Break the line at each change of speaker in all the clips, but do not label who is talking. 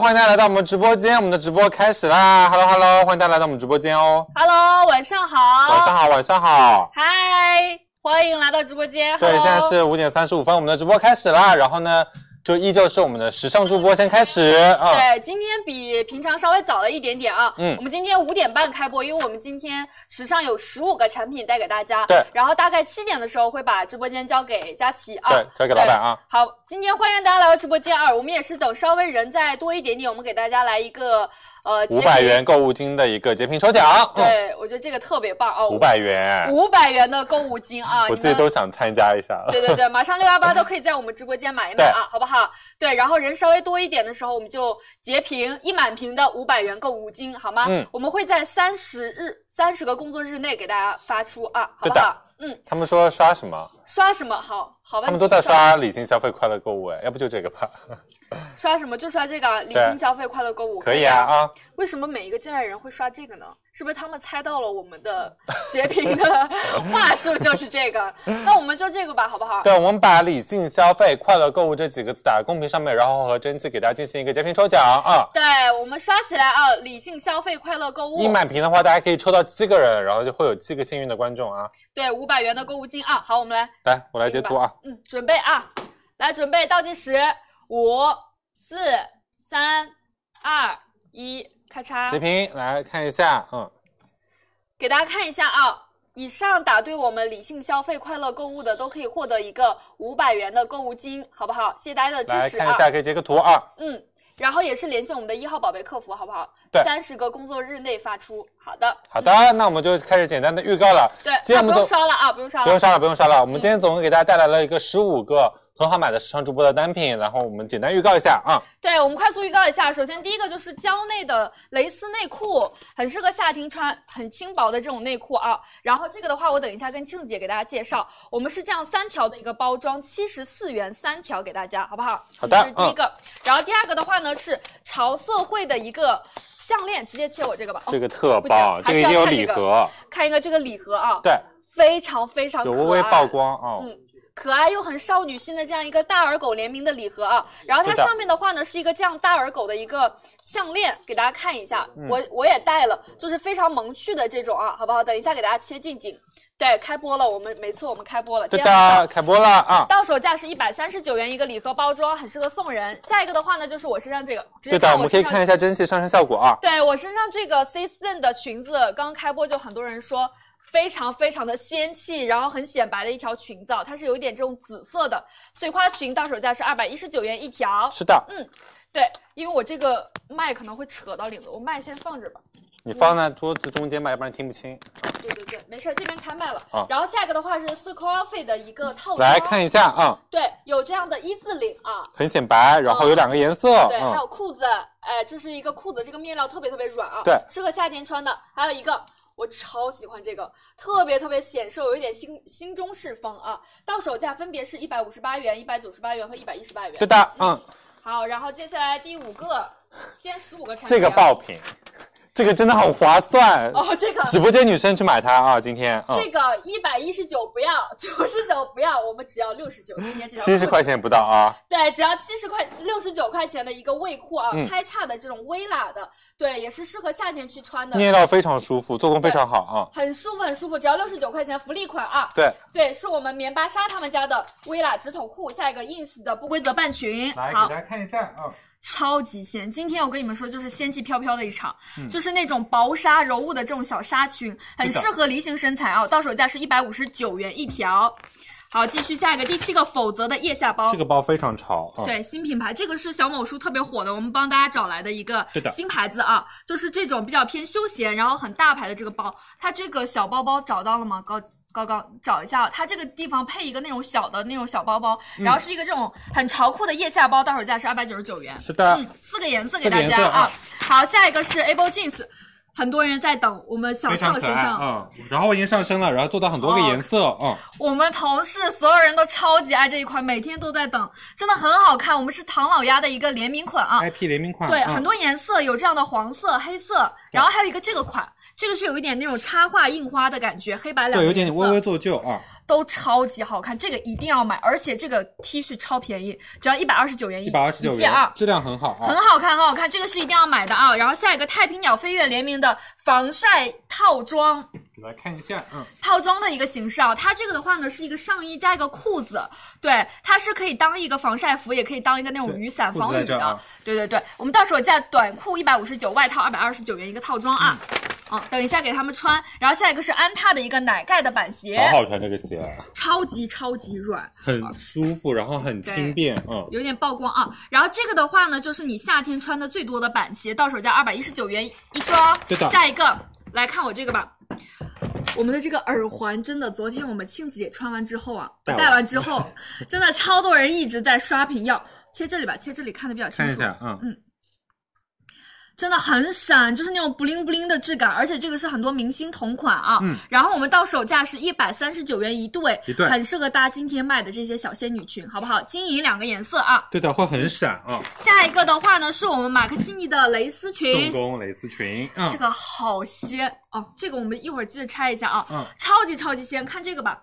欢迎大家来到我们直播间，我们的直播开始啦！Hello Hello，欢迎大家来到我们直播间哦。
Hello，晚上好。
晚上。好，晚上好。
嗨，欢迎来到直播间。
对，现
Hello
在是五点三十五分，我们的直播开始啦。然后呢，就依旧是我们的时尚助播先开始啊。
对，今天比平常稍微早了一点点啊。
嗯
我们今天五点半开播，因为我们今天时尚有十五个产品带给大家。
对
然后大概七点的时候会把直播间交给佳琪啊。
对，交给老板啊。
好，今天欢迎大家来到直播间啊！我们也是等稍微人再多一点点，我们给大家来一个呃
五百。
截
元购物金的一个截屏抽奖，啊嗯
屏，对，我觉得这个特别棒哦。
五百元，
五百元的购物金啊！
我
你
自己
们
都想参加一下 了。
对对对，马上六幺八都可以在我们直播间买一买啊，好不好？对，然后人稍微多一点的时候，我们就截屏一满屏的五百元购物金，好吗？
嗯，
我们会在三十日三十个工作日内给大家发出啊，好
对
不
的
好？嗯，
他们说刷什么？
刷什么？好好问题。
他们都在刷理性消费、快乐购物，哎，要不就这个 吧？
刷什么？就刷这个啊理
对
性消费，快乐购物。
可以啊
啊。
啊！
为什么每一个进来人会刷这个呢？是不是他们猜到了我 们的截屏的话术就是这个？那我们就这个吧，好不好？
对，我们把理性消费、快乐购物这几个字打在公屏上面，然后和蒸汽给大家进行一个截屏抽奖啊。
对，我们刷起来啊！理性消费，快乐购物。
一满屏的话，大家可以抽到七个人，然后就会有七个幸运的观众啊。
对，五百元的购物金啊！好，我们来，
来，我来截图啊。
嗯，准备啊，来准备倒计时，五、四、三、二、一，咔
截
嚓，
屏来看一下，嗯，
给大家看一下啊。以上答对我们理性消费、快乐购物的，都可以获得一个五百元的购物金，好不好？谢谢大家
来
的支持
看一
啊！
下，可以截个图啊。
嗯，然后也是联系我们的一号宝贝客服，好不好？
对
三十个工作日内发出。好的，
好的，那我们就开始简单的预告了。
对，
今天
啊
我
不
们
用
总
刷了啊，不用刷
不用
了。
刷了，不用刷了。我们今天总共给大家带来了一个十五个很好买的时尚主播的单品，然后我们简单预告一下啊。
对，我们快速预告一下。首先，第一个就是蕉内的蕾丝内裤，很适合夏天穿，很轻薄的这种内裤啊。然后这个的话，我等一下跟庆子姐给大家介绍。我们是这样三条的一个包装，七十四元三条给大家，好不好？
好的嗯
这是第一个。然后第二个的话呢是潮色会的一个项链，直接切我这个吧。哦
这个特
不
棒，这
行
个一定有礼盒，
看一个这个礼盒啊，
对，
非常非常
有
可爱，
微微曝光啊、
嗯，可爱又很少女心的这样一个大耳狗联名的礼盒啊。然后它
是的
上面的话呢是一个这样大耳狗的一个项链，给大家看一下。
嗯
我我也戴了，就是非常萌趣的这种啊，好不好？等一下给大家切近景。对，开播了，我们没错，我们开播了。
对
今天晚上
的，开播了啊、
到手价是一百三十九元一个礼盒包装，很适合送人。下一个的话呢，就是我身上这个，直接
对的，我们
我
可
身
以
上
看一下蒸汽上身效果啊。
对我身上这个 C s n 的裙子，刚刚开播就很多人说非常非常的仙气，然后很显白的一条裙子啊，它是有一点这种紫色的碎花裙，到手价是二百一十九元一条。
是的，
对，因为我这个麦可能会扯到领子，我麦先放着吧。
你放在桌子中间吧，要不然听不清。
对对对，没事儿，这边开麦了。
啊
然后下一个的话是 s c o r f y 的一个套装，
来看一下啊、
对，有这样的一字领啊，
很显白，然后有两个颜色，
哦对，还
嗯，
有裤子，哎，这是一个裤子，这个面料特别特别软啊，
对
适合夏天穿的。还有一个，我超喜欢这个，特别特别显瘦，有一点新新中式风啊。到手价分别是一百五十八元、一百九十八元和一百一十八元。
对的，嗯，
好，然后接下来第五个，今天十五个产品、
这
啊
个。爆品， 这个真的很划算，
哦，这个。
直播间女生去买它啊，今天，嗯，
这个一百一十九不要，九十九不要，我们只要六十九。今天这条
七十块钱不到啊，
对，只要七十块、六十九块钱的一个卫裤啊，
嗯
开叉的这种微喇的，对，也是适合夏天去穿的。
面料非常舒服，做工非常好啊、
很舒服，很舒服，只要六十九块钱，福利款啊！
对，
对，是我们棉巴莎他们家的微喇直筒裤，下一个 ins 的不规则半裙，好，
家看一下啊、
超级仙！今天我跟你们说，就是仙气飘飘的一场，
嗯
就是那种薄纱柔雾的这种小纱裙，很
是的
适合梨形身材啊，到手价是一百五十九元一条。好，继续下一个第七个，否则的腋下包。
这个包非常潮啊、嗯，
对，新品牌，这个是小某书特别火的，我们帮大家找来的一个
对的
新牌子啊，就是这种比较偏休闲，然后很大牌的这个包，它这个小包包找到了吗？高高高，找一下，啊它这个地方配一个那种小的那种小包包，然后
嗯
是一个这种很潮酷的腋下包，到手价是二百九十九元。
是的，
嗯，四个颜
啊
色
四
给
个
大
颜
家
色啊
啊。好，下一个是 Able Jeans，很多人在等我们小哦
非
少
常可
先
爱
生。
啊、嗯，然后我已经上身了，然后做到很多个颜色，嗯，
我们同事所有人都超级爱这一款，每天都在等，真的很好看。我们是唐老鸭的一个联名款啊，
IP 联名款，
对，
嗯
很多颜色有这样的黄色、黑色，然后还有一个这个款，这个是有一点那种插画印花的感觉，黑白两
对，
个
有点
颜色
微微做旧啊，
都超级好看，这个一定要买，而且这个 T 恤超便宜，只要一百二十九元一，
一百二十九
一
元
件二，。
质量很好
很
啊。
好看，很好看，这个是一定要买的啊！然后下一个太平鸟飞跃联名的防晒套装，
来看一下，嗯，
套装的一个形式啊。它这个的话呢，是一个上衣加一个裤子，对，它是可以当一个防晒服，也可以当一个那种
对
雨伞
裤子
防
在
雨
这儿
的
啊。
对对对，我们到手价短裤一百五十九，外套二百二十九元一个套装啊。嗯，等一下给他们穿。然后下一个是安踏的一个奶盖的板鞋，
好好穿这个鞋，啊
超级超级软，
很舒服，然后很轻便，嗯，
有点曝光啊。然后这个的话呢，就是你夏天穿的最多的板鞋，到手价二百一十九元一双。
对的
下一个，来看我这个吧。我们的这个耳环真的，昨天我们庆子姐穿完之后啊，
戴
戴
完
完 之后，真的超多人一直在刷屏要切这里吧，切这里看的比较清
看一
楚，
下，嗯，
真的很闪，就是那种布灵布灵的质感，而且这个是很多明星同款啊。
嗯
然后我们到手价是一百三十九元一对，
一对
很适合搭今天卖的这些小仙女裙，好不好？金银两个颜色啊。
对的，会很闪啊，
下一个的话呢，是我们马克西尼的蕾丝
重
裙，
工蕾丝裙，嗯
这，个好些哦，这个我们一会儿记得拆一下啊，
嗯
超级超级仙，看这个吧。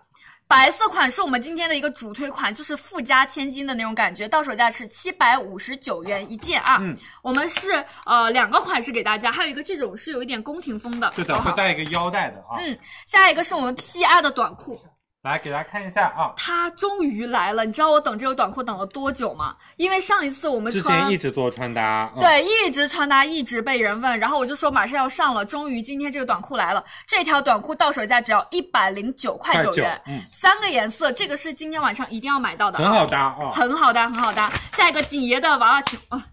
白色款是我们今天的一个主推款，就是富家千金的那种感觉，到手价是七百五十九元一件啊。
嗯，
我们是呃两个款式给大家，还有一个这种是有一点宫廷风的，
对的，
好不
会
好
带一个腰带的啊，
嗯下一个是我们 PR 的短裤，
来给大家看一下啊，
它终于来了，你知道我等这个短裤等了多久吗？因为上一次我们
之
穿
前一直做穿搭，嗯，
对，一直穿搭，一直被人问，然后我就说马上要上了，终于今天这个短裤来了。这条短裤到手价只要一百零九块
快
九
九
元，，
嗯，
三个颜色，这个是今天晚上一定要买到的，
很好，搭啊，
很好搭，很好搭。下一个锦爷的娃娃裙啊，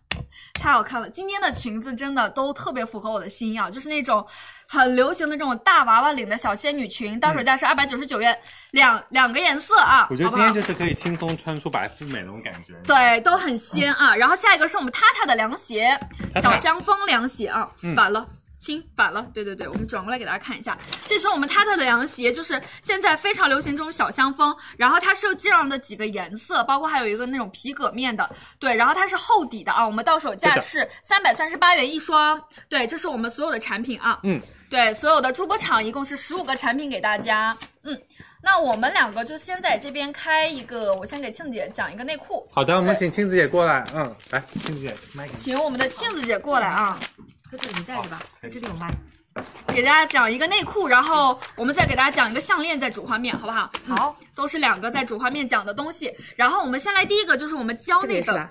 太好看了！今天的裙子真的都特别符合我的心意啊，就是那种很流行的这种大娃娃领的小仙女裙，到手价是二百九十九元，两两个颜色啊，
我觉得今
好不好
天就是可以轻松穿出白富美那种感觉。，
对，都很仙啊。
嗯
然后下一个是我们塔塔的凉鞋，
Tata
小香风凉鞋啊，
嗯
反了。亲反了，对对对，我们转过来给大家看一下，这是我们 Tata 的凉鞋，就是现在非常流行这种小香风，然后它是有这样的几个颜色，包括还有一个那种皮革面的，对，然后它是厚底的啊，我们到手价
对的
是三百三十八元一双，对，这是我们所有的产品啊，
嗯，
对，所有的主播场一共是十五个产品给大家，嗯，那我们两个就先在这边开一个，我先给庆姐讲一个内裤，
好的，我们
对
请庆子姐过来，嗯，来，庆子姐，麦给你。
请我们的庆子姐过来啊，
哥，这个你带着吧，
可以
这里有卖。
给大家讲一个内裤，然后我们再给大家讲一个项链，在主画面，好不好？
好，
都是两个在主画面讲的东西。然后我们先来第一个，就是我们蕉
嗯这个
内
也是
的
吧。？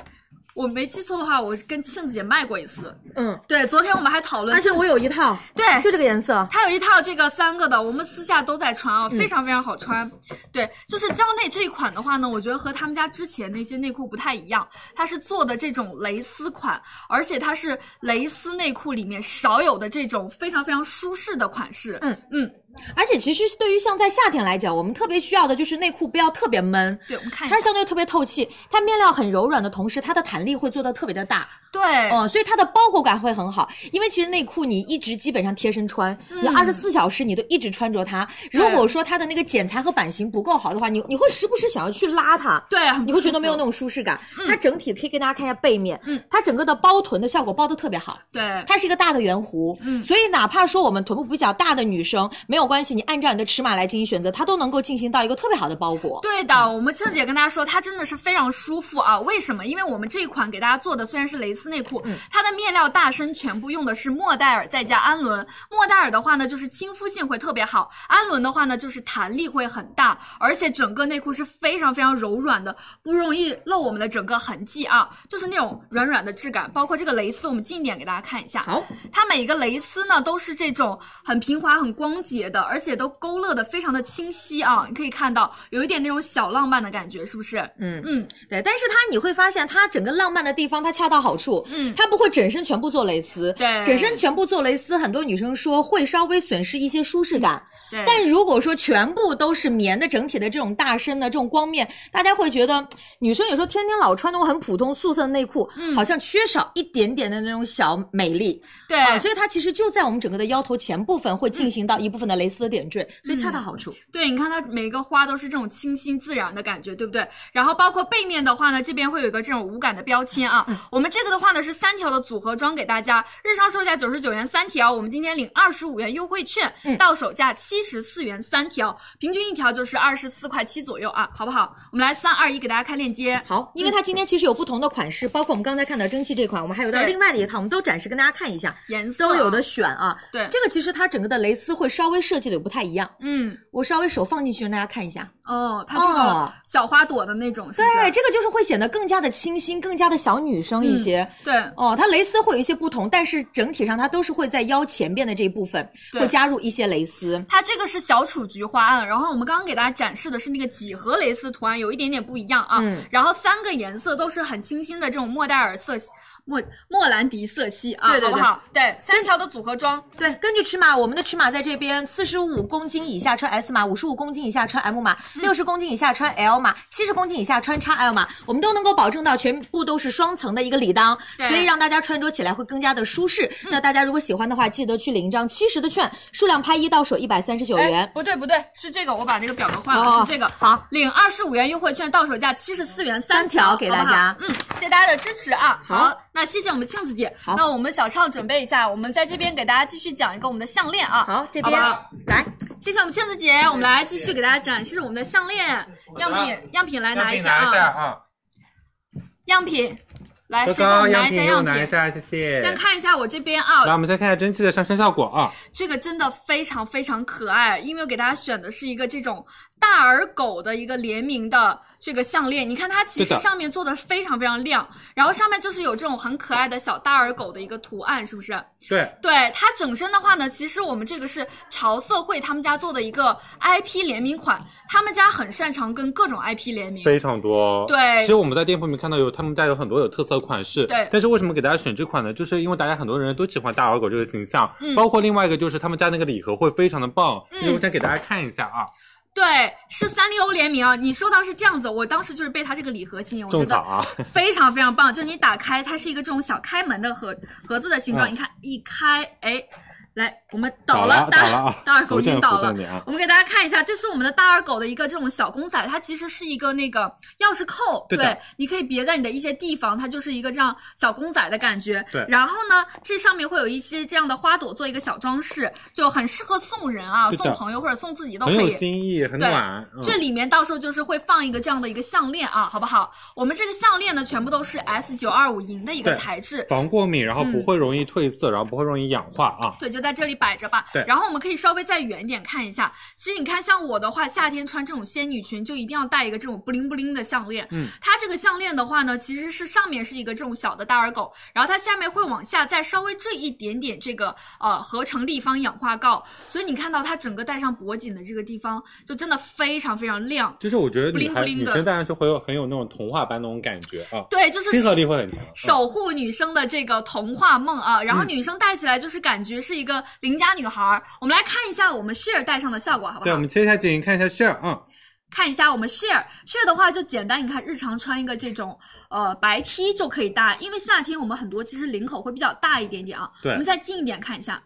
我没记错的话，我跟庆子姐卖过一次。
嗯，哎
对，昨天我们还讨论，
而且我有一套，
对，
就这个颜色，
它有一套这个三个的，我们私下都在穿
嗯
啊，非常非常好穿。对，就是蕉内这一款的话呢，我觉得和他们家之前那些内裤不太一样，它是做的这种蕾丝款，而且它是蕾丝内裤里面少有的这种非常非常舒适的款式。
嗯
嗯，
而且其实对于像在夏天来讲，我们特别需要的就是内裤不要特别闷。
对，我们看一下
它，相对特别透气，它面料很柔软的同时，它的弹力会做的特别的大，
对，
嗯，所以它的包裹感会很好。因为其实内裤你一直基本上贴身穿，你
嗯
二十四小时你都一直穿着它。如果说它的那个剪裁和版型不够好的话，你你会时不时想要去拉它，
对，很不
你会觉得没有
舒
那种舒嗯适感。它整体可以给大家看一下背面，
嗯，
它整个的包臀的效果包的特别好，
服对，
它是一个大的圆弧，
嗯
所以哪怕说我们臀部比较大的女生没有关系，你按照你的尺码来进行选择，它都能够进行到一个特别好的包裹。
对的，我们庆姐跟大家说，它真的是非常舒服啊！为什么？因为我们这一款给大家做的虽然是蕾丝内裤，
嗯
它的面料大身全部用的是莫代尔再加氨纶。莫代尔的话呢，就是亲肤性会特别好；氨纶的话呢，就是弹力会很大，而且整个内裤是非常非常柔软的，不容易露我们的整个痕迹啊，就是那种软软的质感。包括这个蕾丝，我们近一点给大家看一下。
好，
它每一个蕾丝呢都是这种很平滑、很光洁的，而且都勾勒的非常的清晰啊，你可以看到有一点那种小浪漫的感觉，是不是？
嗯，
嗯
对，但是它你会发现它整个浪漫的地方，它恰到好处。
嗯，
它不会整身全部做蕾丝，
对
整身全部做蕾丝，很多女生说会稍微损失一些舒适感。
对，
但如果说全部都是棉的，整体的这种大身的这种光面，大家会觉得女生有时候天天老穿那种很普通素色的内裤，
嗯
好像缺少一点点的那种小美丽。
对，嗯
啊，所以它其实就在我们整个的腰头前部分会进行到一部分的蕾丝的点缀，所以恰到好处。
对，你看它每个花都是这种清新
嗯
自然的感觉，对不对？然后包括背面的话呢，这边会有一个这种无感的标签啊。我们这个的换的是三条的组合装给大家，日常售价九十九元三条，我们今天领二十五元优惠券，
嗯
到手价七十四元三条，平均一条就是二十四块七左右啊，好不好？我们来三二一给大家开链接。
好，因为
嗯
它今天其实有不同的款式，包括我们刚才看到蒸汽这款，我们还有到
对
另外的一套，我们都展示跟大家看一下，
颜色
都有的，选啊。
对
这个其实它整个的蕾丝会稍微设计的不太一样，
嗯，
我稍微手放进去让大家看一下。
哦，它这个
哦
小花朵的那种，是不
对，
是？
这个就是会显得更加的清新，更加的小女生一些。
对，
哦，它蕾丝会有一些不同，但是整体上它都是会在腰前边的这一部分
对
会加入一些蕾丝。
它这个是小雏菊花案，然后我们刚刚给大家展示的是那个几何蕾丝图案，有一点点不一样啊。
嗯
然后三个颜色都是很清新的这种莫代尔色系，莫莫兰迪色系啊，
对对嗯
好不好？对，三条的组合装，
对，根据尺码，我们的尺码在这边，四十五公斤以下穿 S 码，五十五公斤以下穿 M 码，六十公斤以下穿 L 码，七十公斤以下穿 XL 码，我们都能够保证到全部都是双层的一个礼裆，
对
所以让大家穿着起来会更加的舒适。那大家如果喜欢的话，记得去领一张七十的券，数量拍一到手一百三十九
哎
元。
不对不对，是这个，我把那个表格换了，
哦
是这个。
好，
领二十五元优惠券，到手价七十四元三
三条给大家
好不好嗯，谢谢大家的支持啊。
好
那谢谢我们庆子姐。
好
那我们小畅准备一下，我们在这边给大家继续讲一个我们的项链啊。
好，这
好
边
不好
来，
谢谢我们倩子姐，我们来继续给大家展示我们的项链
我
样
拿
品，样品来
样
拿
品
下
拿一下
啊，
啊，
样品，来，
刚
谁给我
刚
们拿
样
一下
品又
样
拿一
品？
下，谢谢。
先看一下我这边
来，
啊
我，们先看一下蒸汽的上身效果啊。
这个真的非常非常可爱，因为我给大家选的是一个这种大耳狗的一个联名的这个项链，你看它其
是
实
的
上面做的非常非常亮，然后上面就是有这种很可爱的小大耳狗的一个图案，是不是？
对，
对它整身的话呢，其实我们这个是潮色会他们家做的一个 IP 联名款，他们家很擅长跟各种 IP 联名。
非常多。
对
其实我们在店铺里面看到有他们家有很多有特色款式。
对
但是为什么给大家选这款呢？就是因为大家很多人都喜欢大耳狗这个形象，
嗯
包括另外一个就是他们家那个礼盒会非常的棒。
嗯
所以我想给大家看一下啊，
对，是三丽鸥联名啊！你收到是这样子，我当时就是被它这个礼盒吸引，我觉
种草
得
啊，
非常非常棒。就是你打开，它是一个这种小开门的盒盒子的形状，
嗯
你看一开，哎，来，我们
倒
倒 了，
倒
大
了啊，
大耳狗
扶
已经
正
倒
扶
了
正。点啊。
我们给大家看一下，这是我们的大耳狗的一个这种小公仔，它其实是一个那个钥匙扣，
对的
你可以别在你的一些地方，它就是一个这样小公仔的感觉。
对
然后呢，这上面会有一些这样的花朵做一个小装饰，就很适合送人啊，
对的
送朋友或者送自己都可
很有
以。
新意，很
对
暖。嗯
这里面到时候就是会放一个这样的一个项链啊，好不好？我们这个项链呢，全部都是 S 九二五银的一个
对
材质，
防过敏，然后不
嗯
会容易褪色，然后不会容易氧化啊。
对，就在这里摆着吧。
对
然后我们可以稍微再远一点看一下。其实你看，像我的话，夏天穿这种仙女裙，就一定要带一个这种布灵布灵的项链。
嗯，
它这个项链的话呢，其实是上面是一个这种小的大耳狗，然后它下面会往下再稍微坠一点点这个呃合成立方氧化锆，所以你看到它整个戴上脖颈的这个地方，就真的非常非常亮。
就是我觉得
不
女
灵不
孩
灵
女
的
生戴上去会有很有那种童话般那种感觉啊，
对，就是
亲和力会很强。嗯
守护女生的这个童话梦啊，然后
嗯
女生戴起来就是感觉是一个邻家女孩儿。我们来看一下我们 share 戴上的效果，好不
啊对，我
好？
们切一下景，看一下 share，嗯，
看一下我们 share share 的话就简单，你看日常穿一个这种呃白 T 就可以搭，因为夏天我们很多其实领口会比较大一点点啊。
对
我们再近一点看一下，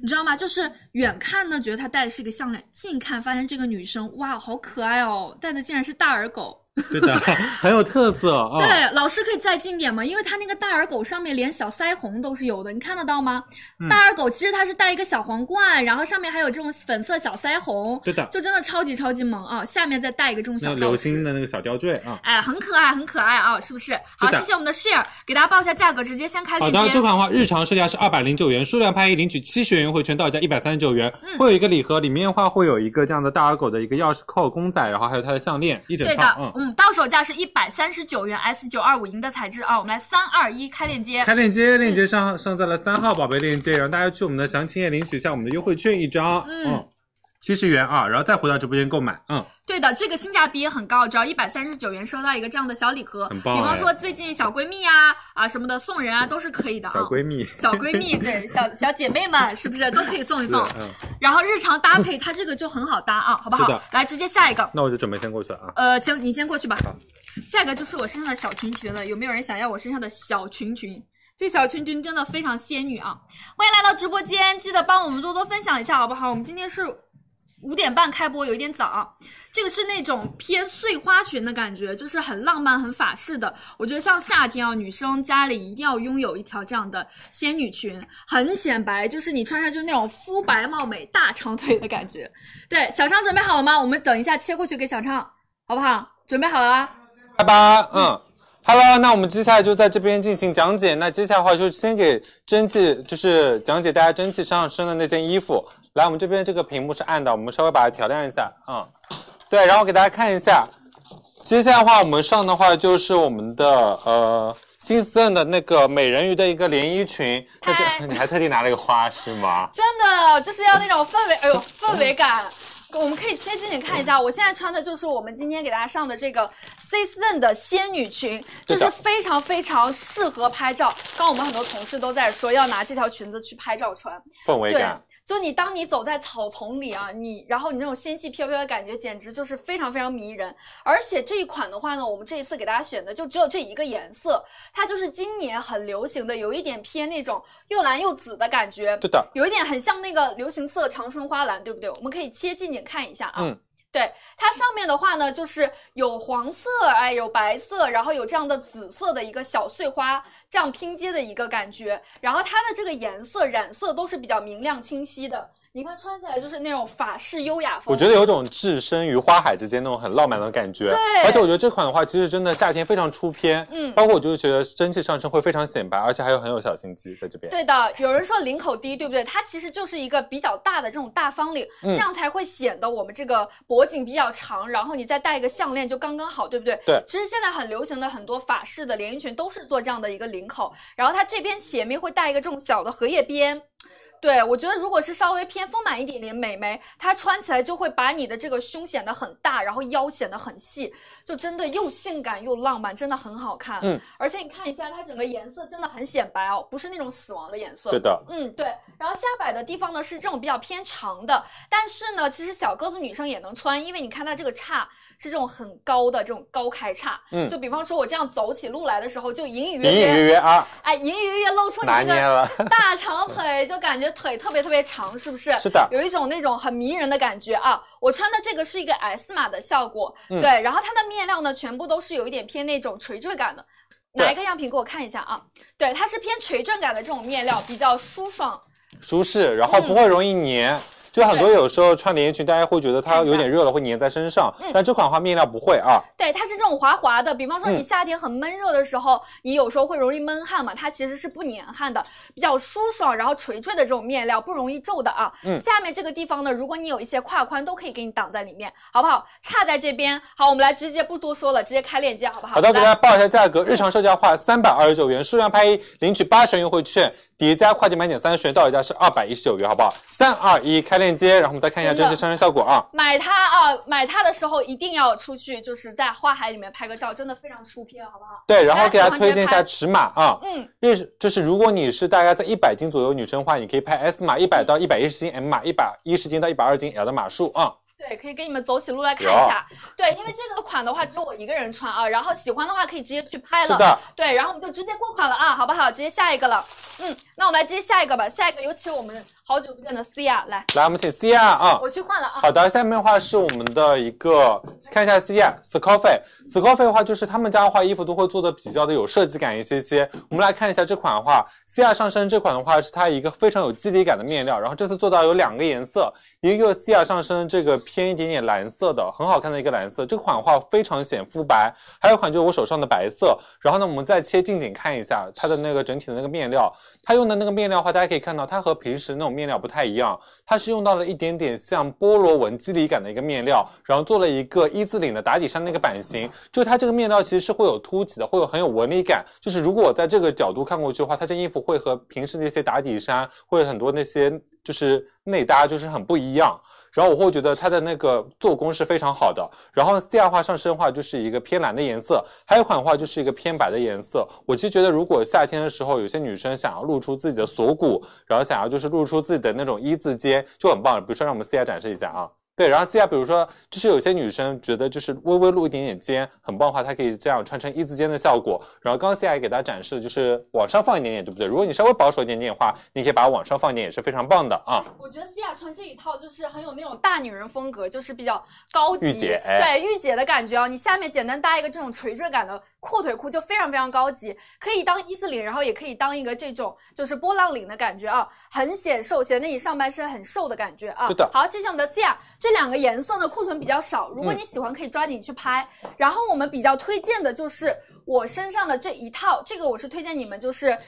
你知道吗？就是远看呢觉得她戴的是一个项链，近看发现这个女生哇好可爱哦，戴的竟然是大耳狗。
对的， 很有特色啊。
对，老师可以再近点吗？因为它那个大耳狗上面连小腮红都是有的，你看得到吗？
嗯
大耳狗其实它是戴一个小皇冠，然后上面还有这种粉色小腮红，
对的，
就真的超级超级萌啊！下面再戴一个这种
那
小
流
吊饰
星。的那个小吊坠啊。
哎，很可爱，很可爱啊，是不是？好，
是的
谢谢我们的 share，给大家报一下价格，直接先开
好
链
的，这
接。
款的话日常售价是二百零九元，数量拍一领取七十元优惠券，到手价一百三十九元。
嗯
会有一个礼盒，里面的话会有一个这样的大耳狗的一个钥匙扣、公仔，然后还有它的项链，一整
对的
套。，嗯，
嗯，到手价是一百三十九元 S 九二五银的材质啊，我们来三二一开链接。
开链接，链接上上在了三号宝贝链接，然后大家去我们的详情页领取一下我们的优惠券一张，
嗯，
七十元啊，然后再回到直播间购买，嗯，
对的，这个性价比也很高，只要一百三十九元收到一个这样的小礼盒，
很棒
比方
哎
说最近小闺蜜呀啊什么的送人啊都是可以的啊。
小闺蜜，
小 闺蜜，对小小姐妹们是不是都可以送一
是
送？
嗯，
然后日常搭配，它这个就很好搭啊，好不
是
好
的？
来，直接下一个。
那我就准备先过去了啊。
呃，行，你先过去吧
好。
下一个就是我身上的小裙裙了，有没有人想要我身上的小裙裙？这小裙裙真的非常仙女啊！欢迎来到直播间，记得帮我们多多分享一下，好不好？我们今天是五点半开播有一点早，啊这个是那种偏碎花裙的感觉，就是很浪漫、很法式的。我觉得像夏天啊，女生家里一定要拥有一条这样的仙女裙，很显白，就是你穿上就是那种肤白貌美、大长腿的感觉。对，小畅准备好了吗？我们等一下切过去给小畅，好不好？准备好了啊？
拜拜，嗯。好了，那我们接下来就在这边进行讲解。那接下来的话就先给蒸汽，就是讲解大家蒸汽上身的那件衣服。来，我们这边这个屏幕是暗的，我们稍微把它调亮一下，嗯，对，然后给大家看一下。接下来的话，我们上的话就是我们的呃新赠的那个美人鱼的一个连衣裙。那
嗨
这 你还特地拿了一个花是吗？
真的就是要那种氛围，哎呦，氛围感。我们可以切近点看一
嗯
下，我现在穿的就是我们今天给大家上的这个 Season 的仙女裙，就
对的
是非常非常适合拍照。刚刚我们很多同事都在说要拿这条裙子去拍照穿，
氛围
对
感。，
就你当你走在草丛里啊，你然后你那种仙气飘飘的感觉，简直就是非常非常迷人。而且这一款的话呢，我们这一次给大家选的就只有这一个颜色，它就是今年很流行的，有一点偏那种又蓝又紫的感觉，
对的，
有一点很像那个流行色长春花蓝，对不对？我们可以切近点看一下啊。
嗯
对它上面的话呢，就是有黄色，哎，有白色，然后有这样的紫色的一个小碎花，这样拼接的一个感觉。然后它的这个颜色染色都是比较明亮清晰的，你看穿起来就是那种法式优雅风。
我觉得有种置身于花海之间那种很浪漫的感觉。
对
而且我觉得这款的话，其实真的夏天非常出片。
嗯
包括我就是觉得蒸汽上身会非常显白，而且还有很有小心机在这边。
对的，有人说领口低，对不对？它其实就是一个比较大的这种大方领，
嗯
这样才会显得我们这个脖颈比较长，然后你再戴一个项链就刚刚好，对不对？
对
其实现在很流行的很多法式的连衣裙都是做这样的一个领口，然后它这边前面会带一个这种小的荷叶边。对，我觉得如果是稍微偏丰满一点点美眉，它穿起来就会把你的这个胸显得很大，然后腰显得很细，就真的又性感又浪漫，真的很好看。
嗯，
而且你看一下它整个颜色真的很显白哦，不是那种死亡的颜色。
对的，
嗯，对。然后下摆的地方呢是这种比较偏长的，但是呢，其实小个子女生也能穿，因为你看它这个叉是这种很高的这种高开叉。
嗯
就比方说我这样走起路来的时候，就隐隐约
隐隐约
约，
约啊，
哎，隐隐约约露出你
拿
这
捏
个
了。
大长腿，就感觉腿特别特别长，是不是？
是的
有一种那种很迷人的感觉啊！我穿的这个是一个 S 码的效果，
嗯
对，然后它的面料呢，全部都是有一点偏那种垂坠感的。拿
对
一个样品给我看一下啊！对，它是偏垂坠感的这种面料，比较舒爽。
舒适，然后不会容易粘。
嗯
就很多有时候穿连衣裙，大家会觉得它有点热了，会粘在身上。
嗯
但这款的话面料不会啊，
对，它是这种滑滑的。比方说你
嗯
夏天很闷热的时候，你有时候会容易闷汗嘛，它其实是不粘汗的，比较舒爽，然后垂坠的这种面料不容易皱的啊。
嗯
下面这个地方呢，如果你有一些胯宽，都可以给你挡在里面，好不好？差在这边。好，我们来直接不多说了，直接开链接，好不好？嗯
好的，我给大
来
家报一下价格，日常售价的话三百二十九元，数量拍一，领取八十元优惠券，叠加快递满减三十元，到手价是二百一十九元，好不好？三二一，开链接，然后我们再看一下
真的
真实上身效果啊。
买它啊，买它的时候一定要出去，就是在花海里面拍个照，真的非常出片，好不好？
对，然后给大家
大家喜欢
推荐一
直接
下
拍
尺码啊，
嗯，
日就是如果你是大概在一百斤左右女生的话，你可以拍 S 码，一百到一百一十斤 M 码，一百一十斤到一百二十斤 L 的码数啊。
对，可以给你们走起路来看一下。对，因为这个款的话只有我一个人穿啊，然后喜欢的话可以直接去拍了。
是的，
对，然后我们就直接过款了啊，好不好？直接下一个了。嗯，那我们来直接下一个吧。下一个有请我们好久不见的思雅来，
来，我们请 C R 啊。
我去换 了啊。
好的，下面的话是我们的一个看一下 C R Scoffy Scoffy 的话，就是他们家的话衣服都会做的比较的有设计感一些些。我们来看一下这款的话，C R 上身这款的话是它一个非常有肌理感的面料，然后这次做到有两个颜色，一个 C R 上身这个偏一点点蓝色的，很好看的一个蓝色，这款的话非常显肤白，还有一款就是我手上的白色。然后呢，我们再切近景看一下它的那个整体的那个面料，它用的那个面料的话，大家可以看到它和平时那种面料不太一样，它是用到了一点点像菠萝纹肌理感的一个面料，然后做了一个一字领的打底衫的一个版型。就它这个面料其实是会有凸起的，会有很有纹理感。就是如果我在这个角度看过去的话，它这件衣服会和平时那些打底衫或者很多那些就是内搭就是很不一样。然后我会觉得它的那个做工是非常好的。然后 C R 话上身的话就是一个偏蓝的颜色，还有一款的话就是一个偏白的颜色。我其实觉得，如果夏天的时候有些女生想要露出自己的锁骨，然后想要就是露出自己的那种一字肩，就很棒。比如说让我们 C R 展示一下啊，对，然后 C 啊，比如说，就是有些女生觉得就是微微露一点点肩很棒的话，它可以这样穿成一字肩的效果。然后刚刚 C 啊也给大家展示了，就是往上放一点点，对不对？如果你稍微保守一点点的话，你可以把它往上放一点，也是非常棒的啊。
我觉得西亚穿这一套就是很有那种大女人风格，就是比较高级，
御姐哎
对御姐的感觉啊。你下面简单搭一个这种垂坠感的阔腿裤，就非常非常高级，可以当一字领，然后也可以当一个这种就是波浪领的感觉啊，很显瘦，显得你上半身很瘦的感觉啊。
是的
好，谢谢我们的西亚。这两个颜色呢，库存比较少，如果
嗯
你喜欢可以抓紧去拍。然后我们比较推荐的就是我身上的这一套，这个我是推荐你们就是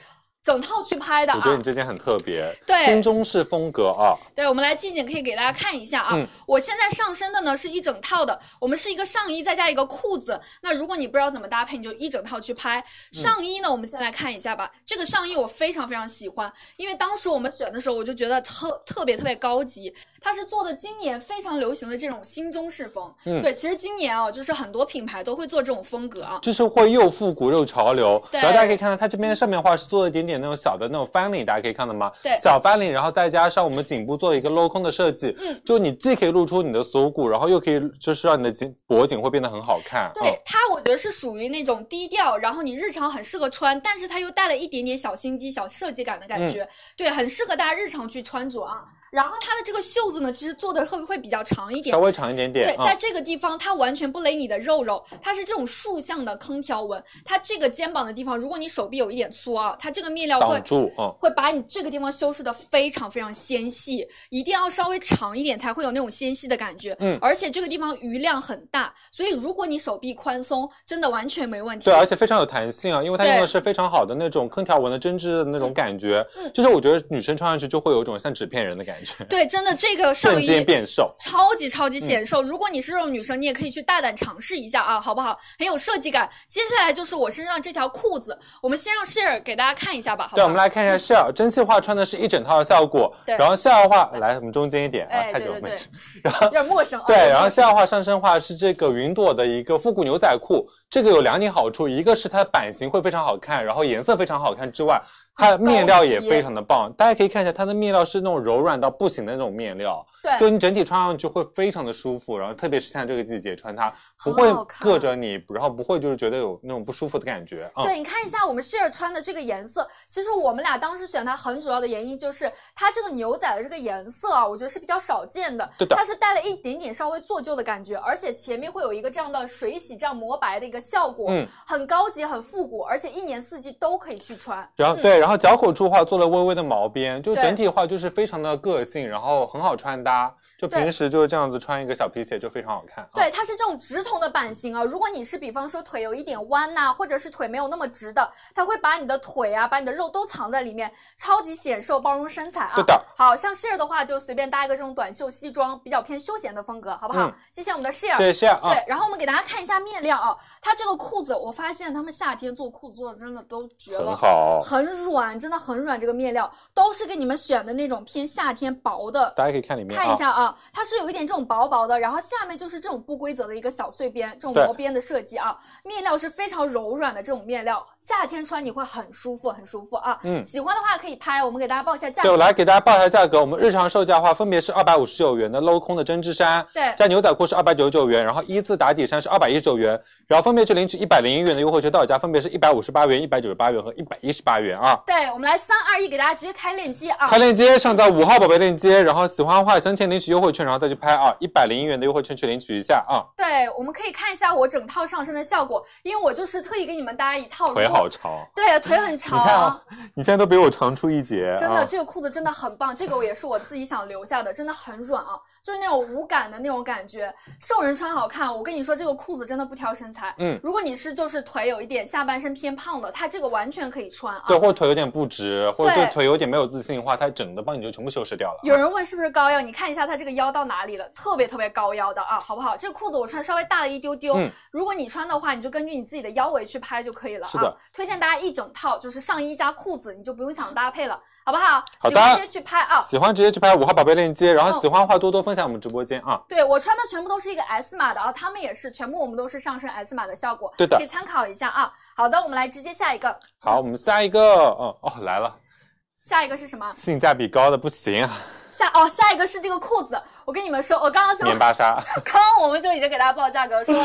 整套去拍的啊。
我觉得你这件很特别，
对
新中式风格啊，
对，我们来近景可以给大家看一下啊。
嗯
我现在上身的呢是一整套的，我们是一个上衣再加一个裤子。那如果你不知道怎么搭配，你就一整套去拍。上衣呢，我们先来看一下吧。这个上衣我非常非常喜欢，因为当时我们选的时候我就觉得特特别特别高级，它是做的今年非常流行的这种新中式风。
嗯
对，其实今年啊，就是很多品牌都会做这种风格啊。
就是会又复古又潮流。
对
然后大家可以看到它这边上面的话是做了一点点那种小的那种翻领，大家可以看到吗？
对
小翻领，然后再加上我们颈部做了一个镂空的设计，
嗯，
就你既可以露出你的锁骨，然后又可以就是让你的颈脖颈会变得很好看。
对、
嗯
它，我觉得是属于那种低调，然后你日常很适合穿，但是它又带了一点点小心机、小设计感的
嗯
感觉，对，很适合大家日常去穿着啊。然后它的这个袖子呢，其实做的会会比较长一点
稍，微长一点点
对，，在
嗯
这个地方它完全不勒你的肉肉，它是这种竖向的坑条纹，它这个肩膀的地方，如果你手臂有一点粗啊，它这个面料会
挡住，嗯。
会把你这个地方修饰的非常非常纤细，一定要稍微长一点才会有那种纤细的感觉。
嗯
而且这个地方余量很大，所以如果你手臂宽松，真的完全没问题。
对，而且非常有弹性啊，因为它
对
用的是非常好的那种坑条纹的针织的那种感觉，
嗯
就是我觉得女生穿上去就会有一种像纸片人的感觉，
对真的这个上
瞬
衣
间变嗯瘦。
超级超级显瘦。如果你是这种女生，你也可以去大胆尝试一下啊，好不好？很有设计感。接下来就是我身上这条裤子，我们先让 share 给大家看一下吧，好不
对，
好？
我们来看一下 Shell 蒸汽化穿的是一整套的效果，
对
然后 Shell 的话来我们中间一点啊，
哎
太
对
久
对
没
对
吃。
有点陌生啊。
对，
有点
然后
陌生
下的话上身的话是这个云朵的一个复古牛仔裤，这个有两点好处，一个是它的版型会非常好看，然后颜色非常好看之外，它的面料也非常的棒。大家可以看一下，它的面料是那种柔软到不行的那种面料，
对
就你整体穿上去会非常的舒服，然后特别是像这个季节穿它，不
很
会
好看
硌着你，然后不会就是觉得有那种不舒服的感觉啊。
对，你看一下我们 share 穿的这个颜色，其实我们俩当时选它很主要的原因就是它这个牛仔的这个颜色啊，我觉得是比较少见的，
对的
它是带了一点点稍微做旧的感觉，而且前面会有一个这样的水洗这样磨白的一个效果，
嗯，
很高级，很复古，而且一年四季都可以去穿。
然后
嗯
对，然后脚口处的话做了微微的毛边，就
对
整体的话就是非常的个性，然后很好穿搭，就
对
平时就是这样子穿一个小皮鞋就非常好看。啊。
对，它是这种直筒的版型啊。如果你是比方说腿有一点弯呐、或者是腿没有那么直的，它会把你的腿啊，把你的肉都藏在里面，超级显瘦，包容身材啊。
对的。
好像 share 的话，就随便搭一个这种短袖西装，比较偏休闲的风格，好不好？
嗯
谢谢我们的 share。
谢谢啊，
对，然后我们给大家看一下面料啊，它这个裤子，我发现他们夏天做裤子做的真的都绝了，
很好，
很软，真的很软。这个面料都是给你们选的那种偏夏天薄的
大家可以看里面啊
看一下啊，它是有一点这种薄薄的，然后下面就是这种不规则的一个小碎边，这种
对
磨边的设计啊，面料是非常柔软的这种面料，夏天穿你会很舒服，很舒服啊。
嗯
喜欢的话可以拍，我们给大家报一下价
对，我
格。
来给大家报一下价格。我们日常售价的话，分别是二百五十九元的镂空的针织衫，
对
加牛仔裤是二百九十九元，然后一字打底衫是二百一十九元，然后分别去领取一百零一元的优惠券到手价，分别是一百五十八元、一百九十八元和一百一十八元啊。
对，我们来三二一，给大家直接开链接啊。
开链接上在五号宝贝链接，然后喜欢的话先前领取优惠券，然后再去拍啊，一百零一元的优惠券去领取一下啊，
对，我们可以看一下我整套上身的效果，因为我就是特意给你们搭一套。
腿
如果
好长，
对，腿很
你
长
看
啊
啊。，你现在都比我长出一截，
真的，
啊
这个裤子真的很棒，这个我也是我自己想留下的，真的很软啊，就是那种无感的那种感觉，瘦人穿好看。我跟你说，这个裤子真的不挑身材，
嗯
如果你是就是腿有一点下半身偏胖的，它这个完全可以穿啊。
对，或者腿有点不直，或者
对
对腿有点没有自信的话，它整个帮你就全部修饰掉了啊。
有人问是不是高腰，你看一下它这个腰到哪里了，特别特别高腰的啊，好不好？这个裤子我穿稍微大了一丢丢，
嗯
如果你穿的话，你就根据你自己的腰围去拍就可以了啊。
是的
推荐大家一整套，就是上衣加裤子，你就不用想搭配了，好不好？
好的
喜欢直接去拍啊。
喜欢直接去拍五号宝贝链接，然
嗯
后喜欢的话多多分享我们直播间啊。
对我穿的全部都是一个 S 码的啊，他们也是，全部我们都是上身 S 码的效果，
对的
可以参考一下啊。好的，我们来直接下一个，
好，我们下一个，嗯哦来了，
下一个是什么？
性价比高的不行啊，
下哦，下一个是这个裤子，我跟你们说，我刚刚就
棉巴纱
刚刚我们就已经给大家报价格说，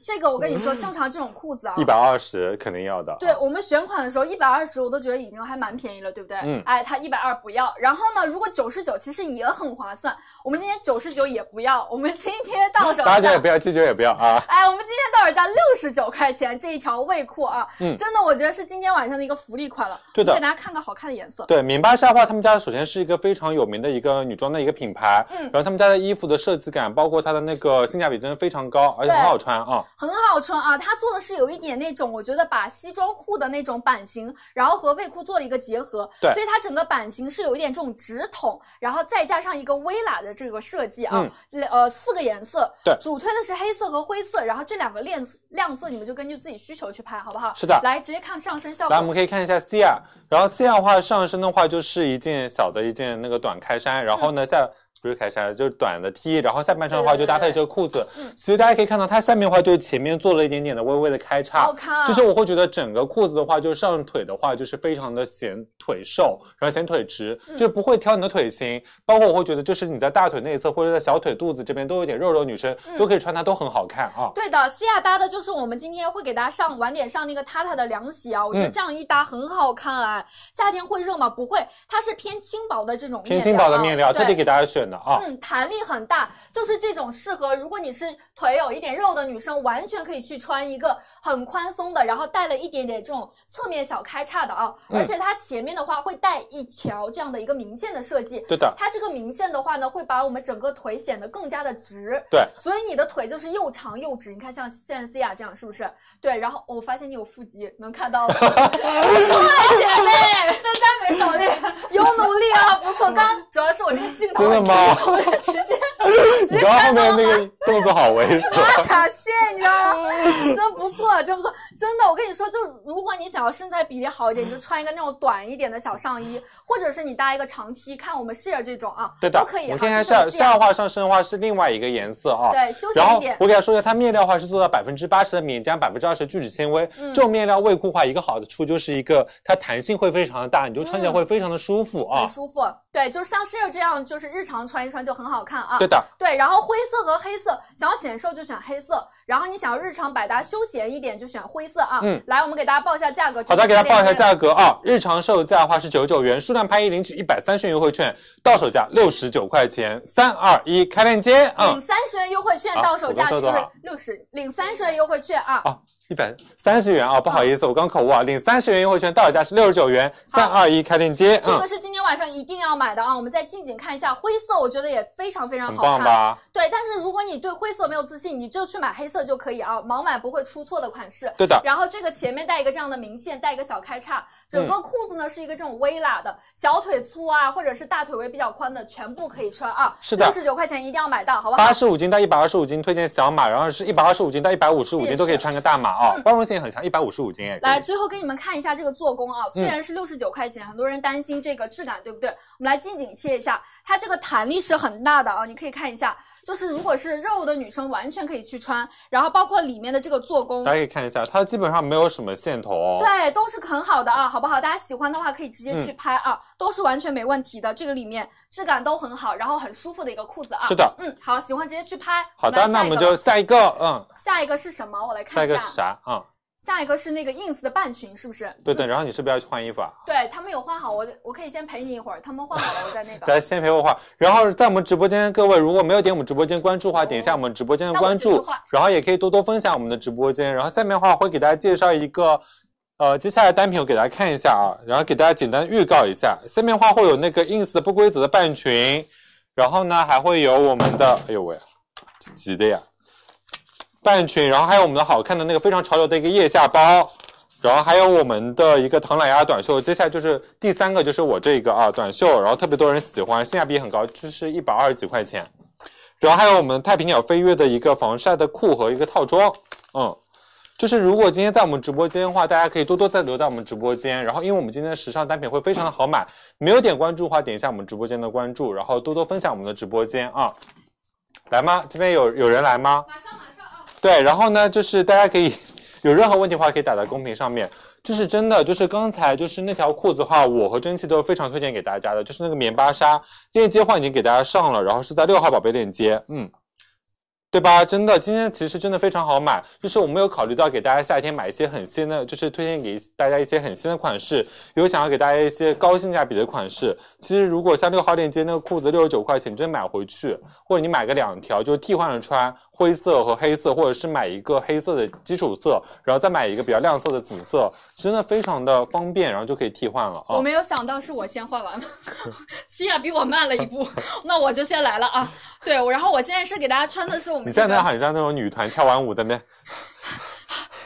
这个我跟你说，正常这种裤子啊，
嗯一百二十肯定要的。啊
对我们选款的时候，一百二十我都觉得已经还蛮便宜了，对不对？
嗯
哎，它一百二不要。然后呢，如果九十九其实也很划算，我们今天九十九也不要，我们今天到手
八九也
价
不。要，七九也不要啊。
哎，我们今天到手价六十九块钱这一条卫裤啊，
嗯
真的我觉得是今天晚上的一个福利款了。
对的
我给大家看个好看的颜色。
对，敏巴莎的话，他们家首先是一个非常有名的一个女装的一个品牌，
嗯
然后他们家的衣服的设计感，包括它的那个性价比真的非常高，而且
对
很好穿啊。
很好穿啊，它做的是有一点那种，我觉得把西装裤的那种版型，然后和卫裤做了一个结合，
对
所以它整个版型是有一点这种直筒，然后再加上一个微喇的这个设计啊，呃，四个颜色，
嗯对
主推的是黑色和灰色，然后这两个亮色亮色你们就根据自己需求去拍，好不好？
是的
来直接看上身效
来，我们
果，
可以看一下 C R，然后 C R 的话，上身的话就是一件小的一件那个短开衫，然后呢下。不是开衫，就是短的 T，然后 E，下半身的话
嗯对
就
对
搭配
对
这个裤子。
嗯
其实大家可以看到，它下面的话就前面做了一点点的微微的开叉
好，看，
就是我会觉得整个裤子的话，就是上腿的话，就是非常的显腿瘦，然后显腿直，
嗯
就是不会挑你的腿型。包括我会觉得，就是你在大腿内侧或者在小腿肚子这边都有点肉肉，女生、
嗯
都可以穿它，都很好看啊。
对的，西亚搭的就是我们今天会给大家上晚点上那个榻榻的凉席啊，我觉得
嗯
这样一搭很好看哎。夏天会热吗？不会，它是偏轻薄的这种
偏
面料啊
轻薄的面料，
对
特地给大家选的啊。
嗯，弹力很大，就是这种适合如果你是腿有一点肉的女生，完全可以去穿一个很宽松的，然后带了一点点这种侧面小开叉的啊，
嗯
而且它前面的话会带一条这样的一个明线的设计，
对的，
它这个明线的话呢，会把我们整个腿显得更加的直。
对，
所以你的腿就是又长又直。你看像现在 C 亚这样是不是？对，然后哦我发现你有腹肌，能看到了。 不错，啊姐妹，三三没少练，有努力啊，不错。刚主要是我这个镜头
真的吗
我就直接直
你
接
刚刚后
看到啊
面
了
那个动作好猥
马
琐。
甲线，你知道吗？真不错，真不错，真的，我跟你说，就如果你想要身材比例好一点，你就穿一个那种短一点的小上衣，或者是你搭一个长 T，看我们 share 这种啊，
对的，
都可以。
我们
好
看一下
休闲
下
一
下的话，上身的话是另外一个颜色啊。
对，休
然
闲一
后
点。
我给大家说一下，它面料的话是做到百分之八十的棉加百分之二十聚酯纤维。
嗯
这种面料卫裤的话，一个好的处就是一个它弹性会非常的大，你就穿
嗯
起来会非常的舒服啊
很。舒服，对，就像 share 这样，就是日常穿一穿就很好看啊。
对的，
对，然后灰色和黑色，想要显瘦就选黑色，然后你想要日常百搭休闲一点就选灰色啊。
嗯，
来，我们给大家报一下价格。
好的，给大家报一下
格。
价格啊，日常售价的话是九十九元，数量拍一领取一百三十元优惠券，到手价六十九块钱。三二一，开链接啊
领！三十元优惠券
啊
到手价
我刚说
是
多少
六十，领三十元优惠券啊。
啊，一百三十元啊，不好意
嗯
思，我刚口误啊，领三十元优惠券，到手价是六十九元。三二一，开链接，
这
嗯
个，是今天晚上一定要买的啊！我们再近景看一下灰色，我觉得也非常非常
很
好看。
棒吧？
对，但是如果你对灰色没有自信，你就去买黑色就可以啊，盲买不会出错的款式。
对的，
然后这个前面带一个这样的明线，带一个小开叉，
嗯
整个裤子呢是一个这种微喇的，小腿粗啊，或者是大腿围比较宽的，全部可以穿啊。
是的
六十九块钱一定要买到，好不好
八？十五斤到一百二十五斤推荐小码，然后是一百二十五斤到一百五十五
谢谢
斤都可以穿个大码啊
嗯，
包容性也很强，一百五十五斤哎。
来，最后给你们看一下这个做工啊，虽
嗯
然是六十九块钱，很多人担心这个质感，对不对？我们来近景切一下，它这个弹力是很大的啊，你可以看一下，就是如果是肉的女生完全可以去穿，然后包括里面的这个做工
大，家可以看一下，它基本上没有什么线头哦。
对，都是很好的
嗯
啊，好不好？大家喜欢的话可以直接去拍啊，都是完全没问题的。这个里面质感都很好，然后很舒服的一个裤子啊。
是的，
嗯，好，喜欢直接去拍。
好的，那我
来下一个
们就下一个，嗯，
下一个是什么？我来看
下
一
一
下。
个是啥啊？嗯
下一个是那个 ins 的半裙，是不是？
对对，然后你是不是要去换衣服啊？
对他们有换好，我我可以先陪你一会儿，他们换好了，我再那个。
大家先陪我画，然后在我们直播间，各位如果没有点我们直播间关注的话，点一下我们直播间的关
那我
注
去画，
然后也可以多多分享我们的直播间。然后下面的话会给大家介绍一个，呃，接下来单品我给大家看一下啊，然后给大家简单预告一下，下面的话会有那个 ins 的不规则的半裙，然后呢还会有我们的，哎呦喂，这急的呀，半裙，然后还有我们的好看的那个非常潮流的一个腋下包。然后还有我们的一个唐老鸭短袖，接下来就是第三个，就是我这个啊短袖，然后特别多人喜欢，性价比很高，就是一百二十几块钱。然后还有我们太平鸟飞跃的一个防晒的裤和一个套装，嗯，就是如果今天在我们直播间的话，大家可以多多再留在我们直播间，然后因为我们今天的时尚单品会非常的好买，没有点关注的话，点一下我们直播间的关注，然后多多分享我们的直播间啊。来吗？这边有有人来吗？
马上马上啊！
对，然后呢，就是大家可以有任何问题的话，可以打在公屏上面。就是真的，就是刚才就是那条裤子的话，我和蒸汽都是非常推荐给大家的，就是那个棉巴纱，链接的话已经给大家上了，然后是在六号宝贝链接，嗯。对吧？真的，今天其实真的非常好买，就是我们有考虑到给大家夏天买一些很新的，就是推荐给大家一些很新的款式，有想要给大家一些高性价比的款式。其实如果像六号链接那个裤子六十九块钱，真买回去，或者你买个两条，就是替换着穿，灰色和黑色，或者是买一个黑色的基础色，然后再买一个比较亮色的紫色，真的非常的方便，然后就可以替换了啊。
我没有想到是我先换
哦
完了， 西亚比我慢了一步，那我就先来了啊。对，我然后我现在是给大家穿的是我们
你
这
现
个
在好像那种女团跳完舞在那边。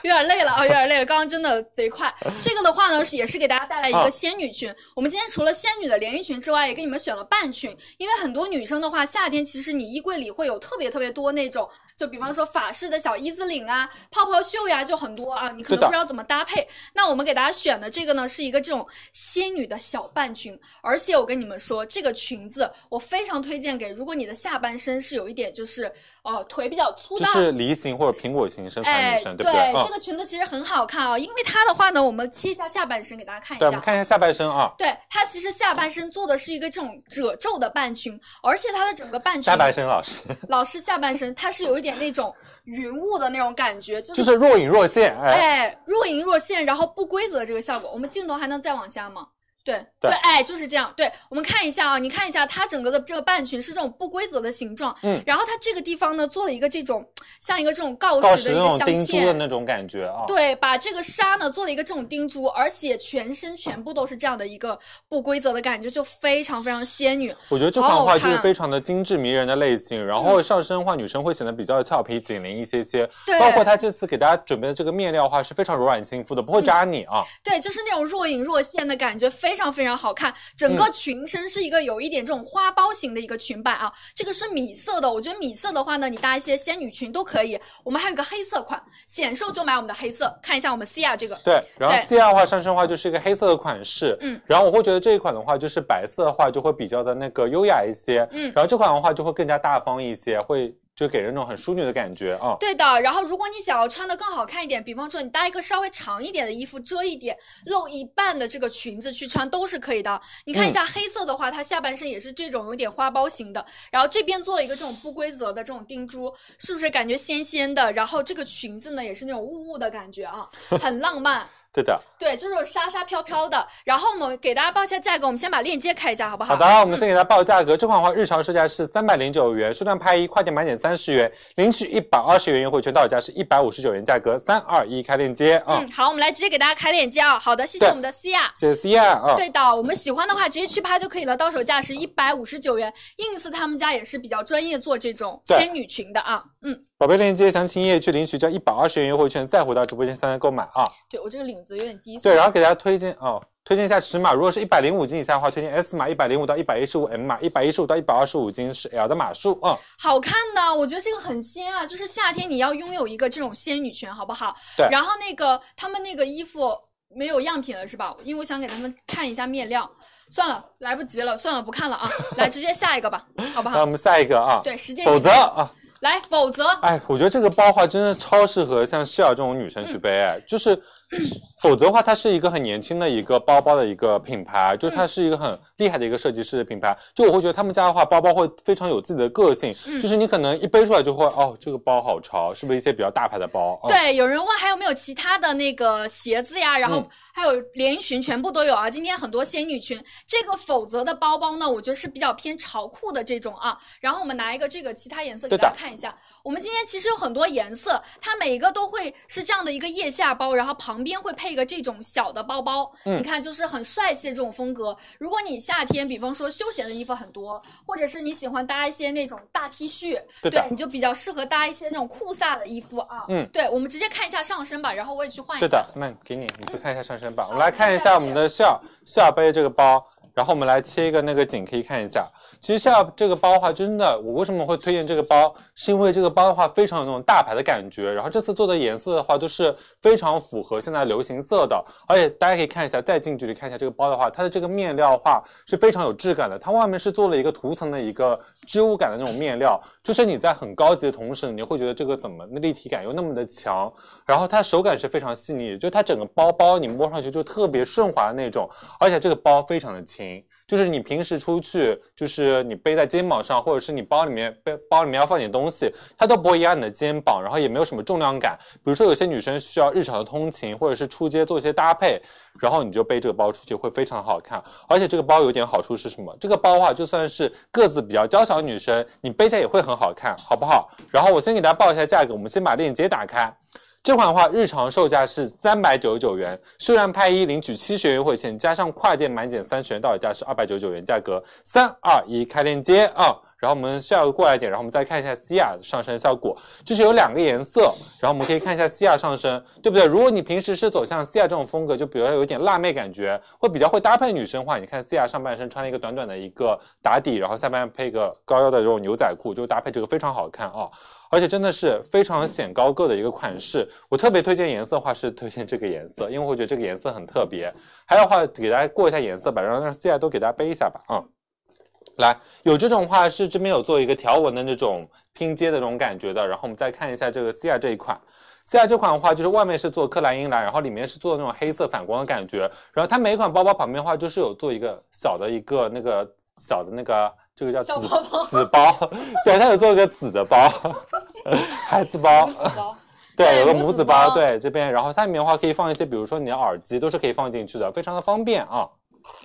有点累了啊，有点累了，刚刚真的贼快。这个的话呢，是也是给大家带来一
啊
个仙女裙。我们今天除了仙女的连衣裙之外，也给你们选了半裙，因为很多女生的话，夏天其实你衣柜里会有特别特别多那种，就比方说法式的小一字领啊、泡泡袖呀、就很多啊，你可
是
能
的
不知道怎么搭配。那我们给大家选的这个呢，是一个这种仙女的小半裙，而且我跟你们说，这个裙子我非常推荐给，如果你的下半身是有一点就是呃腿比较粗
就
大
是梨形或者苹果型身材的女生，对不对？嗯
哎这个裙子其实很好看啊、因为它的话呢，我们切一下下半身给大家看一
对，我们
下。
看一下下半身啊，
对它其实下半身做的是一个这种褶皱的半裙，而且它的整个半裙，
下半身老师
老师下半身它是有一点那种云雾的那种感觉，就是、
就是若隐若现，哎，
哎若隐若现，然后不规则的这个效果。我们镜头还能再往下吗？对
对
哎，就是这样。对我们看一下啊，你看一下它整个的这个半裙是这种不规则的形状，
嗯
然后它这个地方呢做了一个这种像一个这种锆
到
石
时
的一
那
个
种
镶
钉珠的
嵌，
那种感觉啊。
对，把这个纱呢做了一个这种钉珠，而且全身全部都是这样的一个不规则的感觉，就非常非常仙女。
我觉得这款的
好
话
好
就是
看嗯
非常的精致迷人的类型，然后上身的话女生会显得比较俏皮紧灵一些些，
对
包括它这次给大家准备的这个面料的话是非常柔软亲肤的，不会扎
嗯
你啊。
对，就是那种若隐若现的感觉，非常非常好看。整个裙身是一个有一点这种花苞型的一个裙摆啊，这个是米色的。我觉得米色的话呢，你搭一些仙女裙都可以。我们还有一个黑色款，显瘦就买我们的黑色。看一下我们 C 亚这个，
对，然后
对
C 二的话上身的话就是一个黑色的款式，
嗯，
然后我会觉得这一款的话就是白色的话就会比较的那个优雅一些，
嗯
然后这款的话就会更加大方一些，会就给人那种很淑女的感觉啊。
对的，然后如果你想要穿的更好看一点，比方说你搭一个稍微长一点的衣服，遮一点，露一半的这个裙子去穿都是可以的。你
嗯
看一下黑色的话，它下半身也是这种有点花苞型的，然后这边做了一个这种不规则的这种钉珠，是不是感觉仙仙的？然后这个裙子呢也是那种雾雾的感觉啊，很浪漫。
对的，
对，就是沙沙飘飘的。然后我们给大家报一下价格，我们先把链接开一下，好不
好的，我们先给大家报价格，这款的话日常售价是三百零九元，数量拍一，快点满减三十元，领取一百二十元优惠券，到手价是一百五十九元，价格三二一开链接啊、
嗯，好，我们来直接给大家开链接啊。好的，谢谢
对
我们的西亚。
谢谢 C 亚啊，
对的，我们喜欢的话直接去拍就可以了，到手价是一百五十九元。ins 他们家也是比较专业做这种
对
仙女裙的啊，嗯，
宝贝链接详情页去领取这一百二十元优惠券，再回到直播间参加购买啊。
对我这个领子有点低，
对，然后给大家推荐哦，推荐一下尺码，如果是一百零五斤以下的话，推荐 S 码，一百零五到一百一十五 M 码，一百一十五到一百二十五斤是 L 的码数啊、
好看的，我觉得这个很仙啊，就是夏天你要拥有一个这种仙女裙，好不好？
对
然后那个他们那个衣服没有样品了是吧？因为我想给他们看一下面料，算了，来不及了，算了，不看了啊，来直接下一个吧，好不
那我
好？
们 下一个啊，
对，时间
否
紧
则
张
啊，
来，否则
哎，我觉得这个包的话真的超适合像希尔这种女生去背，哎、就是，否则的话它是一个很年轻的一个包包的一个品牌，就它是一个很厉害的一个设计师的品牌，就我会觉得他们家的话包包会非常有自己的个性，
嗯
就是你可能一背出来就会哦这个包好潮，是不是一些比较大牌的包？嗯、
对，有人问还有没有其他的那个鞋子呀，然后
嗯
还有连衣裙，全部都有啊。今天很多仙女裙，这个否则的包包呢，我觉得是比较偏潮酷的这种啊。然后我们拿一个这个其他颜色给
对的
大家看一下。我们今天其实有很多颜色，它每一个都会是这样的一个腋下包，然后旁边会配一个这种小的包包。
嗯
你看，就是很帅气的这种风格。如果你夏天，比方说休闲的衣服很多，或者是你喜欢搭一些那种大 T 恤，
对的
你就比较适合搭一些那种酷飒的衣服啊。
嗯
对，我们直接看一下上身吧，然后我也去换一下。
对的，那给你，你去看一下上身吧。我们来看一下我们的笑笑背这个包，然后我们来切一个那个景 K 看一下。其实像这个包的话，真的，我为什么会推荐这个包，是因为这个包的话非常有那种大牌的感觉。然后这次做的颜色的话，都是非常符合现在流行色的。而且大家可以看一下，再近距离看一下这个包的话，它的这个面料的话是非常有质感的。它外面是做了一个涂层的一个织物感的那种面料，就是你在很高级的同时，你会觉得这个怎么那立体感又那么的强。然后它手感是非常细腻，就它整个包包你摸上去就特别顺滑的那种，而且这个包非常的轻，就是你平时出去，就是你背在肩膀上，或者是你包里面背包里面要放点东西，它都不会压你的肩膀，然后也没有什么重量感。比如说有些女生需要日常的通勤或者是出街做一些搭配，然后你就背这个包出去会非常好看。而且这个包有点好处是什么？这个包的啊话，就算是个子比较娇小的女生，你背起来也会很好看，好不好？然后我先给大家报一下价格，我们先把链接打开。这款的话，日常售价是三百九十九元，数量拍一领取七十元优惠券，加上跨店满减三十元，到手价是二百九十九元。价格三二一，开链接啊！然后我们下一个过来一点，然后我们再看一下西亚的上身效果，就是有两个颜色，然后我们可以看一下西亚上身，对不对？如果你平时是走向西亚这种风格，就比较有点辣妹感觉，会比较会搭配女生的话，你看西亚上半身穿了一个短短的一个打底，然后下半配个高腰的这种牛仔裤，就搭配这个非常好看啊。而且真的是非常显高个的一个款式，我特别推荐颜色的话是推荐这个颜色，因为我觉得这个颜色很特别。还有的话给大家过一下颜色吧，然后让 C I 都给大家背一下吧，啊、嗯。来，有这种话是这边有做一个条纹的那种拼接的那种感觉的，然后我们再看一下这个 C I 这一款。C I 这款的话，就是外面是做克莱因蓝，然后里面是做那种黑色反光的感觉，然后它每一款包包旁边的话就是有做一个小的一个那个小的那个。这个叫紫
小包 包
紫包，对，它有做一个紫的包， 孩子包，对，有个母子包，，对，这边，然后它里面的话可以放一些，比如说你的耳机都是可以放进去的，非常的方便啊。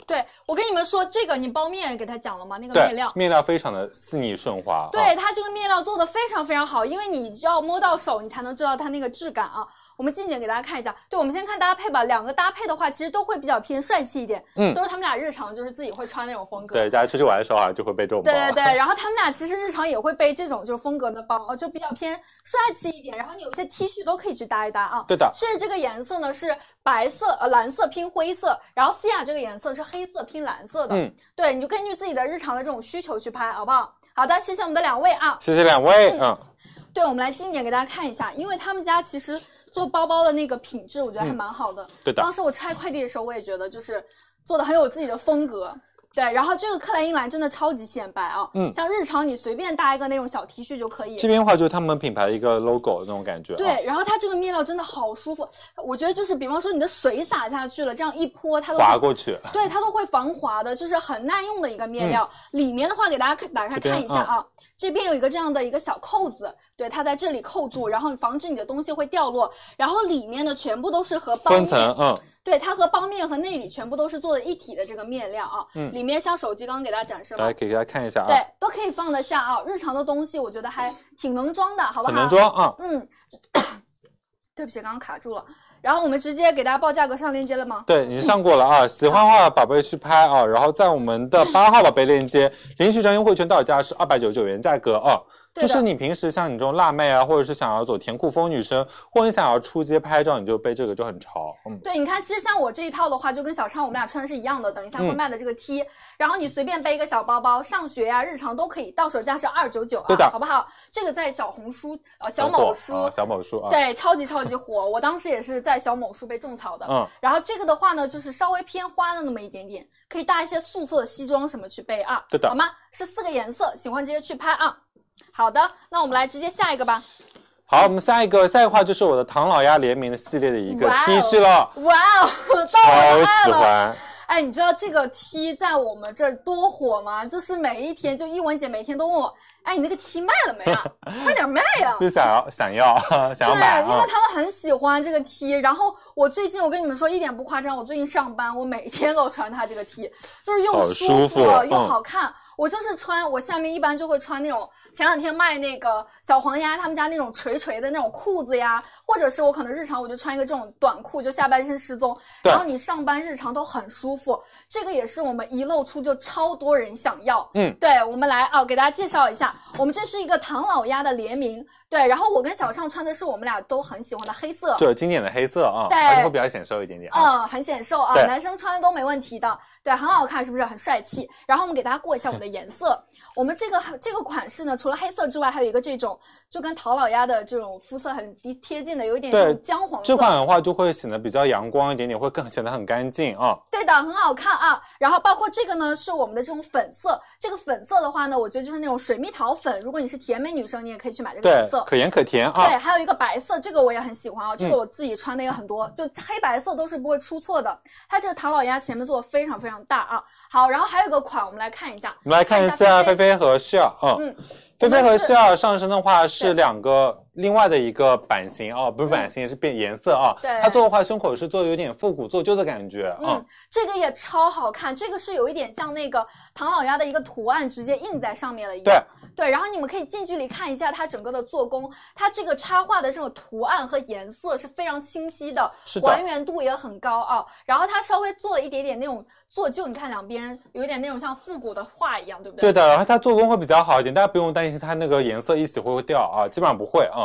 对我跟你们说，这个你包面给它讲了吗？那个
对
面料，。
面料非常的细腻顺滑。
对
啊，
它这个面料做的非常非常好，因为你要摸到手，你才能知道它那个质感啊。我们近景给大家看一下，对，我们先看搭配吧。两个搭配的话，其实都会比较偏帅气一点，
嗯
都是他们俩日常就是自己会穿那种风格。
对，大家出去玩的时候啊，就会背这种包。
对对对，然后他们俩其实日常也会背这种就是风格的包，就比较偏帅气一点。然后你有一些 T 恤都可以去搭一搭啊。
对的，
是这个颜色呢是白色呃蓝色拼灰色，然后西亚这个颜色是黑色拼蓝色的。
嗯，
对，你就根据自己的日常的这种需求去拍，好不好？好的，谢谢我们的两位啊。
谢谢两位，嗯，
对，我们来近点给大家看一下，因为他们家其实做包包的那个品质，我觉得还蛮好的。
对嗯的
当，时我拆快递的时候，我也觉得就是做的很有自己的风格。对，然后这个克莱因蓝真的超级显白啊，
嗯
像日常你随便搭一个那种小 T 恤就可以。
这边的话就是他们品牌的一个 logo 那种感觉。啊，
对，然后它这个面料真的好舒服，我觉得就是比方说你的水洒下去了，这样一泼它都
划
是
过去。
对，它都会防滑的，就是很耐用的一个面料。里面的话，给大家看打开
嗯这边
看一下啊，这边有一个这样的一个小扣子，对，它在这里扣
嗯
住，然后防止你的东西会掉落。然后里面的全部都是和包
分
面，
层，嗯，
对，它和包面和内里全部都是做的一体的这个面料啊。
嗯
里面像手机刚刚给大家展示
来
了，
给大家看一下啊，
对，都可以放得下啊。日常的东西，我觉得还挺能装的，好不好？
很能装啊。
嗯，对不起，刚刚卡住了。然后我们直接给大家报价格上链接了吗？
对，已经上过了
嗯
啊！喜欢的话，宝贝去拍啊！然后在我们的八号宝贝链接领取张优惠券，到手价是二百九十九元价格啊。
对
就
的
是你平时像你这种辣妹啊，或者是想要走甜酷风女生，或者你想要出街拍照，你就背这个就很潮。嗯，
对，你看，其实像我这一套的话，就跟小畅我们俩穿的是一样的，等一下会
嗯
卖的这个 T，、然后你随便背一个小包包，上学呀、日常都可以，到手价是二九九啊，
对的
好不好？这个在小红书、呃小
很火
某书，
啊，小某书啊，，
对，超级超级火，我当时也是在小某书被种草的。
嗯，
然后这个的话呢，就是稍微偏花了那么一点点，可以搭一些素色的西装什么去背啊，
对的
好吗？是四个颜色，喜欢直接去拍啊。好的，那我们来直接下一个吧。
好，我们下一个，下一个话就是我的唐老鸭联名的系列的一个
哇哦
T 恤了，
哇哦，
超
到我的爱
喜
了！
欢，
哎，你知道这个 T 在我们这儿多火吗？就是每一天，就一文姐每天都问我，哎，你那个 T 卖了没 啊？快点卖呀！
就想要想要想要买
对，因
啊
为，他们很喜欢这个 T，然后我最近我跟你们说一点不夸张，我最近上班，我每天都穿它这个 T，就是又
好舒服
服啊
嗯
又好看。我就是穿，我下面一般就会穿那种前两天卖那个小黄鸭他们家那种垂垂的那种裤子呀，或者是我可能日常我就穿一个这种短裤，就下半身失踪。
对
然后你上班日常都很舒服，这个也是我们一露出就超多人想要。
嗯，
对，我们来啊，给大家介绍一下，我们这是一个唐老鸭的联名。对，然后我跟小畅穿的是我们俩都很喜欢的黑色
就，是经典的黑色啊，
对
而且会比较显瘦一点点啊。
嗯，很显瘦啊，
对
男生穿的都没问题的。对，很好看，是不是很帅气？然后我们给大家过一下我们的颜色。我们这个这个款式呢，除了黑色之外，还有一个这种就跟唐老鸭的这种肤色很贴贴近的，有一点
对
这种姜黄色。
这款的话就会显得比较阳光一点点，会更显得很干净啊。
对的，很好看啊。然后包括这个呢，是我们的这种粉色。这个粉色的话呢，我觉得就是那种水蜜桃粉。如果你是甜美女生，你也可以去买这个
对
粉色，。
可盐可甜
对，
啊。嗯
还有一个白色，这个我也很喜欢啊，这个我自己穿的也很多，就黑白色都是不会出错的。它这个唐老鸭前面做的非常非常大啊。好，然后还有一个款，我们来看一下，
我们来看一下菲菲和 s h e 嗯，
嗯，
菲菲
我
和
们是
s h e 上身的话
对
是两个另外的一个版型哦，不是版型，也是变颜色啊。
嗯对
它做的话，胸口是做有点复古做旧的感觉啊
嗯。，这个也超好看，这个是有一点像那个唐老鸭的一个图案直接印在上面了一样。对然后你们可以近距离看一下它整个的做工，它这个插画的这种图案和颜色是非常清晰的，
是的
还原度也很高啊。然后它稍微做了一点点那种做旧，你看两边有一点那种像复古的画一样，对不
对
对？对。
的，然后它做工会比较好一点，大家不用担心它那个颜色一起会掉啊，基本上不会啊。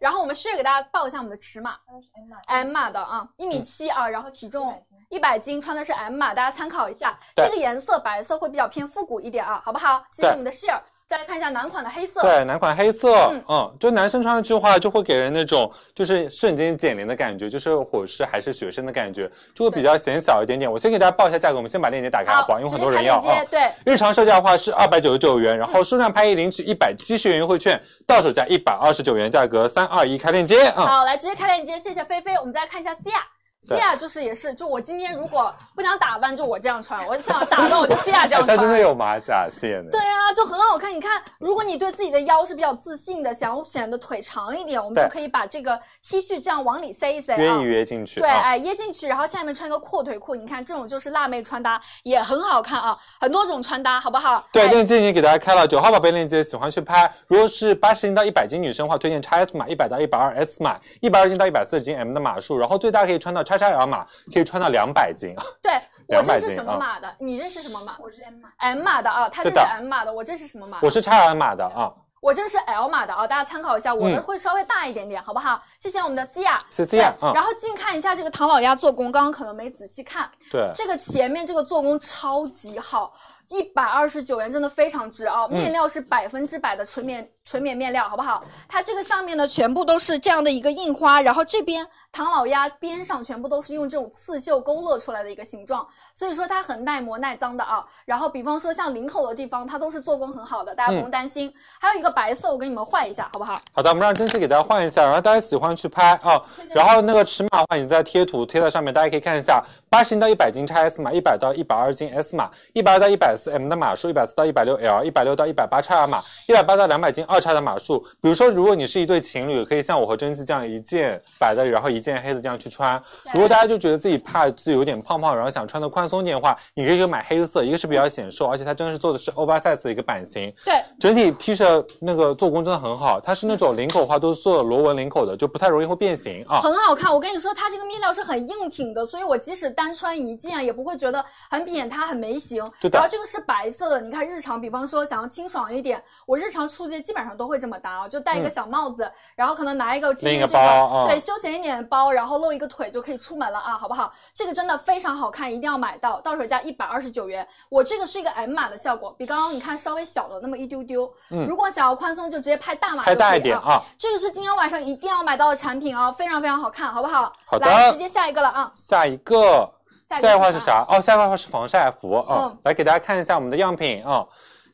然后我们试着给大家报一下我们的尺码
它是 M 码
，M 码的啊，一
嗯
米七啊，然后体重
100斤
一百斤，穿的是 M 码，大家参考一下。
对
这个颜色白色会比较偏复古一点啊，好不好？谢谢
对
你们的 share。再来看一下男款的黑色，
对，男款黑色，
嗯
嗯就男生穿上去的话，就会给人那种就是瞬间减龄的感觉，就是或者是还是学生的感觉，就会比较显小一点点。我先给大家报一下价格，我们先把链接打开好不好？因为
直
很
接
多
开
人要
链接嗯
啊。
对。
日常售价的话是二百九十九元，然后数量拍一领取一百七十元优惠券，到手价一百二十九元，价格三二一，开链接啊！
好，来直接开链接，谢谢菲菲。我们再看一下西亚。西亚就是也是，就我今天如果不想打扮，就我这样穿；我想打扮，我就西亚这 样
它真的
穿。
有马甲线的
对，啊，就很好看。你看，如果你对自己的腰是比较自信的，想要显得腿长一点，我们
对
就可以把这个 T 恤这样往里塞一塞
约
啊
一。约进去。
对，
啊
哎，掖进去，然后下面穿个阔腿裤，你看这种就是辣妹穿搭，也很好看啊，很多种穿搭，好不好？
对，
哎
链接已经给大家开了，九号宝贝链接，喜欢去拍。如果是八十斤到一百斤女生的话，推荐 x S 码，一百到一百二 S 码，一百二斤到一百四十斤 M 的码数，然后最大可以穿到 XXL 码，可以穿到两百斤。
对我这
200
是
斤
什么
啊
码的？你这是什么码
我是 M 码，
？M 码的啊，他这
对
是
的
M 码的，我这是什么码？
我是 XL 码的啊，
我这个是 L 码的啊，大家参考一下，我的
嗯
会稍微大一点点，好不好？谢谢我们的西亚，
是这样
对
啊
然，后近看一下这个唐老鸭做工，刚刚可能没仔细看，
对。
这个前面这个做工超级好，一百二十九元真的非常值啊！面料是百分之百的纯棉纯棉面料，好不好？它这个上面呢全部都是这样的一个印花，然后这边唐老鸭边上全部都是用这种刺绣勾勒出来的一个形状，所以说它很耐磨耐脏的啊。然后比方说像领口的地方，它都是做工很好的，大家不用担心。还有一个白色，我给你们换一下，好不好？
好的，我们让真实给大家换一下，然后大家喜欢去拍啊。然后那个尺码的话，已经在贴图贴在上面，大家可以看一下，八十斤到一百斤 x S 码，一百到一百二斤 S 码，一百到一百四 M 的码数，一百四到一百六 L，一百六到一百八 x L 码，一百八到两百斤二 x 的码数。比如说，如果你是一对情侣，可以像我和真希这样一件白的，然后一件黑的这样去穿。如果大家就觉得自己怕自己有点胖胖，然后想穿的宽松点的话，你可以去买黑色，一个是比较显瘦，而且它真的是做的是 oversize 的一个版型，
对，
整体 T 恤那个做工真的很好，它是那种领口的话都是做了螺纹领口的，就不太容易会变形啊。
很好看。我跟你说，它这个面料是很硬挺的，所以我即使单穿一件，也不会觉得很扁塌、很没型。
对的
然后这个是白色的，你看日常，比方说想要清爽一点，我日常出街基本上都会这么搭啊，就戴一个
嗯
小帽子，然后可能拿一个今天
拎个
这个、
包啊
对休闲一点的包，然后露一个腿就可以出门了啊，好不好？这个真的非常好看，一定要买到，到手价一百二十九元。我这个是一个 M 码的效果，比刚刚你看稍微小了那么一丢丢。
嗯
如果想要宽松，就直接拍大码就可以
拍
啊。
大一点啊！
这个是今天晚上一定要买到的产品哦，非常非常好看，好不好？
好的
来直接下一个了啊。
下一个，
下一个是
一话是啥？哦，下一话是防晒服啊、
嗯
来给大家看一下我们的样品啊、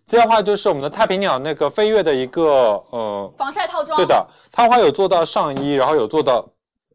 接下来的话就是我们的太平鸟那个飞跃的一个呃
防晒套装，
对，的，它会有做到上衣，然后有做到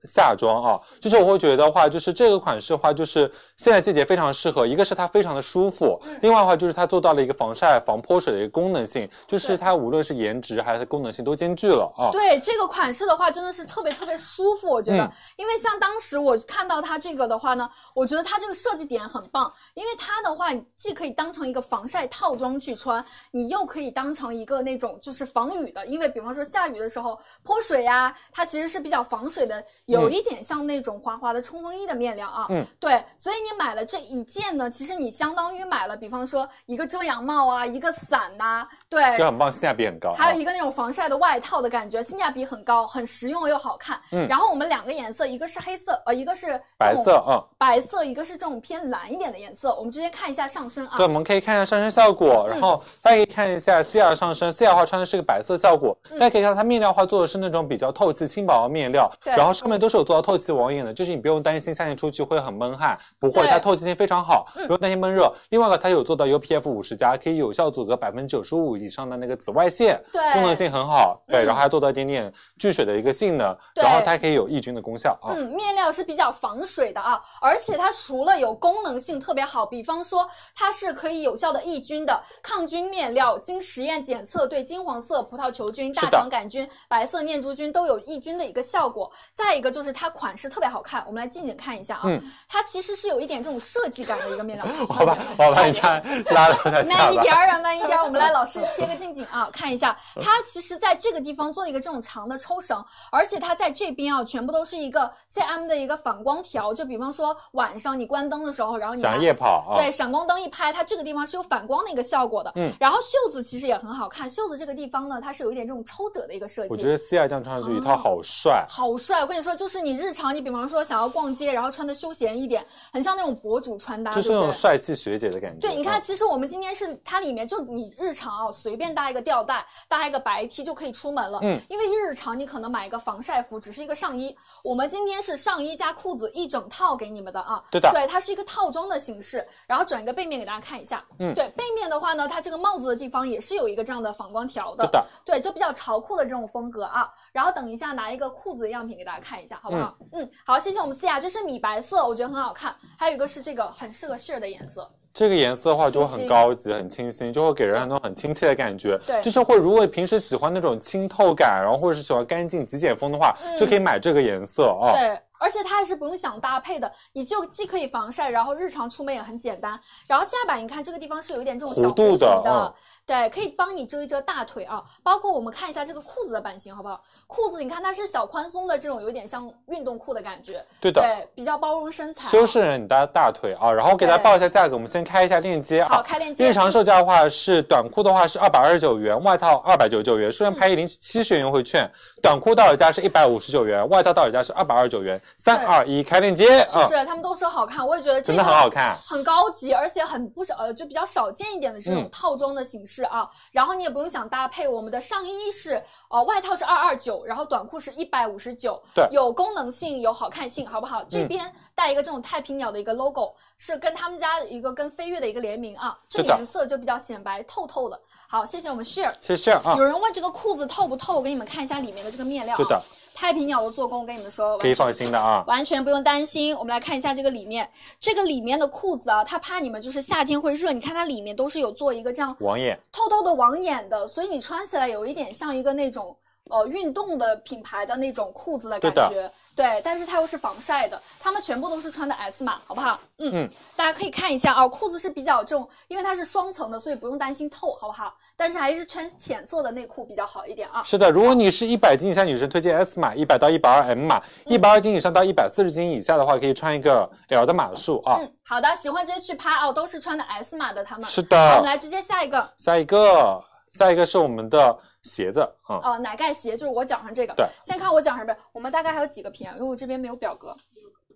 夏装啊。就是我会觉得的话，就是这个款式的话，就是现在季节非常适合。一个是它非常的舒服，
嗯
另外的话就是它做到了一个防晒、防泼水的一个功能性，就是它无论是颜值还是功能性都兼具了啊。
对这个款式的话，真的是特别特别舒服，我觉得，
嗯
因为像当时我看到它这个的话呢，我觉得它这个设计点很棒，因为它的话，你既可以当成一个防晒套装去穿，你又可以当成一个那种就是防雨的，因为比方说下雨的时候泼水呀、它其实是比较防水的有一点像那种滑滑的冲锋衣的面料啊。
嗯，
对，所以你买了这一件呢，其实你相当于买了，比方说一个遮阳帽啊，一个伞呐、对，
这很棒，性价比很高啊。
还有一个那种防晒的外套的感觉，性价比很高，很实用又好看。
嗯
然后我们两个颜色，一个是黑色，呃，一个是
白
这种
色，嗯，
白色，一个是这种偏蓝一点的颜色。我们直接看一下上身啊嗯
对，，我们可以看一下上身效果，然后大家可以看一下 C R 上身，C R 的话穿的是个白色效果，
嗯
大家可以看它面料的话做的是那种比较透气轻薄的面料，
对
然后上面都是有做到透气网眼的，就是你不用担心夏天出去会很闷汗，不会，
对
它透气性非常好，
嗯
不用担心闷热。另外一个它有做到 U P F 五十加，可以有效阻隔百分之九十五以上的那个紫外线，
对
功能性很好，对，
嗯
然后还做到一点点聚水的一个性能，
对
然后它还可以有抑菌的功效啊，
嗯，面料是比较防水的啊，而且它除了有功能性特别好，比方说它是可以有效的抑菌的，抗菌面料经实验检测对金黄色葡萄球菌、
是的
大肠杆菌、白色念珠菌都有抑菌的一个效果。再一个就是它款式特别好看，我们来近景看一下啊，
嗯
它其实是有一点这种设计感的一个面料。
好吧，好吧，你看拉了它下
嗯慢一
巴。
点儿啊，慢一点儿，我们来老师切个近景啊，看 一下，它其实在这个地方做了一个这种长的抽绳，而且它在这边啊，全部都是一个 CM 的一个反光条，就比方说晚上你关灯的时候，然后你拿
想夜跑啊，
对，闪光灯一拍，它这个地方是有反光的一个效果的。
嗯
然后袖子其实也很好看，袖子这个地方呢，它是有一点这种抽褶的一个设计。
我觉得 C R 这样穿上去
哦
一套好帅，
好帅！我跟你说，就是你日常，你比方说想要逛街，然后穿的休闲一点，很像那种博主穿搭，
就是
啊对
那
不
种
对
帅气学姐的感觉。
对，你看，
嗯，
其实我们今天是它里面就你日常啊，随便搭一个吊带，搭一个白 T 就可以出门了。
嗯，
因为日常你可能买一个防晒服，只是一个上衣，我们今天是上衣加裤子一整套给你们的啊。
对的
对，它是一个套装的形式。然后转一个背面给大家看一下。
嗯
对，背面的话呢，它这个帽子的地方也是有一个这样的反光条的。
对的，
对，就比较潮酷的这种风格啊。然后等一下拿一个裤子的样品给大家看一下，好不好？嗯好，谢谢我们思雅，这是米白色，我觉得很好看。还有一个是这个很适合 share 的颜色。
这个颜色的话就会
清
很
新
高级、很清新，就会给人那种很亲切的感觉。
对
就是会如果平时喜欢那种清透感，然后或者是喜欢干净极简风的话，
嗯
就可以买这个颜色哦。
对，而且它还是不用想搭配的，你就既可以防晒，然后日常出门也很简单。然后下摆你看这个地方是有一点这种小
弧度
的，
的嗯
对，可以帮你遮一遮大腿啊。包括我们看一下这个裤子的版型好不好？裤子你看它是小宽松的这种，有点像运动裤的感觉，
对的，
对，比较包容身材啊。
修饰了你的大腿啊。然后给大家
对
报一下价格，我们先开一下链接啊。
好，开链接。
日常售价的话是短裤的话是二百二十九元，外套二百九十九元，数
嗯
量拍一零七十元优惠券。短裤到手价是一百五十九元，外套到手价是二百二十九元。三二一，开链接
是不
啊！
嗯是？他们都说好看，我也觉得这
真
个
的很好看。
很高级，而且很不少呃，就比较少见一点的这种
嗯
套装的形式啊。然后你也不用想搭配，我们的上衣是呃外套是二二九，然后短裤是一百五十九，
对嗯
有功能性，有好看性，好不好？这边带一个这种太平鸟的一个 logo，、是跟他们家一个跟飞跃的一个联名啊，这
是的
颜色就比较显白透透的。好，谢谢我们 share。
谢谢啊
有，人问这个裤子透不透，我给你们看一下里面的这个面料、啊。
对的，
太平鸟的做工，我跟你们说，
可以放心的啊。
完全不用担心。我们来看一下这个里面，这个里面的裤子啊，它怕你们就是夏天会热，你看它里面都是有做一个这样
王爷，
透透的网眼的，所以你穿起来有一点像一个那种。呃，运动的品牌的那种裤子的感
对
觉，对，但是它又是防晒的，他们全部都是穿的 S 码，好不好？嗯
嗯，
大家可以看一下啊，裤子是比较重，因为它是双层的，所以不用担心透，好不好？但是还是穿浅色的内裤比较好一点啊。
是的，如果你是一百斤以下女生，推荐 S 码；一百到一百二 M
嗯
码；一百二斤以上到一百四十斤以下的话，可以穿一个 L 的码数啊。
嗯，好的，喜欢直接去拍啊，都是穿的 S 码的他们。
是
好，我们
的，
来直接下一个，
下一个，下一个是我们的鞋子啊，
呃，奶盖鞋就是我脚上这个。
对，
先看我脚上这边，我们大概还有几个品啊？因为我这边没有表格，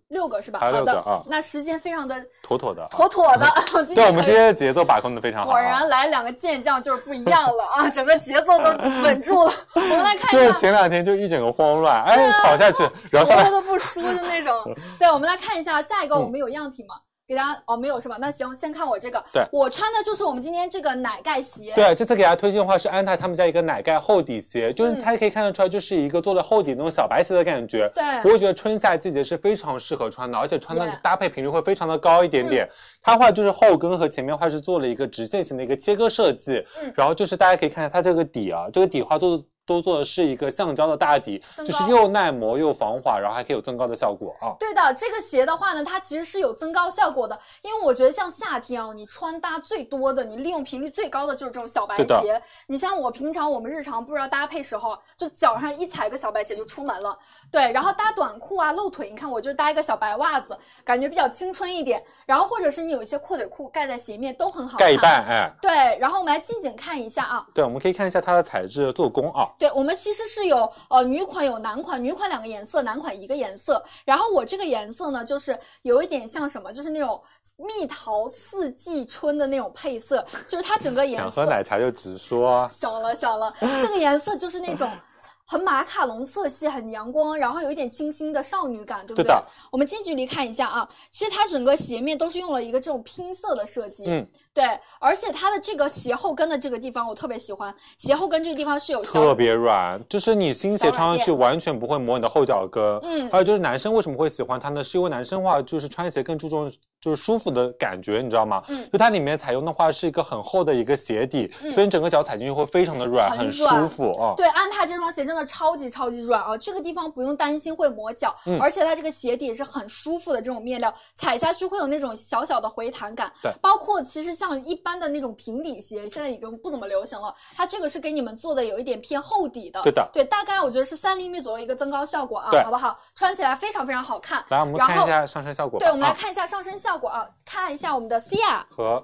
六个是吧？
还有
好
六个
的，
啊
那时间非常的
妥妥的啊。
妥妥的。
对，
今天
我们
可
今
以
天的节奏把控的非常好
果
啊。
然来两个健将就是不一样了啊，整个节奏都稳住了。我们来看
就
一
是
下。
前两天就一整个慌乱，哎，
啊
跑下去，然后哎上嗯
头
来
发都不梳的那 种。对，我们来看一下下一个，我们有样品吗？给大家哦，没有是吧？那行，先看我这个。
对
我穿的就是我们今天这个奶盖鞋。
对，这次给大家推荐的话是安踏他们家一个奶盖厚底鞋，就是
嗯
它可以看得出来，就是一个做了厚底那种小白鞋的感觉。
对
我会觉得春夏季节是非常适合穿的，而且穿的
Yeah
搭配频率会非常的高一点
嗯
点。它的话就是后跟和前面的话是做了一个直线型的一个切割设计，
嗯
然后就是大家可以看一下它这个底啊，这个底的话做都做的是一个橡胶的大底，
增
就是
高
又耐磨又防滑，然后还可以有增高的效果啊。
对的，这个鞋的话呢，它其实是有增高效果的，因为我觉得像夏天啊，你穿搭最多的，你利用频率最高的就是这种小白
对的
鞋。你像我平常我们日常不知道搭配时候，啊就脚上一踩个小白鞋就出门了，对，然后搭短裤啊露腿，你看我就是搭一个小白袜子，感觉比较青春一点。然后或者是你有一些阔腿裤盖在鞋面都很好看。
盖一半，哎，
对，然后我们来近景看一下啊，
对，我们可以看一下它的材质做工啊。
对，我们其实是有呃女款有男款，女款两个颜色，男款一个颜色。然后我这个颜色呢，就是有一点像什么，就是那种蜜桃四季春的那种配色，就是它整个颜
想喝
色。
奶茶就直说。啊
小了 小了，这个颜色就是那种很马卡龙色系，很阳光，然后有一点清新的少女感，对不对？
对的
我们近距离看一下啊，其实它整个鞋面都是用了一个这种拼色的设计，
嗯，
对，而且它的这个鞋后跟的这个地方我特别喜欢，鞋后跟这个地方是有小
特别软，就是你新鞋穿上去
小
完全不会磨你的后脚跟。
嗯
还有就是男生为什么会喜欢它呢？是因为男生的话就是穿鞋更注重就是舒服的感觉，你知道吗？
嗯
就它里面采用的话是一个很厚的一个鞋底，
嗯
所以你整个脚踩进去会非常的软，
很
很舒
软
服啊。
对，安踏这双鞋真的超级超级软啊，这个地方不用担心会磨脚，
嗯
而且它这个鞋底是很舒服的这种面料，踩下去会有那种小小的回弹感。
对
包括其实像一般的那种平底鞋，现在已经不怎么流行了，它这个是给你们做的有一点偏厚底的。
对的
对，大概我觉得是三厘米左右一个增高效果啊
对，
好不好？穿起来非常非常好看。
来，我们
然
看
后
一下上身效果吧。
对，我们来
啊
看一下上身效果啊，看一下我们的 Cia。
和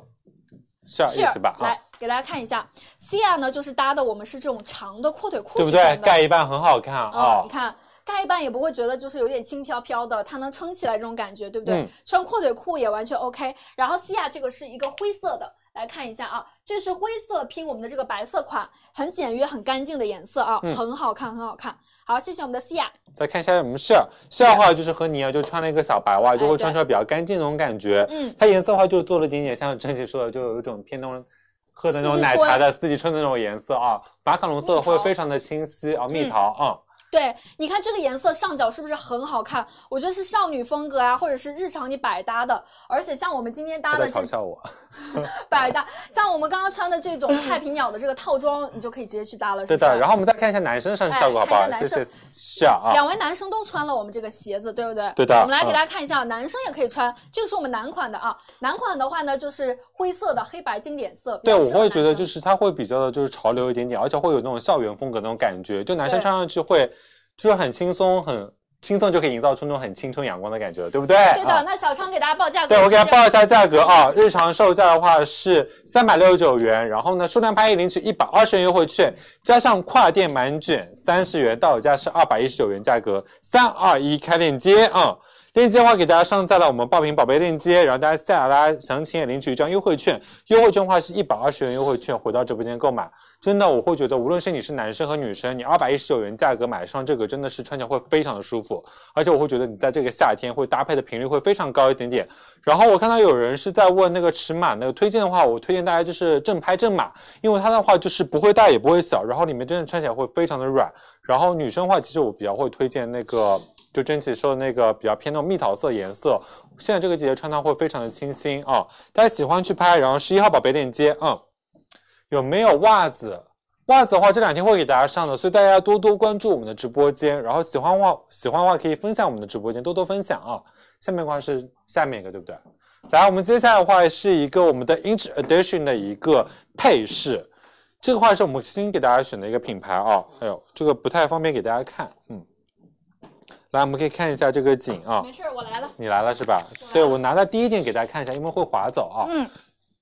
s h
是
一起吧啊
来，给大家看一下，Cia 呢就是搭的我们是这种长的阔腿裤
对
子
不
穿的，
对？盖一半很好看
哦，
啊
你。看盖一半也不会觉得就是有点轻飘飘的，它能撑起来这种感觉，对不对？
嗯
穿阔腿裤也完全 OK。然后西亚这个是一个灰色的。来看一下啊，这是灰色拼我们的这个白色款，很简约、很干净的颜色啊，
嗯
很好看，很好看。好，谢谢我们的西亚。
再看一下我们 s h 的话就是和你一样，就穿了一个小白袜，就
哎
会
对
穿出来比较干净那种感觉。
嗯，
它颜色的话就做了一点点像珍姐说的，就有一种偏那种喝的那种奶茶的四季春的那种颜色啊，马卡龙色会非常的清晰啊，
嗯
蜜桃啊、
对，你看这个颜色上脚是不是很好看？我觉得是少女风格啊，或者是日常你百搭的。而且像我们今天搭
他
的
在
这
嘲笑我，
百搭，像我们刚刚穿的这种太平鸟的这个套装，你就可以直接去搭了，是
对
不是？啊
的。然后我们再看一下男生上身效果好不好
哎？
谢
看一下
谢
男
是啊，
两位男生都穿了我们这个鞋子，对不对？
对的嗯
我们来给大家看一下，男生也可以穿，这个是我们男款的啊。男款的话呢，就是灰色的黑白经典色。比
对，
较
我
适合
会觉得
男生
就是它会比较的就是潮流一点点，而且会有那种校园风格那种感觉，就男生
对
穿上去会就是很轻松很。轻松就可以营造出那种很青春阳光的感觉了，对不对？
对的。
啊
那小川给大家报价格，
对，我给大家报一
价。
下价格啊，日常售价的话是三百六十九元，然后呢，数量拍一领取一百二十元优惠券，加上跨店满减三十元，到手价是二百一十九元，价格三二一开链接啊、嗯链接的话给大家上在了我们爆品宝贝链接，然后大家下拉详情页领取一张优惠券，优惠券的话是一百二十元优惠券，回到直播间购买。真的，我会觉得无论是你是男生和女生，你二百一十九元价格买上这个，真的是穿起来会非常的舒服，而且我会觉得你在这个夏天会搭配的频率会非常高一点点。然后我看到有人是在问那个尺码那个推荐的话，我推荐大家就是正拍正码，因为它的话就是不会大也不会小，然后里面真的穿起来会非常的软。然后女生的话，其实我比较会推荐那个。就珍奇说的那个比较偏那种蜜桃色颜色，现在这个季节穿它会非常的清新啊，大家喜欢去拍，然后十一号宝贝链接，嗯，有没有袜子？袜子的话，这两天会给大家上的，所以大家多多关注我们的直播间，然后喜欢的话喜欢的话可以分享我们的直播间，多多分享啊。下面的话是下面一个，对不对？来，我们接下来的话是一个我们的 Inch Edition 的一个配饰，这个话是我们新给大家选的一个品牌啊。哎呦，这个不太方便给大家看，嗯。来，我们可以看一下这个景啊，
没事儿，我来了。
你来了是吧？对，我拿到第一件给大家看一下，因为会划走啊。
嗯，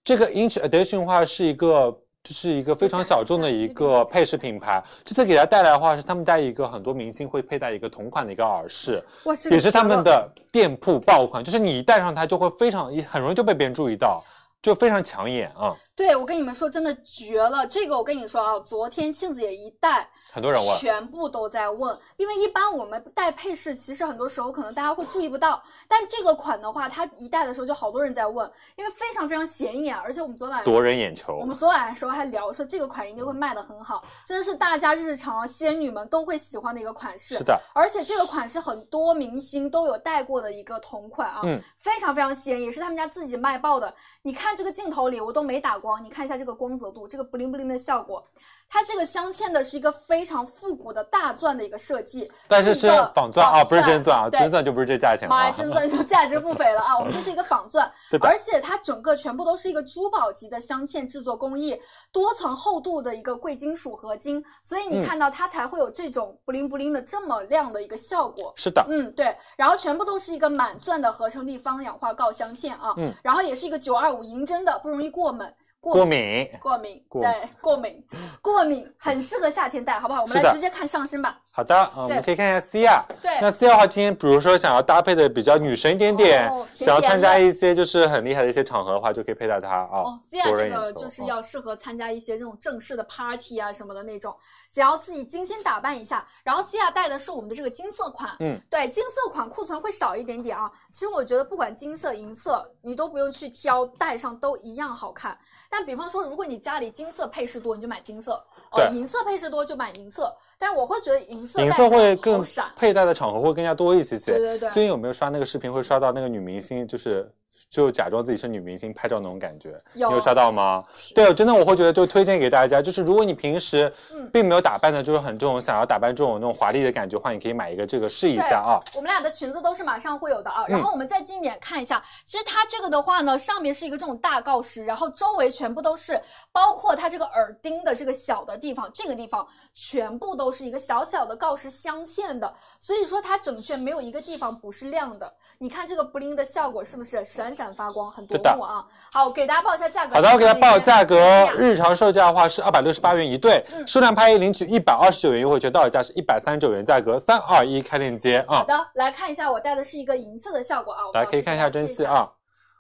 这个 Inch Edition 的话是一个，就是一个非常小众的一个配饰品牌。这次给大家带来的话是他们家一个很多明星会佩戴一个同款的一个耳饰，
哇，这个
也是他们
绝了。
的店铺爆款，就是你一戴上它就会非常很容易就被别人注意到，就非常抢眼啊、
对，我跟你们说，真的绝了。这个我跟你说啊，昨天庆子也一戴，
很多人问。
全部都在问，因为一般我们戴配饰，其实很多时候可能大家会注意不到，但这个款的话，它一戴的时候就好多人在问，因为非常非常显眼，而且我们昨晚
夺人眼球
我，们昨晚的时候还聊说这个款应该会卖的很好，真是大家日常啊仙女们都会喜欢的一个款式。
是的，
而且这个款式很多明星都有戴过的一个同款啊，
嗯
非常非常鲜，也是他们家自己卖爆的。你看看这个镜头里，我都没打光，你看一下这个光泽度，这个不灵不灵的效果。它这个镶嵌的是一个非常复古的大钻的一个设计，
但是
是
是
一个
仿钻啊，不是真钻啊，
对
真钻就不是这价钱了
妈
啊
呀，。真钻就价值不菲了啊！我们这是一个仿钻
对，的
而且它整个全部都是一个珠宝级的镶嵌制作工艺，多层厚度的一个贵金属合金，所以你
嗯
看到它才会有这种不灵不灵的这么亮的一个效果。
是的，
嗯，对，然后全部都是一个满钻的合成立方氧化锆镶嵌啊，
嗯
然后也是一个九二五银针的，不容易过敏，过
过敏。
过敏，
过
对，过敏，过敏很适合夏天戴，好不好？我们
是
来
的
直接看上身吧，
好的，嗯，我们可以看一下 C 亚。
对，
那 C 亚的话，今天比如说想要搭配的比较女神一点点，
哦甜甜的
想要参加一些就是很厉害的一些场合的话，就可以佩戴它啊。
哦，Cia
博
这
人眼
个
球
就是
嗯
要适合参加一些这种正式的 party 啊什么的那种，想要自己精心打扮一下。然后 Cia 带的是我们的这个金色款，
嗯，
对，金色款库存会少一点点啊。其实我觉得不管金色、银色，你都不用去挑，戴上都一样好看。但比方说，如果你家里金色配饰多，你就买金色；哦，
对
银色配饰多就买银色。但是我会觉得银色
银
戴
色
起来
会更
好闪，
佩戴的场合会更加多一些些。
对对对
最近有没有刷那个视频，会刷到那个女明星，就是就假装自己是女明星拍照那种感觉？
有啊
你有刷到吗？对，真的我会觉得就推荐给大家，就是如果你平时
嗯
并没有打扮的，就是很这种想要打扮这种那种华丽的感觉的话，你可以买一个这个试一
对
下啊。
我们俩的裙子都是马上会有的啊。
嗯
然后我们再近一点看一下，其实它这个的话呢，上面是一个这种大锆石，然后周围全部都是，包括它这个耳钉的这个小的地方，这个地方全部都是一个小小的锆石镶嵌的，所以说它整圈没有一个地方不是亮的。你看这个布灵的效果是不是闪闪发光，很夺
对的
目啊？好，给大家报一下价格。
好的，我给大家报价格
呀，
日常售价的话是二百六十八元一对，
嗯
数量拍一领取一百二十九元优惠券，到手价是一百三十九元，价格三二一开链接
好
啊，
的，来看一下我戴的是一个银色的效果啊，我
大家
到
可以
时
看一
给
下
大家
真
记
细啊，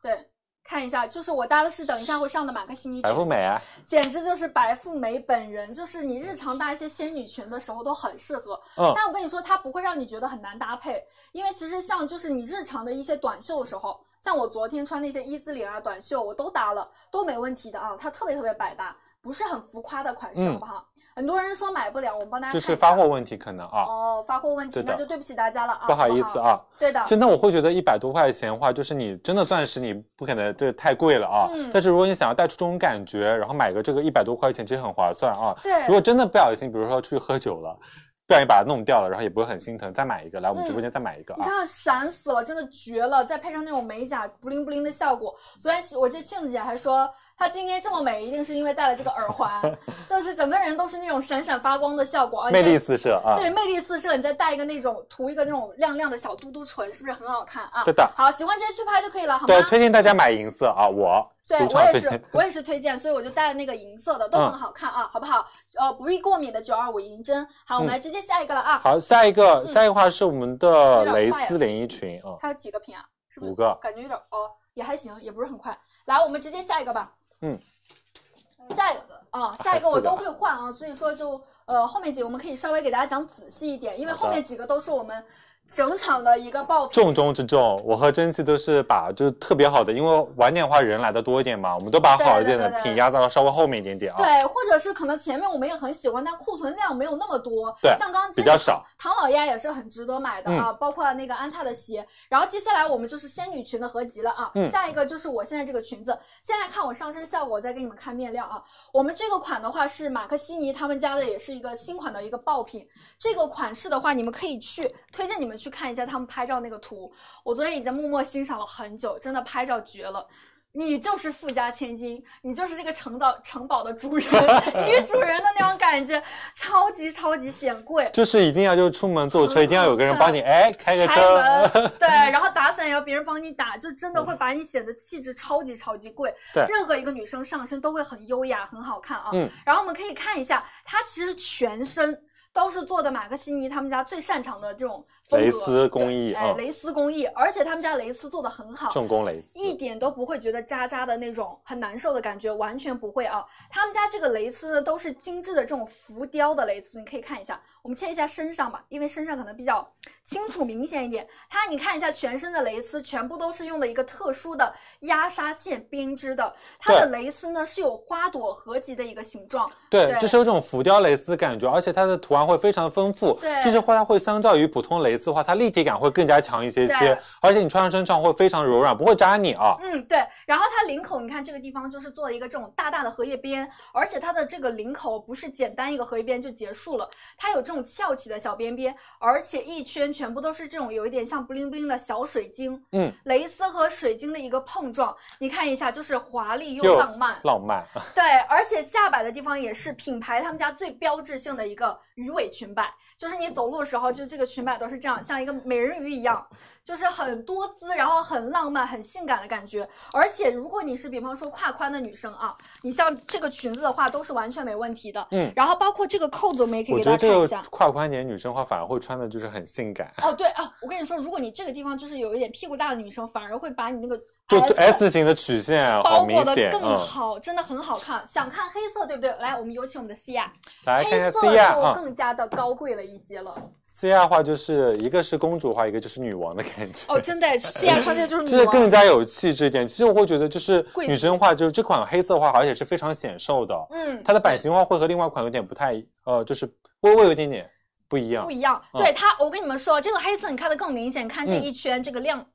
对，看一下，就是我搭的是等一下会上的马克西尼裙
白
子，
富美啊，
简直就是白富美本人，就是你日常搭一些仙女裙的时候都很适合。
嗯，
但我跟你说，它不会让你觉得很难搭配，因为其实像就是你日常的一些短袖的时候，像我昨天穿那些一字领啊、短袖，我都搭了，都没问题的啊，它特别特别百搭，不是很浮夸的款式，
嗯
好不好？很多人说买不了，我们帮大家
就
看
是
一下
发货问题可能啊，
哦，发货问题
对，的
那就对不起大家了啊，
不好意思，啊，
对的，
真的，我会觉得一百多块钱的话，就是你真的钻石，你不可能这个太贵了啊。
嗯
但是如果你想要带出这种感觉，然后买个这个一百多块钱，其实很划算啊。
对
如果真的不小心，比如说出去喝酒了，不小心把它弄掉了，然后也不会很心疼，再买一个，来我们直
嗯
播间再买一个
你
啊。
看闪死了，真的绝了！再配上那种美甲不灵不灵的效果，昨天我记得庆子姐还说她今天这么美，一定是因为戴了这个 耳环，就是整个人都是那种闪闪发光的效果啊！你
魅
再
力四射啊，
对，魅力四射，你再戴一个那种涂一个那种亮亮的小嘟嘟唇，是不是很好看啊？
对的
好，喜欢直接去拍就可以了，好吗？
对，推荐大家买银色啊，我
对
主
我
场
也
推
是
荐，
我也是推荐，所以我就带那个银色的，都很
嗯
好看啊，好不好？呃，不易过敏的九二五银针。好，我们
嗯
来直接下一个了啊。
好，下一个，下一个话是我们的蕾丝连衣裙啊，
它有几个品啊？是不是
五个
感觉有点哦，也还行，也不是很快。来，我们直接下一个吧。
嗯，
下一个啊，下一
还是
个我
四个
都会换啊，所以说就呃后面几个我们可以稍微给大家讲仔细一点，因为
好的
后面几个都是我们整场的一个爆品。
重中之重。我和蒸汽都是把就是特别好的，因为晚点的话人来的多一点嘛，我们都把好一点的
对对对对
品压在了稍微后面一点点啊。
对，或者是可能前面我们也很喜欢，但库存量没有那么多。
对
像刚刚
比较少。
唐老鸭也是很值得买的啊，包括那个安踏的鞋。然后接下来我们就是仙女裙的合集了啊，
嗯
下一个就是我现在这个裙子。现在看我上身效果，我再给你们看面料啊。我们这个款的话是马克西尼他们家的，也是一个新款的一个爆品。这个款式的话，你们可以去推荐你们去看一下他们拍照那个图。我昨天已经默默欣赏了很久，真的拍照绝了。你就是富家千金，你就是这个城堡城堡的主人，女主人的那种感觉，超级超级显贵。
就是一定要就出门坐车，
嗯
一定要有个人帮你，哎，开个
开
车。
门，对，然后打伞也要别人帮你打，就真的会把你显得气质超级超级贵。
对
任何一个女生上身都会很优雅，很好看啊。
嗯，
然后我们可以看一下，它其实全身都是做的马克西尼他们家最擅长的这种风格
蕾丝工艺
对哎，
嗯
蕾丝工艺，而且他们家蕾丝做的很 好，
重工蕾丝，
一点都不会觉得扎扎的那种很难受的感觉，完全不会啊。他们家这个蕾丝呢，都是精致的这种浮雕的蕾丝，你可以看一下。我们切一下身上吧，因为身上可能比较清楚明显一点。它你看一下全身的蕾丝，全部都是用的一个特殊的压纱线编织的。它的蕾丝呢是有花朵合集的一个形状，
对，
对
就是有种浮雕蕾丝的感觉，而且它的图案会非常丰富。
对
就是会它会相较于普通蕾蕾丝的话，它立体感会更加强一些
对
些，而且你穿上身上会非常柔软，不会扎你啊。
嗯，对。然后它领口，你看这个地方就是做了一个这种大大的荷叶边，而且它的这个领口不是简单一个荷叶边就结束了，它有这种翘起的小边边，而且一圈全部都是这种有一点像 bling bling 的小水晶，
嗯，
蕾丝和水晶的一个碰撞，你看一下，就是华丽又
又
浪漫。
浪漫，
对，而且下摆的地方也是品牌他们家最标志性的一个鱼尾裙摆，就是你走路的时候，就这个裙摆都是这样，像一个美人鱼一样，就是很多姿，然后很浪漫、很性感的感觉。而且如果你是比方说胯宽的女生啊，你像这个裙子的话，都是完全没问题的。
嗯
然后包括这个扣子，我们也可以
我
给
觉
大
得这
家看一
个
下。
胯宽点女生的话，反而会穿的就是很性感，
哦，对哦，我跟你说，如果你这个地方就是有一点屁股大的女生，反而会把你那个
就就
S
S 型的曲线好
包
明
裹的
显，
更
嗯，
好，真的很好看。想看黑色，对不对？来，我们有请我们的啊西亚，
来看一下
黑色
C 亚
就
啊
更加的高贵了一些了。
，C 亚的话就是一个是公主化，一个就是女王的感觉。
哦，真的，西亚穿这个就是
就
女
是
王。
呃更加有气质一点。其实我会觉得，就是
贵族
女生的话，就是这款黑色的话，而且是非常显瘦的。
嗯，
它的版型的话，会和另外一款有点不太，呃，就是微微有一点点不一样
不。一样。
嗯
对它，我跟你们说，这个黑色你看的更明显，看这
嗯
一圈、这个亮。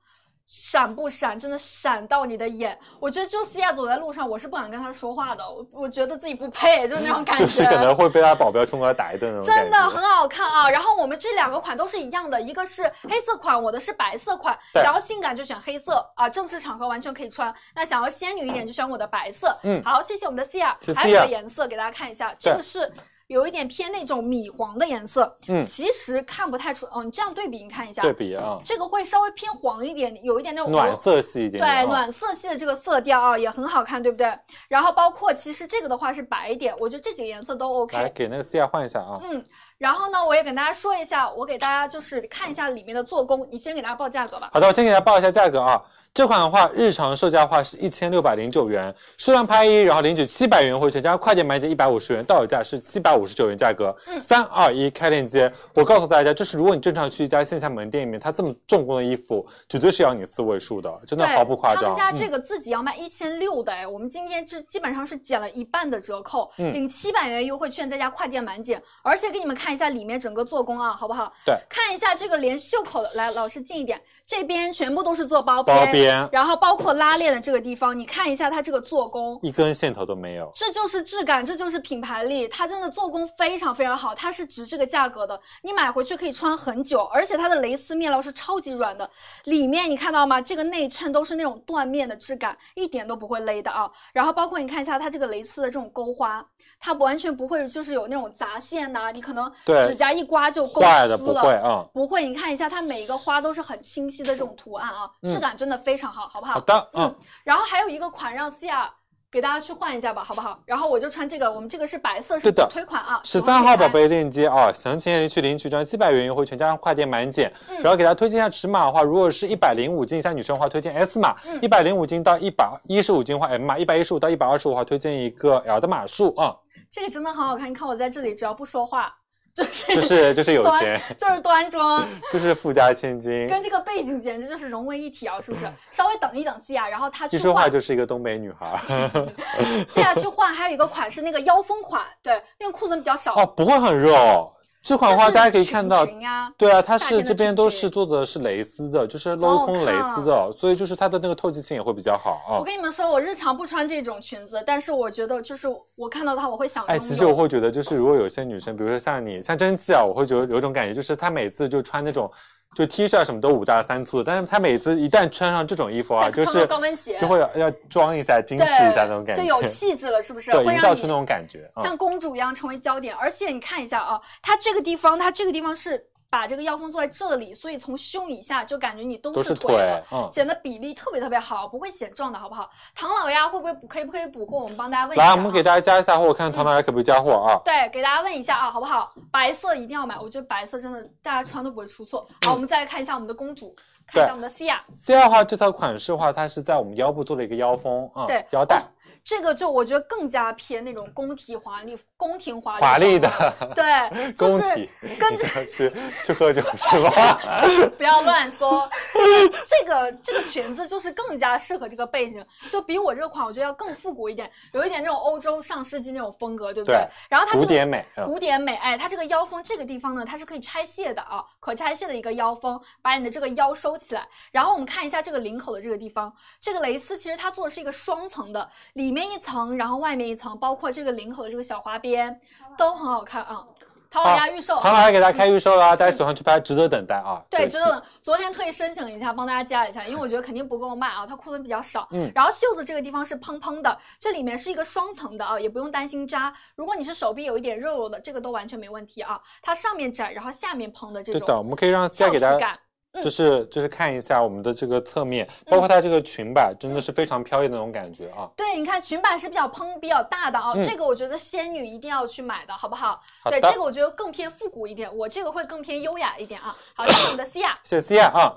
闪不闪？真的闪到你的眼！我觉得就西亚走在路上，我是不敢跟他说话的，我我觉得自己不配，就是那种感觉。
就是可能会被他保镖冲过来打一顿那种感
真的
觉。
很好看啊！然后我们这两个款都是一样的，一个是黑色款，我的是白色款。
对
想要性感就选黑色啊，正式场合完全可以穿。那想要仙女一点就选我的白色。
嗯
好，谢谢我们的 Cia，
是
还有一个
Cia
颜色给大家看一下，这个是。有一点偏那种米黄的颜色，
嗯
其实看不太出，哦，你这样对比，你看一下，
对比啊，
这个会稍微偏黄一点，有一点那种哦
暖色系一点点啊。
对，暖色系的这个色调啊，也很好看，对不对？然后包括其实这个的话是白一点，我觉得这几个颜色都 OK。
来给那个 C 亚换一下啊。
嗯，然后呢，我也跟大家说一下，我给大家就是看一下里面的做工。你先给大家报价格吧。
好的，我先给大家报一下价格啊。这款的话，日常售价的话是一千六百零九元，数量拍一，然后领取七百元回全家快点买减一百五十元，到手价是七百五十九元价格。
嗯
三二一，开链接。我告诉大家，就是如果你正常去一家线下门店里面，它这么重工的衣服，绝对是要你四位数的，真的
对，
毫不夸张。
他们家
嗯
这个自己要卖一千六的哎，我们今天这基本上是减了一半的折扣，
嗯
领七百元优惠券，再加快店满减。而且给你们看一下里面整个做工啊，好不好？
对
看一下这个连袖口的，来，老师近一点，这边全部都是做包
包边
然后包括拉链的这个地方，你看一下它这个做工，
一根线头都没有。
这就是质感，这就是品牌力，它真的做工非常非常好，它是值这个价格的。你买回去可以穿很久，而且它的蕾丝面料是超级软的，里面你看到吗？这个内衬都是那种缎面的质感，一点都不会勒的啊。然后包括你看一下它这个蕾丝的这种勾花，它完全不会就是有那种杂线呐、你可能
对
指甲一刮就勾
坏的
丝
不
了
会啊、
不会，你看一下它每一个花都是很清晰的这种图案啊，
嗯
质感真的非常好，好不好？
好的，嗯，
然后还有一个款让西亚给大家去换一下吧，好不好？然后我就穿这个，我们这个是白色，是
对的
推款啊，
十三号宝
手
贝链接啊，详情去领取这张七百元优惠券，加上跨店满减。
嗯
然后给大家推荐一下尺码的话，如果是一百零五斤以下女生的话，推荐 S 码；
嗯
一百零五斤到一百一十五斤的话 M 码；一百一十五到一百二十五的话，推荐一个 L 的码数 啊、
可以看，这个真的很好看。你看我在这里只要不说话， 就是
就是哎就是有钱，
端 就是端庄，
就是富家千金，
跟这个背景简直就是融为一体啊，是不是？稍微等一等西亚，然后他
一
去
说话
换。
就是一个东北女孩。
西亚去换，还有一个款是那个腰封款，对，那个裤子比较少。
哦，不会很热哦。这款的话，大家可以看到
裙，呀，
对啊，它
夏天
是
的
这边都是
裙
做的是蕾丝的，就是
好
镂
好
空
看
蕾
啊
丝的，所以就是它的那个透气性也会比较好啊。
我跟你们说，我日常不穿这种裙子，但是我觉得就是我看到它，我会想拥
哎，
有。
其实我会觉得，就是如果有些女生，比如说像你，像蒸汽啊，我会觉得有一种感觉，就是她每次就穿那种，就 T 恤啊什么都五大三粗的，但是她每次一旦穿上这种衣服啊，
再
就
穿个
是
高跟鞋
就会要要装一下、矜
对，
持一下那种感觉，
就有气质了，是不是？
对，
会
营
让
造
你
出那种感觉。嗯
像公主一样成为焦点。而且你看一下啊，它这个地方，它这个地方是把这个腰封做在这里，所以从胸以下就感觉你都
都是
腿了
腿。，嗯。
显得比例特别特别好，不会显壮的，好不好？唐老鸭会不会补？可以不可以补货？我们帮大家问一嗯下、
来，
啊。
我们给大家加一下货，我看唐老鸭可不可以加货啊？
对，给大家问一下啊，好不好？白色一定要买，我觉得白色真的大家穿都不会出错。
嗯
好，我们再来看一下我们的公主，看一下我们的西亚。
C 二的话，这套款式的话，它是在我们腰部做了一个腰封啊，
对
腰带
哦，这个就我觉得更加偏那种宫廷华丽、宫廷华丽
华丽的
风 格，对，就
宫
是
体，
跟
你
着
要去去喝酒是吧？
不要 乱说。就是这个这个裙子就是更加适合这个背景，就比我这款我觉得要更复古一点，有一点那种欧洲上世纪那种风格，对不
对
然后它
古
这个
典美，嗯
古典美，哎，它这个腰封这个地方呢，它是可以拆卸的啊，可拆卸的一个腰封，把你的这个腰收起来。然后我们看一下这个领口的这个地方，这个蕾丝其实它做的是一个双层的，里面一层，然后外面一层，包括这个领口的这个小花边，都很好看啊。唐老鸭预售，
唐老师给大家开预售啊啦，大家喜欢去拍，值得等待啊！
对，
这
真
个戏
的，昨天特意申请一下，帮大家加一下，因为我觉得肯定不够卖啊，它库存比较少。
嗯
然后袖子这个地方是蓬蓬的，这里面是一个双层的啊，也不用担心扎。如果你是手臂有一点肉肉的，这个都完全没问题啊。它上面窄，然后下面蓬的这
对
种，
的，我们可以让现在给大
俏皮
家
感。嗯
就是就是看一下我们的这个侧面，包括它这个裙摆，真的是非常飘逸的那种感觉啊！
对，你看裙摆是比较蓬、比较大的啊，
嗯
这个我觉得仙女一定要去买的，好不好？
好
对，
的
这个我觉得更偏复古一点，我这个会更偏优雅一点啊。好，这是我们的西亚。
谢谢思燕啊，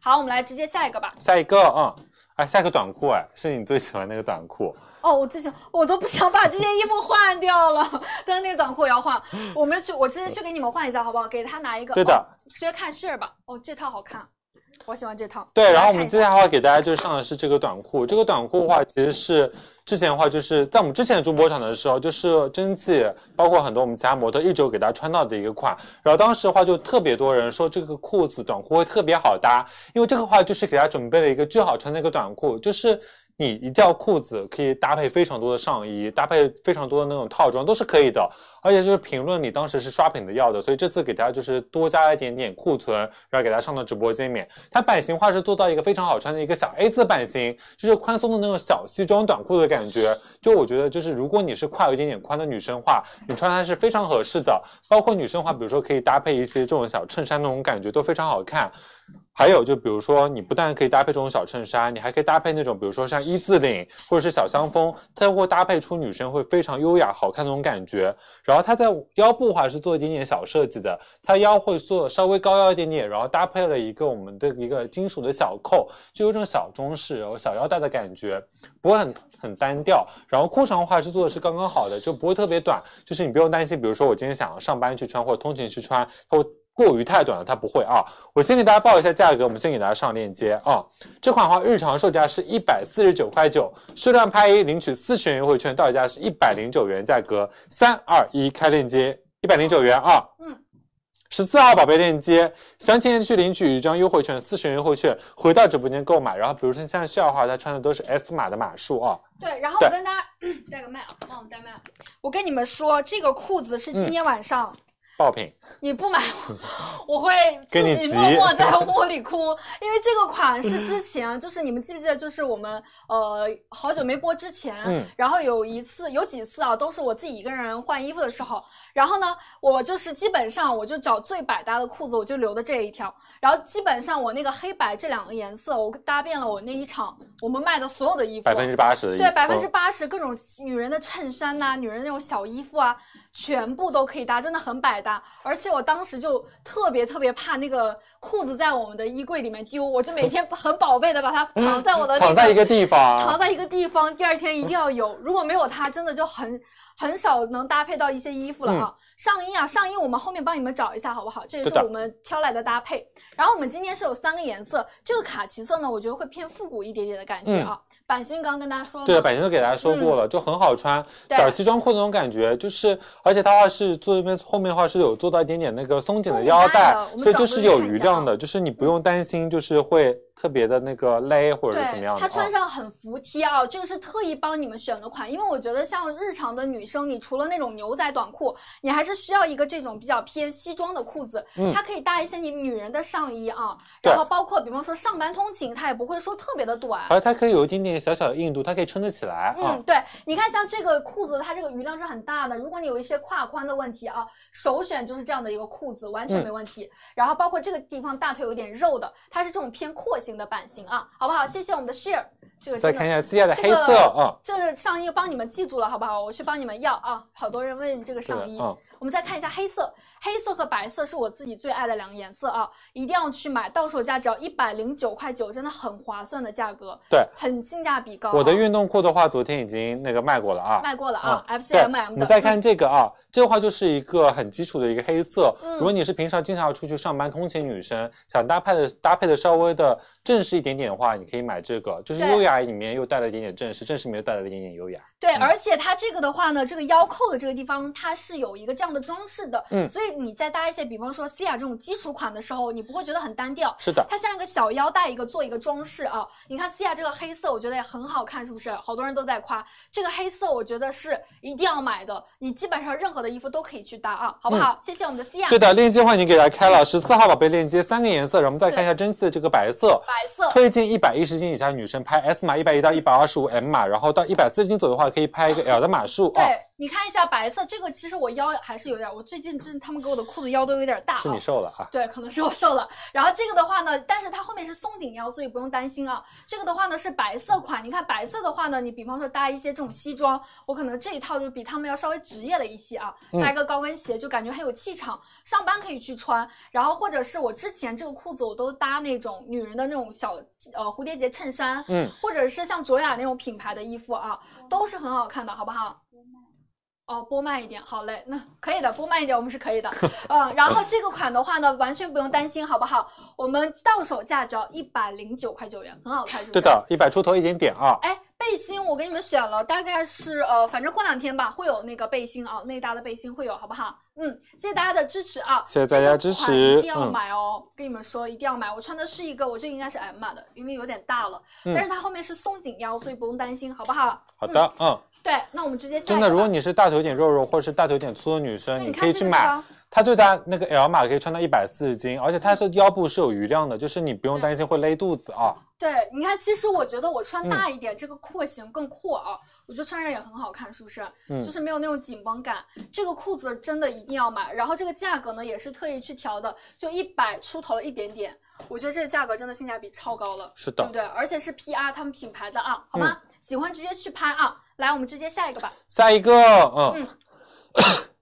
好，我们来直接下一个吧。
下一个啊，哎，下一个短裤哎，是你最喜欢那个短裤，
哦，我之前我都不想把这件衣服换掉了，但是那个短裤也要 换。我们去，我直接去给你们换一下，好不好？给他拿一个。
对的
哦直接看试吧。哦，这套好看，我喜欢这套。
对，然后我们
来看一
接
下
下来的话给大家就是上的是这个短裤，这个短裤的话其实是之前的话就是在我们之前的主播场的时候，就是蒸汽包括很多我们其他模特一直有给大家穿到的一个款，然后当时的话就特别多人说这个裤子短裤会特别好搭，因为这个话就是给大家准备了一个巨好穿的一个短裤，就是。你一条裤子可以搭配非常多的上衣，搭配非常多的那种套装都是可以的，而且就是评论里当时是刷屏的要的，所以这次给大家就是多加了一点点库存，然后给大家上到直播间里面。它版型话是做到一个非常好穿的一个小 A 字版型，就是宽松的那种小西装短裤的感觉。就我觉得就是如果你是胯有一点点宽的女生话，你穿它是非常合适的。包括女生话，比如说可以搭配一些这种小衬衫那种感觉都非常好看。还有就比如说，你不但可以搭配这种小衬衫，你还可以搭配那种，比如说像一字领或者是小香风，它会搭配出女生会非常优雅好看那种感觉。然后它在腰部的话是做一点点小设计的，它腰会做稍微高腰一点点，然后搭配了一个我们的一个金属的小扣，就有种小中式然后小腰带的感觉，不会很很单调。然后裤长的话是做的是刚刚好的，就不会特别短，就是你不用担心，比如说我今天想要上班去穿或者通勤去穿，它会。过于太短了，它不会啊。我先给大家报一下价格，我们先给大家上链接啊。这款的话日常售价是一百四十九块九，数量拍一领取四十元优惠券，到手价是一百零九元，价格三二一开链接，一百零九元啊。
嗯。
十四号宝贝链接，详情页去领取一张优惠券，四十元优惠券，回到直播间购买。然后，比如说像笑话，他穿的都是 S 码的码数啊。
对，然后
对
我跟大家 带个麦啊，忘了带麦了。我跟你们说，这个裤子
嗯
是今天晚上。
爆品，
你不买，我 会自
跟你
己
急
默 默在屋里哭，因为这个款是之前，啊就是你们记不记得，就是我们呃好久没播之前，
嗯
然后有一次有几次啊，都是我自己一个人换衣服的时候，然后呢，我就是基本上我就找最百搭的裤子，我就留的这一条，然后基本上我那个黑白这两个颜色，我搭遍了我那一场我们卖的所有的衣服，
百分之八十的衣服。
对，百分之
嗯
八十各种女人的衬衫呐、女人那种小衣服啊，全部都可以搭，真的很百搭。而且我当时就特别特别怕那个裤子在我们的衣柜里面丢，我就每天很宝贝的把它藏在我的那
藏在一个地方。
藏在一个地方，第二天一定要有。如果没有它，真的就很很少能搭配到一些衣服了啊。上衣啊，上衣我们后面帮你们找一下好不好？这
嗯
也
对
是
的
我们挑来的搭配。然后我们今天是有三个颜色，这个卡其色呢，我觉得会偏复古一点点的感觉啊。版型刚刚跟大家说了嘛，
嗯对，版型都给大家说过
嗯
了，就很好穿，小西装裤那种感觉，就是而且它的话是做这边后面的话是有做到一点点那个松紧的腰带
松紧带的我，们
所以就是有余
找
量的，就是
嗯
你不用担心就是会特别的那个勒或者
对，
是怎么样的
它穿
啊。
上很服帖啊，这个是特意帮你们选的款，因为我觉得像日常的女生，你除了那种牛仔短裤，你还是需要一个这种比较偏西装的裤子，
嗯
它可以搭一些你女人的上衣啊，
对
然后包括比方说上班通勤，它也不会说特别的短。
而它可以有一点点小小的硬度，它可以撑得起来哎啊
嗯，。对，你看像这个裤子，它这个余量是很大的。如果你有一些胯宽的问题啊，首选就是这样的一个裤子，完全
嗯
没问题。然后包括这个地方大腿有点肉的，它是这种偏廓型的版型啊，好不好？谢谢我们的 share，这个
再
真
看一
的。
下 C 亚的
这
黑色，
个
嗯，
这个上衣帮你们记住了，好不好？我去帮你们要啊，好多人问这个
是的，
上衣。
嗯，
我们再看一下黑色，黑色和白色是我自己最爱的两个颜色啊，一定要去买，到手价只要一百零九块九，真的很划算的价格，
对。
很性价比高啊、
我的运动裤的话，昨天已经那个卖过了啊，
卖过了啊、
嗯
f c
对
m m
我
的。
们再看这个啊，这个话就是一个很基础的一个黑色。
嗯
如果你是平常经常要出去上班通勤女生，想搭配的搭配的稍微的正式一点点的话，你可以买这个，就是
对
优雅里面又带了一点点正式，正式里面又带了一点点优雅。
对，
嗯
而且它这个的话呢，这个腰扣的这个地方它是有一个这样的装饰的，
嗯
所以你在搭一些，比方说 C 亚这种基础款的时候，你不会觉得很单调。
是的，
它像一个小腰带，一个做一个装饰啊。你看 C 亚这个黑色，我觉得也很好看，是不是？好多人都在夸这个黑色，我觉得是一定要买的。你基本上任何的衣服都可以去搭啊，好不好？谢谢我们的 C
嗯
亚。
对的，链接的话已经给大家开了，十四号宝贝链接，三个颜色，然后我们再看一下蒸汽的这个白色。
白色，
推荐一百一十斤以下女生拍 S 码，一百一到一百二十五 M 码，然后到一百四十斤左右的话，可以拍一个 L 的码数啊。
对，你看一下白色这个，其实我腰还是有点，我最近真的他们给我的裤子腰都有点大、啊。
是你瘦了啊？
对，可能是我瘦了。然后这个的话呢，但是它后面是松紧腰，所以不用担心啊。这个的话呢是白色款，你看白色的话呢，你比方说搭一些这种西装，我可能这一套就比他们要稍微职业了一些啊，
嗯
搭一个高跟鞋就感觉很有气场，上班可以去穿。然后或者是我之前这个裤子我都搭那种女人的那种小呃蝴蝶结衬衫，
嗯，
或者是像卓雅那种品牌的衣服啊，都是很好看的，好不好？哦，播慢一点，好嘞，那可以的，播慢一点，我们是可以的。嗯，然后这个款的话呢，完全不用担心，好不好？我们到手价只要一百零九块九元，很好看，是不是？
对。的，一百出头一点点啊。
哎，背心我给你们选了，大概是呃，反正过两天吧，会有那个背心啊，内搭的背心会有，好不好？嗯，谢谢大家的支持啊，
谢谢大家支持嗯
这个款一定要买哦，跟你们说一定要买。我穿的是一个，我这个应该是 M 码的，因为有点大了，
嗯
但是它后面是松紧腰，所以不用担心，好不好？
好的，嗯，
对，那我们直接下一
真
个吧。
的，如果你是大腿有点肉肉或是大腿有点粗的女
对
生，
你
你
看
可以
这
去
个
买
吧。
它最大那个 L 码可以穿到一百四十斤，而且它是腰部是有余量的，就是你不用
对
担心会勒肚子啊。
对，你看，其实我觉得我
嗯
穿大一点，这个廓形更阔啊，我觉得穿着也很好看，是不是？
嗯
就是没有那种紧绷感。这个裤子真的一定要买，然后这个价格呢也是特意去调的，就一百出头了一点点，我觉得这个价格真的性价比超高了，
是
对不
的，
对？而且是 PR 他们品牌的啊，好吗？喜
嗯
欢直接去拍啊，来，我们直接下一个吧。
下一个，
嗯
嗯，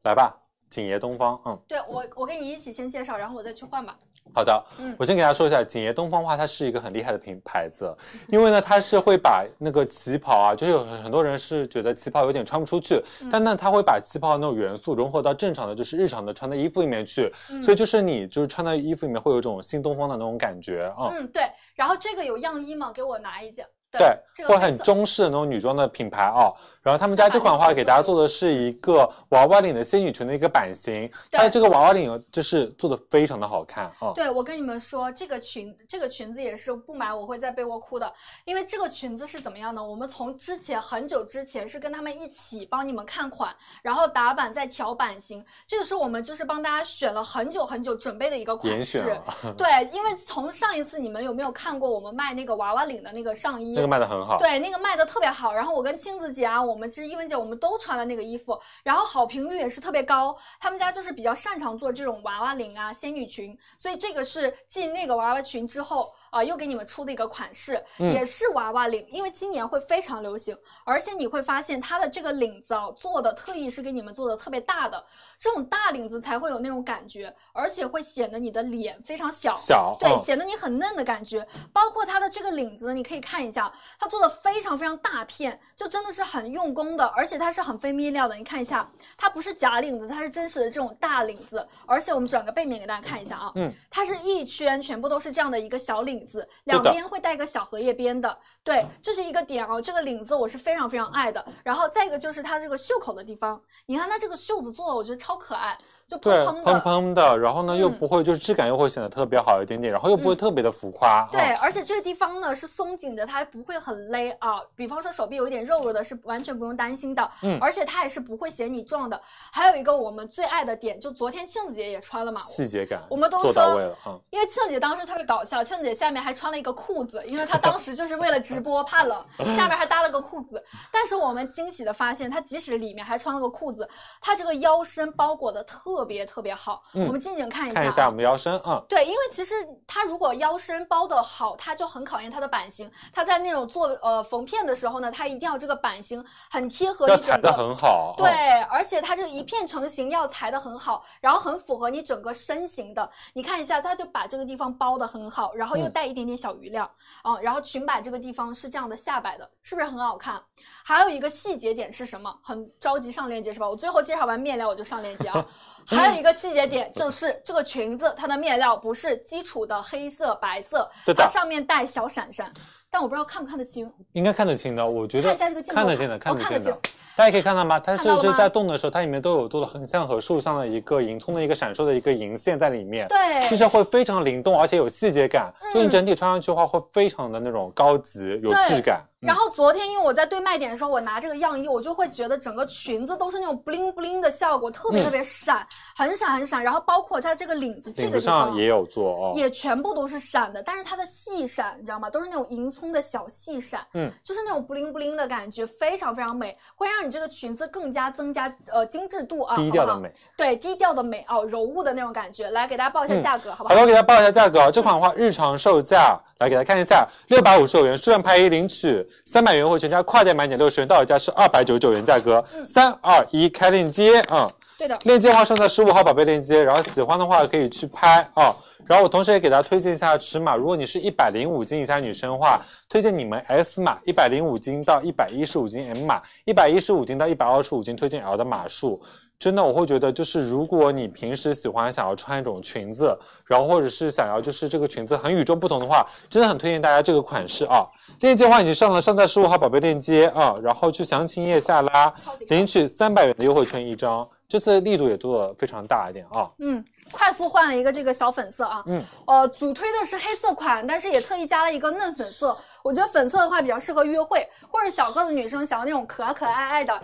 来吧，景爷东方，嗯，
对我，我跟你一起先介绍，然后我再去换吧。
好的，
嗯
我先给大家说一下，景爷东方的话，它是一个很厉害的品牌子，
嗯
因为呢，它是会把那个旗袍啊，就是有很很多人是觉得旗袍有点穿不出去，
嗯
但呢，它会把旗袍那种元素融合到正常的，就是日常的穿的衣服里面去，
嗯
所以就是你就是穿到衣服里面会有一种新东方的那种感觉啊。
嗯，对。然后这个有样衣吗？给我拿一件。
对，
这个
会
黑
很
色。
中式的那种女装的品牌啊，然后他们家这款的话给大家做的是一个娃娃领的仙女裙的一个版型，
对
它的这个娃娃领就是做的非常的好看啊，
对，我跟你们说，这个裙这个裙子也是不买我会在被窝哭的，因为这个裙子是怎么样呢？我们从之前很久之前是跟他们一起帮你们看款，然后打版再调版型，这个是我们就是帮大家选了很久很久准备的一个款
严选
式。
啊，
对，因为从上一次你们有没有看过我们卖那个娃娃领的那个上衣？
那个卖的很好，
对，那个卖的特别好。然后我跟青子姐啊，我们其实一文姐我们都穿了那个衣服，然后好评率也是特别高。他们家就是比较擅长做这种娃娃领啊、仙女裙，所以这个是继那个娃娃裙之后啊、又给你们出的一个款式，
嗯
也是娃娃领，因为今年会非常流行。而且你会发现它的这个领子啊，做的特意是给你们做的特别大的，这种大领子才会有那种感觉，而且会显得你的脸非常小。
小，
对，
嗯
显得你很嫩的感觉。包括它的这个领子呢，你可以看一下，它做的非常非常大片，就真的是很用功的，而且它是很非面料的。你看一下，它不是假领子，它是真实的这种大领子。而且我们转个背面给大家看一下啊，
嗯，
它是一圈全部都是这样的一个小领子，
对
两
的
边会带一个小荷叶边的。对，这是一个点哦，这个领子我是非常非常爱的。然后再一个就是它这个袖口的地方，你看它这个袖子做的，我觉得超可爱，就蓬
对，
蓬的。
蓬蓬的，然后呢又
嗯
不会，就是质感又会显得特别好一点点，然后又不会
嗯
特别的浮夸，
对，
嗯
而且这个地方呢是松紧的，它不会很勒啊。比方说手臂有一点肉肉的，是完全不用担心的。
嗯
而且它也是不会显你壮的。还有一个我们最爱的点，就昨天庆子姐也穿了嘛。
细节感
我们都
做
说
到位了啊，
因为庆姐当时特别搞笑，庆姐下面还穿了一个裤子，因为她当时就是为了直播 怕冷，下面还搭了个裤子。但是我们惊喜的发现，她即使里面还穿了个裤子，她这个腰身包裹的特特别特别好。
嗯
我们近景看一下、啊，
看一下我们的腰身，嗯，
对，因为其实它如果腰身包的好，它就很考验它的版型。它在那种做呃缝片的时候呢，它一定要这个版型很贴合
要
你
裁
整
的
个。
很好，
对
嗯，
而且它这一片成型要裁的很好，然后很符合你整个身形的。你看一下，它就把这个地方包的很好，然后又
嗯
带一点点小余量，嗯然后裙摆这个地方是这样的下摆的，是不是很好看？还有一个细节点是什么？很着急上链接是吧？我最后介绍完面料我就上链 接啊。还有一个细节点就是这个裙子它的面料不是基础的黑色、白色，
对的
它上面带小闪闪，但我不知道看不看得清。
应该看得清的，我觉得
看一下这个镜头
看得见的，
哦
看得见
看
的
得清。
大家可以看到吗？它
看到
甚
了
至
吗
在动的时候，它里面都有做了横向和竖向的一个银葱的一个闪烁的一个银线在里面，
对，
就是会非常灵动，而且有细节感。就你
嗯
整体穿上去的话，会非常的那种高级，有
对
质感。嗯
然后昨天因为我在对卖点的时候，我拿这个样衣，我就会觉得整个裙子都是那种 bling bling 的效果，特
嗯
别特别闪，很闪很闪。然后包括它这个领子这
领
个
子
地方
上也有做哦，
也全部都是闪的，但是它的细闪，你知道吗？都是那种银葱的小细闪，
嗯，
就是那种 bling bling 的感觉，非常非常美，会让你这个裙子更加增加呃精致度啊，
低调
好
的
不好
美。
对，低调的美哦，柔雾的那种感觉。来给大家报一下
嗯
价格，好不
好
好？
的，我给大家报一下价格啊，这款的话日常售价来给大家看一下，六百五十九元，数量拍一领取，三百元或全家快店满减六十元，到手价是二百九十九元，价格
嗯
三二一开链接，嗯，
对的，
链接的话上在十五号宝贝链接，然后喜欢的话可以去拍啊。然后我同时也给大家推荐一下尺码，如果你是一百零五斤以下女生的话，推荐你们 S 码，一百零五斤到一百一十五斤 M 码，一百一十五斤到一百二十五斤推荐 L 的码数。真的，我会觉得就是如果你平时喜欢想要穿一种裙子，然后或者是想要就是这个裙子很与众不同的话，真的很推荐大家这个款式啊。链接的话已经上了，上在十五号宝贝链接啊，然后去详情页下拉。
超级快
领取三百元的优惠券一张，这次力度也做的非常大一点啊。
嗯，快速换了一个这个小粉色啊，
嗯，
呃，主推的是黑色款，但是也特意加了一个嫩粉色。我觉得粉色的话比较适合约会，或者小个子女生想要那种可可爱爱的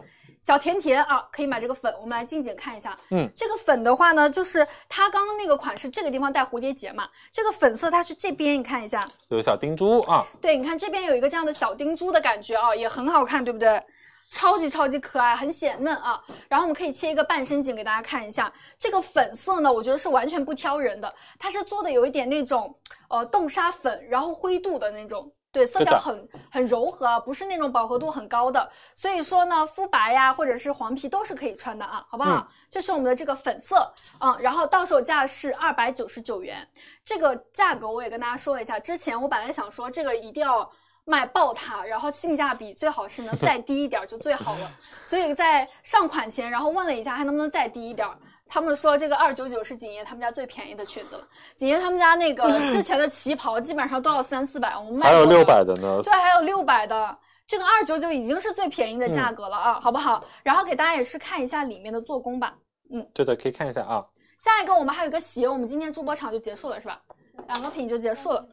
小甜甜啊，可以买这个粉。我们来近景看一下，
嗯，
这个粉的话呢，就是它刚刚那个款式这个地方带蝴蝶结嘛，这个粉色它是这边，你看一下，
有小钉珠啊，
对，你看这边有一个这样的小钉珠的感觉啊，也很好看，对不对？超级超级可爱，很显嫩啊。然后我们可以切一个半身景给大家看一下。这个粉色呢，我觉得是完全不挑人的，它是做的有一点那种呃豆沙粉，然后灰度的那种。对，色
对的
调很很柔和啊，不是那种饱和度很高的，所以说呢，肤白呀或者是黄皮都是可以穿的啊，好不好？这是我们的这个粉色，嗯，然后到手价是二百九十九元，这个价格我也跟大家说一下，之前我本来想说这个一定要卖爆它，然后性价比最好是能再低一点儿就最好了，所以在上款前，然后问了一下还能不能再低一点儿。他们说这个二九九是景爷他们家最便宜的裙子了，景爷他们家那个之前的旗袍基本上都要三四百，我们卖
还有
过的
六百的呢。
对，啊还有六百的，这个二九九已经是最便宜的
嗯
价格了啊，好不好？然后给大家也是看一下里面的做工吧。
对的，可以看一下啊。
下一个我们还有一个鞋，我们今天珠播场就结束了是吧？两个品就结束了。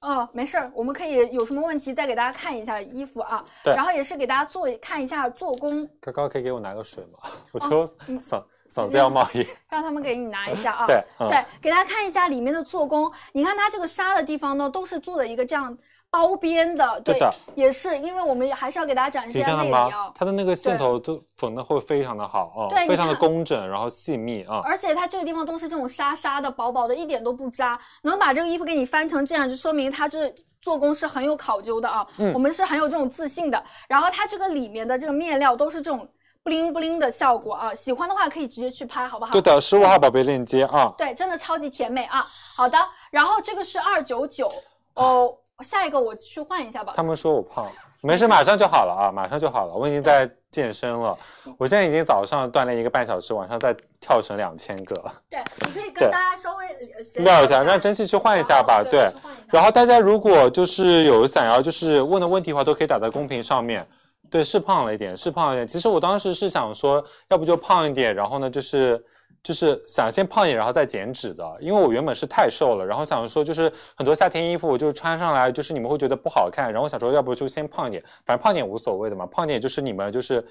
嗯，没事儿，我们可以有什么问题再给大家看一下衣服啊，
对
然后也是给大家做看一下做工，
高高可以给我拿个水吗？ 我就
嗯
嗓嗓子要冒烟。
让他们给你拿一下啊。
对，嗯，
对，给大家看一下里面的做工。你看它这个纱的地方呢，都是做的一个这样包边的，对，
对的
也是因为我们还是要给大家展
可
示
以
一
看
下
到
内里
吗
啊？。
它的那个线头都缝的会非常的好啊，
对你看
非常的工整，然后细密啊。
而且它这个地方都是这种纱纱的、薄薄的，一点都不扎。能把这个衣服给你翻成这样，就说明它这做工是很有考究的啊。
嗯
我们是很有这种自信的。然后它这个里面的这个面料都是这种 bling bling 的效果啊，喜欢的话可以直接去拍，好不好？
对的，十五号宝贝链接啊。
对，真的超级甜美啊！好的，然后这个是二九九哦，下一个我去换一下吧
他。们说我胖，没事，马上就好了啊，马上就好了。我已经在健身了，我现在已经早上锻炼一个半小时，晚上再跳绳两千个。
对，你可以跟
对
大家稍微呃闲
撂一下，
下，
让蒸汽去换一下吧。
哦对
对
去换一下，
然后大家如果就是有想要就是问的问题的话，都可以打在公屏上面。对，是胖了一点，是胖了一点。其实我当时是想说，要不就胖一点，然后呢就是。就是想先胖一点，然后再减脂的，因为我原本是太瘦了，然后想说就是很多夏天衣服我就穿上来，就是你们会觉得不好看，然后我想说要不就先胖一点，反正胖一点无所谓的嘛，胖一点就是你们就是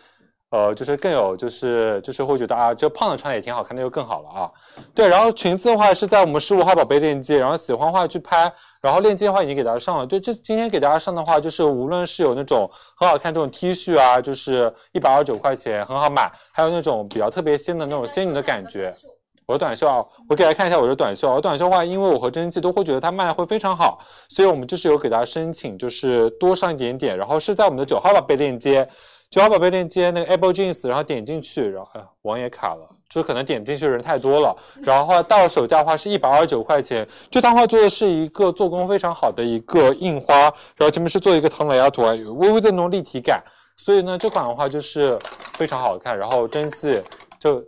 呃，就是更有就是就是会觉得啊，这胖的穿的也挺好看，那就更好了啊。对，然后裙子的话是在我们十五号宝贝链接，然后喜欢的话去拍，然后链接的话已经给大家上了。对，这今天给大家上的话，就是无论是有那种很好看这种 T 恤啊，就是一百二十九块钱很好买，还有那种比较特别仙的那种仙女的感觉。我的短袖啊，我给大家看一下我的短袖啊。我短袖的话，因为我和蒸汽都会觉得它卖的会非常好，所以我们就是有给大家申请，就是多上一点点。然后是在我们的九号宝贝链接，九号宝贝链接那个 Apple Jeans，然后点进去，然后哎，网也卡了，就是可能点进去的人太多了。然后的话到手价的话是一百二十九块钱，就它话做的是一个做工非常好的一个印花，然后前面是做一个唐老鸭图案，有微微的那种立体感。所以呢，这款的话就是非常好看，然后蒸汽就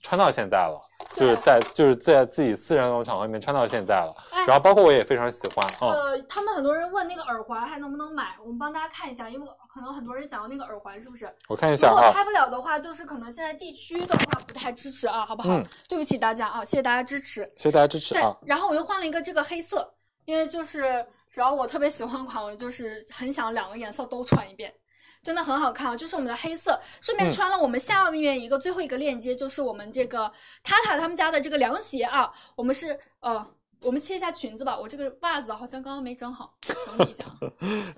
穿到现在了。就是在就是在自己私人农场外面穿到现在了，
哎
然后包括我也非常喜欢啊、嗯
呃，他们很多人问那个耳环还能不能买，我们帮大家看一下，因为可能很多人想要那个耳环，是不是？
我看一
如
下
果
啊，
拍不了的话，就是可能现在地区的话不太支持啊，好不好？
嗯
对不起大家啊，谢谢大家支持。
谢谢大家支持
对
啊，，
然后我又换了一个这个黑色，因为就是只要我特别喜欢的款，我就是很想两个颜色都穿一遍。真的很好看啊！这是我们的黑色，顺
嗯
便穿了我们下面一个最后一个链接，就是我们这个塔塔他们家的这个凉鞋啊。我们是呃，我们切一下裙子吧，我这个袜子好像刚刚没整好，整理一下啊。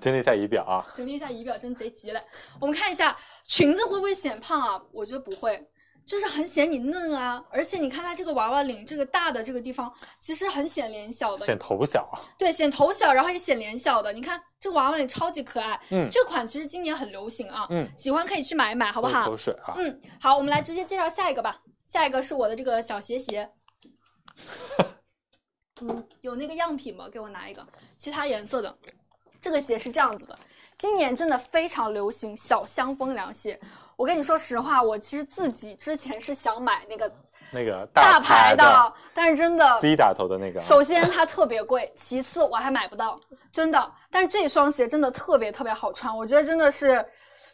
整理一下仪表啊，
整理一下仪表，真贼急嘞。我们看一下裙子会不会显胖啊？我觉得不会，就是很显你嫩啊。而且你看它这个娃娃领这个大的这个地方，其实很显脸小的，
显头小啊，
对，显头小，然后也显脸小的。你看这个娃娃领超级可爱，
嗯
这款其实今年很流行啊，
嗯，
喜欢可以去买一买，好
好
不好
口？水啊，
嗯，好，我们来直接介绍下一个吧。下一个是我的这个小鞋鞋，嗯，有那个样品吗？给我拿一个，其他颜色的。这个鞋是这样子的，今年真的非常流行小香风凉鞋。我跟你说实话，我其实自己之前是想买那个
那个
大
牌
牌的，但是真的
C 打头的那个啊，
首先它特别贵，其次我还买不到，真的。但是这双鞋真的特别特别好穿，我觉得真的是，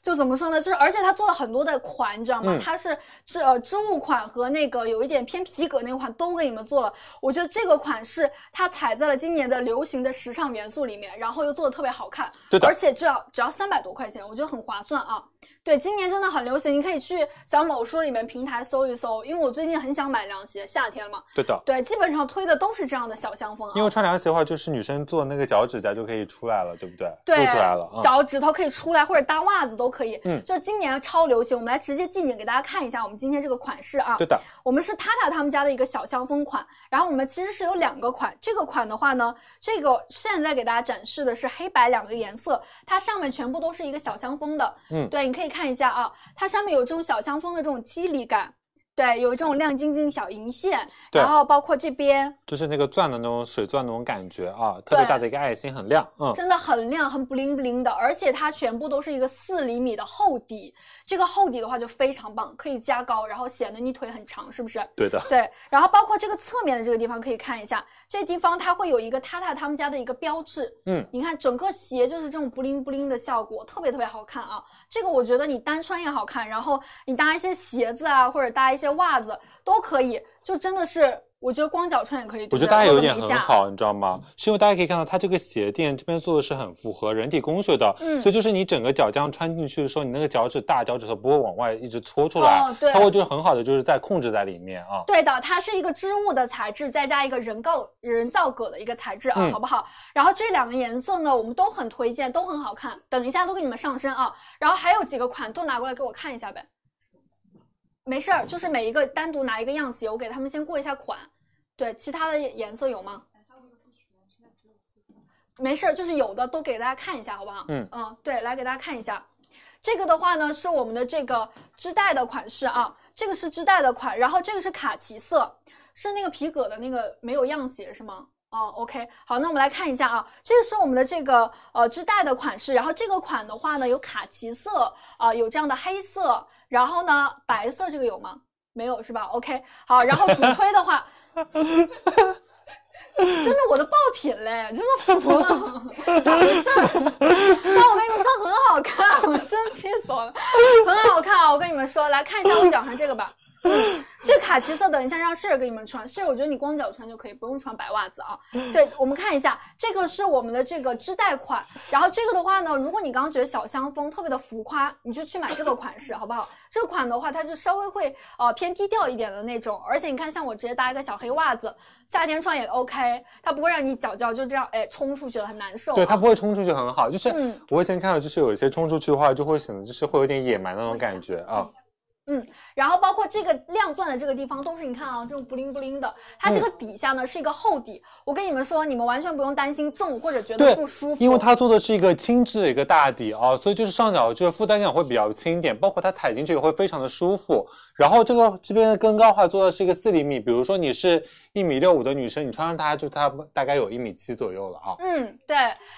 就怎么说呢，就是而且它做了很多的款，你知道吗？
嗯
它是织呃织物款和那个有一点偏皮革那个款都给你们做了。我觉得这个款式它踩在了今年的流行的时尚元素里面，然后又做的特别好看，
对的
而且只要只要三百多块钱，我觉得很划算啊。对，今年真的很流行，你可以去小某书里面平台搜一搜，因为我最近很想买凉鞋，夏天了嘛。
对的。
对，基本上推的都是这样的小香风啊。
因为穿凉鞋的话，就是女生做那个脚趾甲就可以出来了，对不对？
对
露出来了啊、
脚趾头可以出来，或者搭袜子都可以。
嗯
就今年超流行，我们来直接近景给大家看一下我们今天这个款式啊。
对的，
我们是 Tata 他们家的一个小香风款，然后我们其实是有两个款，这个款的话呢，这个现在给大家展示的是黑白两个颜色，它上面全部都是一个小香风的，
嗯
对，你可以看一下啊，它上面有这种小香风的这种肌理感，对，有这种亮晶晶小银线，
对
然后包括这边
就是那个钻的那种水钻那种感觉啊，特别大的一个爱心，很亮，嗯，
真的很亮、很 bling bling 的，而且它全部都是一个四厘米的厚底，这个厚底的话就非常棒，可以加高，然后显得你腿很长，是不是？
对的，
对，然后包括这个侧面的这个地方可以看一下，这地方它会有一个 Tata 他们家的一个标志，
嗯，
你看整个鞋就是这种 bling bling 的效果，特别特别好看啊。这个我觉得你单穿也好看，然后你搭一些鞋子啊，或者搭一些袜子都可以，就真的是我觉得光脚穿也可以。
我
对
觉得
不对
大家有一
做个
点
美
很
甲
好，你知道
嗯
吗？是因为大家可以看到它这个鞋垫这边做的是很符合人体工学的，
嗯
所以就是你整个脚这样穿进去的时候，你那个脚趾大脚趾头不会往外一直搓出来，
哦对
它会就是很好的就是在控制在里面啊。
对的，它是一个织物的材质，再加一个人造人造革的一个材质啊，
嗯
好不好？然后这两个颜色呢，我们都很推荐，都很好看。等一下都给你们上身啊。然后还有几个款都拿过来给我看一下呗。没事儿，就是每一个单独拿一个样鞋，我给他们先过一下款。对，其他的颜色有吗？没事儿，就是有的都给大家看一下，好不好？
嗯
嗯，对，来给大家看一下。这个的话呢，是我们的这个织带的款式啊，这个是织带的款，然后这个是卡其色，是那个皮革的那个没有样鞋是吗？哦，OK，好，那我们来看一下啊，这个是我们的这个呃织带的款式，然后这个款的话呢有卡其色啊、有这样的黑色，然后呢白色这个有吗？没有是吧？OK，好，然后主推的话，真的我的爆品嘞，真的服了，咋回事儿？但我跟你们说很 好 看，我真气死我了，很好看啊！我跟你们说，来看一下我脚上这个吧。这卡其色等一下让 Share 给你们穿，Share 我觉得你光脚穿就可以，不用穿白袜 子啊。对，我们看一下，这个是我们的这个织带款，然后这个的话呢，如果你刚刚觉得小香风特别的浮夸，你就去买这个款式好不好？这个款的话，它就稍微会呃偏低调一点的那种，而且你看，像我直接搭一个小黑袜子，夏天穿也 OK，它不会让你脚脚就这样哎冲出去了，很难受、啊。
对，它不会冲出去很好。就是、
嗯
我以前看到，就是有一些冲出去的话，就会显得就是会有点野蛮那种感觉
嗯
啊。
然后包括这个亮钻的这个地方，都是你看啊，这种不灵不灵的，它这个底下呢、是一个厚底。我跟你们说，你们完全不用担心重或者觉得
对
不舒服，
因为它做的是一个轻质的一个大底啊，所以就是上脚就是负担感会比较轻一点，包括它踩进去也会非常的舒服。然后这个这边的跟高的话做的是一个四厘米，比如说你是一米六五的女生，你穿上它就它大概有一米七左右了啊。
嗯，对。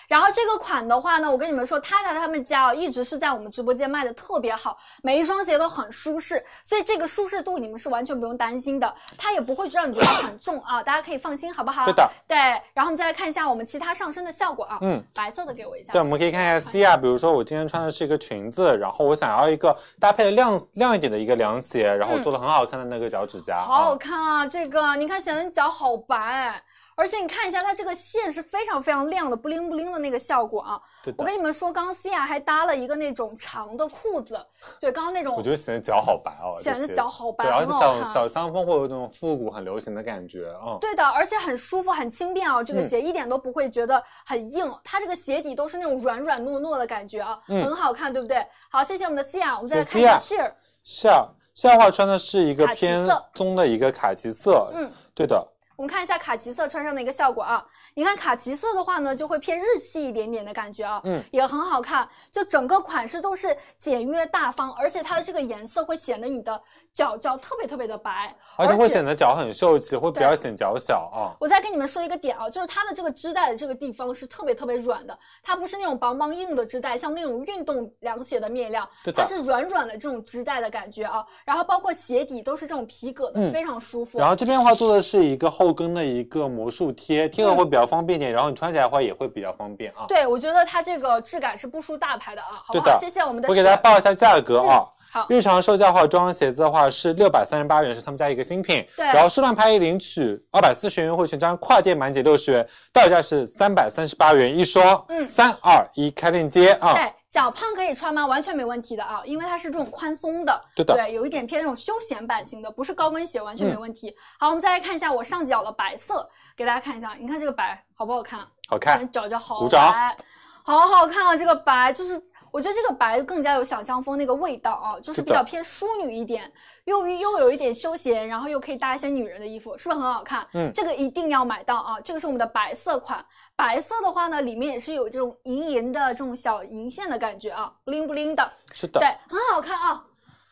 然后这个款的话呢，我跟你们说，他在他们家哦，一直是在我们直播间卖的特别好，每一双鞋都很舒适，所以这个舒适度你们是完全不用担心的，它也不会让你觉得很重啊，大家可以放心，好不啊好？
对的。
对，然后我们再来看一下我们其他上身的效果啊，
嗯，
白色的给我一下。
对，我们可以看一下 C 啊，比如说我今天穿的是一个裙子，然后我想要一个搭配的亮亮一点的一个凉鞋，然后我做的很好看的那个脚趾甲，
嗯好好
啊，
看啊！这个你看显得你脚好白，而且你看一下它这个线是非常非常亮的，不灵不灵的那个效果啊！
对
我
的
跟。你们说，刚刚西亚还搭了一个那种长的裤子，对，刚刚那种
我觉得显得脚好白哦，
显得
这些
脚好白，
对，而
很
且
好
小
看。
小香风会有那种复古很流行的感觉，嗯，
对的，而且很舒服，很轻便啊！这个
嗯
鞋一点都不会觉得很硬，它这个鞋底都是那种软软糯糯的感觉啊，
嗯
很好看，对不对？好，谢谢我们的西亚，我们再来
谢
看
谢
一下 s
西
h e
下下话穿的是一个
卡其
偏
色
棕的一个卡其色，
嗯，
对的，
我们看一下卡其色穿上的一个效果啊。你看卡其色的话呢，就会偏日系一点点的感觉啊，
嗯，
也很好看。就整个款式都是简约大方，而且它的这个颜色会显得你的脚脚特别特别的白，
而且
而
会
且
显得脚很秀气，会比较
对
显脚小啊。
我再跟你们说一个点啊，就是它的这个织带的这个地方是特别特别软的，它不是那种梆梆硬的织带，像那种运动凉鞋的面料
对，的
它是软软的这种织带的感觉啊。然后包括鞋底都是这种皮革的，
嗯
非常舒服。
然后这边的话做的是一个后跟的一个魔术贴，贴合会比较方便一点，然后你穿起来的话也会比较方便啊。
嗯对，我觉得它这个质感是不输大牌的啊，好
对
不
的
好？谢谢我们的
我给
史
大家报一下价格啊。
好，
日常售价的话，这双鞋子的话是六百三十八元，是他们家一个新品。
对
然后数量拍一领取二百四十元优惠券，加上跨店满减六十元，到手价是三百三十八元一双。
嗯
三二一，开链接啊！
对，脚胖可以穿吗？完全没问题的啊，因为它是这种宽松的，
对的
有一点偏那种休闲版型的，不是高跟鞋，完全没
嗯
问题。好，我们再来看一下我上脚的白色，给大家看一下，你看这个白好不好看？啊
好看
看，脚脚好
鼓掌
白，好好看啊！这个白就是，我觉得这个白更加有小香风那个味道啊，就是
是
比较
的
偏淑女一点，又又有一点休闲，然后又可以搭一些女人的衣服，是不是很好看？
嗯
这个一定要买到啊！这个是我们的白色款，白色的话呢，里面也是有这种银银的这种小银线的感觉啊，不灵不灵的，
是的
对。，很好看啊。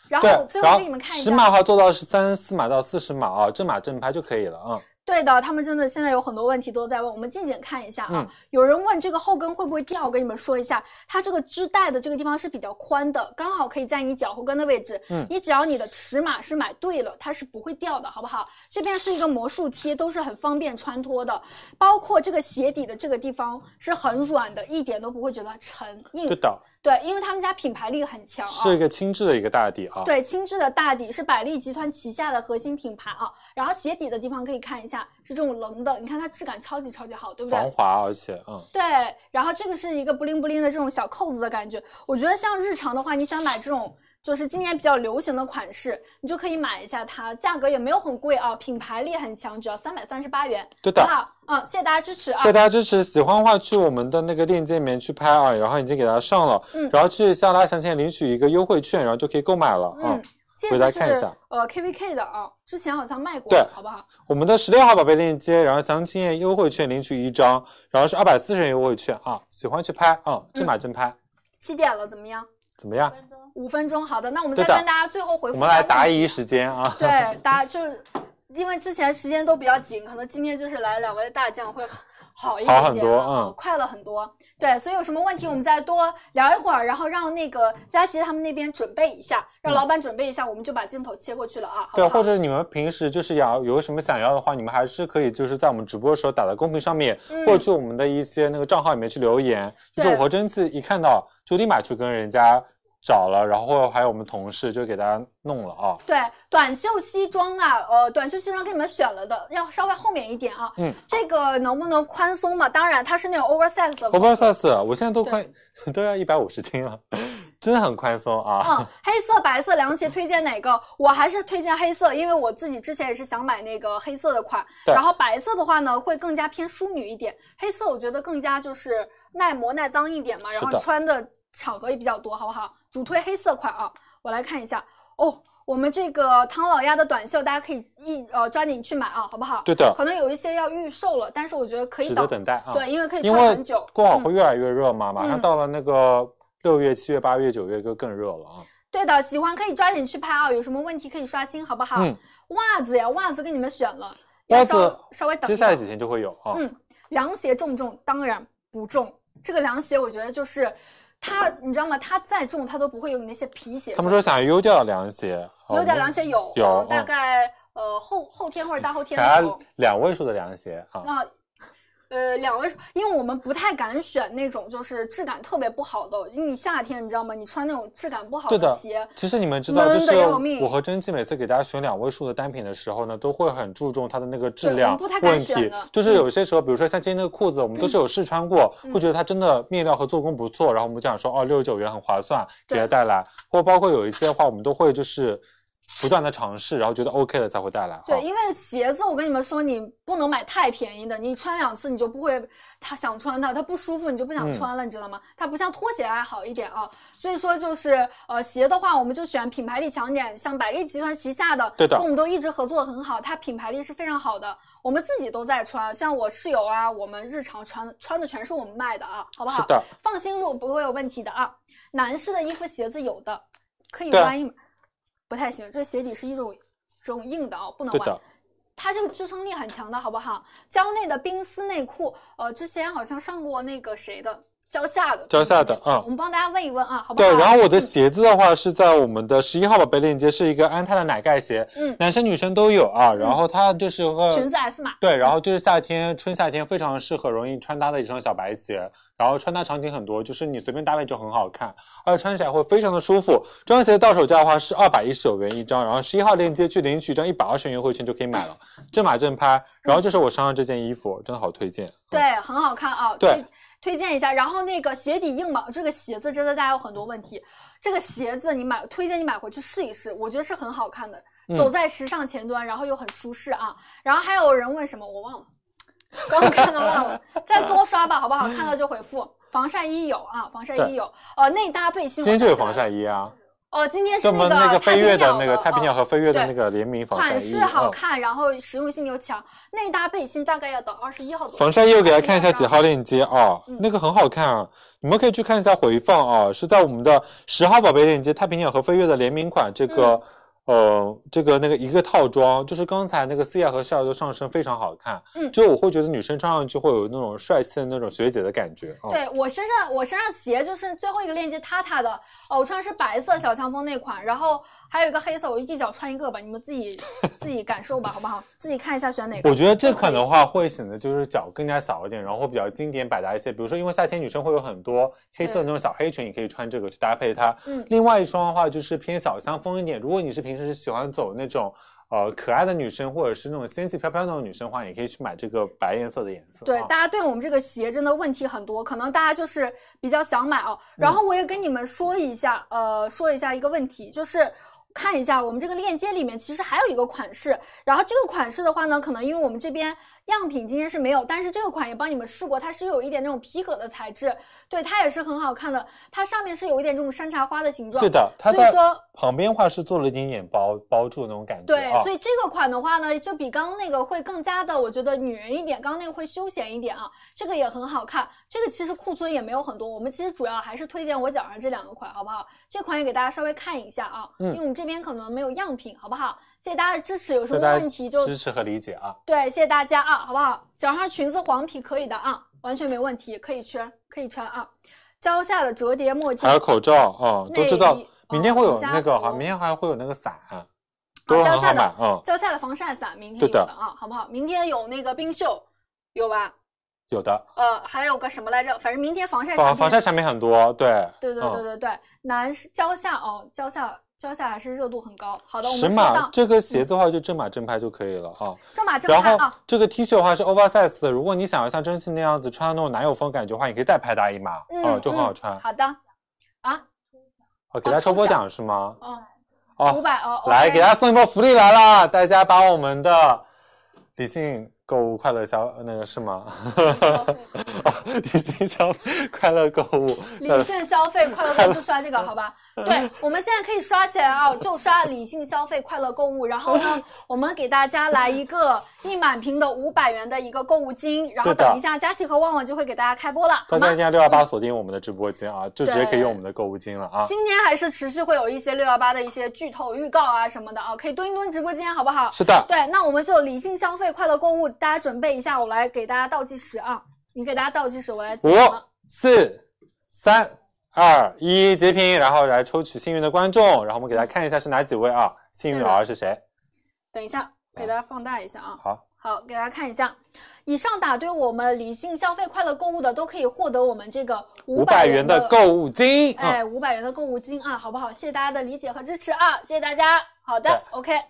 然
对
后，最
然
后
后
给你们看一
尺
下，
码的话做到是三十四码到四十码啊，正码正拍就可以了啊。
对的，他们真的现在有很多问题都在问，我们近景看一下啊。
嗯
有人问这个后跟会不会掉，我跟你们说一下，它这个织带的这个地方是比较宽的，刚好可以在你脚后跟的位置。
嗯
你只要你的尺码是买对了，它是不会掉的，好不好？这边是一个魔术贴，都是很方便穿脱的，包括这个鞋底的这个地方是很软的，一点都不会觉得沉硬。
对的，
对因为他们家品牌力很强啊。
是一个轻质的一个大底啊。，
对，轻质的大底是百丽集团旗下的核心品牌啊。然后鞋底的地方可以看一下，是这种棱的，你看它质感超级超级好，对不
防
对？
滑，而且嗯。
对，然后这个是一个不灵不灵的这种小扣子的感觉。我觉得像日常的话，你想买这种就是今年比较流行的款式，你就可以买一下它，价格也没有很贵啊，品牌力很强，只要三百三十八元，
对的
好不好？嗯，谢谢大家支持啊。
谢谢大家支持，喜欢的话去我们的那个链接里面去拍啊，然后已经给大家上了，
嗯
然后去下拉详情领取一个优惠券，然后就可以购买了啊。
嗯，现
回
在
来
这
看一
是
下
呃 KVK 的啊，之前好像卖过，
对
好不好？
我们的十六号宝贝链接，然后详情页优惠券领取一张，然后是二百四十元优惠券啊，喜欢去拍啊，
嗯
正码正拍，
七点了，怎么样？
怎么样？
五分钟，好的，那我们再
对的
跟大家最后回
我
复一下
们来答
问题
疑时间 啊，
对，大家就是因为之前时间都比较紧，可能今天就是来两位大将会好一点点
好很多
了啊
嗯
快乐很多。对，所以有什么问题我们再多聊一会儿，然后让那个佳琪他们那边准备一下，让
嗯
老板准备一下，我们就把镜头切过去了啊。好
对，
不好
或者你们平时就是要有什么想要的话，你们还是可以就是在我们直播的时候打在公屏上面，
嗯
或者去我们的一些那个账号里面去留言，就是
对
我和蒸汽一看到就立马去跟人家找了，然后还有我们同事就给大家弄了啊。
对，短袖西装啊，呃，短袖西装给你们选了的，要稍微后面一点啊。
嗯，
这个能不能宽松嘛？当然，它是那种 oversize 的。
oversize，我现在都快 都要一百五十斤了， 真的很宽松啊。
嗯，黑色、白色凉鞋推荐哪个？我还是推荐黑色，因为我自己之前也是想买那个黑色的款。
对
然后白色的话呢，会更加偏淑女一点，黑色我觉得更加就是耐磨耐脏一点嘛，
是
然
的
后穿的场合也比较多，好不好？主推黑色款啊，我来看一下哦。我们这个唐老鸭的短袖，大家可以一呃抓紧去买啊，好不好？
对的，
可能有一些要预售了，但是我觉得可以
值
等。
得等待啊。
对，因为可以
因
穿
为
很久。
过会儿
嗯
会越来越热嘛，马上
嗯
到了那个六月、七月、八月、九月就更热了啊。
对的，喜欢可以抓紧去拍啊，有什么问题可以刷新，好不好？
嗯，
袜子呀，袜子给你们选了，
袜
要稍
子
稍微等
接
一
下来
等。
几天就会有啊。
嗯凉鞋重不重？当然不重，这个凉鞋我觉得就是它，你知道吗？它再重它都不会有你那些皮鞋重。
他们说想优调凉鞋，啊
有点凉
鞋，
鞋有，
有
嗯大
嗯
概呃后后天或者大后天
想
的时
要
候，
两位数的凉鞋啊。
那。呃，两位，因为我们不太敢选那种就是质感特别不好的，因为你夏天你知道吗？你穿那种质感不好
对的
鞋，
其实你们知道，就
闷
是
得要命
我和蒸汽每次给大家选两位数的单品的时候呢，都会很注重它的那个质
对
量
我们不太敢
问
选
题
的。
就是有些时候，比如说像今天那个裤子，我们都是有试穿过，
嗯
会觉得它真的面料和做工不错，然后我们讲说哦，六十九元很划算，给
对
它带来。或包括有一些的话，我们都会就是不断的尝试，然后觉得 OK 了才会带来。
对，
啊
因为鞋子我跟你们说，你不能买太便宜的，你穿两次你就不会它想穿它，它不舒服你就不想
嗯
穿了，你知道吗？它不像拖鞋还好一点啊。所以说就是呃鞋的话，我们就选品牌力强点，像百丽集团旗下的，
对的
跟我们都一直合作的很好，它品牌力是非常好的，我们自己都在穿，像我室友啊，我们日常穿穿的全是我们卖的啊，好不好？
是的，
放心入不会有问题的啊。男士的衣服鞋子有的可以
对啊
弯一买，不太行，这鞋底是一种这种硬的啊、不能
对
弯
的。，
它这个支撑力很强的，好不好？蕉内的冰丝内裤，呃，之前好像上过那个谁的蕉下的，
蕉下的嗯
我们帮大家问一问啊，好不好？
对。然后我的
嗯
鞋子的话是在我们的十一号宝贝链接，是一个安踏的奶盖鞋，
嗯
男生女生都有啊。然后它就是会
裙子 S 码，
对，然后就是夏天，春夏天非常适合容易穿搭的一双小白鞋，然后穿搭场景很多，就是你随便搭配就很好看，而且穿起来会非常的舒服。这双鞋到手价的话是二百一十九元一张，然后十一号链接去领取一张一百二十元优惠券就可以买了，正码正拍。然后就是我身上这件衣服，真的好推荐。嗯
对，很好看啊，
对
推。推荐一下，然后那个鞋底硬嘛，这个鞋子真的大家有很多问题。这个鞋子你买，推荐你买回去试一试，我觉得是很好看的，
嗯
走在时尚前端，然后又很舒适啊。然后还有人问什么，我忘了，刚刚看到忘了，再多刷吧，好不好？看到就回复。防晒衣有啊，防晒
对
衣有，呃，内搭背心
今
我
天就有
想
防
起来了。
晒衣啊，
哦，今天是
这么
那
个飞跃的那个
太
太平
哦
洋和飞跃的
对
那个联名防晒衣，
款式好
嗯
看，然后实用性又强。内搭背心大概要等二十一号左右。
防晒衣，我给大家看一下几号链接啊
嗯，
那个很好看啊，你们可以去看一下回放啊，是在我们的十号宝贝链接太平鸟和飞跃的联名款这个。
嗯
呃，这个那个一个套装，就是刚才那个思雅和笑的上身非常好看，
嗯
就我会觉得女生穿上去会有那种帅气的那种学姐的感觉啊。
对我身上，我身上鞋就是最后一个链接塌塌的，哦，我穿的是白色小强风那款，然后还有一个黑色，我一脚穿一个吧，你们自己自己感受吧，好不好？自己看一下选哪个。
我觉得这款
都
的话会显得就是脚更加小一点，然后比较经典百搭一些。比如说，因为夏天女生会有很多黑色的那种小黑裙，你可以穿这个去搭配它。
嗯
另外一双的话就是偏小香风一点。如果你是平时是喜欢走那种呃可爱的女生，或者是那种仙气飘飘那种女生的话，也可以去买这个白颜色的颜色。
对，
啊
大家对我们这个鞋真的问题很多，可能大家就是比较想买哦。然后我也跟你们说一下，呃，说一下一个问题，就是。看一下我们这个链接里面，其实还有一个款式。然后这个款式的话呢，可能因为我们这边样品今天是没有，但是这个款也帮你们试过，它是有一点那种皮革的材质，对，它也是很好看的。它上面是有一点这种山茶花的形状，
对的，它
所以
在
说
旁边的话是做了一点点包包住的那种感觉。
对，
啊、
所以这个款的话呢，就比刚刚那个会更加的，我觉得女人一点，刚刚那个会休闲一点啊，这个也很好看。这个其实库存也没有很多，我们其实主要还是推荐我脚上这两个款，好不好？这款也给大家稍微看一下啊，
嗯
因为我们这边可能没有样品，好不好？谢谢大家的支持，有什
所
么
以大家
问题就
支持和理解啊。
对，谢谢大家啊，好不好？脚上裙子黄皮可以的啊，完全没问题，可以穿，可以穿啊。蕉下的折叠墨镜
还有口罩啊、都知道
内衣。
明天会有
哦瑜伽
那个哈，
服
明天还会有那个伞，都很
蕉
好
下的
买。嗯，
蕉下的防晒伞明天
对
有
的
的啊，好不好？明天有那个冰袖，有吧？
有的，
呃，还有个什么来着？反正明天防晒产
防
品
防晒产品很多，对，
对对对
嗯
对对，男士蕉下哦，蕉下蕉下还是热度很高。好的，我
尺
们适
码
当
这个鞋子的话就正码正拍就可以了啊。
正码正
然
拍
后
啊，
这个 T 恤的话是 oversize 的，如果你想要像蒸汽那样子穿那种男友风感觉的话，你可以再拍大一码，哦
嗯
就很好穿。
好的，啊，
好，给大家抽
抽
波
奖
奖是吗？
嗯，
哦
五，百哦，
来
OK
给大家送一波福利来啦！大家把我们的理性购物快乐消那个是吗？啊， 理性消费快乐购物，
理性消费，快乐购物就刷 这个，好吧？对，我们现在可以刷起来啊，就刷理性消费，快乐购物。然后呢，我们给大家来一个一满屏的五百元的一个购物金，然
对
后
的
等一下佳琪和旺旺就会给大家开播了，
大
好
家
吗
一定？要六幺八锁定我们的直播间啊，就直接可以用我们的购物金了啊。
今天还是持续会有一些六幺八的一些剧透预告啊什么的啊，可以蹲一蹲直播间，好不好？
是的，
对，那我们就理性消费，快乐购物，大家准备一下，我来给大家倒计时啊，你给大家倒计时，我来计
五
时啊。、
四、三、二、一，截屏，然后来抽取幸运的观众，然后我们给大家看一下是哪几位啊？幸运
对的
老二是谁？
等一下，给大家放大一下啊。
嗯好，
好，给大家看一下，以上打对我们理性消费、快乐购物的，都可以获得我们这个
五
五
百
百
元
的
的购物金。嗯
哎，五百元的购物金啊，好不好？谢谢大家的理解和支持啊，谢谢大家。好的
对
，OK，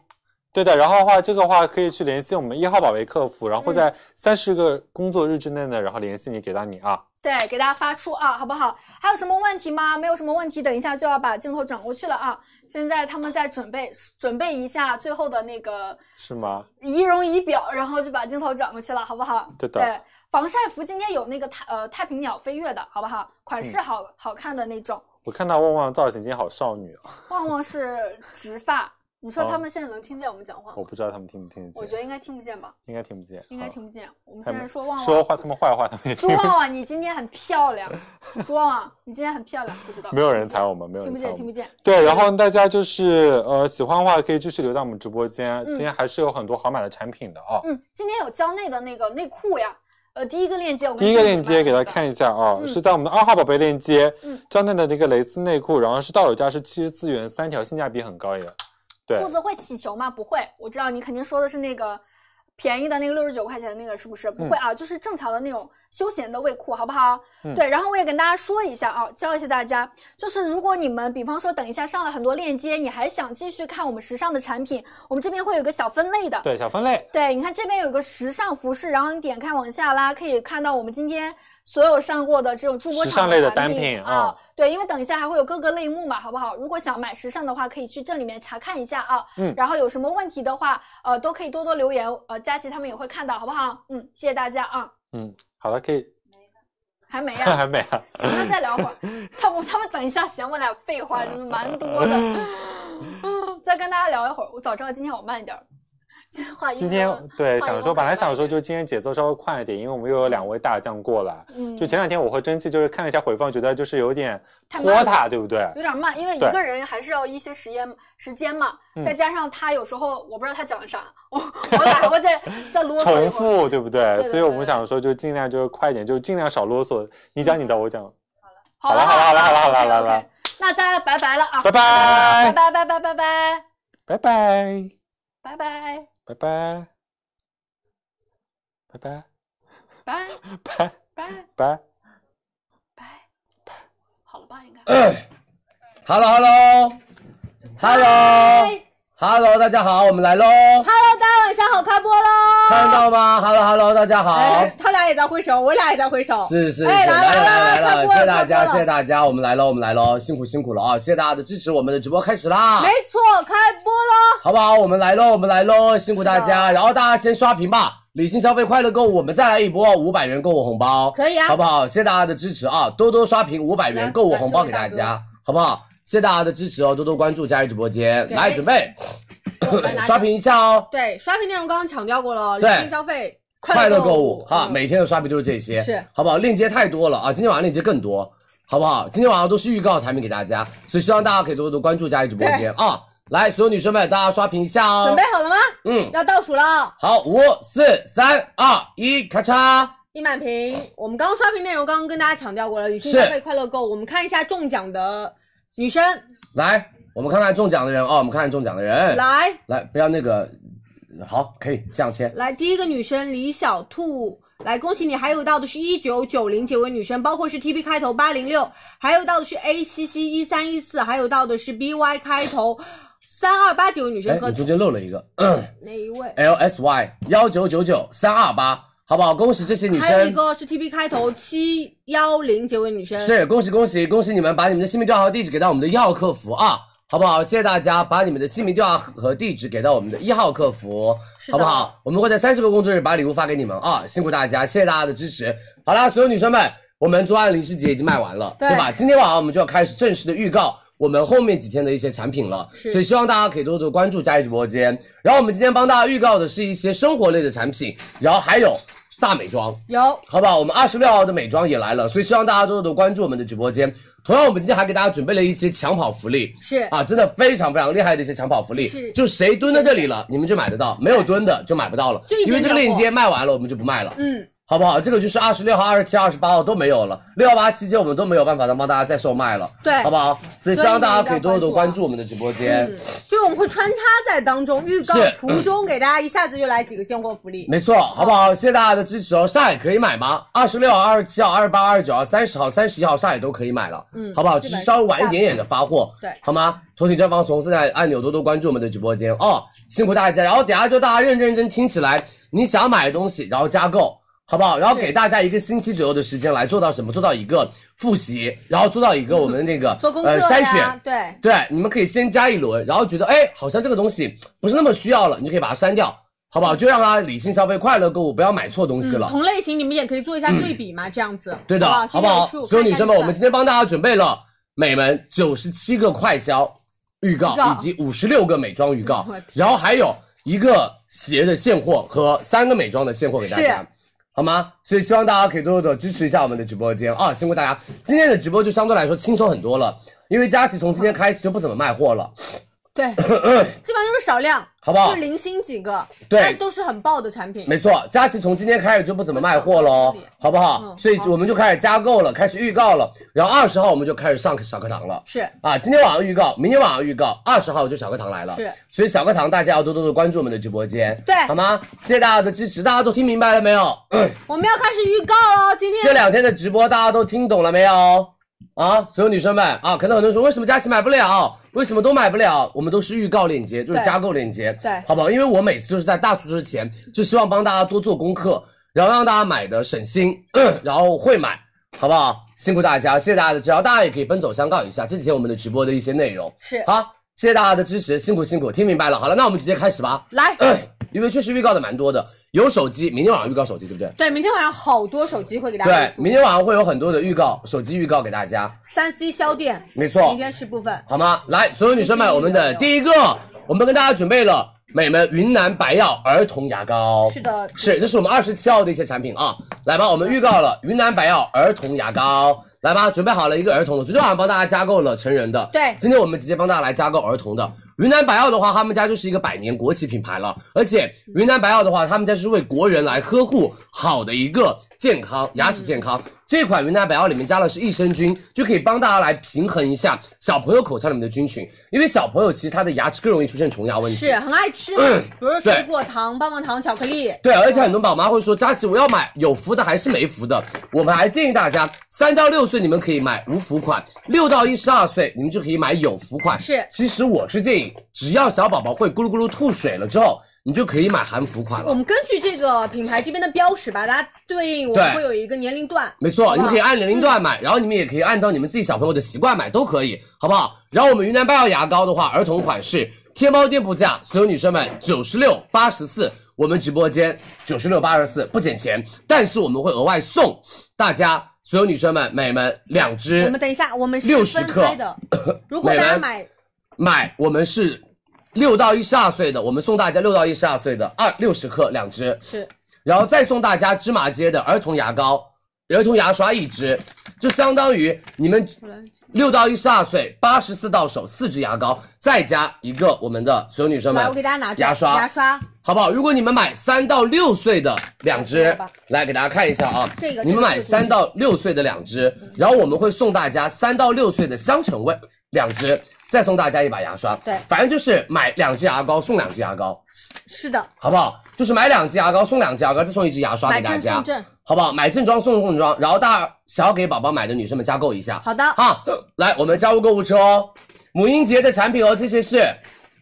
对的，然后的话，这个话可以去联系我们一号宝贝客服，然后会在三十个工作日之内呢，然后联系你，给到你啊。
对，给大家发出啊，好不好？还有什么问题吗？没有什么问题，等一下就要把镜头转过去了啊。现在他们在准备准备一下最后的那个
是吗？
仪容仪表，然后就把镜头转过去了，好不好？
对的
对，防晒服今天有那个太呃太平鸟飞跃的，好不好？款
嗯
式好、好看的那种。
我看到旺旺造型今天好少女啊，
旺旺是直发，你说
哦
他们现在能听见我们讲话
我
吗？
不知道他们听不听得见，
我觉得应该听不见吧，
应该听不见，
应该
好。
听不见。我们
他
现
们
在说旺
说
旺，
话他们坏话，他们也
朱
听不
旺
见。
旺，你今天很漂亮，朱旺旺，你今天很漂亮，不知道
没有人踩我们，没有人
听不
踩
见，
我
听
们
不。见。
对，然后大家就是呃喜欢的话可以继续留在我们直播间，
嗯
今天还是有很多好买的产品的啊。
嗯，今天有蕉内的那个内裤呀，呃，第一个链接我跟
第一个
你
链接
买
给大
那
家
个
看一下啊，
嗯
是在我们的二号宝贝链接，
嗯
蕉内的那个蕾丝内裤，然后是到手价是七十四元，三条，性价比很高耶。对
裤，子会起球吗？不会，我知道你肯定说的是那个便宜的那个六十九块钱的那个，是不是？不会啊，就是正常的那种休闲的卫裤，好不好？
嗯
对，然后我也跟大家说一下啊，教一下大家，就是如果你们比方说等一下上了很多链接，你还想继续看我们时尚的产品，我们这边会有个小分类的。
对，小分类，
对，你看这边有个时尚服饰，然后你点开往下拉，可以看到我们今天所有上过的这种助播
时
场
尚类的
产
单品
啊、
嗯
对，因为等一下还会有各个类目嘛，好不好？如果想买时尚的话，可以去这里面查看一下啊。
嗯
然后有什么问题的话，呃，都可以多多留言，呃，佳琪他们也会看到，好不好？嗯，谢谢大家啊。
嗯，好了，可以，
还没啊，
还没啊，
行，那再聊会 儿。他们他们等一下嫌我俩废话真的蛮多的， 嗯，再跟大家聊一会儿。我早知道今天我慢一点儿，今天话音
今
可
天
能
对
换一
想
个
说，本来
口
想
味
说就是今天节奏稍微快一点，因为我们又有两位大将过来。
嗯
就前两天我和蒸汽就是看了一下回放，觉得就是有点
太慢
拖
了
沓，对不对？
有点慢，因为一
对
个人还是要一些时间时间嘛，
嗯
再加上他有时候我不知道他讲的啥，我我俩 会再再啰嗦一会儿
重复，对不对？
对对
所以我们
对嗯
想说，就尽量就是快一点，就尽量少啰嗦。你讲你的，我讲。
好
好了好了好了好了
，OK，OK
好了好了
那大家拜拜了啊，
拜拜
拜拜拜拜拜拜
拜拜，
拜拜
拜拜，拜拜，
拜
拜
拜
拜。
拜，好了吧应该。
Hello Hello Hello，大家好，我们来喽，
Hello，大家晚上好，开播喽！
看到吗？Hello Hello，大家好
哎，，他俩也在挥手，我俩也在挥手。
是是是，
哎
来
来
了
了
来
来了
了，
快过
谢谢大
来
家，
快过来
谢谢大家，我们来喽，我们来喽，辛苦辛苦了啊，谢谢大家的支持，我们的直播开始啦
没，错，开播喽！
好不好？我们来喽，我们来喽，辛苦大家，然后大家先刷屏吧，理性消费，快乐购物，我们再来一波五百元购物红包，
可以啊
好不好？谢谢大家的支持啊，多多刷屏五百
来
元购物
来
红包
这
给
位
大
大
家，好不好？谢谢大家的支持哦，多多关注佳怡直播间，
对
来准备
我们拿着
刷屏一下哦。
对，刷屏内容刚刚强调过了，理
对
性消费，
快乐
乐
购
物嗯
物哈，每天的刷屏都是这些，
是
好不好？链接太多了啊，今天晚上链接更多，好不好？今天晚上都是预告产品给大家，所以希望大家可以多多关注佳怡直播间啊。来，所有女生们，大家刷屏一下哦。
准备，好了吗？
嗯，
要倒数了，
好，五、四、三、二、一，咔嚓！
一满屏。我们刚刚刷屏内容刚刚跟大家强调过了，理性消
是
费，快乐购物。我们看一下中奖的女生，
来，我们看看中奖的人哦，我们看看中奖的人。
来
来，不要那个，好，可以这样签。
来，第一个女生李小兔，来，恭喜你！还有到的是一九九零结尾女生，包括是 T B 开头八零六，还有到的是 A C C 一三一四，还有到的是 B Y 开头三二八九女生
哎，
和
你中间漏了一个
哪一位？
L S Y 幺九九九三二八，好不好？恭喜这些女
还有一
生，
个是 T B 开头七幺零结尾女生，
是恭喜恭喜恭喜你们把你们的姓名、调查和地址给到我们的一号客服啊，好不好？谢谢大家把你们的姓名、调查和地址给到我们的一号客服，
是
好
的
不好？我们会在三十个工作日把礼物发给你们啊，辛苦大家，谢谢大家的支持。好啦，所有女生们，我们昨晚的零食节已经卖完了，
对
吧？今天晚上我们就要开始正式的预告。我们后面几天的一些产品了，
是
所以希望大家可以多多关注佳怡直播间。然后我们今天帮大家预告的是一些生活类的产品，然后还有大美妆，
有
好不好？我们二十六号的美妆也来了，所以希望大家多多关注我们的直播间。同样，我们今天还给大家准备了一些抢跑福利，
是
啊，真的非常非常厉害的一些抢跑福利，
是
就谁蹲在这里了，你们就买得到；没有蹲的就买不到了
就一，点
因为这个
点货
链接卖完了，我们就不卖了。
嗯，
好不好？这个就是二十六号、二十七、二十八号都没有了，六幺八期间我们都没有办法再帮大家再售卖了，
对
好不好？所以希
所以
望
你
大家
一定
可以
要
多多
关
关
注啊
注我们的直播间。
嗯所以我们会穿插在当中，预告
是嗯
途中给大家一下子就来几个现货福利。
没错，好不好？谢谢大家的支持哦。上海可以买吗？二十六号、二十七号、二十八、二十九号、三十号、三十一号，上海都可以买了，
嗯
好不好？
基
只
本上
是稍微晚一点点的发货，
对
好吗？头顶正方红色的按钮多多关注我们的直播间哦，辛苦大家。然后等下就大家认认真真听起来，你想买的东西，然后加购。好不好？然后给大家一个星期左右的时间来做到什么？做到一个复习，然后做到一个我们那个
嗯做功课
呃
呀，
筛选，
对，
对，你们可以先加一轮，然后觉得哎，好像这个东西不是那么需要了，你就可以把它删掉，好不好？就让它理性消费，快乐购物，不要买错东西了。嗯
嗯同类型你们也可以做一下对比嘛，这样子，
对的，
好
好
不
不好？
心里有数
所有
看
女
一下
生们，
预
我们
算
今天帮大家准备了美们九十七个快销预 告
预告，
以及五十六个美妆预告
我天，
然后还有一个鞋的现货和三个美妆的现货给大家
是。
好吗？所以希望大家可以多多支持一下我们的直播间啊！辛苦大家，今天的直播就相对来说轻松很多了，因为佳琪从今天开始就不怎么卖货了，
对，基本上就是少量，
好不好
就是零星几个，
对
但是都是很爆的产品。
没错，佳琪从今天开始就不怎么卖货了哦，好不好？
嗯
所以
好
我们就开始加购了，开始预告了，然后二十号我们就开始上小课堂了。
是
啊，今天晚上预告，明天晚上预告，二十号就小课堂来了。
是，
所以小课堂大家要多多的关注我们的直播间，
对
好吗？谢谢大家的支持，大家都听明白了没有？嗯
我们要开始预告喽，今
这
天
两天的直播大家都听懂了没有？啊，所有女生们啊，可能很多人说为什么佳琪买不了，为什么都买不了？我们都是预告链接，就是
对
加购链接，
对
好不好？因为我每次就是在大促之前，就希望帮大家多做功课，然后让大家买的省心， 然后会买，好不好？辛苦大家，谢谢大家的支持，大家也可以奔走相告一下这几天我们的直播的一些内容。
是
好，谢谢大家的支持，辛苦辛苦，听明白了。好了，那我们直接开始吧，
来，
因为确实预告的蛮多的，有手机，明天晚上预告手机，对不对？
对，明天晚上好多手机会给大家
对，
推出
明天晚上会有很多的预告，手机预告给大家，
三 C 销店，
没错
明，天是部分，
好吗？来，所有女生们，我们的第一个，我们跟大家准备了美们云南白药儿童牙膏，
是的，
是，这是我们二十七号的一些产品啊，来吧，我们预告了云南白药儿童牙膏，来吧，准备好了一个儿童的，昨天晚上帮大家加购了成人的，
对
今天我们直接帮大家来加购儿童的。云南白药的话，他们家就是一个百年国企品牌了，而且云南白药的话，他们家是为国人来呵护好的一个健康牙齿健康。这款云南白药里面加了是益生菌，就可以帮大家来平衡一下小朋友口腔里面的菌群，因为小朋友其实他的牙齿更容易出现虫牙问题，嗯
是啊很爱吃，比如说水果糖、棒棒糖、巧克力，
对，而且很多宝妈会说，佳琪，我要买有福的还是没福的？我们还建议大家，三到六岁你们可以买无福款，六到一十二岁你们就可以买有福款。
是
其实我是建议，只要小宝宝会咕噜咕噜吐水了之后，你就可以买含福款
我
了。
们根据这个品牌这边的标识吧，大家对应我们
对
会有一个年龄段，
没错，
好嗯
你
不
们
好
可以按年龄段买，然后你们也可以按照你们自己小朋友的习惯买，都可以，好不好？然后我们云南白药牙膏的话，儿童款是天猫店铺价，所有女生们九十六八十四，我们直播间九十六八十四不减钱，但是我们会额外送大家所有女生们美们两
我
支
们，等一下，我们是
60
分开的， 如果
每
大家
人
买
买我们是六到一十二岁的，我们送大家六到一十二岁的二六十克两支，
是
然后再送大家芝麻街的儿童牙膏、儿童牙刷一支，就相当于你们六到一十二岁八十四到手四支牙膏，再加一个我们的所有女生们，
来，我给大家拿着
牙刷，
牙刷，
好不好？如果你们买三到六岁的两只
来吧，
来给大家看一下啊，
这个
你们
这个
买
这个
三到六岁的两只，然后我们会送大家三到六岁的香橙味两支，再送大家一把牙刷。
对
反正就是买两支牙膏送两支牙膏，
是的，
好不好？就是买两支牙膏送两支牙膏，再送一支牙刷
买
给大
正
家，
送正。
好不好？买正装送正装，然后大家想要给宝宝买的女生们加购一下。
好的
啊，来我们加入购物车哦，母婴节的产品哦，这些是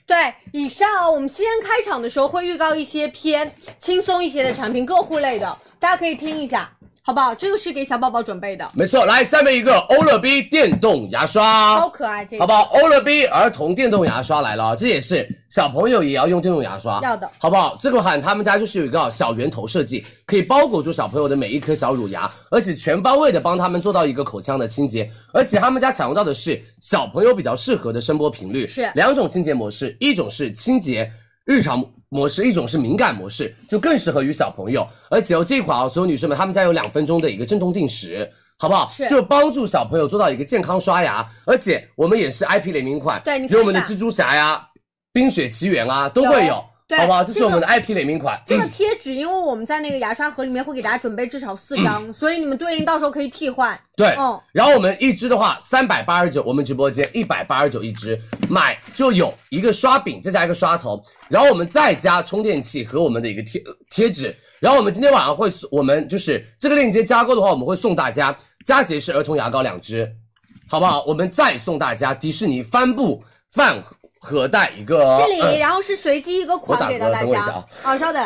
对，以上、哦、我们先开场的时候会预告一些偏轻松一些的产品，个护类的，大家可以听一下，好不好？这个是给小宝宝准备的，
没错，来下面一个欧乐 B 电动牙刷，
超可爱，这
好
个
不好？欧乐 B 儿童电动牙刷来了，这也是小朋友也要用电动牙刷，
要的，
好不好？这个款他们家就是有一个小圆头设计，可以包裹住小朋友的每一颗小乳牙，而且全方位的帮他们做到一个口腔的清洁，而且他们家采用到的是小朋友比较适合的声波频率，
是
两种清洁模式，一种是清洁。日常模式，一种是敏感模式，就更适合于小朋友。而且哦，这款哦，所有女生们，她们家有两分钟的一个震动定时，好不好？
是
就帮助小朋友做到一个健康刷牙，而且我们也是 IP 联名款，
对你看
有我们的
一下
蜘蛛侠呀、冰雪奇缘啊，都会有，
有对
好不好？这是
这个
我们的 IP 联名款。
这个
嗯
贴纸，因为我们在那个牙刷盒里面会给大家准备至少四张，
嗯
所以你们对应到时候可以替换。
对，
嗯
然后我们一支的话，三百八十九，我们直播间一百八十九一支，买就有一个刷柄，再加一个刷头，然后我们再加充电器和我们的一个贴呃贴纸，然后我们今天晚上会，我们就是这个链接加购的话，我们会送大家佳洁士儿童牙膏两支，好不好？我们再送大家迪士尼帆布饭盒袋一个哦，
这里，
嗯
然后是随机一个
我打
款给到
嗝
大
等我一
家。哦
下啊
稍等，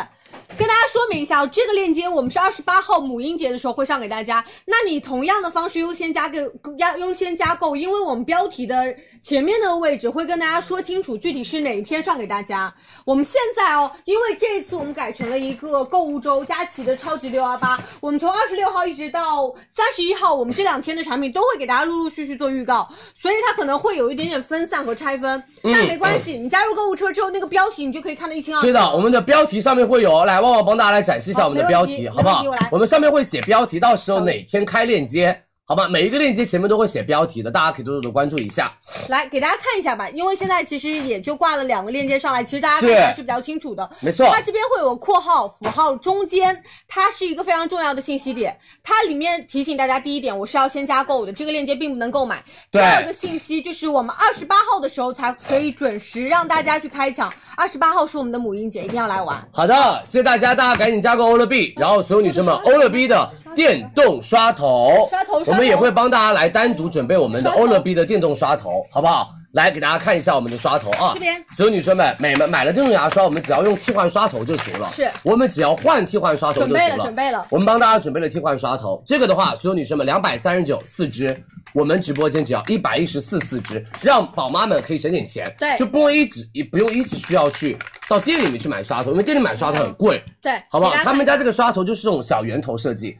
跟大家说明一下，哦，这个链接我们是二十八号母婴节的时候会上给大家。那你同样的方式优先加购，加优先加购，因为我们标题的前面那个位置会跟大家说清楚具体是哪一天上给大家。我们现在哦，因为这一次我们改成了一个购物周，佳琦的超级六幺八，我们从二十六号一直到三十一号，我们这两天的产品都会给大家陆陆续续做预告，所以它可能会有一点点分散和拆分，但没关系，你加入购物车之后，那个标题你就可以看得一清二
嗯
楚。啊
对的，我们的标题上面会有，来旺旺帮大家来展示一下
好
我们的标
没问
题，
题
好不好
没问题我来？
我们上面会写标题，到时候
好
哪天开链接，好吧？每一个链接前面都会写标题的，大家可以多多的关注一下。
来给大家看一下吧，因为现在其实也就挂了两个链接上来，其实大家看起来是比较清楚的。
没错
它这边会有括号、符号，中间它是一个非常重要的信息点，它里面提醒大家，第一点我是要先加购的，这个链接并不能购买。
对
第二个信息就是我们二十八号的时候才可以准时让大家去开抢，二十八号是我们的母婴节，一定要来玩。
好的，谢谢大家，大家赶紧加购欧乐 B，然后所有女生们，欧乐 B 的电动刷头，
刷头刷头
我们也会帮大家来单独准备我们的欧乐 B 的电动刷头，好不好？来给大家看一下我们的刷头啊，
这边
所有女生们，美们买了这种牙刷，我们只要用替换刷头就行了，
是
我们只要换替换刷头就
准
行
备了，准备了。
我们帮大家准备了替换刷头，这个的话，所有女生们两百三十九四支，我们直播间只要一百一十四四支，让宝妈们可以省点钱，
对
就不用一直也不用一直需要去到店里面去买刷头，因为店里买刷头很贵，
对，
好不好
给？大
他
看
们
一下
家这个刷头就是这种小圆头设计，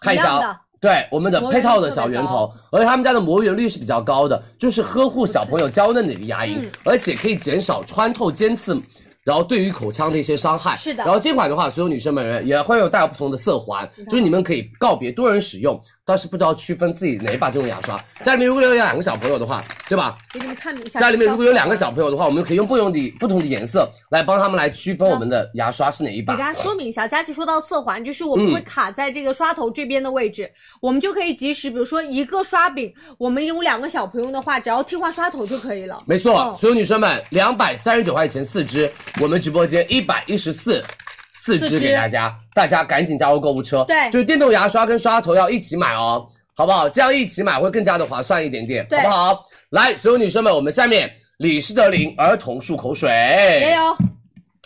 看一下
一样
啊
的。
对我们的
磨
配
圆
套的
率特
小
别
圆
高
头，而且他们家的磨圆率是比较高的，就是呵护小朋友娇嫩的一个牙
嗯
龈，而且可以减少穿透尖刺，然后对于口腔的一些伤害。
是的
然后这款的话，所有女生们也会有带有不同的色环，就是你们可以告别多人使用，但是不知道区分自己哪一把这种牙刷。家里面如果有两个小朋友的话，对吧？
给你们看一下。
家里面如果有两个
啊
小朋友的话，我们可以用不同的不同的颜色来帮他们来区分我们的牙刷是哪一把
给。大家说明一下，佳琪说到色环，就是我
嗯
们会卡在这个刷头这边的位置，我们就可以及时，比如说一个刷柄，我们有两个小朋友的话，只要替换刷头就可以了。
没错，
嗯
所有女生们，两百三十九块钱四支，我们直播间一百一十四。四
四支
支给大家，大家赶紧加入购物车。
对
就是电动牙刷跟刷头要一起买哦，好不好？这样一起买会更加的划算一点点，
对
好不好？来，所有女生们，我们下面李施德林儿童漱口水，
也有，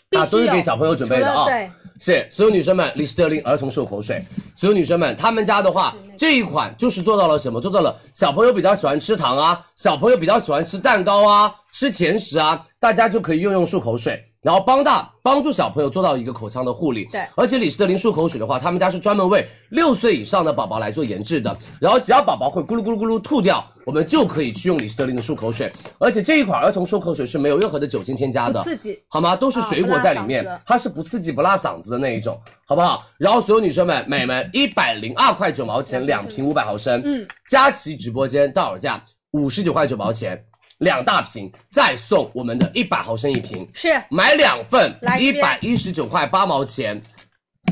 必
啊，都
须
是
有。
给小朋友准备的啊、
除了对，
是所有女生们，李施特林儿童漱口水，所有女生们，她们家的话，这一款就是做到了什么？做到了小朋友比较喜欢吃糖啊，小朋友比较喜欢吃蛋糕啊，吃甜食啊，大家就可以用用漱口水，然后帮大帮助小朋友做到一个口腔的护理。
对
而且李施特林漱口水的话，他们家是专门为六岁以上的宝宝来做研制的，然后只要宝宝会咕噜咕噜咕噜吐掉，我们就可以去用李施特林的漱口水，而且这一款儿童漱口水是没有任何的酒精添加的，
不刺激
好吗？都是
啊
水
不
果
辣
在里
嗓
面
子，
它是不刺激不辣嗓子的那一种，好不好？然后所有女生
嗯
们、美们，一百零二块九毛钱两瓶五百毫升，
嗯，
佳琦直播间到手价五十九块九毛钱两大瓶，再送我们的一百毫升一瓶，
是
买两份
来
一
这
百
边
一十九块八毛钱。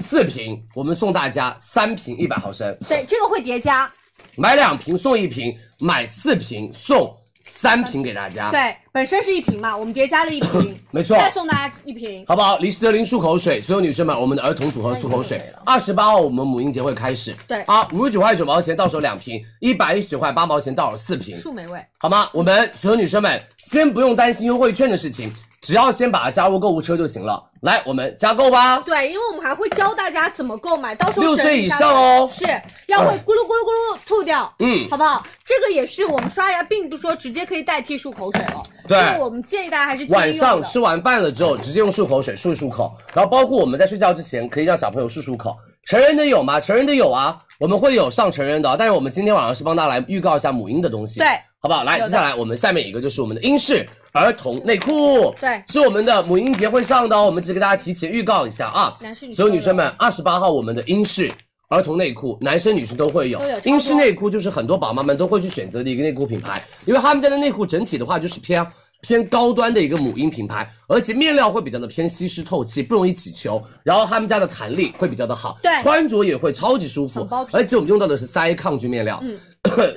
四瓶，我们送大家三瓶一百毫升，
对，这个会叠加，
买两瓶送一瓶，买四瓶送三瓶给大家，
对，本身是一瓶嘛，我们叠加了一瓶，
啊 没错
再送大家一瓶。
好不好？林诗德林漱口水，所有女生们，我们的儿童组合漱口水，二十八号我们母婴节会开始，
对
啊，五十九块九毛钱到手两瓶，一百一十九块八毛钱到手四瓶，
树莓味，
好吗？我们所有女生们，先不用担心优惠券的事情，只要先把它加入购物车就行了。来，我们加购吧。
对，因为我们还会教大家怎么购买，到时候
六
整理
岁以
一下
上哦
是要会咕噜咕噜咕噜吐掉，
嗯
好不好？这个也是我们刷牙，并不是说直接可以代替漱口水了，
对
这个我们建议大家还是建
晚
议用
上
的
吃。完饭了之后，直接用漱口水漱一漱口，然后包括我们在睡觉之前，可以让小朋友漱漱口。成人的有吗？成人的有啊，我们会有上成人的，但是我们今天晚上是帮大家来预告一下母婴的东西，
对，
好不好？来，
有的
接下来我们下面一个就是我们的英式儿童内裤，
对
是我们的母婴节会上的哦，我们只给大家提前预告一下啊。
男士女
所有女
都有
生们，二十八号我们的英式。儿童内裤，男生女生都会有。
都有差不多
英式内裤就是很多宝妈们都会去选择的一个内裤品牌，因为他们家的内裤整体的话就是偏偏高端的一个母婴品牌，而且面料会比较的偏吸湿透气，不容易起球，然后他们家的弹力会比较的好，
对
穿着也会超级舒服
很包，皮嗯
而且我们用到的是三 A 抗菌面 料，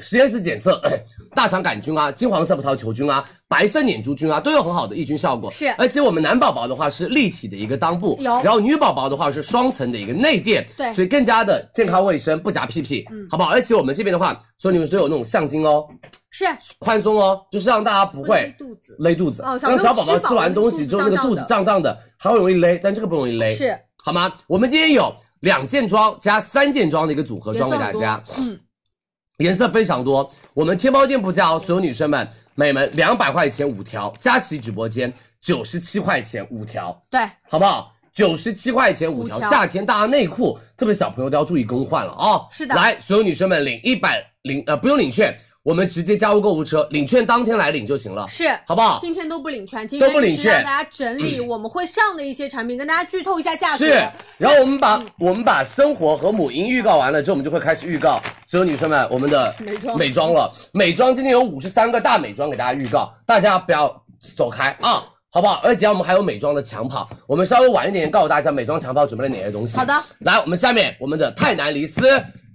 实验室检测 大肠杆菌啊、金黄色葡萄球菌啊、白色捻珠菌啊都有很好的抑菌效果，
是
而且我们男宝宝的话是立体的一个裆部，
有
然后女宝宝的话是双层的一个内垫，
对嗯
所以更加的健康卫生，不夹屁屁，好不好？而且我们这边的话，所有你们都有那种橡筋哦，
是
宽松哦，就是让大家不会
勒肚子
勒肚子，
哦小
让
朋友
小宝宝
吃饱
吃完东西之后那个肚子胀胀的，还会容易勒，但这个不容易勒，
是
好吗？我们今天有两件装加三件装的一个组合装给大家，
嗯，
颜色非常多。我们天猫店铺价哦，所有女生们、美们，两百块钱五条，佳琦直播间九十七块钱五条，
对，
好不好？九十七块钱五条
五，条
夏天大家内裤，特别小朋友都要注意更换了啊、
是的
来，所有女生们领一百领呃不用领券，我们直接加入购物车，领券当天来领就行了，
是
好不好？
今天都不领券，今
啊都
天
不领券嗯
就是让大家整理我们会上的一些产品，跟大家剧透一下价格。
是，然后我们
嗯
把我们把生活和母婴预告完了之后，我们就会开始预告所有女生们我们的
美妆
美妆了。美妆今天有五十三个大美妆给大家预告，大家不要走开啊，好不好？而且我们还有美妆的抢跑，我们稍微晚一点告诉大家美妆抢跑准备了哪些东西。
好的，
来，我们下面我们的泰南黎丝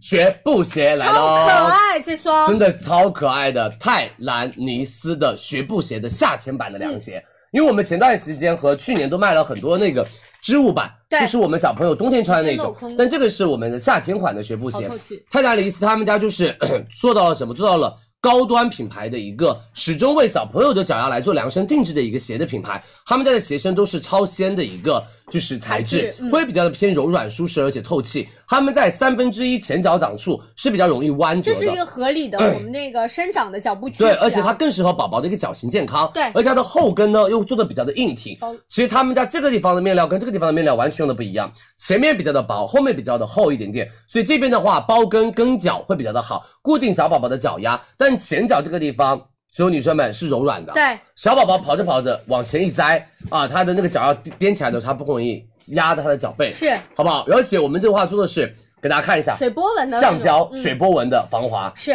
学步鞋来
超可
喽。
爱这双，
真的超可爱的泰兰尼斯的学步鞋的夏天版的凉鞋，因为我们前段时间和去年都卖了很多那个织物版，
对
就是我们小朋友冬天穿的那
镂
种
空，的
但这个是我们的夏天款的学步鞋
好透气。
泰兰尼斯他们家就是 咳做到了什么？做到了。高端品牌的一个始终为小朋友的脚丫来做量身定制的一个鞋的品牌，他们家的鞋身都是超纤的一个就是材质
材质，嗯
会比较的偏柔软舒适而且透气。他们在三分之一前脚掌处是比较容易弯折
这
的，
是一个合理的我们那个生长的脚步趋势啊。
嗯对，而且它更适合宝宝的一个脚型健康。
对哦
而且它的后跟呢又做的比较的硬挺
包。
其实他们家这个地方的面料跟这个地方的面料完全用的不一样，前面比较的薄，后面比较的厚一点点，所以这边的话包跟跟脚会比较的好，固定小宝宝的脚丫，但前脚这个地方。所有女生们是柔软的，
对，
小宝宝跑着跑着往前一栽啊，他的那个脚要颠颠起来的时候，他不容易压着他的脚背，
是
好不好？而且我们这个话做的是给大家看一下，
水波纹的那种
橡胶、
嗯
水波纹的防滑，
是。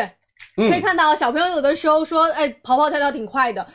嗯
可以看到，小朋友有的时候说，哎，跑跑跳跳挺快的，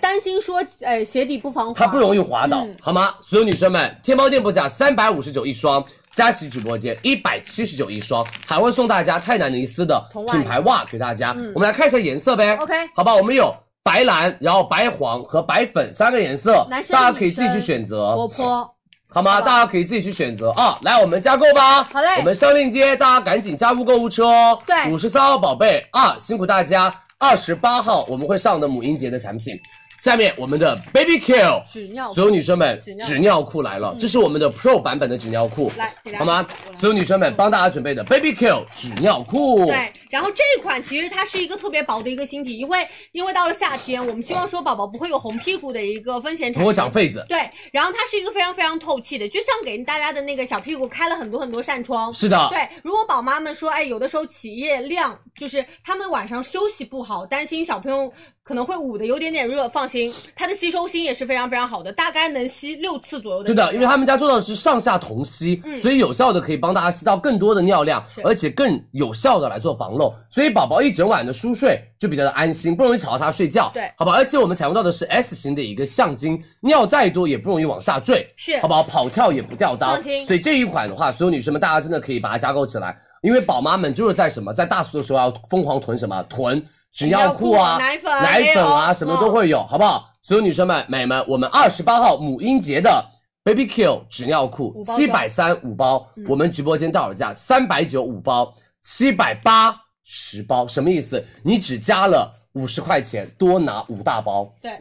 担心说，哎，鞋底不防滑。
它不容易滑倒，
嗯
好吗？所有女生们，天猫店铺价三百五十九一双，佳琦直播间一百七十九一双，还会送大家泰南尼斯的
童袜
品牌袜给大家。
嗯
我们来看一下颜色呗
OK
好吧，我们有白蓝，然后白黄和白粉三个颜色，
男生
大家可以自己
女
去
生
选择。
活泼。
好吗？
好
大
吧
家可以自己去选择啊。来，我们加购吧。
好嘞
我们上链接，大家赶紧加入购物车哦。
对
五十三号宝贝啊，辛苦大家。二十八号我们会上的母婴节的产品。下面我们的 Baby Kill，
纸尿裤
所有女生们
纸，尿裤嗯
纸尿裤来了，这是我们的 Pro 版本的纸尿裤，
来给大家
好吗
我？来
所有女生们，帮大家准备的 Baby Kill 纸尿裤，
对，然后这一款其实它是一个特别薄的一个芯体，因为因为到了夏天，我们希望说宝宝不会有红屁股的一个风险产
不
生。
会长痱子。
对，然后它是一个非常非常透气的，就像给大家的那个小屁股开了很多很多扇窗。
是的，
对，如果宝妈们说，哎，有的时候起夜亮，就是他们晚上休息不好，担心小朋友可能会捂的有点点热，放心，它的吸收性也是非常非常好的，大概能吸六次左右的。
真的，因为他们家做到的是上下同吸，
嗯
所以有效的可以帮大家吸到更多的尿量
是，
而且更有效的来做防漏，所以宝宝一整晚的熟睡就比较的安心，不容易吵到他睡觉，
对
好吧？而且我们采用到的是 S 型的一个橡筋，尿再多也不容易往下坠，
是
好不好？跑跳也不掉裆
放，心
所以这一款的话，所有女生们大家真的可以把它加购起来，因为宝妈们就是在什么，在大促的时候要疯狂囤什么囤。纸尿裤啊、
纸尿裤奶粉哎
奶粉
没有
啊，什么都会有，好不好？所有女生们、美们，我们二十八号母婴节的 Baby Q 纸尿裤
五包嗯
七百三五包，我们直播间到手价三百九五包，七百八十包，什么意思？你只加了五十块钱，多拿五大包。
对，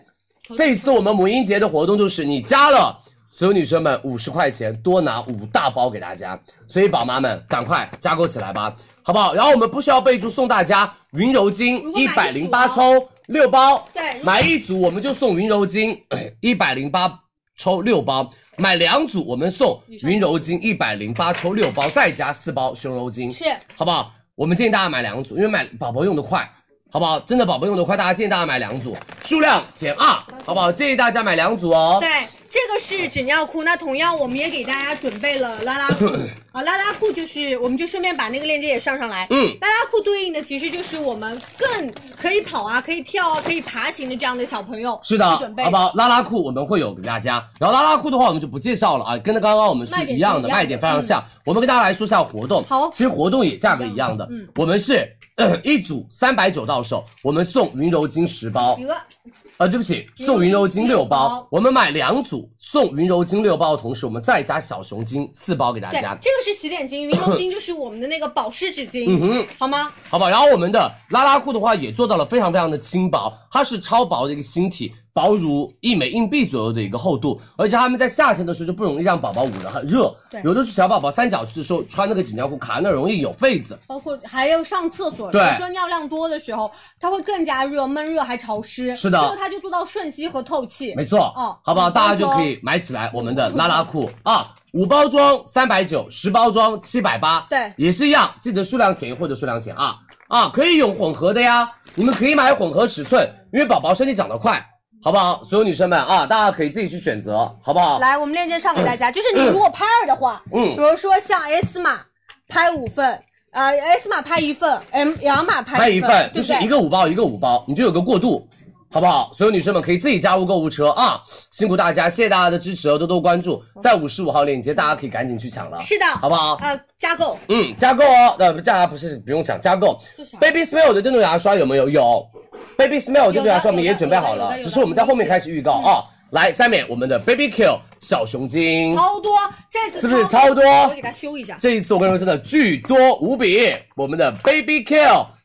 这一次我们母婴节的活动就是你加了所有女生们五十块钱，多拿五大包给大家，所以宝妈们赶快加购起来吧，好不好？然后我们不需要备注，送大家云柔巾
如果
一
买
百
一
零
组哦
八抽六包，
对如果
买一组我们就送云柔巾一百零八。抽六包，买两组我们送云柔巾一百零八，抽六包，再加四包胸柔巾。
是
好不好？我们建议大家买两组，因为买宝宝用的快，好不好？真的宝宝用的快，大家建议大家买两组，数量填二，好不好？建议大家买两组哦。
对，这个是纸尿裤。那同样，我们也给大家准备了拉拉裤啊，拉拉裤就是，我们就顺便把那个链接也上上来。
嗯
拉拉裤对应的其实就是我们更可以跑啊、可以跳啊、可以爬行的这样的小朋友
是的，
去准备
好不好？拉拉裤我们会有给大家，然后拉拉裤的话我们就不介绍了啊，跟刚刚我们是一样的，
卖
卖
点
点
是
非
一样的嗯
常像。我们跟大家来说一下活动，
好
其实活动也价格一样的，
嗯
我们是、 呃一组三百九到手，我们送云柔巾十包，
一个
呃，对不起，送云柔巾六
六包
包，我们买两组送云柔巾六包的同时，我们再加小熊巾四包给大
对，
家。
这个是洗脸巾， 云柔巾就是我们的那个保湿纸巾，
嗯哼，
好吗？
好不好？然后我们的拉拉裤的话也做到了非常非常的轻薄，它是超薄的一个芯体，薄如一枚硬币左右的一个厚度，而且它们在夏天的时候就不容易让宝宝捂得很热
对，
有的是小宝宝三角区的时候穿那个纸尿裤卡那儿容易有痱子，
包括还有上厕所，
对
比如说尿量多的时候，它会更加热、闷热还潮湿。
是的
这个它就做到瞬吸和透气。
没错，
哦
好不好？
五包
大家就
装
可以买起来我们的拉拉裤啊，五包装三百九，十包装七百八，
对
也是一样，记得数量填一或者数量填二啊，可以有混合的呀，你们可以买混合尺寸，因为宝宝身体长得快。好不好？所有女生们啊，大家可以自己去选择，好不好？
来，我们链接上给大家，就是你如果拍二的话，
哦嗯
比如说像 S 码拍五份，呃，S 码拍一份，M 两码
拍
拍
一份
份，，
就
对不
是
对？
一个五包一个五包，你就有个过渡，好不好？所有女生们可以自己加入购物车啊！辛苦大家，谢谢大家的支持哦，多多关注，在五十五号链接，大家可以赶紧去抢了，
是的，
好不好？
呃，加购
嗯，加购哦，呃，不，大家不是不用抢，加购。Baby Smell 的电动牙刷有没有？有，Baby Smell 的电动牙刷我们也准备好
有的有的
了
有，的嗯
只是我们在后面开始预告啊。来，下面我们的 Baby Q 小熊精，
超多，这
嗯
次
是不是
超
超多
我给它修一下。
这一次我跟你说真的巨多无比，我们的 Baby Q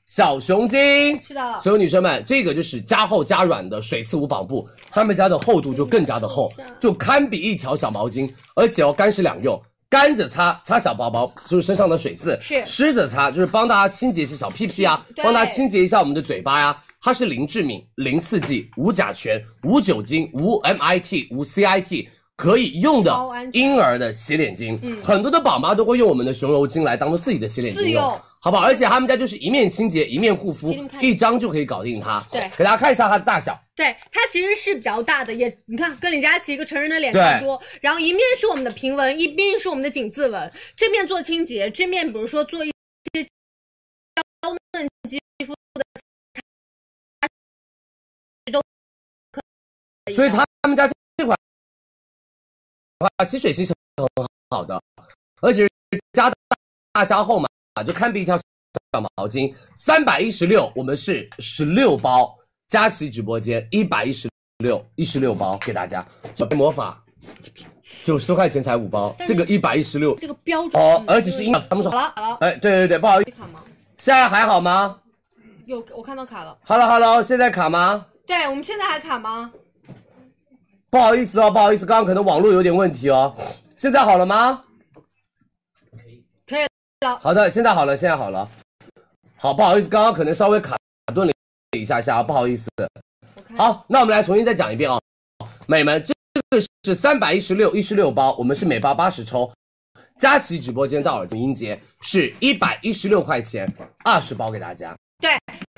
小熊精。
是的
所有女生们，这个就是加厚加软的水刺无纺布，他们家的厚度就更加的厚，
啊
就堪比一条小毛巾，而且哦干湿两用。干着擦擦小宝宝就是身上的水渍，
是嗯
湿着擦就是帮大家清洁一些小屁屁啊，
对
帮大家清洁一下我们的嘴巴呀、它是零致敏、零刺激、无甲醛、无酒精、无 MIT、无 CIT，可以用的
超安全
婴儿的洗脸巾。很多的宝妈都会用我们的熊柔巾来当做自己的洗脸巾
嗯自用
好不好？而且他们家就是一面清洁一面护肤
给你们，看
一张就可以搞定它。
对
给大家看一下它的大小。
对，它其实是比较大的，也你看跟李佳琦一个成人的脸差不多。然后一面是我们的平纹，一面是我们的紧字纹。这面做清洁，这面比如说做一些娇嫩肌肤的擦都可以的
所以他们家这款啊吸水性是很好的，而且加大加厚嘛，就堪比一条小毛巾。三百一十六，我们是十六包，佳琦直播间一百一十六一十六包给大家。小白魔法九十块钱才五包，
但是
这个一百一十六
这个标准
哦，而且是因为他们说
好，了好了，
哎，对对对，不好意思
有，卡吗？
现在还好吗
有，我看到卡了。
？Hello Hello，现在卡吗？
对我们现在还卡吗？
不好意思哦，不好意思，刚刚可能网络有点问题哦。现在好了吗？
可以了
好的，现在好了，现在好了。好，不好意思，刚刚可能稍微卡顿了一下下，不好意思。
我看
好，那我们来重新再讲一遍哦，美们，这个是三百一十六一十六包，我们是每包八十抽。佳琦直播间到了母婴节是一百一十六块钱，二十包给大家，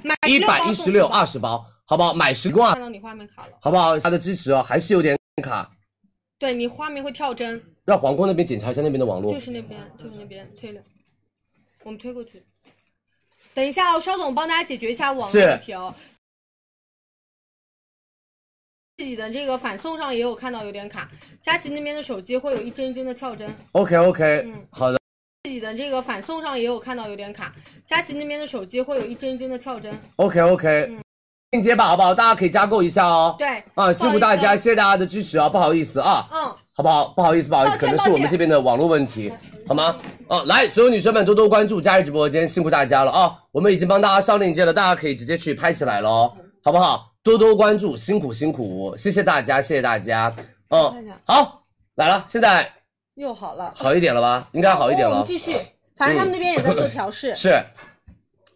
买
一
16
百
包
一
送
十六
四包
二十包，好不好？买十罐
看，到你画面卡了，
好不好？大家的支持哦，还是有点卡，
对你画面会跳帧，
让皇宫那边检查一下那边的网络。
就是那边，就是那边推了，我们推过去。等一下哦，稍等，我帮大家解决一下网络
是
问题哦。自己的这个反送上也有看到有点卡，佳琪那边的手机会有一帧一帧的跳帧，
OK OK，
嗯
好的，
自己的这个反送上也有看到有点卡，佳琦那边的手机会有一帧一帧的跳帧。
OK OK，链
嗯
接吧，好不好？大家可以加购一下哦。
对
啊，辛苦大
不好
家，
意思
谢谢大家的支持啊，不好意思啊，
嗯，
好不好？不好意思，不好意思，
抱
可
歉
能是我们这边的网络问题，好吗？啊，来，所有女生们多多关注佳怡直播间，辛苦大家了啊！我们已经帮大家上链接了，大家可以直接去拍起来了哦，好不好？多多关注，辛苦辛苦，谢谢大家，谢谢大家。嗯
看一下，
好，来了，现在
又好了，哦
好一点了吧？应该好一点
我
了嗯
们。继续，反正他们那边也在做调试。
是，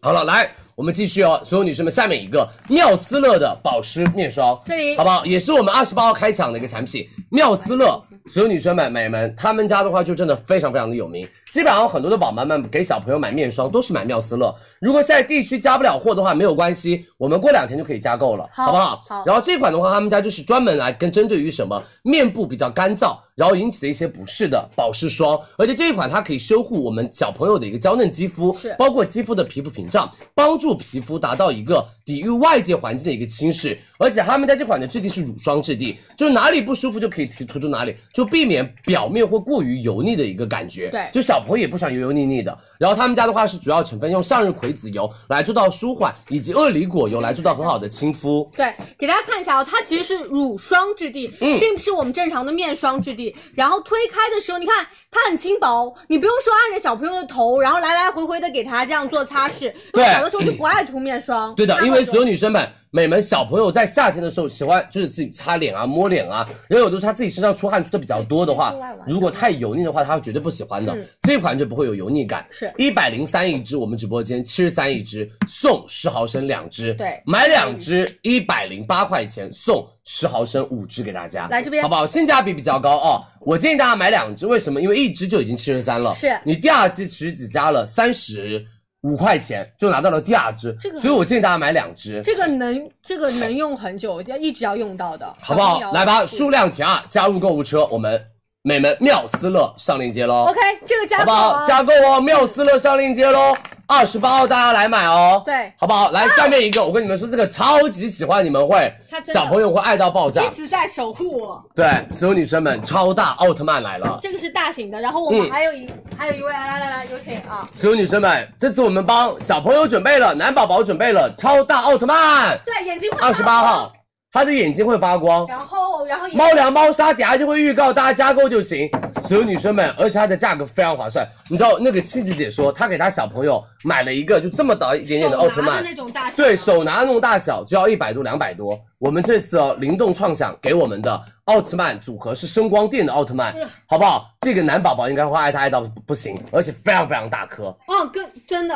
好了，来，我们继续哦，所有女生们，下面一个妙思乐的保湿面霜，
这里
好不好？也是我们二十八号开抢的一个产品，妙思乐，所有女生们、美们，他们家的话就真的非常非常的有名，基本上很多的宝妈们给小朋友买面霜都是买妙思乐，如果现在地区加不了货的话，没有关系，我们过两天就可以加购了，
好
不好？
好
然后这款的话，他们家就是专门来跟针对于什么面部比较干燥，然后引起的一些不适的保湿霜，而且这一款它可以修护我们小朋友的一个娇嫩肌肤，
是
包括肌肤的皮肤屏障，帮助皮肤达到一个抵御外界环境的一个侵蚀。而且他们家这款的质地是乳霜质地，就是哪里不舒服就可以涂涂涂哪里，就避免表面或过于油腻的一个感觉。
对
就小朋友也不喜欢油油腻腻的。然后他们家的话是主要成分用向日葵籽油来做到舒缓，以及鳄梨果油来做到很好的亲肤。
对，给大家看一下哦，它其实是乳霜质地，
嗯
并不是我们正常的面霜质地。然后推开的时候，你看它很轻薄，你不用说按着小朋友的头，然后来来回回的给它这样做擦拭。因为
对嗯
有的时候就不爱涂面霜。
对的，因为所有
你
女生们，美们小朋友在夏天的时候喜欢就是自己擦脸啊、摸脸啊，然后有的时候她自己身上出汗出的比较多的话
对出来玩，
如果太油腻的话，她绝对不喜欢的。
嗯
这款就不会有油腻感。
是
一百零三一支，我们直播间七十三一支，送十毫升两支。
对
买两支
嗯
一百零八块钱，送十毫升五支给大家。
来这边
好不好？性价比比较高哦。我建议大家买两支，为什么？因为一支就已经七十三了，
是
你第二支其实只加了三十。五块钱就拿到了第二支，
这个
所以我建议大家买两支，
这个能这个能用很久，要一直要用到的，
好不
一定
好？
要
来吧，
记
数量填啊，加入购物车，我们美们妙思乐上链接喽
OK，这个加
好不
购
好？
啊
加购哦，妙思乐上链接喽，二十八号大家来买哦，
对
好不好？来下面一个，我跟你们说，这个超级喜欢，你们会
它真的
小朋友会爱到爆炸，
一直在守护我。
对，所有女生们，超大奥特曼来了。
这个是大型的，然后我们
嗯
还有一、还有一位，来来来来，有请啊！
所有女生们，这次我们帮小朋友准备了，男宝宝准备了超大奥特曼，
对，眼睛会发
二十八号，他的眼睛会发光。
然后然后也
猫粮猫砂，等下就会预告，大家加购就行。所有女生们，而且它的价格非常划算。你知道那个亲子姐说，她给她小朋友买了一个就这么大一点点的奥特
手拿
曼
的，那种大型的
对手拿那种大小就要一百多两百多。我们这次哦，灵动创想给我们的奥特曼组合是声光电的奥特曼，好不好？这个男宝宝应该会爱它爱到不不行，而且非常非常大颗。
嗯，跟真的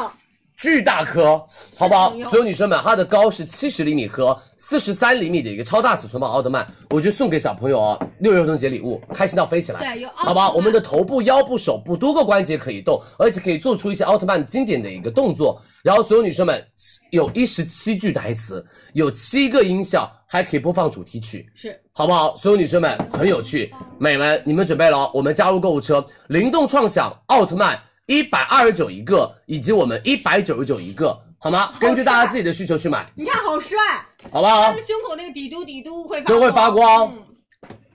巨大颗，好不好
朋？友
所有女生们，它的高是七十厘米和四十三厘米的一个超大尺寸版奥特曼，我觉得送给小朋友哦，六一儿童节礼物，开心到飞起来，
对有奥特曼
好不好？我们的头部、腰部、手部多个关节可以动，而且可以做出一些奥特曼经典的一个动作。然后所有女生们有一十七句台词，有七个音效，还可以播放主题曲。
是
好不好？所有女生们很有趣，美们你们准备了哦，我们加入购物车，灵动创想奥特曼一百二十九一个，以及我们一百九十九一个，好吗？根据大家自己的需求去买，
你看好帅，
好不好
他的？胸口那个底嘟底嘟会发
都会发光
嗯，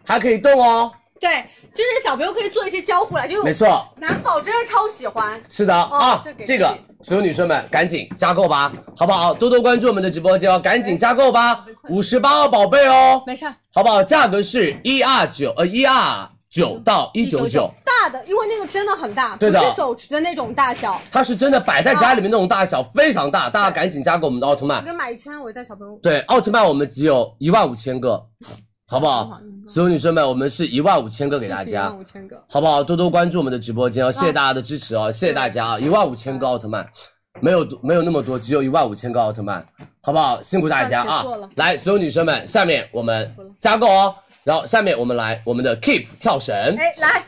还可以动哦，
对，就是小朋友可以做一些交互来，就是
没错，
男宝真的超喜欢。
是的、啊
这，给
这个
自
所有女生们赶紧加购吧，好不好？多多关注我们的直播间哦，赶紧加购吧，五十八号宝贝哦，
没事儿，
好不好？价格是一二九呃一二九到一九九。
大的，因为那个真的很大，
对的
不是手持的那种大小。
它是真的摆在家里面那种大小，非常大，大家赶紧加购我们的奥特
我
曼。
跟买一圈，我带小朋友。
啊对，奥特曼我们只有一万五千个，好不好？所有女生们，我们是一万五千个给大
一
家
万，五千个，
好不好？多多关注我们的直播间哦，谢谢大家的支持哦，谢谢大家啊！一万五千个奥特曼，没有没有那么多，只有一万五千个奥特曼，好不好？辛苦大家
啊
啊
写错了！
来，所有女生们，下面我们加购哦，然后下面我们来我们的 Keep 跳绳，
哎，来。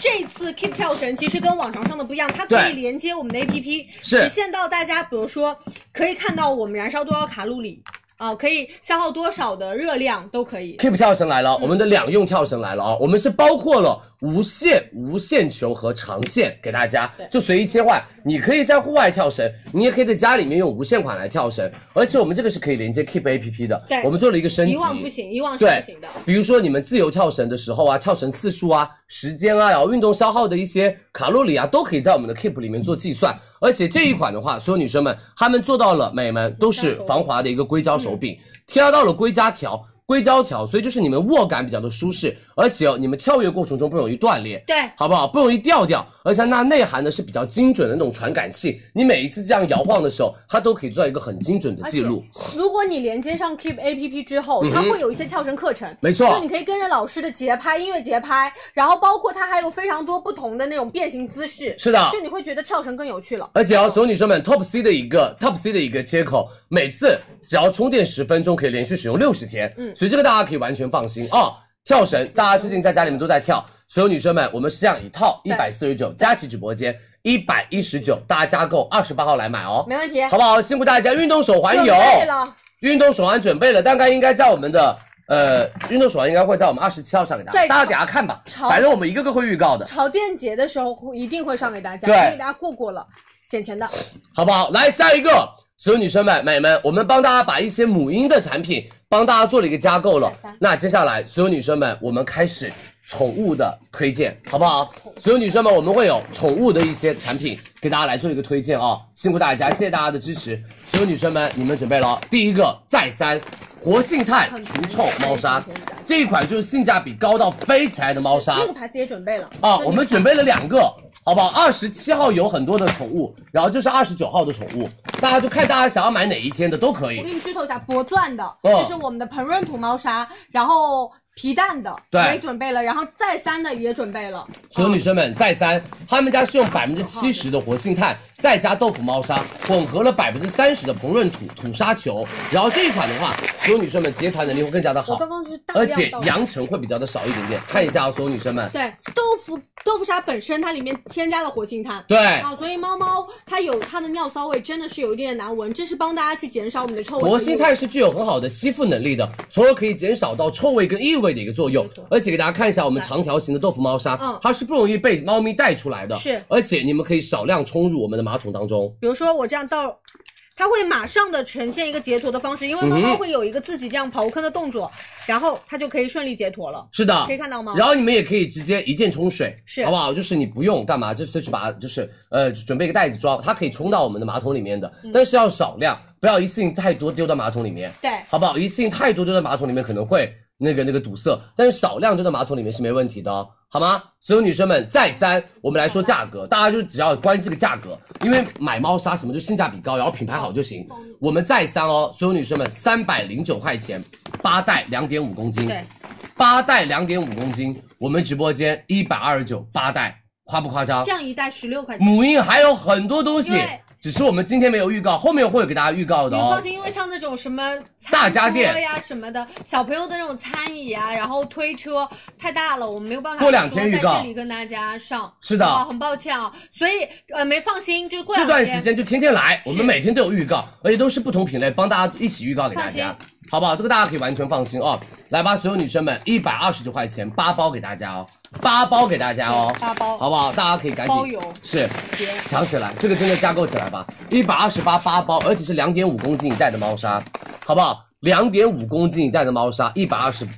这次 Keep 跳绳其实跟网常上的不一样，它可
对
以连接我们的 APP，
是
实现到大家，比如说可以看到我们燃烧多少卡路里啊、可以消耗多少的热量都可以。嗯
Keep 哦跳绳来了，我们的两用跳绳来了啊！我们是包括了无线、无线球和长线给大家，就随意切换。你可以在户外跳绳，你也可以在家里面用无线款来跳绳，而且我们这个是可以连接 Keep A P P 的。
对
我们做了一个升级。
以往不行，以往是
对
不行的。，
比如说你们自由跳绳的时候啊，跳绳次数啊、时间啊，然后运动消耗的一些卡路里啊，都可以在我们的 Keep 里面做计算。而且这一款的话，所有女生们她们做到了，美们都是防滑的一个硅胶手
嗯
柄，贴到了硅胶条。硅胶条，所以就是你们握感比较的舒适，而且哦，你们跳跃过程中不容易断裂。
对
好不好？不容易掉掉，而且它内含的是比较精准的那种传感器，你每一次这样摇晃的时候，它都可以做到一个很精准的记录。
如果你连接上 Keep A P P 之后，
嗯哼
它会有一些跳绳课程，
没错
就你可以跟着老师的节拍、音乐节拍，然后包括它还有非常多不同的那种变形姿势，
是的，
就你会觉得跳绳更有趣了。
而且哦，所有女生们，Top C 的一个 Top C 的一个接口，每次只要充电十分钟，可以连续使用六十天。
嗯
所以这个大家可以完全放心啊、跳绳，大家最近在家里面都在跳，所有女生们，我们是这样一套一
对
百四十九，佳琦直播间一百一十九，大家加购二十八号来买哦，
没问题，
好不好？辛苦大家，运动手环有，
准备了，
运动手环准备了，大概应该在我们的呃运动手环应该会在我们二十七号上给大家，
对
大家等下看吧，
超
反正我们一个个会预告的。
潮电节的时候会一定会上给大家，
对
先给大家过过了，捡钱的。
好不好？来下一个，所有女生们、美们，我们帮大家把一些母婴的产品帮大家做了一个加购了。那接下来，所有女生们，我们开始宠物的推荐，好不好？所有女生们，我们会有宠物的一些产品给大家来做一个推荐啊、辛苦大家，谢谢大家的支持。所有女生们，你们准备了哦？第一个，再三。活性炭除臭猫砂这一款就是性价比高到飞起来的猫砂，
那个牌子也准备了
啊，我们准备了两个，好不好？二十七号有很多的宠物，然后就是二十九号的宠物，大家就看大家想要买哪一天的都可
我
以
给。你剧透一下，铂钻的，
嗯
就是我们的膨润土猫砂，然后皮蛋的
对
也准备了，然后再三的也准备了，
所有女生们，再三，他们家是用百分之七十的活性炭，再加豆腐猫砂，混合了百分之三十的膨润土土沙球，然后这一款的话，所有女生们结团能力会更加的
我
好
刚，刚就是大
而
量
且
到。
扬尘会比较的少一点点。看一下啊，所有女生们，
对，豆腐豆腐砂本身它里面添加了活性炭。
对，
啊，所以猫猫它有它的尿骚味，真的是有一点点难闻，这是帮大家去减少我们的臭味。
活性炭是具有很好的吸附能力的，从而可以减少到臭味跟异味的一个作用
没错。
而且给大家看一下我们长条形的豆腐猫砂，
嗯
它是不容易被猫咪带出来的。
是
而且你们可以少量冲入我们的马桶当中。
比如说我这样倒，它会马上的呈现一个截图的方式，因为猫
嗯
猫
哼
会有一个自己这样刨坑的动作，然后它就可以顺利截图了。
是的，
可以看到吗
啊然后你们也可以直接一键冲水，
是
好不好？就是你不用干嘛，就随时把它就是呃准备一个袋子装，它可以冲到我们的马桶里面的，
嗯
但是要少量，不要一次性太多丢到马桶里面。
对，
好不好？一次性太多丢在马桶里面可能会那个那个堵塞，但是少量丢在马桶里面是没问题的、哦，好吗？所有女生们，再三我们来说价格，大家就只要关心这个价格，因为买猫砂什么就性价比高，然后品牌好就行。我们再三哦，所有女生们，三百零九块钱，八袋两点五公斤，
对，
八袋两点五公斤，我们直播间一百二十九八袋，夸不夸张
这？样一袋十六块钱。
母婴还有很多东西
对，
只是我们今天没有预告，后面会有给大家预告
你
的哦。
放心，因为像那种什么餐
大家电
桌呀什么的，小朋友的那种餐椅啊，然后推车太大了，我们没有办法
过两天预告
在这里跟大家上。
是的
啊，很抱歉啊，所以呃没放心，就是过
这
两
段
天
时间就天天来，我们每天都有预告，而且都是不同品类，帮大家一起预告给大家
放，
好不好？这个大家可以完全放心哦。来吧，所有女生们，一百二十九块钱八包给大家哦，八包给大家哦，
八包
好不好？大家可以赶紧
包邮
是
别
抢起来，这个真的加购起来吧，一百二十八八包，而且是两点五公斤一袋的猫砂，好不好？两点五公斤一袋的猫砂，一百二十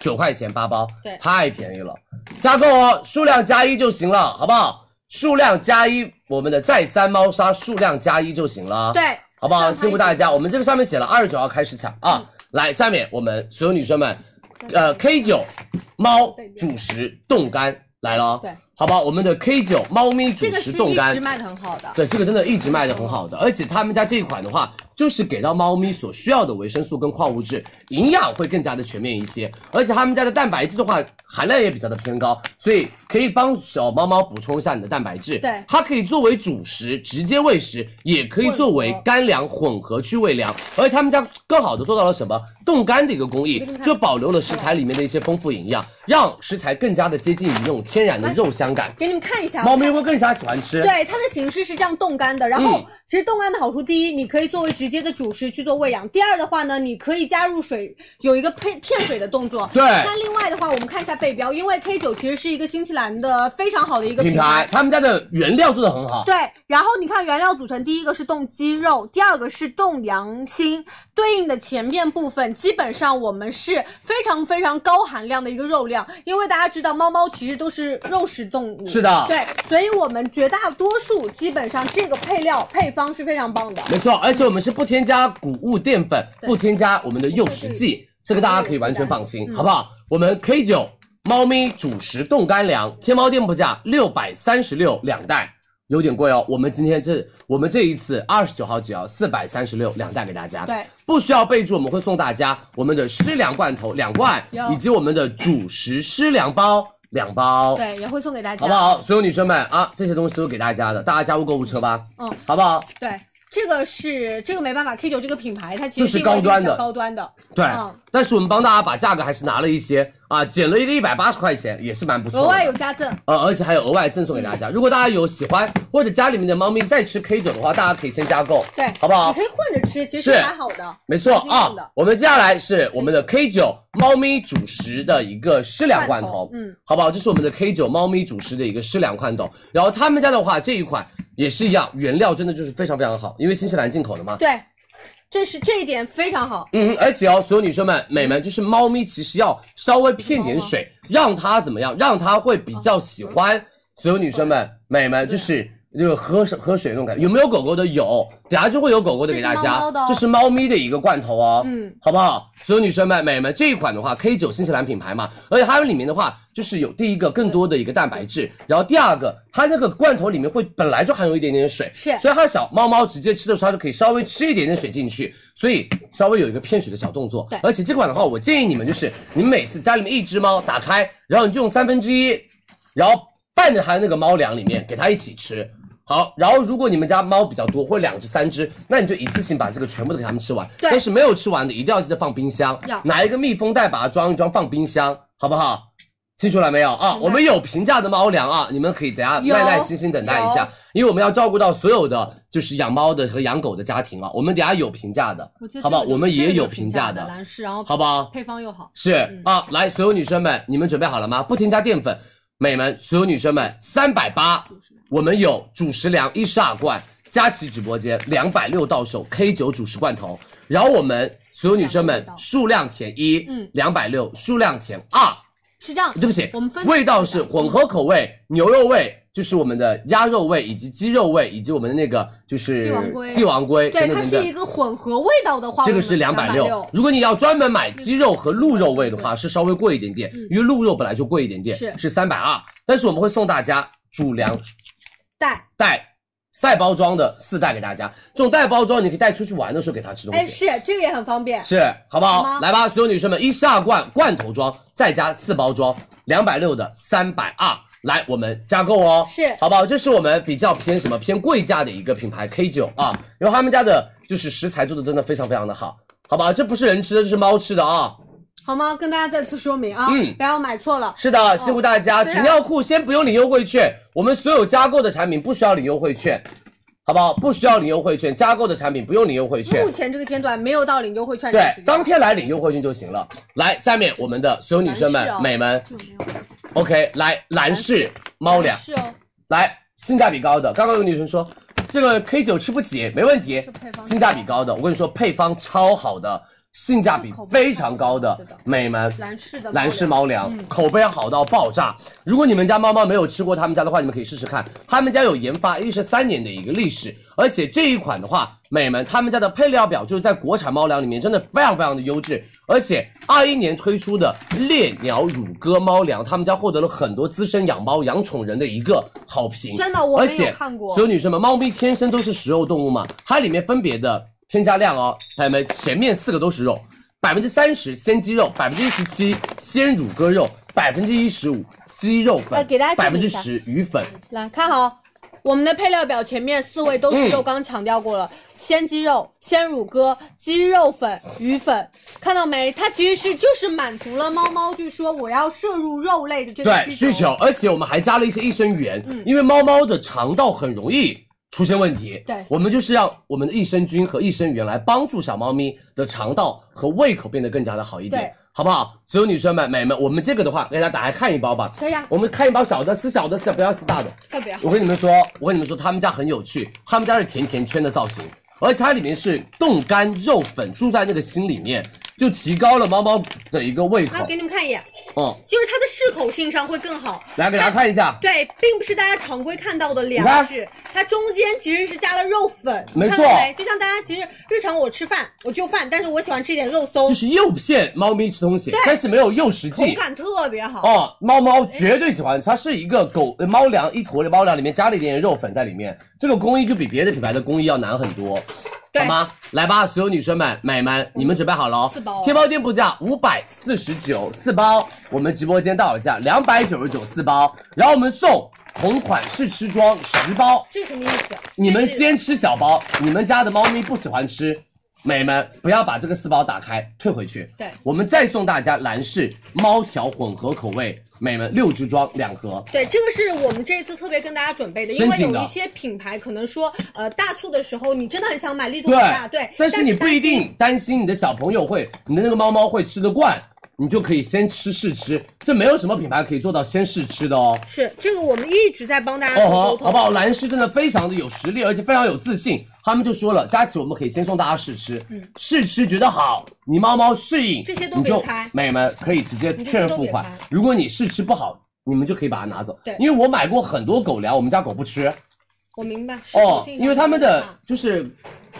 九块钱八包，
对
太便宜了，加购哦，数量加一就行了，好不好？数量加一，我们的再三猫砂数量加一就行了，，
对，
好不好？
上台
辛苦大家，我们这个上面写了二十九号开始抢啊，
嗯
来，下面我们所有女生们，呃，K 九猫主食冻干来了，哦
对，
好不好？我们的 K 九猫咪主
这个是
食
一
冻干
直，卖的很好的。
对，这个真的一直卖的很好的，而且他们家这一款的话，就是给到猫咪所需要的维生素跟矿物质，营养会更加的全面一些，而且他们家的蛋白质的话含量也比较的偏高，所以可以帮小猫猫补充一下你的蛋白质。
对
它可以作为主食直接喂食，也可以作为干粮混合去喂粮，而且他们家更好的做到了什么冻干的一个工艺，就保留了食材里面的一些丰富营养，让食材更加的接近于那种天然的肉香感，
给你们看一下，
猫咪会更加喜欢吃。
对，它的形式是这样冻干的。然后，
嗯
其实冻干的好处，第一，你可以作为直接的主食去做喂养；第二的话呢，你可以加入水，有一个配片水的动作。
对
那另外的话，我们看一下背标，因为 K 九其实是一个新西兰的非常好的一个
品
品
牌，他们家的原料做的很好。
对，然后你看原料组成，第一个是冻鸡肉，第二个是冻羊心，对应的前面部分基本上我们是非常非常高含量的一个肉量，因为大家知道猫猫其实都是肉食动物，
是的
对，所以我们绝大多数基本上这个配料配方是非常棒的。
没错，而且我们是不添加谷物淀粉，
对
不添加我们的诱食剂，这个大家可以完全放
嗯
心，好不好？我们 K 九猫咪主食冻干粮，天猫店铺价六百三十六两袋，有点贵哦。我们今天这我们这一次二十九号只要四百三十六两袋给大家，
对，
不需要备注，我们会送大家我们的湿粮罐头两罐
有，
以及我们的主食湿粮包两包，
对，也会送给大家，
好不？好？所有女生们啊，这些东西都是给大家的，大家加入购物车吧，
嗯，
好不好？
对，这个是这个没办法，K 九这个品牌它其
这是
实定位
高端的
比较高端的，
对，
嗯
但是我们帮大家把价格还是拿了一些啊，减了一个一百八十块钱，也是蛮不错的。
额外有加赠。
呃，而且还有额外赠送给大家。如果大家有喜欢或者家里面的猫咪再吃 K 九的话，大家可以先加购，
对，
好不好
你可？以混着吃，其实
是
蛮好的。
没错
可以
啊
用的，
我们接下来是我们的 K 九猫咪主食的一个湿粮罐头，
罐头嗯，
好不好？这是我们的 K 九猫咪主食的一个湿粮罐头。然后他们家的话，这一款也是一样，原料真的就是非常非常好，因为新西兰进口的嘛，
对，这是这一点非常好。
嗯，而且哦，所有女生们、美们，就是猫咪其实要稍微骗点水，
啊
让它怎么样，让它会比较喜
哦
欢。所有女生们、美们，就是就是喝水喝水那种感觉，有没有狗狗的？有，等下就会有狗狗的给大
这是猫
家
猫的哦。
这是猫咪的一个罐头哦，
嗯，
好不好？所有女生们、美们，这一款的话，K 九新西兰品牌嘛，而且它里面的话，就是有第一个更多的一个蛋白质，然后第二个它那个罐头里面会本来就含有一点点水，
是
所以它小猫猫直接吃的时候，它就可以稍微吃一点点水进去，所以稍微有一个骗水的小动作。
对
而且这款的话，我建议你们就是，你们每次家里面一只猫打开，然后你就用三分之一，然后拌着它那个猫粮里面给它一起吃。好，然后如果你们家猫比较多，或两只、三只，那你就一次性把这个全部都给它们吃完。
对
但是没有吃完的，一定要记得放冰箱
要，
拿一个密封袋把它装一装，放冰箱，好不好？清楚了没有啊？
明白
我们有平价的猫粮啊，你们可以等下
有
耐耐心心等待一下，因为我们要照顾到所有的就是养猫的和养狗的家庭啊。我们等下有平价的
我觉得，
好不好？
这个
我们
这
也
个
有
有
平
平
价
价
的，
蓝氏，然后
好不好？
配方又好。
是啊，来，所有女生们，你们准备好了吗？不添加淀粉，美们，所有女生们，三百八，我们有主食粮一十二罐，佳琦直播间两百六到手 K 九主食罐头，然后我们所有女生们
两个味道
数量填一，
嗯
两百六数量填二，
是这样，
对不起，
我们分
味道是混合口味，牛肉味就是我们的鸭肉味，以及鸡肉味，以及我们的那个就是
帝王龟
帝王龟
对，
等等
它
等
是一
等。
个混合味道的话，
这个是两
两
百六
六，，
如果你要专门买鸡肉和鹿肉味的话，是稍微贵一点点，因为鹿肉本来就贵一点点，
嗯是
是三百二。但是我们会送大家主粮
带，
袋带包装的四袋给大家，这种带包装你可以带出去玩的时候给它吃东
哎，
西，
是这个也很方便。
是好不好？
好吗
来吧，所有女生们，一十二罐罐头装，再加四包装，两百六的三百二，来我们加购哦，
是
好不好？这是我们比较偏什么偏贵价的一个品牌 K 九啊，然后他们家的就是食材做的真的非常非常的好，好不好？这不是人吃的，这是猫吃的啊。
好吗？跟大家再次说明啊，
嗯
不要买错了。
是的，辛苦大家。
对啊
纸尿裤先不用领优惠券，我们所有加购的产品不需要领优惠券，好不好？不需要领优惠券，加购的产品不用领优惠券
目。前这个阶段没有到领优惠券的
对
时，间
当天来领优惠券就行了。来，下面我们的所有女生们
男士、哦
美们
这个没有
，OK，来兰氏猫粮，
是哦，
来性价比高的。刚刚有女生说这个 K 九吃不起，没问题
这配，方
性价比高的。我跟你说，配方超好的，性价比非常高的
这口，味
美们。
蓝氏的
兰氏
猫粮，嗯
猫粮，口碑好到爆炸。如果你们家猫猫没有吃过他们家的话，你们可以试试看，他们家有研发一十三年的一个历史，而且这一款的话，美们他们家的配料表就是在国产猫粮里面真的非常非常的优质，而且二一年推出的烈鸟乳鸽猫粮，他们家获得了很多资深养猫养宠人的一个好评，
真的我
而
们有
且
看过
所有女生们，猫咪天生都是食肉动物嘛，它里面分别的添加量哦，朋友们，前面四个都是肉，百分之三十鲜鸡肉，百分之一十七鲜乳鸽肉，百分之一十五鸡肉粉，
呃给大家
百
证
分
明
之
一下
十鱼粉，
来看好，我们的配料表前面四位都是
嗯
肉刚强调过了。鲜鸡肉、鲜乳鸽、鸡肉粉、鱼粉，看到没？它其实是就是满足了猫猫，就说我要摄入肉类的这个
对需求，而且我们还加了一些益生元，
嗯
因为猫猫的肠道很容易出现问题，
对
我们就是让我们的益生菌和益生元来帮助小猫咪的肠道和胃口变得更加的好一
对
点，好不好？所有女生们、美们，我们这个的话，给大家打开看一包吧，
可以啊，
我们看一包小的，撕小的，撕小不要撕大的。
特别好。
我跟你们说，我跟你们说，他们家很有趣，他们家是甜甜圈的造型，而且它里面是冻干肉粉注在那个心里面，就提高了猫猫的一个胃
那
口
给。你们看一眼，
嗯，
就是它的适口性上会更好。
来给大家看一下，
对，并不是大家常规看到的粮食，它中间其实是加了肉粉，
没错
看到没？就像大家其实日常我吃饭，我就饭，但是我喜欢吃一点肉
就
松，
是诱骗猫咪吃东西
对，
但是没有诱食
口
剂。
感特别好。
哦，猫猫绝对喜欢吃，它是一个狗呃猫粮一坨的猫粮，里面加了一点点肉粉在里面，这个工艺就比别的品牌的工艺要难很多，
对嗯
好吗？来吧，所有女生们、美们，你们准备好了哦。
四包哦
天猫店铺价五百四十九四包，我们直播间到手价两百九十九四包，然后我们送同款试吃装十包，
这是什么意思？
你们
这是
先吃小包，你们家的猫咪不喜欢吃，美们不要把这个四包打开，退回去。
对
我们再送大家兰氏猫条混合口味，美们六支装两盒。
对，这个是我们这一次特别跟大家准备的，因为
申请的
有一些品牌可能说，呃，大促的时候你真的很想买，力度
对
很大，对，
但是你不
担心
一定担心你的小朋友会，你的那个猫猫会吃得惯，你就可以先吃试吃，这没有什么品牌可以做到先试吃的哦。
是这个，我们一直在帮大家做嗯沟
哦
通，
好，好不好？兰诗真的非常的有实力，而且非常有自信。他们就说了，佳琪，我们可以先送大家试吃，
嗯
试吃觉得好，你猫猫适应，
这些都
你就
别开
美们可以直接确认付款
你这些都别开。
如果你试吃不好，你们就可以把它拿走。
对
因为我买过很多狗粮，我们家狗不 吃
我明白，是
哦，
口径
因为他们
上
的
的啊
就是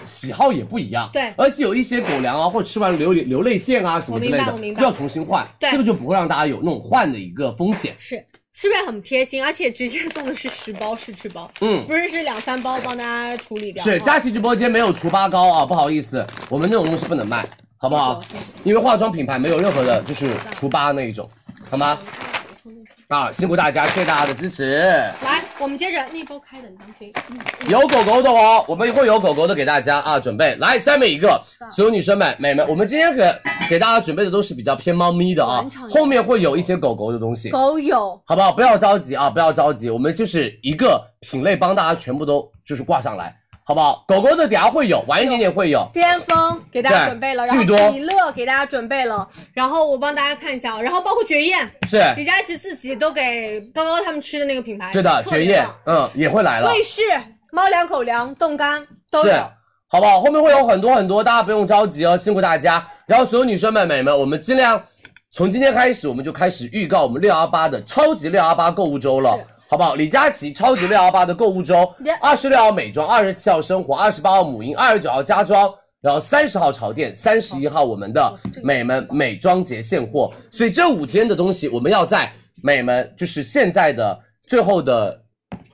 喜好也不一样。
对
而且有一些狗粮啊，或者吃完流流泪腺啊什么之类
我明白我
的
明，白
就要重新换。
对
这个就不会让大家有那种换的一个风险。
是。是不是很贴心？而且直接送的是十包试吃包，
嗯。
不是是两三包帮大家处理掉。
是
啊
佳琦直播间没有除疤膏啊，不好意思，我们那种东西不能卖，好不好
是的？
因为化妆品牌没有任何的就是除疤那一种，好吗？啊，辛苦大家，谢谢大家的支持。
来，我们接着那包开的，你当心。
有狗狗的哦，我们会有狗狗的给大家啊，准备来下面一个，所有女生们、美们，我们今天给给大家准备的都是比较偏猫咪的啊
晚场，有
后面会有一些狗狗的东西，
狗友，
好不好？不要着急啊，不要着急，我们就是一个品类帮大家全部都就是挂上来，好不好？狗狗的等下会有，晚一点点会有，
巅峰给大家
对
准备了，然后
巨多
米乐给大家准备了，然后我帮大家看一下，啊，然后包括绝艳，
是。
李佳琦自己都给高高他们吃的那个品牌，
是的，
特别
绝艳
棒，
嗯，也会来了，
卫士、猫粮、口粮、冻干都
是
有。，
好不好？后面会有很多很多，大家不用着急哦，辛苦大家。然后所有女生们、美们，我们尽量从今天开始，我们就开始预告我们六幺八的超级六幺八购物周了
是。
好不好？李佳琦超级六幺八的购物周
Yeah，
二十六号美妆，二十七号生活，二十八号母婴，二十九号家装，然后三十号潮店，三十一号我们
哦
的美们美妆节现货。所以这五天的东西，我们要在美们就是现在的最后的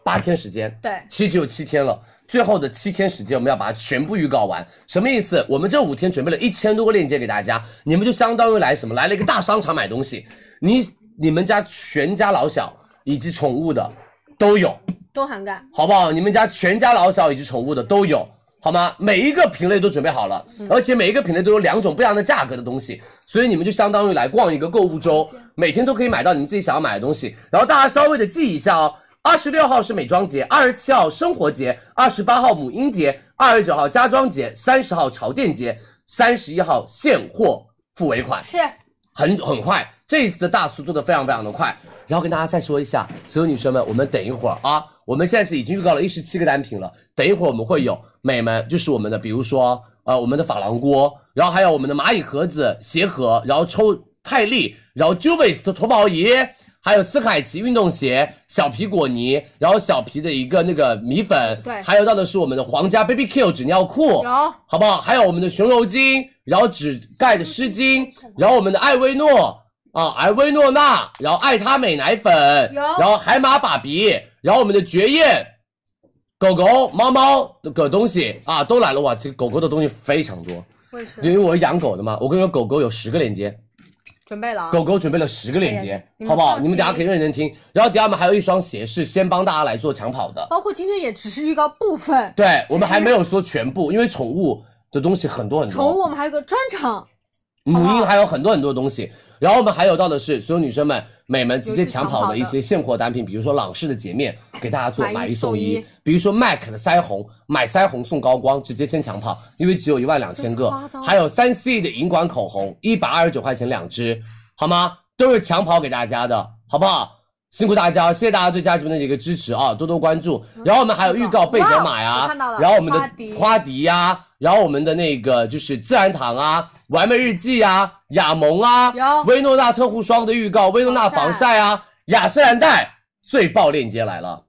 八天时间，
对
其实只有七天了。最后的七天时间，我们要把它全部预告完，什么意思？我们这五天准备了一千多个链接给大家，你们就相当于来什么？来了一个大商场买东西，你你们家全家老小以及宠物的都有，
都涵盖，
好不好？你们家全家老小以及宠物的都有，好吗？每一个品类都准备好了，而且每一个品类都有两种不一样的价格的东西，所以你们就相当于来逛一个购物周，每天都可以买到你们自己想要买的东西。然后大家稍微的记一下哦，二十六号是美妆节，二十七号生活节，二十八号母婴节，二十九号家装节，三十号潮店节，三十一号现货付尾款。
是
很很快，这一次的大促做的非常非常的快。然后跟大家再说一下，所有女生们，我们等一会儿啊，我们现在是已经预告了一十七个单品了，等一会儿我们会有美们，就是我们的，比如说呃我们的珐琅锅，然后还有我们的蚂蚁盒子鞋盒，然后抽泰利，然后 Juvice 的驼宝仪。还有斯凯奇运动鞋、小皮果泥，然后小皮的一个那个米粉，
对
还有到的是我们的皇家 Baby Q 纸尿裤，
有
好不好？还有我们的熊柔巾，然后纸盖的湿巾，然后我们的艾薇诺啊，艾薇诺娜，然后爱他美奶粉，
有
然后海马爸比，然后我们的绝艳。狗狗、猫猫的东西啊，都来了哇！这个狗狗的东西非常多，
卫士
因为我养狗的嘛，我跟你说，狗狗有十个链接，
准备了啊。
狗狗准备了十个链接，
哎呀
好不好？
你
你
们放心
们等下可以认真听。然后等下我们还有一双鞋是先帮大家来做抢跑的，
包括今天也只是预告部分，
对我们还没有说全部，因为宠物的东西很多很多。
宠物我们还有个专场，
母
好不好
婴还有很多很多东西。然后我们还有到的是，所有女生们、美们直接抢跑的一
有去抢跑的
些现货单品，比如说朗诗的洁面给大家做
买一
买一
送
送
一
一，比如说 MAC 的腮红买腮红送高光，直接先抢跑，因为只有一万两千
这是
个
夸张。
还有三 C 的银管口红，一百二十九块钱两支，好吗？都是抢跑给大家的，好不好？辛苦大家，谢谢大家对佳琪们的一个支持啊，多多关注。然后我们还有预告贝哲玛
嗯哇我
呀
看到了，
啊然后我们的
花迪
花迪呀、然后我们的那个就是自然堂啊、完美日记呀、雅萌啊
有、
薇诺娜特护霜的预告、薇诺娜防晒啊、雅诗兰黛最爆链接来了，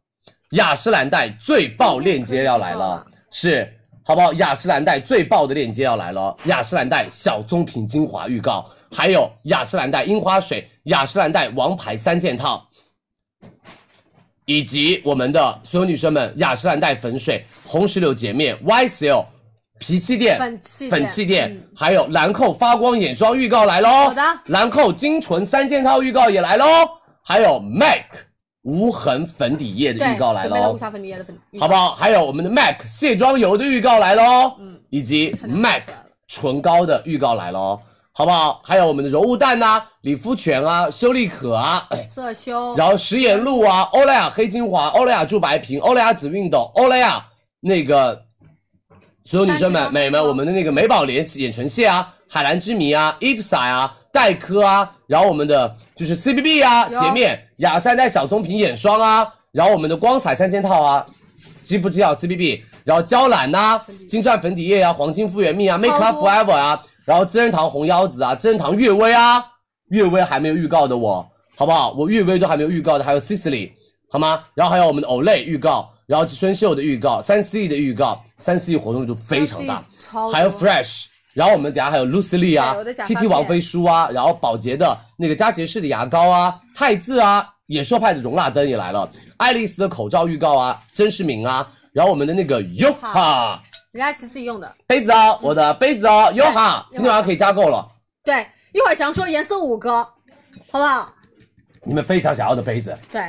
雅诗兰黛最爆链接要来了，是好不好？雅诗兰黛最爆的链接要来了，雅诗兰黛小棕瓶精华预告，还有雅诗兰黛樱花水、雅诗兰黛王牌三件套。以及我们的所有女生们，雅诗兰黛粉水、红石榴洁面、YSL 皮气垫、
粉气垫
粉气垫，还有兰蔻发光眼霜预告来喽。
嗯好的
兰蔻精纯三件套预告也来喽，还有 MAC 无痕粉底液的
嗯对，
预告来
准备了
喽
无。瑕粉底液的粉，
好不？好？还有我们的 MAC 卸妆油的预告来喽，
嗯
以及
看得出来
MAC 唇膏的预告来喽，好不好？还有我们的柔雾蛋呐、理肤泉啊、修丽可啊，哎
色修，
然后食盐露啊、欧莱雅黑精华、欧莱雅驻白瓶、欧莱雅紫熨斗、欧莱雅那个，所有女生
单
们、
支
美们，我们的那个美宝莲眼唇卸啊、海蓝之谜啊、伊芙莎啊、黛珂啊，然后我们的就是 CBB 啊、
有
洁面、雅诗兰黛小棕瓶眼霜啊，然后我们的光彩三件套啊。肌肤之钥 CBB，然后娇兰呐、金钻粉底液啊，黄金复原蜜啊，Make
超
Up
多
Forever 啊，然后资生堂红腰子啊，资生堂悦薇啊，悦薇还没有预告的我，好不好？我悦薇都还没有预告的，还有 Sisley，好吗？然后还有我们的 Olay 预告，然后植村秀的预告，三 C E 的预告，三 C E 活动力度非常大，
超多
还有 Fresh。然后我们等下还有 Lucy Lee 啊
对我的假发
，TT 王菲舒啊，然后宝洁的那个佳洁士的牙膏啊，汰渍啊，野兽派的容纳灯也来了，爱丽丝的口罩预告啊，甄诗明啊，然后我们的那个 Yoha
人家其实自己用的。
杯子哦，我的杯子哦，Yoha
哎
今天晚上可以加购了，
对，一会儿想说颜色五个，好不好？
你们非常想要的杯子
对，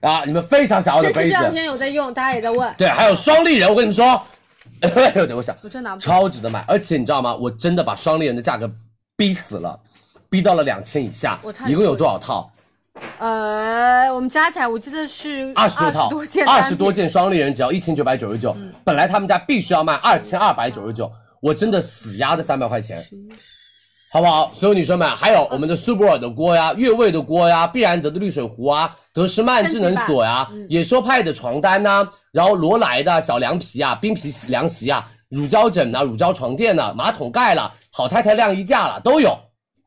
啊，你们非常想要
这
的
期这
杯
两
子，
天有在用，大家也在问，
对，还有双立人，我跟你们说， 哎等我想，
我真拿不出。
超值得买，而且你知道吗？我真的把双立人的价格逼死了，逼到了两千以下
我差。点
一共有多少套？
呃，我们加起来我记得是
二十多套
多件，，
二十多。件双立人只要一千九百九十九，本来他们家必须要卖二千二百九十九，我真的死压这三百块钱，好不好？所有女生们，还有我们的苏泊尔的锅呀、悦味的锅呀、必然德的滤水壶啊、德诗曼智能锁呀、野兽派的床单呐、然后罗莱的小凉皮啊、冰皮凉席啊、乳胶枕呐、乳胶床垫呐、马桶盖啦、好太太晾衣架啦，都有，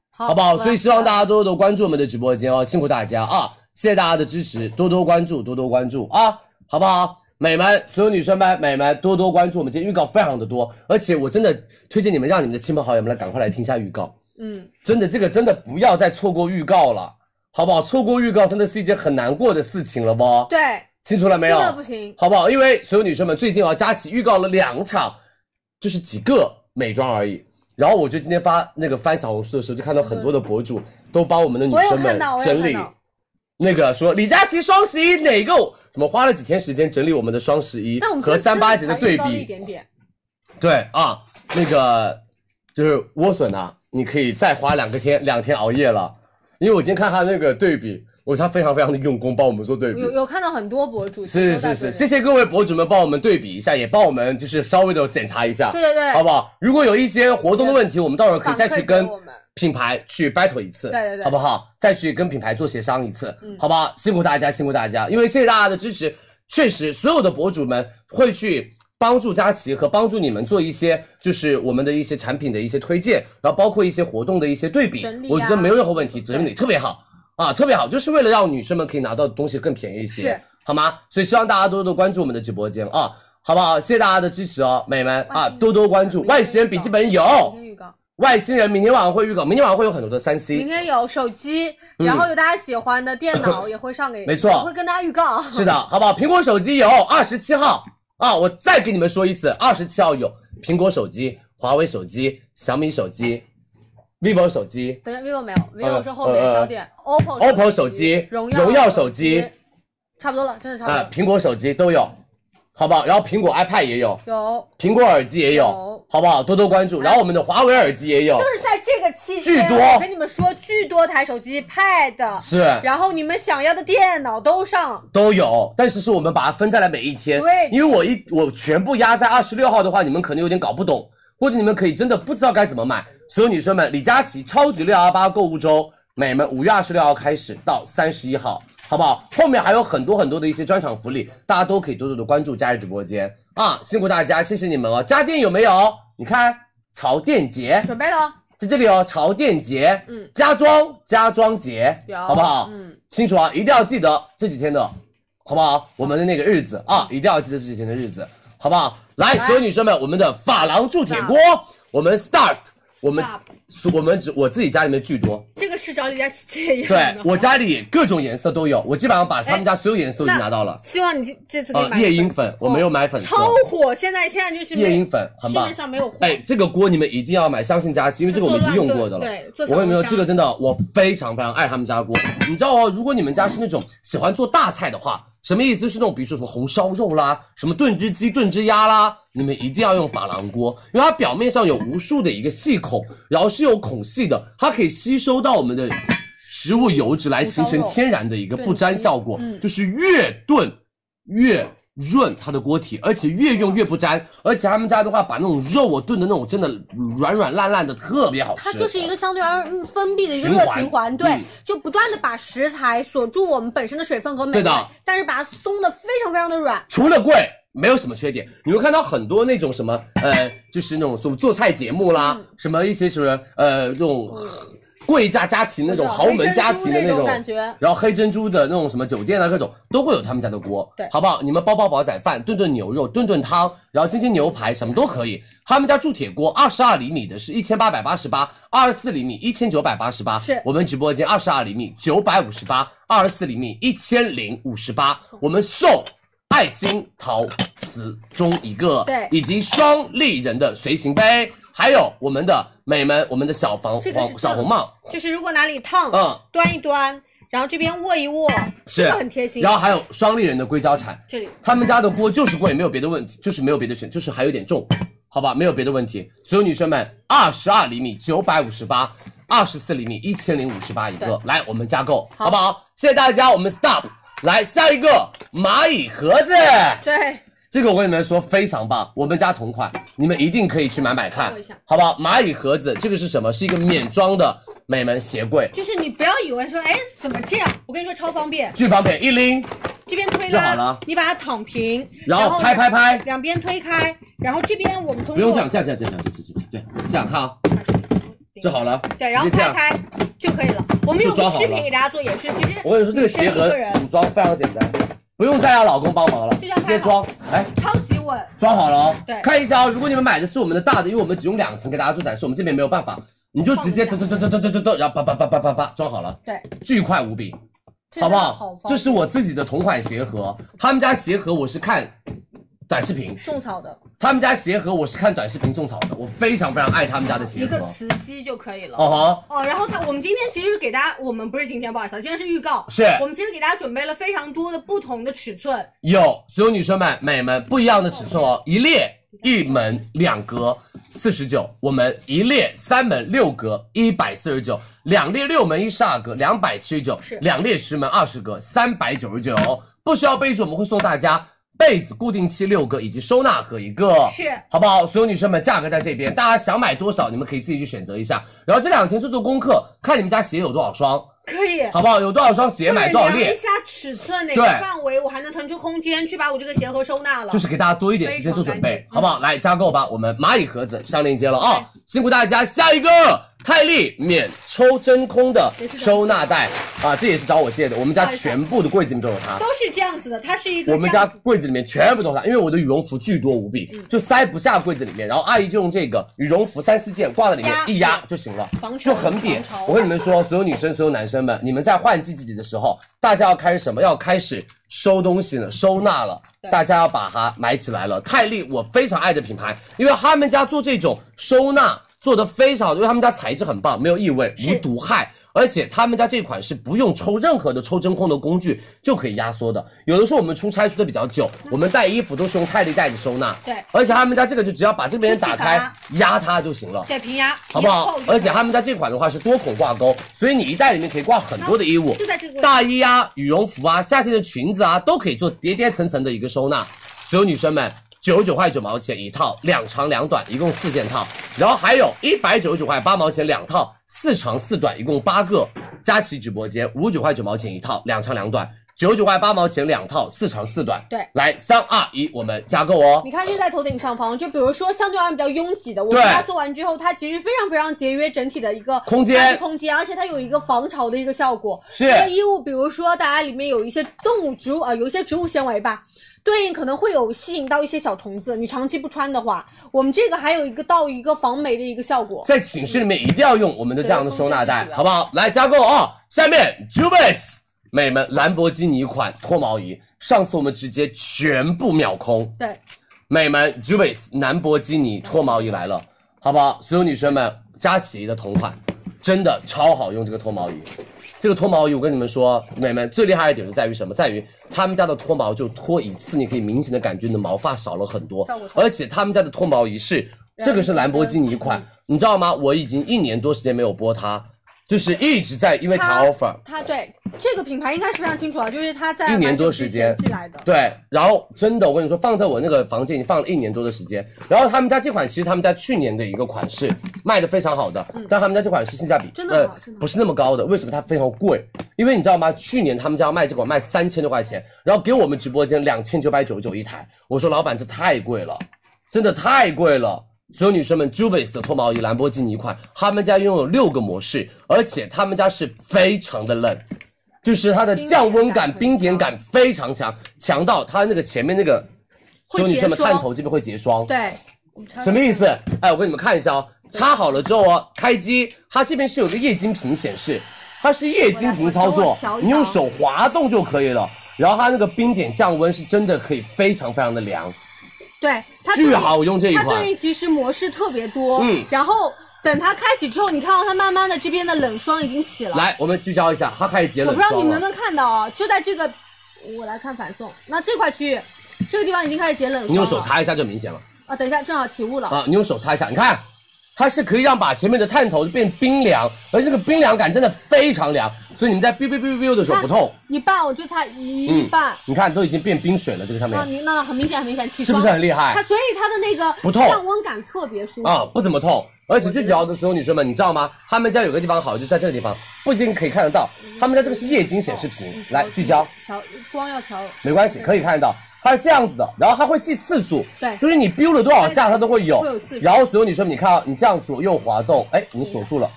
好
好不好？所以希望大
家
家多多关注我们的直播间哦，辛苦大家啊！谢谢大家的支持，多多关注，多多关注啊，好不好？美们，所有女生们，美们多多关注，我们今天预告非常的多，而且我真的推荐你们，让你们的亲朋好友们来赶快来听一下预告，
嗯，
真的这个真的不要再错过预告了，好不好？错过预告真的是一件很难过的事情了不？
对，
清楚了没有？
真的不行。
好不好？因为所有女生们最近啊，佳琦预告了两场，就是几个美妆而已。然后我就今天发那个翻小红书的时候，就看到很多的博主都帮我们的女生
我有看
们
到我有看
整理
到，
那个说李佳琦双十一哪个我们花了几天时间整理我们的双十一
但我们
和
这次
三八节的对
预告了一
比，
点点，
对啊，那个就是莴笋呐、你可以再花两个天两天熬夜了，因为我今天看他那个对比，我觉得他非常非常的用功帮我们做对比，
有有看到很多博主
是是是，谢
谢。
谢各位博主们帮我们对比一下，也帮我们就是稍微的检查一下，
对对对
好不好？如果有一些活动的问题，我们到时候可以
反
再去
馈
跟
给我们
品牌去 battle 一次，
对对对
好不好？再去跟品牌做协商一次，
嗯
好不好？辛苦大家，辛苦大家，因为谢谢大家的支持，确实所有的博主们会去。帮助佳琪和帮助你们做一些，就是我们的一些产品的一些推荐，然后包括一些活动的一些对比，
整理啊
我觉得没有任何问题，整理特别好啊，特别好，就是为了让女生们可以拿到的东西更便宜一些。
是
好吗？所以希望大家多多关注我们的直播间啊，好不好？谢谢大家的支持哦，美们啊，多多关注。外星人笔记本有，
明天预告，
外星人明天晚上会预告，明天晚上会有很多的三
明
C。
天有手机，
嗯
然后有大家喜欢的电 脑也会上给，
没错
也会跟大家预告。
是的，好不好？苹果手机有二十七号啊，我再给你们说一次，二十七号有苹果手机、华为手机、小米手机、 vivo 手机、
等下 vivo 没有，vivo
呃
是后面
呃
小点，OPPO 手
OPPO 手机、
荣
荣耀手
机
机、，
差不多了，真的差不多
啊
了。
苹果手机都有，好不好？然后苹果 iPad 也有，
有，
苹果耳机也有
有，哎
好不好？多多关注。然后我们的华为耳机也有
就，是在这个期
巨
间，
多
我跟你们说，巨多台手机、Pad，
是
然后你们想要的电脑都上，
都有，但是是我们把它分在了每一天。
对
因为我一我全部压在二十六号的话，你们可能有点搞不懂，或者你们可以真的不知道该怎么买。所有女生们，李佳琦超级六幺八购物周，美们五月二十六号开始到三十一号，好不好？后面还有很多很多的一些专场福利，大家都可以多多的关注佳怡直播间啊！辛苦大家，谢谢你们哦。家电有没有？你看潮店节，
准备了，
在这里哦，潮店节，
嗯
家装家装节，
有
好不好？
嗯，
清楚啊，一定要记得这几天的，好不好？我们的那个日子啊，
嗯
一定要记得这几天的日子，好不好？来，所有女生们，我们的珐琅铸铁锅，我们 start，我们
Stop
我们只我自己家里面巨多，
这个是找李佳琦借一
对我家里各种颜色都有，我基本上把他们家所有颜色都已经
哎那
拿到了。
希望你这这次给
呃
你，买哦
夜莺粉，我没有买粉色。
超火，现在现在就是没
夜莺粉很棒
市面上没有货，
哎，这个锅你们一定要买，相信佳琦，因为这个我们已经用过的了。
做乱炖对做小
我跟你们说，
龙虾
这个真的我非常非常爱他们家锅。你知道哦，如果你们家是那种喜欢做大菜的话，什么意思？就是那种比如说什么红烧肉啦，什么炖只鸡、炖只鸭啦，你们一定要用珐琅锅，因为它表面上有无数的一个细孔，然后是有孔隙的，它可以吸收到我们的食物油脂来形成
红烧肉
天然的一个不粘效果，
嗯
就是越炖越润它的锅体，而且越用越不粘。而且他们家的话，把那种肉我炖的那种真的软软烂烂的，特别好吃。
它就是一个相对而嗯封闭的一个
循
热
环
循环，对，
嗯
就不断的把食材锁住我们本身的水分和美
对
味
的，
但是把它松的非常非常的软。
除了贵，没有什么缺点。你会看到很多那种什么，呃，就是那种什么做菜节目啦，
嗯
什么一些什么，呃，那种贵价家庭那种
我知道
豪门家庭的
黑珍珠那
种
种感觉
然后黑珍珠的那种什么酒店啊，各种都会有他们家的锅，
对
好不好？你们煲煲煲仔饭，炖炖牛肉，炖炖汤，然后煎煎牛排，什么都可以。他们家铸铁锅二十二厘米的是一千八百八十八，二十四厘米一千九百八十八，
是
我们直播间二十二厘米九百五十八，二十四厘米一千零五十八，我们送。爱心陶瓷中一个，
对
以及双立人的随行杯，还有我们的美们，我们的小房
这个是
黄小红帽，
就是如果哪里烫，
嗯，
端一端，然后这边握一握，
是
这个很贴心。
然后还有双立人的硅胶铲，
这里
他们家的锅就是贵，没有别的问题，就是没有别的选，就是还有点重，好吧，没有别的问题。所有女生们，二十二厘米九百五十八，二十四厘米一千零五十八一个
对，
来我们加购，好不好？谢谢大家，我们 stop，来下一个蚂蚁盒子，
对，
这个我跟你们说非常棒，我们家同款，你们一定可以去买买看
我一下，
好不好？蚂蚁盒子这个是什么？是一个免装的美门鞋柜，
就是你不要以为说，哎，怎么这样？我跟你说超方便，
巨方便，一拎，
这边推
就好
拉，
了
你把它躺平，
然后
后
拍拍拍
两边推开，然后这边我们通
不用这
过
样，这样这样这样这样这样这样这样看啊，就好了，
对，然后
直接这
拍
样
开就可以了。我们有
就
个
装好
视
了
频给大家做演示，其实
我跟你说，这个 鞋盒
女生一个人
组装非常简单，不用再让老公帮忙了，
就
直
这样
接装，来
超级稳，
装好了哦。
对
看一下哦，如果你们买的是我们的大的，因为我们只用两层给大家做展示，我们这边没有办法，你就直接噔噔噔噔噔噔噔噔，然后叭叭叭叭叭叭装好了，
对，
巨快无比，
这
好
真
不
的
好？
好方
这
便，
是我自己的同款鞋盒，他们家鞋盒我是看短视频，
种草的
他们家鞋盒我是看短视频种草的，我非常非常爱他们家的
一
鞋
个
盒。
磁吸就可以了。
哦吼，
哦，然后它我们今天其实是给大家，我们不是今天，不好意思啊，今天是预告，
是
我们其实给大家准备了非常多的不同的尺寸，
有，所有女生们、美们不一样的尺寸哦，一列一门两格四十九，我们一列三门六格一百四十九，两列六门一十二格两百七十九
是，
两列十门二十格三百九十九，不需要备注，我们会送大家。被子固定器六个以及收纳盒一个，
是
好不好？所有女生们，价格在这边，大家想买多少，你们可以自己去选择一下。然后这两天做做功课，看你们家鞋有多少双，
可以。
好不好？有多少双鞋买多少
或者
列
量一，下尺寸哪个
对
范围，我还能腾出空间去把我这个鞋盒收纳了。
就是给大家多一点时间做准备
非，常嗯
好不好？来加购吧，我们蚂蚁盒子上链接了啊、辛苦大家。下一个泰利免抽真空的收纳袋啊，这也是找我借的，我们
哎
家全部的柜子里面都有它
都。是这样子的，它是一个
我们
这
家
样子
柜子里面全部都是它，因为我的羽绒服巨多无
嗯
比，就塞不下柜子里面。然后阿姨就用这个羽绒服三四件挂在里面
压
一压就行了，
防潮
就很瘪
防潮。
我跟你们说，所有女生、所有男生们，你们在换季季节的时候，大家要开始什么？要开始收东西了，收纳了，
对
大家要把它买起来了。泰利我非常爱的品牌，因为他们家做这种收纳。做的非常好，因为他们家材质很棒，没有异味，无毒害，而且他们家这款是不用抽任何的抽真空的工具就可以压缩的。有的时候我们出差出的比较久，我们带衣服都是用泰利袋子收纳，
对
而且他们家这个就只要把这边打开
出
压它就行了。
对，平压，
好不好
一？扣
而且他们家这款的话是多孔挂钩，所以你一袋里面可以挂很多的衣物
就，在这个位置
大衣啊、羽绒服啊、夏天的裙子啊，都可以做叠叠层层的一个收纳。所有女生们，九十九块九毛钱一套，两长两短，一共四件套，然后还有一百九十九块八毛钱两套，四长四短，一共八个。佳琦直播间五九块九毛钱一套，两长两短，九十九块八毛钱两套，四长四短。
对
来三二一，我们加购哦。
你看就在头顶上方，就比如说相对而言比较拥挤的，我
对
们压缩完之后，它其实非常非常节约整体的一个
空间
压力空间，而且它有一个防潮的一个效果。
是
因为衣物，比如说大家里面有一些动物、植物啊、呃有一些植物纤维吧，对应可能会有吸引到一些小虫子，你长期不穿的话，我们这个还有一个到一个防霉的一个效果。
在寝室里面一定要用我们的这样的收纳袋
对，
好不好？来加购啊、下面 Juvis 美们兰博基尼款脱毛仪，上次我们直接全部秒空，
对，
美们 Juvis 兰博基尼脱毛仪来了，好不好？所有女生们，佳琦的同款，真的超好用这个脱毛仪。这个脱毛仪，我跟你们说，美们最厉害的点就在于什么？在于他们家的脱毛就脱一次，你可以明显的感觉你的毛发少了很多
效果，超
而且他们家的脱毛仪是这个是兰博基尼款，你知道吗？我已经一年多时间没有播它，就是一直在因为它
它
offer，
它对这个品牌应该是非常清楚啊，就是它在
一年多
完成
时
之前
间
寄来的。
对，然后真的，我跟你说，放在我那个房间已经放了一年多的时间。然后他们家这款其实他们家去年的一个款式卖的非常好的，但他们家这款是性价比
嗯真的好
呃
真的好
不是那么高的，为什么它非常贵？因为你知道吗？去年他们家卖这款卖三千多块钱，然后给我们直播间两千九百九十九一台，我说老板这太贵了，真的太贵了。所有女生们 j u v i s 的脱毛仪兰博基尼款，他们家拥有六个模式，而且他们家是非常的冷，就是它的降温感、冰
冰
点
点
感
感
非常强，强到它那个前面那个，
会
所有女生们
结霜
探头这边会结霜，，
对，
什么意思？哎，我给你们看一下哦，插好了之后哦，开机，它这边是有个液晶屏显示，它是液晶屏操
我来
作
我调，一调哦
你用手滑动就可以了。然后它那个冰点降温是真的可以非常非常的凉，
对它
巨
对应
好用这一
它
款
对应其实模式特别多，
嗯
然后等它开启之后，你看到它慢慢的这边的冷霜已经起了，
来，我们聚焦一下，它开始结
我
冷
不知道你
霜
们能
了
不。能看到啊，就在这个，我来看反送，那这块区域，这个地方已经开始结冷
你
霜了，
用手擦一下就明显了
啊，等一下，正好起雾了，
啊！你用手擦一下，你看，它是可以让把前面的探头变冰凉，而且那个冰凉感真的非常凉，所以你们在 biu biu biu biu biu 的时候不痛。
一半我就擦一
嗯
半，
你看都已经变冰水了，这个上面
啊，你那很明显很明显起
是不
霜，
是很厉害
它所以它的那个
不痛
降温感特别舒服，
啊？不怎么痛，而且最主要的，所有女生们，你知道吗？他们家有个地方好，就在这个地方，不一定可以看得到。他们家这个是液晶显示屏，来聚焦，
嗯调光要调，
没关系，可以看得到。它是这样子的，然后它会记次数，
对
就是你 biu 了多少下，它都会有。
哎会有次数
然后所有女生们，你看啊，你这样左右滑动，哎，你锁住了，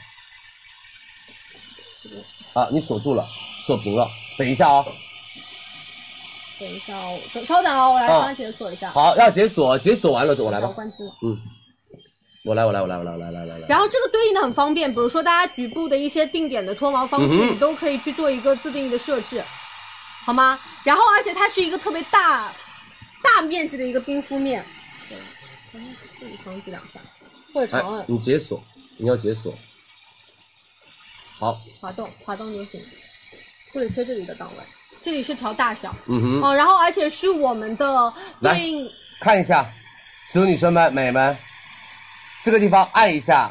啊，你锁住了，锁屏了。等一下哦，
等一下哦，等稍等啊，我来
啊
帮它解锁一下，
好，要解锁，解锁完了之后我来吧
我，关机了。
我来，我来，我来，我来，我来，来来来。
然后这个对应的很方便，比如说大家局部的一些定点的脱毛方式，
嗯哼
你都可以去做一个自定义的设置，好吗？然后而且它是一个特别大、大面积的一个冰敷面，对，哎这里长几两下，或者
哎
长，按
你解锁，你要解锁。好，
滑动滑动就行，或者切这里的档位，这里是调大小，
嗯哼，
哦，然后而且是我们的
来
对应
看一下，所有女生们、美们，这个地方按一下，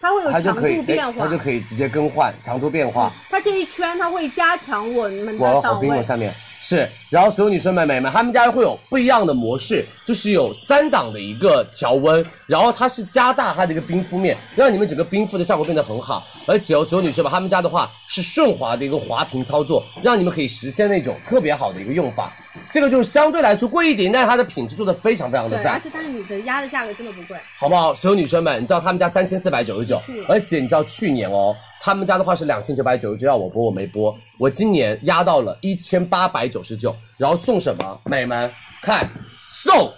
它会有
它就
强
可以
度，变
哎
化
它就，可以直接更换强度变化。
它这一圈它会加强我们
我要好
的档
评
位
我，下面是，然后所有女生们、美们，他们家会有不一样的模式，就是有三档的一个调温，然后它是加大它的一个冰敷面，让你们整个冰敷的效果变得很好。而且哦，所有女生们，他们家的话是顺滑的一个滑屏操作，让你们可以实现那种特别好的一个用法。这个就是相对来说贵一点，但是它的品质做的非常非常的
对，
赞
而。且但是你的压的价格真的不贵。
好不好？所有女生们，你知道他们家三千四百九十九
是，
而且你知道去年哦，他们家的话是两千九百九十九，要我播我没播，我今年压到了一千八百九十九，然后送什么？美们看，送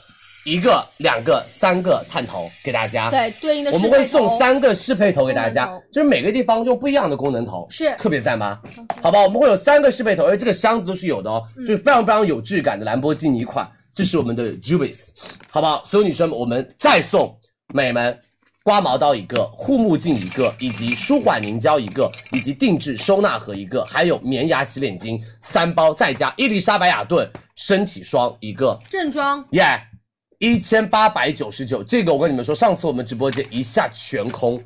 一个、两个、三个探头给大家。。
对，对应的
啊我
是
们会
这头
送三个适配头给大家
功能头，
就是每个地方用不一样的功能头，
是嗯
特别赞吧？好吧，我们会有三个适配头，而这个箱子都是有的哦，就是非常非常有质感的兰博基尼款，这是我们的 Juvis，好不好？所有女生们，我们再送美们刮毛刀一个，护目镜一个，以及舒缓凝胶一个，以及定制收纳盒一个，还有绵牙洗脸巾三包，再加伊丽莎白雅顿身体霜一个，
正装
耶，一千八百九十九。这个我跟你们说，上次我们直播间一下全空，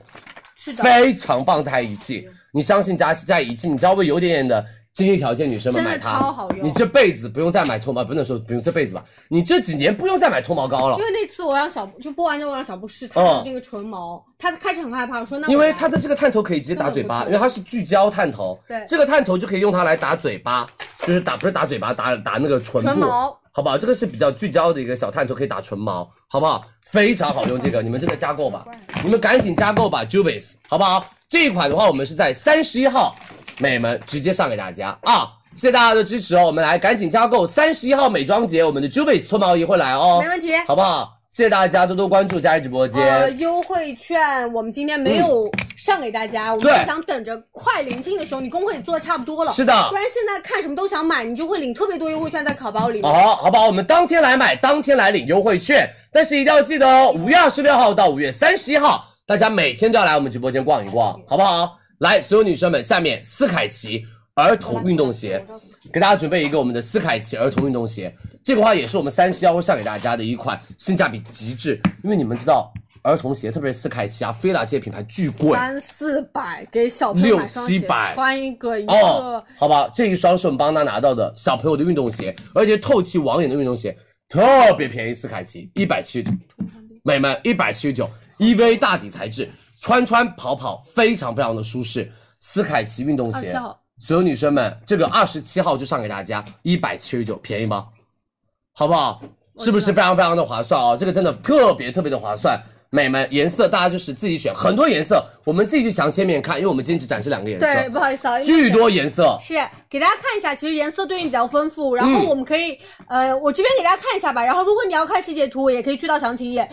是的，
非常棒的台仪器。你相信佳琦在仪器，你知道为有点点的经济条件女生们买它，
真的超好用
你这辈子不用再买脱毛，不能说不用这辈子吧，你这几年不用再买脱毛膏了
因。为那次我让小就播完之后我让小布试他
嗯
的这个唇毛，他开始很害怕，我说那我
因为
来
它的这个探头可以直接打嘴巴，因为它是聚焦探头，
对
这个探头就可以用它来打嘴巴，就是打不是打嘴巴，打打那个唇部，
唇毛
好不好？这个是比较聚焦的一个小探头，可以打唇毛，好不好？非常好用，这个你们真的加购 吧，你们赶紧加购吧 j u b i s 好不好？这一款的话，我们是在三十一号，美们直接上给大家啊！谢谢大家的支持哦，我们来赶紧加购三十一号美妆节，我们的 j u b i s 脱毛仪会来哦
没，问题。
好不好？谢谢大家多多关注佳怡直播间。
呃，优惠券我们今天没有上给大家，我们
对
是想等着快临近的时候，你工会做的差不多了，
是的
不然现在看什么都想买，你就会领特别多优惠券在烤包里。
哦，好不好？我们当天来买，当天来领优惠券，但是一定要记得哦，五月二十六号到五月三十一号，大家每天都要来我们直播间逛一逛，好不好？来，所有女生们，下面斯凯奇儿童运动鞋，给大家准备一个我们的斯凯奇儿童运动鞋，这个话也是我们三十一号会上给大家的一款性价比极致，因为你们知道儿童鞋，特别是斯凯奇啊、菲拉这些品牌巨贵，
三四百给小朋友买双鞋
六七百
穿一个一个、
哦，好不好？这一双是我们帮他拿到的小朋友的运动鞋，而且透气网眼的运动鞋，特别便宜，斯凯奇一百七十九，美们一百七十九，EVA 大底材质，穿穿跑跑非常非常的舒适，斯凯奇运动鞋
27号，
所有女生们，这个二十七号就上给大家，一百七十九，便宜吗？好不好？是不是非常非常的划算哦？这个真的特别特别的划算。美们，颜色大家就是自己选，很多颜色，我们自己去详切面看，因为我们今天只展示两个颜色。
对，不好意思啊，因为
巨多颜色，
是给大家看一下，其实颜色对应比较丰富。然后
嗯
我们可以，呃，我这边给大家看一下吧。然后如果你要看细节图，也可以去到详情页。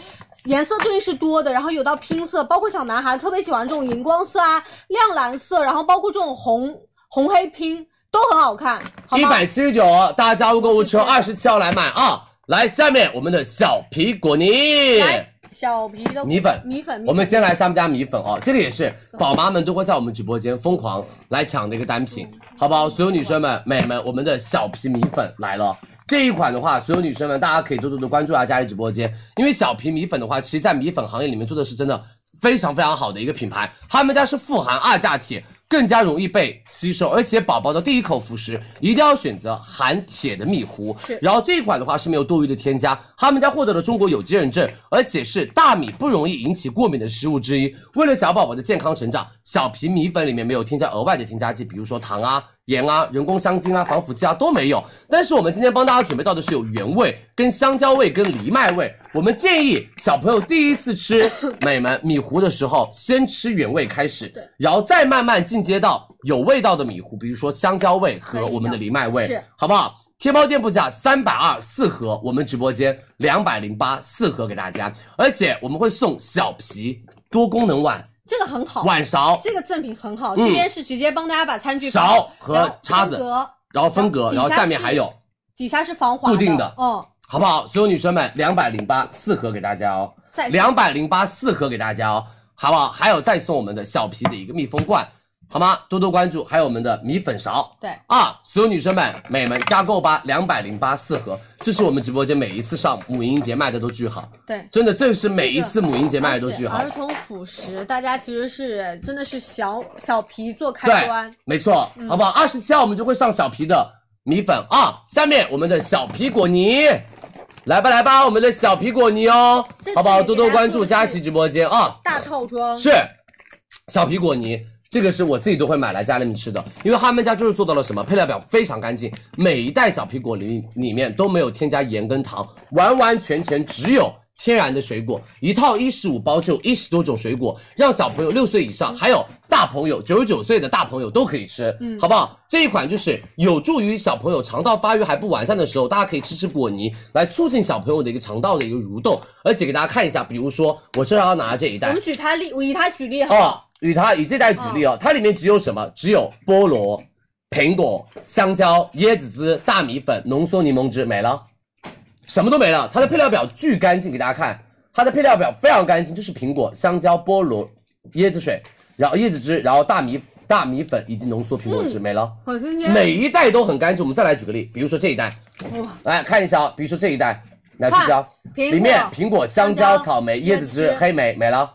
颜色对应是多的，然后有到拼色，包括小男孩特别喜欢这种荧光色啊、亮蓝色，然后包括这种红红黑拼都很好看，好
一
吗？
百七十九，大家加入购物车，二十七号来买啊！来，下面我们的小皮果泥
来小皮的
米粉，
米粉，米粉
我们先来他们家米粉哦，这个也是宝妈们都会在我们直播间疯狂来抢的一个单品，好不好？所有女生们、美们，我们的小皮米粉来了。这一款的话，所有女生们，大家可以多多的关注一下佳怡直播间，因为小皮米粉的话，其实在米粉行业里面做的是真的非常非常好的一个品牌，他们家是富含二价铁，更加容易被吸收，而且宝宝的第一口辅食一定要选择含铁的米糊。
是
然后这一款的话是没有多余的添加，他们家获得了中国有机认证，而且是大米不容易引起过敏的食物之一。为了小宝宝的健康成长，小皮米粉里面没有添加额外的添加剂，比如说糖啊、盐啊、人工香精啊、防腐剂啊都没有。但是我们今天帮大家准备到的是有原味、跟香蕉味、跟藜麦味。我们建议小朋友第一次 吃美们米糊的时候，先吃原味开始，然后再慢慢进阶到有味道的米糊，比如说香蕉味和我们的藜麦味
是，
好不好？天猫店铺价三百二四盒，我们直播间两百零八四盒给大家，而且我们会送小皮多功能碗、
这个很好，
碗勺，
这个赠品很好。
嗯
这边是直接帮大家把餐具
勺
放
和
然后
叉子
分隔
然后分隔，
然
然
后
后
底下
下面
是
还有，
底下是防滑
固定的
嗯，
好不好？所有女生们，两百零八四盒给大家哦。
再
两百零八四盒给大家哦，好不好？还有再送我们的小皮的一个密封罐，好吗？多多关注，还有我们的米粉勺。
对
啊，所有女生们、美们加购吧，两百零八四盒，这是我们直播间每一次上母婴节卖的都巨好，
对。
真的，这是每一次母婴节卖
而
的都
且
巨好
儿。童辅食，大家其实是真的是小小皮做开
对
端，，嗯
没错，好不好？二十七号我们就会上小皮的米粉啊，下面我们的小皮果泥。来吧来吧，我们的小皮果泥哦
这，次
好不好？
给
多多
大家
关
做
注
的
佳
是
琦直播间啊！
大套装。
是小皮果泥，这个是我自己都会买来家里面吃的，因为他们家就是做到了什么配料表非常干净，每一袋小皮果泥里面都没有添加盐跟糖，完完全全只有。天然的水果，一套一十五包就有一十多种水果，让小朋友六岁以上，还有大朋友九十九岁的大朋友都可以吃，嗯，好不好？这一款就是有助于小朋友肠道发育还不完善的时候，大家可以吃吃果泥，来促进小朋友的一个肠道的一个蠕动。而且给大家看一下，比如说我这要拿这一袋
我，们举它例，我以它举例好不嗯
哦
好？，
以它以这袋举例哦，它里面只有什么？只有菠萝、苹果、香蕉、椰子汁、大米粉、浓缩柠檬汁，没了，什么都没了。它的配料表巨干净，给大家看。它的配料表非常干净，就是苹果、香蕉、菠萝、椰子水，然后椰子汁，然后大米大米粉以及浓缩苹果
嗯
汁，没了。
好新鲜。
每一袋都很干净。我们再来举个例，比如说这一袋，
哇
来看一下啊，比如说这一袋，来聚
看
焦，
苹果
里面苹果、香
香
蕉、
蕉
草莓、椰子
椰
汁
子汁、
黑莓没了，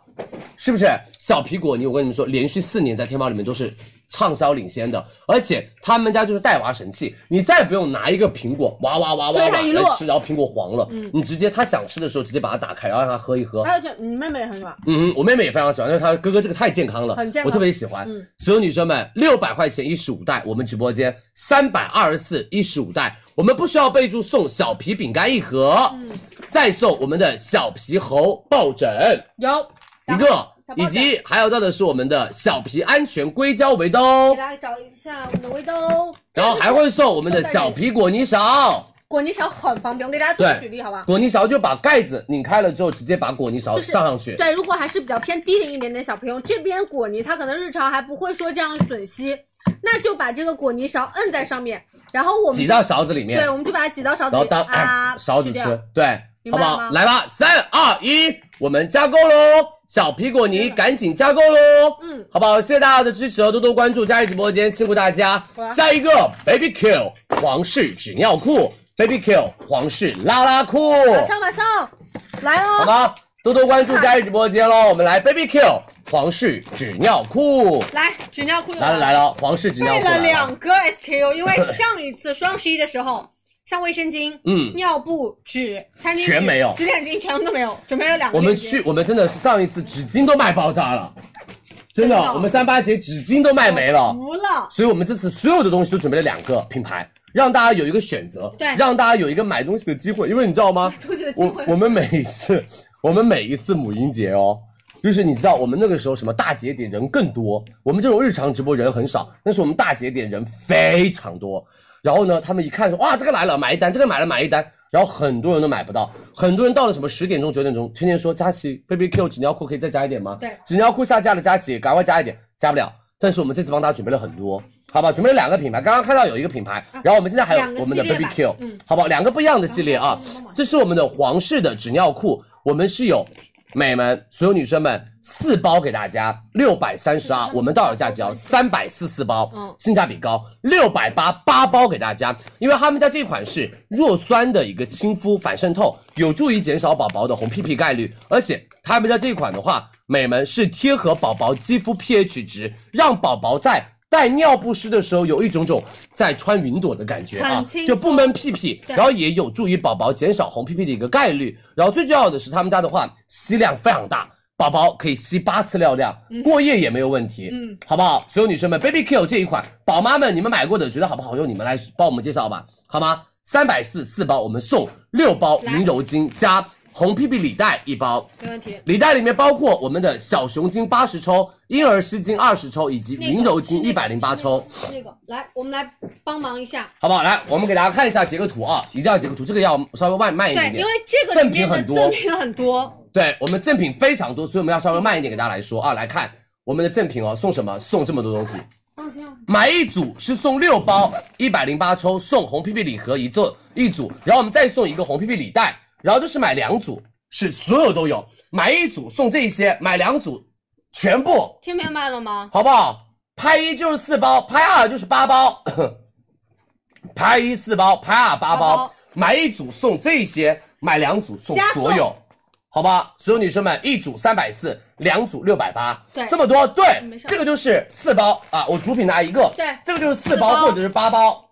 是不是？小皮果泥，我跟你们说，连续四年在天猫里面都是畅销领先的，而且他们家就是带娃神器，你再不用拿一个苹果哇哇哇哇
所
哇
以它一
来
落嗯
吃，然后苹果黄了，你直接他想吃的时候直接把它打开，然后让他喝一喝，
还有这，你妹妹也很暖，
嗯，我妹妹也非常喜欢，因为她哥哥这个太健康了，
很健康
我特别喜欢。
嗯
所有女生们，六百块钱一十五袋，我们直播间三百二十四一十五袋，我们不需要备注送小皮饼干一盒，嗯，再送我们的小皮猴抱枕
有
一个
小抱，枕
以及还有到的是我们的小皮安全硅胶围兜
给，大家找一下我们的围兜，
然后还会送我们的小皮果泥勺。
果泥勺很方便，我给大家做个举例好不好？
果泥勺就把盖子拧开了之后，直接把果泥勺
就是
上上去。
对，如果还是比较偏低龄一点点小朋友，这边果泥他可能日常还不会说这样吮吸，那就把这个果泥勺摁在上面，然后我们
挤
就
到勺子里面，
对，我们就把它挤到勺子
然后
里
当、哎
啊，
勺子
吃
吃
掉，
对，
明
好
白
不
了吗
好？来吧，三二一，我们加购喽！小皮果泥赶紧加购喽！
嗯，
好不好？谢谢大家的支持哦，多多关注佳怡直播间，辛苦大家
好啊。
下一个 Baby Q 皇室纸尿裤，Baby Q 皇室拉拉裤，
马上马上来
好
哦，
吗？多多关注佳怡直播间喽！我们来 Baby Q 皇室纸尿裤，
来纸尿裤有
来了来了，皇室纸尿
备
裤来
啊了
了
两个 SKU，因为上一次双十一的时候，像卫生巾、
嗯
尿布、纸、餐巾纸
全没有
洗脸巾全部都没有，准备了两 个
我们
链接。
去，我们真的是上一次纸巾都卖爆炸 了，真的
真，的嗯
我们三八节纸巾都卖没了，
服了，
所以我们这次所有的东西都准备了两个品牌，让大家有一个选择，
对
让大家有一个买东西的机会，因为你知道 吗？
出去的机
我
会
我们每一次，我们每一次母婴节哦，就是你知道我们那个时候什么大节点人更多，我们这种日常直播人很少，但是我们大节点人非常多。然后呢，他们一看说哇这个来了买一单，这个买了买一单，然后很多人都买不到，很多人到了什么十点钟九点钟，天天说佳琪 baby Q 纸尿裤可以再加一点吗？
对
纸尿裤下架了，佳琪赶快加一点，加不了。但是我们这次帮大家准备了很多，好吧，准备了两个品牌，刚刚看到有一个品牌，然后我们现在还
啊两
有
个
我们的
系列
baby
吧
Q，
嗯
好不好？两个不一样的系列啊
然后还有什么，
这是我们的皇室的纸尿裤，我们是有美们所有女生们四包给大家，六百三十啊二，我们到手价只要三百四四包，
嗯
性价比高，六百八八包给大家，因为他们家这款是弱酸的一个亲肤反渗透，有助于减少宝宝的红屁屁概率，而且他们家这款的话，美们是贴合宝宝肌肤 pH 值，让宝宝在。带尿不湿的时候，有一种种在穿云朵的感觉啊
很，轻
就不
松
闷屁屁，
对
然后也有助于宝宝减少红屁屁的一个概率。然后最重要的是，他们家的话吸量非常大，宝宝可以吸八次尿量，过夜也没有问题，
嗯，
好不好？所有女生们，Baby Q 这一款，宝妈们你们买过的，觉得好不好用？你们来帮我们介绍吧，好吗？三百四四包，我们送六包
来
云柔巾加红屁屁礼袋一包，
没问题。
礼袋里面包括我们的小熊巾八十抽、婴儿湿巾二十抽以及云柔巾一百零八抽。
那个，来，我们来帮忙一下。
好不好？来，我们给大家看一下截个图啊，一定要截个图，这个要稍微慢慢一
对
点，
因
点
为。这个里面的
赠
赠
品
品很多，
对，我们赠品非常多，所以我们要稍微慢一点给大家来说啊。来看我们的赠品哦，送什么？送这么多东西，
放心，我
买一组是送六包一百零八抽，送红屁屁礼盒一做一组，然后我们再送一个红屁屁礼袋，然后就是买两组，是所有都有，买一组送这些，买两组全部，
听明白了吗？
好不好？拍一就是四包，拍二就是八包， 拍一四包，拍二八
八
包
包，
买一组送这些，买两组送
加送
所有，好吧？所有女生们，一组三百四，两组六百八，
对嗯
这么多，对
没，事
这个就是四包啊，我主品拿一个，
对
这个就是四
四
包
包
或者是八包，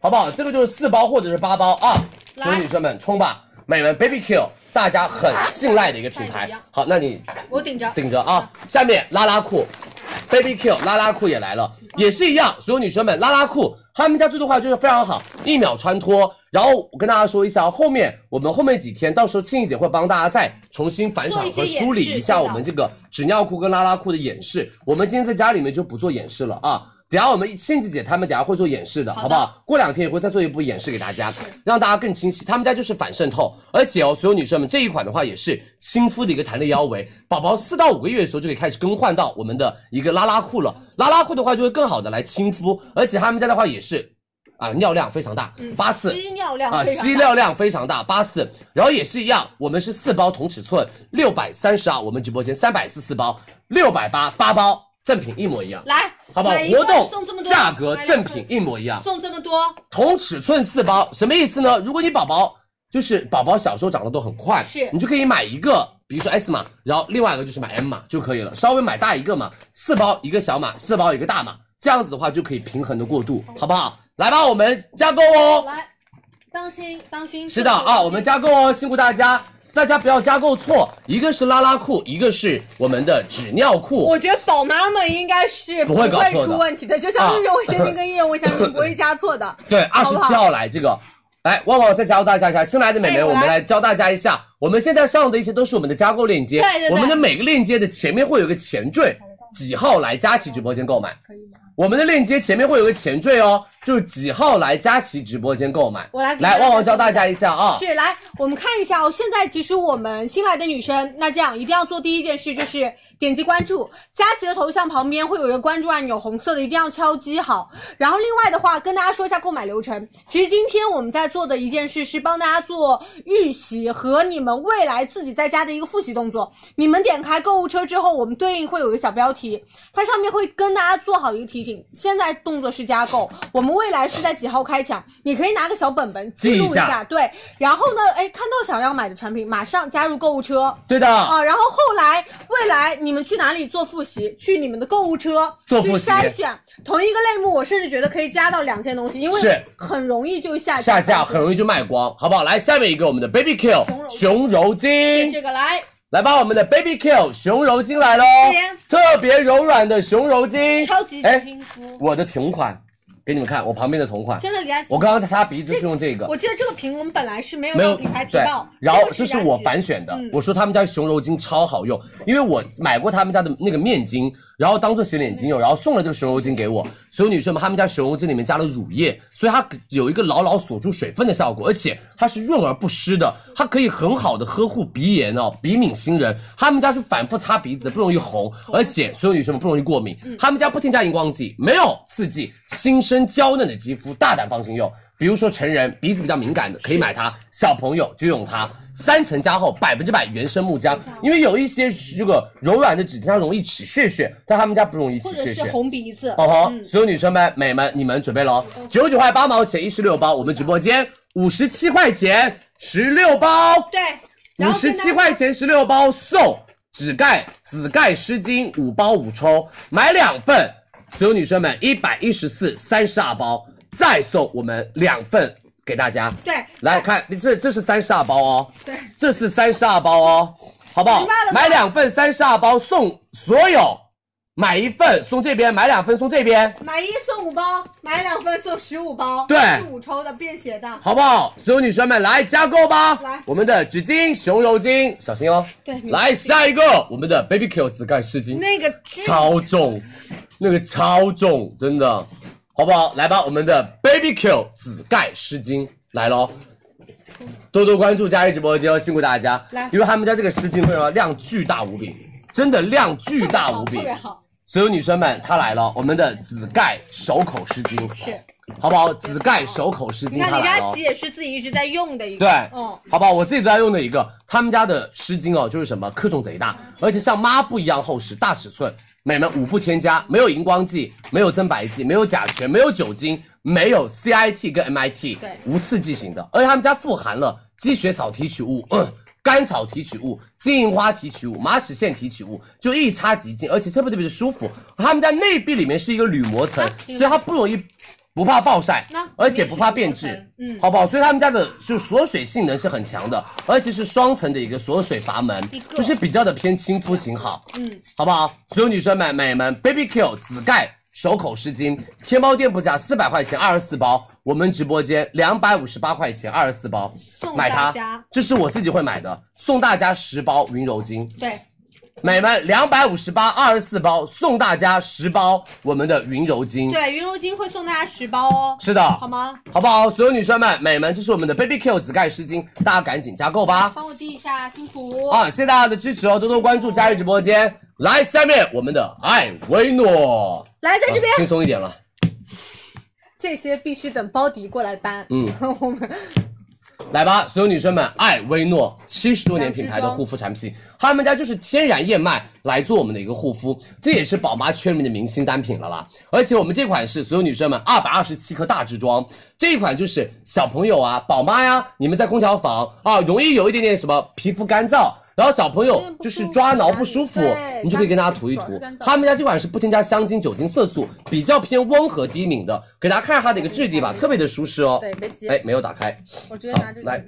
好不好？这个就是四包或者是八包啊，
来
所有女生们冲吧，美们 Baby Q，大家很信赖的一个品
带
牌
啊一样，
好，那你
我顶着。
顶着啊！下面拉拉裤，Baby Q 拉拉裤也来了，也是一样，所有女生们拉拉裤，他们家做的话就是非常好，一秒穿脱。然后我跟大家说一下，后面我们后面几天，到时候庆怡姐会帮大家再重新返场和
做一些
梳理
演示
一下
对
我
的
们这个纸尿裤跟拉拉裤的演示。我们今天在家里面就不做演示了啊。等下我们庆琪姐她们等下会做演示的，好
好的
不好？过两天也会再做一波演示给大家，让大家更清晰。他们家就是反渗透，而且哦，所有女生们这一款的话也是亲肤的一个弹力腰围，宝宝四到五个月的时候就可以开始更换到我们的一个拉拉裤了。拉拉裤的话就会更好的来亲肤，而且他们家的话也是。啊、尿量非常大，
嗯
八次。
吸尿量
啊，
非常
吸
大
料量非常大，八次，然后也是一样，我们是四包同尺寸，六百三十二，我们直播间三百四四包，六百八八包，赠品一模一样，
来
好不好？
买一个
活动
送这么多
价格
买两
赠
个
品一模一样，
送这么多，
同尺寸四包，什么意思呢？如果你宝宝就是宝宝小时候长得都很快，
是
你就可以买一个，比如说 S 码，然后另外一个就是买 M 码就可以了，稍微买大一个码，四包一个小码，四包一个大码，这样子的话就可以平衡的过渡，好不好？来吧，我们加购哦。
来，当心当心。
是的啊，我们加购哦，辛苦大家，大家不要加购错，一个是拉拉裤，一个是我们的纸尿裤。
我觉得宝妈们应该是
不会搞错的
出问题的，就像
啊
日月卫生巾跟夜卫生巾不会加错 的。
对，二十
好不
七
好
号来这个。来，旺旺再教大家一下，新来的美眉，
哎我
我
来
们来教大家一下，我们现在上的一些都是我们的加购链接，
对对对
我们的每个链接的前面会有个前缀，几号来佳琦直播间购买，我们的链接前面会有个前缀哦，就是几号来佳琦直播间购买。
我来给大
来，
家
旺旺教大家一下啊，
是，来，我们看一下哦。现在其实我们新来的女生，那这样一定要做第一件事就是点击关注，佳琪的头像旁边会有一个关注按钮，红色的一定要敲击好。然后另外的话，跟大家说一下购买流程。其实今天我们在做的一件事是帮大家做预习和你们未来自己在家的一个复习动作。你们点开购物车之后，我们对应会有一个小标题，它上面会跟大家做好一个提醒。现在动作是加购，我们未来是在几号开抢，你可以拿个小本本记录
记一
一
下
下，对。然后呢，哎，看到想要买的产品，马上加入购物车。
对的，
啊，然后后来未来你们去哪里做复习？去你们的购物车
做
去
复习
筛选同一个类目，我甚至觉得可以加到两件东西，因
是
为很容易就 下
下架很容易就卖光，好不好？来，下面一个我们的 Baby Q 熊柔巾，
这个来，
来吧，我们的 Baby Q 熊柔巾来喽，特别柔软的熊柔巾，
超级
哎，
亲肤，
我的同款，给你们看我旁边的同款，
真的李佳琦
我，刚刚擦鼻子是用这个
我，记得这个屏我们本来是没有
没
让
有
品牌提
对
到，，
然后这
这个
是
李佳琦
我反选的
嗯，
我说他们家熊柔巾超好用，因为我买过他们家的那个面巾，然后当做洗脸巾用，然后送了这个熊柔巾给我。所有女生们，他们家熊柔巾里面加了乳液，所以它有一个牢牢锁住水分的效果，而且它是润而不湿的，它可以很好的呵护鼻炎哦，鼻敏星人。他们家是反复擦鼻子，不容易红，而且所有女生们不容易过敏。
嗯
他们家不添加荧光剂，没有刺激，新生娇嫩的肌肤，大胆放心用。比如说成人鼻子比较敏感的可以买它，小朋友就用它。三层加厚，百分之百原生木浆，因为有一些这个柔软的纸巾它容易起屑屑，但他们家不容易起
或者
屑
是
屑。
红嗯鼻子，
哦吼，所有女生们、美们，你们准备喽！
嗯
九十九块八毛钱一十六包，我们直播间五十七块钱十六包，
对，然
五
后
十
跟大家
七块钱十六包送纸盖紫盖湿巾五包五抽，买两份，所有女生们一百一十四三十二包，再送我们两份给大家。
对，
来，我看这这是三十二包哦，
对，
这是三十二包哦，好不好
明白了？吗
买两份三十二包送所有，买一份送这边，买两份送这边，
买一送五包，买两份送十五包，
对
是五抽的便携的，
好不好？所有女生们来加购吧，
来
我们的纸巾、熊柔巾，小心哦。
对
来下一个，我们的 Baby Q 紫盖湿巾，
那个巨
超重，那个超重，真的，好不好？来吧，我们的 Baby Q 紫盖湿巾来喽。多多关注佳怡直播间哦，辛苦大家！
来
因为他们家这个湿巾会让量巨大无比，真的量巨大无比
特别，好，
所有女生们，它来了，我们的紫盖手口湿巾，
是，
好不好？紫盖手口湿
你
巾
看
它
李
来
佳
了
琦，也是自己一直在用的一个，
对，
嗯，
好不好？我自己都在用的一个，他们家的湿巾哦，就是什么克重贼大，
嗯
而且像抹布一样厚实，大尺寸，美们五不添加，没有荧光剂，没有增白剂，没有甲醛，没有酒精，没有 CIT 跟 MIT，
对
无刺激型的，而且他们家富含了积雪草提取物。呃甘草提取物、金银花提取物、马齿苋提取物，就一擦即净，而且特别特别的舒服。他们家内壁里面是一个铝膜层，所以它不容易不怕暴晒
啊那，
而且不怕变
里面
质
是。铝膜层嗯
好不好？所以他们家的就是锁水性能是很强的，而且是双层的一个锁水阀门
一，个
就是比较的偏亲肤型好，
嗯，
好不好？所有女生们、美们，Baby Q 紫盖手口湿巾，天猫店铺价四百块钱二十四包，我们直播间两百五十八块钱二十四包，
送
买
大
它
家，
这是我自己会买的，送大家十包云柔巾，
对，
美们两百五十八二十四包，送大家十包我们的云柔巾，
对，云柔巾会送大家十包哦，
是的，
好吗？
好不好？所有女生们、美们，这是我们的 Baby Q 紫盖湿巾，大家赶紧加购吧！
帮我递一下，辛苦。
啊，谢谢大家的支持哦，多多关注佳玉直播间。来，下面我们的艾薇诺，
来，在这边
啊轻松一点了。
这些必须等包迪过来搬。
嗯，
我们
来吧，所有女生们，爱薇诺七十多年品牌的护肤产品，他们家就是天然燕麦来做我们的一个护肤，这也是宝妈圈里面的明星单品了啦。而且我们这款是所有女生们二百二十七克大支装，这一款就是小朋友啊、宝妈呀，你们在空调房啊，容易有一点点什么皮肤干燥。然后小朋
哎
友就是抓挠不舒服
嗯不舒服对，
你就可以跟大家涂一
抓挠不
涂
舒服。
他们家这款是不添加香精、酒精、色素，比较偏温和低敏的。给大家看一下它的一个质地吧，特别的舒适哦。
对，别急，
哎，没有打开，
我直接拿这
好
个
来。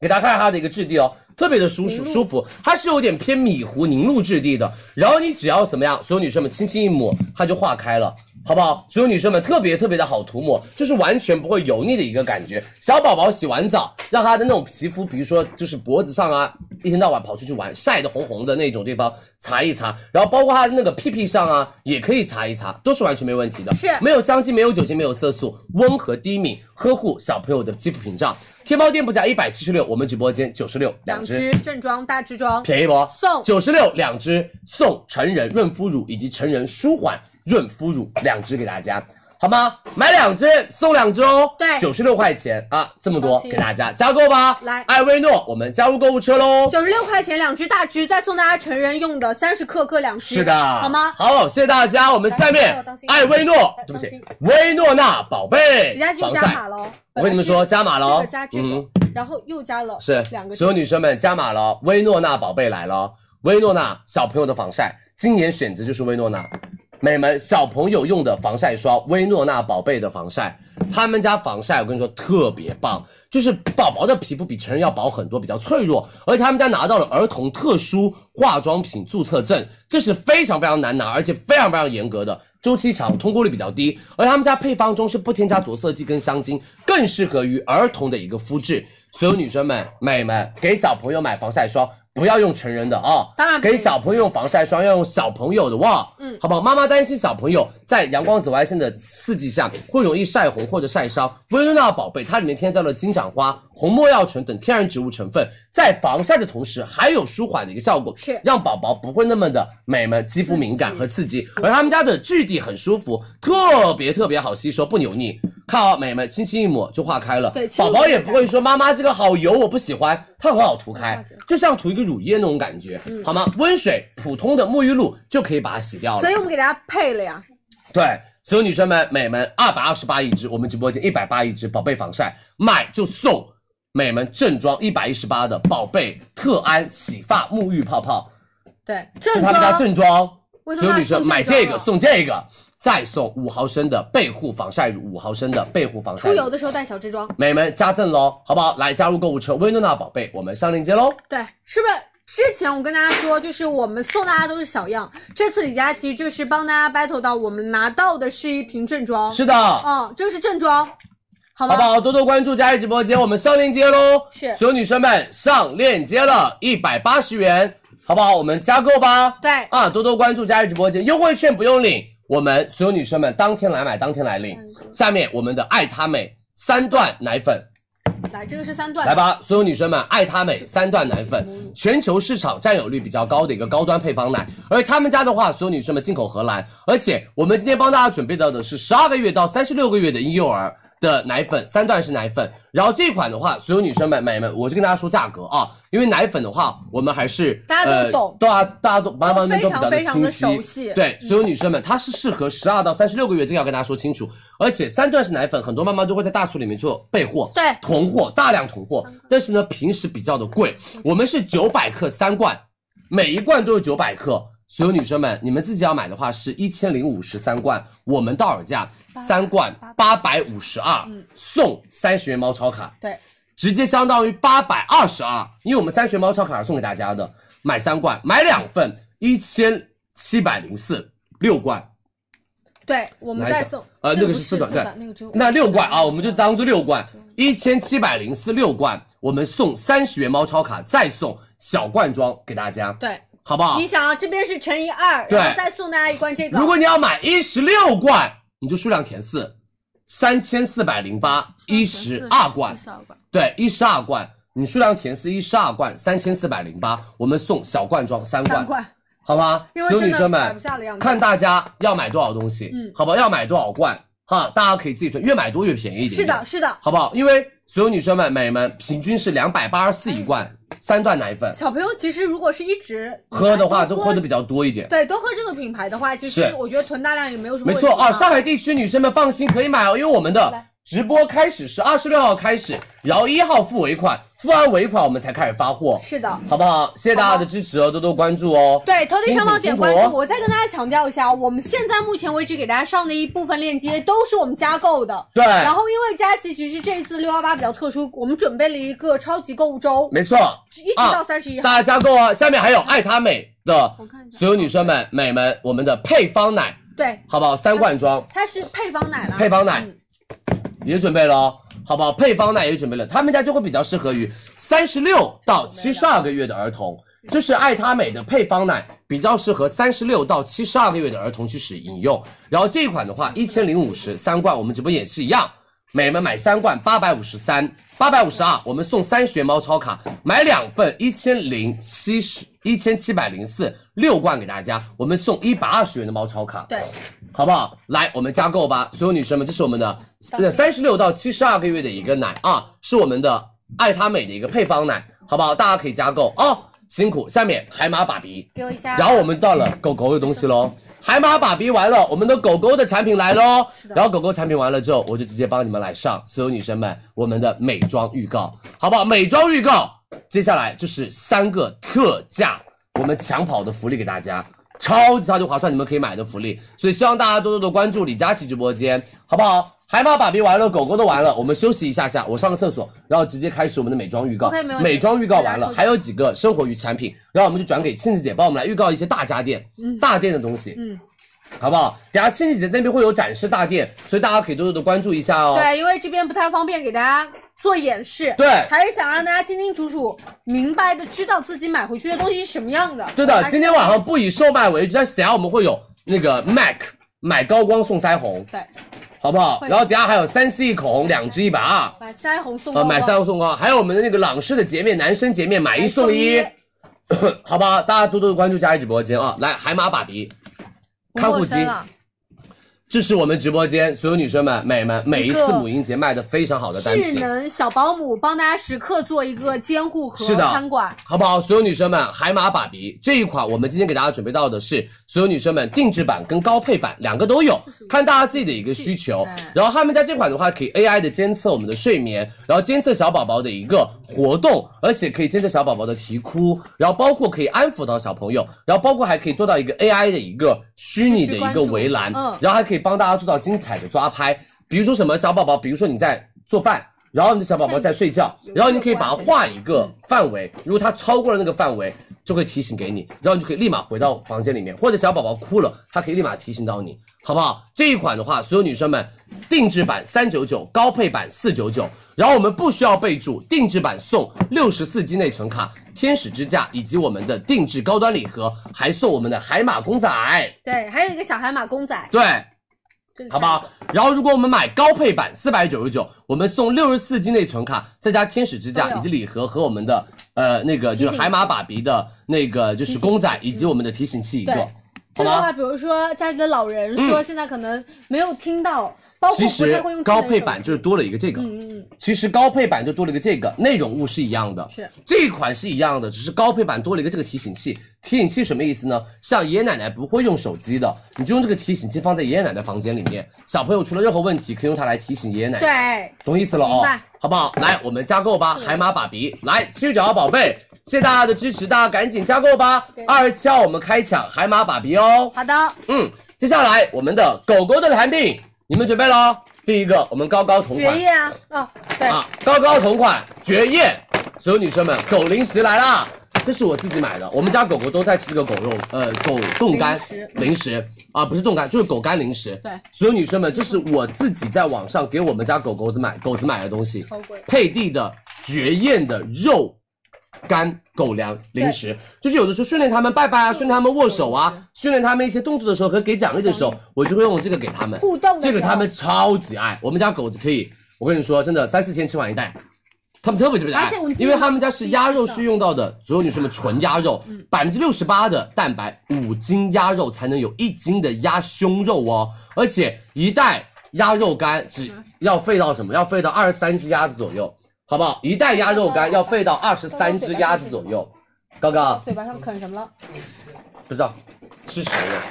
给大家看一下它的一个质地哦，特别的舒
凝
适
露
舒服，它是有点偏米糊凝露质地的。然后你只要怎么样，所有女生们轻轻一抹，它就化开了，好不好？所有女生们特别特别的好涂抹，就是完全不会油腻的一个感觉。小宝宝洗完澡，让他的那种皮肤，比如说就是脖子上啊，一天到晚跑出去玩晒的红红的那种地方擦一擦，然后包括他的那个屁屁上啊，也可以擦一擦，都是完全没问题的。
是
没有香精，没有酒精，没有色素，温和低敏，呵护小朋友的肌肤屏障。天猫店铺价一百七十六，我们直播间九十六两
两
支
支，正装大支装，
便宜不？
送
九十六两支送成人润肤乳以及成人舒缓润肤乳两支给大家，好吗？买两支送两支哦。
对
九十六块钱啊，这么多
放心
给大家加购吧。
来
艾薇诺，我们加入购物车喽。
九十六块钱两支大支，再送大家成人用的三十克各两支，
是的，
好吗？
好，谢谢大家。我们下面
当心
艾薇诺，对不起，薇诺娜宝贝
人家就
防
加
晒
码，喽，
我跟你们说加码
这
喽
个加，这个，然后又加了
是
两个，
所有女生们加码了，薇诺娜宝贝来了，薇诺娜小朋友的防晒，今年选择就是薇诺娜。美们，小朋友用的防晒霜，薇诺娜宝贝的防晒，他们家防晒我跟你说特别棒，就是宝宝的皮肤比成人要薄很多，比较脆弱，而且他们家拿到了儿童特殊化妆品注册证，这是非常非常难拿，而且非常非常严格的，周期长，通过率比较低，而他们家配方中是不添加着色剂跟香精，更适合于儿童的一个肤质。所有女生们、美们，给小朋友买防晒霜，不要用成人的啊、
当然不
给小朋友用防晒霜要用小朋友的哇，
嗯
好不好？妈妈担心小朋友在阳光紫外线的刺激下会容易晒红或者晒伤。薇诺娜宝贝它里面添加了金盏花、红没药醇等天然植物成分，在防晒的同时还有舒缓的一个效果，
是
让宝宝不会那么的美们肌肤敏感和刺激，而他们家的质地很舒服，特别特别好吸收，不油腻。看啊，美们轻轻一抹就化开了，
对轻
宝
柔
宝也
的
不会说妈妈这个好油，我不喜欢，它很好涂
了
开
解，
就像涂一个乳液那种感觉，好吗？温水普通的沐浴露就可以把它洗掉了
所以。我们给大家配了呀，
对，所有女生们、美们，二百二十八一支，我们直播间一百八一支，宝贝防晒买就送，美们正装一百一十八的宝贝特安洗发沐浴泡泡，
对，
是
正
他们家
装，
正装，哦
为
所
什么
有
他
女生
送
买
正装
这个
啊
送这个，再送五毫升的倍护防晒乳，五毫升的倍护防晒
出游
乳。
的时候带小支装，
美们加赠喽，好不好？来加入购物车，薇诺娜宝贝，我们上链接喽。
对，是不是？之前我跟大家说，就是我们送大家都是小样，这次李佳琦就是帮大家 battle 到我们拿到的是一瓶正装，
是的，
嗯，这是正装，好吗？
好不好？多多关注佳怡直播间，我们上链接喽。
是
所有女生们上链接了，一百八十元，好不好？我们加购吧。
对
啊，多多关注佳怡直播间，优惠券不用领，我们所有女生们当天来买，当天来领。
嗯
下面我们的爱她美三段奶粉
来，这个是三段，嗯
来，吧，所有女生们，爱她美三段奶粉，全球市场占有率比较高的一个高端配方奶，而他们家的话，所有女生们进口荷兰，而且我们今天帮大家准备到的是十二个月到三十六个月的婴幼儿的奶粉，三段式奶粉，然后这款的话，所有女生们、美们，我就跟大家说价格啊，因为奶粉的话，我们还是
大家都
呃
懂
大家大家都妈妈们都比较
都非常
清
非
晰，
常地熟悉
对，所有女生们，它是适合十二到三十六个月，这个要跟大家说清楚，而且三段式奶粉，很多妈妈都会在大促里面做备货，
对
囤货，大量囤货，但是呢，平时比较的贵。我们是九百克三罐，每一罐都是九百克。所有女生们，你们自己要买的话是一千零五十三罐，我们到手价三罐八百嗯五十二，送三十元猫超卡，
对，
直接相当于八百二十二，因为我们三十元猫超卡是送给大家的，买三罐，买两份一千七百零四，六罐，
对，我们
哪一
再
种
送，
呃，
这
那个
个不
是
是
四段，对，
那个只有
那六罐啊，我们就当做六罐，一千七百零四六罐，我们送三十元猫超卡，再送小罐装给大家，，
对，
好不好
你？想啊，这边是乘以二，
对
然后再送大家一罐这个，
如果你要买一十六罐，你就数量填四，三千四百零八，一十二罐，对，一十二罐，你数量填四，一十二罐，三千四百零八，我们送小罐装三
三
罐，
罐，
好吗？
因为
所有
真
女
的
生
摆
们
不，下的样子，
看大家要买多少东西，
嗯
好不好？要买多少罐，哈，大家可以自己推，越买多越便宜一点
是
点。
的，是的，
好不好？因为所有女生们、美们，平均是两百八十四一罐，三段奶粉，
小朋友其实如果是一直
喝的话
多
都喝的比较多一点。
对，多喝这个品牌的话，其实
是
我觉得囤大量也没有什么
没
问题
错啊，
嘛
上海地区女生们放心可以买哦，因为我们的
来
直播开始是二十六号开始，然后一号付尾款，付完尾款我们才开始发货，
是的。
好不好？谢谢大家的支持哦，多多关注哦。
对，头顶上方点关
辛苦辛
注。
苦
我再跟大家强调一下哦，我们现在目前为止给大家上的一部分链接都是我们加购的。
对
然后因为佳琪其实这一次六幺八比较特殊，我们准备了一个超级购物周，
没错，
一
啊
直到三十一号。
大家加购哦。下面还有爱她美的
我看一下
所有女生们、美们，我们的配方奶，
对，
好不好？三罐装。
它是配方奶了。
配方奶
嗯
也准备了哦，好不好？配方奶也准备了，他们家就会比较适合于三十六到七十二个月的儿童，这是爱他美的配方奶，比较适合三十六到七十二个月的儿童去使饮用。然后这一款的话，一千零五十三罐，我们直播也是一样，每人们买三罐八百五十三，八百五十二，我们送三十元猫超卡，买两份一千零七十。一千七百零四六罐给大家，我们送一百二十元的猫超卡。
对，
好不好？来，我们加购吧，所有女生们，这是我们的呃三十六到七十二个月的一个奶啊，是我们的爱他美的一个配方奶，好不好？大家可以加购哦，辛苦。下面海马爸比，
给我一下。
然后我们到了狗狗的东西喽，海马爸比完了，我们的狗狗的产品来喽。
的
然后狗狗产品完了之后，我就直接帮你们来上所有女生们我们的美妆预告，好不好？美妆预告，接下来就是三个特价，我们抢跑的福利给大家。超级超级划算，你们可以买的福利，所以希望大家多多的关注李佳琦直播间，好不好？海马爸比完了，狗狗都完了，我们休息一下下，我上个厕所，然后直接开始我们的美妆预告。
OK，没问题
啊美妆预告完
大家
了，
抽
还有几个生活与产品，然后我们就转给庆子姐帮我们来预告一些大家电、大店的东西，
嗯，
好不好？等下庆子姐那边会有展示大店，所以大家可以多多的关注一下哦。
对，因为这边不太方便给大家做演示，
对
还是想让大家清清楚楚、明白的知道自己买回去的东西是什么样的。
对
还
的，
是
今天晚上不以售卖为主，但是等下我们会有那个 MAC 买高光送腮红，
对，
好不好
会？
然后等下还有三 C 一口红两支一百二，
买腮红送
呃，买
包包
三个送光，还有我们的那个朗诗的洁面男生洁面买一
哎
送一， 好不好？大家多多的关注佳怡直播间啊！来，海马爸比，看护
我陌
巾
生。了
这是我们直播间所有女生们、美们每一
一
次
个
母婴节卖的非常好的单
智
品，
能小保姆帮大家时刻做一个监护和
是的
看管，
好不好？所有女生们，海马爸比这一款，我们今天给大家准备到的是所有女生们定制版跟高配版两个都有，看大家自己的一个需求
对。
然后他们家这款的话，可以 AI 的监测我们的睡眠，然后监测小宝宝的一个活动，而且可以监测小宝宝的啼哭，然后包括可以安抚到小朋友，然后包括还可以做到一个 AI 的一个虚拟的一个围栏，
实时关注嗯
然后还可以帮大家做到精彩的抓拍，比如说什么小宝宝，比如说你在做饭。然后你的小宝宝在睡觉，然后你可以把它画一个范围，如果它超过了那个范围，就会提醒给你，然后你就可以立马回到房间里面，或者小宝宝哭了，它可以立马提醒到你，好不好？这一款的话，所有女生们，定制版三九九，高配版四九九，然后我们不需要备注，定制版送六十四 G 内存卡、天使支架以及我们的定制高端礼盒，还送我们的海马公仔，
对，还有一个小海马公仔，
对，
这个
好不好？然后如果我们买高配版四百九十九，我们送六十四 G 内存卡，再加天使支架
都有
以及礼盒和我们的呃那个就是海马爸比的那个就是公仔以及我们的提醒器一个，
对
好
这个的话，
吗？
比如说家里的老人说现在可能没有听到，包
嗯
括
其
不太
实
会用智能
高
手
配
机
版就是多了一个这个，
嗯嗯嗯，
其实高配版就多了一个这个，内容物是一样的，
是
这一款是一样的，只是高配版多了一个这个提醒器。提醒器什么意思呢？像爷爷奶奶不会用手机的，你就用这个提醒器放在爷爷奶奶房间里面，小朋友出了任何问题可以用它来提醒爷爷奶奶。
对，
懂意思了
明
哦
白，
好不好？来，我们加购吧，海马爸比，来七十九号宝贝，谢谢大家的支持，大家赶紧加购吧
对，
二十七号我们开抢海马爸比哦。
好的，
嗯，接下来我们的狗狗的产品，你们准备喽。第一个，我们高高同款
爵爷啊，哦，对，
啊，高高同款绝艳，所有女生们，狗零食来啦！这是我自己买的，我们家狗狗都在吃这个狗肉，呃，狗冻干
零食
零食啊，不是冻干，就是狗干零食。
对
所有女生们，这是我自己在网上给我们家狗狗子买狗子买的东西，
超贵
配地的绝艳的肉干狗粮零食，就是有的时候训练它们拜拜啊，训练它们握手啊，训练它们一些动作的时候和给奖励的时候，我就会用这个给它们
互动的时
这
候
个它们超级爱，我们家狗子可以，我跟你说，真的三四天吃完一袋。他们特别特别爱
而且我们，
因为他们家是鸭肉是用到的，所有女生们纯鸭肉，百分之六十八的蛋白，五斤鸭肉才能有一斤的鸭胸肉哦，而且一袋鸭肉干只要费到什么？要费到二十三只鸭子左右，好不好？一袋鸭肉干要费到二十三只鸭子左右。刚刚
嘴巴上啃什么了？
不知道是谁了。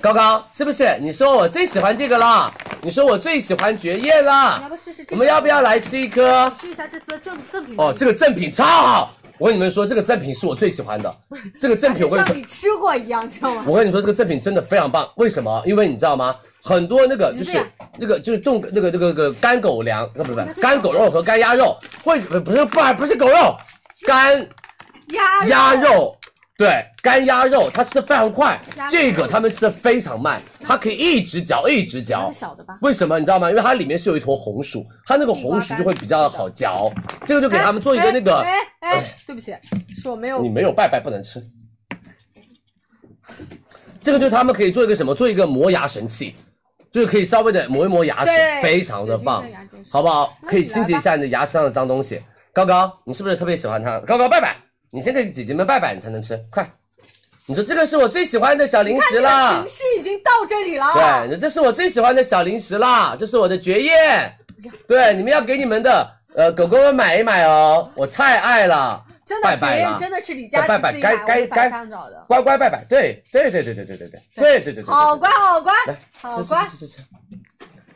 高高，是不是？你说我最喜欢这个啦，你说我最喜欢蕨叶
你
啦
要，不试试？
我们要不要？来吃一颗？
试一下这次的赠赠品
哦，这个赠品超好！我跟你们说，这个赠品是我最喜欢的。这个赠品我跟你
像
说，
你吃过一样，知道吗？
我跟你说，这个赠品真的非常棒。为什么？因为你知道吗？很多那个就是
实在
那个就是冻那个那个那个干狗粮，呃不是不是干狗肉和干鸭肉，会不不是不不是狗肉，干
鸭
鸭肉，对，干鸭肉，它吃的非常快
鸭。肉
这个他们吃的非常慢，它可以一直嚼，一直
拿
嚼
个。小的吧。
为什么你知道吗？因为它里面是有一坨红薯，它那个红薯就会比较好嚼。这个就给他们做一个那个，
哎哎哎，对不起，是我没有
你没有拜拜不能吃。这个就是他们可以做一个什么？做一个磨牙神器，就是可以稍微的磨一磨牙齿
对，
非常的棒
对这个牙真，是
好不好？
那你
可以清洁一下你的牙齿上的脏东西。高高，你是不是特别喜欢它？高高拜拜，你先给姐姐们拜拜，你才能吃，快！你说这个是我最喜欢的小零食啦。
情绪已经到这里了啊。
对，这是我最喜欢的小零食啦，这是我的蕨叶。对，你们要给你们的呃狗狗们买一买哦，我太爱了，
真
拜
的，
拜
绝
啦
艳真的是李佳琦
拜拜
自己
该
买
该
我反
该
上找的，
乖乖拜拜。对对对对对对对对对对对对，
好乖好乖
来，
好
吃
乖
吃，吃吃吃，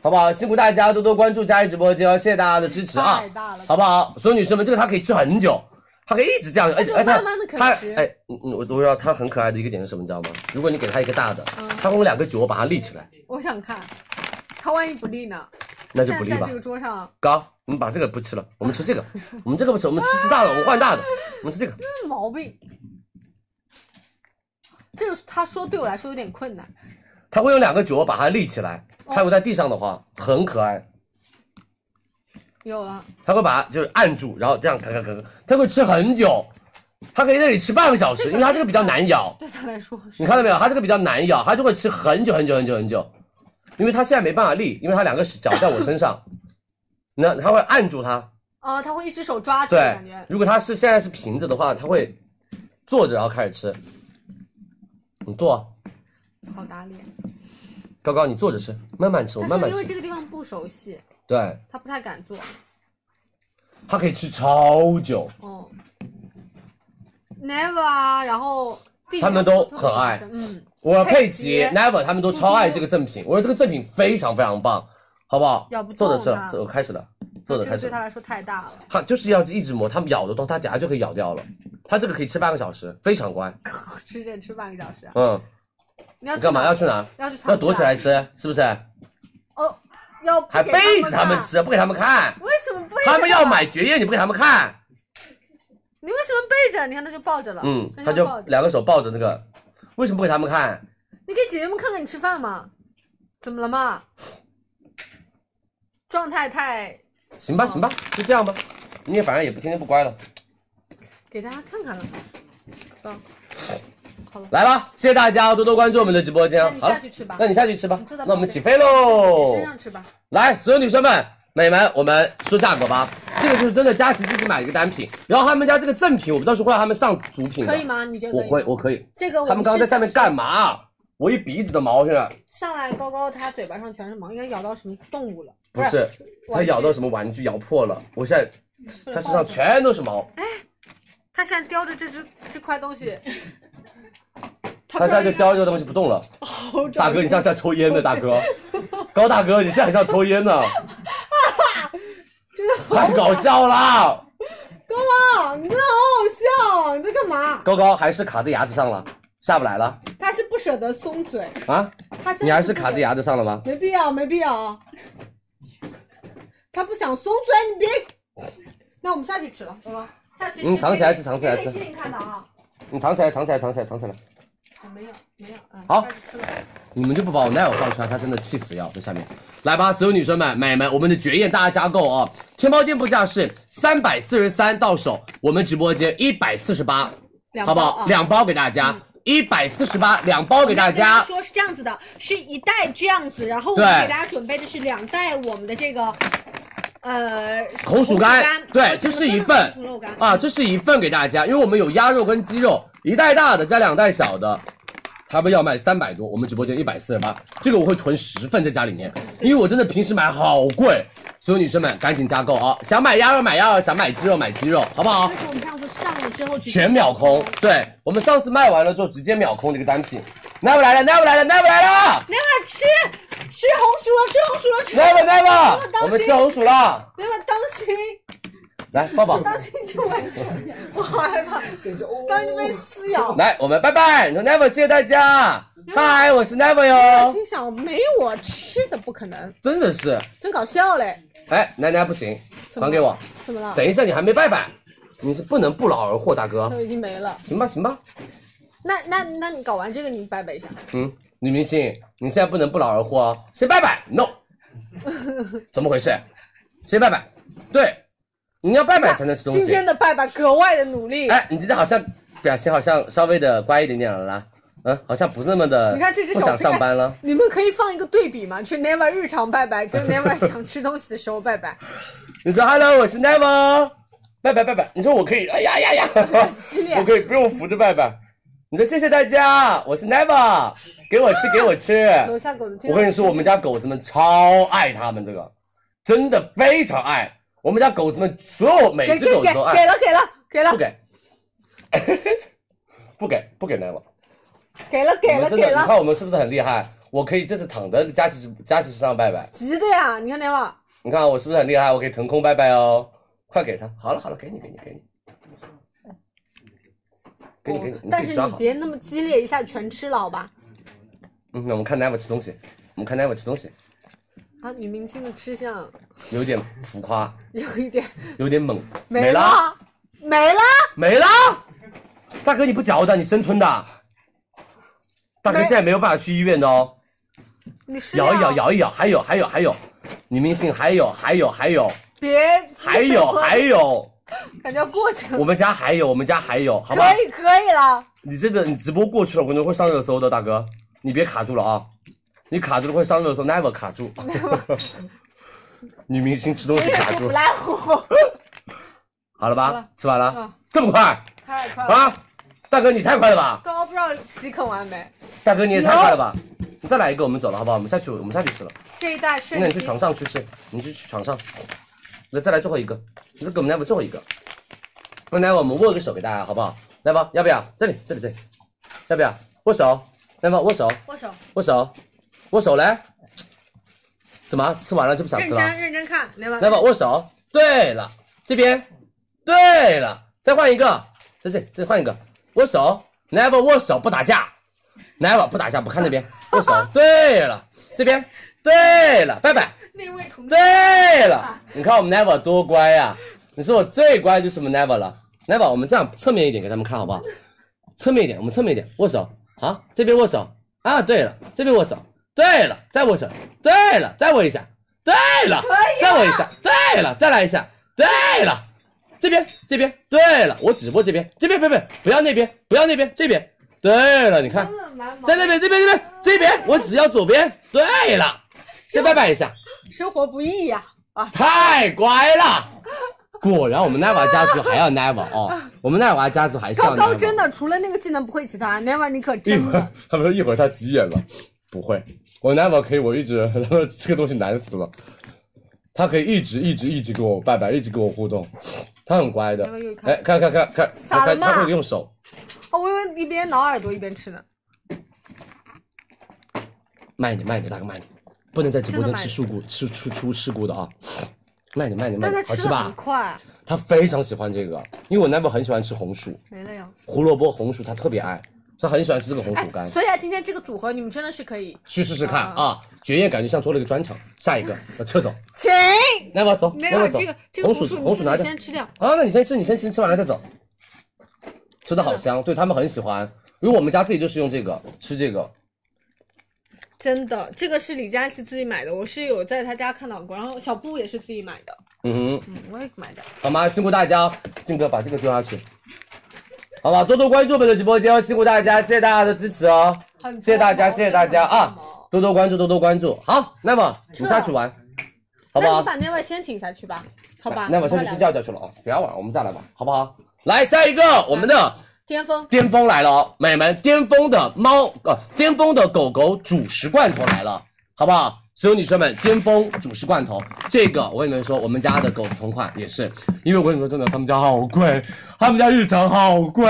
好不好？辛苦大家多多关注佳怡直播间哦，谢谢大家的支持啊
太，大了，
好不好？所有女生们，这个它可以吃很久。它可以一直这样，而且
就
而且它
慢慢地啃
它
食
哎，嗯嗯，我我知道它很可爱的一个点是什么，你知道吗？如果你给它一个大的
嗯，
它会用两个脚把它立起来，
我想看，他万一不立呢？
那就
现
不立
在在
吧
这。个桌上，
高，我们把这个不吃了，我们吃这个，我们这个不吃，我们吃吃大的，我们换大的，我们吃这个。
这毛病。这个他说对我来说有点困难，
它会用两个脚把它立起来，
哦
它如果在地上的话很可爱，
有了，
它会把它就是按住，然后这样咔咔咔咔，它会吃很久，它可以在那里吃半个小时，因为它这个比较难咬，
对他来说是
你看到没有？它这个比较难咬，它就会吃很久很久很久很久，因为它现在没办法立，因为它两个脚在我身上， 那它会按住它，
啊，他会一只手抓住，
对
感觉，
如果它是现在是平着的话，它会坐着然后开始吃，你坐啊。
好打脸。
高高，你坐着吃，慢慢吃，我
但
慢慢
是因为这
吃。
个地方不熟悉，
对，
他不太敢做。
它可以吃超久，
哦，Never 啊，然后地
他们
上
都
特别
很爱
好吃嗯，
我
佩
佩
奇
奇、Never 他们都超爱
猪猪
这个赠品。我说这个赠品非常非常棒，好不好？
咬不
坐着
动
吃
它
了，我开始了，坐着
这个
开始
对他
了。
来说太大了。
它就是要一直磨，它们咬得动，它等下就可以咬掉了。它这个可以吃半个小时，非常乖。
吃着吃半个小时啊，
嗯，
你要
你
去
干嘛
哪
要去哪？
要去藏
要躲起来
起
吃，是不是？
哦，要不
还
给
背着
他
他们
看？
吃，不给他们看。
为什么背着？
他们要，买蕨叶，你不给他们看。
你为什么背着？你看他就抱着了，
嗯，
那
他就
抱着。
两个手抱着那个，为什么不给他们看？
你给姐姐们看看你吃饭嘛？怎么了嘛？状态太，
行
哦
吧，行吧，就这样吧。你也反正也不天天不乖了。
给大家看看了。走，好了，
来吧，谢谢大家多多关注我们的直播间
那
啊。
你
好
下
了
去，吃吧，
那你哦下去吃吧
你坐在。旁边
那我们起飞
你
喽
身！上吃吧。
来，所有女生们、美们，我们说价格吧。这个就是真的，佳琪自己买一个单品，然后他们家这个赠品，我们到时候会让他们上主品的。
可以？吗？你觉得
我
可以哦
会，
吗
我可以。
这个我
他们刚刚在
是
下面干嘛？我一鼻子的毛现在
上来高高，他嘴巴上全是毛，应该咬到什么动物了？
不是，他
玩具
咬到什么玩具咬破了，我现在
是
他身上全都是毛，
他现在叼着这只这块东西，
他现在就叼着这个东西不动 了。大哥，你像像抽烟的大哥，高大哥，你现在很像抽烟呢，
真的好
太搞笑了。
高啊！你真的好好笑，你在干嘛？
高高还是卡在牙齿上了，下不来了
他还是不舍得松嘴，
啊？
他真的
你还是
是不
卡
舍
在，牙齿上了吗？
没必要，没必要。他不想松嘴，你别。那我们下去吃了，好吧？下去
嗯藏起来吃藏起来吃
给欣欣看到啊，
你藏起来，藏起来，藏起来，藏起来！
我没有，没有，嗯，
好
下去吃了。
你们就不把我奈友放出来，他真的气死要在下面。来吧，所有女生们、美们，我们的绝艳大家加购啊！天猫店铺价是三百四十三到手，我们直播间一百四十八，
两
好不
包啊嗯
好？两包给大家，一百四十八，两包给大家。
说是这样子的，是一袋这样子，然后我
对
们给大家准备的是两袋我们的这个，呃，
红薯干对这是一份
红薯干
啊，这是一份给大家，因为我们有鸭肉跟鸡肉，一袋大的加两袋小的，他们要卖三百多，我们直播间一百四十八，这个我会囤十份在家里面，因为我真的平时买好贵，所有女生们赶紧加购啊！想买鸭肉买鸭肉，想买鸡肉买鸡肉，好不好
但？是我们上次上了之后直接
全秒空，对我们上次卖完了之后直接秒空这个单品，never 来了，never 来了，never 来了
那个吃吃红薯了，吃红薯了，吃
，never
没
never，
有
我们
担
吃
心，
红薯了，
没有担心，
来抱抱，
担心就完全，我好害怕，担心被撕咬。
来我们拜拜，你说 never 谢谢大家，嗨，我是 never 哟，
心想没我吃的不可能，
真的是，
真搞笑嘞！
哎，奶奶不行，
怎么啊
还给我，
怎么了？
等一下你还没拜拜，你是不能不劳而获，大哥，
都已经没了。
行吧行吧，
那那那你搞完这个你拜拜一下，
嗯，女明星，你现在不能不劳而获哦，谁拜拜？No，怎么回事？谁拜拜？对，你要拜拜才能吃东西。
今天的拜拜格外的努力。
哎，你今天好像表情好像稍微的乖一点点了啦，嗯，好像不是那么的，
你看这只手
不想上班了。
你们可以放一个对比吗？去 Never 日常拜拜 跟 Never 想吃东西的时候拜拜，
你说 Hello，我是 Never，拜拜拜拜。你说我可以，哎呀呀呀，
激烈
我可以不用扶着拜拜。你说谢谢大家，我是 Never，给我吃给我吃。
楼下狗子听到
我跟你说，我们家狗子们超爱他们这个，真的非常爱。我们家狗子们所有每
给给
只
给
狗子
给
都爱，
了给了给了
哎不给， 不给不给奶我。
给了给
我
了
们真的，
给
你
了，
看我们是不是很厉害？我可以这次躺在佳琪佳琪身上拜拜，
急的呀！你看 Never
你看我是不是很厉害？我可以腾空拜拜哦，快给他。好了好了，给你给你给你，给你给你，你
但
自
是
己
你
抓好。
别那么激烈，一下全吃了好吧？
嗯，那我们看奶我吃东西，我们看奶我吃东西，
啊，女明星的吃相
有点浮夸，
有一点
有点猛，
没
啦
了没了，
没啦！大哥，你不嚼的，你生吞的。大哥
没
现在没有办法去医院的哦，
你吃
咬一咬，
掉，
咬一咬，还有还有还有，女明星还有还有还有
别激
还
烈
有
了
还有，
感觉要过去了
我，们家还有我们家还有，好吧
可？以可以了。
你这个你直播过去了，我跟你说会上热搜的，大哥，你别卡住了啊！你卡住了会上热搜，never 卡 住。女明星吃东西卡
不
住，
来 乎。
好了
好
吧
了？
吃完了
嗯，
这么快
太快了！
啊？大哥你太快了吧！
刚刚不知道洗啃完没？
大哥你也太快了吧！你再来一个，我们走了好不好？我们下去，我们下去吃了。
这一袋
那
瞬
你去床
间
上去吃，你去床上。那再来最后一个，你再给我们 Never 最后一个。那 Never 我们握个手给大家好不好？Never 要不要？这里这里这里，要不要？握手，Never 握手
握手，
握手握手来。怎么啊吃完了就不想
认
吃了
真认真看，来吧，
？Never 握手。对了，这边。对了，再换一个，在这再换一个，握手。Never 握手不打架，Never 不打架不看那边，握手。对了，这边。对了，拜拜。
那位同志，啊
对了，你看我们 Never 多乖呀、你说我最乖就是我们 Never 了。Never，我们这样侧面一点给他们看好不好？侧面一点，我们侧面一点，握手。好，这边握手。啊，对了，这边握手。对了，再握手。对了，再握一下。对了，再握一下。对了，再来一下。对了，这边这边。对了，我只握这边，这边不不不要那边，不要那边，这边。对了，你
嗯
看，在那边这边这边这边，我只要左边。对了，先拜拜一下。
生活不易呀！啊，
太乖了。果然，我们奈娃家族还要奈娃哦， 我们奈娃家族还是要
高
奈娃。
高真的除了那个技能不会，其他 Never 你可
一
真
会
的
儿，他们说一会儿他急眼了，不会，我奈娃可以，我一直， 他说这个东西难死了，他可以一直一直一直跟我拜拜，一直跟我互动，他很乖的
要不要又。看
哎，看看看看，
咋
他
了
他
嘛
他会用手，
哦，我以为一边挠耳朵一边吃呢。
慢一点慢一点，大哥慢一点，不能在直播
真
间
的慢
吃
一
树菇，吃出出事故的啊。慢一点，慢一点，慢
但
一
他
点，好
吃
吃
的很
吧？
快，
他非常喜欢这个，因为我奈娃很喜欢吃红薯，
没了呀。
胡萝卜红薯他特别爱，他很喜欢吃这个红薯干，
所以啊，今天这个组合你们真的是可以，
去试试看
啊
啊！绝艳感觉像做了一个专场，下一个我撤走，
请
来吧走，来吧
Never
走
啊这个，这个
红
红薯
薯红薯拿
你
着
先吃掉，
啊，那你先吃，你先吃，吃完了再走，吃的好香，对他们很喜欢，因为我们家自己就是用这个吃这个，
真的，这个是李佳琦自己买的，我是有在他家看到过，然后小布也是自己买的，
嗯哼，
嗯，我也买的。
好吗？辛苦大家，哦静哥把这个丢下去，好吧，多多关注我们的直播间哦，辛苦大家，谢谢大家的支持哦，
很
谢谢大家，
多毛
谢谢大家啊
真的
多多
很多毛，
关注，多多关注，好，那么你下去玩，好不
那
好
你？把那位先请下去吧，好吧？
那我先去睡觉
去。
觉去了啊，等一下晚上我们再来玩，好不好？来下一个，我们的
巅峰
巅峰来了哦，美们，巅峰的猫呃，巅峰的狗狗主食罐头来了，好不好？所有女生们，巅峰主食罐头，这个我跟你们说，我们家的狗子同款也是，因为我跟你们说真的，他们家好贵，他们家日常好贵，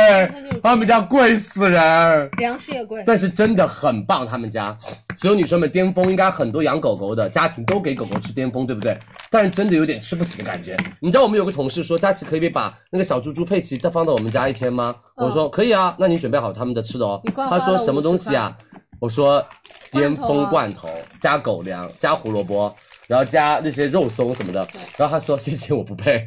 他们家贵死人。
粮食也贵，
但是真的很棒，他们家所有女生们，巅峰应该很多养狗狗的家庭都给狗狗吃巅峰，对不对？但是真的有点吃不起的感觉。你知道我们有个同事说，佳琪可以把那个小猪猪佩奇再放到我们家一天吗？
嗯
我说可以啊，那你准备好他们的吃的哦
你。灌
他
花
说
了
什么东西啊？我说巅
罐头啊
峰罐头加狗粮加胡萝卜，然后加那些肉松什么的。然后他说谢谢，我不配，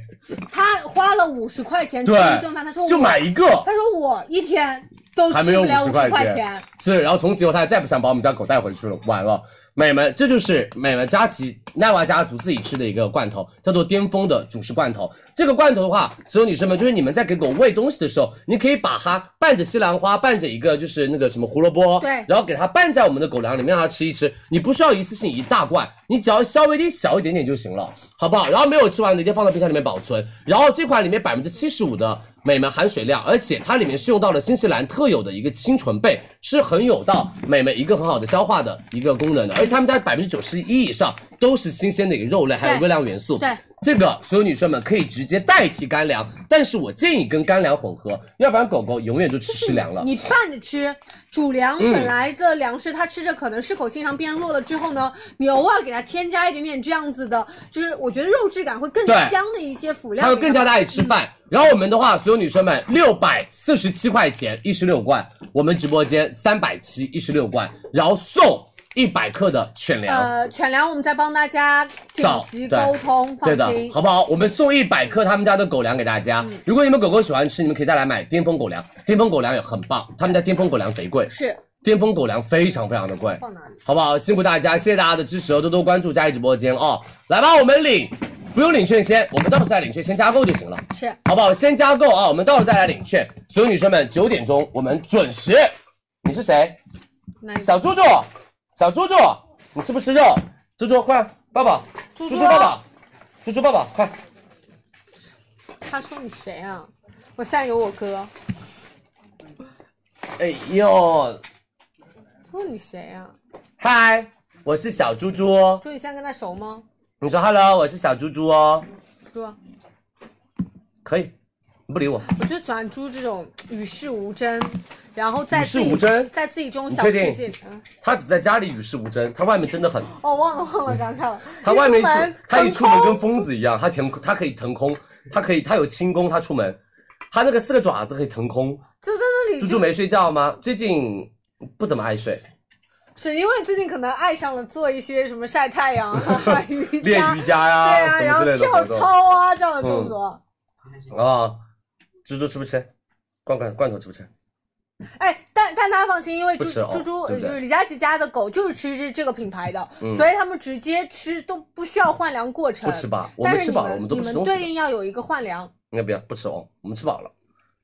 他花了五十块钱吃
对
一顿饭，他说我
就买一个。
他说我一天都
还
吃
没有
不
五
了五
十
十
钱，
钱。
是，然后从此以后他也再不想把我们家狗带回去了，完了。美们，这就是美们佳琦奈娃家族自己吃的一个罐头，叫做巅峰的主食罐头。这个罐头的话，所有女生们，就是你们在给狗喂东西的时候，你可以把它拌着西兰花，拌着一个就是那个什么胡萝卜，
对
然后给它拌在我们的狗粮里面，让它吃一吃。你不需要一次性一大罐，你只要稍微的小一点点就行了，好不好？然后没有吃完的，直接放到冰箱里面保存。然后这款里面百分之七十五的美们含水量，而且它里面是用到了新西兰特有的一个清纯贝，是很有到美们一个很好的消化的一个功能的。而且他们家百分之九十一以上都是新鲜的一个肉类，还有微量元素。
对，
这个所有女生们可以直接代替干粮，但是我建议跟干粮混合，要不然狗狗永远就吃湿粮了。
你拌着吃，主粮
嗯
本来的粮食，它吃着可能适口性上变弱了之后呢，你偶尔给它添加一点点这样子的，就是我觉得肉质感会更
对
香的一些辅料，
它会更加的爱吃
嗯
饭。然后我们的话，所有女生们，六百四十七块钱一十六罐，我们直播间三百七一十六罐，然后送一百克的犬粮。
呃，犬粮我们再帮大家紧
找
急
对
沟通，放
对的，
心。
好不好？我们送一百克他们家的狗粮给大家。
嗯
如果你们狗狗喜欢吃，你们可以再来买巅峰狗粮，巅峰狗粮也很棒，他们家巅峰狗粮贼贵，
是
巅峰狗粮非常非常的贵。
放哪里？
好不好？辛苦大家，谢谢大家的支持哦，多多关注佳怡直播间哦。来吧，我们领，不用领券先，我们到时候再领券先加购就行了，
是
好不好？先加购啊，我们到时候再来领券。所有女生们，九点钟我们准时。你是谁？
哪里？
小猪猪，小猪猪，你吃不吃肉？猪猪，快，抱抱，
猪
猪
猪
抱抱，猪猪抱抱，快，
他说你谁啊？我现在有我哥。
哎呦，
他说你谁啊？
嗨，我是小猪猪哦。
猪，你现在跟他熟吗？
你说 hello，我是小猪猪哦，
猪，
可以，你不理我。
我就喜欢猪这种与世无争，然后在
与世
自己
无争
在自己这种
你
小
确
世
定
界里。嗯
他只在家里与世无争，他外面真的很
哦，忘了忘了，想起来了。
嗯他外面一
出门
出，他一
腾
出门
空
跟疯子一样，他腾，他可以腾空，他可以，他有轻功，他出门，他那个四个爪子可以腾空。
就在那里
猪
就，
猪没睡觉吗？最近不怎么爱睡，
是因为最近可能爱上了做一些什么晒太阳 啊、瑜
练
伽、
瑜伽呀、
对啊，
什
然
么
后
之类的
跳
活动嗯
操啊这样的动作。
啊。猪猪吃不吃？罐罐罐头吃不吃？
哎，但但大家放心，因为
不
猪
吃哦
猪猪
对不
呃就
对
是李佳琦家的狗就是吃这这个品牌的，
嗯
所以他们直接吃都不需要换粮过程。
不吃吧，我
但
们
是
吃
你
饱了，我们都
你
不吃东
们
西的。
对应要有一个换粮，
应该不要不吃哦，我们吃饱了。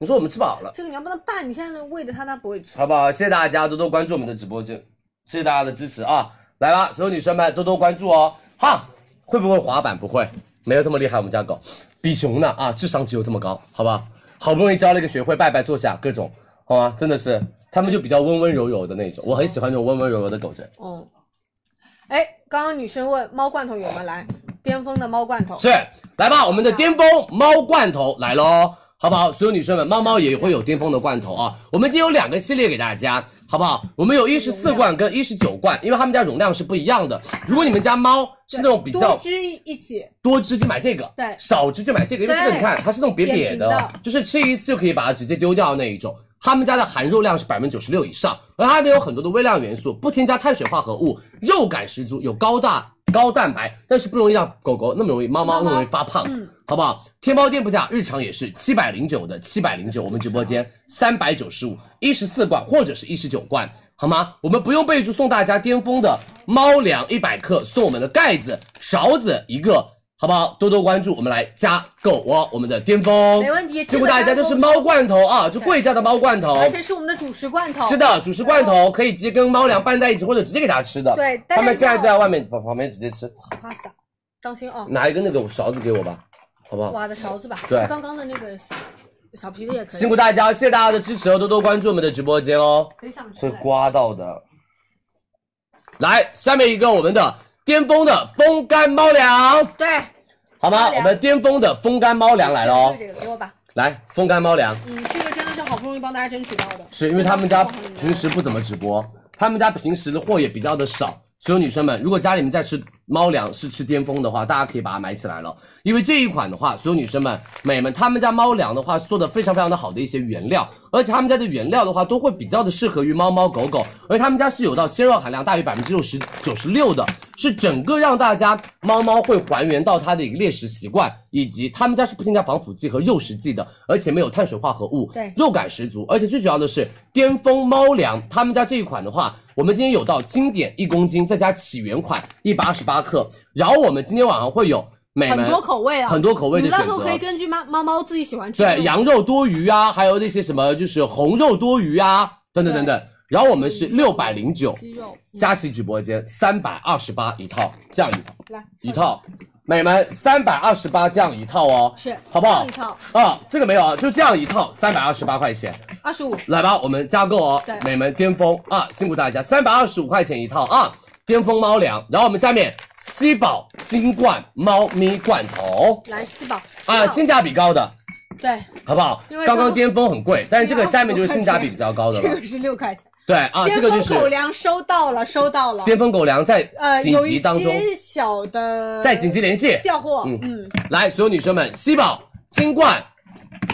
你说我们吃饱了，
这个你要帮他拌，你现在喂着它，它不会吃。
好不好？谢谢大家多多关注我们的直播间，谢谢大家的支持啊！来吧，所有女生们多多关注哦。哈，会不会滑板？不会，没有这么厉害。我们家狗比熊呢啊，智商只有这么高，好不好？好不容易教了一个学会，拜拜坐下，各种好吗？真的是，他们就比较温温柔柔的那种，我很喜欢这种温温柔柔的狗子。
嗯，哎，刚刚女生问猫罐头有吗？来，巅峰的猫罐头。
是，来吧，我们的巅峰猫罐头来喽，好不好？所有女生们，猫猫也会有巅峰的罐头啊。我们今天有两个系列给大家，好不好？我们有一十四罐跟一十九罐，因为它们家容量是不一样的。如果你们家猫是那种比
多
较
汁一起，
多只就买这个，
对
少只就买这个，因为这个
对
你看它是那种瘪瘪
扁平的
就是吃一次就可以把它直接丢掉那一种。他们家的含肉量是百分之九十六以上，而它里面有很多的微量元素，不添加碳水化合物，肉感十足，有高大高蛋白，但是不容易让狗狗那么容易猫猫
猫猫
那么容易发胖，
嗯
好不好？天猫店铺价日常也是七百零九的七百
嗯
零九，我们直播间三百九十五，一十四罐或者是一十九罐，好吗？我们不用备注送大家巅峰的猫粮一百克，送我们的盖子、勺子一个。好不好？多多关注，我们来加购哦，我们的巅峰，
没问题
辛苦大家，这是猫罐头啊，就贵价的猫罐头，
而且是我们的主食罐头。
是，的，主食罐头可以直接跟猫粮拌在一起，或者直接给大家吃的。
对大
他
家
们现在
知道
在外面旁旁边直接吃，
花洒，当心哦，
拿一个那个勺子给我吧，好不好？
挖的勺子吧。
对
刚刚的那个是小皮的也可以。
辛苦大家，谢谢大家的支持哦，多多关注我们的直播间哦，
谁想吃
会？刮到的。来，下面一个我们的巅峰的风干猫粮，
对，
好吗
猫？粮
我们巅峰的风干猫粮来了哦
就，是这个给我吧。
来风干猫粮，
嗯，这个真的是好不容易帮大家争取到的。
是因为他们家
这个真的是好不容易
平时不怎么直播，他们家平时的货也比较的少。所有女生们，如果家里面在吃猫粮是吃巅峰的话，大家可以把它买起来了，因为这一款的话，所有女生们、美们，他们家猫粮的话做的非常非常的好的一些原料，而且他们家的原料的话都会比较的适合于猫猫狗狗，而他们家是有到鲜肉含量大于百分之六十九十六的，是整个让大家猫猫会还原到它的一个猎食习惯，以及他们家是不添加防腐剂和诱食剂的，而且没有碳水化合物，
对
肉感十足，而且最主要的是巅峰猫粮，他们家这一款的话，我们今天有到经典一公斤，再加起源款一百二十八克，然后我们今天晚上会有美们
很多口味啊，
很多口味的
你到
选
时候可
择。
以根据猫猫猫自己喜欢吃。
对，羊肉多余啊，还有那些什么就是红肉多余啊，等等等等。然后我们是六百零九，
鸡肉，
佳琦直播间三百二十八一套，这样一
来
一套，美们三百二十八这样一套哦，
是
好不好
这样一套？
啊，这个没有啊，就这样一套三百二十八块钱，
二十五，
来吧，我们加购哦
对，
美们巅峰啊，辛苦大家，三百二十五块钱一套啊，巅峰猫粮，然后我们下面七宝金冠猫咪罐头
来七宝
啊，性价比高的，
对，
好不好
因为？
刚刚
刚刚
巅峰很贵，但是这个下面就是性价比比较高的
这
了
个，是六块钱。
对啊，这
巅
个就
峰
是
口粮收到了，收到了。
巅峰狗粮在
呃，
紧
有
急
一
当中。
些小的
在紧急联系，
调货，
嗯
嗯，
来，所有女生们，七宝金罐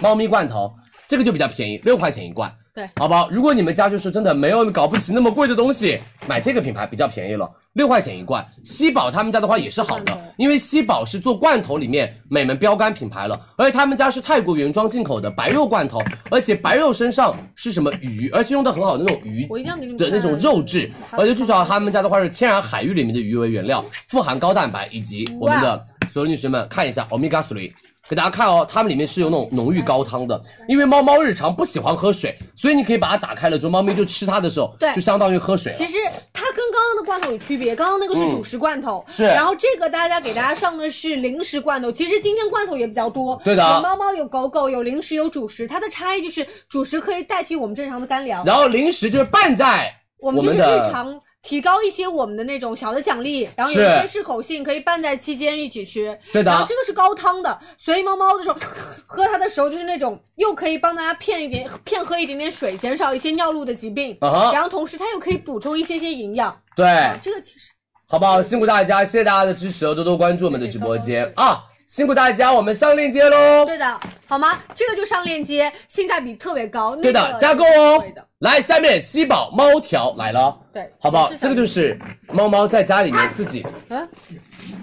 猫咪罐头，这个就比较便宜，六块钱一罐。
对
好不好？如果你们家就是真的没有搞不起那么贵的东西，买这个品牌比较便宜了，六块钱一罐。七宝他们家的话也是好
罐头
的，因为七宝是做罐头里面美门标杆品牌了，而且他们家是泰国原装进口的白肉罐头，而且白肉身上是什么鱼，而且用的很好的那种鱼
我一定要给你们
的那种
看
肉质，
嗯好
而且最主要他们家的话是天然海域里面的鱼为原料，富含高蛋白以及我们的所有女生们看一下 omega three。给大家看哦，它们里面是有那种浓郁高汤的，因为猫猫日常不喜欢喝水，所以你可以把它打开了之后，猫咪就吃它的时候，
对
就相当于喝水了
其。实它跟刚刚的罐头有区别，刚刚那个是主食罐头，
嗯是
然后这个大家给大家上的是零食罐头。其实今天罐头也比较多，
对的
有猫猫，有狗狗，有零食，有主食。它的差异就是主食可以代替我们正常的干粮，
然后零食就是拌在
我
我
们就是
们
日
的
常提高一些我们的那种小的奖励，然后有一
是
些适口性，可以拌在期间一起吃。
对的
然后这个是高汤的，所以猫猫的时候 喝它的时候就是那种又可以帮大家骗一点骗喝一点点水，减少一些尿路的疾病，
啊哈
然后同时它又可以补充一些些营养。
对，
啊，这个其实
好不好？辛苦大家，谢谢大家的支持哦，多多关注我们的直播间啊！辛苦大家，我们上链接喽。
对的，好吗？这个就上链接，性价比特别高。
对
那
的
个，
加购哦
对的，。
来，下面吸宝猫条来了，
对，
好不好
也？
这个
小
就
的
是啊猫猫在家里面自己
嗯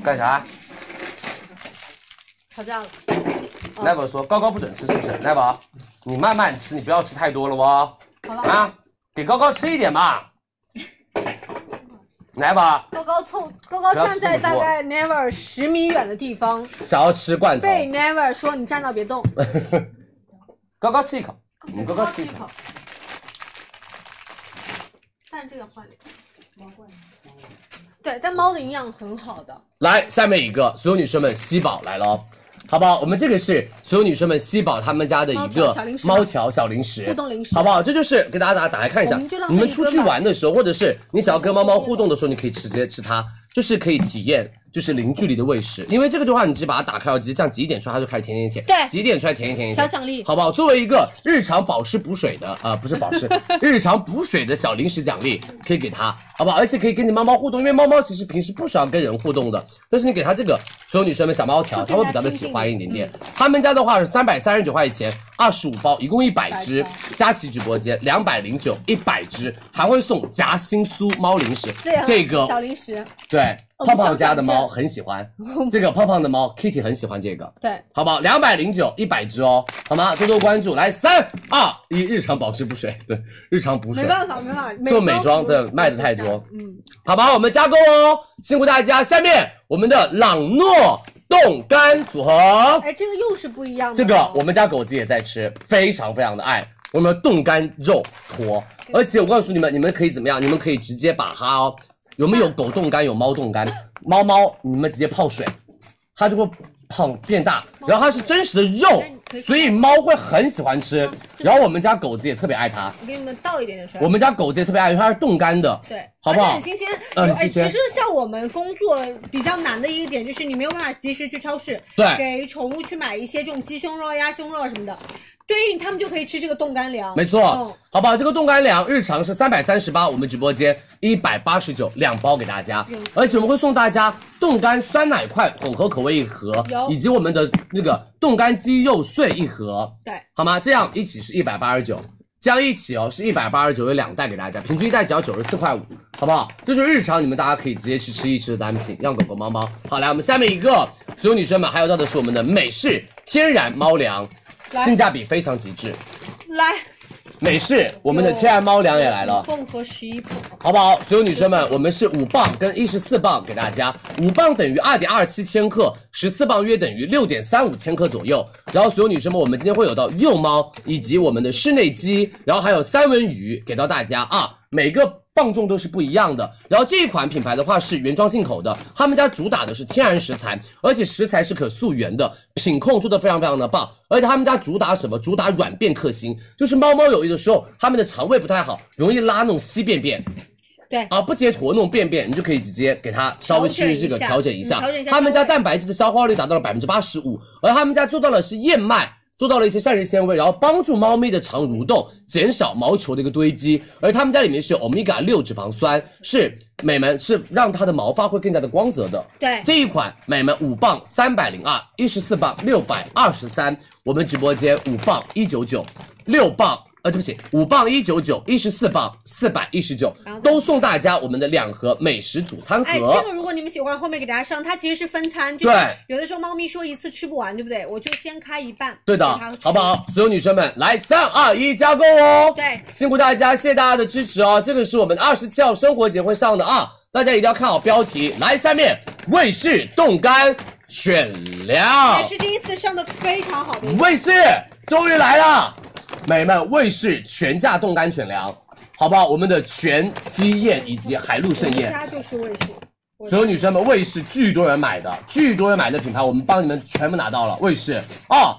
干啥？
吵架了。哦
奈宝说高高不准吃，是不是？奈宝，你慢慢吃，你不要吃太多了哦。
好了，
啊，给高高吃一点 嘛。来吧，
高高凑高高
不要
站
吃
在
那么
大
多
概 Never 十米远的地方，
想要吃罐头，
被 Never 说你站那别动。
哎高高吃一口，你高高吃一口。。
但这个换点。对，但猫的营养很好的，
来，下面一个，所有女生们吸宝来了哦，好不好？我们这个是所有女生们吸宝他们家的一个猫
猫
条小零食，
互动零食
好不好？这就是给大家打打开看一下
我们就，浪
你
费
们
一
出
根
去
吧
玩的时候，或者是你想要跟猫猫互动的时候，你可以直接吃它，就是可以体验。就是零距离的喂食，因为这个的话，你只把它打开，然后直接这样挤一点出来，它就开始甜甜甜。
对
挤一点出来甜一甜一
小
甜。
奖励。
好不好？作为一个日常保湿补水的啊、不是 保湿，日常补水的小零食奖励，可以给它，好不好？而且可以跟你猫猫互动，因为猫猫其实平时不喜欢跟人互动的，但是你给它这个，所有女生们小猫条，
就
它
跟
会
它
比较的
亲
喜
近
欢一点点。他们家的话是三百三十九块钱，二十五包，一共一百只
100包。
佳琦直播间两百零九，一百只，还会送夹心酥猫零食
这样，
这个
小零食，
对
我
胖胖
们上
家的
上
猫
阵
很喜 欢，这个胖胖的猫 Kitty 很喜欢这个。
对，
好不好？两百零九，一百只哦，好吗？多多关注，来三二一，日常保湿补水， 对，日常补水
没，办法，没办法，
做美妆
的
的卖的太多，
嗯，
好吧？我们加购哦，辛苦大家。下面我们的朗诺冻干组合，
哎，这个又是不一样的哦。
这个我们家狗子也在吃，非常非常的爱。我们的冻干肉坨，而且我告诉你们，你们可以怎么样？你们可以直接把它哦，有没有狗冻干？有猫 冻干，猫猫你们直接泡水，它就会胖变大。然后它是真实的肉，所以嗯猫会很喜欢吃。然后我们家狗子也特别爱它，
我给你们倒一点点出来。
我们家狗子也特别爱，因为它是冻干的，
对，
好不好
而且很新鲜。
嗯
有哎
新鲜
其实像我们工作比较难的一个点，就是你没有办法及时去超市，
对
给宠物去买一些这种鸡胸肉、鸭胸肉啊什么的，对应它们就可以吃这个冻干粮。
没错，
嗯
好不好？这个冻干粮日常是三百三十八，我们直播间一百八十九两包给大家
有，
而且我们会送大家冻干酸奶块混合口味一盒
有，
以及我们的那个冻干鸡肉碎一盒，
对，
好吗？这样一起是一百八十九。这样一起哦，是一百八十九，有两袋给大家，平均一袋只要九十四块五，好不好？这是日常你们大家可以直接去吃一吃的单品，让狗狗、猫猫。好，来，我们下面一个，所有女生们还有到的是我们的美式天然猫粮，
来
性价比非常极致。
来，
美式，我们的天然猫粮也来了，
凤和十一凤，
好不好？所有女生们，我们是五磅跟一十四磅给大家，五磅等于二点二七千克，十四磅约等于六点三五千克左右。然后所有女生们，我们今天会有到幼猫以及我们的室内鸡，然后还有三文鱼给到大家啊，每个。磅重都是不一样的，然后这一款品牌的话是原装进口的，他们家主打的是天然食材，而且食材是可溯源的，品控做的非常非常的棒，而且他们家主打什么？主打软便克星，就是猫猫有的时候它们的肠胃不太好，容易拉那种稀便便，
对，
啊，不接坨那种便便，你就可以直接给它稍微吃这个
调
调
整
整
一
一
下
下。
嗯调整一下
他们家蛋白质的消化率达到了百分之八十五，而他们家做到了是燕麦。做到了一些膳食纤维，然后帮助猫咪的肠蠕动，减少毛球的一个堆积。而他们家里面是有欧米伽六脂肪酸，是美们是让它的毛发会更加的光泽的。
对
这一款美们五磅三百零二，一十四磅六百二十三，我们直播间五磅一九九，六磅呃对不起五磅一九九，一十四磅四百一十九
然后，再
都送大家我们的两盒美食主餐
哎，
盒
这个。如果你们喜欢，后面给大家上，它其实是分餐，就是
对
有的时候猫咪说一次吃不完，对不对？我就先开一半，
对的
给它，吃
好不？好？所有女生们，来三二一，加购哦！
对
辛苦大家，谢谢大家的支持哦。这个是我们二十七号生活节会上的啊，大家一定要看好标题。来，下面卫视冻干选料
也，是第一次上的非常好的一个，
卫视终于来了，美们，卫视全价冻干选粮，好不好？我们的全鸡宴以及海陆
我
盛
们
宴，
家就是卫视，我
所有女生们，卫视巨多人买的，巨多人买的品牌，我们帮你们全部拿到了。卫视哦，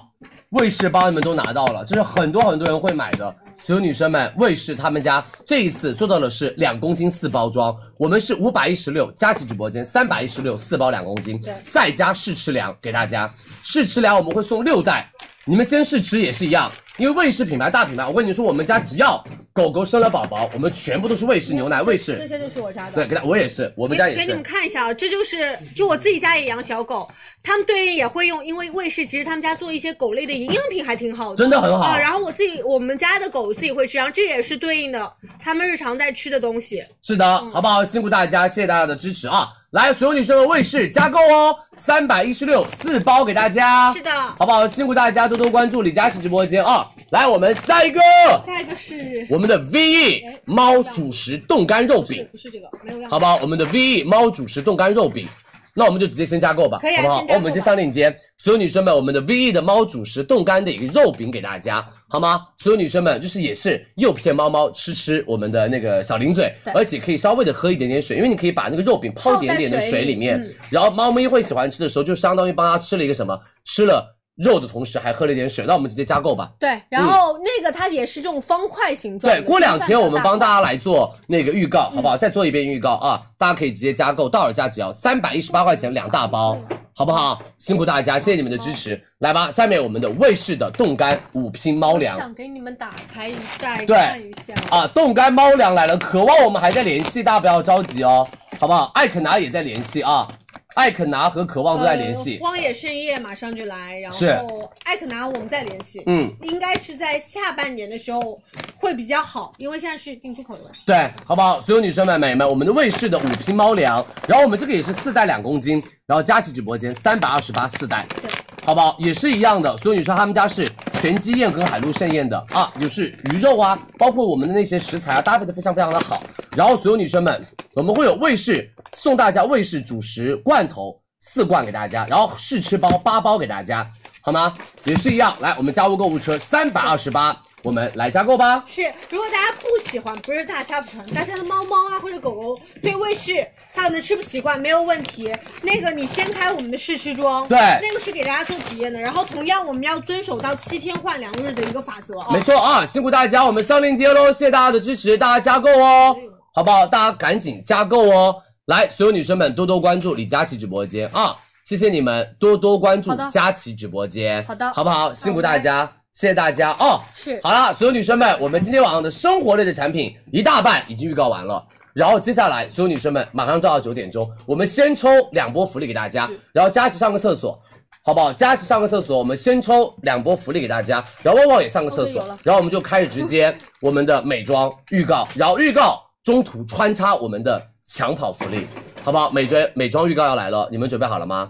卫视帮你们都拿到了，这是很多很多人会买的。所有女生们，卫视他们家这一次做到的是两公斤四包装，我们是五百一十六，佳琦直播间三百一十六四包两公斤
对，
再加试吃粮给大家。试吃粮我们会送六袋，你们先试吃也是一样，因为卫视品牌大品牌，我跟你说，我们家只要狗狗生了宝宝，我们全部都是卫视牛奶、卫
这
视。
些就是我家的，
对，给他我也是，我们家也
给
是。
给你们看一下啊，这就是就我自己家也养小狗，他们对应也会用，因为卫视其实他们家做一些狗类的营养品还挺好的，
真的很好
啊、然后我自己我们家的狗自己会吃，然后这也是对应的他们日常在吃的东西。
是的，
嗯
好不好？辛苦大家，谢谢大家的支持啊！来，所有女生们，卫视加购哦，三百一十六四包给大家，
是的
好不好？辛苦大家多多关注李佳琦直播间啊！来，我们下一个，
下一个是
我们的 VE
哎
猫主食冻干肉饼，
不是这个？没有要
好不好？我们的 VE 猫主食冻干肉饼。那我们就直接先加购吧，
可以啊
好不好？
先加购吧
我们先上链接，所有女生们，我们的 VE 的猫主食冻干的一个肉饼给大家，好吗？所有女生们，就是也是诱骗猫猫吃吃我们的那个小零嘴，而且可以稍微的喝一点点水，因为你可以把那个肉饼泡一点点的
泡在水
水
里
里面，
嗯
然后猫咪会喜欢吃的时候，就相当于帮它吃了一个什么，吃了肉的同时还喝了一点水。那我们直接加购吧。
对，然后那个它也是这种方块形状的。
对，过两天我们帮大嗯
家
家来做那个预告，好不好？再做一遍预告啊，大家可以直接加购，到手价只要三百一十八块钱两大包，好不嗯好？辛苦大家，谢谢你们的支持。来吧，下面我们的卫视的冻干五拼猫粮
想给你们打开一袋
对
看一下。
啊，冻干猫粮来了，渴望我们还在联系，大家不要着急哦，好不好？艾肯拿也在联系啊，艾肯拿和渴望都在联系
呃，荒野盛夜马上就来，然
是
后艾可拿我们再联系。
嗯。
应该是在下半年的时候会比较好，因为现在是进出口的问题。
对，好不好？所有女生们、美们，我们的卫视的五拼猫粮，然后我们这个也是四袋两公斤，然后佳琦直播间三百二十八四袋，
对，
好不好？也是一样的，所有女生他们家是全鸡宴和海陆盛宴的啊，也是鱼肉啊，包括我们的那些食材啊，搭配的非常非常的好。然后所有女生们，我们会有卫视送大家卫视主食罐头四罐给大家，然后试吃包八包给大家，好吗？也是一样，来，我们家务购物车三百二十八。我们来加购吧。
是，如果大家不喜欢，不是大家不喜欢，大家的猫猫啊或者狗狗对卫士，它可能吃不习惯，没有问题。那个你先开我们的试吃装，
对
那个是给大家做体验的。然后同样我们要遵守到七天换粮日的一个法则啊、
没错啊，辛苦大家，我们上链接喽，谢谢大家的支持，大家加购哦，好不好？大家赶紧加购哦！来，所有女生们多多关注李佳琦直播间啊，谢谢你们多多关注
好的
佳琦直播间，
好的
好不好？辛苦大家，谢谢大家哦。
是
好啦，所有女生们，我们今天晚上的生活类的产品一大半已经预告完了。然后接下来，所有女生们马上到九点钟，我们先抽两波福利给大家。然后佳琦上个厕所，好不好？佳琦上个厕所，我们先抽两波福利给大家。然后旺旺也上个厕
哦对
所，
有了
然后我们就开始直接我们的美妆预告，然后预告中途穿插我们的抢跑福利，好不好？美妆美妆预告要来了，你们准备好了吗？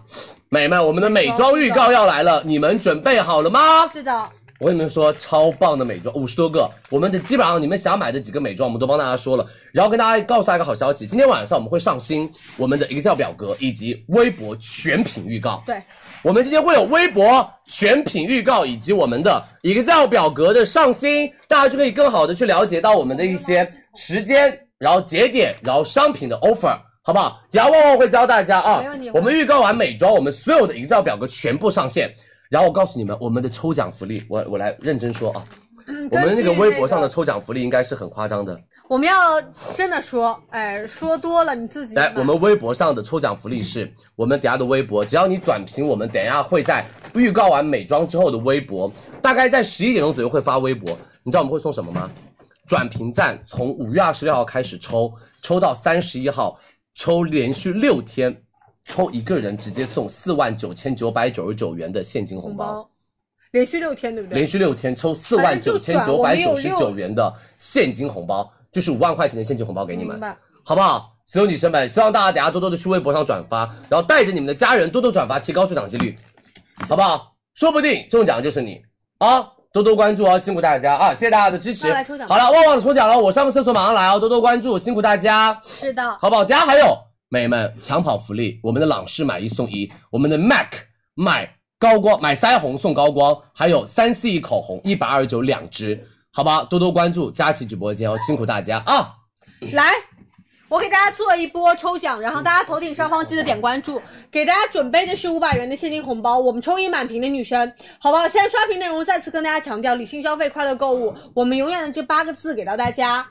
美们，我们的美妆预告要来了，你们准备好了吗？
是的，
我跟你们说，超棒的美妆，五十多个，我们的基本上你们想买的几个美妆，我们都帮大家说了。然后跟大家告诉大家一个好消息，今天晚上我们会上新我们的 Excel 表格以及微博全屏预告。
对，
我们今天会有微博全品预告以及我们的 Excel 表格的上新，大家就可以更好的去了解到我们的一些时间，然后节点，然后商品的 offer。好不好？等一下旺旺会教大家啊
没问题。
我们预告完美妆，我们所有的 Excel 表格全部上线。然后我告诉你们，我们的抽奖福利，我我来认真说啊，
嗯，
我们那
根据
个微博上的
那个，
抽奖福利应该是很夸张的。
我们要真的说，哎，说多了你自己
来，
买
我们微博上的抽奖福利是，我们等下的微博，只要你转评，我们等一下会在预告完美妆之后的微博，大概在十一点钟左右会发微博。你知道我们会送什么吗？转评赞从五月二十六号开始抽，抽到三十一号，抽连续六天，抽一个人直接送四万九千九百九十九元的现金红
红
包。
包，连续六天对不对？
连续六天抽四万九千九百九十九元的现金红包，就是五万块钱的现金红包给你们
明白，
好不好？所有女生们，希望大家等下多多的去微博上转发，然后带着你们的家人多多转发，提高中奖几率，好不好？说不定中奖就是你啊！多多关注哦，辛苦大家啊！谢谢大家的支持。
那来抽奖吧
好了，旺旺的抽奖了，我上个厕所马上来哦，多多关注，辛苦大家。
是的，
好不好？大家还有美们抢跑福利，我们的朗诗买一送一，我们的 MAC 买高光买腮红送高光，还有三 C 口红一百二十九两支，好吧？多多关注佳琦直播间哦，辛苦大家啊！
来，我给大家做一波抽奖，然后大家头顶上方记得点关注，给大家准备的是五百元的现金红包，我们抽一满屏的女生，好不好？现在刷屏内容再次跟大家强调，理性消费，快乐购物，我们永远的这八个字给到大家。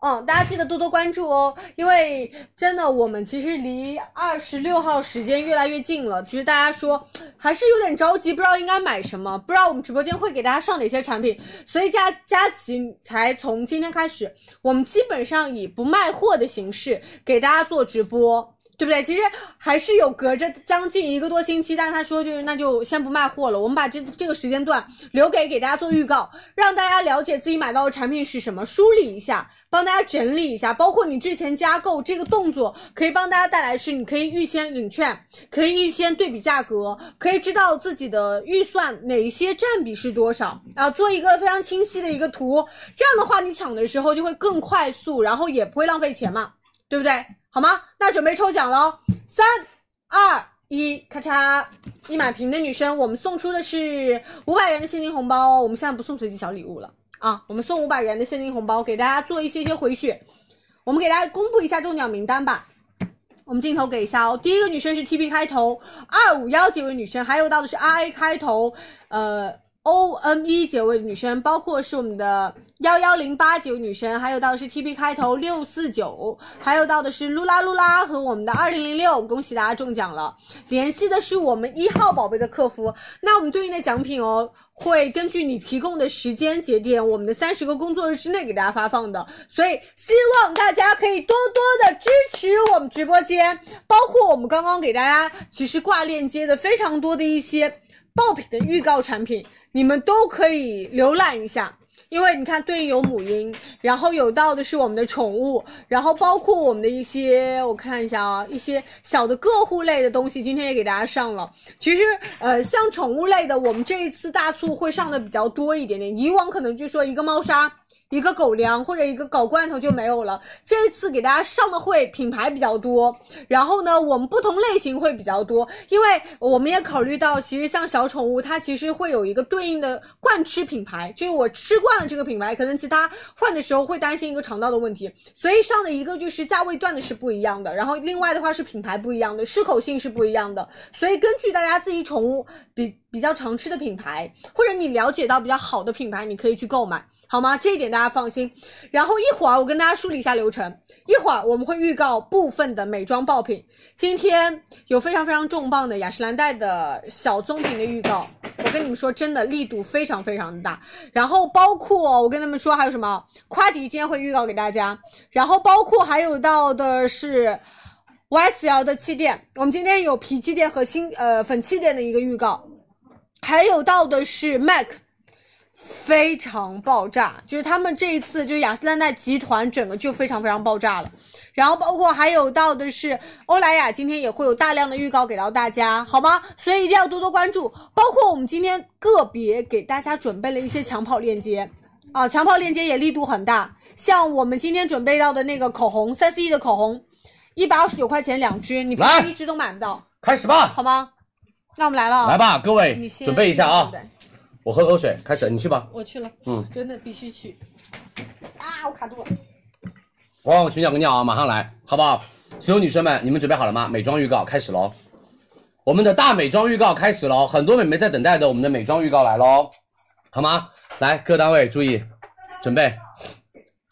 嗯，大家记得多多关注哦，因为真的，我们其实离二十六号时间越来越近了。就是大家说还是有点着急，不知道应该买什么，不知道我们直播间会给大家上哪些产品，所以佳佳琪才从今天开始，我们基本上以不卖货的形式给大家做直播。对不对？其实还是有隔着将近一个多星期，但是他说就是那就先不卖货了，我们把这这个时间段留给给大家做预告，让大家了解自己买到的产品是什么，梳理一下，帮大家整理一下，包括你之前加购这个动作，可以帮大家带来是你可以预先领券，可以预先对比价格，可以知道自己的预算哪一些占比是多少啊，做一个非常清晰的一个图，这样的话你抢的时候就会更快速，然后也不会浪费钱嘛。对不对？好吗？那准备抽奖喽！三、二、一，咔嚓！一满屏的女生，我们送出的是五百元的现金红包哦。我们现在不送随机小礼物了啊，我们送五百元的现金红包给大家做一些些回血。我们给大家公布一下中奖名单吧。我们镜头给一下哦，第一个女生是 T P 开头，二五幺结尾女生，还有到的是 R A 开头，呃 O N E 结尾的女生，包括是我们的幺幺零八结尾女生，还有到的是 T P 开头六四九，还有到的是噜啦噜啦和我们的二零零六，恭喜大家中奖了！联系的是我们一号宝贝的客服，那我们对应的奖品哦，会根据你提供的时间节点，我们的三十个工作日之内给大家发放的。所以希望大家可以多多的支持我们直播间，包括我们刚刚给大家其实挂链接的非常多的一些爆品的预告产品，你们都可以浏览一下。因为你看，对应有母婴，然后有到的是我们的宠物，然后包括我们的一些，我看一下啊，一些小的个护类的东西，今天也给大家上了。其实，呃，像宠物类的，我们这一次大促会上的比较多一点点，以往可能就说一个猫砂。一个狗粮或者一个狗罐头就没有了。这一次给大家上的会品牌比较多，然后呢，我们不同类型会比较多，因为我们也考虑到，其实像小宠物，它其实会有一个对应的惯吃品牌，就是我吃惯了这个品牌，可能其他换的时候会担心一个肠道的问题，所以上的一个就是价位段的是不一样的，然后另外的话是品牌不一样的，适口性是不一样的，所以根据大家自己宠物比比较常吃的品牌，或者你了解到比较好的品牌，你可以去购买，好吗？这一点大家放心。然后一会儿我跟大家梳理一下流程，一会儿我们会预告部分的美妆爆品。今天有非常非常重磅的雅诗兰黛的小棕瓶的预告，我跟你们说，真的力度非常非常的大。然后包括我跟他们说还有什么，夸迪今天会预告给大家，然后包括还有到的是。YSL 的气垫，我们今天有皮气垫和新呃粉气垫的一个预告，还有到的是 MAC，非常爆炸，就是他们这一次就是雅诗兰黛集团整个就非常非常爆炸了。然后包括还有到的是欧莱雅，今天也会有大量的预告给到大家，好吗？所以一定要多多关注。包括我们今天个别给大家准备了一些抢跑链接，啊，抢跑链接也力度很大，像我们今天准备到的那个口红，三 C E 的口红，一百二十九块钱两支，你平
来
时一支都买不到，
开始吧，
好吗？那我们来了啊，
来吧，各位
你先
准备一下啊
对，对
我喝口水，开始，你去吧。
我去了，
嗯，
真的必须去。啊，我卡住了。
往我群讲个尿啊，马上来，好不好？所有女生们，你们准备好了吗？美妆预告开始喽，我们的大美妆预告开始喽，很多美眉在等待的我们的美妆预告来喽，好吗？来，各单位注意，准备，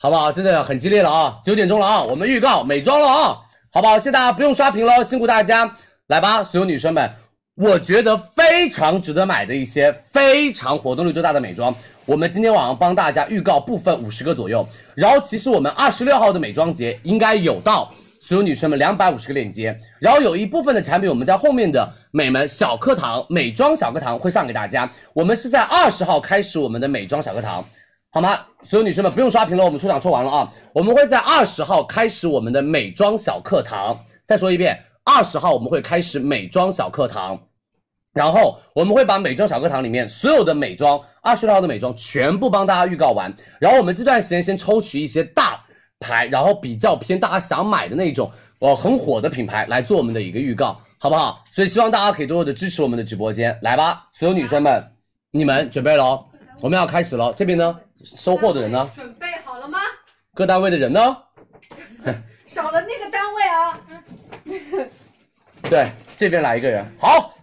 好不好？真的很激烈了啊！九点钟了啊，我们预告美妆了啊，好不好？谢谢大家，不用刷屏喽，辛苦大家，来吧，所有女生们，我觉得非常值得买的一些非常活动力度大的美妆，我们今天晚上帮大家预告部分五十个左右，然后其实我们二十六号的美妆节应该有到。所有女生们两百五十个链接，然后有一部分的产品我们在后面的美们小课堂美妆小课堂会上给大家。我们是在二十号开始我们的美妆小课堂，好吗？所有女生们不用刷屏了，我们抽奖抽完了啊。我们会在二十号开始我们的美妆小课堂。再说一遍，二十号我们会开始美妆小课堂，然后我们会把美妆小课堂里面所有的美妆，二十六号的美妆全部帮大家预告完。然后我们这段时间先抽取一些大牌，然后比较偏大家想买的那种，呃，很火的品牌来做我们的一个预告，好不好？所以希望大家可以多多的支持我们的直播间，来吧，所有女生们，你们准备喽，我们要开始喽。这边呢，收货的人呢，
准备好了吗？
各单位的人呢，
少了那个单位啊，
对，这边来一个人，好，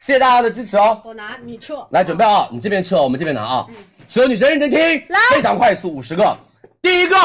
谢谢大家的支持哦。
我拿你撤。
来准备啊，你这边吃哦，我们这边拿啊。所有女生认真听，
来
非常快速，五十个。第一个，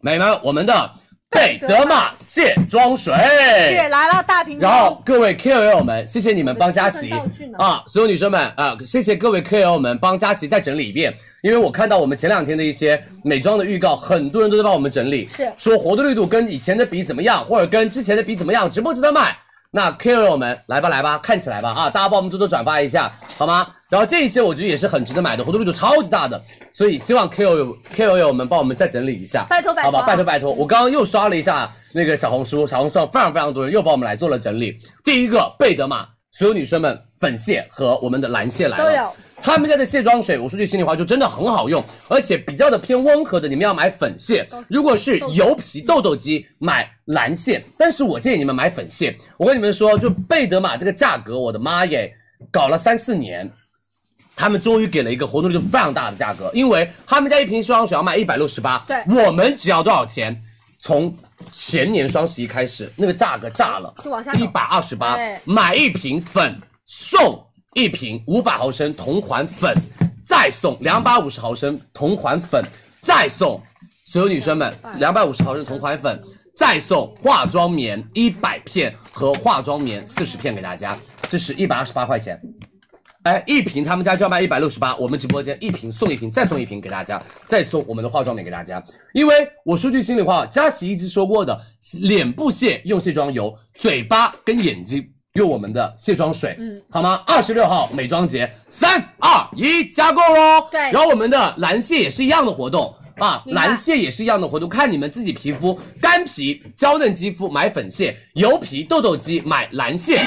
美们，我们的贝德
德
玛卸妆水。
是来了大屏幕。
然后各位 KOL 们，谢谢你们帮佳琪
我的身份道具呢
啊，所有女生们啊，谢谢各位 KOL 们帮佳琪再整理一遍，因为我看到我们前两天的一些美妆的预告，很多人都在帮我们整理，
是
说活动力度跟以前的比怎么样，或者跟之前的比怎么样，值不值得买？那 KOL 们来吧来吧，看起来吧啊，大家帮我们多多转发一下好吗？然后这一些我觉得也是很值得买的，活动力度超级大的，所以希望 KOL KOL 们帮我们再整理一下，
拜托拜
好
托
吧，
啊
拜托拜托。我刚刚又刷了一下那个小红书，小红书上非常非常多人又帮我们来做了整理。第一个贝德玛，所有女生们粉卸和我们的蓝卸来了，
都有
他们家的卸妆水，我说句心里话，就真的很好用，而且比较的偏温和的，你们要买粉卸。如果是油皮痘痘肌，买蓝卸。但是我建议你们买粉卸。我跟你们说，就贝德玛这个价格，我的妈耶，搞了三四年。他们终于给了一个活动力度非常大的价格，因为他们家一瓶卸妆水要卖一百六十八，
对
我们只要多少钱？从前年双十一开始，那个价格炸了，
就往下
一
走
百二十八
对，
买一瓶粉送一瓶五百毫升同款粉，再送两百五十毫升同款粉，再送所有女生们两百五十毫升同款粉，再送化妆棉一百片和化妆棉四十片给大家，这是一百二十八块钱。哎，一瓶他们家就要卖一百六十八，我们直播间一瓶送一瓶，再送一瓶给大家，再送我们的化妆棉给大家。因为我说句心里话，佳琪一直说过的，脸部卸用卸妆油，嘴巴跟眼睛用我们的卸妆水，嗯，好吗？二十六号美妆节，三二一，加购哦。
对
然后我们的蓝卸也是一样的活动啊，
明白
蓝卸也是一样的活动，看你们自己皮肤，干皮娇嫩肌肤买粉卸，油皮痘痘肌买蓝卸。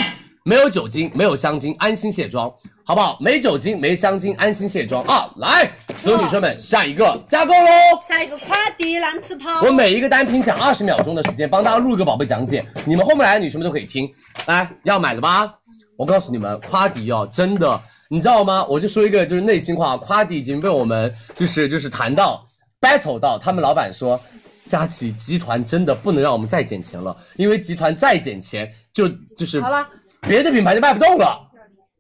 没有酒精，没有香精，安心卸妆，好不好？没酒精，没香精，安心卸妆啊！来，所有女生们，下一个加购喽！
下一个快递蓝刺抛
我每一个单品讲二十秒钟的时间，帮大家录一个宝贝讲解，你们后面来的女生们都可以听。来，要买了吧？我告诉你们，夸迪哦，真的，你知道吗？我就说一个就是内心话，夸迪已经被我们就是就是谈到 battle 到，他们老板说，佳琪集团真的不能让我们再减钱了，因为集团再减钱就就是
好了，
别的品牌就卖不动了。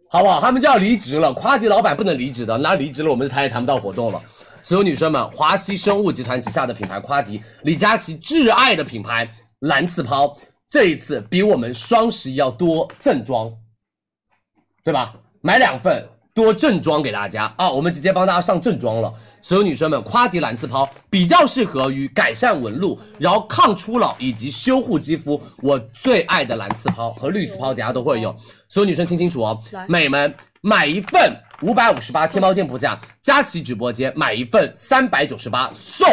好不好？他们就要离职了，夸迪老板不能离职的，那离职了我们的台也谈不到活动了。所有女生们，华熙生物集团旗下的品牌夸迪，李佳琦挚爱的品牌蓝刺抛，这一次比我们双十一要多赠装，对吧？买两份多正装给大家啊！我们直接帮大家上正装了。所有女生们，夸迪蓝刺抛比较适合于改善纹路，然后抗初老以及修护肌肤。我最爱的蓝刺抛和绿刺抛，等下都会有。所有女生听清楚哦，美们买一份五百五十八，天猫店铺价，佳琦直播间买一份三百九十八送。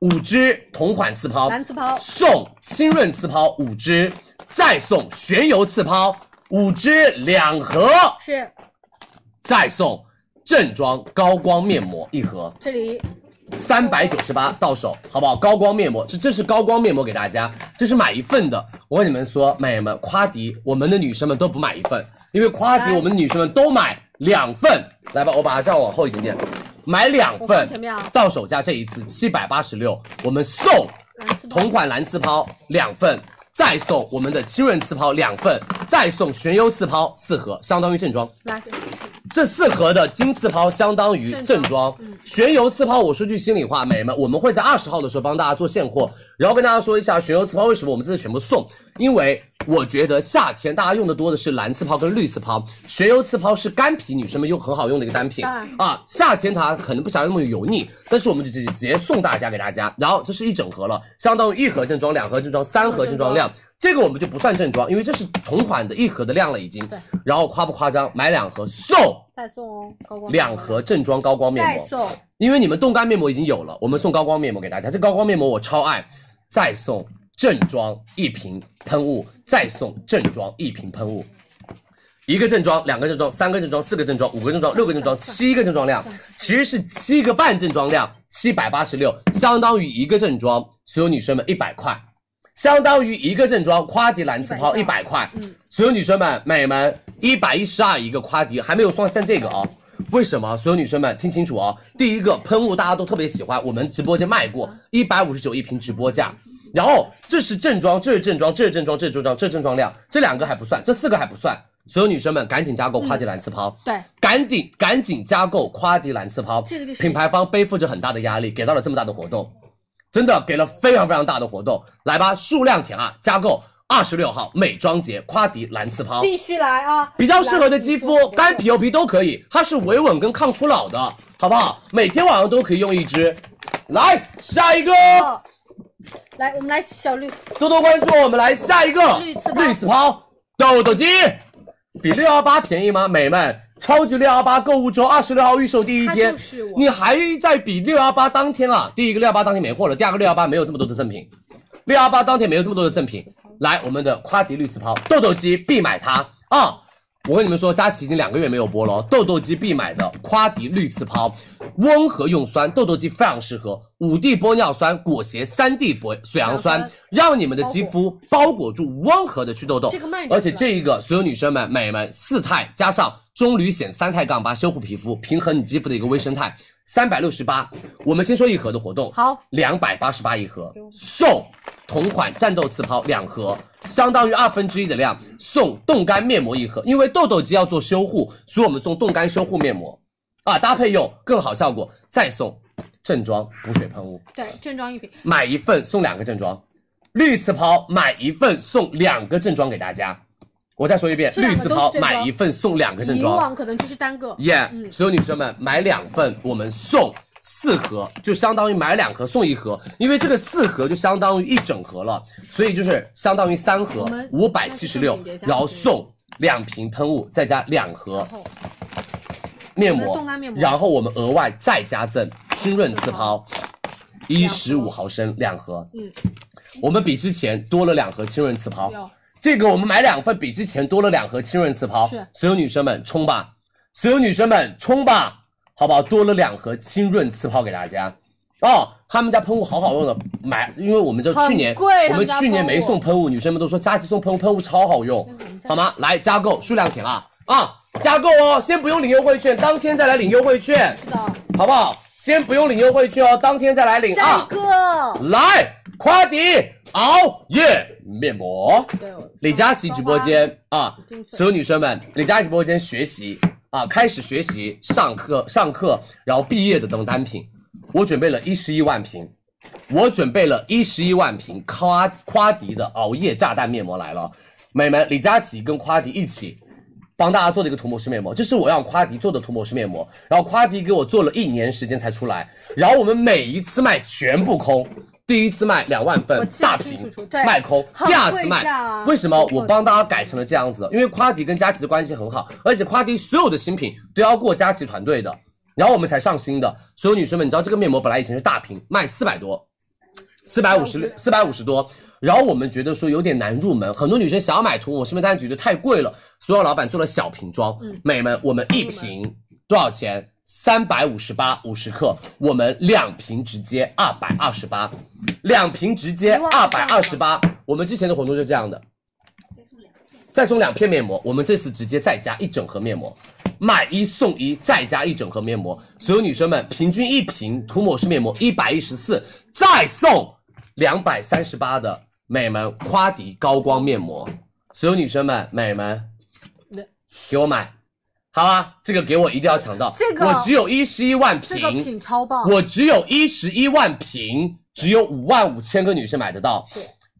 五支同款刺抛，
蓝刺抛
送清润刺抛五支，再送旋油刺抛五支两盒，
是
再送正装高光面膜一盒，
这里
三百九十八到手，好不好？高光面膜，这这是高光面膜给大家，这是买一份的。我跟你们说，美们，夸迪我们的女生们都不买一份，因为夸迪我们的女生们都买两份。来吧，我把它这样往后一点点，买两
我
份
放前面啊，
到手价这一次七百八十六，我们送
蓝刺抛
同款蓝刺抛两份。再送我们的清润刺抛两份，再送玄优刺抛四盒，相当于正装。
来，
这四盒的金刺抛相当于正装，嗯旋油刺抛。我说句心里话，美们，我们会在二十号的时候帮大家做现货，然后跟大家说一下旋油刺抛为什么我们这次全部送，因为我觉得夏天大家用的多的是蓝刺抛跟绿刺抛，旋油刺抛是干皮女生们用很好用的一个单品
当然
啊。夏天它可能不想要那么油腻，但是我们就直接直接送大家给大家，然后这是一整盒了，相当于一盒正装、两盒正装、三盒正装量。这个我们就不算正装，因为这是同款的一盒的量了已经。
对。
然后夸不夸张？买两盒送
再送哦，高光
两盒正装高光面
再
膜，
送
因为你们冻干面膜已经有了，我们送高光面膜给大家。这高光面膜我超爱，再送正装一瓶喷雾，再送正装一瓶喷雾。一个正装，两个正装，三个正装，四个正装，五个正装，六个正装，七个正装量，其实是七个半正装量，七百八十六，相当于一个正装，所有女生们一百块，相当于一个正装夸迪蓝刺抛一百块，
嗯
所有女生们美们一百一十二一个夸迪，还没有算上这个啊、为什么？所有女生们听清楚啊、第一个喷雾大家都特别喜欢，我们直播间卖
嗯
过一百五十九一瓶直播价，然后这是正装，这是正装，这是正装，这是正装，这是正装量，这两个还不算，这四个还不算。所有女生们赶紧加购夸迪蓝刺抛，
嗯对，
赶紧赶紧加购夸迪蓝刺抛，
这个就是
品牌方背负着很大的压力，给到了这么大的活动，真的给了非常非常大的活动，来吧，数量填啊，加购二十六号美妆节夸迪蓝刺抛，
必须来啊！
比较适合的肌肤，干皮油皮都可以，它是维稳跟抗初老的，好不好？每天晚上都可以用一支。来下一个，
哦。来，我们来小绿，
多多关注我们，来下一个
绿刺抛
绿刺抛痘痘肌，比六幺八便宜吗？美们，超级六幺八购物周二十六号预售第一
它
天，
就是我
你还在比六幺八当天啊？第一个六幺八当天没货了，第二个六幺八没有这么多的赠品，六幺八当天没有这么多的赠品。来，我们的夸迪绿刺抛痘痘肌必买它啊！我跟你们说，佳琦已经两个月没有播了哦，痘痘肌必买的夸迪绿刺抛，温和用酸，痘痘肌非常适合。五 D 玻尿酸裹挟三 D 玻水杨酸，让你们的肌肤包裹住温和的祛痘痘。
这个卖点
而且
出来
这一个，所有女生们、美们，四肽加上棕榈酰三肽杠八修护皮肤，平衡你肌肤的一个微生态，三百六十八。我们先说一盒的活动，
好，
两百八十八一盒，送同款战斗刺抛两盒，相当于二分之一的量，送冻干面膜一盒，因为痘痘肌要做修护，所以我们送冻干修护面膜，啊，搭配用更好效果，再送正装补水喷雾。
对，正装一品，
买一份送两个正装，绿刺抛买一份送两个正装给大家。我再说一遍，
这
绿
两个
刺
都是
抛
正装
买一份送两个正
以
装，
往可能就是单个，
耶、
嗯
所有女生们买两份，我们送四盒，就相当于买两盒送一盒，因为这个四盒就相当于一整盒了，所以就是相当于三盒
我们，
五百七十六
那就重点一，下
然后送两瓶喷雾，再加两盒
然后
面
我们
膜，
的冻干面膜
然后我们额外再加赠清润刺抛，一十五毫升两盒。
嗯，
我们比之前多了两盒清润刺抛
有，
这个我们买两份，比之前多了两盒清润次抛。
是，
所有女生们冲吧，所有女生们冲吧，好不好？多了两盒清润次抛给大家。哦，他们家喷雾好好用的，买，因为我们这
很
去年
贵
我
他们
们
家
去年
喷雾嗯
没送喷雾，女生们都说佳琪送喷雾，喷雾超好用，好吗？来加购，数量填啊啊，加购哦，先不用领优惠券，当天再来领优惠券，
是的，
好不好？先不用领优惠券哦，当天再来领啊。
下一个，
来，夸迪熬夜面膜，
对我
李佳琦直播间啊
进，去
所有女生们，李佳琦直播间学习啊，开始学习上课上课，然后毕业的等单品，我准备了一十一万瓶，我准备了一十一万瓶夸夸迪的熬夜炸弹面膜来了，美们，李佳琦跟夸迪一起。帮大家做的一个涂抹式面膜，这是我让夸迪做的涂抹式面膜，然后夸迪给我做了一年时间才出来，然后我们每一次卖全部空，第一次卖两万
我
份
记得
大
清
瓶
楚楚对
卖空，
很
第二次
贵
卖
价啊
为什么
很漂
我
亮
帮大家改成了这样子？因为夸迪跟佳琦的关系很好，而且夸迪所有的新品都要过佳琦团队的，然后我们才上新的。所有女生们，你知道这个面膜本来以前是大瓶卖四百多，四百五十四百五十多。然后我们觉得说有点难入门，很多女生想要买涂抹式面膜，但是觉得太贵了，所有老板做了小瓶装。美们，我们一瓶多少钱？三百五十八五十克，我们两瓶直接二百二十八，两瓶直接二百二十八。我们之前的活动就这样的，再送两片面膜，我们这次直接再加一整盒面膜，买一送一，再加一整盒面膜。所有女生们，平均一瓶涂抹式面膜一百一十四，再送两百三十八的美们夸迪高光面膜。所有女生们，美们，给我买，好吧？这个给我一定要抢到，
这个
我只有一十一万瓶，
这个品超棒，
我只有一十一万瓶，只有五万五千个女生买得到，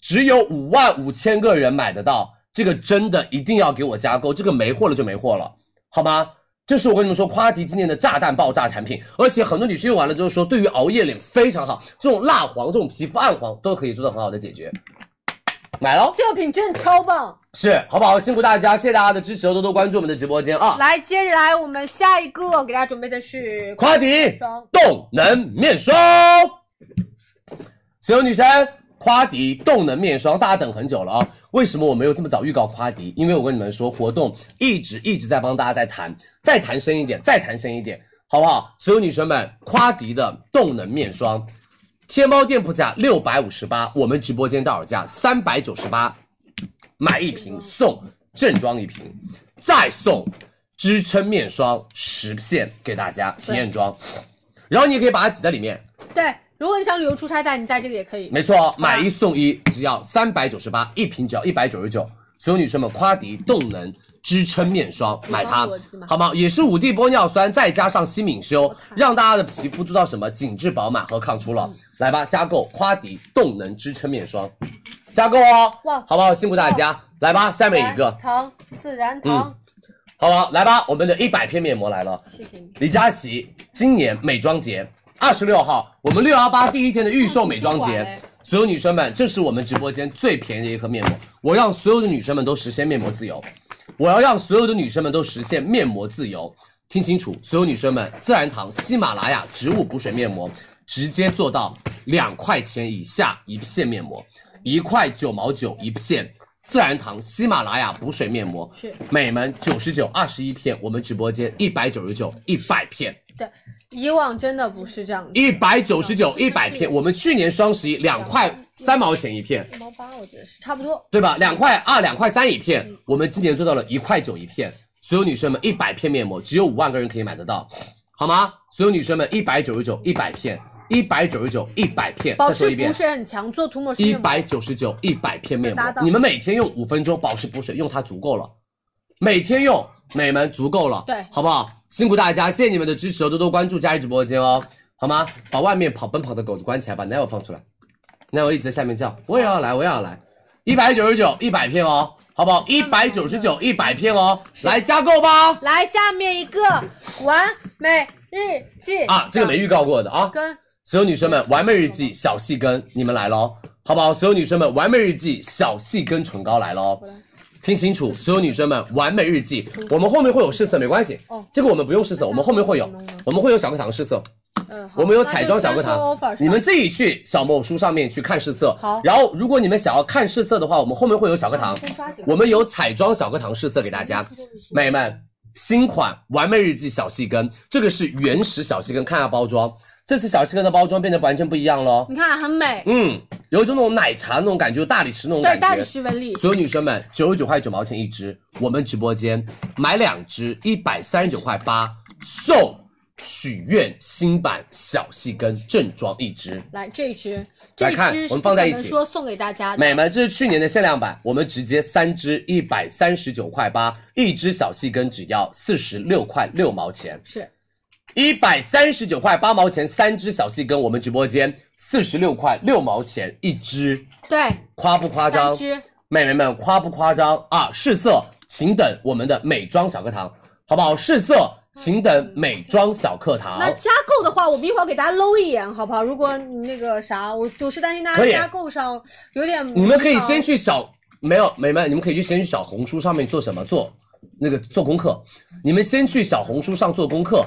只有五万五千个人买得到，这个真的一定要给我加购，这个没货了就没货了，好吗？这是我跟你们说，夸迪今年的炸弹爆炸产品，而且很多女生用完了之后说，对于熬夜脸非常好，这种蜡黄、这种皮肤暗黄都可以做到很好的解决，买喽，
这个品真的超棒。
是好不好？辛苦大家，谢谢大家的支持，多多关注我们的直播间啊！
来，接着来，我们下一个给大家准备的是
夸迪
霜
动能面霜，所有女生，夸迪动能面霜，大家等很久了啊！为什么我没有这么早预告夸迪？因为我跟你们说，活动一直一直在帮大家在谈，再谈深一点，再谈深一点，好不好？所有女生们，夸迪的动能面霜，天猫店铺价六百五十八，我们直播间到手价三百九十八，买一瓶送正装一瓶，再送支撑面霜十片给大家体验装，然后你也可以把它挤在里面，
对，如果你想旅游出差带，你带这个也可以。
没错哦，买一送一，只要三百九十八，一瓶只要一百九十九。所有女生们，夸迪动能支撑面霜，买它
有帮助我记吗
好吗？也是五地玻尿酸，再加上西敏修，让大家的皮肤做到什么紧致饱满和抗初
嗯
老。来吧，加购夸迪动能支撑面霜，加购哦，
哇
好不好？辛苦大家，来吧，下面一个，
糖，自然
嗯
糖，，
好不好？来吧，我们的一百片面膜来了。
谢谢你。
李佳琦今年美妆节二十六号，我们六幺八第一天的预售美妆节，所有女生们，这是我们直播间最便宜的一盒面膜，我让所有的女生们都实现面膜自由，我要让所有的女生们都实现面膜自由。听清楚，所有女生们，自然堂喜马拉雅植物补水面膜直接做到两块钱以下一片面膜，一块九毛九一片。自然堂喜马拉雅补水面膜
是
每门九十九二十一片，我们直播间一百九十九一百片，
对，以往真的不是这样子，
一百九十九一百片。我们去年双十一两块三毛钱一片，
一毛八我觉得是差不多。
对吧？两块二、两块三一片，我们今年做到了一块九一片。所有女生们，一百片面膜只有五万个人可以买得到，好吗？所有女生们，一百九十九一百片，一百九十九一百片。
保
再说
湿
一遍
补，水很强，做涂抹式
一
面膜
百九十九一百片面
达
膜
到，
你们每天用五分钟保湿补水，用它足够了，每天用美们足够了，
对
好不好？辛苦大家，谢谢你们的支持哦，多多关注佳怡直播间哦，好吗？把外面跑奔跑的狗子关起来，把 Neo 放出来，Neo 一直在下面叫，我也要来，我也要来，一百九十九一百片哦，好不好？一百九十九一百片哦，来加购吧。
来，下面一个完美日记
啊，这个没预告过的啊，
跟
所有女生们，完美日
嗯
记小细跟你们来喽，好不好？所有女生们，完美日记小细跟唇膏来喽，听清楚，所有女生们，完美日
嗯哦啊
记，我们后面会有试色，没关系，这个我们不用试色，我们后面会有，我们会有小课堂试色，
嗯好
我们有彩妆小课
那就
堂
先说 offer 是吧，
你们自己去小某书上面去看试色。
好
然后如果你们想要看试色的话，我们后面会有小课堂
先抓起来，
我们有彩妆小课堂试色给大
嗯
家。美们，新款完美日记小细跟，这个是原始小细跟，看下包装，这次小细跟的包装变得完全不一样喽。
你看很美，
嗯，有一种那种奶茶那种感觉，大理石那种感觉。
对，
嗯
大理石纹理，
所有女生们，九十九块九毛钱一支，我们直播间买两支，一百三十九块八送许愿新版小细跟正装一支。
来这一支，这一
来看
支是
我们放在一起
不可能说送给大家的，
美们，这是去年的限量版，我们直接三支一百三十九块八，一支小细跟只要四十六块六毛钱，
是
一百三十九块八毛钱三支小细跟，我们直播间四十六块六毛钱一支，
对，
夸不夸张？
三支
美眉们夸不夸张啊？试色，请等我们的美妆小课堂，好不好？试色，请等美妆小课堂。
那加购的话，我们一会儿给大家搂一眼，好不好？如果你那个啥，我就是担心大
可
家
以
加购上有点，
你们可以先。去小没有美眉们，你们可以去先去小红书上面做什么做那个做功课，你们先去小红书上做功课，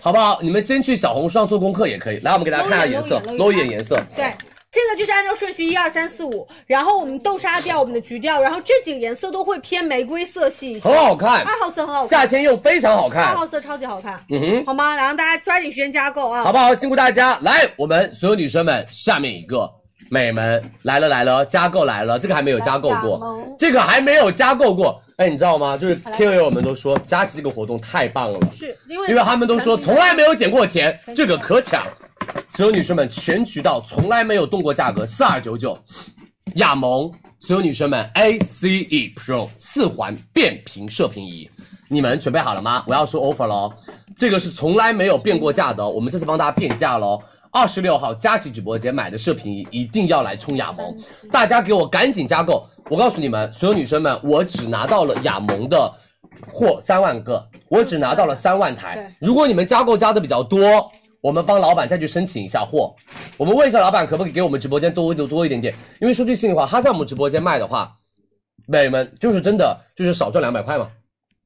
好不好？你们先去小红书上做功课也可以。来，我们给大家看一下颜色，
搂
搂
一
一
眼
眼颜色。
对，这个就是按照顺序一二三四五，然后我们豆沙调，我们的橘调，然后这几个颜色都会偏玫瑰色系一些
很。好看，
二号色很好看，
夏天又非常好
二
看
号，色超级好看，
嗯哼。
好吗？然后大家抓紧时间加购啊！
好不好？辛苦大家！来，我们所有女生们，下面一个美们来了来了，加购来了，这个还没有加购
来加
过
盟，
这个还没有加购过。哎，你知道吗？就是 KOL 们都说佳琪这个活动太棒了，
是因为
因为他们都说从来没有减过钱，这个可抢。所有女生们，全渠道从来没有动过价格，四二九九，雅萌。所有女生们，A C E Pro 四环变频射频仪，你们准备好了吗？我要说 offer 喽，这个是从来没有变过价的哦，我们这次帮大家变价喽。二十六号佳琦直播间买的射频仪一定要来冲雅萌，大家给我赶紧加购！我告诉你们，所有女生们，我只拿到了雅萌的货三万个，我只拿到了三万台。如果你们加购加的比较多，我们帮老板再去申请一下货，我们问一下老板可不可以给我们直播间多多多一点点。因为说句心里话，他在我们直播间卖的话，美女们就是真的就是少赚两百块嘛，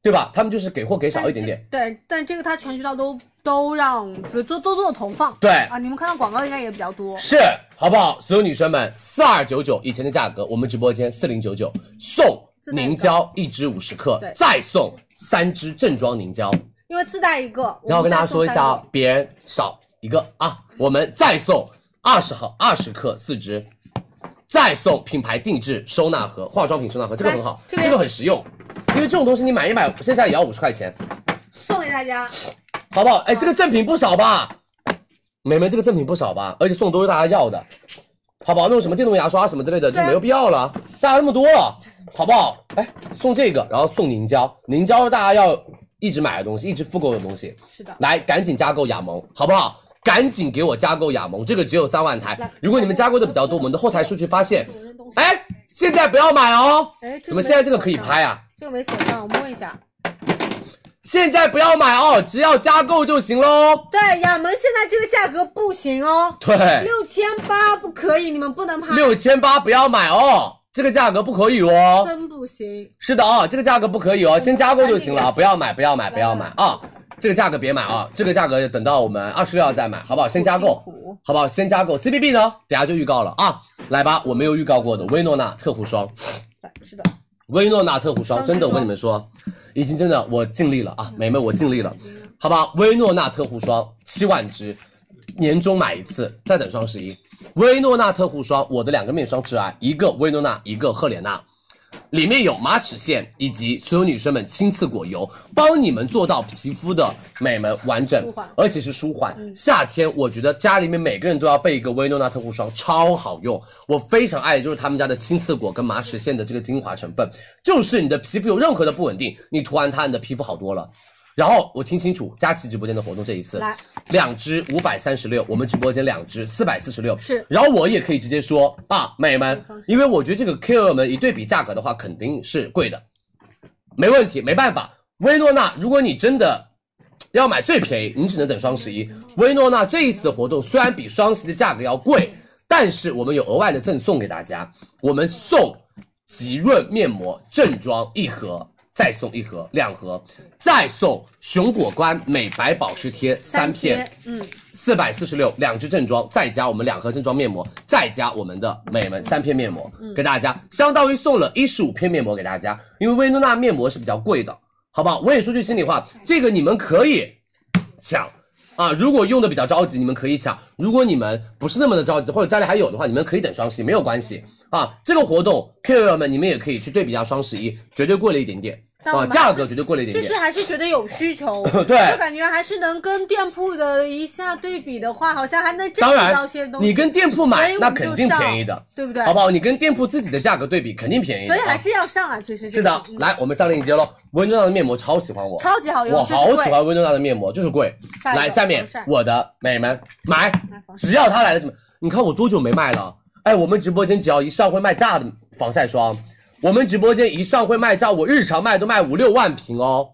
对吧？他们就是给货给少一点点。。
对，但这个它全渠道都都让都都做投放。
对
啊，你们看到广告应该也比较多。
是，好不好？所有女生们，四二九九以前的价格，我们直播间四零九九送凝胶一支五十克
对，
再送三支正装凝胶。
因为自带一个，
然后我跟大家说一下啊
啊，，
别人少一个啊，我们再送二十毫二十克四支，再送品牌定制收纳盒、化妆品收纳盒，这个很好，
这
这
边
个很实用，因为这种东西你买一买，剩下也要五十块钱，
送给大家，
好不好？哎，这个赠品不少吧，美眉，这个赠品不少吧，而且送的都是大家要的，好不好？那种什么电动牙刷什么之类的就
对啊
没有必要了，大家那么多了，好不好？哎，送这个，然后送凝胶，凝胶是大家要一直买的东西，一直复购的东西。
是的，
来，赶紧加购雅萌，好不好？赶紧给我加购雅萌，这个只有三万台。如果你们加购的比较多，我们的后台数据发现，哎，现在不要买哦。
哎，这
怎么
个没
现在这个可以
锁上
拍啊？
这个没锁上，我摸一下。
现在不要买哦，只要加购就行喽。
对，雅萌现在这个价格不行哦，
对，
六千八不可以，你们不能拍，
六千八不要买哦，这个价格不可以哦。
真不行。
是的啊、这个价格不可
嗯
以哦，先加购就行了啊，不要买，不要买，不要买啊！这个价格别买啊，这个价格等到我们二十六号再买，好不好？先加购
辛苦，
好不好？先加购 CBB 呢，等下就预告了啊！来吧，我没有预告过的薇诺娜特护霜，
是的，
薇诺娜特护霜，
双
真的，
十
我跟你们说，已经真的我尽力了啊，美眉我尽力了，好吧？薇诺娜特护霜七万支，年终买一次，再等双十一。薇诺娜特护霜，我的两个面霜挚爱，一个薇诺娜，一个赫莲娜，里面有马齿苋以及所有女生们亲刺果油，帮你们做到皮肤的美们完整
舒缓，
而且是舒缓。嗯夏天我觉得家里面每个人都要备一个薇诺娜特护霜，超好用。我非常爱的就是他们家的青刺果跟马齿苋的这个精华成分，就是你的皮肤有任何的不稳定，你涂完它，你的皮肤好多了。然后我听清楚，佳琦直播间的活动这一次，
来
两支五百三十六，我们直播间两支四百四十六，
是
然后我也可以直接说啊，美们，因为我觉得这个 KOL 们一对比价格的话，肯定是贵的，没问题，没办法。薇诺娜，如果你真的要买最便宜，你只能等双十一。薇诺娜这一次的活动虽然比双十一的价格要贵，但是我们有额外的赠送给大家，我们送极润面膜正装一盒，再送一盒两盒，再送熊果苷美白保湿贴三片，
嗯，
四百四十六两支正装，再加我们两盒正装面膜，再加我们的美们三片面膜，
嗯
给大家相当于送了一十五片面膜给大家，因为薇诺娜面膜是比较贵的，好不好？我也说句心里话，这个你们可以抢。啊，如果用的比较着急，你们可以抢；如果你们不是那么的着急，或者家里还有的话，你们可以等双十一，没有关系啊。这个活动，KOL 们，你们也可以去对比一下双十一，绝对贵了一点点
但我
啊，
们
价格绝对贵了一点
就
点。
是还是觉得有需求，
对
就感觉还是能跟店铺的一下对比的话，好像还能争
当
取到
然
些东，西。
你跟店铺
所
买
以我
那
们就
肯定
上
便宜的，
对不对？
好不好？你跟店铺自己的价格对比，肯定便宜的
所
啊。
以还是要上啊，其实这
是
个
的。来，我们上链接喽。温州娜的面膜超喜欢我，
超级好用，
我
就是
好
贵
喜欢温州娜的面膜，就是贵。
下一个
来，下面
防晒
我的美们买
买防，晒
只要它来了怎么？你看我多久没卖了？哎，我们直播间只要一上会卖炸的防晒霜，我们直播间一上会卖炸，我日常卖都卖五六万瓶哦。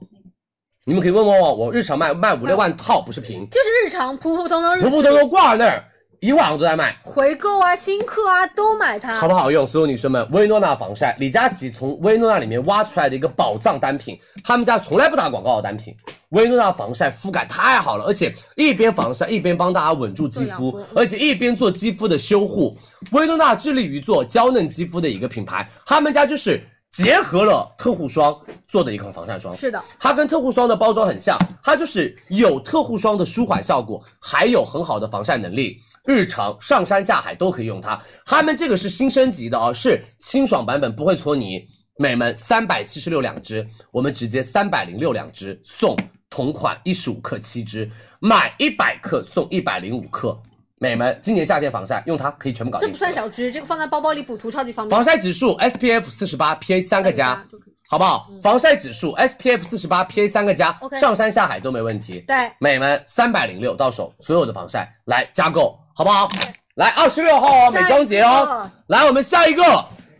你们可以问问我，我日常卖卖五六万套，不是瓶，
嗯就是日常普普通通日
普普通通挂那儿，一晚上都在卖。
回购啊、新客啊都买它，
好不好用？所有女生们，薇诺娜防晒，李佳琦从薇诺娜里面挖出来的一个宝藏单品，他们家从来不打广告的单品。薇诺娜防晒肤感太好了，而且一边防晒一边帮大家稳住肌肤
做养肤，
而且一边做肌肤的修护。薇诺娜致力于做娇嫩肌肤的一个品牌，他们家就是结合了特护霜做的一款防晒霜。
是的，
它跟特护霜的包装很像，它就是有特护霜的舒缓效果，还有很好的防晒能力，日常上山下海都可以用它。它们这个是新升级的哦，是清爽版本，不会搓泥。美们，三百七十六两支，我们直接三百零六两支送同款一十五克七支，买一百克送一百零五克。美们，今年夏天防晒用它可以全部搞定。
这不算小支，这个放在包包里补涂超级方便
防。晒指数 SPF 四十八 PA 三个加，好不好？防晒指数 SPF 四十八 PA 三个加
嗯 OK
上山下海都没问题。
对，
美们三百零六到手，所有的防晒来加购，好不好？来二十六号哦，美妆节哦。来，我们下一个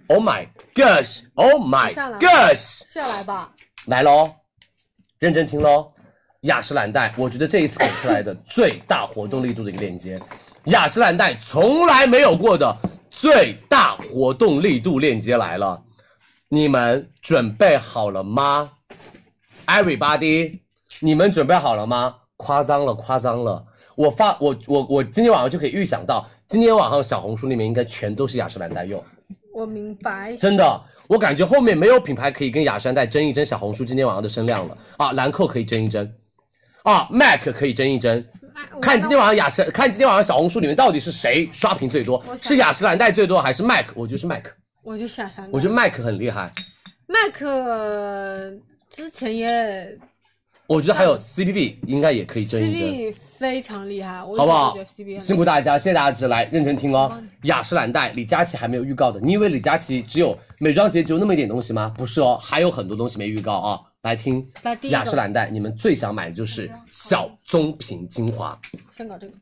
，Oh my gosh，Oh my
上来
gosh，
下来吧，
来喽，认真听喽。雅诗兰黛，我觉得这一次给出来的最大活动力度的一个链接，雅诗兰黛从来没有过的最大活动力度链接来了，你们准备好了吗？Everybody，你们准备好了吗？夸张了，夸张了！我发我我我今天晚上就可以预想到，今天晚上小红书里面应该全都是雅诗兰黛用。
我明白。
真的，我感觉后面没有品牌可以跟雅诗兰黛争一争小红书今天晚上的声量了啊！兰蔻可以争一争，啊，MAC 可以争一争，看今天晚上雅诗，看今天晚上小红书里面到底是谁刷屏最多，是雅诗兰黛最多还是 MAC？我觉得是 MAC，
我就下山了。
我觉得 MAC 很厉害，
麦克之前也
我觉得还有 CBB 应该也可以争一争。
CB 非常厉害，我
好不好
觉得 CB
辛苦大家，谢谢大家支持，来认真听哦。雅诗兰黛，李佳琦还没有预告的，你以为李佳琦只有美妆节只有那么一点东西吗？不是哦，还有很多东西没预告啊。来听
来第一个
雅诗兰黛，你们最想买的就是小棕瓶精华。
先搞这个，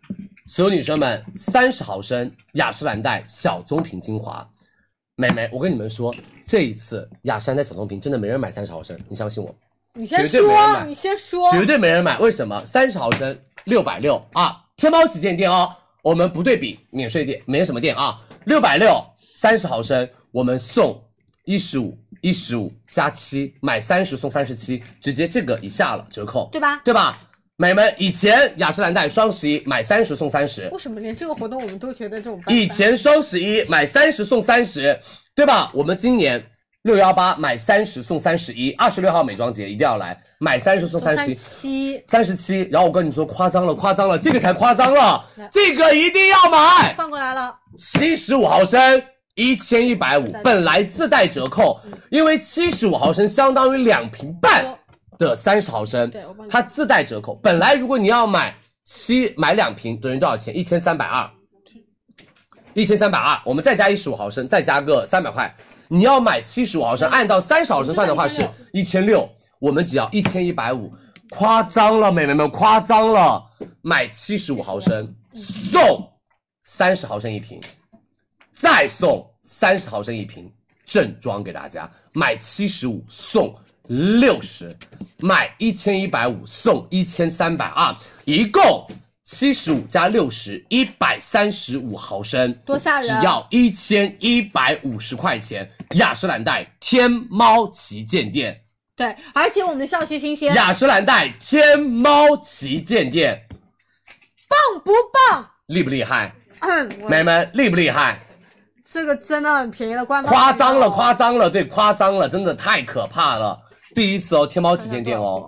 所有女生们，三十毫升雅诗兰黛小棕瓶精华，美眉，我跟你们说，这一次雅诗兰黛小棕瓶真的没人买三十毫升，你相信我。
你先
绝对没人
说，
买
你先说，
绝对没人买。为什么？三十毫升六百六啊！天猫旗舰店哦，我们不对比免税店，没什么店啊。六百六，三十毫升，我们送一十五，一十五加七，买三十送三十七，直接这个一下了折扣，
对吧？
对吧？美们，以前雅诗兰黛双十一买三十送三十，
为什么连这个活动我们都觉得这种办法
以前双十一买三十送三十，对吧？我们今年六幺八买三十送三十一，二十六号美妆节一定要来，买三十送三十一
三，七
三十七，然后我跟你说夸张了，夸张了，这个才夸张 了，这个一定要买，
放过来了，
七十五毫升。一千一百五
带折，
本来自带折扣，
嗯
因为七十五毫升相当于两瓶半的三十毫升
对我帮，你
它自带折扣。本来如果你要买七买两瓶，等于多少钱？一千三百二，一千三百二，我们再加一十五毫升，再加个三百块，你要买七十五毫升，按照三十毫升算的话是一千六，我们只要一千一百五，夸张了，美眉们，夸张了，买七十五毫升送三十毫升一瓶，再送三十毫升一瓶正装给大家，买七十五送六十，买一千一百五送一千三百二，一共七十五加六十，一百三十五毫升，
多吓人
只要一千一百五十块钱，雅诗兰黛天猫旗舰店
对，而且我们的效期新鲜，
雅诗兰黛天猫旗舰店
棒不棒？
厉不厉害？
嗯，我
美们厉不厉害？
这个真的很便宜了，官方
夸张了，夸张了，对，夸张了，真的太可怕了。第一次哦，天猫旗舰店哦，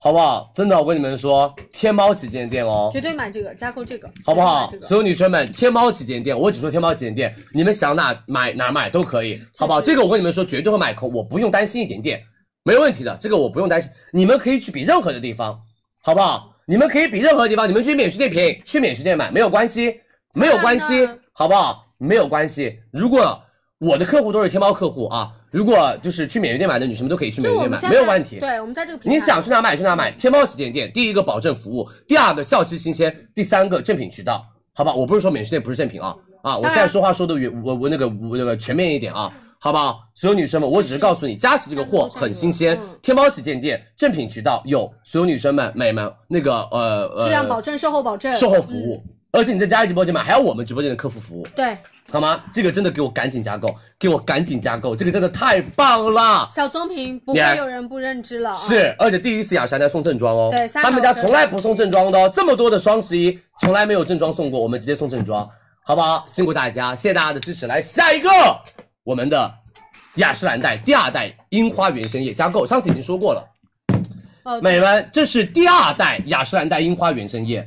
好不好？真的，我跟你们说，天猫旗舰店哦，
绝对买这个，加购这个，
好不好
绝对买？这
所有
个
女生们，天猫旗舰店，我只说天猫旗舰店，你们想哪买哪买都可以，好不好？这个我跟你们说，绝对会买空，我不用担心一点点，没问题的，这个我不用担心。你们可以去比任何的地方，好不好？你们可以比任何地方，你们去免税店便宜，去免税店买没有关系，没有关
当
系
然了，
好不好？没有关系。如果我的客户都是天猫客户啊，如果就是去免税店买的女生们都可以去免
就
税
我
店
们
买，
现在
没有问题。
对，我们在这个平台，
你想去哪买去哪买，天猫旗舰店，第一个保证服务，第二个效期新鲜，第三个正品渠道，好吧？我不是说免税店不是正品啊啊！我现在说话说的原我我那个我那个全面一点啊，好不好？所有女生们，我只是告诉你，佳琦这个货
嗯
很新鲜，天猫旗舰店正品渠道有，所有女生们美们那个呃呃
嗯质量保证，售后保证，嗯
售后服务，而且你在佳琦直播间买，还有我们直播间的客服服务，
对，
好吗？这个真的给我赶紧加购，给我赶紧加购，这个真的太棒了！
小棕瓶不会
你
有人不认知了啊，
是，而且第一次雅诗兰黛送正装哦，
对三
他们
秒
家
钟
从来不送正装的哦，这么多的双十一从来没有正装送过，我们直接送正装，好不好？辛苦大家，谢谢大家的支持。来下一个，我们的雅诗兰黛第二代樱花原生液加购，上次已经说过了，
哦，对
美们，这是第二代雅诗兰黛樱花原生液，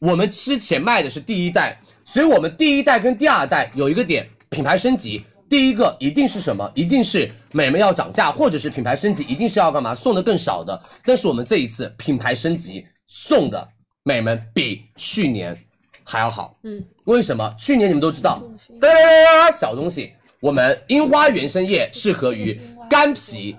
我们之前卖的是第一代，所以我们第一代跟第二代有一个点，品牌升级。第一个一定是什么？一定是美们要涨价，或者是品牌升级，一定是要干嘛？送的更少的。但是我们这一次品牌升级送的美们比去年还要好。
嗯，
为什么？去年你们都知道，哒哒哒哒小东西，我们樱花原生液适合于干皮，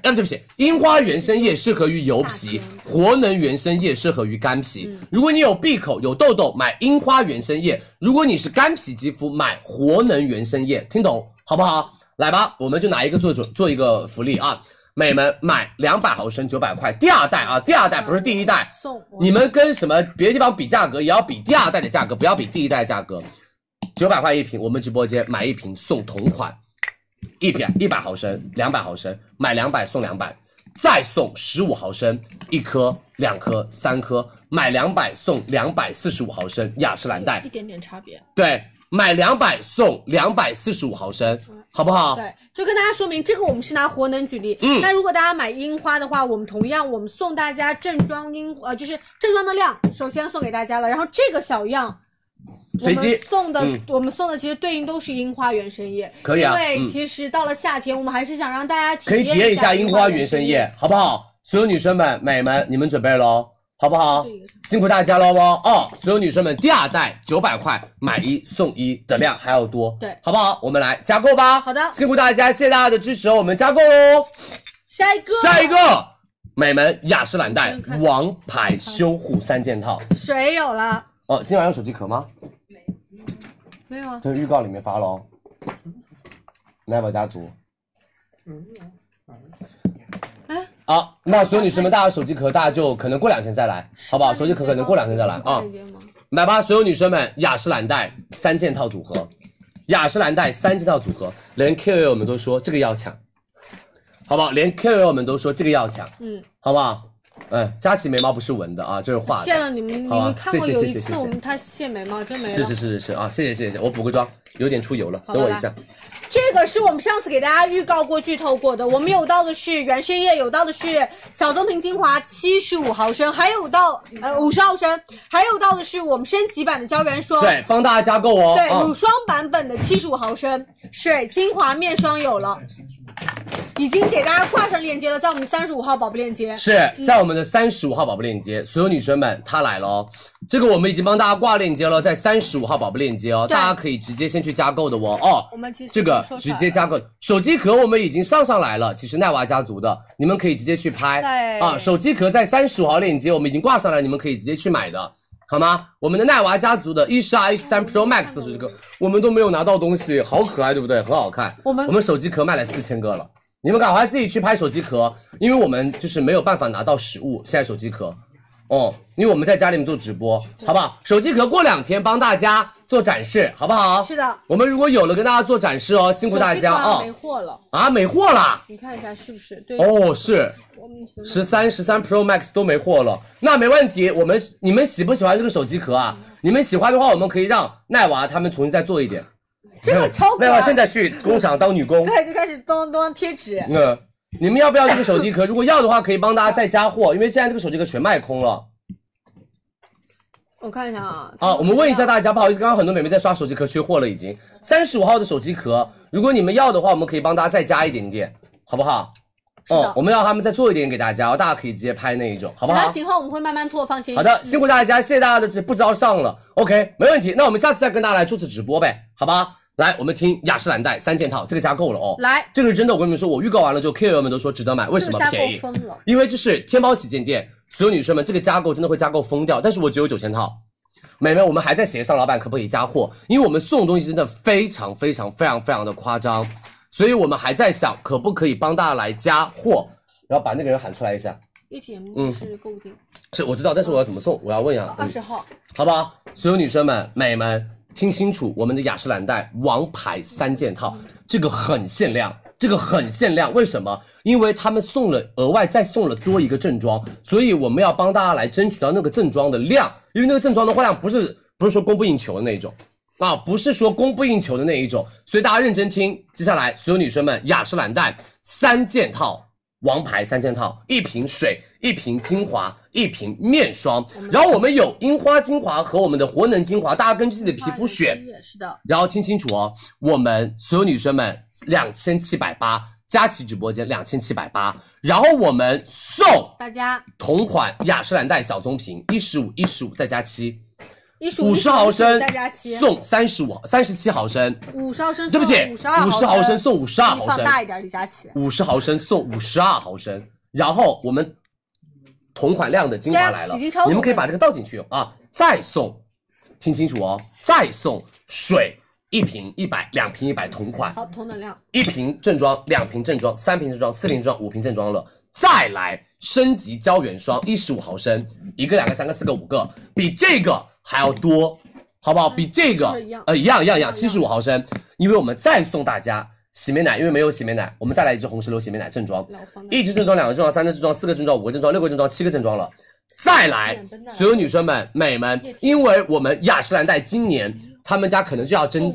啊，对不起，樱花原生液适合于油皮，活能原生液适合于干皮。如果你有闭口、有痘痘，买樱花原生液；如果你是干皮肌肤，买活能原生液。听懂好不好？来吧，我们就拿一个做准做一个福利啊！美们买两百毫升九百块，第二代啊，第二代不是第一代，
送
你们跟什么别的地方比价格，也要比第二代的价格，不要比第一代的价格。九百块一瓶，我们直播间买一瓶送同款，一瓶一百毫升，两百毫升，买两百送两百，再送十五毫升一颗、两颗、三颗，买两百送两百四十五毫升雅诗兰黛
一，点点差别。
对，买两百送两百四十五毫升，好不好？
嗯对，就跟大家说明，这个我们是拿活能举例。
嗯
那如果大家买樱花的话，我们同样我们送大家正装樱，呃，就是正装的量，首先送给大家了。然后这个小样，我
随
们
机
送的、
嗯
我们送的其实对应都是樱花原生液，
可以啊
因
嗯
为其实到了夏天，我们还是想让大家
可以体验一下
樱
樱花
原
原生液，好不好？所有女生们、美们，你们准备喽，好不好
这个？
辛苦大家喽哦！哦，所有女生们，第二袋九百块买一送一的量还要多，
对
好不好？我们来加购吧。
好的
辛苦大家，谢谢大家的支持哦，我们加购喽。
下一个，
下一个，美们雅诗兰黛
先看
王牌修护三件套。
谁有了？
哦，今晚有手机壳吗？
没有啊？
这是预告里面发喽。Never 家族。
嗯哎
好，啊那所有女生们，大家手机壳，大家就可能过两天再来，好不好？手机壳可能过两天再来啊。
这件吗
来吧，所有女生们，雅诗兰黛三件套组合，雅诗兰黛三件套组合，连 KOL 们都说这个要抢，好不好？连 KOL 们都说这个要抢，
嗯，
好不好？嗯，佳琪眉毛不是纹的啊，这是画
谢
的。
了你们，你
好啊
们看过
谢谢
有
谢谢谢
一次
谢
我们他卸眉毛就没
是
了
是。是是是啊，谢谢谢谢谢谢，我补个妆，有点出油了，
好
等
的
我一下。
这个是我们上次给大家预告过、剧透过的。我们有到的是原生液，有到的是小棕瓶精华七十五毫升，还有到呃五十毫升，还有到的是我们升级版的胶原霜。
对，帮大家加购哦。
哦对
啊
乳霜版本的七十五毫升水精华面霜有了，已经给大家挂上链接了，在我们三十五号宝贝链接。
是在我们的三十五号宝贝链接，所有女生们它来了哦。这个我们已经帮大家挂链接了，在三十五号宝贝链接哦，
对
大家可以直接先去加购的哦。哦，
我们其实
这个
说出
直
来
接加购手机壳，我们已经上上来了。其实奈娃家族的，你们可以直接去拍
对
啊。手机壳在三十五号链接我们已经挂上来，你们可以直接去买的，好吗？我们的奈娃家族的一十二、一十三 Pro Max 手机壳，我们都没有拿到东西，好可爱，对不对？很好看。
我们
我们手机壳卖了四千个了。你们赶快自己去拍手机壳，因为我们就是没有办法拿到实物，现在手机壳，哦、因为我们在家里面做直播，好不好？手机壳过两天帮大家做展示，好不好？
是的，
我们如果有了跟大家做展示哦，辛苦大
手机壳
家
好像
啊、
没货了，
啊，没货啦！
你看一下是不是？对，
哦，是
我们觉得
十三、十三 Pro Max 都没货了，那没问题。我们你们喜不喜欢这个手机壳啊？你们喜欢的话，我们可以让奈娃他们重新再做一点。
这个超可
奈娃
爱。
现在去工厂当女工。
哦啊对，就开始咚咚贴纸。
嗯，你们要不要这个手机壳？如果要的话，可以帮大家再加货，因为现在这个手机壳全卖空了
我看一下啊，
啊。我们问一下大家，不好意思，刚刚很多美眉在刷手机壳缺货了，已经三十五号的手机壳，如果你们要的话，我们可以帮大家再加一点点，好不好？
是的
哦，我们让他们再做一点给大家，大家可以直接拍那一种，好
好
不好？
型号我们会慢慢拓，放心。嗯
好的，辛苦大家，谢谢大家的支持，不招上了，OK，没问题。那我们下次再跟大家来做次直播呗，好吧？来，我们听雅诗兰黛三件套，这个加购了哦。
来，
这个是真的，我跟你们说，我预告完了之后，K 友们都说值得买，为
这
什
个
么
加购
便宜？
疯了，
因为这是天猫旗舰店，所有女生们，这个加购真的会加购疯掉。但是我只有九千套，美眉，我们还在协商老板可不可以加货，因为我们送的东西真的非常非常非常非常的夸张，所以我们还在想可不可以帮大家来加货，然后把那个人喊出来一下。
一天
嗯
是购物金
是我知道，但是我要怎么送？我要问一下。嗯
二十号，
好不好？所有女生们、美们，听清楚，我们的雅诗兰黛王牌三件套，
嗯
这个很限量，这个很限量。为什么？因为他们送了额外再送了多一个正装，所以我们要帮大家来争取到那个正装的量，因为那个正装的货量不是不是说供不应求的那一种。啊，不是说供不应求的那一种，所以大家认真听。接下来，所有女生们，雅诗兰黛三件套，王牌三件套，一瓶水，一瓶精华，一瓶面霜。然后我们有樱花精华和我们的活能精华，大家根据自己的皮肤选。
是的，
然后听清楚哦，我们所有女生们两千七百八，佳琦直播间两千七百八，然后我们送
大家
同款雅诗兰黛小棕瓶一十五一十五再加七，
一数
五十毫升
再加七，
送三十五三十七毫升，
五十毫升，
对不起，
五
五
十二
十毫升送五十二
你
毫
放
升，
大一点，李佳琦。
五十毫升送五十二毫升，然后我们同款量的精华来了，
对啊已经超过了
你们可以把这个倒进去啊，再送，听清楚哦，再送水一瓶一百，两瓶一百同款，
好，同等量，
一瓶正装，两瓶正装，三瓶正装，四瓶正装，五瓶正装了。再来升级胶原霜，一十五毫升，一个、两个、三个、四个、五个，比这个还要多，好不好？比这个
是一样
呃一样一样一样，七十五毫升。因为我们再送大家洗面奶，因为没有洗面奶，我们再来一支红石榴洗面奶正装，
来我放大。
一支正装，两个正装，三个正装，四个正装，五个正装，六个正装，七个正装了。再来，所有女生们、美们，因为我们雅诗兰黛今年他们家可能就要争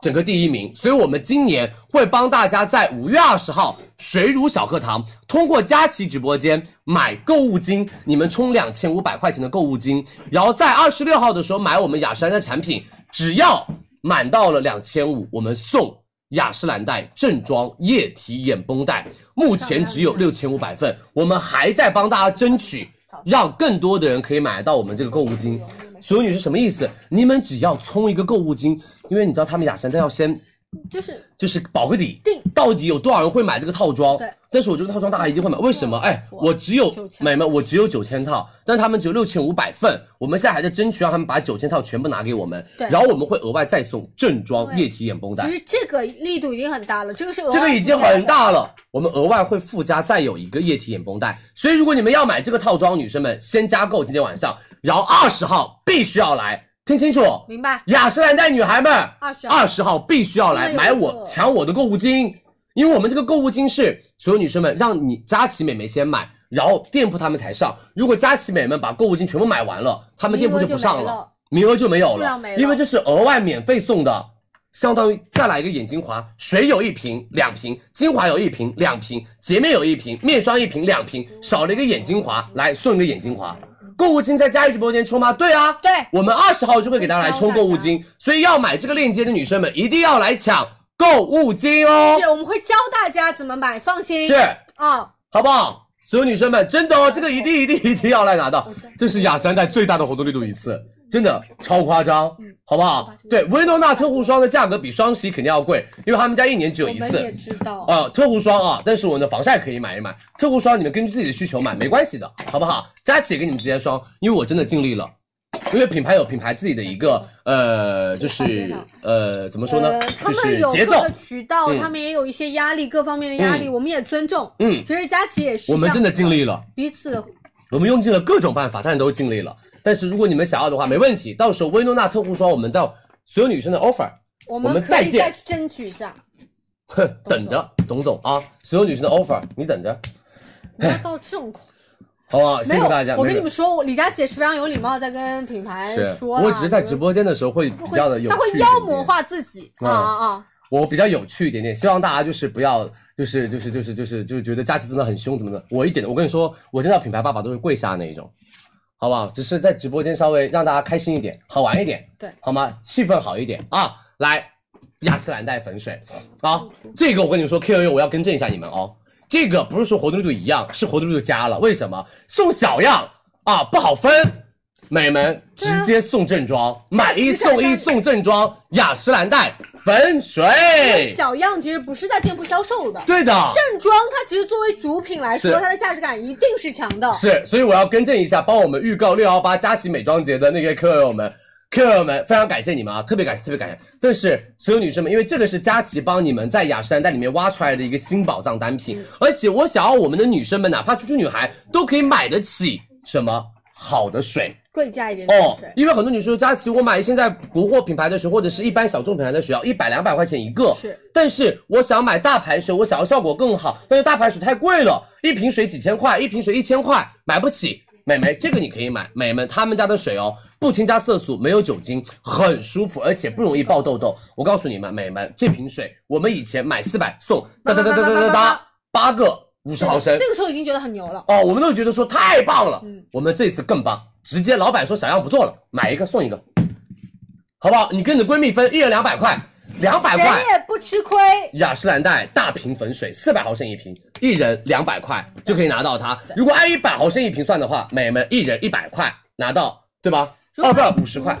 整个第一名，所以我们今年会帮大家在五月二十号水乳小课堂通过佳琦直播间买购物金，你们充两千五百块钱的购物金，然后在二十六号的时候买我们雅诗兰黛产品，只要满到了两千五，我们送雅诗兰黛正装液体眼绷带，目前只有六千五百份，我们还在帮大家争取，让更多的人可以买到我们这个购物金。所有女生什么意思？你们只要充一个购物金，因为你知道他们雅诗兰黛要先
就是
就是保个底
定，
到底有多少人会买这个套装？
对，
但是我这个套装大家一定会买，为什么？哎，
我
我只有
9000
美们，我只有九千套，但是他们只有六千五百份，我们现在还在争取让他们把九千套全部拿给我们，
对
然后我们会额外再送正装
对
液体眼绷带
其。实这个力度已经很大了，这个是额外
这个已经
附加的
很大了，
啊
我们额外会附加再有一个液体眼绷带，所以如果你们要买这个套装，女生们先加购今天晚上，然后二十号必须要来，听清楚，
明白？
雅诗兰黛女孩们，
20
二十号必须要来
真的
买
有
我
货
抢我的购物金，因为我们这个购物金是所有女生们让你佳琦美眉先买，然后店铺他们才上。如果佳琦美眉们把购物金全部买完了，他们店铺就不上了，名额就没有
数
了
量没，了
因为这是额外免费送的。相当于再来一个眼精华，水有一瓶两瓶，精华有一瓶两瓶，洁面有一瓶，面霜一瓶两瓶，少了一个眼精华，来送一个眼精华。购物金在佳琦直播间充吗？对啊，
对
我们二十号就会给大家来充购物金，所以要买这个链接的女生们一定要来抢购物金哦，
是，我们会教大家怎么买，放心。
是，
啊，
好不好？所有女生们，真的哦，这个一定一定一定要来拿到，这是雅诗兰黛最大的活动力度一次，真的超夸张，好不好？对，薇诺娜特护霜的价格比双十一肯定要贵，因为他们家一年只有
我
一
们
次
也，知道。
呃，特护霜啊，但是我们的防晒可以买一买。特护霜你们根据自己的需求买，没关系的，好不好？佳琪也给你们直接霜，因为我真的尽力了，因为品牌有品牌自己的一个呃，就是呃，怎么说呢
啊呃，？他
就
们
是
有
节
各
奏
个。渠道，
嗯
他们也有一些压力，各方面的压力，
嗯
我们也尊重。
嗯
其实佳琪也是这
我
样，
们真的尽力了，
彼此
我们用尽了各种办法，但是都尽力了。但是如果你们想要的话，没问题，到时候薇诺娜特护霜我们到所有女生的 offer，
我
我
们
们
可以
再见
再去争取一 下。
哼，等着董总啊，所有女生的 offer 你等着，
不要到这种恐，
好不好？辛
没有
苦大家。，
我
没
跟
有
你们说，我李佳琦也是非常有礼貌，在跟品牌
是
说啦。
我只是在直
就是
播间的时候会比
会
较的有
他
趣一点
会
点，
妖魔化自己
嗯
啊啊啊！
我比较有趣一点点，希望大家就是不要，就是就是就是就是就是觉得佳琪真的很凶，怎么的？我一点，我跟你说，我见到品牌爸爸都是跪下那一种，好不好？只是在直播间稍微让大家开心一点，好玩一点，
对，
好吗？气氛好一点啊！来，雅诗兰黛粉水啊，这个我跟你们说，Q U 我要更正一下你们哦，这个不是说活动力度一样，是活动力度加了，为什么？送小样啊，不好分。美们直接送正装，买一送一送正装，雅诗兰黛粉水。
这小样其实不是在店铺销售的，
对的，
正装它其实作为主品来说，
是
它的价值感一定是强的。
是，所以我要更正一下，帮我们预告六幺八佳琦美妆节的那个客友们。客友们，非常感谢你们啊，特别感谢，特别感谢。但是所有女生们，因为这个是佳琦帮你们在雅诗兰黛里面挖出来的一个新宝藏单品，而且我想要我们的女生们，哪怕猪猪女孩，都可以买得起什么好的水，
贵价一点的
哦
水，，
因为很多女生说佳琦，我买现在国货品牌的水，或者是一般小众品牌的水，要一百两百块钱一个。
是，
但是我想买大牌水，我想要效果更好，但是大牌水太贵了，一瓶水几千块，一瓶水一千块，买不起。美眉，这个你可以买，美们他们家的水哦，不添加色素，没有酒精，很舒服，而且不容易爆痘痘。我告诉你们，美们，这瓶水我们以前买四百送哒哒哒哒哒哒哒八个五十毫升，
那个时候已经觉得很牛了。
哦，我们都觉得说太棒了，
嗯
我们这次更棒，直接老板说小样不做了，买一个送一个，好不好？你跟你的闺蜜分，一人两百块，两百块
谁，也不吃亏。
雅诗兰黛大瓶粉水四百毫升一瓶，一人两百块就可以拿到它。如果按一百毫升一瓶算的话，美们一人一百块拿到，对吧？
如
哦，
果
不要五十块，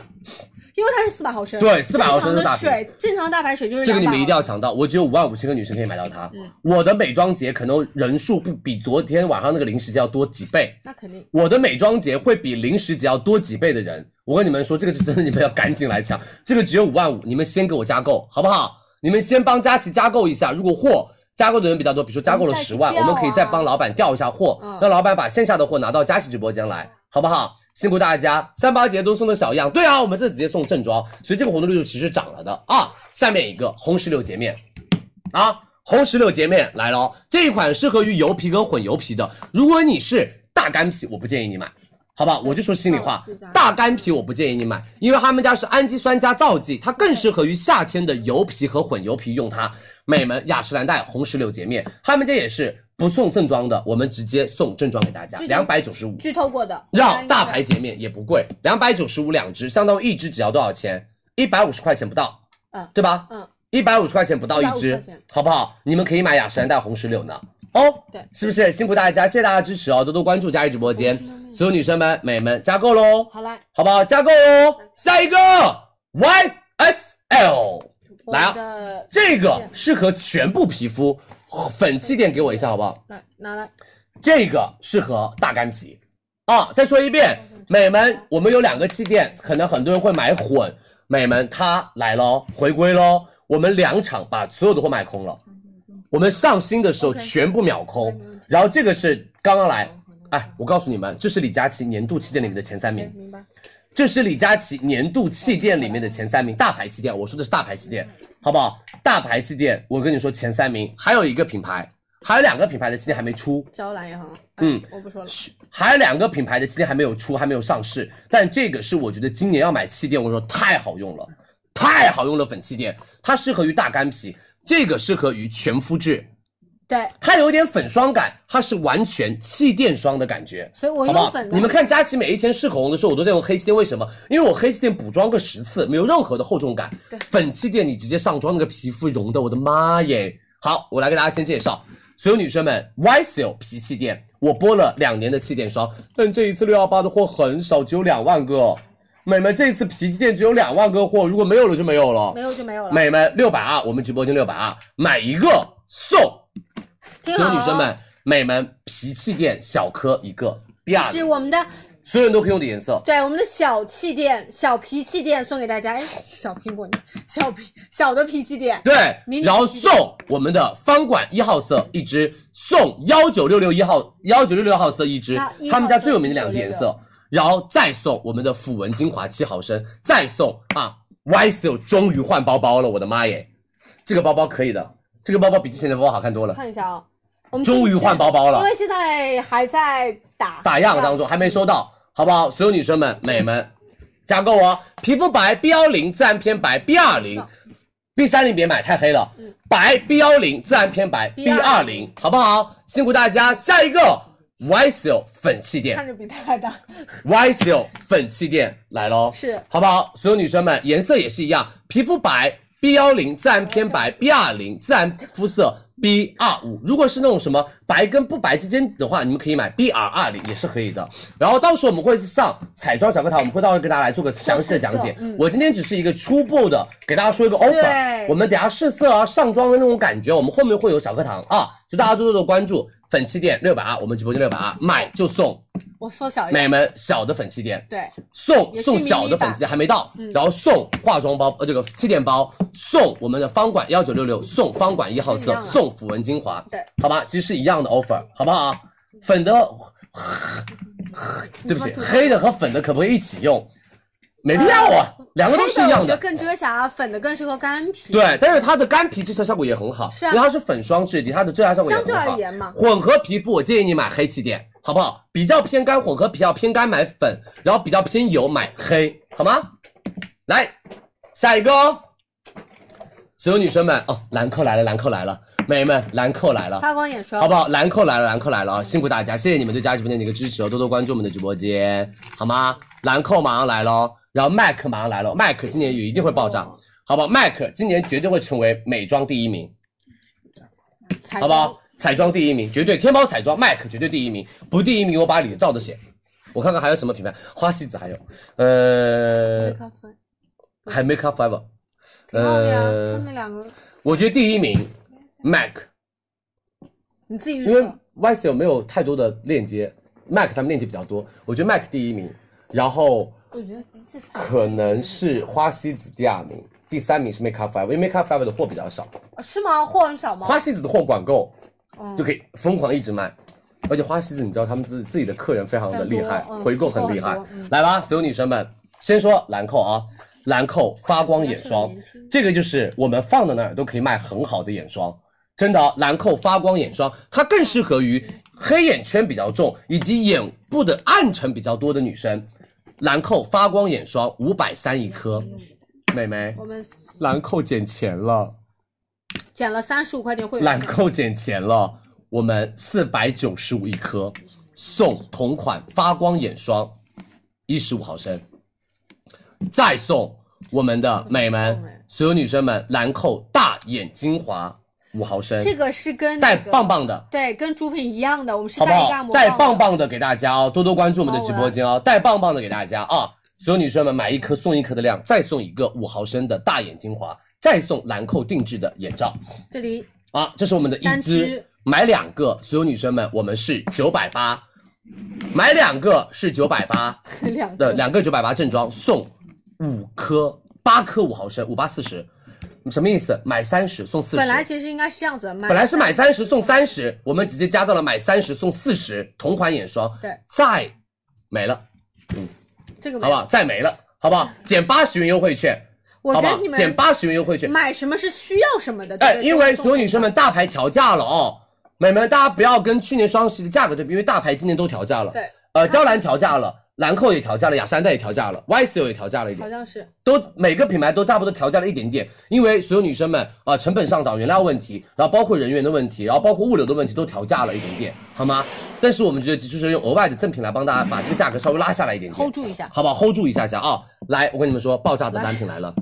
因为它是四百毫升，
对400毫升的
正常
大
的
瓶
水，正常大牌水就是
这个你们
200
一定要抢到，我只有五万五千个女生可以买到它。
嗯
我的美妆节可能人数不比昨天晚上那个零食节要多几倍，
那肯定。
我的美妆节会比零食节要多几倍的人，我跟你们说，这个是真的，你们要赶紧来抢，这个只有五万五，你们先给我加购，好不好？你们先帮佳琦加购一下，如果货加购的人比较多，比如说加购了十万，
我
我
们再去调啊
们可以再帮老板调一下货，
嗯
让老板把线下的货拿到佳琦直播间来，好不好？辛苦大家，三八节都送的小样，对啊，我们这直接送正装，所以这个活动力度其实涨了的啊。下面一个红石榴洁面，啊，红石榴洁面来了哦，这一款适合于油皮跟混油皮的。如果你是大干皮，我不建议你买，好吧？我就说心里话
是这样，
大干皮我不建议你买，因为他们家是氨基酸加皂基，它更适合于夏天的油皮和混油皮用它。美们雅诗兰黛红石榴洁面，他们家也是不送正装的，我们直接送正装给大家，
这
两
种
百九十五。
剧透过的，
让大牌洁面也不贵，两百九十五两只，相当于一只只要多少钱？一百五十块钱不到，
嗯
对吧？
嗯，
一百五十块钱不到一
150
只
块钱，
好不好？你们可以买雅诗兰黛红石榴呢，哦，
对
是不是？辛苦大家，谢谢大家支持哦，多多关注佳怡直播间，所有女生们、美们加购喽，
好来，
好不好？加购哦，下一个 YSL
我
来
们
啊，
的
这个适合全部皮肤，粉气垫给我一下好不好？
来拿来，
这个适合大干皮啊。再说一遍，美们，我们有两个气垫，可能很多人会买混。美们，它来喽，回归喽，我们两场把所有的货卖空了。我们上新的时候全部秒空
嗯
然后这个是刚刚来，哎，我告诉你们，这是李佳琦年度气垫里面的前三名，
哎明白？
这是李佳琦年度气垫里面的前三名，大牌气垫，我说的是大牌气垫，好不好？大牌气垫，我跟你说前三名，还有一个品牌，还有两个品牌的气垫还没出，
娇兰也很好，哎
嗯，
我不说了，
还有两个品牌的气垫还没有出，还没有上市，但这个是我觉得今年要买气垫，我说太好用了，太好用了粉气垫，它适合于大干皮，这个适合于全肤质，
对，
它有点粉霜感，它是完全气垫霜的感觉。
所以
好
我
不
用
好
粉？的，
你们看佳琦每一天试口红的时候，我都在用黑气垫，为什么？因为我黑气垫补妆个十次，没有任何的厚重感。粉气垫你直接上妆，那个皮肤融的，我的妈耶！好，我来给大家先介绍，所有女生们，YSL 皮气垫，我播了两年的气垫霜，但这一次六幺八的货很少，只有两万个。美们，这一次皮气垫只有两万个货，如果没有了就没有了。
没有就没有了，
美们，六百啊二，我们直播间六百二，买一个送。
挺
所
好
有
哦。
女生们，美们皮气垫小颗一个，第二
是
个
我们的
所有人都可以用的颜色。
对，我们的小气垫、小脾气垫送给大家。哎，小苹果，小皮小的脾气垫，
对
迷，你
然后
气垫
送我们的方管一号色一支，送幺九六六一号幺九六六号色一支
啊一，号
他们家
色
最有名的两支颜色，然后再送我们的抚纹精华七毫升，再送啊 YSL 终于换包包了，我的妈耶，这个包包可以的，这个包包比之前的包包好看多了，
看一下啊，我们
终于换包包了
因为现在还在打
打样当中还没收到，好不好？所有女生们、美们，加购哦！皮肤白 B 幺零自然偏白 B 二零，B 三零别买太黑了，白 B 幺零自然偏白嗯 B 二零，好不好？辛苦大家，下一个 YSL 粉气垫
看着比他还大。
，YSL 粉气垫来喽，
是
好不好？所有女生们，颜色也是一样，皮肤白 B 幺零自然偏白 B 二零自然肤色 B 二五，如果是那种什么白跟不白之间的话，你们可以买 B R 二零也是可以的。然后到时候我们会上彩妆小课堂，我们会到时候给大家来做个详细的讲解。我今天只是一个初步的给大家说一个 offer，
嗯对
我们等下试色啊、上妆的那种感觉，我们后面会有小课堂啊，就大家多多的关注。粉气垫六百二，我们直播间六百二，买就送
我缩小一下，
美们小的粉气垫。
对，
送
哎也是
送
迷你
小的粉气垫还没到，
嗯
然后送化妆包，呃，这个气垫包，送我们的方管幺九六六，送方管一号
嗯是一
色，
样的
送抚纹精华，
对，嗯
好吧，其实是一样的 offer，好不好？粉的，对不起，黑的和粉的可不可以一起用？没必要啊，两个都是一
呃黑的
样
我觉得
的。
更遮瑕，粉的更适合干皮。
对，但是它的干皮遮瑕效果也很好，
是啊
因为它是粉霜质地，它的遮瑕效果也很好。
相对而言嘛
混合皮肤我建议你买黑气垫，好不好？比较偏干混合，比较偏干买粉，然后比较偏油买黑，好吗？来，下一个哦。所有女生们哦，兰蔻来了，兰蔻来了，美们，兰蔻来了。
发光眼霜，
好不好？兰蔻来了，兰蔻来了啊！辛苦大家，谢谢你们对佳琦直播间的一个支持哦，多多关注我们的直播间，好吗？兰蔻马上来喽，然后 MAC 马上来了，MAC 今年也一定会爆炸，好不好？MAC 今年绝对会成为美妆第一名，
彩
好
妆
不好？？彩妆第一名，绝对天猫彩妆 MAC 绝对第一名，不第一名我把李子照着写。我看看还有什么品牌，花西子还有，呃，
咖啡，
还 Make Up Forever，
挺好的呀，
呃
他们两个
我觉得第一名 MAC。
你自己
因为
预测。
YSL 没有太多的链接，Mac 他们链接比较多，我觉得 Mac 第一名，然后
我觉得自己
可能是花西子第二名，第三名是 Make Up Forever，因为 Make Up Forever 的货比较少，
哦是吗？货很少吗？
花西子的货管够
嗯
就可以疯狂一直卖。而且花西子，你知道他们自己自己的客人非常的厉害
很，多嗯
回购很厉害
回购很多。嗯
来吧，所有女生们，先说兰蔻啊，兰蔻发光眼霜，这个就是我们放到那儿都可以卖很好的眼霜，真的、啊兰蔻发光眼霜，它更适合于黑眼圈比较重以及眼部的暗沉比较多的女生。兰蔻发光眼霜五百三一颗，美眉，
嗯我们
兰蔻捡钱了。
减了三十五块 钱会员
兰
费，
蔻捡钱了，我们四百九十五一颗，送同款发光眼霜，一十五毫升，再送我们的美们所有女生们兰蔻大眼精华五毫升，
这个是跟
带
那个
棒，棒的，
对，跟主品一样的，我们是
好不
带一
好
个按？摩
带
棒
棒
的
棒的给大家哦，多多关注我们的直播间哦，带棒棒的给大家啊！所有女生们买一颗送一颗的量，再送一个五毫升的大眼精华，再送兰蔻定制的眼罩。
这里
啊，这是我们的一
单
支
支，
买两个，所有女生们，我们是九百八，买两个是九百八
两
的
个
两个九百八正装送五颗八颗五毫升五八四十，什么意思？买三十送四十，
本来其实应该是这样子的，买
本来是买三十送三十，我们直接加到了买三十送四十，同款眼霜，
对，
再没了，
这个没
好不好？再没了，好不好？减八十元优惠券，
我
好不
觉得
好
你？们
减八十元优惠券，
买什么是需要什么的，
哎
对，
因为所有女生，们大牌调价了哦，美们，大家不要跟去年双十一的价格对比，因为大牌今年都调价了。
对，
呃，娇兰调价了，兰蔻也调价了，雅诗兰黛也调价了，YSL 也调价了一
都送好
点，
像是
都每个品牌都差不多调价了一点点。因为所有女生们啊、呃成本上涨、原料问题，然后包括人员的问题，然后包括物流的问题，都调价了一点点，好吗？但是我们觉得就是用额外的赠品来帮大家把这个价格稍微拉下来一点点
hold。住一下，
好不好？hold 住一下下啊、来，我跟你们说，爆炸的单品来了，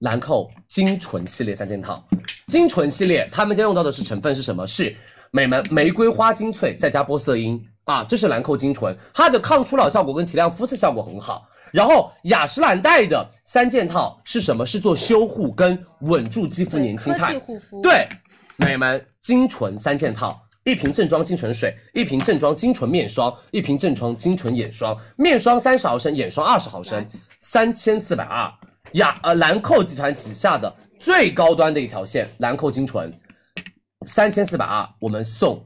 兰蔻精纯系列三件套。精纯系列，他们家用到的是成分是什么？是美门玫瑰花精粹再加玻色因啊，这是兰蔻精纯，它的抗初老效果跟提亮肤色效果很好。然后雅诗兰黛的三件套是什么？是做修护跟稳住肌肤
对
年轻态
科技。护肤，
对，美们，精纯三件套，一瓶正装精纯水，一瓶正装精纯面霜，一瓶正装精纯眼霜，面霜三十毫升，眼霜二十毫升，三千四百二。雅呃兰蔻集团旗下的最高端的一条线，兰蔻精纯，三千四百二，我们送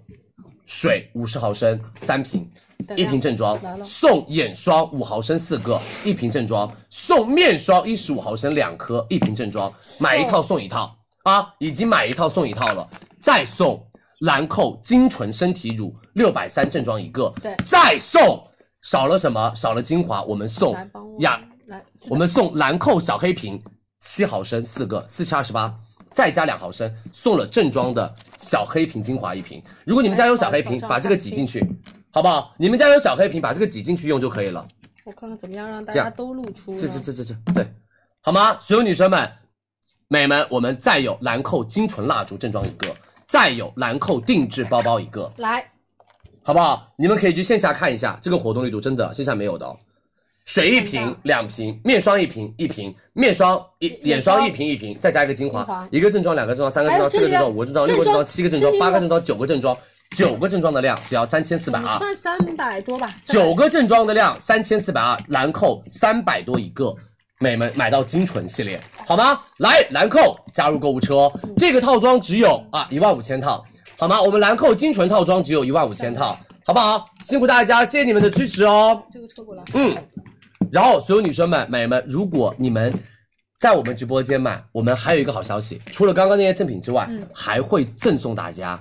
水五十毫升三瓶，一瓶正装，送眼霜五毫升四个，一瓶正装，送面霜一十五毫升两颗，一瓶正装，买一套送一套啊，已经买一套送一套了，再送兰蔻精纯身体乳六百三正装一个，
对
再送少了什么？少了精华，我们送
来帮我
雅
来，
我们送兰蔻小黑瓶七毫升四个，四七二十八，再加两毫升，送了正装的小黑瓶精华一瓶。如果你们家有小黑瓶，
哎
把这个挤进去，好不好？你们家有小黑瓶，把这个挤进去用就可以了。
我看看怎么样让大
这
家
样
都露出呢。
这这这这这，对，好吗？所有女生们、美们，我们再有兰蔻精纯蜡烛正装一个，再有兰蔻定制包包一个，
来，
好不好？你们可以去线下看一下这个活动力度，真的线下没有的、哦。水一瓶两瓶，面霜一瓶一瓶，面霜一眼霜一瓶一瓶，再加一个精华，
精华
一个正装两个正装三个正
哎
装
呦
四个
这里
正
啊
装五个正装
这
六个
里
正装
有
七个正装
这里有
八个正装九个正装九个正装的量只要三千四
我
百啊
们
二，
算三百多吧。
九个正装的量三千四百二，兰蔻三百多一个。美们买到精纯系列，好吗？来，兰蔻加入购物车哦。
嗯
这个套装只有啊一万五千套，好吗？我们兰蔻精纯套装只有一万五千套，好不好？辛苦大家，谢谢你们的支持哦。
这个车过来，
嗯，然后所有女生们、美们，如果你们在我们直播间买，我们还有一个好消息，除了刚刚那些赠品之外，
嗯
还会赠送大家。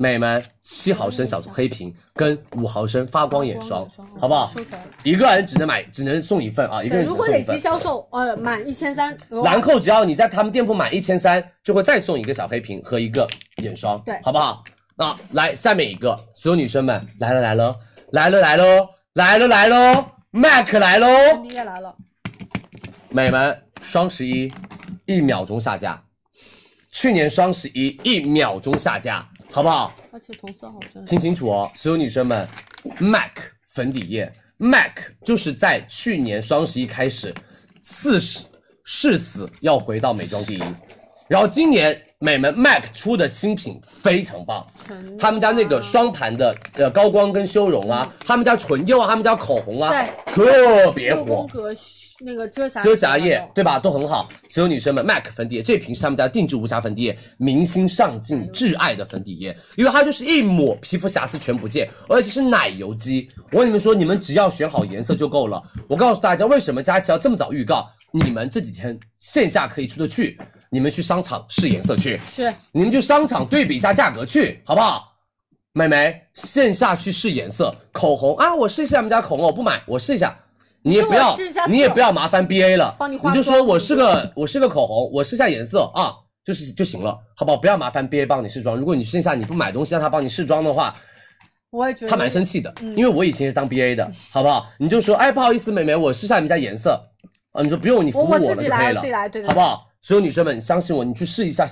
美们，七毫升小黑瓶跟五毫升发光眼霜，好不好？
收起来了。
一个人只能买，只能送一份啊！一个
对，
人只能
如果
送一
累
份
计。销售呃满一千三，
兰蔻只要你在他们店铺满一千三，就会再送一个小黑瓶和一个眼霜，
对
好不好？那来下面一个，所有女生们来了来了来了来喽来了来喽，Mac 来喽，
应该来了，
美们，双十一一秒钟下架，去年双十一一秒钟下架，好不好？
而且同色好真
听清楚哦，所有女生们，MAC 粉底液，MAC 就是在去年双十一开始，四十誓死要回到美妆第一，然后今年美们 MAC 出的新品非常棒，
纯
他们家那个双盘的呃高光跟修容啊，他们家唇釉啊，他们家口红啊，特别
六
火
宫。格那个遮瑕
遮瑕液
的，
对吧？都很好。所有女生们，MAC 粉底液这瓶是他们家定制无瑕粉底液，明星上镜挚爱的粉底液，因为它就是一抹皮肤瑕疵全不见，而且是奶油肌。我跟你们说，你们只要选好颜色就够了。我告诉大家，为什么佳琪要这么早预告？你们这几天线下可以出得去，你们去商场试颜色去，
是
你们去商场对比一下价格去，好不好？美眉，线下去试颜色，口红啊，我试一下我们家口红，我不买，我试一下。你也不
我
要
试一下，色
你也不要麻烦 BA 了，
帮你化
就
妆
说我是个我是个口红，我试下颜色啊，就是就行了，好不好？不要麻烦 BA 帮你试妆。如果你线下你不买东西让他帮你试妆的话，
我也觉得
他蛮生气的，
嗯
因为我以前是当 BA 的，好不好？你就说，哎，不好意思，美眉，我试下你们家颜色，啊，你说不用，你服务
我
了
自
就可
己来
以
我
了
自己来对，对
好不好？所有女生们，你相信我，你去试一下，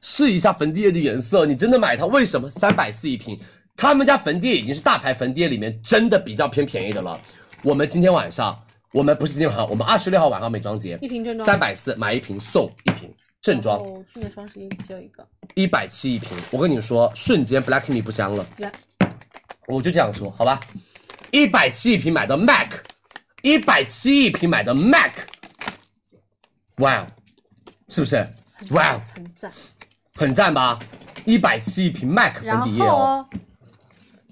试一下粉底液的颜色，你真的买它，为什么三百四一瓶？他们家粉底液已经是大牌粉底液里面真的比较偏便宜的了。我们今天晚上，我们不是今天晚上，我们二十六号晚上美妆节，
一瓶正装
三百四买一瓶送一瓶正装，
哦，去年双十一只有一个，
一百七一瓶，我跟你说，瞬间 Black Me 不香了。
来，
我就这样说，好吧？一百七一瓶买的 MAC，一百七一瓶买的 MAC，哇哦，是不是？哇哦，
很赞。
很赞吧？一百七一瓶 MAC 粉
然
底
后
液哦。
哦，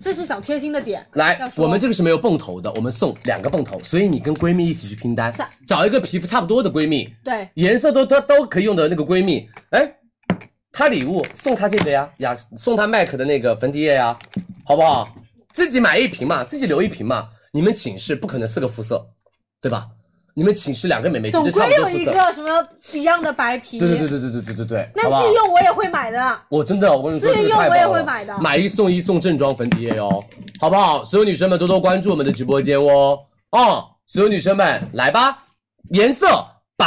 这是小贴心的点，
来
要，说
我们这个是没有泵头的，我们送两个泵头，所以你跟闺蜜一起去拼单
赞，
找一个皮肤差不多的闺蜜，
对
颜色都都都可以用的那个闺蜜，哎，她礼物送她这个呀，呀，送她 MAC 的那个粉底液呀，好不好？自己买一瓶嘛，自己留一瓶嘛。你们寝室不可能四个肤色，对吧？你们寝室两个美眉绝
总
对差
归
不
有
多肤
一
色。
个什么一样的白皮，
对对对对对对对对对，好不
那
好
自？用我也会买的，
我真的，我跟你说，
自
这
己
个
用
太
我也
棒了
会买的
买一送一送正装粉底液哦，好不好？所有女生们多多关注我们的直播间哦。哦，所有女生们来吧，颜色白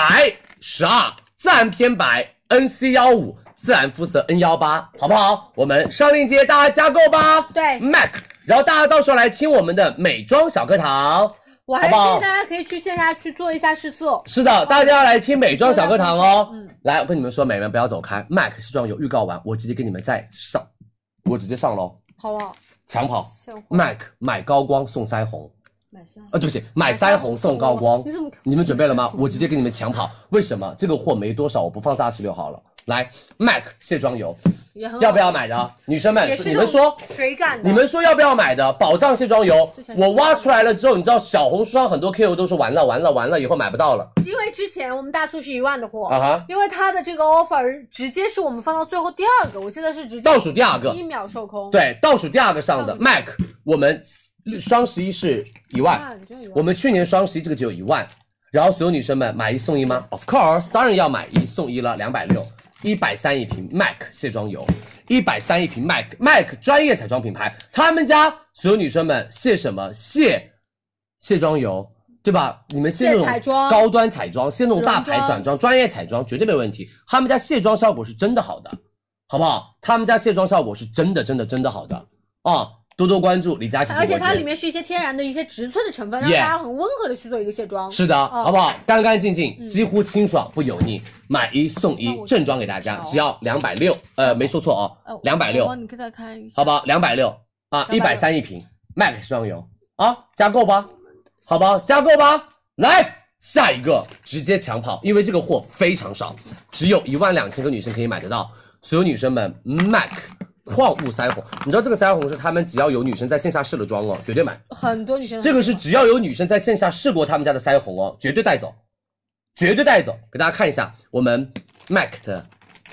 十二，自然偏白 NC 幺五，自然肤色 N 幺八，好不好？我们上链接，大家加购吧。
对
，MAC，然后大家到时候来听我们的美妆小课堂。
我还是
好不好
建议大家可以去线下去做一下试色。
是的，大家要来听美妆小课堂哦。
嗯
来，我跟你们说，美们不要走开，MAC 试妆有预告完，我直接给你们在上我直接上哦喽，
好不好？
抢跑
现货
，MAC 买高光送腮红，
买三
嗯
啊，对不起，买腮红送高光
你。怎么
你们准备了吗？我直接给你们抢跑，为什么？这个货没多少，我不放在二十六号了。来，MAC 卸妆油
也很好
要不要买的？女生们
哦也，是
你们说，
水感的？
你们说要不要买的宝藏卸妆油
之前？是
我挖出来了之后，你知道小红书上很多 KOL 都说完了完了完了，以后买不到了
因为之前我们大促是一万的货
啊哈。
因为它的这个 offer 直接是我们放到最后第二个，我记得是直接
倒数第二个
一秒售空。
对，倒数第二个上的
倒数
MAC，我们双十一是一万，
啊，你这有
我们去年双十一这个只有一万，然后所有女生们买一送一吗？Of course，当然要买一送一了，两百六，一百三一瓶 MAC 卸妆油，一百三一瓶 MAC，MAC 专业彩妆品牌，他们家所有女生们卸什么卸卸妆油。对吧？你们卸那
卸彩
种
妆
高端彩妆，卸那种大牌
浓妆
转妆，专业彩妆绝对没问题。他们家卸妆效果是真的好的，好不好？他们家卸妆效果是真的真的真的好的啊、多多关注李佳琦直播
而
间。
且它里面是一些天然的一些植萃的成分，让
Yeah
大家很温和的去做一个卸妆。
是的，好不好？干干净净，几乎清爽不油腻，买一送
嗯那
一，
我
正装给大家，
调
只要两百六，呃，没说错哦
呃，
两百
我
六
帮，你再看一下，
好不好？两百六啊，一百三一瓶，卖给双油啊，加购吧，好不好？加购吧，来下一个直接抢跑，因为这个货非常少，只有一万两千个女生可以买得到，所有女生们，MAC 矿物腮红，你知道这个腮红是他们只要有女生在线下试了妆哦，绝对买。
很多女生
这个是只要有女生在线下试过他们家的腮红哦，绝对带走，绝对带走。给大家看一下我们 MAC 的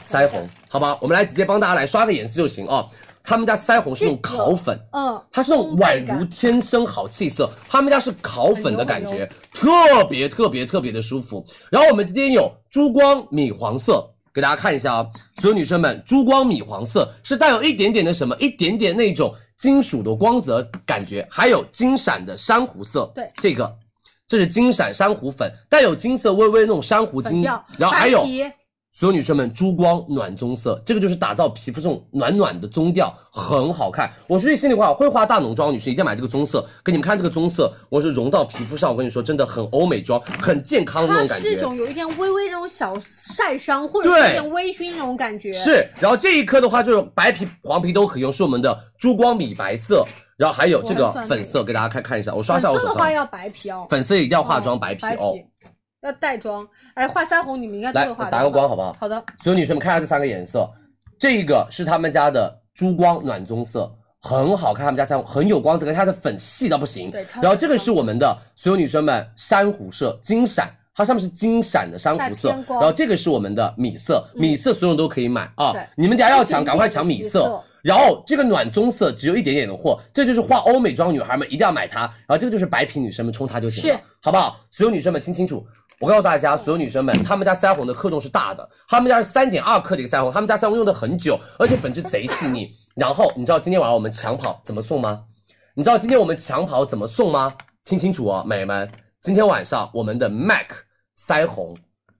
腮红，好吧？我们来直接帮大家来刷个颜色就行哦。他们家腮红是那种
这个
烤粉，
嗯，
它是那种宛如天生好气色，他们家是烤粉的感觉，特别特别特别的舒服。然后我们今天有珠光米黄色，给大家看一下啊，所有女生们，珠光米黄色是带有一点点的什么，一点点那种金属的光泽感觉，还有金闪的珊瑚色，
对
这个。这是金闪珊瑚粉，带有金色微微那种珊瑚
粉
金，
调，
然后还有
白皮
所有女生们，珠光暖棕色，这个就是打造皮肤这种暖暖的棕调，很好看。我说句心里话，会化大浓妆的女生一定要买这个棕色。给你们看这个棕色，我是融到皮肤上，我跟你说，真的很欧美妆，很健康的那
它
种感
是一
觉。
种有一点微微那种小晒伤，或者是
对
有点微醺那种感觉。
是，然后这一颗的话就是白皮、黄皮都可以用，是我们的珠光米白色，然后还有这个
我很喜欢
粉色，给大家看看一下，我刷
粉
一下我
色
手
的
上
话。要白皮哦，
粉色一定要化妆
哦
白皮
白
哦。
要带妆。哎，画腮红你们应该都
来
会画的。
打个光好不好
好的，
所有女生们看一下这三个颜色，这一个是他们家的珠光暖棕色，很好看，他们家腮红很有光泽，它的粉细到不行。
对超级
然后这个是我们的所有女生们珊瑚色金闪。它上面是金闪的珊瑚色
带偏，光嗯
然后这个是我们的米色，米色所有人都可以买啊
对！
你们等一下要抢，赶快抢米
这是米
色
色。
然后这个暖棕色只有一点点的货，这就是化欧美妆女孩们一定要买它。然后这个就是白皮女生们冲它就行了
是，
好不好？所有女生们听清楚，我告诉大家，所有女生们，她们家腮红的克重是大的，她们家是三点二克的一个腮红，她们家腮红用的很久，而且粉质贼细腻。然后你知道今天晚上我们抢跑怎么送吗？你知道今天我们抢跑怎么送吗？听清楚哦，美眉们，今天晚上我们的 MAC 腮红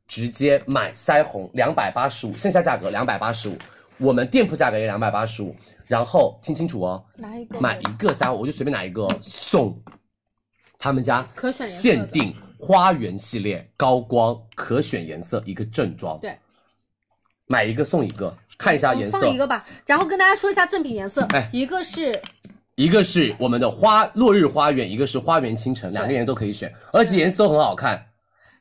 直接买腮红两百八十五，剩下价格两百八十五，我们店铺价格也两百八十五。然后听清楚哦，
拿一个
买一个腮红，我就随便拿一个哦送他们家
可选颜色的
限定花园系列高光可选颜色一个正装，
对，哦
买一个送一个，看一下颜色，
放一个吧，然后跟大家说一下赠品颜色。
哎
一个是
一个是我们的花落日花园，一个是花园清晨，两个颜色都可以选，而且颜色都很好看。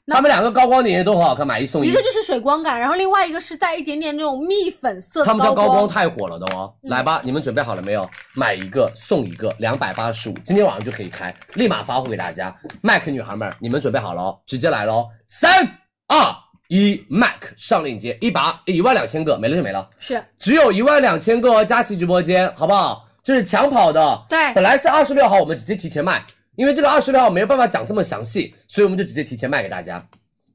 那
他们两个高光的颜色都很好看，买一送
一
一
个。就是水光感，然后另外一个是带一点点那种蜜粉色的
他们家高光
光。
太火了都哦，来吧，你们准备好了没有？买一个送一个，两百八十五，今天晚上就可以开，立马发货给大家。MAC 女孩们，你们准备好了哦，直接来喽！三二一，MAC 上链接，一把一万两千个，没了就没了。
是
只有一万两千个哦，佳琦直播间，好不好？这是抢跑的，
对
本来是二十六号，我们直接提前卖，因为这个二十六号没有办法讲这么详细，所以我们就直接提前卖给大家。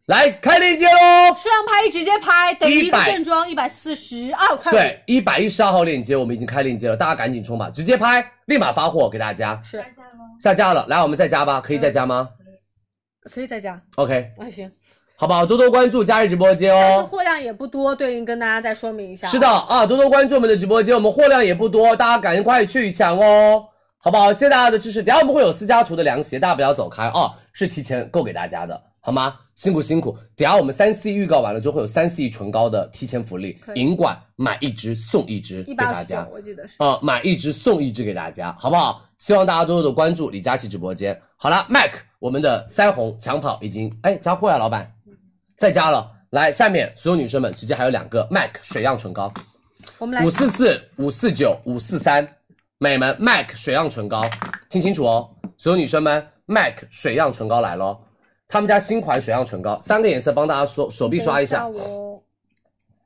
来开链接喽！
摄像拍一直接拍，等于一个
100
正装一百四十啊二块五。
对，一百一十二号链接我们已经开链接了，大家赶紧冲吧，直接拍，立马发货给大家。
是
下架了，来我们再加吧，可以再加吗、
嗯可以再加，
o k
那行。
好不好？多多关注佳怡直播间
但是
哦。
货量也不多，对，跟大家再说明一下。
是的，啊，多多关注我们的直播间，我们货量也不多，大家赶快去抢哦，好不好？谢谢大家的支持。等一下我们会有私家图的凉鞋，大家不要走开啊，是提前购给大家的，好吗？辛苦辛苦。等下我们三 C 预告完了之后，会有三 C 唇膏的提前福利
可，以
银管买一支送一支给
一百
大
二十
家
九，。我记得是。
呃，买一支送一支给大家，好不好？希望大家多多的关注李佳琦直播间。好了，Mac，我们的腮红抢跑已经哎加货呀、老板，再加了。来，下面所有女生们直接还有两个 MAC 水漾唇膏，
我们来
五四四、五四九、五四三，美们 MAC 水漾唇膏，听清楚哦，所有女生们 MAC 水漾唇膏来咯。他们家新款水漾唇膏，三个颜色帮大家手手臂刷一下
等我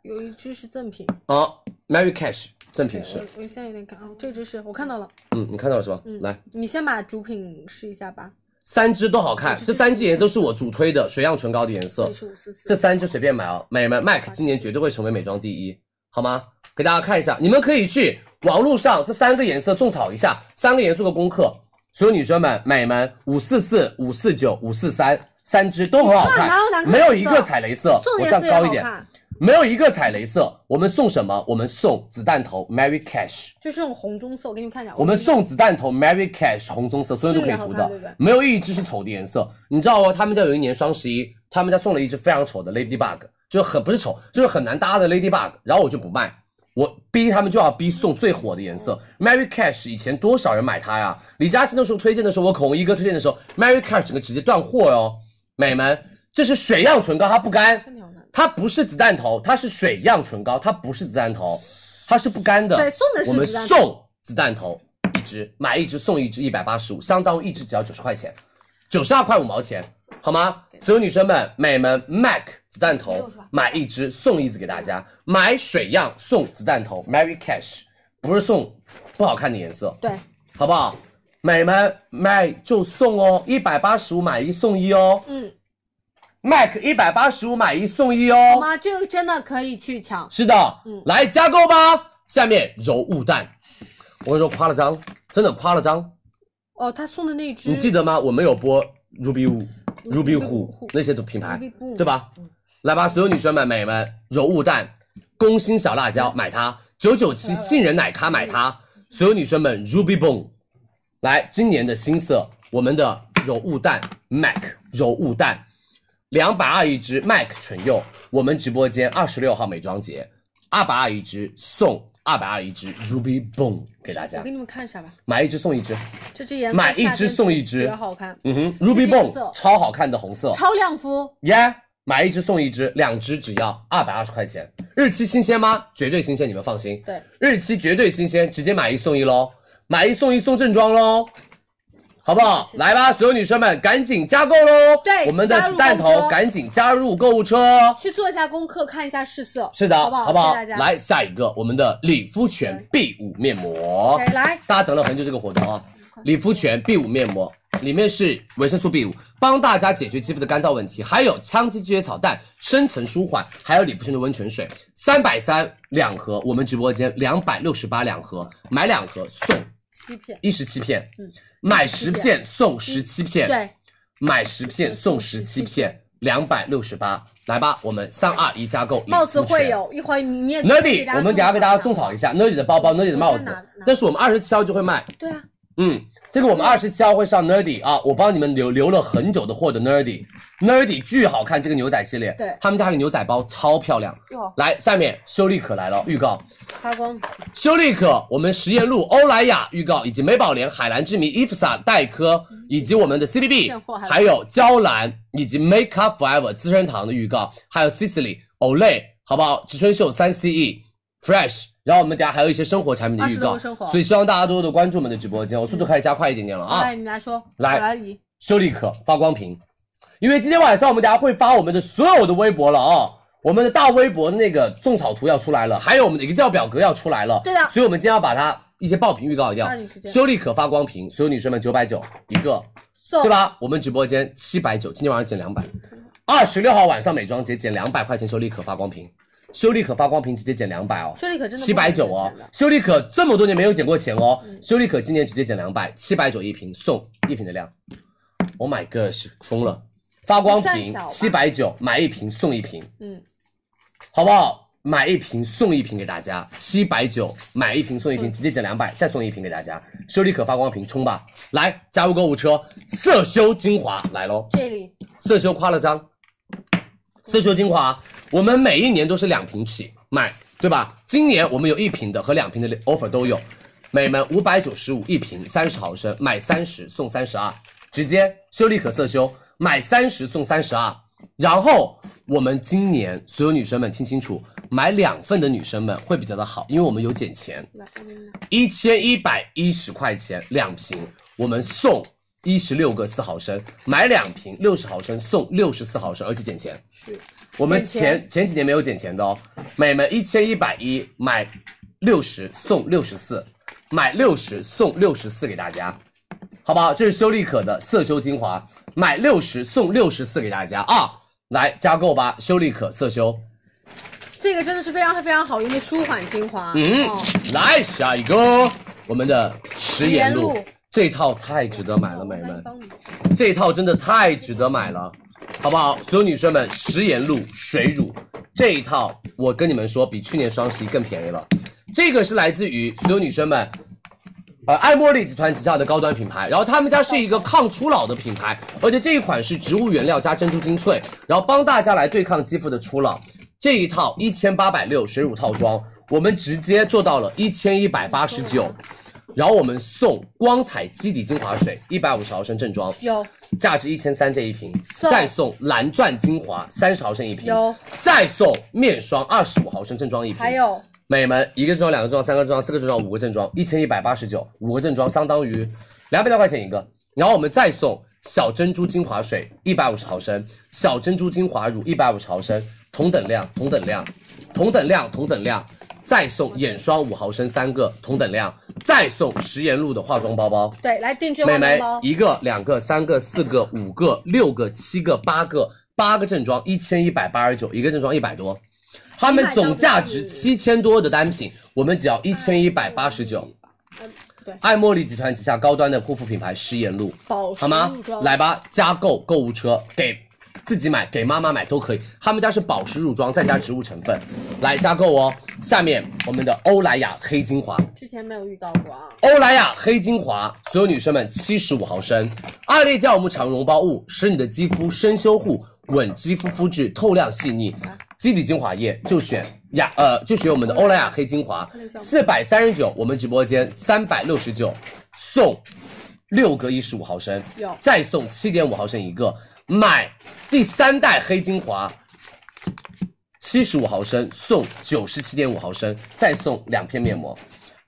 有一支是赠品，
哦 Mary Cash 正品是
我，我现在有点看啊，这支是我看到了，
嗯，你看到了是吧？
嗯，
来，，
你先把主品试一下吧，
三支都好看，这三支颜色都是我主推的水漾唇膏的颜色
这，是五四四，
这三支随便买哦，美们，MAC 今年绝对会成为美妆第一，好吗？给大家看一下，你们可以去网络上这三个颜色种草一下，三个颜色做个功课。所有女生们，美们，五四四、五四九、五四三，三支都很好
你看
看
哪有难，看
没有一个踩雷色，
送
我这
的颜
样
色也
高一
好
点，
看，
没有一个踩雷色。我们送什么？我们送子弹头 Mary Cash。
就是这种红棕色，我给你们看一下，
我们送子弹头 Mary Cash 红棕色，所有人都可以涂
这个也好
的
看对不对，
没有一支是丑的颜色。你知道哦，他们家有一年双十一，他们家送了一支非常丑的 Ladybug，就是很不是丑，就是很难搭的 Ladybug，然后我就不卖。我逼他们就要逼送最火的颜色、m a r y Cash 以前多少人买它呀？李佳琦那时候推荐的时候，我口红一哥推荐的时候，Mary Cash 整个直接断货哟。美们，这是水漾唇膏，它不干，
真的好看，
它不是子弹头，它是水漾唇膏，它不是子弹头，它是不干的。
对送的是
我们
子弹头
送子弹头一支，买一支送一支，一百八十五，相当于一支只要九十块钱，九十二块五毛钱，好吗？所有女生们、美们，MAC 子弹头买一支送一支给大家，买水漾送子弹头，Mary Cash 不是送不好看的颜色，
对，
好不好？美们买就送哦，一百八十五买一送一哦。
嗯，
MAC 一百八十五买一送一
好
哦。
吗？这个真的可以去抢，
是的，
嗯
来加购吧。下面柔雾蛋，我跟你说夸了张，真的夸了张。
哦，他送的那支，
你记得吗？我们有播 Ruby Woo、Ruby
Ruby
Who
Who
那些的品牌
Ruby 嗯 Woo，
对吧？来吧，所有女生们、美们，柔雾蛋、工心小辣椒买它，九九
嗯
七杏仁奶咖买它，所有女生们 Ruby Bone，来今年的新色，我们的柔雾蛋 MAC 柔雾蛋，两百二一支 MAC 唇釉，我们直播间二十六号美妆节，二百二一支送二百二一支 Ruby Bone 给大
我
家
给，你们看一下吧，
买一支送一支。
这支颜色
买一支送一支
比较好看，
嗯哼
这
，Ruby
是
Bone
色
超好看的红色，
超亮肤，
耶买一支送一支，两支只要二百二十块钱，日期新鲜吗？绝对新鲜，你们放心。
对，
日期绝对新鲜，直接买一送一喽，买一送一送正装喽，好不好？来吧，所有女生们，赶紧加购喽！
对
我们的
加入
子弹
购物
头
车
赶紧加入购物车哦。
去做一下功课，看一下试色，
是的，
好不好？
好不好？
谢谢大家，
来下一个，我们的理肤泉 B 五面膜。
OK，来
大家等了很久这个活动啊，理肤泉 B 五面膜里面是维生素 B 五，帮大家解决肌肤的干燥问题，还有羟基积雪草蛋深层舒缓，还有理肤泉的温泉水，三百三两盒，我们直播间两百六十八两盒，买两盒送
七片，
一十七片，
嗯
买十片送十七片，
对，嗯
买十片送十七片，两百六十八，来吧，我们三二一加购，理肤
帽子会
泉
有，一会儿你也
Nerdy，我们等下给大家种
种
草一下 Nerdy 的包包、Nerdy 的帽子
我在哪哪，
但是我们二十七号就会卖。
对啊，
嗯，这个我们二十七号会上 Nerdy 啊，我帮你们留留了很久的货的 Nerdy，Nerdy 巨好看，这个牛仔系列，
对哦
他们家的牛仔包超漂亮。
哟
来，下面修丽可来了，预告，
发光，
修丽可，我们实验路、欧莱雅预告，以及美宝莲、海蓝之谜、伊芙莎、黛珂，以及我们的 CBB，
现货还
还有娇兰，以及 Make Up Forever 资生堂的预告，还有 Sisley、Olay，好不好？植村秀、三 CE、Fresh，然后我们等下还有一些生活产品的预
20
告，
多生活
所以希望大家多多的关注我们的直播间，我速度开始加快一点点了啊。
来你来说，
来
我来移，
修丽可发光屏，因为今天晚上我们等下会发我们的所有的微博了啊、我们的大微博那个种草图要出来了，还有我们的 Excel 表格要出来了，
对的
所以我们今天要把它一些爆屏预告掉
抓紧时。间
修丽可发光屏，所有女生们九百九一个，
送
对？吧？我们直播间七百九，今天晚上减两百，二十六号晚上美妆节减两百块钱，修丽可发光屏，修丽可发光屏直接减两百哦，
修丽可真的嗯
七百九哦，修丽可这么多年没有减过钱哦，修丽可今年直接减两百，七百九一瓶送一瓶的量，Oh my god，是疯了！发光
不算
瓶
少吧
七百九，买一瓶送一瓶，
嗯，
好不好？买一瓶送一瓶给大家，七百九买一瓶送一
嗯
瓶，直接减两百，再送一瓶给大家。修丽可发光瓶冲吧，来加入购物车，色修精华来喽！
这里
色修夸了张，丝绸精华，我们每一年都是两瓶起卖，对吧？今年我们有一瓶的和两瓶的 offer 都有，每门五百九十五一瓶，三十毫升，买三十送三十二，直接修丽可色修，买三十送三十二。然后我们今年所有女生们听清楚，买两份的女生们会比较的好，因为我们有减钱，一千一百一十块钱两瓶，我们送一十六个四毫升，买两瓶六十毫升送六十四毫升，而且减钱。
是，
我们
减钱
前前几年没有减钱的哦，每门一千一百一买六十送六十四，买六十送六十四给大家，好不好？这是修丽可的色修精华，买六十送六十四给大家啊！来加购吧，修丽可色修。
这个真的是非常非常好用的舒缓精华。
嗯，
哦
来下一个，我们的食盐
食盐
露
露
这套太值得买了，美们。
帮你
这套真的太值得买了，好不好？所有女生们，食盐露水乳这一套，我跟你们说，比去年双十一更便宜了。这个是来自于所有女生们，呃，爱茉莉集团旗下的高端品牌，然后他们家是一个抗初老的品牌，而且这一款是植物原料加珍珠精粹，然后帮大家来对抗肌肤的初老。这一套一千八百六水乳套装，我们直接做到了一千一百八十九，然后我们送光彩基底精华水一百五十毫升正装，
有
价值一千三这一瓶，
送
再送蓝钻精华三十毫升一瓶，
有
再送面霜二十五毫升正装一瓶，
还有
美们一个正装、两个正装、三个正装、四个正装、五个正装，一千一百八十九，五个正装相当于两百多块钱一个。然后我们再送小珍珠精华水一百五十毫升，小珍珠精华乳一百五十毫升，同等量、同等量、同等量、同等量，再送眼霜五毫升三个，同等量，再送食盐露的化妆包包。
对来定制
美
化
眉
妆包，
一个、两个、三个、四个、五个、六个、七个、八个，八个正装一千一百八十九，一个正装一百多，他们总价值七千多的单品，我们只要一千一百八十九。
对
爱茉莉集团旗下高端的护肤品牌诗颜露，
保湿
好吗
乳妆？
来吧，加购购物车给。自己买给妈妈买都可以，他们家是保湿乳妆再加植物成分，来加购哦。下面我们的欧莱雅黑精华，
之前没有遇到过啊，
欧莱雅黑精华，所有女生们七十五毫升，二裂酵母产绒包物，使你的肌肤深修护，稳肌肤肤质，透亮细腻。基底精华液就选雅呃，就选我们的欧莱雅黑精华，四百三十九，我们直播间三百六十九，送六个一十五毫升
有，
再送七点五毫升一个，买第三代黑精华。七十五毫升送九十七点五毫升，再送两片面膜。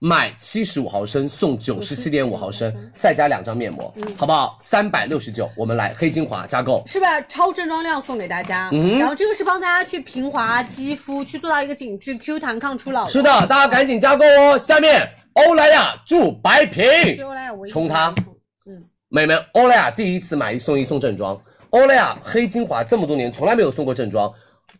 买七十五毫升送九十七点五毫升，嗯再加两张面膜，好不好？三百六十九，我们来黑精华加购。
是吧？超正装量送给大家，
嗯
然后这个是帮大家去平滑肌肤，去做到一个紧致、Q 弹、抗初老。
是的，大家赶紧加购哦。下面欧莱雅驻白瓶，
是欧莱雅唯一的
冲它
一款嗯，
美们，欧莱雅第一次买一送一送正装，欧莱雅啊黑精华这么多年从来没有送过正装。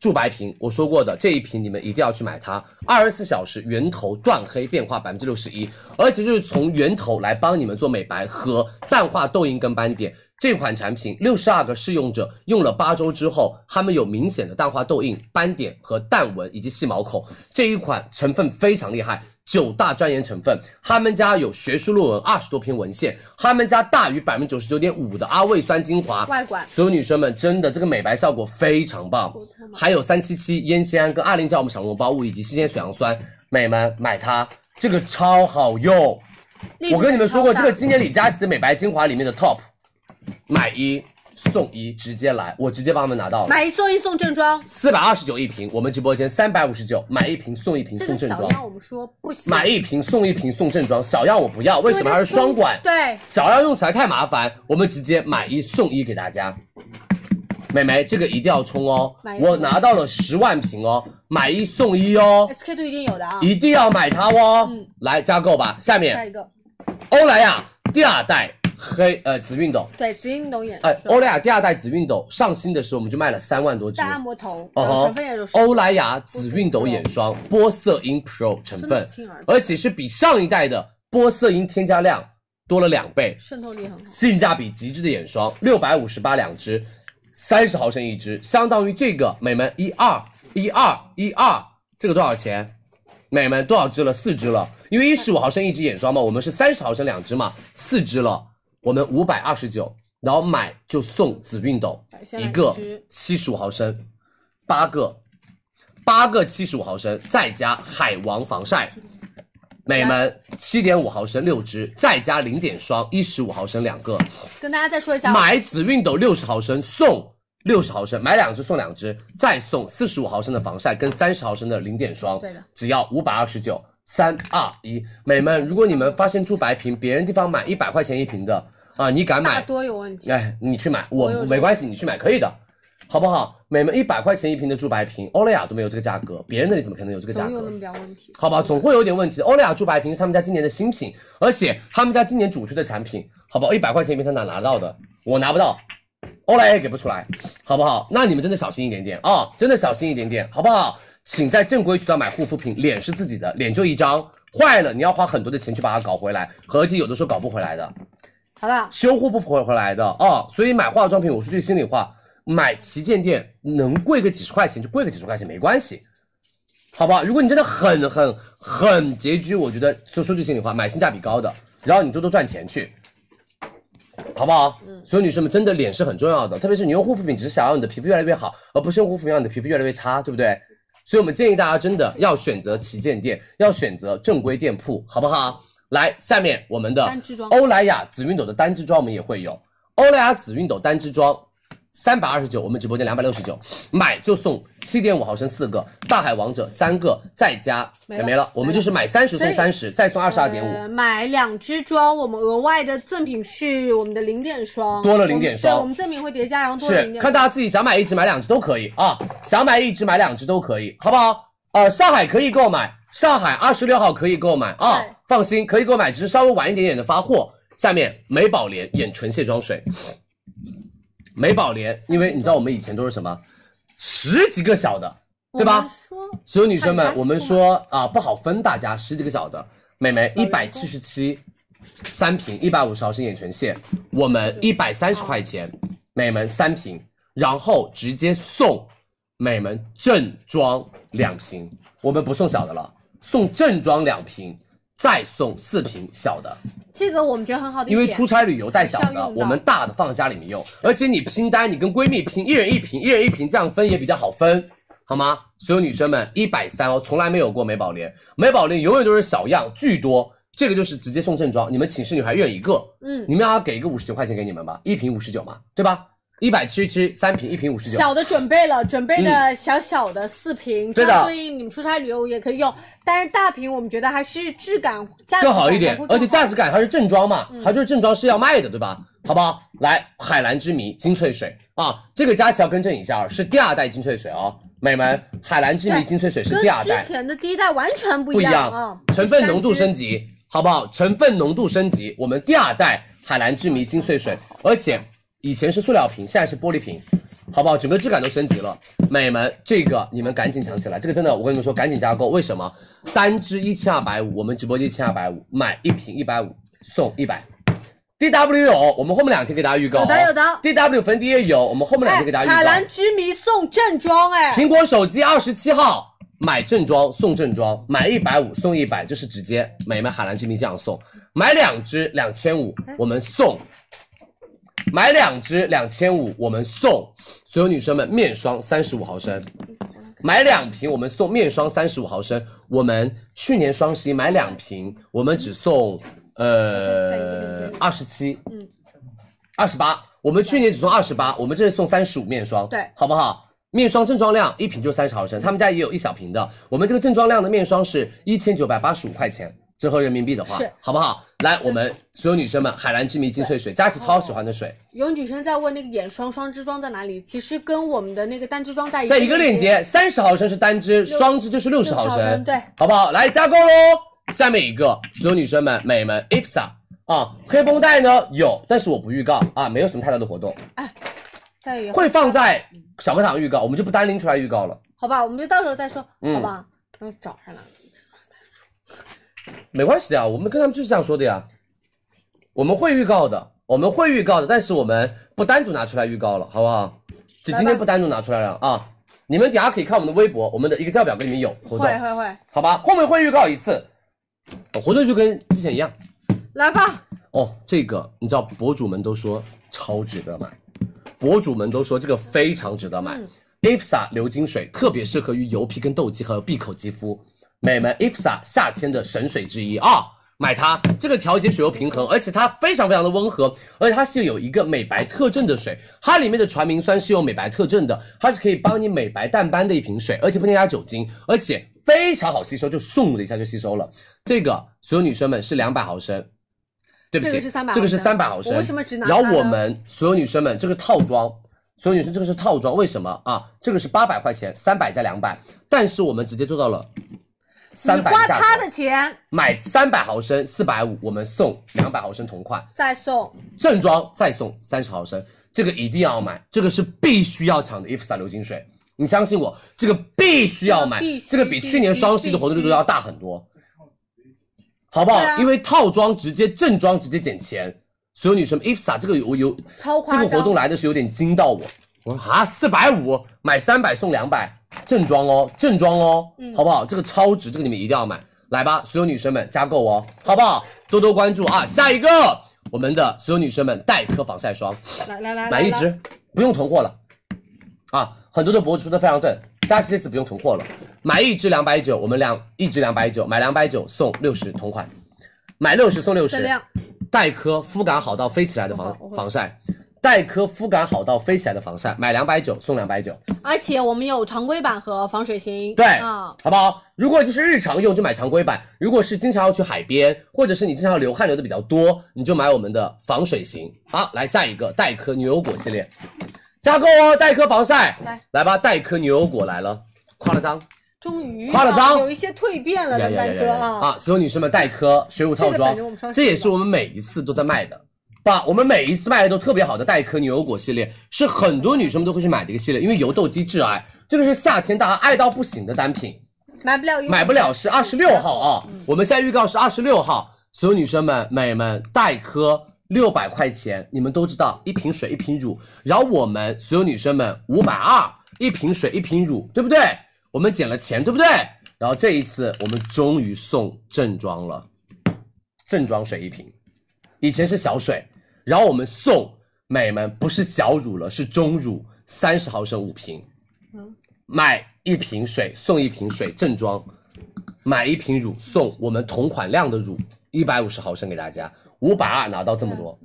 驻白瓶，我说过的这一瓶你们一定要去买它，二十四小时源头断黑变化百分之六十一，而且就是从源头来帮你们做美白和淡化痘印跟斑点。这款产品六十二个试用者用了八周之后，他们有明显的淡化痘印、斑点和淡纹以及细毛孔。这一款成分非常厉害，九大专研成分，他们家有学术论文二十多篇文献，他们家大于百分之九十九点五的阿魏酸精华，
外观
所有女生们真的这个美白效果非常棒，还有三七七烟酰胺跟二磷酵母产绒包物以及新鲜水杨酸，美们买它，这个超好用。
力度
我跟你们说过，
超
这
大
个今年李佳琦的美白精华里面的 top，买一送一，直接来，我直接帮他们拿到了。
买一送一送正装，
四百二十九一瓶，我们直播间三百五十九，买一瓶送一瓶
这
送
个
正
小
装，
样我们说不行，
买一瓶送一瓶送正装，小样我不要，为什么还是双管？
对，
小样用起来太麻烦，我们直接买一送一给大家。美眉，这个一定要冲哦
买！一送一
我拿到了十万瓶哦，买一送一哦，
SK two 一定有的啊。
一定要买它哦！
嗯
来加购吧。下
下
面
一个，
欧莱雅第二代黑呃紫熨斗，
对，紫熨斗眼
哎，
霜
欧莱雅第二代紫熨斗上新的时候我们就卖了三万多只
大。按摩头，
哦
然后
吼
成分也就是
欧莱雅紫熨斗眼霜玻色因 Pro 成
真的
分
是，轻而
而且是比上一代的玻色因添加量多了两倍，
渗透力很好，
性价比极致的眼霜，六百五十八两支，三十毫升一支，相当于这个美们一二一二一二，这个多少钱？美们多少支了？四支了，因为一十五毫升一支眼霜嘛，我们是三十毫升两支嘛，四支了，我们五百二十九，然后买就送紫熨斗
先来
一个
支
七十五毫升，八个，八个七十五毫升，再加海王防晒。美们，七点五毫升六支，再加零点霜一十五毫升两个，
跟大家再说一下，啊
买紫熨斗六十毫升送六十毫升，买两支送两支，再送四十五毫升的防晒跟三十毫升的零点霜，
对的，
只要五百二十九。三二一，美们，如果你们发现猪白瓶，别人地方买一百块钱一瓶的啊、你敢
大
买？
多有问题。
哎，你去买，我
我有这个
没关系，你去买可以的，好不好？美们，一百块钱一瓶的猪白瓶，欧莱雅都没有这个价格，别人那里怎么可能有这个价
总有
格
那？么点问题，嗯
好吧，总会有点问题的。欧莱雅猪白瓶是他们家今年的新品，而且他们家今年主推的产品，好不好？一百块钱一瓶，他哪拿到的？我拿不到，欧莱雅也给不出来，好不好？那你们真的小心一点点啊、真的小心一点点，好不好？请在正规渠道买护肤品，脸是自己的，脸就一张，坏了你要花很多的钱去把它搞回来，合计有的时候搞不回来的。
好了，
修护不回回来的啊、所以买化妆品，我说句心里话，买旗舰店能贵个几十块钱就贵个几十块钱，没关系，好不好？如果你真的很很很拮据，我觉得说说句心里话，买性价比高的，然后你多多赚钱去，好不好？嗯，所以女生们真的脸是很重要的，特别是你用护肤品，只是想要你的皮肤越来越好，而不是用护肤品让你的皮肤越来越差，对不对？所以我们建议大家真的要选择旗舰店，要选择正规店铺，好不好？来，下面我们的
单支装
欧莱雅紫熨斗的单支装我们也会有，欧莱雅紫熨斗单支装。三百二十九，我们直播间两百六十九，买就送七点五毫升四个，大海王者三个，再加
没了
没了，我们就是买三十送三十，再送二十二点五，
呃买两支装，我们额外的赠品是我们的零点霜，
多了零点霜
我们对，我们赠品会叠加，然后多了
是
零，点。
看大家自己想买一支买两支都可以啊，想买一支买两支都可以，好不好？呃，上海可以购买，上海二十六号可以购买啊
对，
放心可以购买，只是稍微晚一点点的发货。下面美宝莲眼唇卸妆水，美宝莲，因为你知道我们以前都是什么，十几个小的，对吧？
我们说
所有女生
看
们
你，家
我们
是
说啊，不好分大家十几个小的，美眉
老
一
员工
百七十七，三瓶一百五十毫升眼唇卸，我们一百三十块钱，美们三瓶，然后直接送美们正装两瓶，我们不送小的了，送正装两瓶，再送四瓶小的。
这个我们觉得很好的一
因
点，
为出差旅游带小
还是要
的，
用到
我们大的放在家里面用，而且你拼单，你跟闺蜜拼，一人一瓶，一人一瓶，这样分也比较好分，好吗？所有女生们，一百三哦，从来没有过美宝莲，美宝莲永远都是小样，巨多。这个就是直接送正装，你们寝室女孩一人一个，
嗯
你们要给一个五十九块钱给你们吧，一瓶五十九嘛，对吧？一百七十七三瓶，一瓶五十九，
小的准备了，准备的小小的四瓶，
嗯对的
这样对应你们出差旅游也可以用。但是大瓶我们觉得还是质感、价值
更
感
好一点
才会，更嗯
而且价值感它是正装嘛，它就是正装是要卖的，对吧？好不好？来，海蓝之谜精粹水啊，这个佳琦要更正一下，啊，是第二代精粹水哦，美们，海蓝之谜精粹水是
跟
第二代
之，前的第一代完全不
不一
样
样，
啊。
成分浓度升级，好不好？成分浓度升级，我们第二代海蓝之谜精粹水，而且以前是塑料瓶，现在是玻璃瓶。好不好？整个质感都升级了，美们，这个你们赶紧抢起来！这个真的，我跟你们说，赶紧加购。为什么？单支一千二百五，我们直播间一千二百五，买一瓶一百五送一百。D W 有，我们后面两天给大家预告、哦。
有的有的
D W 粉底液有，我们后面两
哎
天给大家预告。
海蓝之谜送正装哎，
苹果手机二十七号买正装送正装，买一百五送一百，这是直接美们海蓝之谜这样送，买两支两千五，我们送。买两支两千五，我们送所有女生们面霜三十五毫升，买两瓶我们送面霜三十五毫升。我们去年双十一买两瓶，我们只送呃二十七，嗯，二十八。我们去年只送二十八，我们这是送三十五面霜，
对嗯
好不好？面霜正装量一瓶就三十毫升，他们家也有一小瓶的。我们这个正装量的面霜是一千九百八十五块钱，折合人民币的话
是，
好不好？来，我们所有女生们，海蓝之谜精粹水，佳琪超喜欢的水，
有女生在问那个眼霜双支装在哪里，其实跟我们的那个单支装在一
在一个链接，三十毫升是单支，双支就是六十毫
60毫升
升，
对，
好不好？来加购喽！下面一个，所有女生们、美们，IFSA 啊，黑绷带呢有，但是我不预告啊，没有什么太大的活动，
在一个啊
会放在
嗯
小课堂预告，我们就不单拎出来预告了。
好吧，我们就到时候再说，
嗯
好吧？嗯，找上了，
没关系的呀，我们跟他们就是这样说的呀。我们会预告的，我们会预告的，但是我们不单独拿出来预告了，好不好？就今天不单独拿出来了啊！你们等下可以看我们的微博，我们的 Excel 表格里面有活动
会，会会，
好吧？后面会预告一次，活动就跟之前一样
来吧，
哦。这个你知道，博主们都说超值得买，博主们都说这个非常值得买。
嗯
IFSA 流金水特别适合于油皮跟痘肌和闭口肌肤，美们 IFSA 夏天的神水之一啊！买它，这个调节水油平衡，而且它非常非常的温和，而且它是有一个美白特征的水，它里面的传明酸是有美白特征的，它是可以帮你美白淡斑的一瓶水，而且不添加酒精，而且非常好吸收，就送的一下就吸收了。这个所有女生们是两百毫升，对不起，
这个是300
这个是
毫升
三百毫升。
我为什么只拿
然
它
后
呢
我们所有女生们，这个套装，所有女生这个是套装，为什么啊？这个是八百块钱，三百加两百，但是我们直接做到了三
你
百
花他的钱
买三百毫升四百五，我们送两百毫升同款
再送，
正装，再送三十毫升，这个一定要买，这个是必须要抢的 IFSA 流金水，你相信我，这个必须要买
这个必，须
这个比去年双十一的活动力度要大很多，好不好？
对啊
因为套装直接正装直接减钱，所有女生们 IFSA 这个有有
超
这
夸
个
张。
活动来的是有点惊到我，我说啊，四百五买三百送两百，正装哦，正装哦，好不好？这个超值，这个你们一定要买，来吧，所有女生们加购哦，好不好？多多关注啊！下一个，我们的所有女生们黛珂防晒霜，
来来来，
买一
来
支，不用囤货了，啊，很多的博主说的非常对，佳琦这次不用囤货了，买一支两百九，我们两一支两百九，买两百九送六十同款，买六十送六
质
十
量，
黛珂肤感好到飞起来的防
我会
防晒，黛珂肤感好到飞起来的防晒，买两百九送两百九，
而且我们有常规版和防水型。
对，
嗯，
好不好？如果就是日常用就买常规版，如果是经常要去海边，或者是你经常流汗流的比较多，你就买我们的防水型。好，来下一个黛珂牛油果系列，加购哦，黛珂防晒，
来
来吧，黛珂牛油果来了，夸了张，
终于啊
夸了张
有一些蜕变了
呀
的
呀呀
丹
呀
哥
呀
啊，
啊！所有女生们，黛珂水乳套
这个
装
感觉我们，双十
这
一
也是我们每一次都在卖的，把我们每一次卖的都特别好的黛珂牛油果系列，是很多女生们都会去买的一个系列，因为油痘肌致癌，这个是夏天大家爱到不行的单品。
买不了一
买不了是二十六号啊，我们现在预告是二十六号，所有女生们、美们，黛珂六百块钱，你们都知道，一瓶水一瓶乳，然后我们所有女生们五百二，一瓶水一瓶乳，对不对？我们减了钱，对不对？然后这一次我们终于送正装了，正装水一瓶，以前是小水，然后我们送美们不是小乳了，是中乳，三十毫升五瓶，买一瓶水送一瓶水正装，买一瓶乳送我们同款量的乳一百五十毫升给大家，五百二拿到这么多，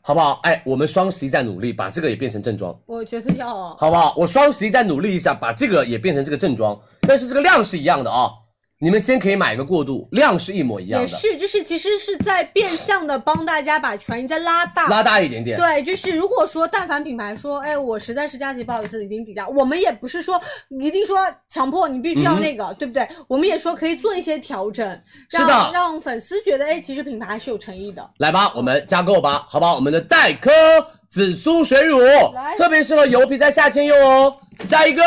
好不好？哎，我们双十一再努力把这个也变成正装，
我觉得要哦，
好不好？我双十一再努力一下，把这个也变成这个正装，但是这个量是一样的啊、你们先可以买一个过渡，量是一模一样
也
的，
是，啊就是其实是在变相的帮大家把权益再拉大。
拉大一点点。
对，就是如果说但凡品牌说，哎，我实在是佳琦不好意思，已经底价，我们也不是说一定说强迫你必
嗯
须要那个，对不对？我们也说可以做一些调整，
是
让
的
让粉丝觉得，哎，其实品牌还是有诚意的。
来吧，我们加购吧，好不好？我们的黛珂紫苏水乳
来，
特别适合油皮在夏天用哦。下一个，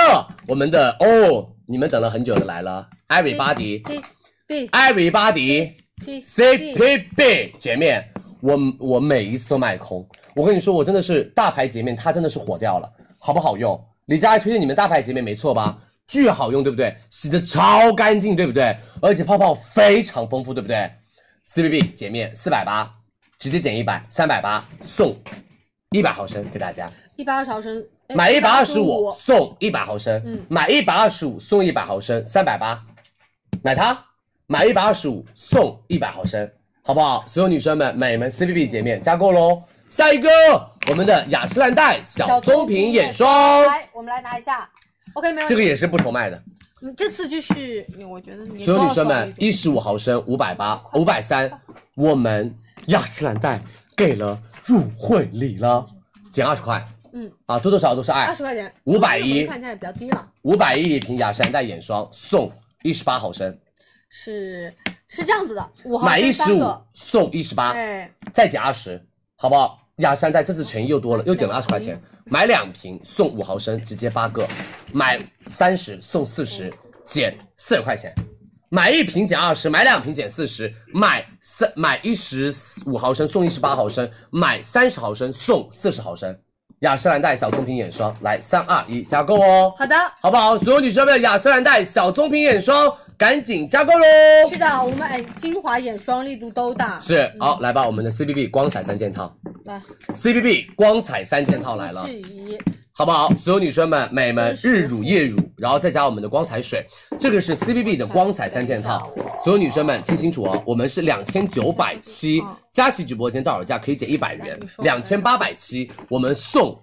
我们的哦，你们等了很久的来了，Everybody，
对对
哎 Everybody
对
CPB 洁面，我我每一次都卖空。我跟你说，我真的是大牌洁面，它真的是火掉了，好不好用？李佳琦推荐你们大牌洁面，没错吧？巨好用，对不对？洗的超干净，对不对？而且泡泡非常丰富，对不对？CPB 洁面四百八，直接减一百，三百八送一百毫升给大家。
一百二十毫升，哎
买一百二十五
125
送一百毫升，
嗯
买一百二十五送一百毫升，三百八，买它，买一百二十五送一百毫升，好不好？所有女生们，美们 C B B 洁面加购喽。下一个，我们的雅诗兰黛小棕瓶眼霜，
来，我们来拿一下。OK，没问
这
题。
个也是不愁卖的。
嗯这次就是，我觉得你
所有
多
女生
少稍微
们
有，点
一十五毫升，五百八，五百三，我们雅诗兰黛给了入会礼了，减二十块。
嗯，
啊，多多少少都是爱
二。十块钱，
510
我们看起来也比较低了。
五百一一瓶雅诗兰黛眼霜送一十八毫升，
是是这样子的，五毫
买一
升
十
三
五
个，
送一十八，
哎，
再减二十，好不好？雅诗兰黛这次诚意又多了，又减了二十块钱，
嗯
买两瓶送五毫升，直接八个，买三十送四
嗯
十，减四十块钱。买一瓶减二十，买两瓶减四十，买三买一十五毫升送一十八毫升，买三十毫升送四十毫升。雅诗兰黛小棕瓶眼霜，来三二一加购哦！
好的，
好不好？所有女生们，雅诗兰黛小棕瓶眼霜赶紧加购喽！
是的，我们哎，精华、眼霜力度都大，
是，好，来吧，我们的 C B B 光彩三件套
来
，C B B 光彩三件套来了，
质疑
好不好？所有女生们、美们，
嗯是
日乳、夜乳，然后再加我们的光彩水，这个是 C B B 的光彩三件套。所有女生们听清楚哦，我们是两千九百七，
嗯
佳琦直播间到手价可以减一百元，两千八百七，我们送。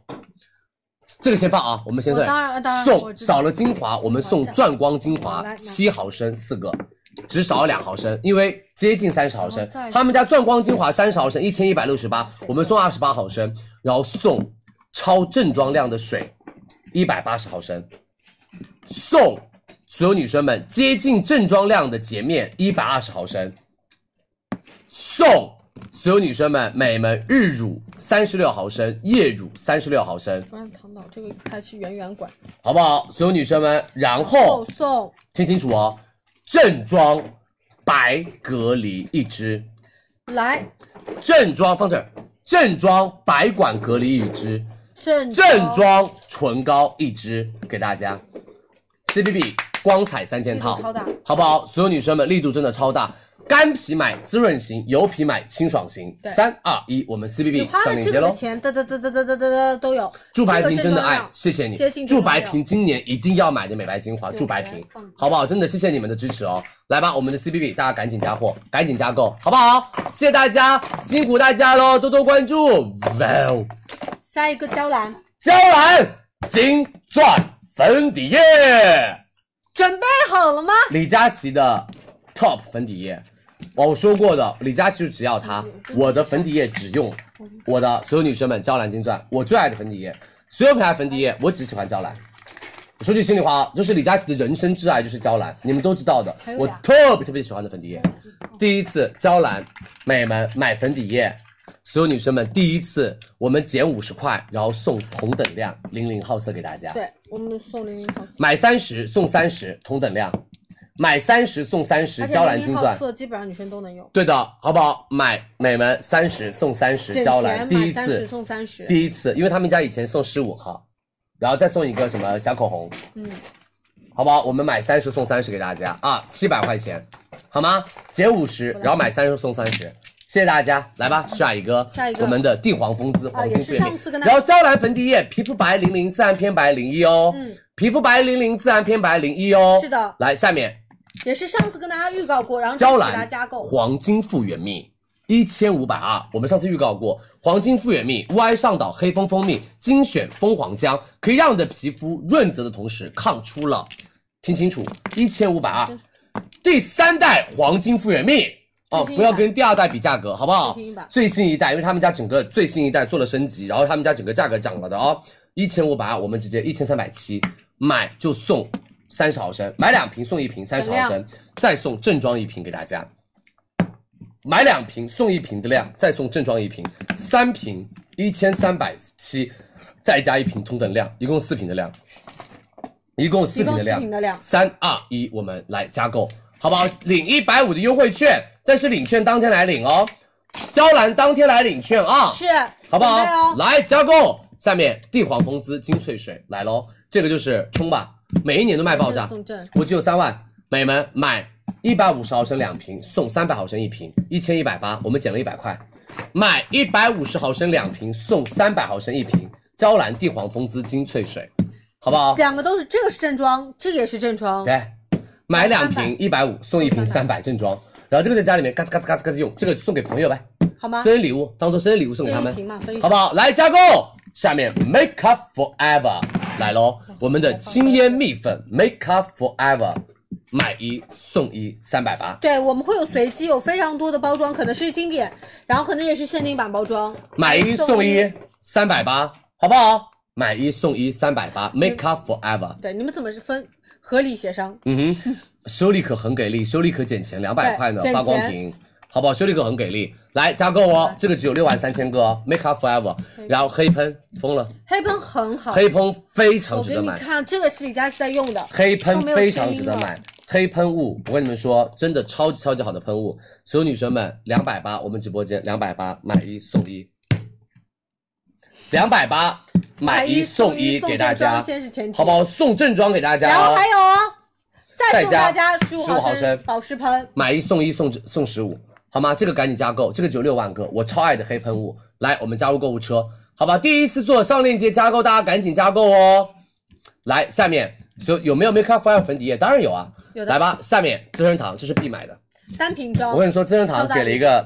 这个先放啊，我们先送
我当然当然我
送
知道
少了精华，我们送钻光精华
来来
七毫升四个，只少了两毫升，因为接近三十毫
然
升
后再。
他们家钻光精华三十毫升一千一百六十八，我们送二十八毫升，然后送超正装量的水一百八十毫升，送所有女生们接近正装量的洁面一百二十毫升，送所有女生们美们日乳三十六毫升，夜乳三十六毫升，
不让躺倒，这个它是圆圆管，
好不好？所有女生们，然后
后送
听清楚哦，正装白隔离一支，
来
正装放这儿，正装白管隔离一支，
正
正装唇膏一支给大家，C B B 光彩三件
力
套
度，超大，
好不好？所有女生们力度真的超大，干皮买滋润型，油皮买清爽型
对。
三二一，我们 C B
你
B
花
上
了
链
这
接
个的
喽。
钱，哒哒哒哒哒哒哒哒都有，
祝白
这个
瓶
正
真的
装
爱
量，
谢谢你
接近。正
祝
装
白
量
瓶今年一定要买的美白精华，祝白瓶，好不好？真的谢谢你们的支持哦。来吧，我们的 C B B，大家赶紧加货，赶紧加购，好不好？谢谢大家，辛苦大家喽，多多关注。哇哦，
下一个娇兰，
娇兰金钻粉底液，
准备好了吗？
李佳琦的 Top 粉底液。哦，我说过的，李佳琦就只要
嗯
它，我的粉底液只用我的所有女生们娇兰金钻，我最爱的粉底液，所有品牌粉底液我只喜欢娇兰。我说句心里话啊，就是李佳琦的人生挚爱就是娇兰，你们都知道的
还，有
我
俩嗯
特别特别喜欢的粉底液。第一次娇兰美们买粉底液，所有女生们第一次我们减五十块，然后送同等量零零号色给大家。
对，我们送零零号色，
买三十送三十，同等量，买三十送三十，
而且
娇兰
零
金
零号
钻。
色基本上女生都能用，
对的，好不好？买美们三十送三十，
减
娇兰
钱
第
买
一
三
次
十送三十，
第一次，因为他们家以前送十五号，然后再送一个什么小口红，
嗯，
好不好？我们买三十送三十给大家啊，七百块钱，好吗？减五十，然后买三十送三十，谢谢大家，来吧，下一个，
下一个
我们的帝王风姿
啊
黄
也
金
是
对领，
上次跟大家
然后娇兰粉底液，皮肤白零零，自然偏白零一哦，
嗯，
皮肤白零零，自然偏白零一哦，
是的
来下面
也是上次跟大家预告过，然后这次
娇
给大家
兰
加购，
黄金复原蜜。一千五百二，我们上次预告过，黄金复原蜜、Y 上岛黑蜂蜂蜜精选蜂皇浆，可以让你的皮肤润泽的同时抗初老。听清楚，一千五百二，第三代黄金复原蜜哦，
最新一代
不要跟第二代比价格，好不好
最新一代？
最新一代，因为他们家整个最新一代做了升级，然后他们家整个价格涨了的哦，一千五百二，我们直接一千三百七，买就送三十毫升，买两瓶送一瓶三十毫
等
升，再送正装一瓶给大家。买两瓶送一瓶的量，再送正装一瓶，三瓶一千三百七，再加一瓶同等量，一共四瓶的量，一共四
提
瓶
供
的
四
量
瓶，的量，
三二一，我们来加购，好不好？领一百五的优惠券，但是领券当天来领哦，娇兰当天来领券啊，
是，
好不好？
准备哦
来加购，下面帝皇风姿精粹水来喽，这个就是冲吧，每一年都卖爆炸，
送赠
我只有三万，美们买一百五十毫升两瓶送三百毫升一瓶，一千一百八，我们减了一百块，买一百五十毫升两瓶送三百毫升一瓶，娇兰帝皇风姿精粹水，好不好？
两个都是，这个是正装，这个也是正装，
对，买两瓶一百五，送一瓶三百正装。然后这个在家里面嘎吱嘎吱嘎吱嘎吱用，这个送给朋友呗，
好吗？
生日礼物当做生日礼物送给他
分一
们，
瓶嘛，分一
好
瓶
不好？来加购，下面 Make Up Forever 来喽，我们的轻烟蜜粉 Make Up Forever 买一送一三百八，
对，我们会有随机，有非常多的包装，可能是经典，然后可能也是限定版包装。
买一送一三百八，好不好？买一送一三百八 Make Up Forever，
对，你们怎么是分合理协商？
嗯哼，修丽可很给力，修丽可减钱两百块呢
对，减
发光
钱
瓶，好不好？修丽可很给力，来加购哦，这个只有六万三千个哦，Make Up Forever，然后黑喷疯了，
黑喷很好，
黑喷非常
我
值
给
得
你
买，
看，这个是李佳琦在用的，
黑喷
都没有
非常
声音啊
值得
了
买，黑喷雾，我跟你们说，真的超级超级好的喷雾，所有女生们两百八，我们直播间两百八买一送一，两百八买一送一给大家
送正装，先是前提，
好不好？送正装给大家、哦，
然后还有哦，再送大
再加
家十五
15毫
升
升
保湿喷，
买一送一送送十五，好吗？这个赶紧加购，这个只有六万个，我超爱的黑喷雾，来，我们加入购物车，好吧？第一次做上链接加购，大家赶紧加购哦。来，下面有有没有 Make Up For You 粉底液？当然有啊，
有的
来吧，下面资生堂这是必买的，
单瓶
我
装，
跟你说，资生堂
收到
给了一个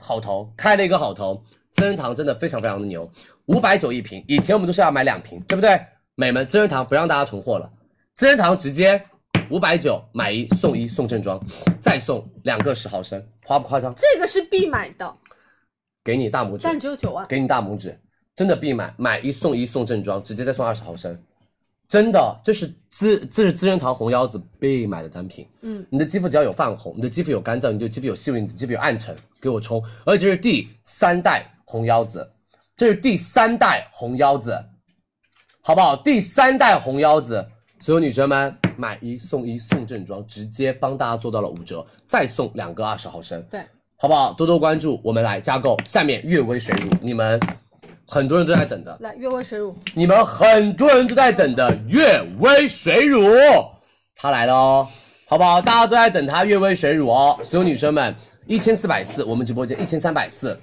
好头，开了一个好头。资生堂真的非常非常的牛，五百九一瓶，以前我们都是要买两瓶，对不对？美们，资生堂不让大家囤货了，资生堂直接五百九买一送一送正装，再送两个十毫升，夸不夸张？
这个是必买的，
给你大拇指，
但只有九万。
给你大拇指，真的必买，买一送一送正装，直接再送二十毫升，真的，这是资这是资生堂红腰子必买的单品。
嗯，
你的肌肤只要有泛红，你的肌肤有干燥，你的肌肤有细纹，你的肌肤有暗沉，给我冲！而且这是第三代红腰子，这是第三代红腰子，好不好？第三代红腰子，所有女生们买一送一送正装，直接帮大家做到了五折，再送两个二十毫升，
对，
好不好？多多关注，我们来加购。下面悦薇水乳，你们很多人都在等的，
来，悦薇水乳，
你们很多人都在等的悦薇水乳，它来了哦，好不好？大家都在等它悦薇水乳哦，所有女生们，一千四百四，我们直播间一千三百四，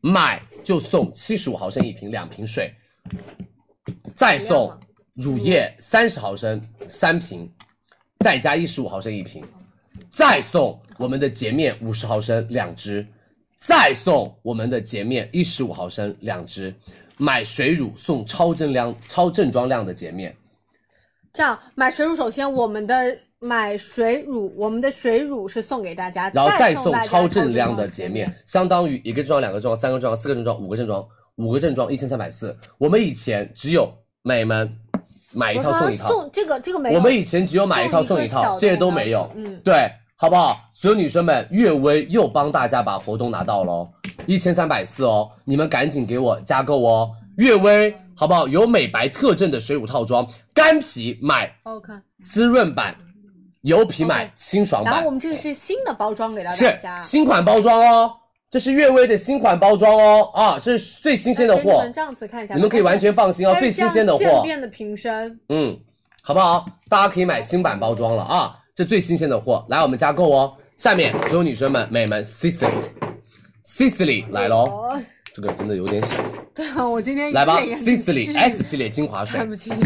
买就送七十五毫升一瓶，两瓶水，再送乳液三十毫升三瓶，再加一十五毫升一瓶，再送我们的洁面五十毫升两支，再送我们的洁面一十五毫升两支，买水乳送超正量、超正装量的洁面，
这样买水乳，首先我们的买水乳，我们的水乳是送给大家，
然后
再
再
送
送
大家
超正量
的
的洁面，，相当于一个正装、两个正装、三个正装、四个正装、五个正装、五个正装一千三百四。我们以前只有美们买一
我
套
好
送
像
一套，
送这个这个没有，
我们以前只有买一套送
送一个
一
小
套，
的
这些都没有。
嗯
对，好不好？所有女生们，悦薇又帮大家把活动拿到喽，一千三百四哦，你们赶紧给我加购哦，悦薇好不好？有美白特证的水乳套装，干皮买
好看。
滋润版，油皮买
OK
清爽
然
版
后我，们这个是新的包装给到大
哎是
家，
新款包装哦，这是悦薇的新款包装哦，啊，这是最新鲜的
哎给你
货
们，这样子看一下，
你们可以完全放心哦，
它
最
是这
新
样
鲜的货，
渐变的瓶身，
嗯，好不好？大家可以买新版包装了啊，这最新鲜的货，来我们加购哦。下面所有女生们、美们，Sicily，Sicily 来喽，
哦。
这个真的有点小，
对啊，我今天
来吧
一点也不
，Sicily
是
S 系列精华水
看不清，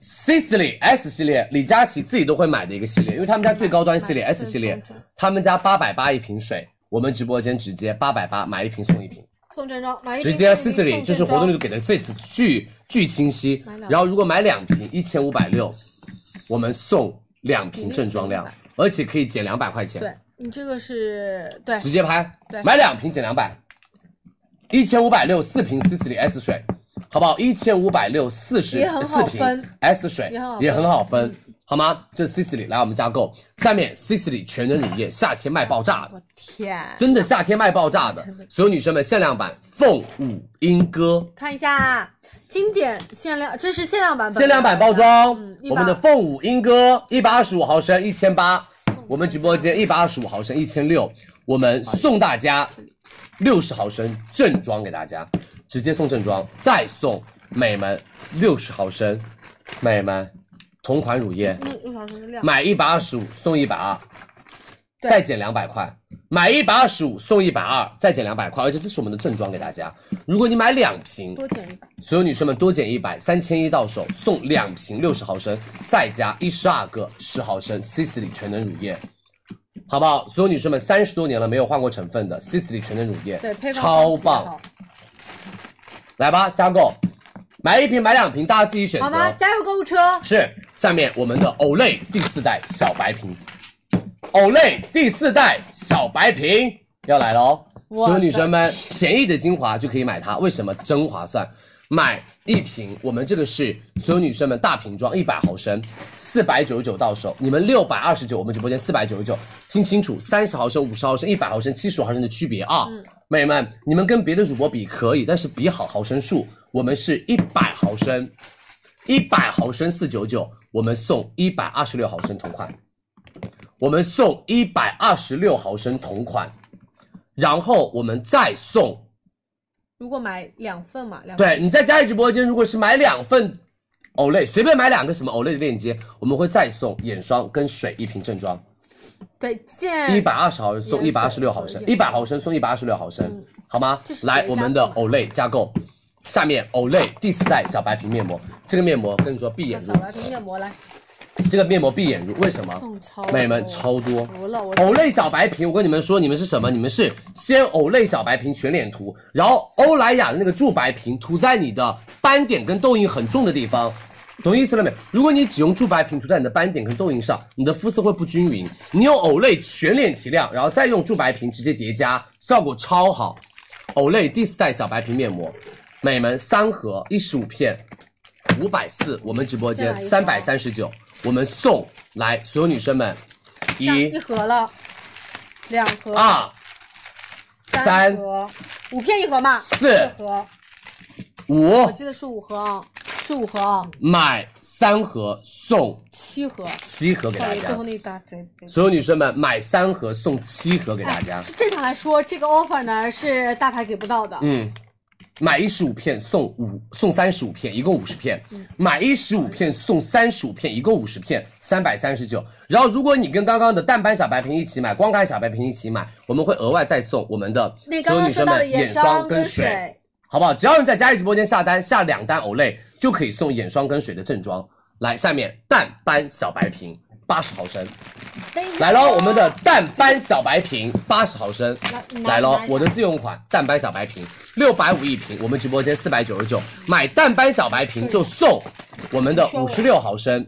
，Sicily S 系列，李佳琦自己都会买的一个系列，因为他们家最高端系列
买
S 系列
送正，
他们家八百八一瓶水，我们直播间直接八百八买一瓶送一瓶。
宋正装买一瓶
直接
哎送一瓶
Sicily
宋
就是
正
活动
装
力度给的这次巨巨清晰
买两瓶，
然后如果买两瓶一千五百六，我们送两瓶正装量，而且可以减两百块钱，
对，你这个是对
直接拍
对，
买两瓶减两百，一千五百六四瓶 Sicily S 水，好不好？一千五百六四十
也很
四
好分
瓶 S 水
也很好分嗯
也很好分，好吗？这是 Sicily 来我们加购，下面 Sicily 全能乳液夏天卖爆炸的。
我天，
真的夏天卖爆炸的，所有女生们限量版凤舞莺歌，
看一下啊经典限量，这是限量版本的，
限量版包装，
啊嗯，
我们的凤舞莺歌一百二十五毫升一千八，我们直播间一百二十五毫升一千六，我们送大家六十毫升正装给大家，直接送正装，再送美们六十毫升，美们同款乳液，
日常生的量，
买一百二十五送一百二，
对
再减两百块。买一百二十五送一百二，再减两百块，而且这是我们的正装给大家。如果你买两瓶，
多减一百，
所有女生们多减一百，三千一到手，送两瓶六十毫升，再加一十二个十毫升 Sicily 全能乳液，好不好？所有女生们三十多年了没有换过成分的 Sicily 全能乳液，
对，配方
超
非常
棒
好，，
来吧，加购，买一瓶买两瓶，大家自己选择。
好吗？加入购物车，
是下面我们的 Olay 第四代小白瓶，Olay 第四代小白瓶要来了哦！
我
所
的
有女生们，便宜的精华就可以买它，为什么？真划算！买一瓶，我们这个是所有女生们大瓶装，一百毫升，四百九十九到手。你们六百二十九，我们直播间四百九十九。听清楚，三十毫升、五十毫升、一百毫升、七十毫升的区别啊！
嗯
美女们，你们跟别的主播比可以，但是比好毫升数，我们是一百毫升，一百毫升四九九，我们送一百二十六毫升同款，我们送一百二十六毫升同款，然后我们再送，
如果买两份嘛，两份
对你在佳怡直播间，如果是买两份 Olay 随便买两个什么 Olay 的链接，我们会再送眼霜跟水一瓶正装，
对，
一
见
百二十毫升送一
眼
百
霜
二十六毫升，
和
一
眼
百
霜
毫升送一百二十六毫升，好吗
这？是
来
谁，家
我们的
的
Olay 加购，下面 Olay 第四代小白瓶面膜，这个面膜跟你说闭眼入
小，白瓶面膜来
这个面膜闭眼入，为什么？
送超
美们
多
超多，
服了我。
欧莱小白瓶，我跟你们说，你们是什么？你们是先欧莱小白瓶全脸涂，然后欧莱雅的那个驻白瓶涂在你的斑点跟痘印很重的地方，懂意思了没？如果你只用驻白瓶涂在你的斑点跟痘印上，你的肤色会不均匀。你用欧莱全脸提亮，然后再用驻白瓶直接叠加，效果超好。欧莱第四代小白瓶面膜，美们三盒一十五片，五百四，我们直播间
再
三
来
百
一
三十九，我们送来所有女生们，
这样
一
一盒了，两盒，
二三
盒，五片一盒嘛，
四
四盒，
五哦
我记得是五盒啊，是五盒啊，
买三盒送
七盒，
七嗯盒给
靠
大
你最
家
后，那一单，对对。
所有女生们买三盒送七盒给大家，
正常来说，这个 offer 呢是大牌给不到的，
嗯，买一十五片送五送三十五片，一共五十片，
嗯
买一十五片送三十五片，一共五十片。三百三十九，然后如果你跟刚刚的淡斑小白瓶一起买，光感小白瓶一起买，我们会额外再送我们的
你
所
刚
有
刚
女
说
生
到的
们
眼
霜
跟
水，，好不好？只要你在佳怡直播间下单下两单 Olay，就可以送眼霜跟水的正装。来，下面淡斑小白瓶八十毫升，来喽，我们的淡斑小白瓶八十毫升，来喽，我的自用款淡斑小白瓶六百五一瓶，我们直播间四百九十九，买淡斑小白瓶就送我们的五十六毫升，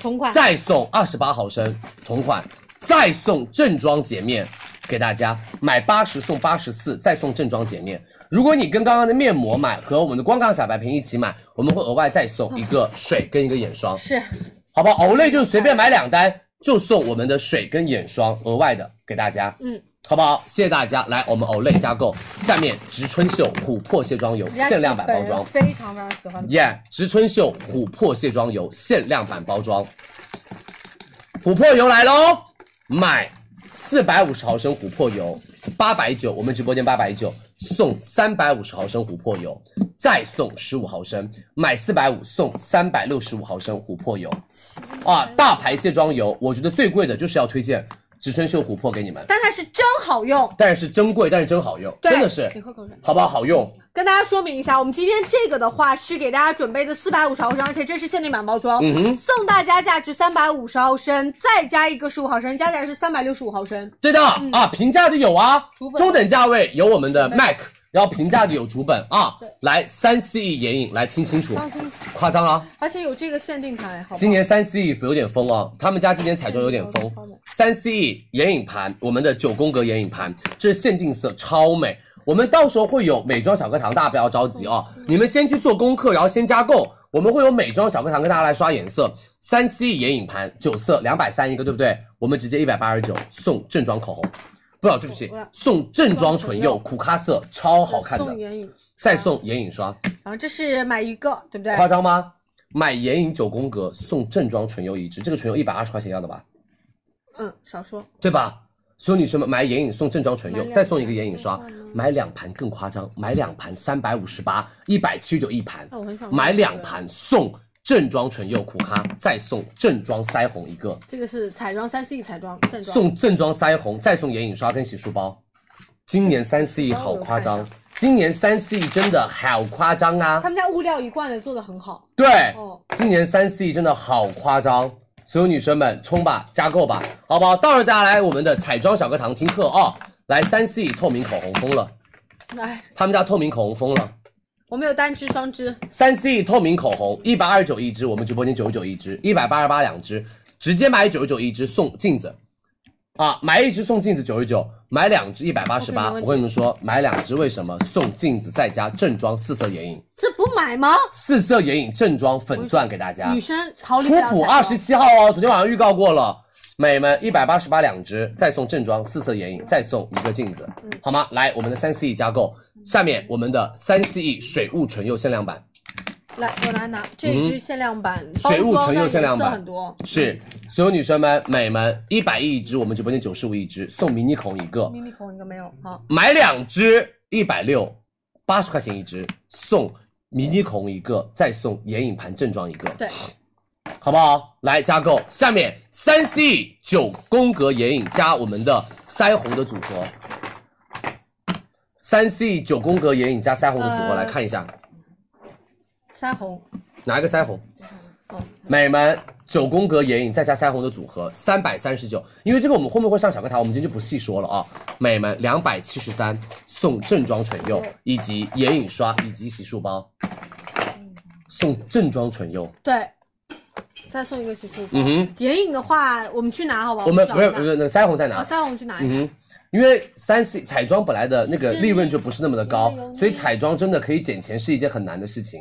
同 款，
再送二十八毫升同款，再送正装洁面给大家，买八十送八十四，再送正装洁面。如果你跟刚刚的面膜买和我们的光感小白瓶一起买，我们会额外再送一个水跟一个眼霜，
是
好不好？o l a y 就随便买两单，就送我们的水跟眼霜额外的给大家，
嗯，
好不好？谢谢大家，来我们 Olay 加购，下面植春秀琥珀卸妆油
人家
限量版包装
自。己本人非常非常喜欢的。
耶、植村秀琥珀卸妆油限量版包装，琥珀油来喽！买四百五十毫升琥珀油，八百九，我们直播间八百九，送三百五十毫升琥珀油，再送十五毫升，买四百五送三百六十五毫升琥珀油。啊，大牌卸妆油，我觉得最贵的就是要推荐植村秀琥珀给你们，
但它是真好用，
但是真贵，但是真好用，
对
真的是
你，喝口水。
好不好？好用，
跟大家说明一下，我们今天这个的话是给大家准备的四百五十毫升，而且这是限定版包装，
嗯哼。
送大家价值三百五十毫升，再加一个十五毫升，加起来是三百六十五毫升。
对的、啊，平价的有啊
嗯竹，本
中等价位有我们的 MAC，然后平价的有竹本啊。来三 C E 眼影，来听清楚，
放心，
夸张了啊。
而且有这个限定盘，好吧？
今年三 C E 有点疯哦，他们家今年彩妆有点疯。三 C E 眼影盘，我们的九宫格眼影盘，这是限定色，超美。我们到时候会有美妆小课堂，大家不要着急哦，你们先去做功课，然后先加购。我们会有美妆小课堂跟大家来刷颜色，三 C E 眼影盘九色两百三一个，对不对？我们直接一百八十九送正装口红，不对不起，送正装唇釉苦咖色，超好看的
送，眼影，
再送眼影刷。
然后这是买一个，对不对？
夸张吗？买眼影九宫格送正装唇釉一支，这个唇釉一百二十块钱要的吧，
嗯，少说。
对吧？所有女生们买眼影送正装唇
买
釉，
两
再送一个眼影刷，买两盘更夸张，买两盘三百五十八，一百七十九一盘
哦那，我很想
买两，盘送正装唇釉苦咖，再送正装腮红一个，
这个是彩妆三 C 彩妆正装，
送正装腮红，再送眼影刷跟洗漱包。今年三 C E
哦
好夸张，今年三 C E 真的好夸张啊！
他们家物料一贯的做的很好。
对，
哦
今年三 C 真的好夸张，所有女生们冲吧，加购吧，好不好？到时候大家来我们的彩妆小课堂听课啊、来三 C 透明口红疯了，
哎，
他们家透明口红疯了。
我们有单支、双支，
三 C 透明口红一百二十九一支，我们直播间九十九一支，一百八十八两支，直接买九十九一支送镜子，啊，买一支送镜子九十九，买两支一百八十
OK，没
八。
问题
我跟你们说，买两支为什么送镜子再加正装四色眼影，
这不买吗？
四色眼影正装粉钻给大家。
女生逃离
初
哦不了彩
普
妆
二十七号哦，昨天晚上预告过了。美们，一百八十八两支，再送正装四色眼影，再送一个镜子，
嗯
好吗？来，我们的三 C E 加购，下面我们的三 C E 水雾唇釉限量版
来，我来拿这一支限量版，包
嗯水雾
装
唇釉
的
限量
颜色
版哦
很多，
是所有女生们，美们一百一一支，我们直播间九十五一支，送迷你孔一个，
迷你哦孔一个没有，好，
买两支一百六，八十块钱一支，送迷你孔一个，再送眼影盘正装一个，
对，
好不好？来加购，下面三 C 九宫格眼影加我们的腮红的组合，三 C 九宫格眼影加腮红的组合，
呃
来看一下，
腮红，
拿一个腮红？美们，九宫格眼影再加腮红的组合，三百三十九。因为这个我们后面会上小课堂，我们今天就不细说了啊。美们，两百七十三送正装唇釉，以及眼影刷，以及洗漱包，送正装唇釉。
对，
再送一个洗漱
嗯哼，
眼影的话，哦我们去拿好吧？
我们
去找
没有
一
没
下
有，呃没有那个腮红在
哦
哪？
腮红去拿一下。
嗯哼，因为三 C 彩妆本来的那个
是
利润就不是那么的高
因为有，你
所以彩妆真的可以减钱是一件很难的事情，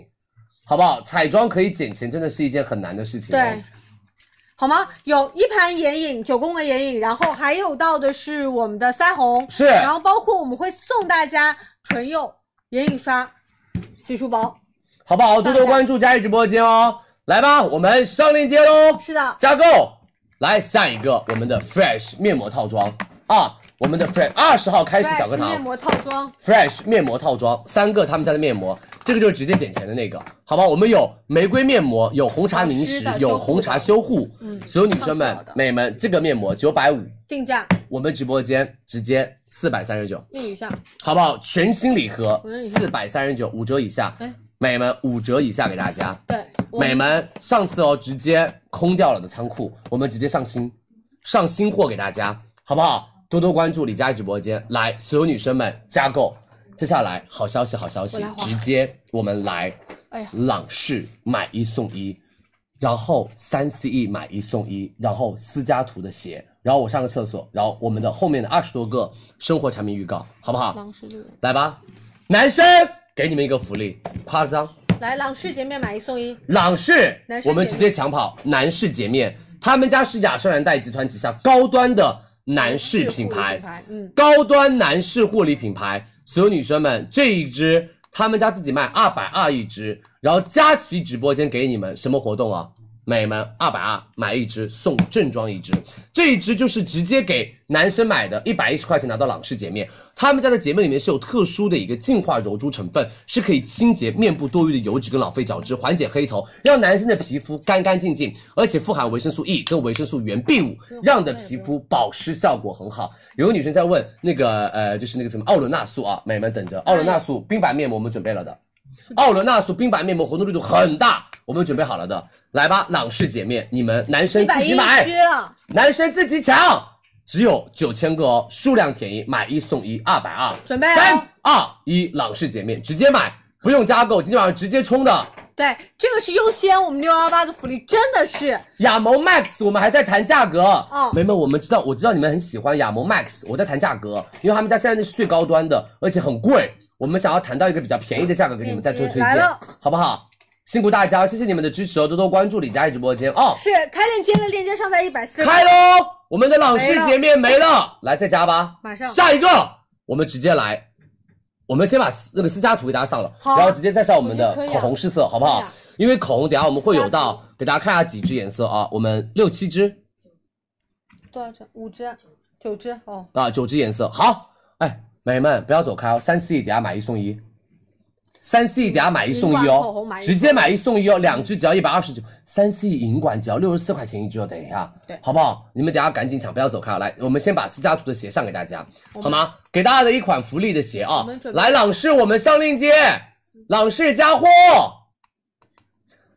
好不好？彩妆可以减钱真的是一件很难的事情、哦。
对，好吗？有一盘眼影，九宫格眼影，然后还有到的是我们的腮红，
是
然后包括我们会送大家唇釉、眼影刷、洗漱包。
好不好？多多关注佳怡直播间哦。来吧，我们上链接喽。
是的，
加购。来下一个，我们的 Fresh 面膜套装啊，我们的 Fresh 二十号开始小课
对面
堂
膜套装，
，Fresh 面膜套装三个他们家的面膜，这个就是直接减钱的那个，好吧？我们有玫瑰面膜，有红茶凝
保湿
实
的，
有红茶修护，
嗯
所有女生
抗
们
衰老的
美们，这个面膜九百五，
定价
我们直播间直接四百三十九，
那一下，
好不好？全新礼盒
我认一下
四百三十九，五折以下
哎，
美们五折以下给大家。
对，我
美们，上次哦直接空掉了的仓库，我们直接上新，上新货给大家，好不好？多多关注李佳琦直播间，来，所有女生们加购。接下来好消息，好消息
我来，画
直接我们来
哎呀，
朗仕买一送一，然后三 CE 买一送一，然后思家图的鞋，然后我上个厕所，然后我们的后面的二十多个生活产品预告，好不好？
朗诗这个，
来吧，男生给你们一个福利，夸张。
来朗诗洁面买一送一，
朗仕
男士洁面，
我们直接抢跑男士洁面，他们家是雅诗兰黛集团旗下高端的男士品牌，
嗯，
高端男士护理品牌。所有女生们，这一支他们家自己卖二百二一支，然后佳琦直播间给你们什么活动啊？美们，二百二买一支送正装一支，这一支就是直接给男生买的，一百一十块钱拿到朗诗洁面，他们家的洁面里面是有特殊的一个净化柔珠成分，是可以清洁面部多余的油脂跟老废角质，缓解黑头，让男生的皮肤干干净净，而且富含维生素 E 跟维生素原 B 五，让你的皮肤保湿效果很好。有个女生在问那个呃，就是那个什么奥伦纳素啊，美们等着，奥伦纳
哎
素冰白面膜我们准备了的，奥伦纳素冰白面膜活动力度很大，我们准备好了的，来吧，朗氏姐妹，你们男生
一
自
百一
己
十
买，
了，
男生自己抢，只有九千个哦，数量便宜，买一送一，二百二。
准备哦
三二一，朗氏洁面直接买，不用加购，今天晚上直接冲的。
对，这个是优先，我们六幺八的福利真的是
雅萌 Max，我们还在谈价格。
嗯
妹妹，我们知道，我知道你们很喜欢雅萌 Max，我在谈价格，因为他们家现在是最高端的，而且很贵，我们想要谈到一个比较便宜的价格给你们再做推
链接来
荐
了，
好不好？辛苦大家，谢谢你们的支持哦，多多关注李佳琦直播间哦。
是开链接了，链接上在一百四
开喽！我们的朗诗洁面没了，来再加吧，
马上
下一个，我们直接来，我们先把那个思家图给大家上了，
好啊
然后直接再上我们的
我觉得可以啊
口红试色，好不
可以
好
啊？
因为口红等下我们会有到，给大家看一下几支颜色啊，我们六七支
多少支？五支，九支哦。
啊，九支颜色。好，哎，美们不要走开哦，三 C 等下买一送一。三 C 等下买一送一
银管口
哦
红买，一送一
直接买一送一哦，两支只要一百二十九，三 C 银管只要六十四块钱一支哦，等一下，
对
好不好？你们等一下赶紧抢，不要走开哦。来，我们先把思家图的鞋上给大家，好吗？给大家的一款福利的鞋啊、
我们准备
来朗仕，我们上链接，朗仕加货。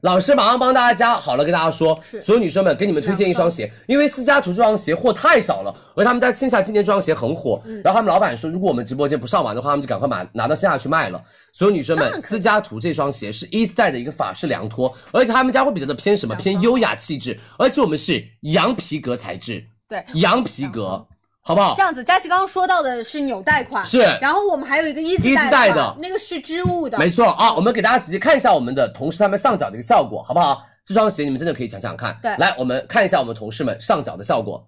老师马上帮大家加好了，跟大家说，所有女生们给你们推荐一双鞋，
嗯
因为思家图这双鞋货太少了，而他们家线下今年这双鞋很火，
嗯
然后他们老板说，如果我们直播间不上完的话，他们就赶快买拿到线下去卖了。所有女生们，思家图这双鞋是 e s t y 的一个法式凉拖，而且他们家会比较的偏什么偏优雅气质，而且我们是羊皮革材质，
对，
羊皮革，好不好
嗯这？样子，佳琪刚刚说到的是纽带款，
是
然后我们还有一个一字
一字
带
带
款
的
那个是织物的，
没错啊，我们给大家直接看一下我们的同事他们上脚的一个效果，好不好？这双鞋你们真的可以想想看。
对
来，我们看一下我们同事们上脚的效果。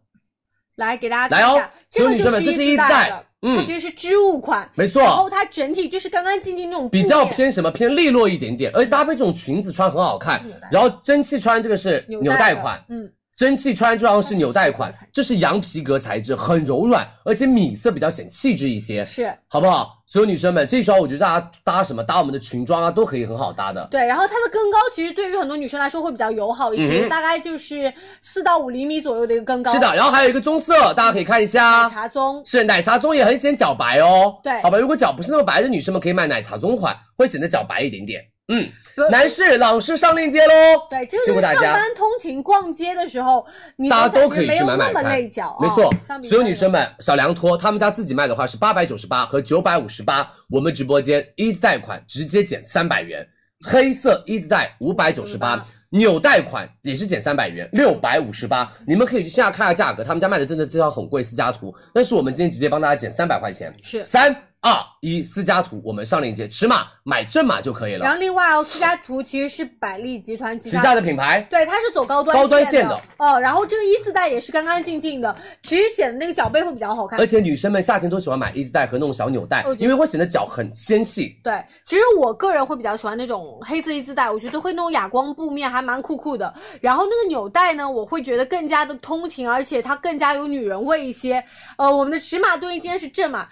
来给大家
来
看一
哦
下，这
所
个
有女生们
就
这
是
是
一
一
字
字
带
带
的，
嗯
它其实是织物款，
没错
然后它整体就是干干净净那种布
比
面，
较偏什么偏利哎落一点点，而且搭配这种裙子穿很好看。然后蒸汽穿这个是纽带款，
嗯，
蒸汽穿这双是纽带款，这是羊皮革材质，很柔软，而且米色比较显气质一些，
是
好不好？所有女生们，这双我觉得大家搭什么搭我们的裙装啊，都可以很好搭的。
对，然后它的跟高其实对于很多女生来说会比较友好一些，
嗯
大概就是四到五厘米左右的一个跟高。
是的，然后还有一个棕色，大家可以看一下，
茶棕，
是奶茶棕也很显脚白哦。
对
好吧，如果脚不是那么白的女生们可以买奶茶棕款，会显得脚白一点点。嗯，
不
男士老师上链接喽。
对，这个
辛
就是
苦大
上
家
班通勤、逛街的时候，你
大家
手
都
感
可
觉
以
没
去
有
买
那
买
么
看，
累脚啊。
没错
相，比
所有
别
女
人
生们，小凉拖他们家自己卖的话是八百九十八和九百五十八，我们直播间一字带款直接减三百元，黑色一字带五百九十
598
八。纽带款也是减三百元，六百五十八，你们可以去线下看一下价格，他们家卖的真的这条很贵，私家图，但是我们今天直接帮大家减三百块钱，
是
三二一私家图，我们上链接，尺码买正码就可以
然
了，
后另外哦，思佳图其实是百丽集团旗
旗下
下
的品牌，
对，它是走高端
高端
线
线的
哦。然后这个一字带也是干干净净的，其实显得那个脚背会比较好看
而。且女生们夏天都喜欢买一字带和那种小纽带
我觉，得
因为会显得脚很纤细，
对，其实我个人会比较喜欢那种黑色一字带，我觉得会那种哑光布面还蛮酷酷的。然后那个纽带呢，我会觉得更加的通勤，而且它更加有女人味一些。呃，我们的尺码对应今天是正码，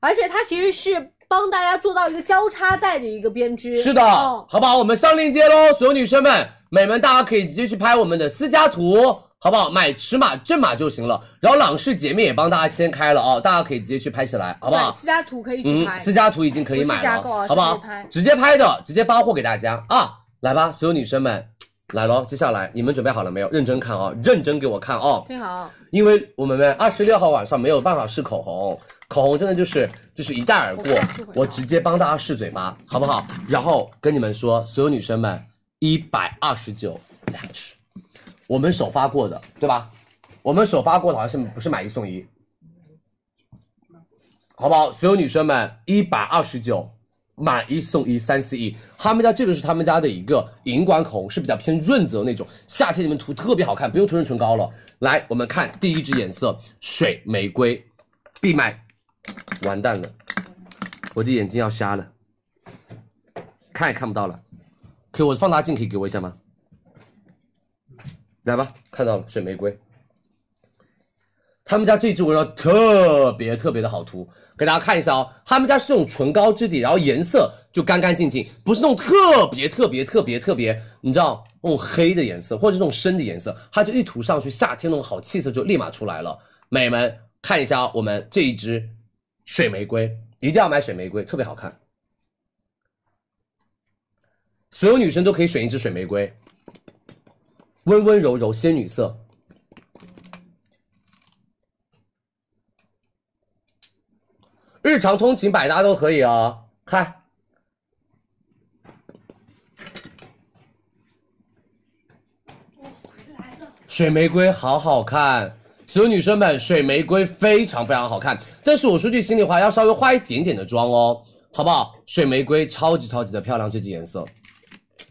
而且它其实是帮大家做到一个交叉带的一个编织。
是的，
嗯，
好不好？我们上链接喽，所有女生们、美们，大家可以直接去拍我们的私家图。好不好？买尺码正码就行了。然后朗仕洁面也帮大家先开了啊、大家可以直接去拍起来，好不
对，
好？
私家图可以去
嗯
拍，。
私家图已经可以买
不是加购
了，哦
啊
好不好
是直接拍？
直接拍的，直接发货给大家啊！来吧，所有女生们，来喽！接下来你们准备好了没有？认真看啊、认真给我看啊、
听好，
因为我们二十六号晚上没有办法试口红，口红真的就是就是一带而过
我看试，过
我直接帮大家试嘴巴，好不好？然后跟你们说，所有女生们，一百二十九两支，我们首发过的，对吧？我们首发过的好像是不是买一送一，好不好？所有女生们，一百二十九。买一送一，三四一，他们家这个是他们家的一个荧光口红，是比较偏润泽那种，夏天你们涂特别好看，不用涂润唇膏了。来，我们看第一支颜色，水玫瑰，必买，完蛋了，我的眼睛要瞎了，看也看不到了，可以我放大镜可以给我一下吗？来吧，看到了，水玫瑰。他们家这支我要特别特别的好涂，给大家看一下哦。他们家是这种唇膏质地，然后颜色就干干净净，不是那种特别特别特别特别，你知道那种黑的颜色或者是那种深的颜色，它就一涂上去，夏天那种好气色就立马出来了。美们看一下哦我们这一支水玫瑰，一定要买水玫瑰，特别好看。所有女生都可以选一支水玫瑰，温温柔柔仙女色，日常通勤百搭都可以哦。看，水玫瑰好好看，所有女生们，水玫瑰非常非常好看。但是我说句心里话，要稍微化一点点的妆哦，好不好？水玫瑰超级超级的漂亮，这支颜色，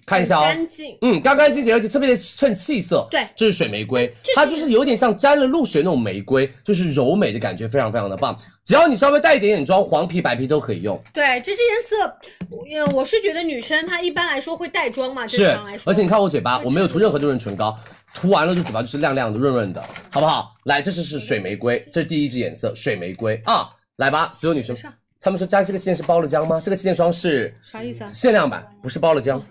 看一下哦。
干净。
嗯，干干净净，而且特别的衬气色。
对
这是水玫瑰，它就是有点像沾了露水那种玫瑰，就是柔美的感觉，非常非常的棒。只要你稍微带一点点妆，黄皮、白皮都可以用。
对，这支颜色，我我是觉得女生她一般来说会带妆嘛，正
是
常来，说。
而且你看我嘴巴，我没有涂任何的润唇膏，涂完了就嘴巴就是亮亮的、润润的，好不好？来，这是是水玫
嗯
瑰，这是第一支颜色，水玫瑰啊。来吧，所有女生
没事儿，
她们说佳琪这个气垫是包了浆吗？这个气垫霜是
啥意思啊？
限量版，不是包了浆。
嗯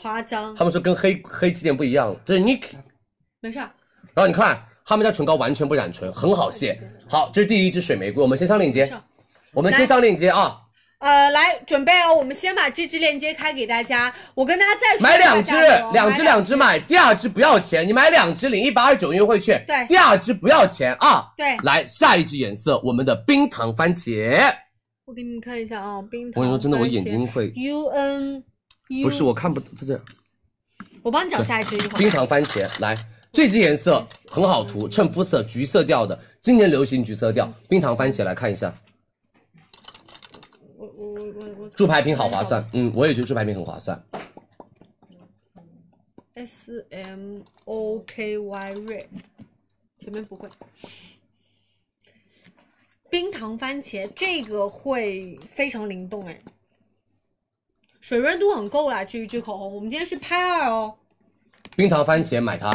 夸张，
她们说跟黑黑气垫不一样了，这是 Niki
没事儿。
然后你看他们家唇膏完全不染唇，很好卸。好，这是第一支水玫瑰，我们先上链接，我们先上链接啊，
呃，来准备哦，我们先把这支链接开给大家。我跟大家再说
买
一下
两支
价格哦，
两支两支买，第二支不要钱，你买两支领一百二十九元优惠券，
对
第二支不要钱啊。
对
来下一支颜色，我们的冰糖番茄。
我给你们看一下啊、冰
我
糖。
跟你说，真的，我眼睛会，
U N，
不是，我看不，这这
我帮你找下一支一会
冰
儿。
糖番茄来。这支颜色很好涂，衬肤色，橘色调的，今年流行橘色调，冰糖番茄来看一下，
我我我我我
助牌瓶好划算，嗯，我也觉得助牌瓶很划算，
S M O K Y Red，前面不会。冰糖番茄这个会非常灵动哎，水润度很够啦。这一支口红，我们今天是拍二哦。
冰糖番茄买它，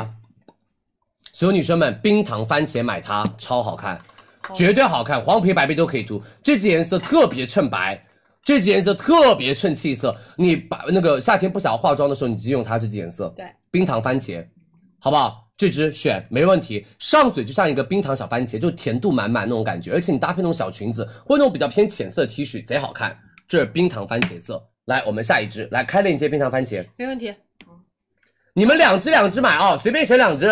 所有女生们，冰糖番茄买它，超好看，绝对好看，黄皮白皮都可以涂。这支颜色特别衬白，这支颜色特别衬气色。你把那个夏天不想要化妆的时候，你直接用它这支颜色。
对，
冰糖番茄，好不好？这支选没问题，上嘴就像一个冰糖小番茄，就甜度满满那种感觉，而且你搭配那种小裙子或那种比较偏浅色的 T 恤，贼好看。这是冰糖番茄色。来，我们下一支，来开链接冰糖番茄，
没问题，
你们两支两支买啊、随便选两支。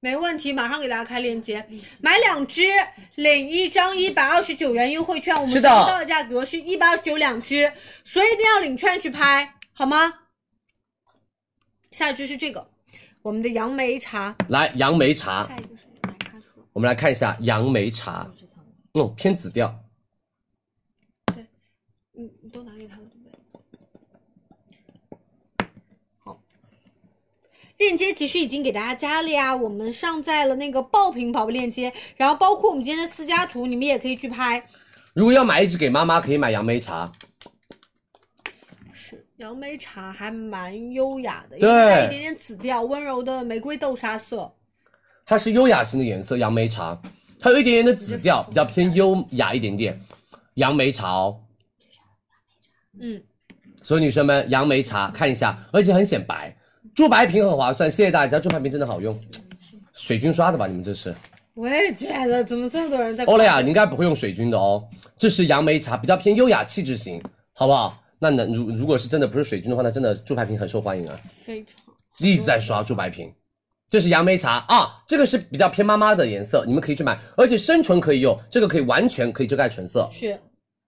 没问题，马上给大家开链接，买两支领一张一百二十九元优惠券，我们
是
收
的
到的价格是一百二十九两支，所以一定要领券去拍，好吗？下一支是这个，我们的杨梅茶，
来，杨梅茶，
下一个是奶咖啡，
我们来看一下杨梅茶，那种偏紫调，
嗯，你都拿给他了，对不对？好，链接其实已经给大家加了呀，我们上在了那个爆品宝贝链接，然后包括我们今天的私家图，你们也可以去拍。
如果要买一支给妈妈，可以买杨梅茶。
是杨梅茶还蛮优雅的，
对
也带一点点紫调，温柔的玫瑰豆沙色。
它是优雅型的颜色，杨梅茶，它有一点点的紫调，比较偏优雅一点点，杨梅茶哦。
嗯，
所有女生们，杨梅茶看一下，而且很显白，驻白瓶很划算，谢谢大家，驻白瓶真的好用，水军刷的吧？你们这是？
我也觉得，怎么这么多人在？
欧莱雅你应该不会用水军的哦，这是杨梅茶，比较偏优雅气质型，好不好？那能如如果是真的不是水军的话，那真的驻白瓶很受欢迎啊。
非常
一直在刷驻白瓶。这是杨梅茶啊，这个是比较偏妈妈的颜色，你们可以去买，而且深唇可以用，这个可以完全可以遮盖唇色。
是，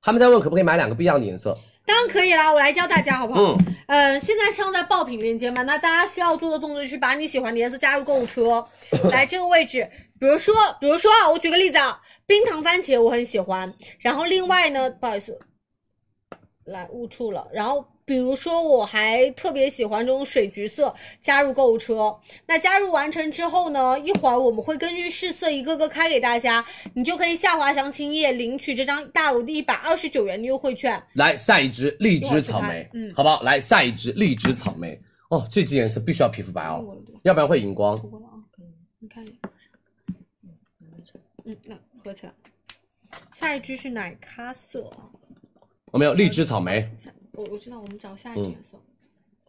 他们在问可不可以买两个不一样的颜色，
当然可以啦，我来教大家好不好？
嗯，
呃，现在上在爆品链接嘛，那大家需要做的动作就是把你喜欢的颜色加入购物车，来这个位置，比如说，比如说啊，我举个例子啊，冰糖番茄我很喜欢，然后另外呢，不好意思，来误触了，然后。比如说，我还特别喜欢这种水橘色，加入购物车。那加入完成之后呢，一会儿我们会根据试色一个个开给大家，你就可以下滑详情页领取这张大额的一百二十九元的优惠券。
来下一支荔枝草
一会儿
莓
去，看嗯
好不好？来下一支荔枝草莓，哦，这支颜色必须要皮肤白哦，
我
要不然会荧光。
过了啊，你看一下。嗯，那合起来。下一支是奶咖色，
我没有荔枝草莓，
下我我知道，我们找下一
嗯
支颜色。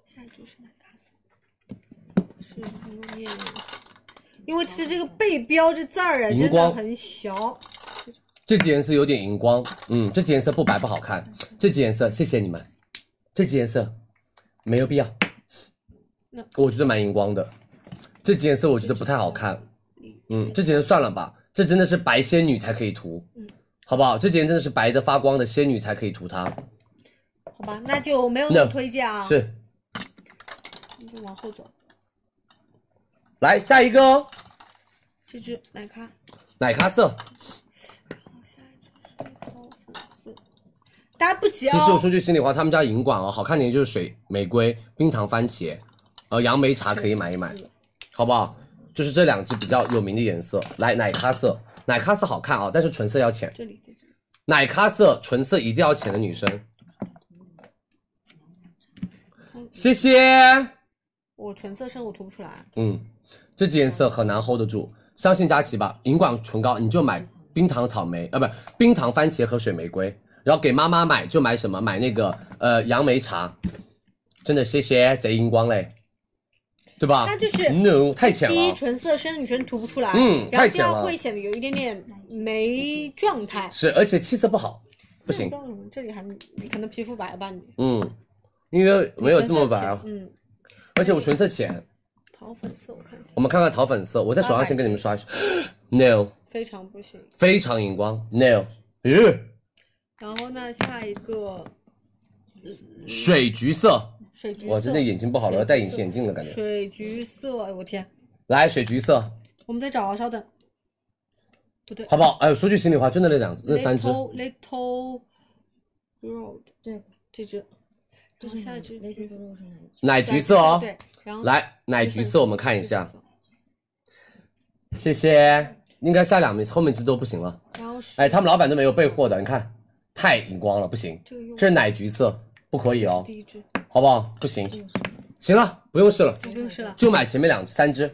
下一支是奶咖色，是牛肉面。因为其实这个背标这字儿啊，
荧
真的
光
很小。
这支颜色有点荧光，嗯，这支颜色不白不好看，这支颜色谢谢你们，这支颜色没有必要
那，
我觉得蛮荧光的，这支颜色我觉得不太好看，嗯，这支颜色算了吧，这真的是白仙女才可以涂，好不好？这支颜色真的是白的发光的仙女才可以涂它，
好吧，那就没有那么
那
推荐啊。，
是，
你就往后走。
来下一个哦，
这支奶咖，
奶咖色，
下一支是桃粉色。大家不急
其实我
哦
说，句心里话，他们家银管哦，好看点就是水玫瑰、冰糖番茄，呃，杨梅茶可以买一买，好不好？就是这两支比较有名的颜色，来奶咖色，奶咖色好看啊、但是唇色要浅，
这里这支
奶咖色唇色一定要浅的女生。谢谢，
我唇色深我涂不出来。
嗯，这支颜色很难 hold 得住，相信佳琪吧。银管唇膏你就买冰糖草莓啊，不，冰糖番茄和水玫瑰，然后给妈妈买就买什么？买那个呃杨梅茶，真的谢谢，贼荧光嘞，对吧？
它就是
no 太浅
第一
了，
唇色深的女生涂不出来，
嗯
然后
太
第
浅
二
了
会显得有一点点没状态，
是而且气色不好，不
那
行
你知，道为什么这里还你可能皮肤白吧你，
嗯，因为没有这么白啊
唇色，浅嗯，
而且我唇色浅，
桃粉色我看一下，
我们看看桃粉色，我在手上先给你们刷一刷
啊
，no
非常不行。
非常荧光，no，咦、呃
然后呢，下一个
水橘色，
水橘色，
哇，真的眼睛不好了，要戴隐形眼镜了感觉。
水橘色，哎我天，
来水橘色，
我们再找啊，稍等，不对，
好不好？哎，说句心里话，真的那两只，那三只
Little Little Road 这这只，然后下一只橘
奶橘色哦。
对，然后
来奶
橘
橘
粉
色，我们看一下，谢谢。应该下两名，后面这都不行了。
然后是
哎，他们老板都没有备货的，你看，太荧光了，不行。
这个用
这是奶橘色，不可以哦，
第一只，
好不好？不行。行了，不用试了，
我不用试了。
就买前面两三只。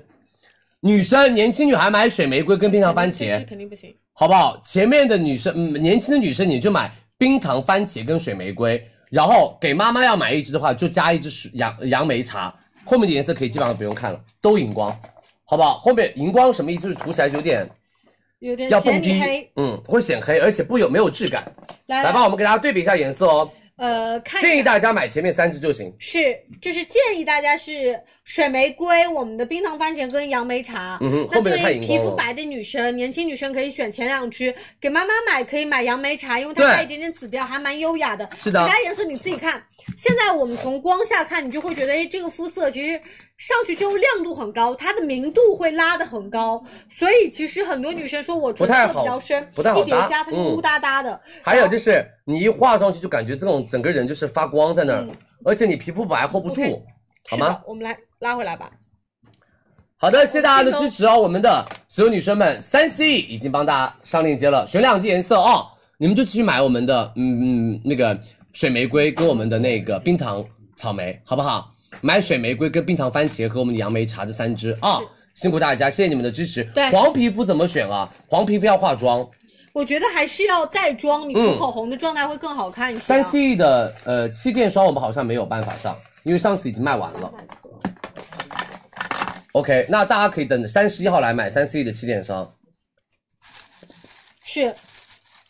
女生年轻女孩买水玫瑰跟冰糖番
这
茄
这，肯定不行。
好不好？前面的女生，嗯，年轻的女生你就买冰糖番茄跟水玫瑰，然后给妈妈要买一支的话，就加一支水杨杨梅茶，后面的颜色可以基本上不用看了，都荧光，好不好？后面荧光什么意思？就是涂起来有点
有点
要
呃显
蹦迪
黑，哎
嗯，会显黑，而且不有没有质感。
来
来吧，，我们给大家对比一下颜色哦，
呃，看一下
建议大家买前面三支就行。
是，就是建议大家是水玫瑰、我们的冰糖番茄跟杨梅茶。
嗯哼
那
后面太
对
荧
于皮
光
肤
了
白的女生、年轻女生可以选前两支，给妈妈买可以买杨梅茶，因为它
对
带一点点紫标，还蛮优雅的。
是的
其他颜色你自己看。现在我们从光下看，你就会觉得，哎，这个肤色其实上去之后亮度很高，它的明度会拉得很高，所以其实很多女生说我唇
不太
色比
好
较深，
不太好
一叠
搭
加它就
嗯
乌哒哒的。
还有就是你一化上去就感觉这种整个人就是发光在那儿
嗯，
而且你皮肤白 hold 不住
OK，，
好
是
吗
的，？我们来拉回来吧。
好的，谢谢大家的支持哦！我们的所有女生们，三 C 已经帮大家上链接了，选两支颜色哦，你们就去买我们的嗯嗯那个水玫瑰跟我们的那个冰糖草莓，好不好？买水玫瑰跟冰糖番茄和我们的杨梅茶这三支啊、辛苦大家，谢谢你们的支持。
对
黄皮肤怎么选啊？黄皮肤要化妆，
我觉得还是要带妆，你
嗯
涂口红的状态会更好看一些、啊
三 C 的呃气垫霜我们好像没有办法上，因为上次已经卖完了。OK，那大家可以等三十一号来买三 C 的气垫霜。
是，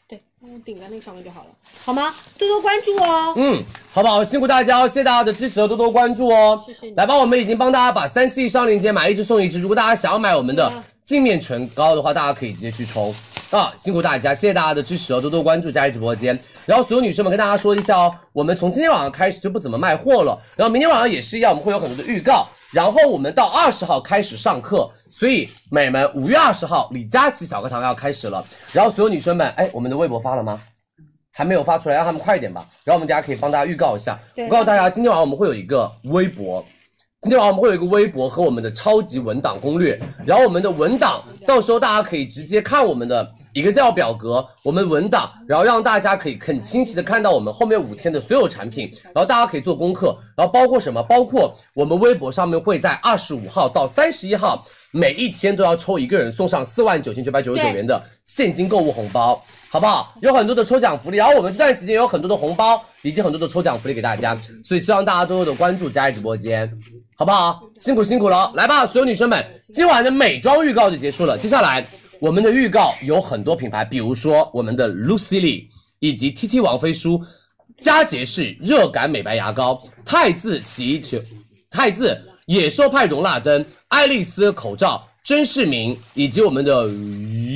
对，我顶在那个上面就好了，好吗？多多关注哦。
嗯，好不好？辛苦大家哦，谢谢大家的支持和多多关注哦。
谢谢你
来吧，我们已经帮大家把三 C 上链接，买一支送一支。如果大家想要买我们的
嗯
镜面唇膏的话，大家可以直接去冲啊！辛苦大家，谢谢大家的支持哦，多多关注佳怡直播间。然后所有女生们跟大家说一下哦，我们从今天晚上开始就不怎么卖货了，然后明天晚上也是一样，我们会有很多的预告。然后我们到二十号开始上课，所以美们，五月二十号李佳琦小课堂要开始了。然后所有女生们，哎，我们的微博发了吗？还没有发出来，让他们快一点吧。然后我们大家可以帮大家预告一下，
对
我告诉大家，今天晚上我们会有一个微博，今天晚上我们会有一个微博和我们的超级文档攻略，然后我们的文档到时候大家可以直接看我们的一个叫表格，我们文档，然后让大家可以很清晰的看到我们后面五天的所有产品，然后大家可以做功课，然后包括什么？包括我们微博上面会在二十五号到三十一号每一天都要抽一个人送上四万九千九百九十九
对
元的现金购物红包，好不好？有很多的抽奖福利，然后我们这段时间有很多的红包以及很多的抽奖福利给大家，所以希望大家多多的关注佳怡直播间，好不好？辛苦辛苦了，来吧，所有女生们，今晚的美妆预告就结束了，接下来我们的预告有很多品牌，比如说我们的 Lucy Lee 以及 TT 王妃梳。佳洁士热感美白牙膏、汰渍洗衣球、汰渍野兽派容蜡灯、爱丽丝口罩、真视明以及我们的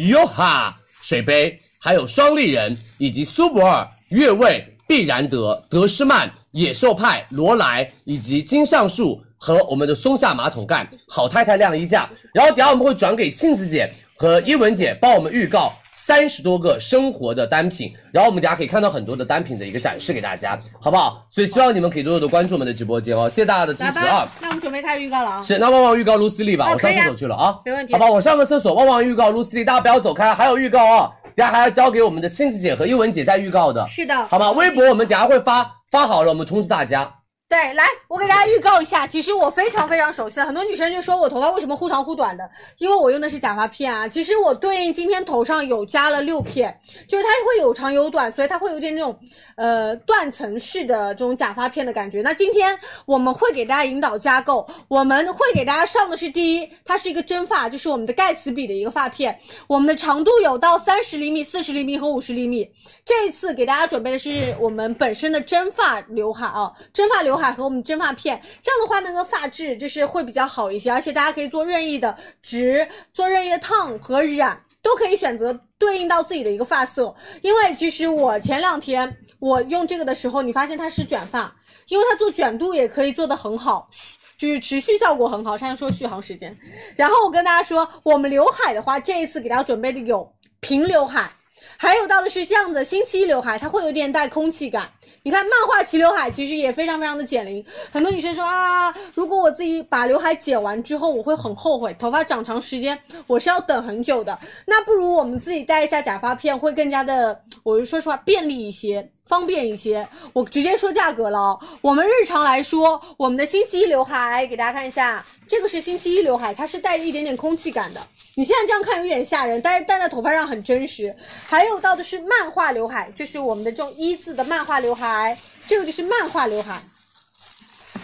优哈水杯，还有双立人以及苏泊尔、悦味、必然德、德诗曼、野兽派、罗莱以及金橡树和我们的松下马桶盖、好太太晾衣架。然后等下我们会转给庆子姐和一文姐帮我们预告三十多个生活的单品，然后我们大家可以看到很多的单品的一个展示给大家，好不好？所以希望你们可以多多的关注我们的直播间哦，谢谢大家的支
来
持啊
吧！，那我们准备开始预告了啊。
是，那旺旺预告 Lucy Lee 吧，
哦
我上
可以啊
厕所去了啊，
没问题
好吧，我上个厕所，旺旺预告 Lucy Lee，大家不要走开，还有预告哦，等下还要交给我们的庆子姐和一文姐在预告的，
是的，
好吧？微博我们等下会发，发好了我们通知大家。
对，来，我给大家预告一下，其实我非常非常熟悉的，很多女生就说我头发为什么忽长忽短的，因为我用的是假发片啊。其实我对应今天头上有加了六片，就是它会有长有短，所以它会有点那种呃断层式的这种假发片的感觉。那今天我们会给大家引导加购，我们会给大家上的是第一，它是一个真发，就是我们的盖茨比的一个发片，我们的长度有到三十厘米、四十厘米和五十厘米。这一次给大家准备的是我们本身的真发刘海啊，真发刘海和我们真发片，这样的话那个发质就是会比较好一些，而且大家可以做任意的直、做任意的烫和染，都可以选择对应到自己的一个发色。因为其实我前两天我用这个的时候，你发现它是卷发，因为它做卷度也可以做得很好。就是持续效果很好，差点说续航时间。然后我跟大家说，我们刘海的话，这一次给大家准备的有平刘海，还有到的是这样的星期一刘海，它会有点带空气感，你看漫画齐刘海其实也非常非常的减龄，很多女生说啊，如果我自己把刘海剪完之后，我会很后悔，头发长长时间我是要等很久的。那不如我们自己戴一下假发片，会更加的，我说实话便利一些。方便一些，我直接说价格了哦。我们日常来说，我们的星期一刘海给大家看一下，这个是星期一刘海，它是带着一点点空气感的。你现在这样看有点吓人，但是戴在头发上很真实。还有到的是漫画刘海，就是我们的这种一字的漫画刘海，这个就是漫画刘海。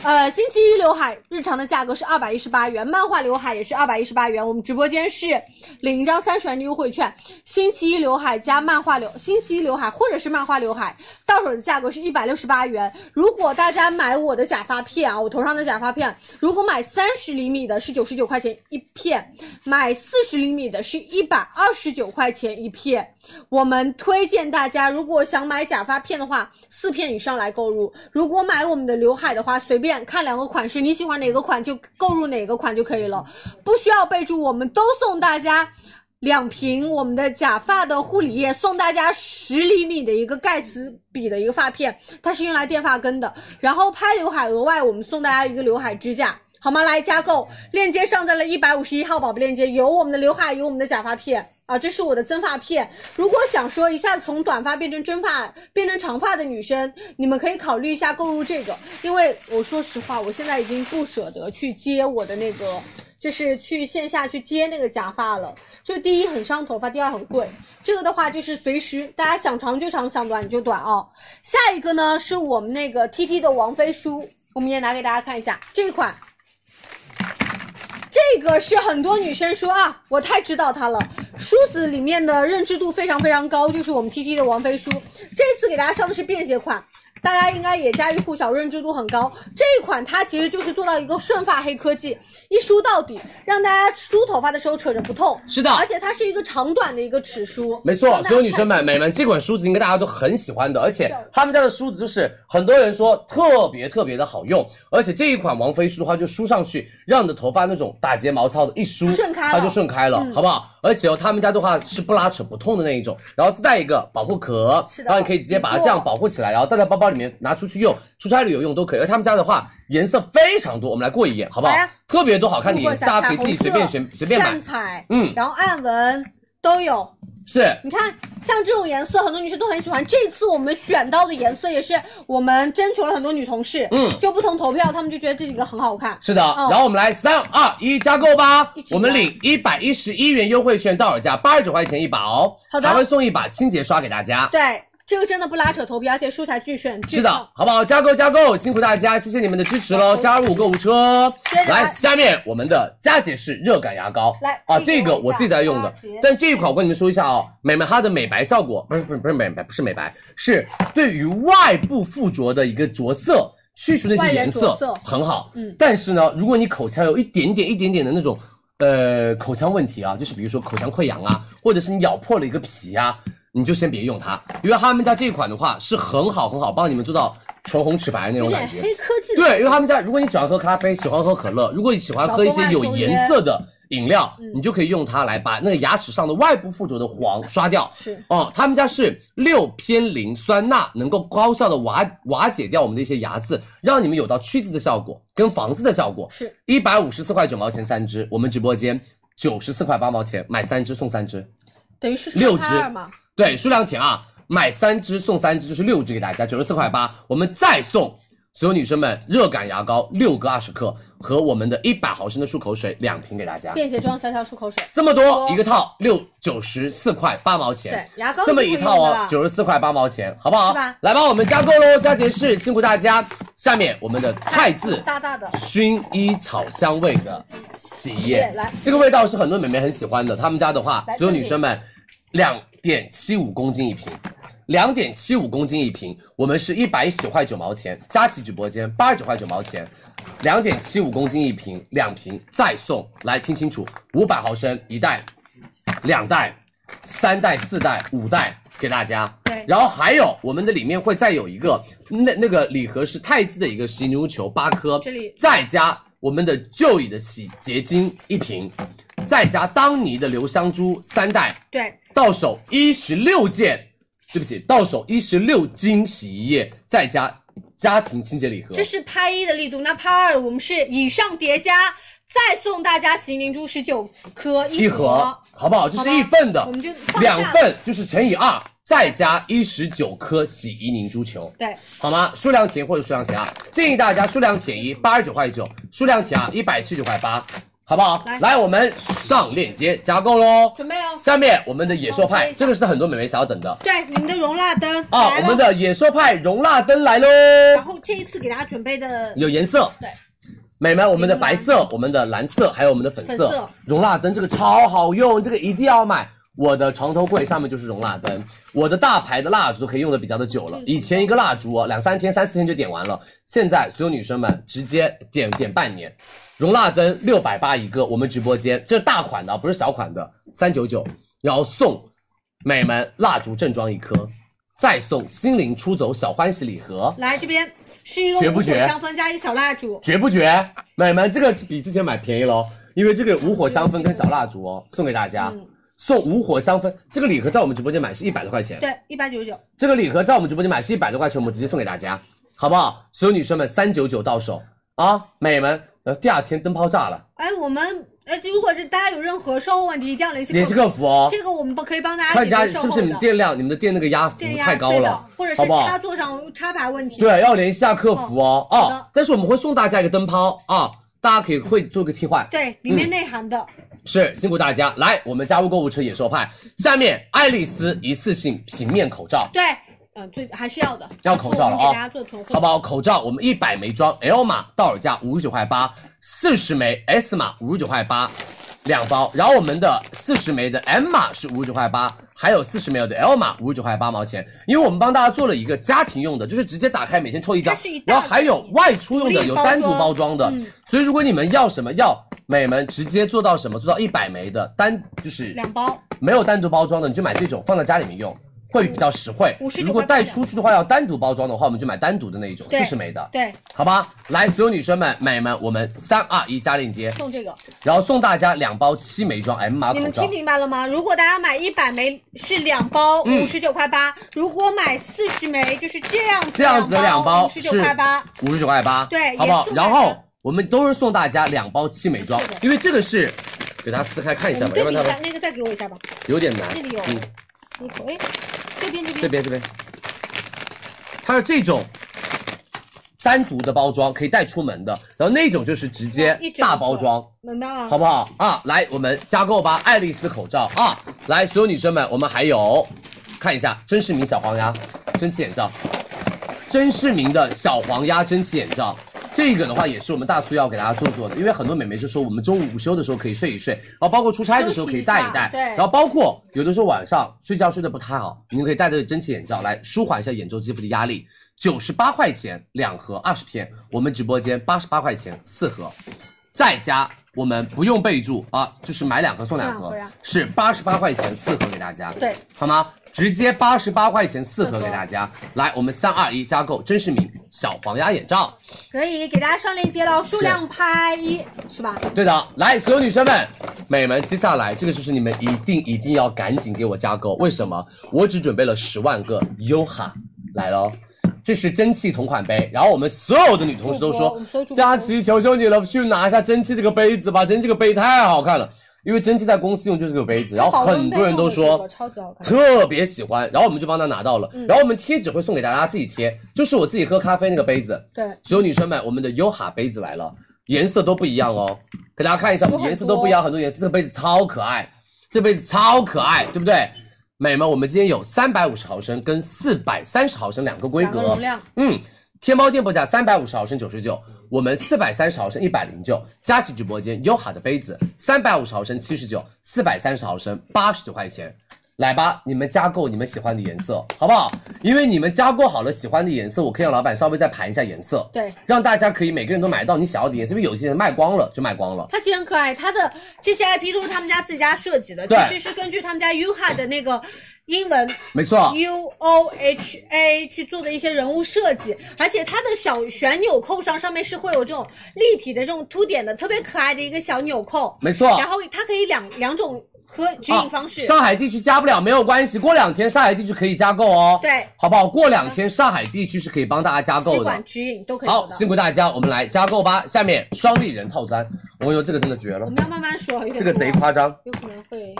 呃，星期一刘海日常的价格是二百一十八元，漫画刘海也是二百一十八元。我们直播间是领一张三十元的优惠券，星期一刘海加漫画刘，星期一刘海或者是漫画刘海，到手的价格是一百六十八元。如果大家买我的假发片啊，我头上的假发片，如果买三十厘米的是九十九块钱一片，买四十厘米的是一百二十九块钱一片。我们推荐大家，如果想买假发片的话，四片以上来购入；如果买我们的刘海的话，随便看两个款式，你喜欢哪个款就购入哪个款就可以了，不需要备注。我们都送大家两瓶我们的假发的护理液，送大家十厘米的一个盖茨比的一个发片，它是用来垫发根的。然后拍刘海，额外我们送大家一个刘海支架。好吗？来加购链接上在了一百五十一号宝贝链接，有我们的刘海，有我们的假发片啊，这是我的增发片。如果想说一下子从短发变成真发，变成长发的女生，你们可以考虑一下购入这个，因为我说实话，我现在已经不舍得去接我的那个，就是去线下去接那个假发了。就第一很伤头发，第二很贵。这个的话就是随时大家想长就长，想短就短哦。下一个呢是我们那个 T T 的王菲梳，我们也拿给大家看一下这一款。这个是很多女生说啊，我太知道它了。梳子里面的认知度非常非常高，就是我们 T T 的王菲梳。这次给大家上的是便携款，大家应该也家喻户晓，认知度很高。这一款它其实就是做到一个顺发黑科技，一梳到底，让大家梳头发的时候扯着不痛。
是的
而且它是一个长短的一个齿梳，
没错，
让大家
所有女生
看
们、美们，这款梳子应该大家都很喜欢的，而且他们家的梳子就是很多人说特别特别的好用，而且这一款王菲梳的话，就梳上去让你的头发那种打结毛糙的一梳，
顺开了嗯
它就顺开了，好不好？而且哦，他们家的话是不拉扯不痛的那一种，然后自带一个保护壳，
是的
然后你可以直接把它这样保护起来，然后带在包包里面拿出去用，出差旅游用都可以。而他们家的话颜色非常多，我们来过一眼好不好
来啊？
特别多好看的颜色，
如果
大
想
家可以自己随便选随便买
炫，彩，
嗯，
然后暗纹都有。
是。
你看，像这种颜色，很多女生都很喜欢。这次我们选到的颜色也是我们征求了很多女同事，
嗯
就不同投票，她们就觉得这几个很好看。
是的，
嗯
然后我们来三二一加购吧
一，起来
我们领一百一十一元优惠券，到手价八十九块钱一把哦，
好的
还会送一把清洁刷给大家。
对，这个真的不拉扯头皮，而且梳起来巨顺。巨
是的
棒，
好不好？加购加购，辛苦大家，谢谢你们的支持喽！加入购物车
接着，来
来，下面我们的佳洁士热感牙膏，
来
啊，
这
这
个
个
我
我
下
自己在用的
佳洁，
但这一款我跟你们说一下哦，美们它的美白效果不是不是不是美白，不是美白，是对于外部附着的一个着色。去除那
外
些
源
颜色
着色
很好，
嗯
但是呢，如果你口腔有一点点、一点点的那种，呃，口腔问题啊，就是比如说口腔溃疡啊，或者是你咬破了一个皮啊，你就先别用它，因为他们家这一款的话是很好很好，帮你们做到唇红齿白那
有
种
点
感觉。
黑科技。
对，因为他们家如果你喜欢喝咖啡，喜欢喝可乐，如果你喜欢喝一些有颜色的饮料，
嗯
你就可以用它来把那个牙齿上的外部附着的黄刷掉。
是
哦，他们家是六偏磷酸钠，能够高效的瓦瓦解掉我们的一些牙渍，让你们有到去渍的效果跟防渍的效果。
是
一百五十四块九毛钱三支，我们直播间九十四块八毛钱买三支送三支。
等于是
六
双开二嘛。
对，数量填啊，买三支送三支，就是六支给大家，九十四块八，我们再送所有女生们热感牙膏六个二十克和我们的一百毫升的漱口水两瓶给大家，
便携装小小漱口水，
这么多一个套六九十四块八毛钱
哦对。，牙膏
这么
是
一
不
套
用的
哦
啦，
九十四块八毛钱，好不好？
是吧
来吧，我们加购喽，佳洁士，辛苦大家。下面我们的汰渍
哎大大的。
薰衣草香味的洗衣液，
来
这个味道是很多美眉很喜欢的。他们家的话
来，
所有女生们，两点七五公斤一瓶，两点七五公斤一瓶，我们是一百一十九块九毛钱，佳琦直播间八十九块九毛钱，两点七五公斤一瓶，两瓶再送，来听清楚，五百毫升一袋，两袋，三袋、四袋、五袋给大家。
对
然后还有我们的里面会再有一个那那个礼盒是泰姿的一个洗牛球八颗，
这里
再加我们的旧椅的洗洁精一瓶，再加当妮的留香珠三袋，
对，
到手一十六件。对不起，到手一十六斤洗衣液，再加家庭清洁礼盒
这。是拍一的力度。那拍二我们是以上叠加，再送大家麒麟珠十九颗
一盒，好不好？这是一份的
我们就，放下
两份就是乘以二，再加一十九颗洗衣凝珠球，
对，
好吗？数量填或者数量填二，建议大家数量填一，八十九块九；数量填二，一百七十九块八，好不好？
来
我们上链接加购喽。
准备哦。
下面我们的野兽派，这个是很多美眉想要等的
对，你们的容纳灯
啊
来，了
我们的野兽派容蜡灯来喽，
然后这一次给大家准备的
有颜色。
对。
美们，我们的白色、我们的蓝色，还有我们的粉
粉
色
色
容蜡灯，这个超好用，这个一定要买。我的床头柜上面就是容蜡灯，我的大牌的蜡烛可以用的比较的久了，以前一个蜡烛、哦、两三天、三四天就点完了，现在所有女生们直接点点半年。容蜡灯六百八一个，我们直播间这是大款的啊，不是小款的，三九九，然后送美们蜡烛正装一颗，再送心灵出走小欢喜礼盒，
来这边是一个
绝不
五火
绝
香氛加一小蜡烛，
绝不绝？美们，这个比之前买便宜喽，因为这个无火香氛跟小蜡烛哦，送给大家。
嗯
送无火香氛这个礼盒在我们直播间买是一百多块钱，
对，一百九十九，
这个礼盒在我们直播间买是一百多块钱，我们直接送给大家，好不好？所有女生们三九九到手啊，美们，呃，第二天灯泡炸了，
哎，我们哎，如果这大家有任何售后问题，一定要联系
联系
客
客服哦
服，。这个我们帮可以帮大
看
家
人家
解决
是
售
不
后
是你们
的
电量、你们的电那个压服
啊电压
太高
对的
了，
或者
好
是
不好
插？座上插排问题。
对，要联系一下客服哦。
好
哦
的，
但是我们会送大家一个灯泡啊，大家可以会做个替换。
对，里面内涵的，
是辛苦大家，来，我们家入购物车野兽派。下面爱丽丝一次性平面口罩，
对，嗯，最还是要的，
要口罩了啊
我们给大家做囤货，
好不好？口罩我们一百枚装，L 码到手价五十九块八，四十枚 S 码五十九块八，两包。然后我们的四十枚的 M 码是五十九块八，还有四十枚的 L 码五十九块八毛钱。因为我们帮大家做了一个家庭用的，就是直接打开每天抽一张
它是一，大
然后还有外出用的
独立
有
包装
单独包装的
嗯。
所以如果你们要什么要。美们直接做到什么？做到一百枚的单，就是
两包，
没有单独包装的，你就买这种放在家里面用，会比较实惠。
59
如果带出去的话，要单独包装的话，我们就买单独的那一种，
对
四十枚的，
对，
好吧？来，所有女生们、美们，我们三二一加链接，
送这个。
然后送大家两包七枚装 M 码
你
口
们
罩
听。明白了吗？如果大家买一百枚是两包
嗯
五十九块八、如果买四十枚就是这样子
这样子两包
五十
是
九块八，
五十九块八，
对
好不好
也？送大
然
家
后我们都是送大家两包七枚装
是的，
因为这个是给大家撕开看一
我
下
们
吧，要
对
不然
比一下
它，
那个再给我一下吧，
有点难。
这里有
嗯，
撕口，哎，这边这边
这边这边，它是这种单独的包装，可以带出门的，然后那种就是直接
哦一整个
大包装。
能到啊，
好不好啊？来，我们加购吧，爱丽丝口罩啊！来，所有女生们，我们还有，看一下真视明小黄鸭蒸汽眼罩，真视明的小黄鸭蒸汽眼罩，这个的话也是我们大苏要给大家做做的，因为很多美眉就说我们中午午休的时候可以睡一睡，然后包括出差的时候可以戴一戴，
休息一下对
然后包括有的时候晚上睡觉睡得不太好，你们可以戴着蒸汽眼罩来舒缓一下眼周肌肤的压力。九十八块钱两盒二十片，我们直播间八十八块钱四盒，再加我们不用备注啊，就是买两盒送两
送两
盒
盒呀，
是八十八块钱四盒给大家，
对，
好吗？直接八十八块钱四
四
盒
盒
给大家。来，我们三二一加购，真视明小黄鸭眼罩，
可以给大家上链接喽，数量拍一是吧？
对的。来，所有女生们、美们，接下来这个就是你们一定一定要赶紧给我加购，为什么？我只准备了十万个优哈来喽。这是蒸汽同款杯，然后我们所有的女同事都
哦主播我
说
们所有主，播
佳琪，求求你了，去拿一下蒸汽这个杯子吧，蒸汽这个杯太好看了，因为蒸汽在公司用就是这个杯子，然后很多人都
保温杯用的这
说
个超级好看，嗯
特别喜欢，然后我们就帮他拿到了，然后我们贴纸会送给大家自己贴，就是我自己喝咖啡那个杯子，
对，
所有女生们，我们的优哈杯子来了，颜色都不一样哦，给大家看一下，
有很多
颜色都不一样，很多颜色，这个杯子超可爱，这杯子超可爱，对不对？美们，我们今天有三百五十毫升跟四百三十毫升两个规
两个
格
容，量，
嗯，天猫店铺价三百五十毫升九十九，我们四百三十毫升一百零九。佳琦直播间优哈的杯子三百五十毫升七十九，四百三十毫升八十九块钱。来吧，你们加购你们喜欢的颜色，好不好？因为你们加购好了喜欢的颜色，我可以让老板稍微再盘一下颜色，
对，
让大家可以每个人都买到你想要的颜色，因为有些人卖光了就卖光了。
它其实很可爱，它的这些 IP 都是他们家自己家设计的，其
对
实是根据他们家 Yuha 的那个英文
没错，
U O H A 去做的一些人物设计，而且它的小旋纽扣上上面是会有这种立体的这种凸点的，特别可爱的一个小纽扣。
没错。啊
然后它可以两两种和指引方式。
啊上海地区加不了没有关系，过两天上海地区可以加购哦。
对嗯
好不好？过两天上海地区是可以帮大家加
吸
购的
管。指引都可以做
好，
到。
辛苦大家，我们来加购吧。下面双立人套餐，我跟你说，这个真的绝了
我，们要慢慢说，有
这
点
个贼
多
夸张，
有可能会。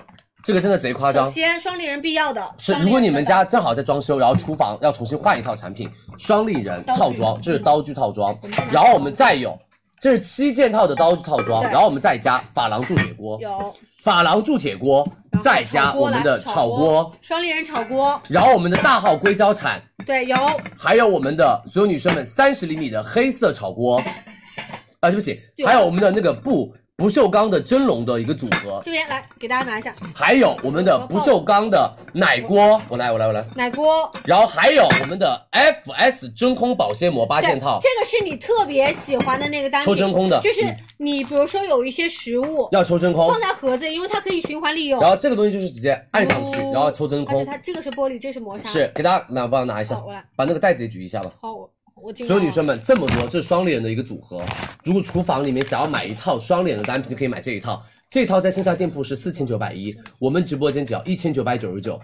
这个真的贼夸
首
张。
先，双立人必要的
是，
双立人
如果你们
的
家正好在装修，然后厨房要重新换一套产品，双立人套装，这是刀具套装，然后我们再有，这是七件套的刀具套装，
对
然后我们再加珐琅铸铁锅，
有，
珐琅铸铁锅
然，后
再加
炒锅
我
来
们的炒锅，
双立人炒锅，
然后我们的大号硅胶铲，
对，有
还有我们的所有女生们三十厘米的黑色炒锅，啊，对不起，
就
还有我们的那个不不锈钢的蒸笼的一个组合，
这边来给大家拿一下
还有我们的不锈钢的奶锅，我来我来我来，
奶锅
然后还有我们的 FS 真空保鲜膜八
对，
件套，
这个是你特别喜欢的那个单品，
抽真空的
就是
嗯
你比如说有一些食物
要抽真空
放，在盒子里，因为它可以循环利用，
然后这个东西就是直接按上去，
哦
然后抽真
而且
空，
它这个是玻璃，这是磨砂，
是给大家拿帮我拿一下
好我来，
把那个袋子也举一下吧。
好，我我尽
所有
量
女生们，这么多，这是双立人的一个组合。如果厨房里面想要买一套双立人的单品，就可以买这一套。这套在线下店铺是四千九百一，我们直播间只要一千九百九十九，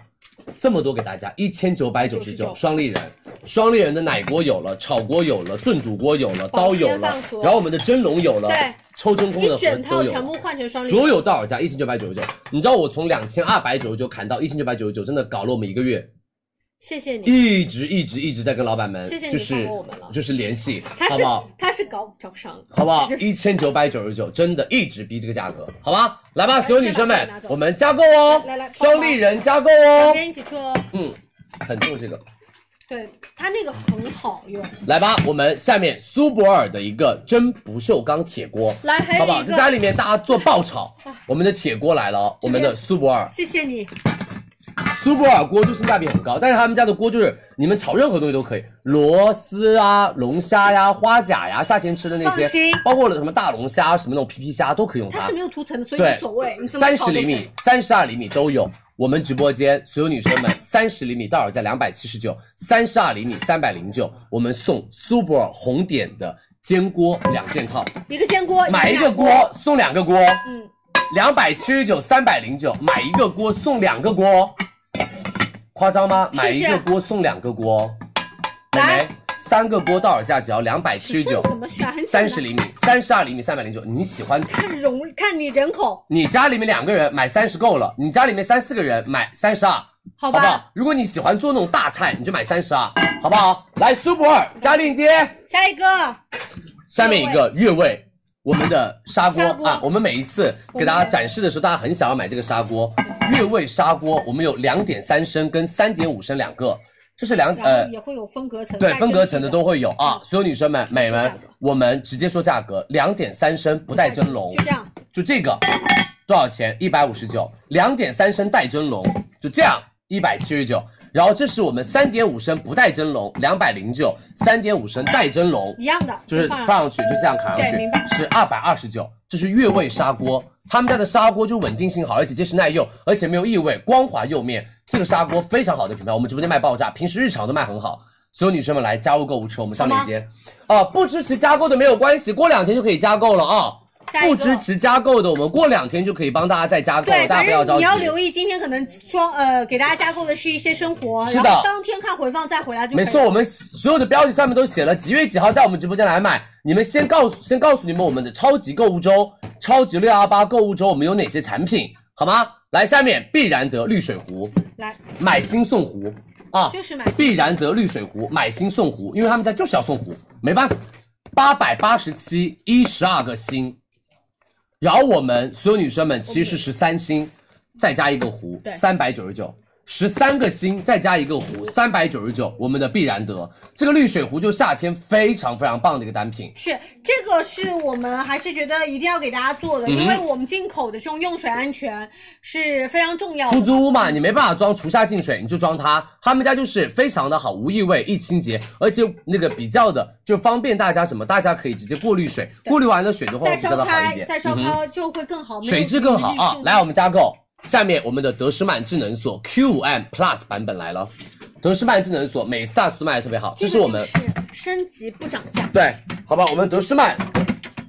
这么多给大家一千九百九十九
99
双立人，双立人的奶锅有了，炒锅有了，炖煮锅有了，刀有
保
了
鲜饭盒，
然后我们的蒸笼有了，
对
抽真空的
一
盒
整
子都
套
有
全
了
部。换成双立人
所，有到手价一千九百九十九，你知道我从两千二百九十九砍到一千九百九十九，真的搞了我们一个月，
谢谢你，
一直一直一直在跟老板们，
谢谢你
就是
放过我们了
就是联系，
他
好
是
不好？
他是搞招商，
好不好？
就是
一千九百九十九，真的一直逼这个价格，好吧？来吧，所有女生
来
们
拿走，
我们加购哦，
来来来
双立人加购哦
两，边一起吹哦，
嗯，很重这个。
对，它那个很好用，
来吧，我们下面苏泊尔的一个真不锈钢铁锅，
来
好
还有
不好？
一
在家
个，啊
里面大家做爆炒，我们的铁锅来了，哦我们的苏泊尔，
谢谢你，
苏泊尔锅就性价比很高，但是他们家的锅就是你们炒任何东西都可以，螺丝啊、龙虾呀、花甲呀，夏天吃的那些
放心，
包括了什么大龙虾、什么那种皮皮虾都可以用
它
它
是。没有涂层的，所以
对，
无所谓，你怎么
三
炒
十
都
厘
可以
米、三十二厘米都有。我们直播间所有女生们，三十厘米到手价两百七十九，三十二厘米三百零九，我们送苏泊尔红点的煎锅两件套，
一个煎锅，
买一
大
个锅送两个锅，
嗯，
两百七十九三百零九，买一个锅送两个锅，哦夸张吗？买一个锅送两个锅，美
来
眉，三个锅到手价只要两百七十
这
九
个，怎么选？很简
三
单
十厘米、三十二厘米三百零九，你喜欢
看容看你人口，
你家里面两个人买三十够了，你家里面三四个人买三十二，好
好
不
吧？
好？如果你喜欢做那种大菜，你就买三十二，好不好？来，苏泊尔加链接，
下一个，
呃下面一个越位，我们的砂锅
砂锅
啊，我们每一次给大家展示的时候，大家很想要买这个砂锅，越位砂锅，我们有两点三升跟三点五升两个，这是两
然
呃
后也会有分隔层，
对
带
分隔层的
蒸汽
都会有啊，所有女生们美们
价格，
我们直接说价格，两点三升不带蒸笼
就，这样，
就这个多少钱？一百五十九，两点三升带蒸笼，就这样一百七十九。然后这是我们三点五升不带蒸笼，两百零九，三点五升带蒸笼
一，样的，
就是放
放上
上去就这样砍上
对明白
去，是二百二十九。这是越味砂锅，他们家的砂锅就稳定性好，而且结实耐用，而且没有异味，光滑釉面。这个砂锅非常好的品牌，我们直播间卖爆炸，平时日常都卖很好。所有女生们来加入购物车，我们上链接。啊，不支持加购的没有关系，过两天就可以加购了啊。
下一
不
个
支持加购的，我们过两天就可以帮大家再加购了，
对，
大家
反
不要着
正
急。
你要留意，今天可能装呃给大家加购的是一些生活，
是的
然后当天看回放再回来就可
没
以了
错，我们所有的标题上面都写了几月几号在我们直播间来买。你们先告诉先告诉你们我们的超级购物周、超级六幺八购物周我们有哪些产品，好吗？来，下面必然得绿水壶，
来
买新送壶啊，
就是买新
必然得绿水壶，买新送壶，因为他们家就是要送壶，没办法，八百八十七一十二个星，然后我们所有女生们其实是十三星，再加一个壶
对，
三百九十九。十三个星再加一个壶，三百九十九，我们的必然得这个绿水壶就夏天非常非常棒的一个单品。
是这个是我们还是觉得一定要给大家做的，
嗯
因为我们进口的这种用水安全是非常重要
出
的。
租屋嘛，你没办法装厨下净水，你就装它。他们家就是非常的好，无异味，易清洁，而且那个比较的就方便大家什么，大家可以直接过滤水，过滤完了水的话会
再
比较
烧
的好一
开，
点，
再烧
嗯哼
开就会更好，没有
水质更好
那个
啊
滤。性
来，我们加购下面我们的德诗曼智能锁 Q5M Plus 版本来了，德诗曼智能锁每次大促都卖的特别好，这是我们
这个就是升级不涨价，
对，好吧，我们德诗曼，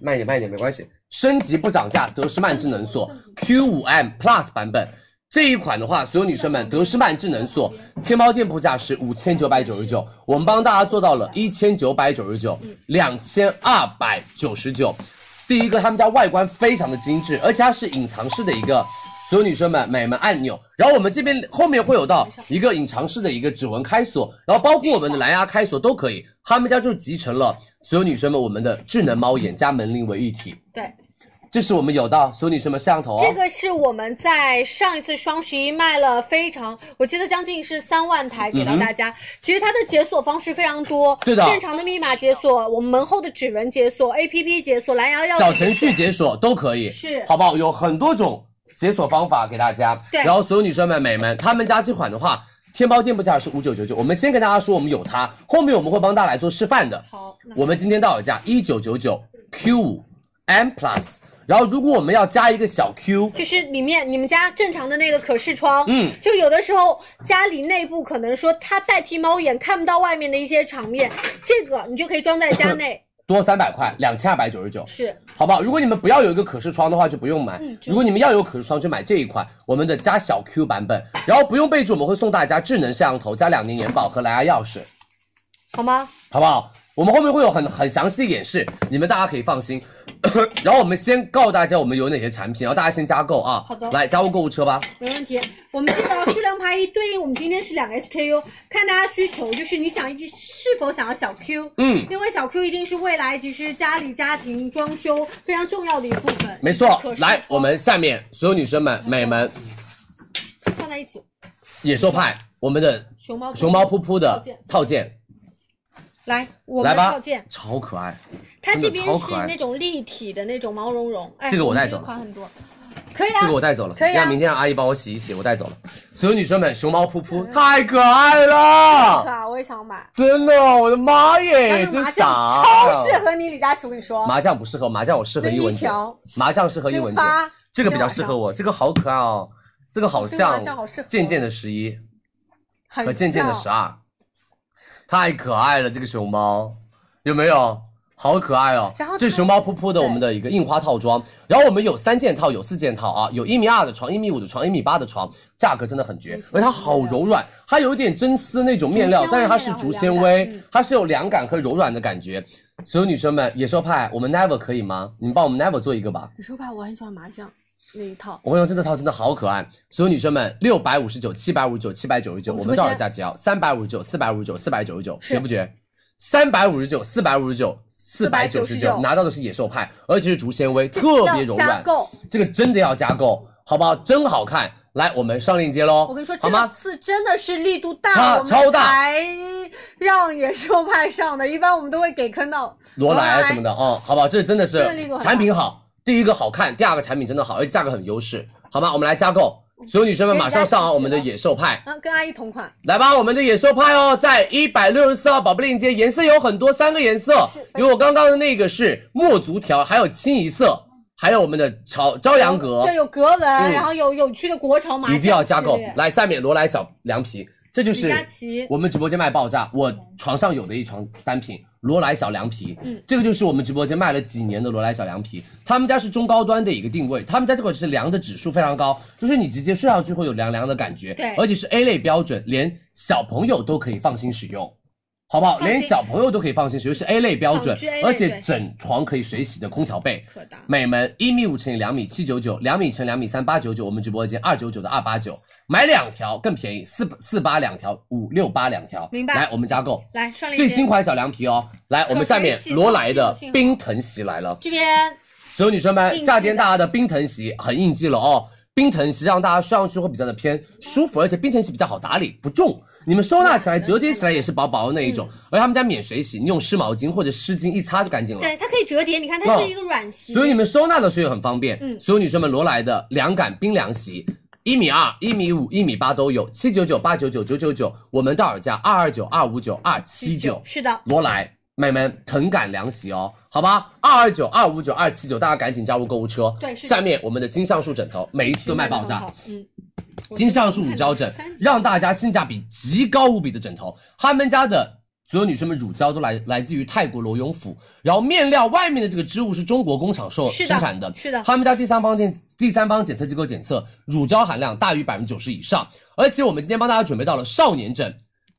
慢一点，慢一点，没关系。升级不涨价，德诗曼智能锁 Q5M Plus 版本这一款的话，所有女生们，德诗曼智能锁，天猫店铺价是五千九百九十九，我们帮大家做到了一千九百九十九，两千二百九十九。第一个，他们家外观非常的精致，而且它是隐藏式的一个，所有女生们美们按钮。然后我们这边后面会有到一个隐藏式的一个指纹开锁，然后包括我们的蓝牙开锁都可以。他们家就集成了所有女生们我们的智能猫眼加门铃为一体。
对，
这是我们有的所有女生们摄像头哦。
这个是我们在上一次双十一卖了非常，我记得将近是三万台给到大家。其实它的解锁方式非常多，
嗯对的
正常的密码解锁，我们门后的指纹解锁，APP 解锁，蓝牙钥匙
小程序解锁都可以，
是
好不好？有很多种解锁方法给大家。
对
然后所有女生们、美们，他们家这款的话，天猫店铺价是五九九九，我们先跟大家说我们有它，后面我们会帮大家来做示范的。
好，那
我们今天到手价一九九九 Q 五 M Plus，然后如果我们要加一个小 Q，
就是里面你们家正常的那个可视窗，
嗯
就有的时候家里内部可能说它代替猫眼看不到外面的一些场面，这个你就可以装在 家内，
多三百块，两千二百九十九。
是
好不好？如果你们不要有一个可视窗的话，就不用买；
嗯
如果你们要有可视窗，就买这一款我们的加小 Q 版本。然后不用备注，我们会送大家智能摄像头加两年延保和蓝牙钥匙，
好吗？
好不好？我们后面会有很很详细的演示，你们大家可以放心。 然后我们先告诉大家我们有哪些产品，然后大家先加购啊。
好的
来加入购物车吧。
没问题，我们这个数量拍一对应，我们今天是两个 SKU，看大家需求，就是你想一是否想要小 Q，
嗯，
因为小 Q 一定是未来其实家里家庭装修非常重要的一部分。
没错
可。视哎
来，
窗
我们下面所有女生们、美们、
放在一起，
野兽派，我们的
熊猫
熊猫噗噗的
套件
套件，
来，我们
来
的
吧
套件，，
超可爱。
它
真
这
的
边
超
是
可爱
那种立体的那种毛茸茸，哎，
这个我带走
们款很多，可以啊，
这个我带走了，
可以啊
让明天让阿姨帮我洗一洗，我带走了。所有女生们，熊猫噗噗
嗯
太可爱了，
啊，我也想买，
真的，我的妈耶，
但是
真
麻
傻
将超适合你李佳琦，我跟你说，
啊麻将不适合，麻将我适合
那
伊文
一
洁
条，
麻将适合伊
那
文
个
洁，
发，
这个比较适合我，这个好可爱哦，这个好
这个麻
像
将好适合
渐渐的十一
很
和渐渐的
像
十二，太可爱了，这个熊猫有没有？好可爱哦！
然后它
这是熊猫噗噗的
对
我们的一个印花套装，然后我们有三件套，有四件套啊，有一米二的床，一米五的床，一米八的床，价格真的很绝，而且它好柔软，它有一点真丝那种面料
竹纤维，
但是它是
面料
竹
很
纤
凉
维
感嗯，
它是有凉感和柔软的感觉。所有女生们，野兽派，我们 Never 可以吗？你们帮我们 Never 做一个吧。
你说吧，我很喜欢麻将那一套，
我跟你说，这个套真的好可爱。所有女生们，六百五十九、七百五十九、七百九十九，我
我
们
们直播间
到手价只要三百五十九、四百五十九、四百九十九，
是
绝不绝？三百五十九、四百五十九、四百九十九，
499
拿到的是野兽派，而且是竹纤维，特别柔
要加
软。
购。
这个真的要加购，好不好？真好看。来，我们上链接喽，
我跟你说，
好
这
吗？
次真的是力度
超
大，我
超
们
大
才让野兽派上的。一般我们都会给坑到
罗莱啊什么
的。
的，嗯，好不好？这真的是
这个力度很大
产品好，第一个好看，第二个产品真的好，而且价格很有优势，好吗？我们来加购，所有女生们马上上啊，我们的野兽派。
嗯，跟阿姨同款，
来吧，我们的野兽派哦，在一百六十四号宝贝链接，颜色有很多，三个颜色，有我刚刚的那个是墨竹条，还有清一色，还有我们的朝朝阳阁
对，，有格纹，
嗯
然后有有趣的国潮麻将，
一定要加购
系列。
来，下面罗莱小凉皮，这就
李
是
佳琦嗯
我们直播间卖爆炸，我床上有的一床单品。罗莱小凉皮，嗯，这个就是我们直播间卖了几年的罗莱小凉皮，他们家是中高端的一个定位，他们家这款是凉的指数非常高，就是你直接睡上去会有凉凉的感觉，
对
而且是 A 类标准，连小朋友都可以放心使用，好不好？
放心
连小朋友都可以放心使用，是 A 类标准
纺织 A，类
而且
对
整床可以水洗的空调被，
可达。
每门一米五乘以两米七九九，两米乘两米三八九九，我们直播间二九九的二八九，买两条更便宜，四四八两条，五六八两条。
明白
来，我们加购
来上链接
最新款小凉皮哦。来，我们下面
可水洗
罗莱的
可水洗
冰藤席来了，
这边
所有女生们
应，季的
夏天大家的冰藤席很应季了哦。冰藤席让大家睡上去会比较的偏舒服，而且冰藤席比较好打理，不重。你们收纳起来、
嗯
折叠起来也是薄薄的那一种，而他们家免水洗，你用湿毛巾或者湿巾一擦就干净了。
对它可以折叠，你看它
那
是一个软席，
所以你们收纳的时候也很方便。
嗯
所有女生们，罗莱的凉感冰凉席，一米二、一米五、一米八都有，七九九、八九九、九九九，我们到手价二二九、二五九、二七九，
是的，
罗莱。买买腾感凉席哦，好吧，二二九、二五九、二七九，大家赶紧加入购物车。
对是的
下面我们的金橡树枕头每一次都卖爆炸
好，，嗯，
金橡树乳胶枕让大家性价比极高无比的枕头，他们家的。所有女生们，乳胶都来来自于泰国罗永府，然后面料外面的这个织物是中国工厂生
是
生
的
产的，
是的
他们家第三方店第三方检测机构检测乳胶含量大于百分之九十以上，而且我们今天帮大家准备到了少年枕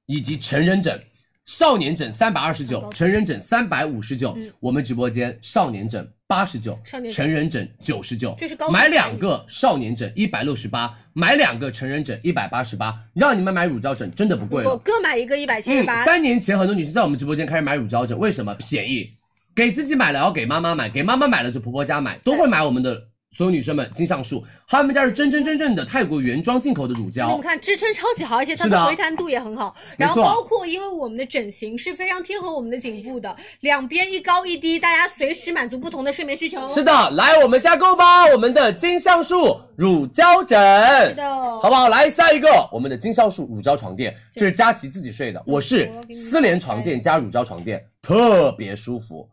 以及成人枕。少年枕三百二十九，成人枕三百五十九。我们直播间少年枕八十九，
嗯少年枕
成人枕九十九，
这是高级
买
产品
两个少年枕一百六十八，买两个成人枕一百八十八，让你们买乳胶枕真的不贵了哦
我。各买一个一百七十
嗯
八，，
三年前很多女生在我们直播间开始买乳胶枕，为什么便宜？给自己买了，然后给妈妈买，给妈妈买了就婆婆家买，都会买我们的所有女生们金橡树，他们家是真真正正的泰国原装进口的乳
那我
胶
们，看支撑超级好，而且它
是的
的回弹度也很好。
没
然
错
后包括因为我们的枕型是非常贴合我们的颈部的，两边一高一低，大家随时满足不同的睡眠需求。
是的，来我们家购吧，我们的金橡树乳胶枕，
是的，
好不好？来下一个，我们的金橡树乳胶床垫，这是佳琪自己睡的，我是丝联床垫加乳胶床垫，特别舒服。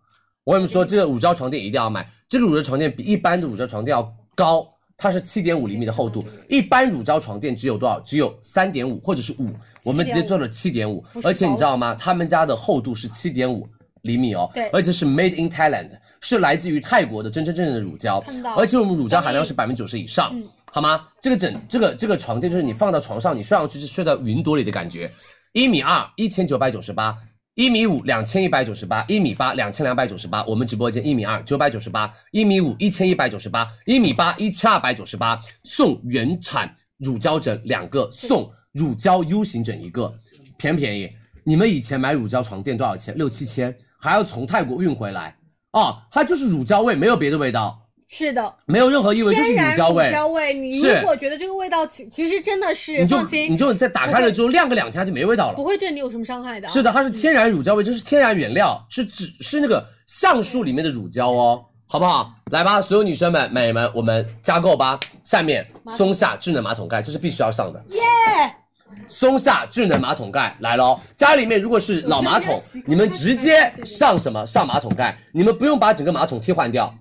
我跟你们说，这个乳胶床垫一定要买，这个乳胶床垫比一般的乳胶床垫要高，它是七点五厘米的厚度，一般乳胶床垫只有多少？只有三点五或者是五，我们直接做了七点五
不，是
而且你
薄
知道吗？他们家的厚度是七点五。厘米哦，
对
而且是 made in Thailand，是来自于泰国的真真正正的乳胶，
看到
而且我们乳胶含量是百分之九十以上，好吗？这个枕这个这个床垫就是你放到床上，你睡上去是睡到云朵里的感觉。一米二一千九百九十八，一米五两千一百九十八，一米八两千两百九十八。我们直播间一米二九百九十八，一米五一千一百九十八，一米八一千二百九十八，送原产乳胶枕两个，送乳胶 U 型枕一个，便不便宜？你们以前买乳胶床垫多少钱？六七千，还要从泰国运回来哦，它就是乳胶味，没有别的味道。
是的，
没有任何异味，就是
天然
乳胶味。
胶味。你
是
如果觉得这个味道，其其实真的是
你就
放心
你，就在打开了之后晾个两天它就没味道
不
了。
会嗯对你有什么伤害的。
是的，它是天然乳胶味，这是天然原料，是只是那个橡树里面的乳胶哦，好不好？来吧，所有女生们、美们，我们加购吧。下面松下智能马桶盖，这是必须要上的。耶！松下智能马桶盖来喽！家里面如果是老马桶，你们直接上什么上马桶盖，你们不用把整个马桶替换掉，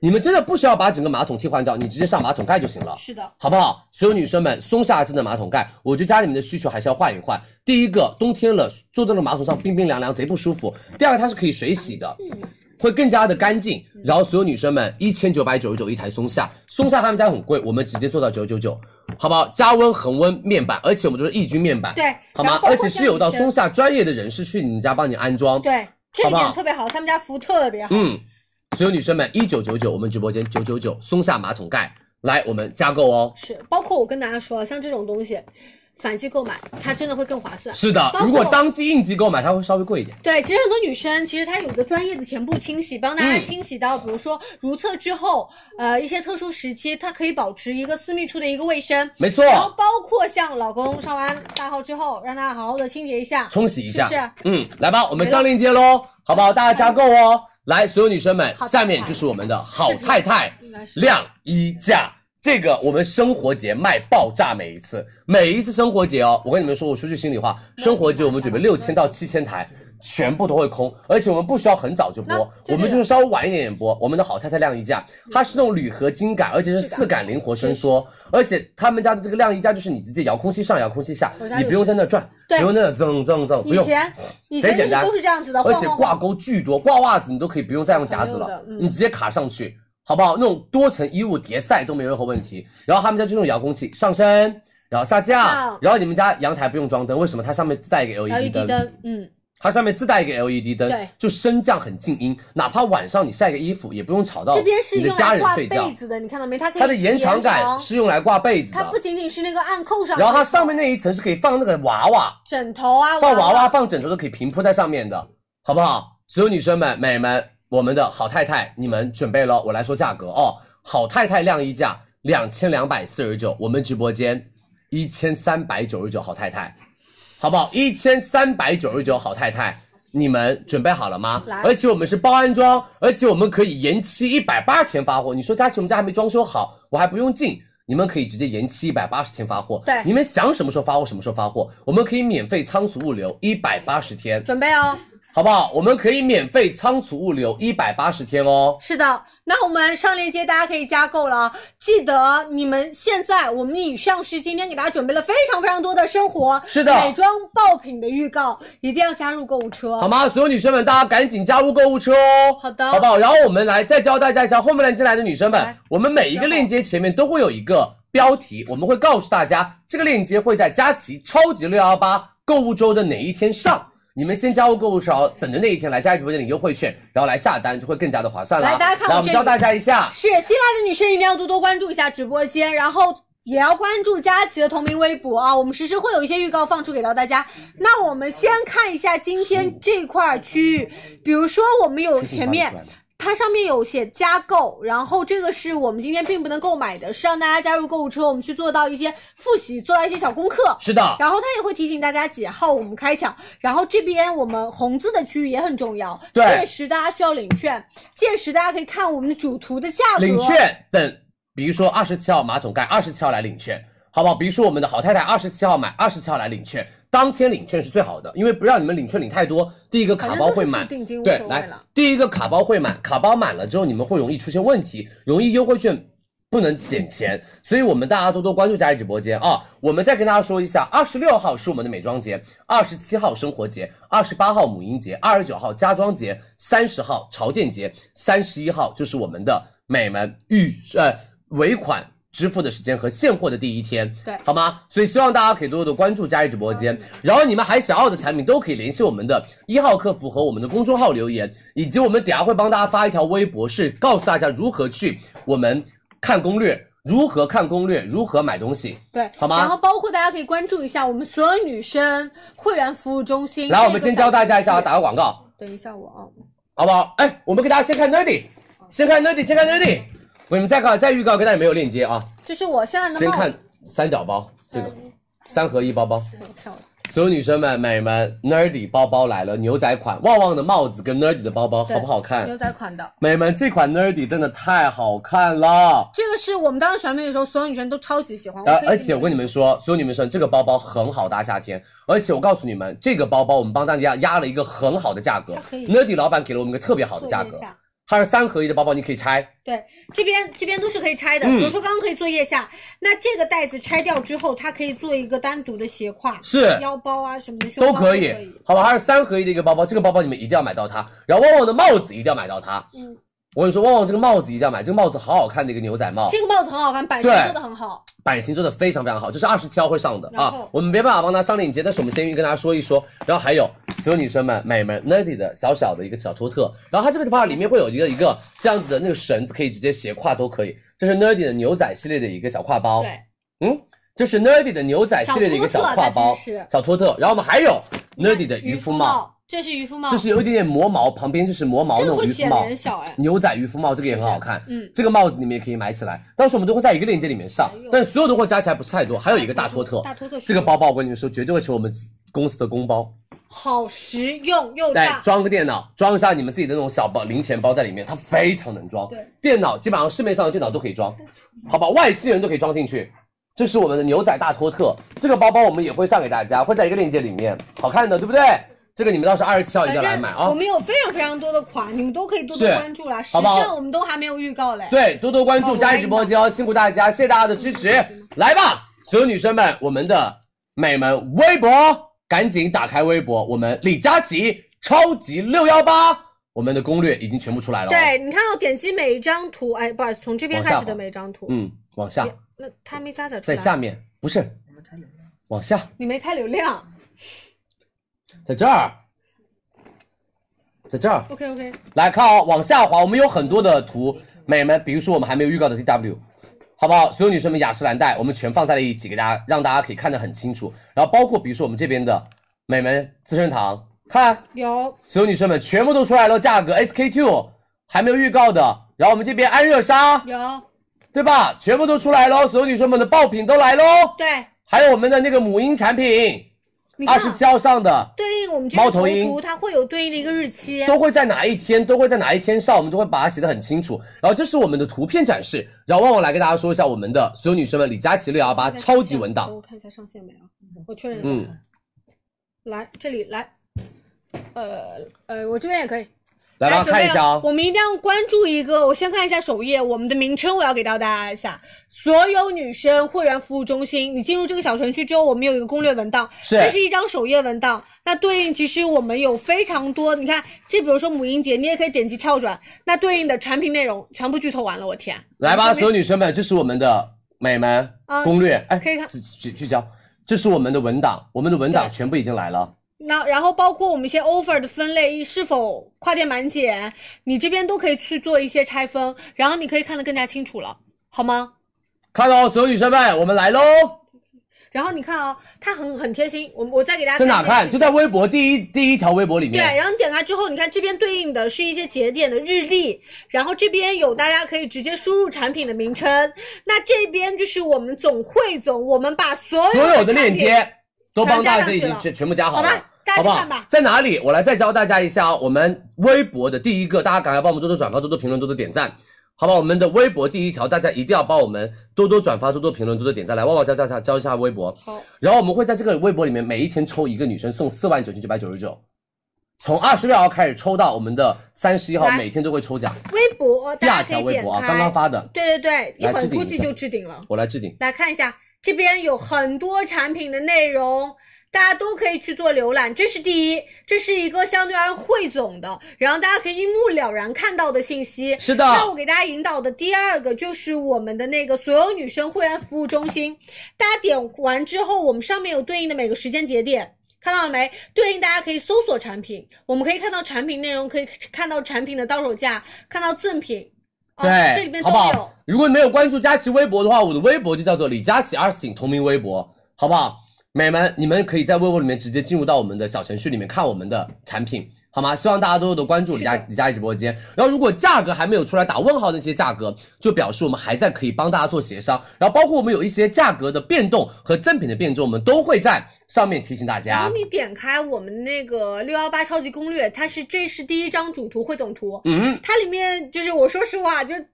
你们真的不需要把整个马桶替换掉，你直接上马桶盖就行了。
是的，
好不好？所有女生们，松下智能马桶盖，我觉得家里面的需求还是要换一换。第一个，冬天了，坐在那个马桶上冰冰凉凉，贼不舒服。第二个，它是可以水洗的，
嗯
会更加的干净。然后所有女生们，一千九百九十九一台松下，松下他们家很贵，我们直接做到九九九，好不好？加温恒温面板，而且我们都是抑菌面板，
对
好
然
吗
后？包
而
括
且是有到
像女生
松下专业的人士去你们家帮你安装，
对，这一
好不好
点特别好，他们家服务特别好。
嗯，所有女生们，一九九九，我们直播间九九九，松下马桶盖，来我们加购哦。
是，包括我跟大家说，像这种东西，反季购买它真的会更划算。
是的
包，括
如果当季应季购买，它会稍微贵一点。
对，其实很多女生其实她有一个专业的前部清洗，帮大家
嗯
清洗到，比如说如厕之后，呃，一些特殊时期，它可以保持一个私密处的一个卫生。
没错，
然后包括像老公上完大号之后，让他好好的清洁一下。
冲洗一下。
是不
嗯，来吧，我们
没了
上链接喽，好不好？大家加购哦。来，所有女生们
好，太太
下面就是我们的好太太
应该是
晾衣架。这个我们生活节卖爆炸，每一次，每一次生活节哦，我跟你们说，我说句心里话，生活节我们准备六千到七千台，全部都会空，而且我们不需要很早就播
那，
我
这
们
个
就是稍微晚一点点播。我们的好太太晾衣架，
嗯
它是那种铝合金感，而且是四感灵活伸缩，而且他们家的这个晾衣架就是你直接遥控器上，遥控器下
我家，
你
有
不用在那转，
对
不用在那蹭蹭蹭，不
以
用。
前以
贼
前就
简
是
单
都是这样子的，
而
晃
且
晃
挂
晃。
钩巨多，挂袜子你都可以不用再用夹子
不用
了
的，嗯
你直接卡上去，好不好？那种多层衣物叠晒都没有任何问题。然后他们家就用遥控器上升，然后下降
上，
然后你们家阳台不用装灯，为什么？它上面自带一个
LED
LED 灯，
灯，嗯，
它上面自带一个 LED 灯
对，
就升降很静音，哪怕晚上你晒个衣服也不用吵到
这边是
你的
用
家
来
人
挂
睡觉
被。子的，你看到没？它可以
它的延长感是用来挂被子
它
的
不，仅仅是那个按扣上，
然后它上面那一层是可以放那个娃娃，
枕头啊，
放娃娃、放枕头都可以平铺在上面的，好不好？所有女生们、美们，我们的好太太，你们准备了，我来说价格哦。好太太晾衣架两千两百四十九，我们直播间一千三百九十九，好太太，好不好？一千三百九十九，好太太。你们准备好了吗
来？
而且我们是包安装，而且我们可以延期一百八十天发货。你说佳琪，我们家还没装修好，我还不用进，你们可以直接延期一百八十天发货。
对
你们想什么时候发货什么时候发货，我们可以免费仓储物流一百八十天。
准备哦，
好不好？我们可以免费仓储物流一百八十天哦。
是的，
那我们上链接，大家可以加购了啊！记得你们现在，我们以上是今天给大家准备了非常非常多的生活、
是的
美妆爆品的预告，一定要加入购物车。
好吗？所有女生们，大家赶紧加入购物车哦。
好的
好不好？然后我们来再教大家一下，后面链接来的女生们
来，
我们每一个链接前面都会有一个标题，我们会告诉大家这个链接会在佳琦超级六幺八购物周的哪一天上。你们先加入购物车哦，等着那一天来佳琦直播间领优惠券，然后来下单就会更加的划算啦。
来大家看我
来我们
这
教
里
大家一下，
是新来的女生一定要多多关注一下直播间，然后也要关注佳琪的同名微博啊，我们实时会有一些预告放出给到大家。那我们先看一下今天这块区域，比如说我们有前面。它上面有写加购，然后这个是我们今天并不能购买的，是让大家加入购物车，我们去做到一些复习，做到一些小功课。
是的，
然后它也会提醒大家几号我们开抢，然后这边我们红字的区域也很重要，
对
届时大家需要领券，届时大家可以看我们的主图的价格，
领券等，比如说二十七号马桶盖，二十七号来领券，好不好？比如说我们的好太太二十七号买，二十七号来领券，当天领券是最好的，因为不让你们领券领太多，第一个卡包会满
反正都是，定金无所
对，
谓
来
了，
第一个卡包会满，卡包满了之后你们会容易出现问题，容易优惠券。不能减钱，所以我们大家多多关注佳怡直播间啊！我们再跟大家说一下，二十六号是我们的美妆节，二十七号生活节，二十八号母婴节，二十九号家装节，三十号潮店节，三十一号就是我们的美们预呃尾款支付的时间和现货的第一天，
对
好吗？所以希望大家可以多多的关注佳怡直播间，然后你们还想要的产品都可以联系我们的一号客服和我们的公众号留言，以及我们等下会帮大家发一条微博，是告诉大家如何去我们看攻略，如何看攻略，如何买东西。
对，
好吗
然后包括大家可以关注一下我们所有女生会员服务中心。
来，我们先教大家一下，啊打个广告。
等一下我啊，
好不好？哎，我们给大家先看 Nerdy，先看 Nerdy，先看 Nerdy。我们再看，再预告跟大家没有链接啊。
就是我现在能
先
帮我
看三角包这
嗯
个三合一包包，
跳了
所有女生们、美们，Nerdy 包包来了，牛仔款，旺旺的帽子跟 Nerdy 的包包好不好看
牛？仔款的。
美们，这款 Nerdy 真的太好看了。
这个是我们当时选配的时候，所有女生都超级喜欢。
呃
可，以
而且我跟你们说，所有女生，这个包包很好搭夏天。而且我告诉你们，这个包包我们帮大家压了一个很好的价格
可以
，Nerdy 老板给了我们一个特别好的价
做
格
一下，
它是三合一的包包，你可以拆。
对，这边这边都是可以拆的，
嗯
比如说刚刚可以做腋下，那这个带子拆掉之后，它可以做一个单独的斜挎，
是
腰包啊什么的胸
都
包
可
以，
以，好吧？它是三合一的一个包包，这个包包你们一定要买到它。然后旺旺的帽子一定要买到它。
嗯，
我跟你说，旺旺这个帽子一定要买，这个帽子好好看的一个牛仔帽，
这个帽子很好看，版型
对
做的很好，
版型做的非常非常好，这是二十七号会上的
然后
啊。我们没办法帮它上链接，但是我们先跟大家说一说。然后还有所有女生们、美们 Nerdy 的小小的一个小托特，然后它这个的话里面会有一个一个这样子的那个绳子，可以直接斜挎都可以。这是 Nerdy 的牛仔系列的一个小挎包。
对，
嗯，这是 Nerdy 的牛仔系列的一个小挎包
小托特它其实是，
小托特。然后我们还有 Nerdy 的渔夫帽。，
这是渔夫帽，
就是有一点点磨毛，旁边就是磨毛
这
那
个
种
会
渔夫
显
帽，嗯
脸小哎，
牛仔渔夫帽这个也很好看。
嗯，
这个帽子你们也可以买起来，到时候我们都会在一个链接里面上
还有，
但是所有的货加起来不是太多，还有一个大托特，
哎大托特是
这个包包我跟你们说绝对会成为我们公司的公包，
好实用又
来
大，
装个电脑，装一下你们自己的那种小包零钱包在里面，它非常能装。
对，
电脑基本上市面上的电脑都可以装，好吧，外星人都可以装进去。这是我们的牛仔大托特，这个包包我们也会上给大家，会在一个链接里面，好看的，对不对？这个你们到时候二十七号一
反
定要来
正
买啊！
我们有非常非常多的款，你们都可以多多
是
关注啦。时
好不好
尚我们都还没有预告嘞，
对，多多关注佳怡直播间哦，辛苦大家，谢谢大家的支持。来吧，所有女生们，我们的美们微博，赶紧打开微博，我们李佳琦超级六幺八，我们的攻略已经全部出来了、哦。，
对，你看到点击每一张图，哎，不好意思，从这边
往下
开始的
滑
每一张图，
嗯，往下，
那它没加载出
在
来，
下面，不是，往下，
你没开流量
在这儿，在这儿，
，OK OK，
来看哦，往下滑，我们有很多的图，美们，比如说我们还没有预告的 DW，好不好？所有女生们雅诗兰黛，我们全放在了一起，给大家让大家可以看得很清楚。然后包括比如说我们这边的美们资生堂，看啊
有
所有女生们全部都出来了，价格 SK two 还没有预告的，然后我们这边安热纱，
有，
对吧？全部都出来喽，所有女生们的爆品都来喽，
对，
还有我们的那个母婴产品，
你
二
看啊
十七号上的，
对应我们这个
猫头鹰
图，它会有对应的一个日期，
都会在哪一天，都会在哪一天上，我们都会把它写的很清楚。然后这是我们的图片展示，然后旺旺来跟大家说一下我们的所有女生们，李佳琦六幺八
看一下
超级嗯文档
嗯等，我看一下上线没有，我确认一下，
嗯，
来这里来，呃呃，我这边也可以。哎
来吧，
准备
看一下
了，
哦。
我们一定要关注一个。我先看一下首页，我们的名称我要给到大家一下。所有女生会员服务中心，你进入这个小程序之后，我们有一个攻略文档，
是
这是一张首页文档。那对应其实我们有非常多，你看这比如说母婴节，你也可以点击跳转，那对应的产品内容全部剧透完了，我天！
来吧，
我
所
们
有女生们，这是我们的美们
啊
攻略，哎，
可以看
聚聚聚焦，这是我们的文档，我们的文档
对
全部已经来了。
那然后包括我们一些 offer 的分类，是否跨店满减，你这边都可以去做一些拆分，然后你可以看得更加清楚了，好吗？
看到所有女生们，我们来喽，
然后你看啊，它很很贴心，我我再给大家
在哪
一件
看？
事
就
情
在微博第一第一条微博里
对，
面。
然后你点开之后，你看这边对应的是一些节点的日历，然后这边有大家可以直接输入产品的名称，那这边就是我们总汇总，我们把所有
所有的
产
链
品
接都帮大
全加上
家
去
已经
了
全全部加好了，
好吧大
好
家
不
去
好
看吧？
在哪里？我来再教大家一下啊，我们微博的第一个，大家赶快帮我们多多转发、多多评论、多多点赞。好吧，我们的微博第一条，大家一定要帮我们多多转发、多多评论、多多点赞。来，旺旺教教教教一下微博。
好，
然后我们会在这个微博里面，每一天抽一个女生送四万九千九百九十九，从二十六号开始抽到我们的三十一号，
来
每天都会抽奖。
微博
第二
大家
条
可以
微
点
博啊，
开，
刚刚发的，
对对对，一
来
会
置
儿
顶
估
一
计
下
就置顶了，
我来置顶。
来看一下这边有很多产品的内容。大家都可以去做浏览，这是第一，这是一个相对而言汇总的，然后大家可以一目了然看到的信息。
是的，
那我给大家引导的第二个就是我们的那个所有女生会员服务中心，大家点完之后，我们上面有对应的每个时间节点。看到了没？对应大家可以搜索产品，我们可以看到产品内容，可以看到产品的到手价，看到赠品，啊、
对，
这里面都
好
有。
不好？如果你没有关注佳琪微博的话，我的微博就叫做李佳琦二十挺同名微博，好不好？美们，你们可以在微博里面直接进入到我们的小程序里面看我们的产品，好吗？希望大家多多的关注李佳李佳琦直播间。然后，如果价格还没有出来打问号的那些价格，就表示我们还在可以帮大家做协商。然后，包括我们有一些价格的变动和赠品的变动，我们都会在上面提醒大
然
家
哦后。你点开我们那个六幺八超级攻略，它是这是第一张主图汇总图，
嗯，
它里面就是我说实话，就内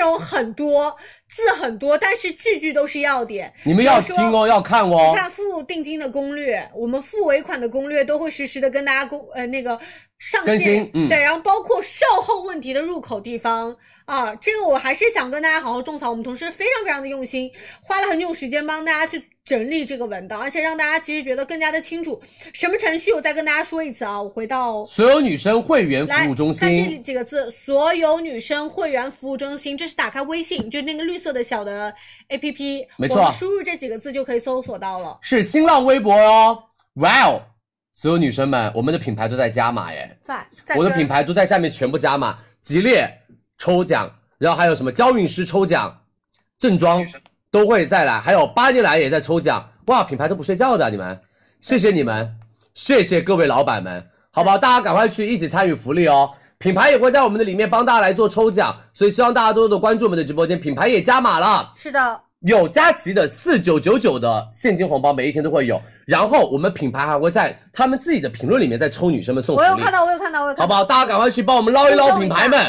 容很多，字很多，但是句句都是要点。
你们要
比如
听
说
哦，要看哦
你。看付定金的攻略，我们付尾款的攻略都会实时的跟大家公呃那个上
更
线
新，嗯
对，然后包括售后问题的入口地方啊，这个我还是想跟大家好好种草，我们同事非常非常的用心，花了很久时间帮大家去整理这个文档，而且让大家其实觉得更加的清楚什么程序，我再跟大家说一次啊，我回到
所有女生会员
来
服务中心，
看这里几个字，所有女生会员服务中心，这是打开微信，就是那个绿色的小的 APP，
没错
我们输入这几个字就可以搜索到了。
是新浪微博哦。哇哦，所有女生们，我们的品牌都在加码耶，
在，在
我的
这儿
品牌都在下面全部加码，吉列抽奖，然后还有什么娇韵诗抽奖，正装都会再来，还有八年来也在抽奖。哇，品牌都不睡觉的啊你们，谢谢你们，谢谢各位老板们，好不好？大家赶快去一起参与福利哦。品牌也会在我们的里面帮大家来做抽奖，所以希望大家多多的关注我们的直播间，品牌也加码了。
是的，
有佳琦的四九九九的现金红包，每一天都会有。然后我们品牌还会在他们自己的评论里面再抽女生们送福
我
利，
有看到，我有看到，我有
好
看
不
到。
好？大家赶快去帮我们捞一捞品牌们，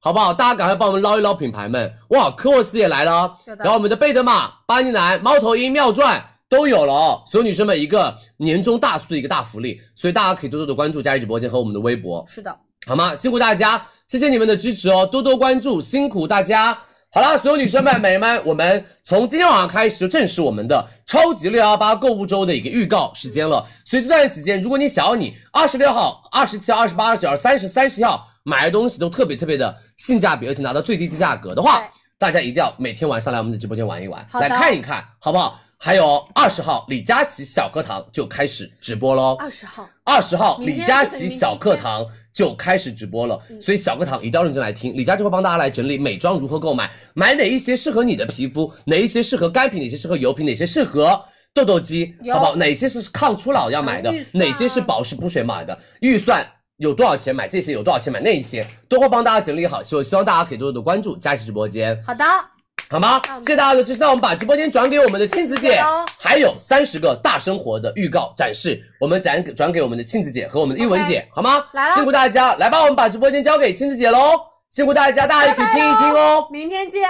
好不好？大家赶快帮我们捞一捞品牌们。哇，科沃斯也来了哦，
是的
然后我们的贝德玛、巴尼兰、猫头鹰、妙转都有了哦。所有女生们一个年终大促的一个大福利，所以大家可以多多的关注佳琦直播间和我们的微博。
是的，
好吗？辛苦大家，谢谢你们的支持哦，多多关注，辛苦大家。好啦，所有女生们、美人们，我们从今天晚上开始就正式我们的超级六幺八购物周的一个预告时间了。所以这段时间，如果你想要你二十六号、二十七号、二十八、二十九号、三十、三十号买的东西都特别特别的性价比，而且拿到最低价格的话
对，
大家一定要每天晚上来我们的直播间玩一玩，
好的
来看一看，好不好？还有二十号李佳琦小课堂就开始直播喽。
二十号，
二十号
明
李
天嗯
佳琦小课堂就开始直播了，所以小课堂一定要认真来听，李佳琦会帮大家来整理美妆如何购买，买哪一些适合你的皮肤，哪一些适合干皮，哪些适合油皮，哪些适合。痘痘肌
有
好不好？哪些是抗初老要买的
啊预，算啊
哪些是保湿补水买的？预算有多少钱买这些？有多少钱买那一些？都会帮大家整理好，希望希望大家可以多多的关注佳琦直播间。
好的，
好吗？谢谢大家的支持。那我们把直播间转给我们的庆子姐
好的哦，
还有三十个大生活的预告展示，我们转给转给我们的庆子姐和我们的一文姐好吗？
来了
辛苦大家，来吧，我们把直播间交给庆子姐喽，辛苦大家，大家也可以听一听哦。
明天见。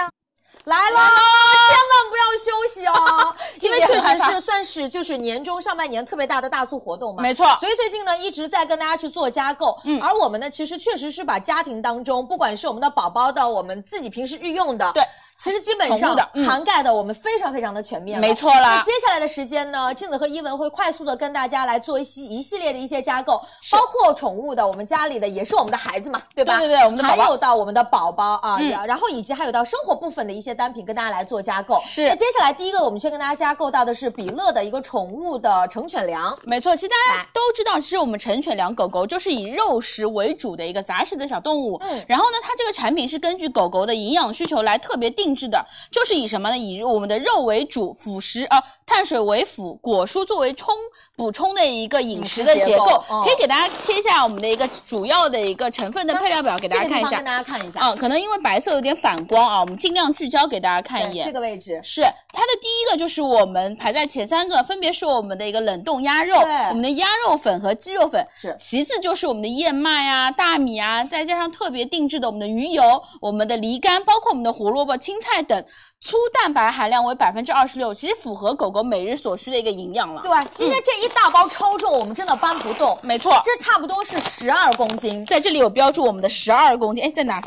来了，千万不要休息 哦，因为确
害
实
怕
是算是就是年终上半年特别大的大促活动嘛，
没错
所以最近呢一直在跟大家去做加购，
嗯
而我们呢其实确实是把家庭当中，不管是我们的宝宝的，我们自己平时日用的，
对。
其实基本
宠
上
物的嗯
涵盖的我们非常非常的全面了，
没错啦
那接下来的时间呢，庆子和伊文会快速的跟大家来做一些一系列的一些加购，包括宠物的，我们家里的也是我们的孩子嘛，对吧？
对对对我们的宝宝
还有到我们的宝宝啊，
嗯
然后以及还有到生活部分的一些单品跟大家来做加购。
是
那接下来第一个我们先跟大家加购到的是比乐的一个宠物的成犬粮，
没错，其实大
来
家都知道，其实我们成犬粮狗狗就是以肉食为主的一个杂食的小动物。
嗯
然后呢，它这个产品是根据狗狗的营养需求来特别定制的，就是以什么呢？以我们的肉为主，辅食呃碳水为辅，果蔬作为充补充的一个饮食的
饮食
结
结构
构。
嗯
可以给大家切一下我们的一个主要的一个成分的配料表，给大
这个
家看
地
一
方
下
跟。大家看一下，
啊、可能因为白色有点反光啊，我们尽量聚焦给大家看一
对
眼。
这个位置。
是它的第一个就是我们排在前三个，分别是我们的一个冷冻鸭肉
对，
我们的鸭肉粉和鸡肉粉。
是
其次就是我们的燕麦啊、大米啊，再加上特别定制的我们的鱼油、我们的梨干，包括我们的胡萝卜、青菜等，粗蛋白含量为百分之二十六，其实符合狗狗每日所需的一个营养了。
对，啊今天这一大包超重，我们真的搬不动，
嗯没错，
这差不多是十二公斤。
在这里有标注我们的十二公斤，哎，在哪？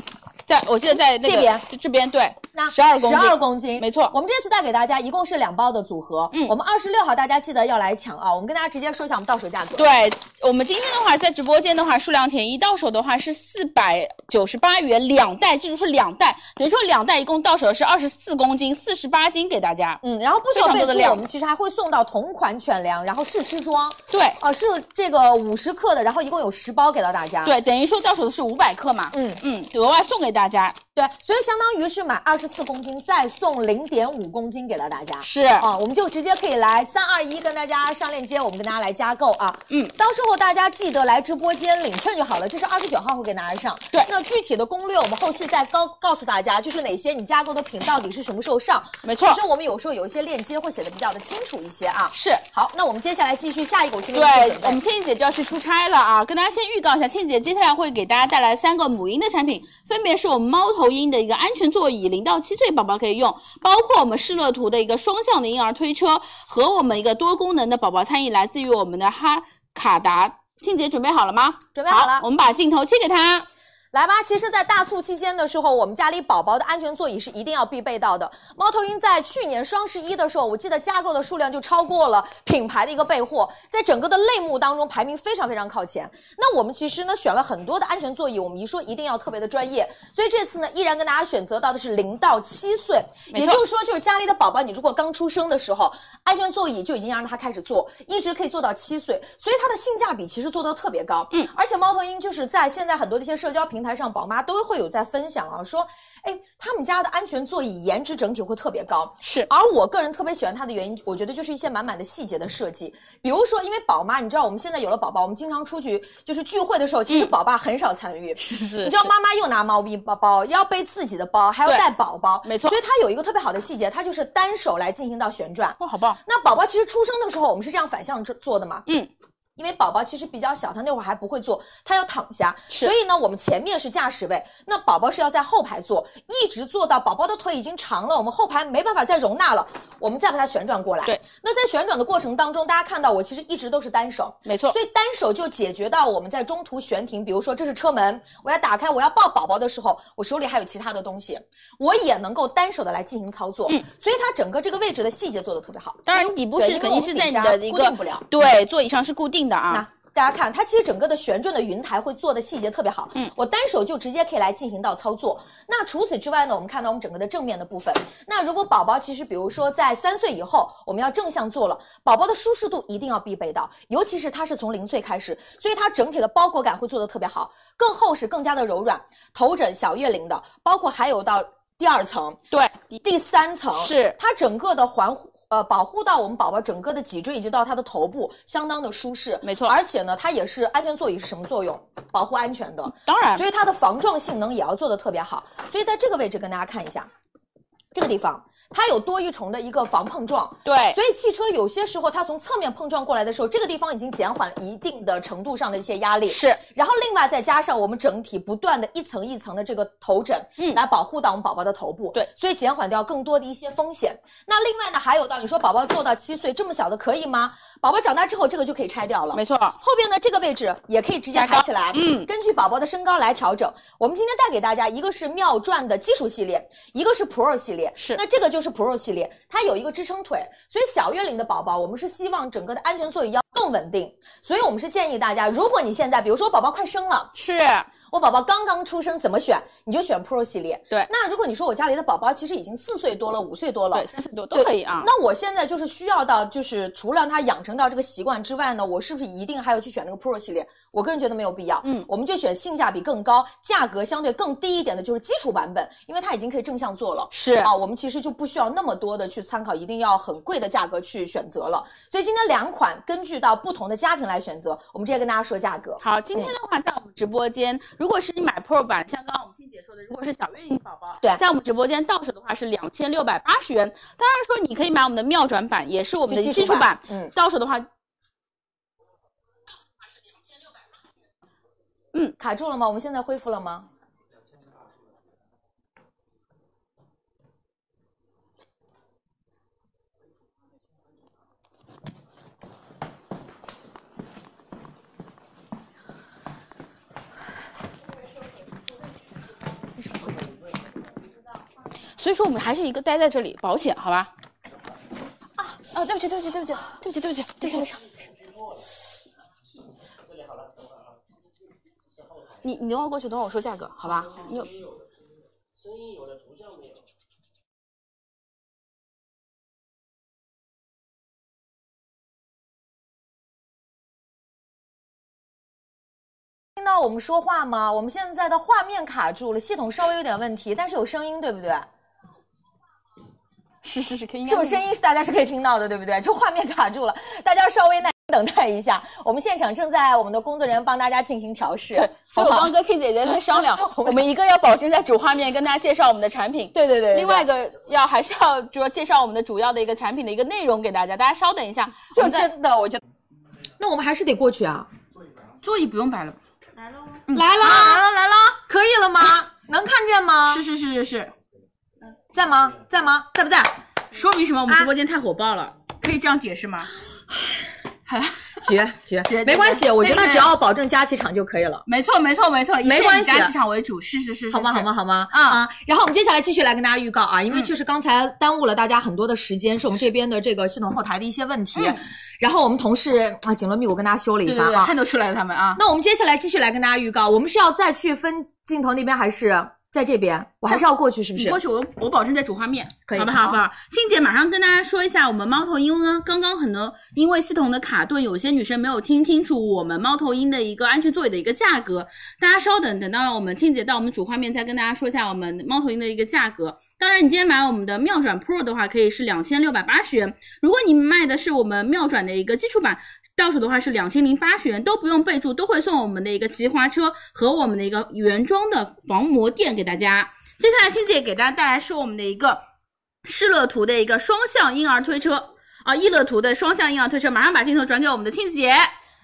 在我记得在那个
这边，
就这边对
那，
十二公斤，
十二公斤，
没错
我们这次带给大家一共是两包的组合，
嗯
我们二十六号大家记得要来抢啊！我们跟大家直接说一下我们到手价格，，
对我们今天的话，在直播间的话，数量填一，到手的话是四百九十八元两袋，记住是两袋，等于说两袋一共到手是二十四公斤，四十八斤给大家。
嗯，然后不需要
非
备
常多的
注，
量
我们其实还会送到同款犬粮，然后试吃装，
对
呃，是这个五十克的，然后一共有十包给到大家，
对，等于说到手的是五百克嘛。
嗯
嗯，额外送给大家
对，所以相当于是买二十四公斤，再送零点五公斤给到大家，
是。
啊，我们就直接可以来三二一跟大家上链接，我们跟大家来加购啊。
嗯，
到时候大家记得来直播间领券就好了，这是二十九号会给大家上。
对
那具体的攻略我们后续再告告诉大家，就是哪些你加购的品到底是什么时候上。
没错
其实我们有时候有一些链接会写的比较的清楚一些啊。
是
好，那我们接下来继续下一个，我去给
对
你做准，备
我们倩姐就要去出差了啊！跟大家先预告一下，倩姐接下来会给大家带来三个母婴的产品，分别是我们猫头鹰的一个安全座椅，零到七岁宝宝可以用，包括我们施乐图的一个双向的婴儿推车和我们一个多功能的宝宝餐椅，来自于我们的哈卡达。倩姐准备好了吗？
准备好了
我们把镜头切给 她。
来吧，其实，在大促期间的时候，我们家里宝宝的安全座椅是一定要必备到的。猫头鹰在去年双十一的时候，我记得加购的数量就超过了品牌的一个备货，在整个的类目当中排名非常非常靠前。那我们其实呢选了很多的安全座椅，我们一说一定要特别的专业，所以这次呢依然跟大家选择到的是零到七岁，
没
也
错
就是说，就是家里的宝宝，你如果刚出生的时候，安全座椅就已经让他开始坐，一直可以坐到七岁，所以它的性价比其实做的特别高。
嗯，
而且猫头鹰就是在现在很多的一些社交平台上，宝妈都会有在分享啊，说，哎，他们家的安全座椅颜值整体会特别高。
是
而我个人特别喜欢它的原因，我觉得就是一些满满的细节的设计，比如说，因为宝妈，你知道我们现在有了宝宝，我们经常出去就是聚会的时候，
嗯
其实宝爸很少参与。
是是
你知道妈妈又拿猫咪包包，要背自己的包，还要
对
带宝宝，
没错
所以它有一个特别好的细节，它就是单手来进行到旋转。
哇，好棒！
那宝宝其实出生的时候，我们是这样反向做的嘛？
嗯。
因为宝宝其实比较小，他那会儿还不会坐，他要躺下，
是
所以呢，我们前面是驾驶位，那宝宝是要在后排坐，一直坐到宝宝的腿已经长了，我们后排没办法再容纳了，我们再把它旋转过来。
对，
那在旋转的过程当中，大家看到我其实一直都是单手，
没错
所以单手就解决到我们在中途悬停，比如说这是车门，我要打开，我要抱宝宝的时候，我手里还有其他的东西，我也能够单手的来进行操作。
嗯，
所以它整个这个位置的细节做的特别好。
当然，你底部
哎对因为
是肯
我们
定是
底
在你
下
的一
固
个
定不了
对座椅上是固定的啊。
那大家看，它其实整个的旋转的云台会做的细节特别好。
嗯
我单手就直接可以来进行到操作。那除此之外呢，我们看到我们整个的正面的部分。那如果宝宝其实比如说在三岁以后，我们要正向做了，宝宝的舒适度一定要必备到，尤其是它是从零岁开始，所以它整体的包裹感会做的特别好，更厚实，更加的柔软。头枕小月龄的，包括还有到第二层，
对，
第三层
是
它整个的环护呃保护到我们宝宝整个的脊椎以及到它的头部，相当的舒适，
没错
而且呢，它也是安全座椅是什么作用？保护安全的，
当然
所以它的防撞性能也要做的特别好。所以在这个位置跟大家看一下。这个地方，它有多一重的一个防碰撞。
对，
所以汽车有些时候它从侧面碰撞过来的时候，这个地方已经减缓了一定的程度上的一些压力。
是，
然后另外再加上我们整体不断的一层一层的这个头枕，
嗯
来保护到我们宝宝的头部，
对，
所以减缓掉更多的一些风险。那另外呢，还有到你说宝宝做到七岁这么小的可以吗？宝宝长大之后这个就可以拆掉了。
没错，
后边呢，这个位置也可以直接
加高
抬起来，
嗯
根据宝宝的身高来调整。我们今天带给大家一个是妙转的基础系列，一个是 Pro 系列，
是
那这个就是 Pro 系列，它有一个支撑腿，所以小月龄的宝宝，我们是希望整个的安全座椅要更稳定，所以我们是建议大家，如果你现在比如说宝宝快生了，
是
我宝宝刚刚出生怎么选，你就选 Pro 系列。
对
那如果你说我家里的宝宝其实已经四岁多了，五岁多了
对，，三岁多都可以啊。
那我现在就是需要到，就是除了让他养成到这个习惯之外呢，我是不是一定还要去选那个 Pro 系列？我个人觉得没有必要。
嗯
我们就选性价比更高、价格相对更低一点的，就是基础版本，因为它已经可以正向做了。
是
啊，我们其实就不需要那么多的去参考，一定要很贵的价格去选择了。所以今天两款根据到不同的家庭来选择，我们直接跟大家说价格。
好，今天的话在我们直播间，如果是你买 Pro 版，像刚刚我们欣姐说的，如果是小月龄宝宝，
对
在我们直播间到手的话是两千六百八十元。当然说你可以买我们的妙转版，也是我们的
就基
基础
础
版
版，嗯
到手的话，
卡住了吗？我们现在恢复了吗？
所以说我们还是一个待在这里保险，好吧？
哦，对不起，对不起，对不起，
对不起，对不起，对不起，你你等会儿过去，等会儿我说价格，好吧？你有
听到我们说话吗？我们现在的画面卡住了，系统稍微有点问题，但是有声音，对不对？
是是是，可以应该
这种声音是大家是可以听到的，对不对？就画面卡住了，大家稍微耐心等待一下。我们现场正在我们的工作人员帮大家进行调试
对，，所
好
以
不
我
好，
刚？跟庆姐 姐在商量
我
我们一个要保证在主画面跟大家介绍我们的产品，
对对对对，
另外一个要还是要主要介绍我们的主要的一个产品的一个内容给大家，大家稍等一下，
就真的，我觉得
那我们还是得过去啊。
座椅不用摆了吧？
来了，
来了嗯啊来了，啊
可以了吗？能看见吗？
是是是是是，
在吗？在吗？在不在？
说明什么？我们直播间太火爆了，可以这样解释吗？
绝
绝
绝，没关系，我觉
对
得
对
只要保证佳琦场就可以了。
没错没错没错，一切
没关系
以家市场为主，是是是，是
好吗？好吗？？好吗？
啊
啊！然后我们接下来继续来跟大家预告啊，因为
嗯
确实刚才耽误了大家很多的时间，是我们这边的这个系统后台的一些问题
嗯，
然后我们同事啊紧锣密鼓跟大家修了
对
一
对
番
对，
啊
看。得出来他们啊，
那我们接下来继续来跟大家预告，我们是要再去分镜头那边，还是在这边？我还是要过去，是不
你
是
过？去我我保证在主画面，
可以
好不好？好不好？庆姐马上跟大家说一下，我们猫头鹰呢，刚刚很多因为系统的卡顿，有些女生没有听清楚我们猫头鹰的一个安全座椅的一个价格，大家稍等，等到我们庆姐到我们主画面再跟大家说一下我们猫头鹰的一个价格。当然，你今天买我们的妙转 Pro 的话，可以是两千六百八十元；如果你卖的是我们妙转的一个基础版。到手的话是两千零八十元，都不用备注，都会送我们的一个骑滑车和我们的一个原装的防磨垫给大家。接下来，青姐给大家带来是我们的一个施乐图的一个双向婴儿推车啊，益乐图的双向婴儿推车，马上把镜头转给我们的庆姐。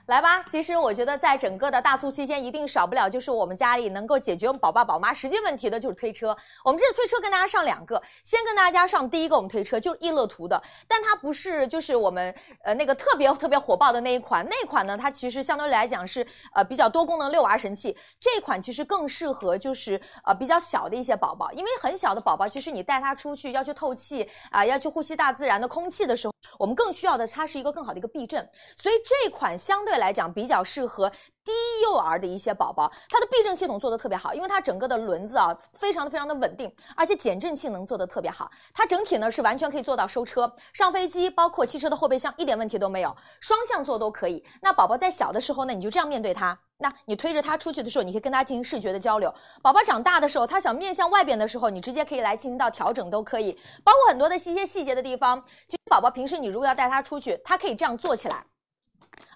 来吧。其实我觉得在整个的大促期间，一定少不了就是我们家里能够解决我们宝爸宝妈实际问题的，就是推车。我们这次推车跟大家上两个，先跟大家上第一个，我们推车就是益乐图的，但它不是就是我们呃那个特别特别火爆的那一款，那款呢它其实相对来讲是呃比较多功能遛娃神器，这款其实更适合就是呃比较小的一些宝宝，因为很小的宝宝，其实你带他出去要去透气啊、要去呼吸大自然的空气的时候，我们更需要的它是一个更好的一个避震，所以这款相对来讲比较适合低幼儿的一些宝宝，它的避震系统做得特别好，因为它整个的轮子啊非常的非常的稳定，而且减震性能做得特别好，它整体呢是完全可以做到收车、上飞机，包括汽车的后备箱一点问题都没有，双向坐都可以。那宝宝在小的时候呢，你就这样面对它。那你推着它出去的时候，你可以跟它进行视觉的交流。宝宝长大的时候，他想面向外边的时候，你直接可以来进行到调整都可以，包括很多的一些细节的地方。其实宝宝平时啊你如果要带他出去，他可以这样坐起来，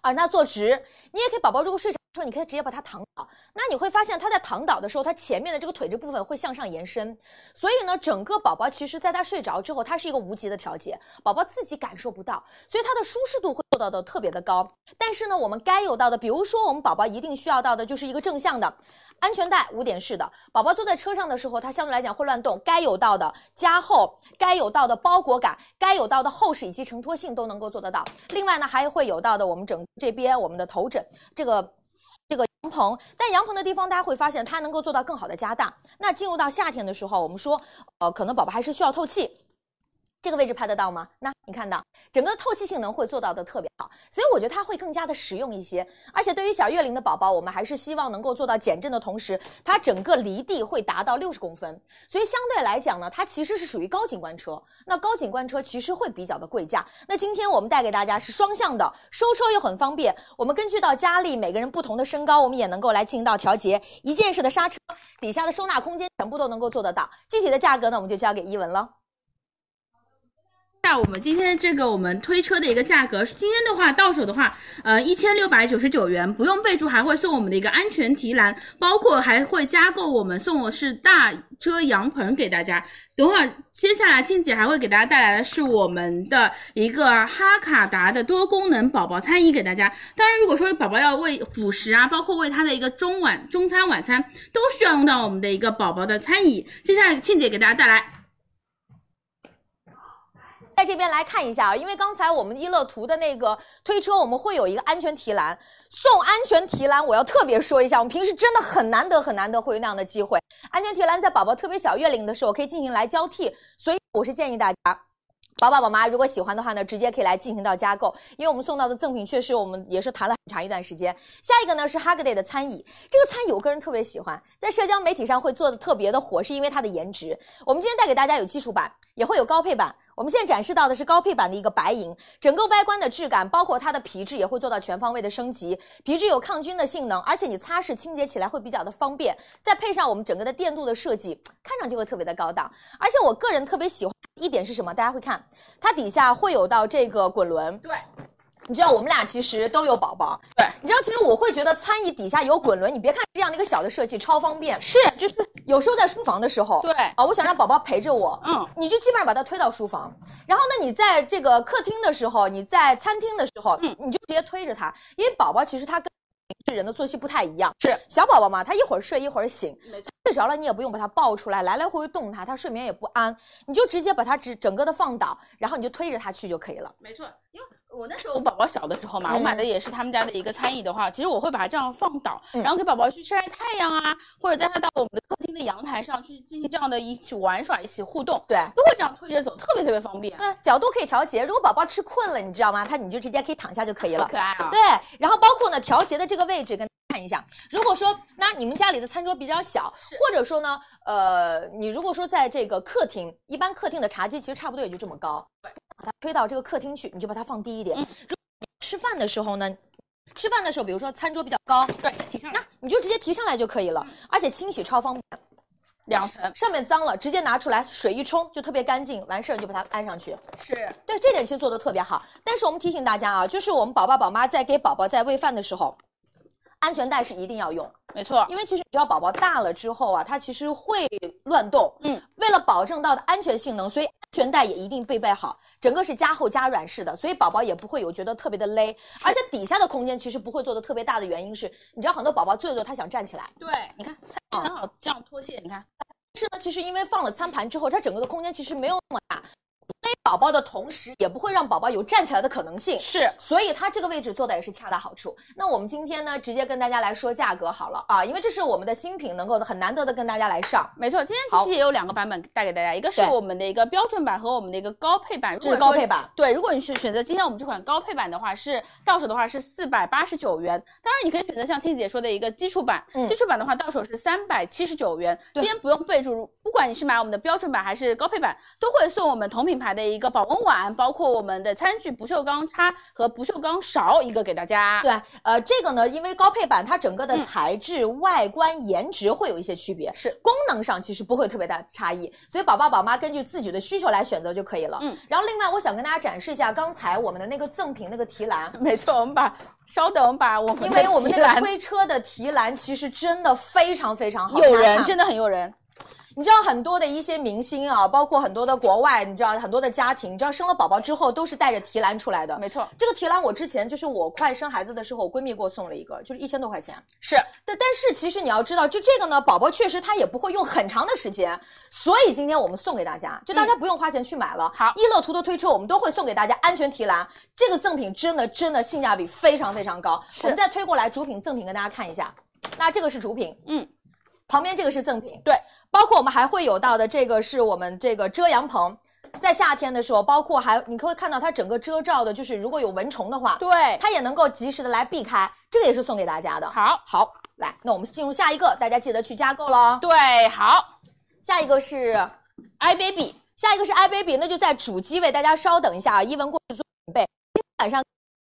耳那坐直。你也可以，宝宝如果睡着说你可以直接把它躺倒，那你会发现它在躺倒的时候，它前面的这个腿这部分会向上延伸，所以呢，整个宝宝其实在他睡着之后，它是一个无极的调节，宝宝自己感受不到，所以它的舒适度会做到的特别的高。但是呢，我们该有到的，比如说我们宝宝一定需要到的就是一个正向的安全带，五点式的，宝宝坐在车上的时候，它相对来讲会乱动，该有到的加厚，该有到的包裹感，该有到的厚实以及承托性都能够做得到。另外呢，还会有到的我们整这边我们的头枕这个。这个羊棚，但羊棚的地方大家会发现它能够做到更好的加大。那进入到夏天的时候，我们说，呃，可能宝宝还是需要透气。这个位置拍得到吗？那你看到整个透气性能会做到的特别好，所以我觉得它会更加的实用一些。而且对于小月龄的宝宝，我们还是希望能够做到减震的同时，它整个离地会达到六十公分，所以相对来讲呢，它其实是属于高景观车。那高景观车其实会比较的贵价。那今天我们带给大家是双向的，收车又很方便。我们根据到家里每个人不同的身高，我们也能够来进行到调节，一键式的刹车，底下的收纳空间全部都能够做得到。具体的价格呢，我们就交给伊文了。
那我们今天这个我们推车的一个价格，今天的话到手的话，呃，一千六百九十九元，不用备注，还会送我们的一个安全提篮，包括还会加购我们送的是大遮阳棚给大家。等会儿接下来静姐还会给大家带来的是我们的一个哈卡达的多功能宝宝餐椅给大家。当然，如果说宝宝要喂辅食啊，包括喂他的一个中晚中餐、晚餐，都需要用到我们的一个宝宝的餐椅。接下来静姐给大家带来。
在这边来看一下啊，因为刚才我们一乐图的那个推车，我们会有一个安全提篮，送安全提篮，我要特别说一下，我们平时真的很难得很难得会有那样的机会。安全提篮在宝宝特别小月龄的时候可以进行来交替，所以我是建议大家。宝宝宝妈如果喜欢的话呢，直接可以来进行到加购，因为我们送到的赠品确实我们也是谈了很长一段时间。下一个呢是 Hugday 的餐椅，这个餐椅我个人特别喜欢，在社交媒体上会做的特别的火，是因为它的颜值。我们今天带给大家有基础版，也会有高配版。我们现在展示到的是高配版的一个白银，整个外观的质感，包括它的皮质也会做到全方位的升级，皮质有抗菌的性能，而且你擦拭清洁起来会比较的方便，再配上我们整个的电镀的设计，看上去会特别的高档。而且我个人特别喜欢一点是什么？大家会看它底下会有到这个滚轮，
对。
你知道我们俩其实都有宝宝，
对，
你知道其实我会觉得餐椅底下有滚轮，你别看这样的一个小的设计超方便，
是，
就是有时候在书房的时候，
对
啊，我想让宝宝陪着我，
嗯，
你就基本上把它推到书房，然后呢，你在这个客厅的时候，你在餐厅的时候，
嗯
你就直接推着他，因为宝宝其实他跟人的作息不太一样，
是
小宝宝嘛，他一会儿睡一会儿醒
没错，
睡着了你也不用把他抱出来，来来回回动他，他睡眠也不安，你就直接把他整整个的放倒，然后你就推着他去就可以了。
没错，因为我那时候我嗯宝宝小的时候嘛，我买的也是他们家的一个餐椅的话，其实我会把它这样放倒，
嗯
然后给宝宝去晒晒太阳啊，或者带他到我们的客厅的阳台上去进行这样的一起玩耍、一起互动，
对，
都会这样推着走，特别特别方便，
嗯，角度可以调节。如果宝宝吃困了，你知道吗？他你就直接可以躺下就可以
好
了。
可爱啊！
对，然后包括呢调节的这个位置跟。看一下，如果说那你们家里的餐桌比较小，或者说呢，呃，你如果说在这个客厅，一般客厅的茶几其实差不多也就这么高，把它推到这个客厅去，你就把它放低一点。如果你吃饭的时候呢，吃饭的时候，比如说餐桌比较高，
对，提上来
那你就直接提上来就可以了，而且清洗超方便。
两层
上面脏了，直接拿出来，水一冲就特别干净，完事儿你就把它安上去。
是
对，这点其实做的特别好。但是我们提醒大家啊，就是我们宝爸宝妈在给宝宝在喂饭的时候。安全带是一定要用，
没错，
因为其实你知道宝宝大了之后啊，他其实会乱动。
嗯，
为了保证到的安全性能，所以安全带也一定备备好，整个是加厚加软式的，所以宝宝也不会有觉得特别的勒。而且底下的空间其实不会做的特别大的原因是，你知道很多宝宝坐一坐他想站起来，
对，你看它很好这样脱卸，你看
是呢，其实因为放了餐盘之后，它整个的空间其实没有那么大，勒宝宝的同时，也不会让宝宝有站起来的可能性。
是
所以它这个位置做的也是恰到好处。那我们今天呢，直接跟大家来说价格好了啊，因为这是我们的新品，能够很难得的跟大家来上。
没错，今天
好
其实也有两个版本带给大家，一个是
对
我们的一个标准版和我们的一个高配版。
这
如
是
果
高
说
配版，
对，如果你是选择今天我们这款高配版的话，是到手的话是四百八十九元。当然，你可以选择像倩姐说的一个基础版，
嗯
基础版的话到手是三百七十九元。
对
今天不用备注，不管你是买我们的标准版还是高配版，都会送我们同品牌的一个保温碗，包括我们的餐具不锈钢叉和不锈钢勺一个给大家。
对，呃，这个呢，因为高配版它整个的
嗯
材质、外观、颜值会有一些区别，
是
功能上其实不会特别大的差异，所以宝爸宝妈根据自己的需求来选择就可以了。
嗯，
然后另外我想跟大家展示一下刚才我们的那个赠品那个提篮，
没错，我们把稍等，把我们的
因为我们那
提
个
篮
推车的提篮其实真的非常非常好，啊
有
大家
人
看
真的很有人，
你知道很多的一些明星啊，包括很多的国外，你知道很多的家庭，你知道生了宝宝之后都是带着提篮出来的。
没错，
这个提篮我之前就是我快生孩子的时候，我闺蜜给我送了一个，就是一千多块钱。
是
但但是其实你要知道，就这个呢，宝宝确实他也不会用很长的时间，所以今天我们送给大家，就大家不用花钱去买了。
嗯好
易乐图的推车我们都会送给大家安全提篮，这个赠品真的真的性价比非常非常高。我们再推过来主品赠品跟大家看一下，那这个是主品，
嗯，
旁边这个是赠品，
对，
包括我们还会有到的这个是我们这个遮阳棚。在夏天的时候，包括还你会看到它整个遮罩的，就是如果有蚊虫的话，
对，
它也能够及时的来避开，这个也是送给大家的。
好，
好，来，那我们进入下一个，大家记得去加购喽。
对，好
下一个是
，i baby，
下一个是 iBaby，那就在主机位，大家稍等一下啊，一文过去做准备。今天晚上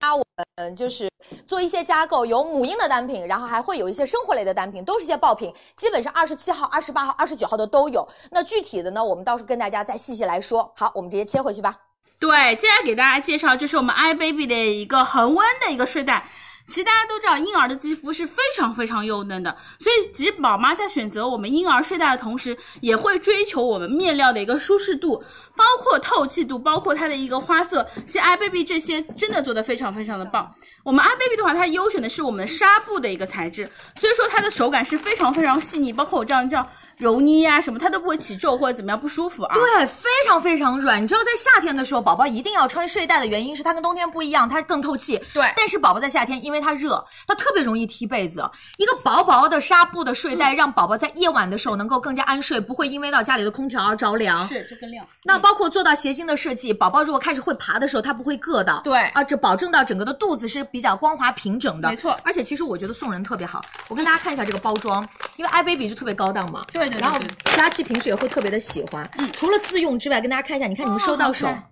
啊，我们就是做一些加购，有母婴的单品，然后还会有一些生活类的单品，都是一些爆品，基本上二十七号、二十八号、二十九号的都有。那具体的呢，我们到时候跟大家再细细来说。好，我们直接切回去吧。
对，接下来给大家介绍，这是我们 i baby 的一个恒温的一个睡袋。其实大家都知道，婴儿的肌肤是非常非常幼嫩的，所以其实宝妈在选择我们婴儿睡袋的同时，也会追求我们面料的一个舒适度，包括透气度，包括它的一个花色。其实 iBaby 这些真的做的非常非常的棒。我们 iBaby 的话，它优选的是我们的纱布的一个材质，所以说它的手感是非常非常细腻，包括我这样这样揉捏啊什么，它都不会起皱或者怎么样不舒服啊。
对，
非常非常软，你知道在夏天的时候，宝宝一定要穿睡袋的原因是它跟冬天不一样，它更透气。
对
但是宝宝在夏天，因为它热，它特别容易踢被子。一个薄薄的纱布的睡
嗯
袋，让宝宝在夜晚的时候能够更加安睡，不会因为到家里的空调而着凉。
是这个量。
那包括做到斜襟的设计，宝宝如果开始会爬的时候，它不会硌到。
对
啊，这保证到整个的肚子是比较光滑平整的。
没错
而且其实我觉得送人特别好，我跟大家看一下这个包装，因为 iBaby 就特别高档嘛。
对对对
然后
对
佳琪平时也会特别的喜欢，
嗯
除了自用之外，跟大家看一下，你看你们收到手
好看，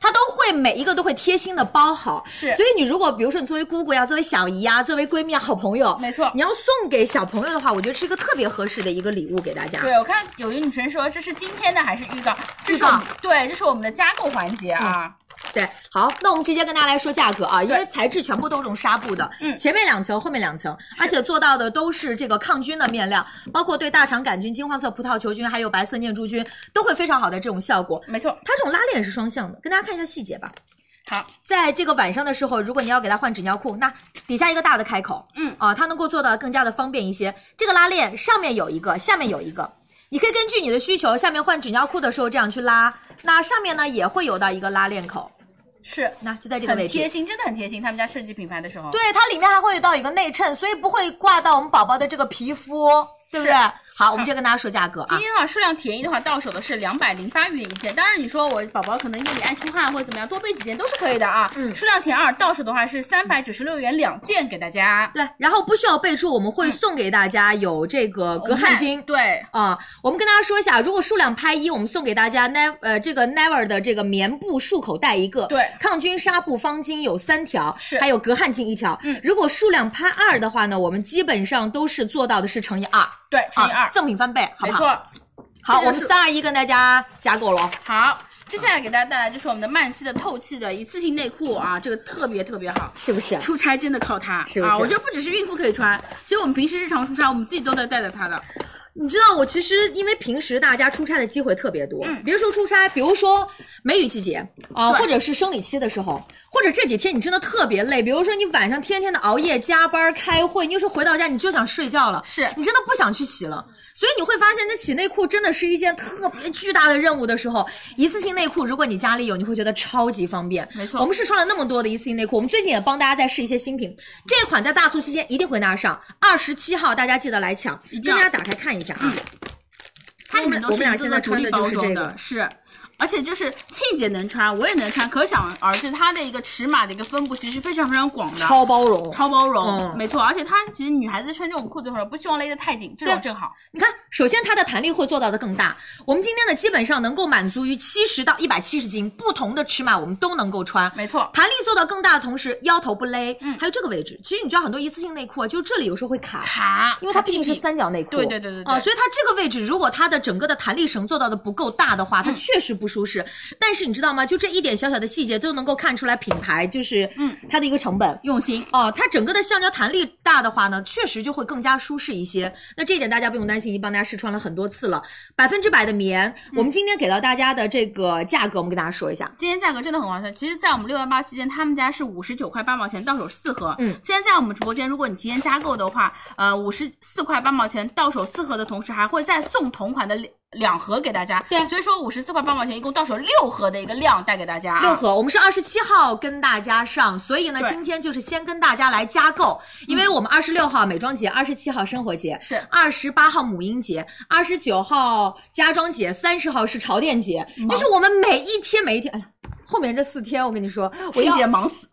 它都会每一个都会贴心的包好。
是
所以你如果比如说你作为姑姑呀、作为小姨呀、作为闺蜜啊、好朋友，
没错
你要送给小朋友的话，我觉得是一个特别合适的一个礼物给大家。
对，我看有一个女生说这是今天的还是预告？这
预
是
告
我们对，这是我们的加购环节啊。
对，好，那我们直接跟大家来说价格啊，因为
对
材质全部都是这种纱布的，
嗯
前面两层，后面两层，而且做到的都是这个抗菌的面料，包括对大肠杆菌、金黄色葡萄球菌还有白色念珠菌都会非常好的这种效果。
没错，
它这种拉链也是双向的，跟大家看一下细节吧。
好，
在这个晚上的时候，如果你要给它换纸尿裤，那底下一个大的开口，
嗯
啊，它能够做到更加的方便一些。这个拉链上面有一个，下面有一个，你可以根据你的需求，下面换纸尿裤的时候这样去拉。那上面呢也会有到一个拉链口，
是
那就在这个
很
位
贴
置。
心，真的很贴心。他们家设计品牌的时候，
对，啊它里面还会有到一个内衬，所以不会挂到我们宝宝的这个皮肤，对不对
是？
好，我们直接跟大家说价格
今
啊。
天的话数量便宜的话，到手的是两百零八元一件。当然，你说我宝宝可能夜里爱出汗或者怎么样，多备几件都是可以的啊。
嗯
数量填二，到手的话是三百九十六元两件给大家。
对，然后不需要备注，我们会
嗯
送给大家有这个隔汗巾，
对，
啊、我们跟大家说一下，如果数量拍一，我们送给大家 Never 呃这个 Never 的这个棉布束口袋一个，
对
抗菌纱布方巾有三条，
是
还有隔汗巾一条。
嗯
如果数量拍二的话呢，我们基本上都是做到的是乘以二，
对，乘以
啊
二，
赠品翻倍，好
没
不好？
错。
好，
这
我
就是
们三二一跟大家加购了。哦
好，接下来给大家带来就是我们的曼希的透气的一次性内裤啊，这个特别特别好。
是不是？
出差真的靠它
是不是
啊！我觉得不只是孕妇可以穿，其实我们平时日常出差，我们自己都在带着它的。
你知道我其实因为平时大家出差的机会特别多，
嗯哦
别说出差，比如说梅雨季节啊，
对
或者是生理期的时候，或者这几天你真的特别累，比如说你晚上天天的熬夜加班开会，你有时候回到家你就想睡觉了，
是
你真的不想去洗了，所以你会发现那洗内裤真的是一件特别巨大的任务的时候，一次性内裤如果你家里有，你会觉得超级方便。
没错
我们试穿了那么多的一次性内裤，我们最近也帮大家在试一些新品，这款在大促期间一定会拿上，二十七号大家记得来抢，
一定
跟
要嗯
大家打开看一下啊。
它里面都
我
是
们俩
一个
现
个
在
独
穿
立
的
包
就是
装
这
的
个，
是。而且就是庆姐能穿，我也能穿，可想而知它的一个尺码的一个分布其实非常非常广的，
超包容。
超包容，
嗯
没错。而且它其实女孩子穿这种裤子的时候，不希望勒得太紧，这种
对
正好。
你看，首先它的弹力会做到的更大。我们今天的基本上能够满足于七十到一百七十斤不同的尺码，我们都能够穿。
没错
弹力做到更大的同时，腰头不勒。
嗯
还有这个位置，其实你知道很多一次性内裤啊，就这里有时候会卡。
卡，
因为它
卡
毕
屁
竟是
屁。
三角内裤，哦
对对对对对嗯
啊，所以它这个位置，如果它的整个的弹力绳做到的不够大的话，它确实不不舒适。但是你知道吗？就这一点小小的细节都能够看出来品牌就是
嗯
它的一个成本。
用心。
哦，它整个的橡胶弹力大的话呢，确实就会更加舒适一些。那这一点大家不用担心，已经帮大家试穿了很多次了，百分之百的棉。
嗯
我们今天给到大家的这个价格，我们给大家说一下，
今天价格真的很划算。其实，在我们六幺八期间，他们家是五十九块八毛钱到手四盒。
嗯
现在在我们直播间，如果你提前加购的话，呃，五十四块八毛钱到手四盒的同时，还会再送同款的两两盒给大家。
对
所以说五十四块八毛钱，一共到手六盒的一个量带给大家、啊。
六盒，我们是二十七号跟大家上，所以呢，
对嗯
今天就是先跟大家来加购，因为我们二十六号美妆节，二十七号生活节，
是
二十八号母婴节，二十九号家装节，三十号是潮店节，就是我们每一天每一天，哎呀，后面这四天我跟你说，我
春
要啊
节忙死。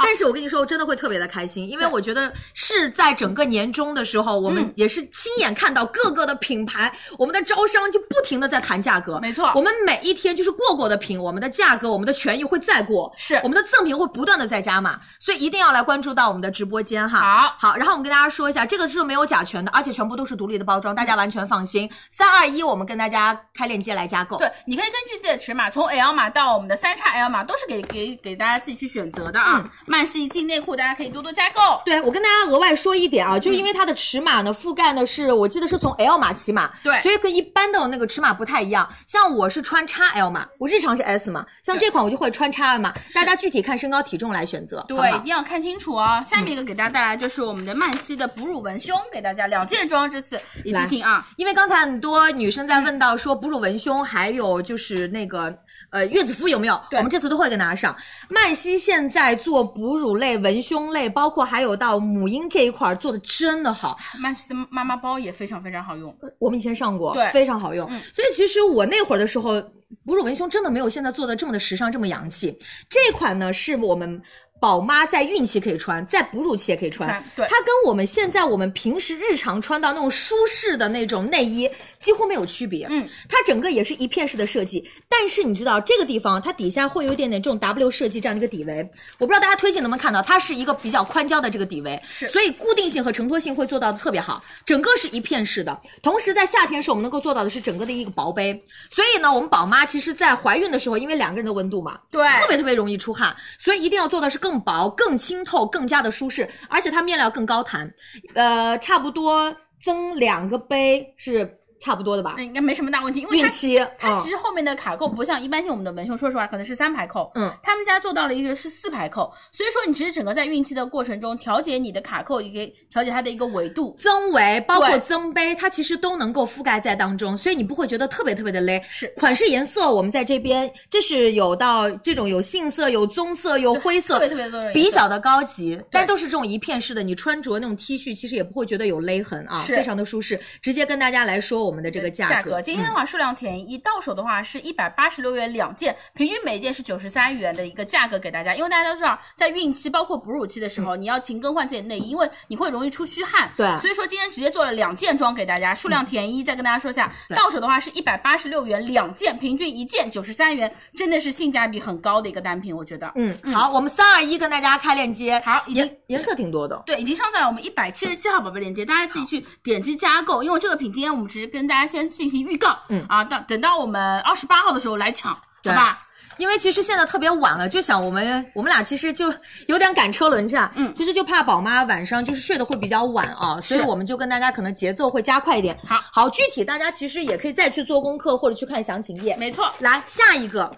但是我跟你说，我真的会特别的开心，因为我觉得是在整个年终的时候，我们
嗯
也是亲眼看到各个的品牌，我们的招商就不停的在谈价格。
没错
我们每一天就是过过的品，我们的价格，我们的权益会再过，
是
我们的赠品会不断的在加码，所以一定要来关注到我们的直播间哈。
好，
好，然后我们跟大家说一下，这个是没有甲醛的，而且全部都是独立的包装，大家完全放心。三二一，我们跟大家开链接来加购。
对，你可以根据自己的尺码，从 L 码到我们的三叉 L 码，都是给给给大家自己去选择的
嗯
啊。曼诗一季内裤，大家可以多多加购。
对，我跟大家额外说一点啊，就是因为它的尺码呢，覆盖呢是我记得是从 L 码起码，
对
所以跟一般的那个尺码不太一样。像我是穿 XL 码，我日常是 S 码，像这款我就会穿 XL 码，大家具体看身高体重来选择，
对
好不，
一
好
定要看清楚哦。下面一个给大家带来就是我们的曼西的哺乳文胸，给大家两件装，这次一次性啊，
因为刚才很多女生
嗯
在问到说哺乳文胸，还有就是那个呃月子服有没有？
对
我们这次都会给大家上。曼西现在做哺乳类、文胸类，包括还有到母婴这一块儿做的真的好。
曼西的妈妈包也非常非常好用。
我们以前上过，
对
非常好用。
嗯
所以其实我那会儿的时候，哺乳文胸真的没有现在做的这么的时尚，这么洋气。这款呢是我们。宝妈在孕期可以穿，在哺乳期也可以穿。
穿对
它跟我们现在我们平时日常穿到那种舒适的那种内衣几乎没有区别。
嗯，
它整个也是一片式的设计，但是你知道这个地方它底下会有一点点这种 W 设计这样的一个底围，我不知道大家推荐能不能看到，它是一个比较宽胶的这个底围，
是
所以固定性和承托性会做到的特别好，整个是一片式的。同时在夏天时，我们能够做到的是整个的一个薄杯，所以呢，我们宝妈其实在怀孕的时候，因为两个人的温度嘛，
对
特别特别容易出汗，所以一定要做的是更薄、更清透、更加的舒适，而且它面料更高弹，呃，差不多增两个杯是差不多的吧
那？应该没什么大问哎题，因为
孕
它
期，
它
嗯
其实后面的卡扣不像一般性我们的文胸，说实话可能是三排扣，
嗯，
他们家做到了一个是四排扣，所以说你其实整个在孕期的过程中调节你的卡扣，也可以调节它的一个维度。
增围，包括
对
增杯，它其实都能够覆盖在当中，所以你不会觉得特别特别的勒。
是
款式颜色，我们在这边这是有到这种有杏色、有棕色、有灰色，
特别特别多人
比较的高级，但都是这种一片式的，你穿着那种 T 恤，其实也不会觉得有勒痕啊，
是
非常的舒适。直接跟大家来说我们的这个
价
价嗯
今天的话数量填一，到手的话是一百八十六元两件，平均每件是九十三元的一个价格给大家。因为大家都知道，在孕期包括哺乳期的时候，你要勤更换自己的内衣，因为你会容易出虚汗。
嗯对嗯
所以说今天直接做了两件装给大家，数量填一。再跟大家说一下，
对
到手的话是一百八十六元两件，平均一件九十三元，真的是性价比很高的一个单品，我觉得。
嗯，
嗯
好，我们三二一跟大家开链接，
好已经
颜颜色挺多的，哦
对，已经上在了我们一百七十七号宝贝链接，大家自己去点击加购。因为这个品今天我们只是跟大家先进行预告，
嗯
啊，到等到我们二十八号的时候来抢，
对
好吧？
因为其实现在特别晚了，就想我们我们俩其实就有点赶车轮战，
嗯
其实就怕宝妈晚上就是睡得会比较晚啊，所以我们就跟大家可能节奏会加快一点。
好
好，具体大家其实也可以再去做功课或者去看详情页。
没错。
来，下一个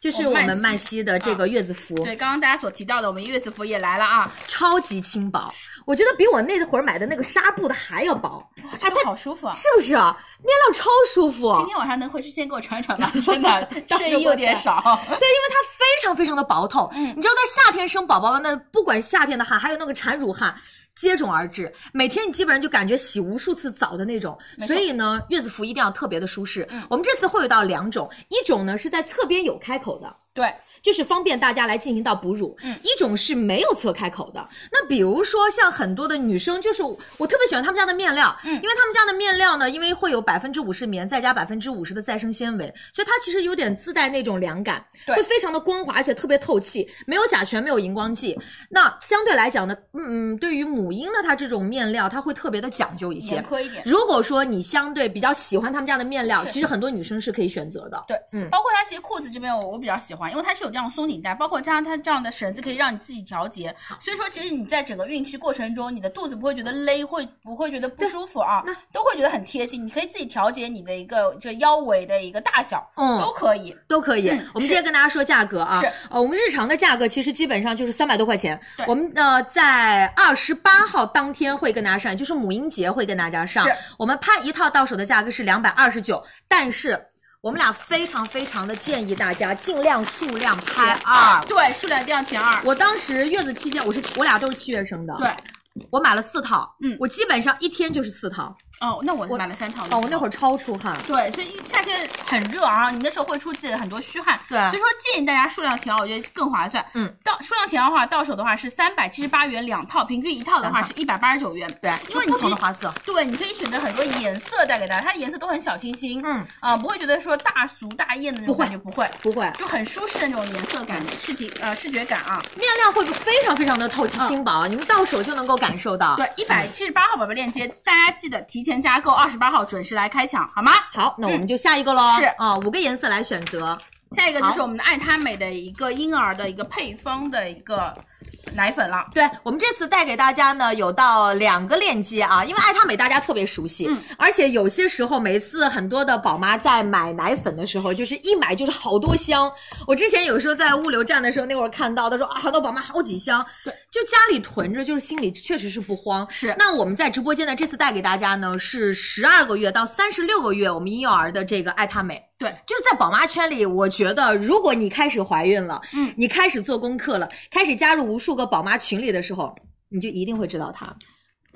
就是
我
我
们
们
曼
曼
嗯哦西啊
西的这个月子服，
对，刚刚大家所提到的，我们月子服也来了啊，
超级轻薄，我觉得比我那会儿买的那个纱布的还要薄，
哇这个好舒服啊！
是不是啊？面料超舒服。
今天晚上能回去先给我穿一穿吧，真的睡衣有点少。
对，因为它非常非常的薄透。
嗯
你知道在夏天生宝宝的那，不管是夏天的汗，还有那个产乳汗。接踵而至，每天你基本上就感觉洗无数次澡的那种，
没错嗯
所以呢，月子服一定要特别的舒适。我们这次会有到两种，一种呢是在侧边有开口的，对，就是方便大家来进行到哺乳。嗯，一种是没有侧开口的，那比如说像很多的女生，就是我特别喜欢他们家的面料，嗯，因为他们家的面料呢，因为会有百分之五十棉，再加百分之五十的再生纤维，所以它其实有点自带那种凉感，
对
会非常的光滑，而且特别透气，没有甲醛，没有荧光剂。那相对来讲呢，嗯，嗯，对于母婴的它这种面料，它会特别的讲究一些
严。苛一点。
如果说你相对比较喜欢他们家的面料，
是
其实很多女生是可以选择的。
对，
嗯
包括它其实裤子这边我我比较喜欢，因为它是有这样松紧带，包括加上它这样的绳子可以让你自己调节，所以说其实你在整个孕期过程中，你的肚子不会觉得勒，会不会觉得不舒服啊
那，
都会觉得很贴心，你可以自己调节你的一个这个腰围的一个大小，
嗯，
都可以。
都可以。
嗯
我
是
们直接跟大家说价格啊，
是
呃，我们日常的价格其实基本上就是三百多块钱
对。
我们呃在二十八号当天会跟大家上，也就是母婴节会跟大家上
是。
我们拍一套到手的价格是两百二十九，但是。我们俩非常非常的建议大家尽量数量拍二。
对，数量一定要减二。
我当时月子期间，我是我俩都是七月生的，
对，，
我买了四套，
嗯
我基本上一天就是四套。
哦，那我
我
买了三套。
哦，我那会儿。超出汗，
对，所以夏天很热啊，你那时候会出自己的很多虚汗，
对
所以说建议大家数量填，我觉得更划算。
嗯，
到数量填的话，到手的话是三百七十八元两套，平均一套的话是一百八十九元。
对，
因为你
不
其
同
实
的花色，嗯
对，你可以选择很多颜色带给大家，它颜色都很小清新，
嗯
啊、不会觉得说大俗大艳的那种
不会
感觉，不会，
不会，
就很舒适的那种颜色感、视觉呃视觉感啊。
面料会非常非常的透气
嗯
轻薄，啊你们到手就能够感受到。
对，一百七十八号宝贝链接，大家记得提前加购，二十八号准时来开抢，好吗？
好，那我们就下一个喽。
是
啊，五个颜色来选择。
下一个就是
好
我们的爱他美的一个婴儿的一个配方的一个奶粉了。
对我们这次带给大家呢，有到两个链接啊，因为爱他美大家特别熟悉，
嗯，
而且有些时候每次很多的宝妈在买奶粉的时候，就是一买就是好多箱。我之前有时候在物流站的时候，那会儿看到，他说啊，好多宝妈好几箱，就家里囤着，就是心里确实是不慌。
是
那我们在直播间呢，这次带给大家呢是十二个月到三十六个月，我们婴幼儿的这个爱他美。
对，
就是在宝妈圈里，我觉得如果你开始怀孕了，
嗯，
你开始做功课了，开始加入无数个宝妈群里的时候，你就一定会知道它。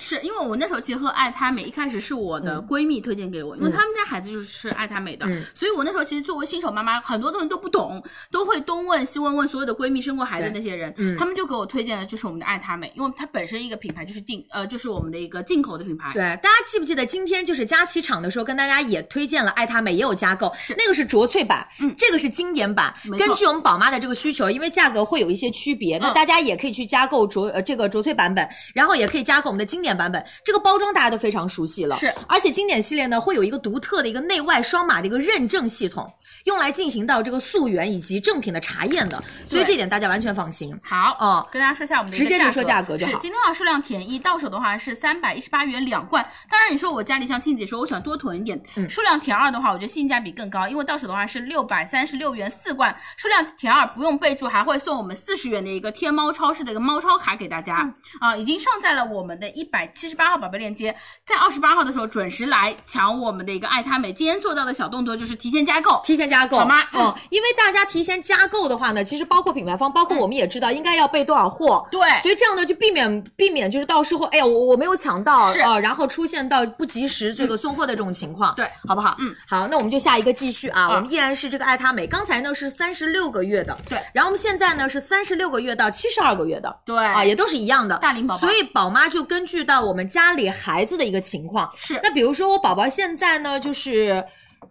是因为我那时候其实喝爱他美，一开始是我的闺蜜推荐给我，因为他们家孩子就是吃爱他美的，
嗯
所以我那时候其实作为新手妈妈，很多东西都不懂，都会东问西问，问所有的闺蜜生过孩子的那些人，
嗯
他们就给我推荐的就是我们的爱他美，因为它本身一个品牌就是定呃就是我们的一个进口的品牌，
对，大家记不记得今天就是佳琦场的时候，跟大家也推荐了爱他美，也有加购，那个是卓萃版，
嗯
这个是经典版
没。错
根据我们宝妈的这个需求，因为价格会有一些区别，那
嗯
大家也可以去加购卓呃这个卓萃版本，然后也可以加购我们的经典版本。这个包装大家都非常熟悉了，
是
而且经典系列呢，会有一个独特的一个内外双码的一个认证系统，用来进行到这个溯源以及正品的查验的，所以
对
这点大家完全放心。
好，
哦
跟大家说一下我们的一
直接就
个价格，
说价格就是好
今天的数量填一，到手的话是三百一十八元两罐。当然，你说我家里像庆姐说，我想多囤一点，
嗯
数量填二的话，我觉得性价比更高，因为到手的话是六百三十六元四罐，数量填二不用备注，还会送我们四十元的一个天猫超市的一个猫超卡给大家。
嗯
啊、已经上在了我们的一百七十八号宝贝链接，在二十八号的时候准时来抢我们的一个爱他美。今天做到的小动作就是提前加购，
提前加购
好吗嗯
嗯，因为大家提前加购的话呢，其实包括品牌方，包括我们也知道应该要备多少货，
嗯对，
所以这样呢，就避免避免就是到时候，哎呀，我我没有抢到
是嗯
啊、然后出现到不及时这个送货的这种情况，
对，
好不好？
嗯，
好，那我们就下一个继续啊，
啊
我们依然是这个爱他美，刚才呢是三十六个月的，
对，
然后我们现在呢是三十六个月到七十二个月的，
对
啊，也都是一样的，
大龄宝宝
所以宝妈就根据到我们家里孩子的一个情况，
是。
那比如说我宝宝现在呢就是，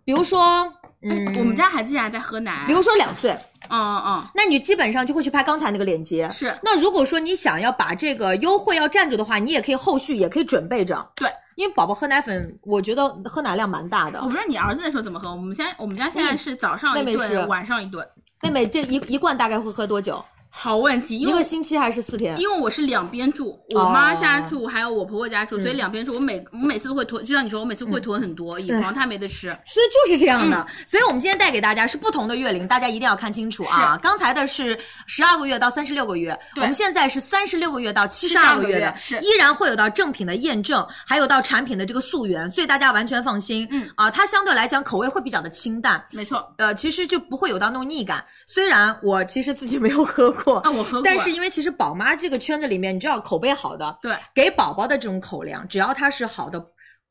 比如说，嗯，
哎我们。家孩子现在在喝奶，
比如说两岁，
嗯嗯，
那你基本上就会去拍刚才那个链接。
是
那如果说你想要把这个优惠要占住的话，你也可以后续也可以准备着。
对，
因为宝宝喝奶粉，我觉得喝奶量蛮大的
我。不知道你儿子那时候怎么喝，我们家我们家现在是早上
妹妹
一顿，
是
晚上一顿。
妹妹这一一罐大概会喝多久？
好问题，
一
因
个
为
星期还是四天？
因为我是两边住，我
哦
妈家住还有我婆婆家住，所以
嗯
两边住，我每我每次都会囤，就像你说，我每次会囤很多，以防他没得吃。
所以就是这样的，
嗯
所以我们今天带给大家是不同的月龄，大家一定要看清楚啊。刚才的是十二个月到三十六个月，我
对
们现在是三十六个月到七十
72
二
个
个月的
月，是
依然会有到正品的验证，还有到产品的这个溯源，所以大家完全放心。
嗯
啊，它相对来讲口味会比较的清淡，
没错，
呃，其实就不会有到那种腻感。虽然我其实自己没有喝过，
啊，我喝过，
但是因为其实宝妈这个圈子里面，你知道口碑好的，
对
给宝宝的这种口粮，只要它是好的。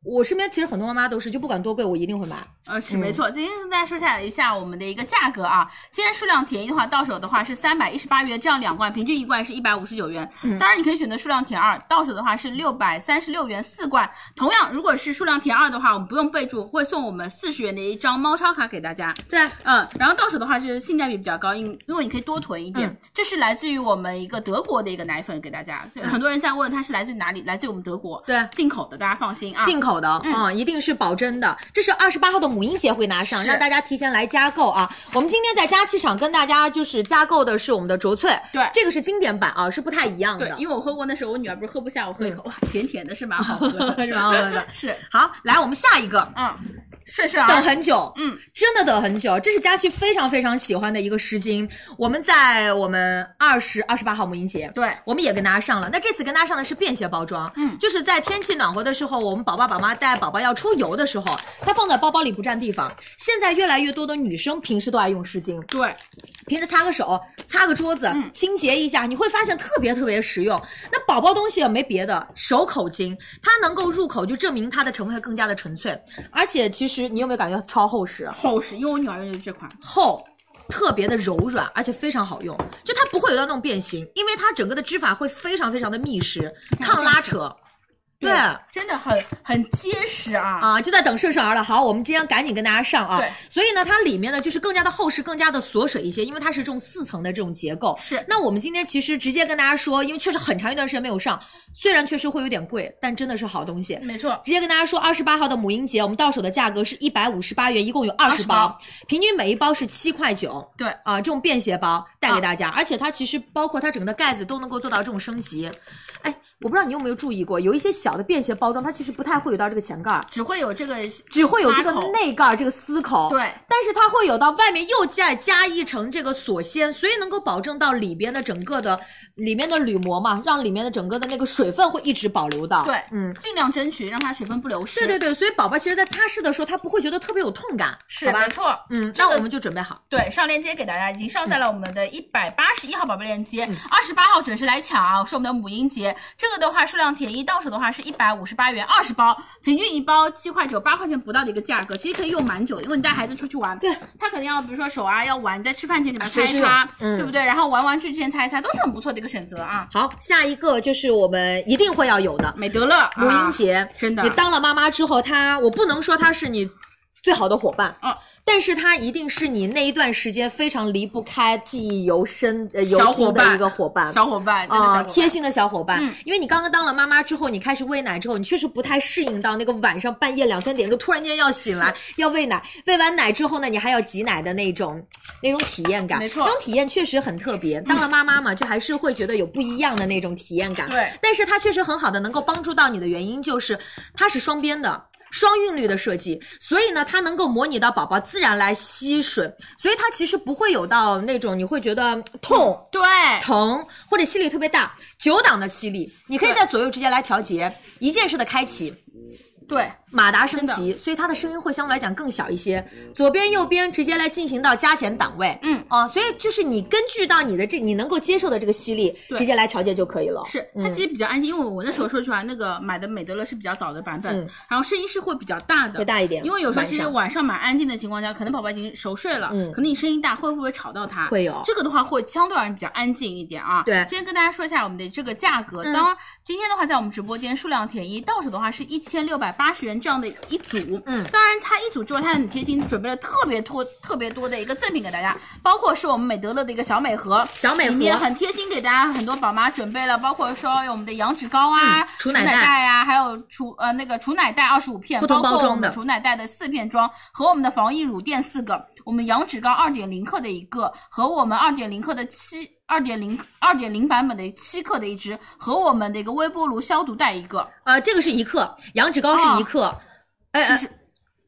我身边其实很多妈妈都是，就不管多贵，我一定会买。
呃，是
嗯
没错。今天跟大家说下一下我们的一个价格啊，今天数量填一的话，到手的话是三百一十八元，这样两罐，平均一罐是一百五十九元。
嗯
当然，你可以选择数量填二，到手的话是六百三十六元四罐。同样，如果是数量填二的话，我们不用备注，会送我们四十元的一张猫超卡给大家。
对啊，
嗯，然后到手的话是性价比比较高，因因为你可以多囤一点。
嗯
这是来自于我们一个德国的一个奶粉给大家，很多人在问它是来自于哪里，来自于我们德国，
嗯对
进口的，大家放心啊。
进口的，
嗯
嗯一定是保真的。这是二十八号的母婴节会拿上，
是
让大家提前来加购啊。我们今天在佳琦场跟大家就是加购的是我们的卓萃，
对
这个是经典版啊，是不太一样
对
的，。嗯
因为我喝过，那时候我女儿不是喝不下，我喝一口，哇，甜甜的，是蛮好喝 的，
是蛮好喝的
是，
好，来我们下一个，
嗯，顺顺
等
而
很久，
嗯，
真的等很久。这是佳琪非常非常喜欢的一个湿巾，我们在我们二十二十八号母婴节，
对，
我们也跟大家上了。那这次跟大家上的是便携包装，
嗯
就是在天气暖和的时候，我们宝爸宝妈带宝宝要出游的时候，它放在包包里不占地方。现在越来越多的女生平时都爱用湿巾，
对，
平时擦个手、擦个桌子，
嗯
清洁一下，你会发现特别特别实用。那宝宝东西也没别的，手口巾它能够入口，就证明它的成分更加的纯粹。而且其实你有没有感觉超厚实？啊
厚实，因为我女儿用的就是这款，
厚。特别的柔软，而且非常好用，就它不会有到那种变形，因为它整个的织法会非常非常的密实，抗拉扯。对
真的很很结实啊，
啊，就在等顺顺儿了。好，我们今天赶紧跟大家上啊
对。
所以呢，它里面呢就是更加的厚实，更加的锁水一些，因为它是这种四层的这种结构。
是
那我们今天其实直接跟大家说，因为确实很长一段时间没有上，虽然确实会有点贵，但真的是好东西。
没错，
直接跟大家说，二十八号的母婴节，我们到手的价格是一百五十八元，一共有二十
20
包
包，
平均每一包是七块九。
对啊
啊，这种便携包带给大家，而且它其实包括它整个的盖子都能够做到这种升级。哎，我不知道你有没有注意过，有一些小的便携包装，它其实不太会有到这个前盖儿，
只会有这个，
只会有这个
拉口
内盖儿这个撕口。。
对，
但是它会有到外面又再加一层这个锁线，所以能够保证到里边的整个的里面的铝膜嘛，让里面的整个的那个水分会一直保留到。
对
嗯，
尽量争取让它水分不流失，
对对对，所以宝宝其实，在擦拭的时候，他不会觉得特别有痛感，
是
好吧
没？错。
嗯，
这
那
个
我们就准备好。
对，上链接给大家已
嗯
经上在了我们的一百八十一号宝贝链接，二十八号准时来抢啊！是我们的母婴节，这个的话数量填一，到手的话是一百五十八元，二十包，平均一包七块九，八块钱不到的一个价格，其实可以用蛮久的，因为你带孩子出去玩，对，他肯定要比如说手啊要玩，在吃饭前给他擦一擦，
嗯
对不对？然后玩玩具之前擦一擦，都是很不错的一个选择啊。
好，下一个就是我们一定会要有的
美德乐
母婴节，
嗯啊真的
你当了妈妈之后，她我不能说她是你最好的伙伴，
嗯，
但是她一定是你那一段时间非常离不开、记忆犹深、呃
小
犹
伙
新的
伴
一个伙伴。
小伙伴，真的小
啊、
伙伴
贴心的小伙伴，
嗯
因为你刚刚当了妈妈之后，你开始喂奶之后，你确实不太适应到那个晚上半夜两三点钟突然间要醒来要喂奶，喂完奶之后呢，你还要挤奶的那种那种体验感，
没错
那种体验确实很特
嗯
别。当了妈妈嘛，就还是会觉得有不一样的那种体验感。
对
但是它确实很好的能够帮助到你的原因就是它是双边的。双韵律的设计，所以呢，它能够模拟到宝宝自然来吸吮，所以它其实不会有到那种你会觉得痛、
对，
疼或者吸力特别大，九档的吸力，你可以在左右之间来调节，一键式的开启，
对，
马达升级，所以它的声音会相对来讲更小一些。左边、右边直接来进行到加减档位，
嗯
啊，所以就是你根据到你的这你能够接受的这个吸力，
对
直接来调节就可以了。
是
嗯
它其实比较安静，因为我那时候说实话，那个买的美德乐是比较早的版本，
嗯
然后声音是会比较大的，
会大一点
因为有时候其
晚
实
上
晚上蛮安静的情况下，可能宝宝已经熟睡了，
嗯
可能你声音大会不会吵到他？
会有
这个的话会相对而言比较安静一点啊。
对
今天跟大家说一下我们的这个价格，
嗯
当然今天的话在我们直播间数量填一，到手的话是一千六百八十元这样的一组，
嗯
当然它一组之外，它很贴心，准备了特别多特别多的一个赠品给大家，包括是我们美德乐的一个小美盒，
小美盒
里面很贴心给大家很多宝妈准备了，包括说有我们的羊脂膏啊、
嗯
除
奶
袋
袋
啊，还有除呃那个除奶袋二十五片，
不同
包
包
括
装
我们
的
除奶袋的四片装和我们的防疫乳垫四个，我们羊脂膏二点零克的一个和我们二点零克的七。二点零二点零版本的七克的一支和我们的一个微波炉消毒袋一个，
呃，这个是一克，羊脂膏
哦
是一克，哎
是
哎
是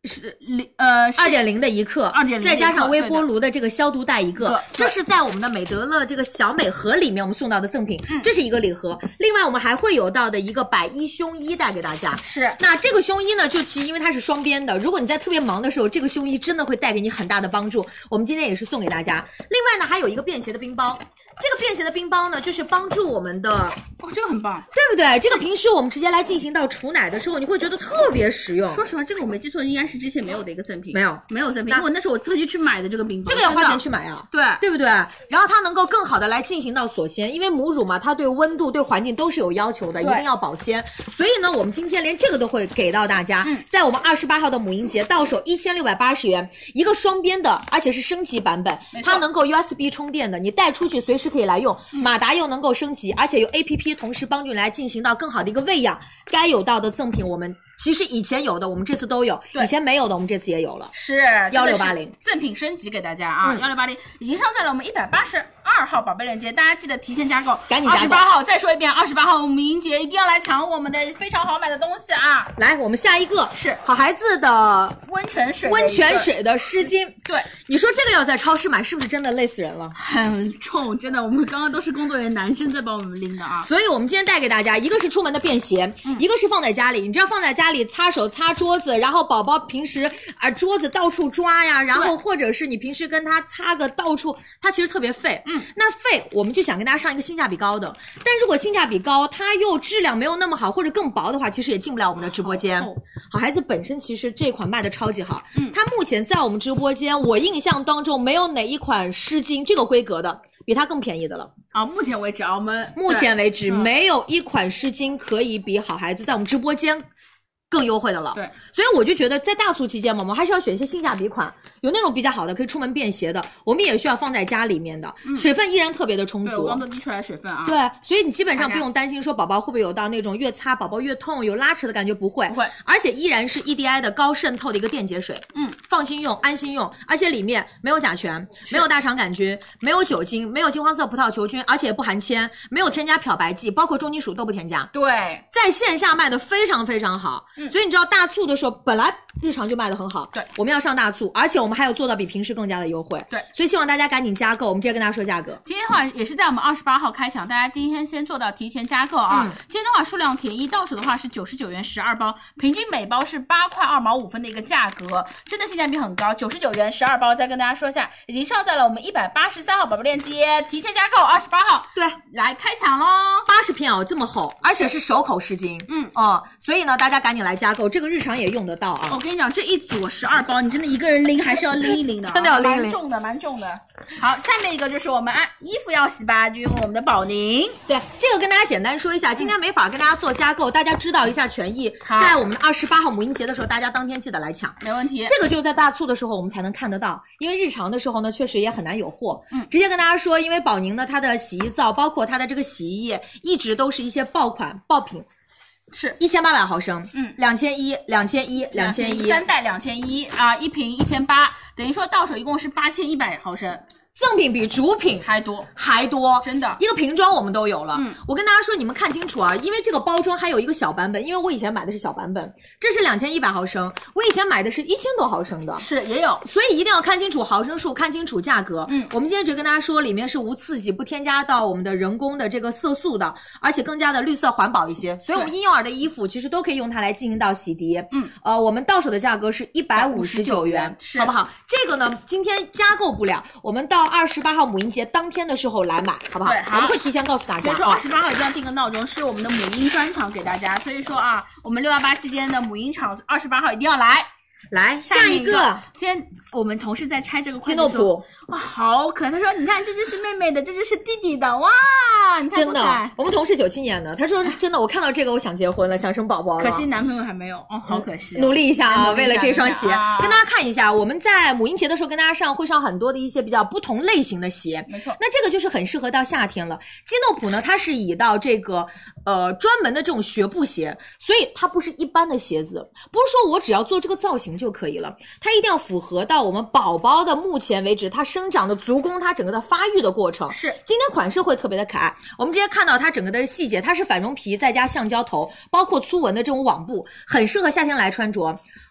是零呃是
二点零的一克，
2.0
再加上
的一
微
克
波炉的这个消毒袋一
一
个
个，
这是在我们的美德乐这个小美盒里面我们送到的赠品
嗯，
这是一个礼盒。另外我们还会有到的一个百衣胸衣带给大家。
是
那这个胸衣呢，就其实因为它是双边的，如果你在特别忙的时候，这个胸衣真的会带给你很大的帮助。我们今天也是送给大家。另外呢，还有一个便携的冰包，这个便携的冰包呢，就是帮助我们的
哦哇、这个很棒，
对不对？这个平时我们直接来进行到储奶的时候，你会觉得特别实用。
说实话，这个我没记错，应该是之前没有的一个赠品，
哦没有
没有赠品，
那
因为我那是我特地去买的这个冰棒，
这个要花钱
真的
去买啊。
对。
对不对？然后它能够更好的来进行到锁鲜，因为母乳嘛，它对温度、对环境都是有要求的，一
对
定要保鲜。所以呢，我们今天连这个都会给到大家。
嗯
在我们二十八号的母婴节到手一千六百八十元，一个双边的，而且是升级版本
没，错嗯
它能够 USB 充电的，你带出去随时可以来用。马达又能够升级，而且有 APP 同时帮助你来进行到更好的一个喂养。该有到的赠品我们。其实以前有的，我们这次都有；
对
以前没有的，我们这次也有了。
是
1680
赠品升级给大家
嗯
啊，幺六八零已经上在了我们一百八十二号宝贝链接，大家记得提前加购，
赶紧
二
加
十
购
八号再说一遍，二十八号母婴节一定要来抢我们的非常好买的东西啊！
来，我们下一个
是
好孩子的
温泉水，
温泉，水的湿巾。
对，
你说这个要在超市买，是不是真的累死人了？
很重，真的，我们刚刚都是工作人员男生在帮我们拎的啊。嗯
所以我们今天带给大家，一个是出门的便携，一个是放在家里。你知道放在家里擦手、擦桌子，然后宝宝平时啊、桌子到处抓呀，然后或者是你平时跟他擦个到处，它其实特别费。
嗯，
那费我们就想跟大家上一个性价比高的，但如果性价比高，它又质量没有那么好，或者更薄的话，其实也进不了我们的直播间。
厚
好孩子本身其实这款卖的超级好，嗯，它目前在我们直播间，我印象当中没有哪一款湿巾这个规格的比它更便宜的了。
啊，目前为止啊，我们
目前为止，
嗯
没有一款湿巾可以比好孩子在我们直播间更优惠的了。
对，
所以我就觉得在大促期间嘛，我们还是要选一些性价比款，有那种比较好的可以出门便携的，我们也需要放在家里面的，水分依然特别的充
嗯对对我
足
刚。都滴出来水分啊，
对，所以你基本上
大
不
家
用担心说宝宝会不会有到那种越擦宝宝越痛、有拉扯的感觉，不会，
不会
而且依然是 EDI 的高渗透的一个电解水，
嗯，
放心用，安心用，而且里面没有甲醛，没有大肠杆菌，没有酒精，没有金黄色葡萄球菌，而且也不含铅，没有添加漂白剂，包括重金属都不添加。
对，
在线下卖的非常非常好，
嗯
所以你知道大促的时候本来日常就卖的很好，
对
我们要上大促，而且我们还有做到比平时更加的优惠，
对，
所以希望大家赶紧加购，我们直接跟大家说价格，
今天的话也是在我们二十八号开抢，大家今天先做到提前加购啊。
嗯
今天的话数量填一，到手的话是九十九元十二包，平均每包是八块二毛五分的一个价格，真的性价比很高。九十九元十二包，再跟大家说一下，已经上在了我们一百八十三号宝贝链接，提前加购二十八号
对。啊
来开抢喽。
八十片哦，这么厚，而且是手口湿巾，
嗯
哦，所以呢，大家赶紧来加购，这个日常也用得到啊。
我跟你讲，这一组十二包，你真的一个人拎还是要拎一拎的啊，
真的要拎一拎
蛮重的，蛮重的。好，下面一个就是我们啊，衣服要洗吧，就用我们的宝宁。
对，这个跟大家简单说一下，今天没法跟大家做加购，大家知道一下权益。
嗯好
在我们二十八号母婴节的时候，大家当天记得来抢。
没问题，
这个只有在大促的时候我们才能看得到，因为日常的时候呢，确实也很难有货。
嗯
直接跟大家说，因为宝宁呢，它的洗衣皂，包括它的这个洗衣液，一直都是一些爆款爆品，
是
一千八百毫升，
嗯
两千一，两千一，两千一，
三袋两千一啊，一瓶一千八，等于说到手一共是八千一百毫升，
赠品比主品
还多，
还多，
真的
一个瓶装我们都有了。
嗯
我跟大家说，你们看清楚啊，因为这个包装还有一个小版本，因为我以前买的是小版本，这是两千一百毫升，我以前买的是一千多毫升的。
是也有
所以一定要看清楚毫升数，看清楚价格。
嗯
我们今天只跟大家说，里面是无刺激、不添加到我们的人工的这个色素的，而且更加的绿色环保一些。所以我们
对
婴幼儿的衣服其实都可以用它来进行到洗涤。
嗯，
呃，我们到手的价格是一百五十九元
元，是
好不好？这个呢，今天加购不了，我们到二十八号母婴节当天的时候来买，好不好？
对好
我们会提前告诉大家
所以说
啊
二。十八号一定要定个闹钟，是我们的母婴专场给大家。所以说啊，我们六幺八期间的母婴场二十八号一定要来。
来，
下
下
面
一
一
个，
今天我们同事在拆这个
基
筷
诺
子说，
普，
哇，好可爱！他说，你看这只是妹妹的，这只是弟弟的，哇，你看
真
多可
的
爱。，
我们同事九七年的，他 说真的，我看到这个我想结婚了，想生宝宝了。
可惜男朋友还没有，哦，好可惜。
嗯努力一下啊，
努力一
为
下
了这双鞋，
努力一下啊
跟大家看一下，我们在母婴节的时候跟大家上会上很多的一些比较不同类型的鞋。
没错，
那这个就是很适合到夏天了。基诺普呢，它是以到这个呃专门的这种学步鞋，所以它不是一般的鞋子，不是说我只要做这个造型就可以了，它一定要符合到我们宝宝的目前为止它生长的足弓，它整个的发育的过程。
是
今天款式会特别的可爱，我们直接看到它整个的细节，它是反绒皮再加橡胶头，包括粗纹的这种网布，很适合夏天来穿着。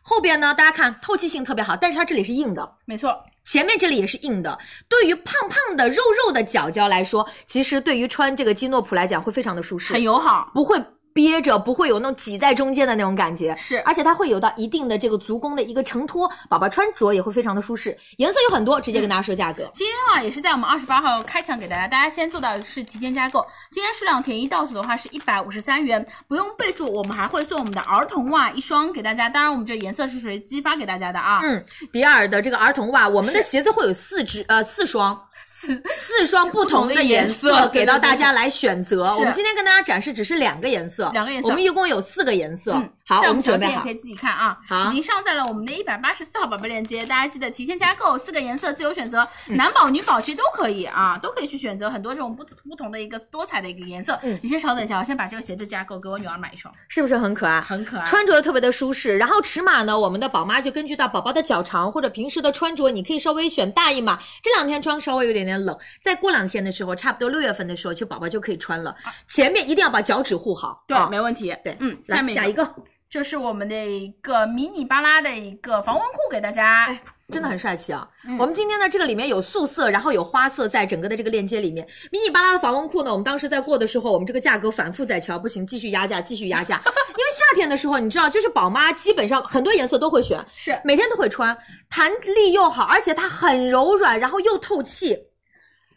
后边呢，大家看透气性特别好，但是它这里是硬的，
没错，
前面这里也是硬的，对于胖胖的肉肉的脚脚来说，其实对于穿这个基诺普来讲会非常的舒适，
很友好。
不会憋着，不会有那种挤在中间的那种感觉。
是
而且它会有到一定的这个足弓的一个承托，宝宝穿着也会非常的舒适。颜色有很多，直接跟大家说价格。
今天的话也是在我们二十八号开抢给大家，大家先做到的是提前加购。今天数量填一到手的话是一百五十三元，不用备注，我们还会送我们的儿童袜一双给大家。当然，我们这颜色是随机发给大家的啊。
嗯，迪尔的这个儿童袜，我们的鞋子会有四只呃四双。四双不同的颜
不同的颜
色
色
给到大家来选择。
是
我们今天跟大家展示只是两个颜色，
两个颜色
我们一共有四个颜色
嗯。，
好，我
在我
们
们
准备
条件也
好
可以。自己看啊。
好
已经上在了我们的一百八十四号宝贝链接，大家记得提前加购，四个颜色自由选择，
嗯
男宝女宝其实都可以啊，都可以去选择很多这种不不同的一个多彩的一个颜色。
嗯
你先稍等一下，我先把这个鞋子加购，给我女儿买一双，
是不是很可爱？
很可爱。
穿着特别的舒适，然后尺码呢，我们的宝妈就根据到宝宝的脚长或者平时的穿着，你可以稍微选大一码。这两天穿稍微有点点冷，再过两天的时候，差不多六月份的时候，就宝宝就可以穿了。前面一定要把脚趾护好。
啊对，
啊
没问题。
对
嗯，
来
下面
下一个，
这是我们的一个迷你巴拉的一个防温裤给大家，
真的很帅气啊！
嗯
我们今天呢，这个里面有素色，然后有花色，在整个的这个链接里面，迷你巴拉的防温裤呢，我们当时在过的时候，我们这个价格反复在敲，不行，继续压价，继续压价，因为夏天的时候，你知道，就是宝妈基本上很多颜色都会选，
是
每天都会穿，弹力又好，而且它很柔软，然后又透气。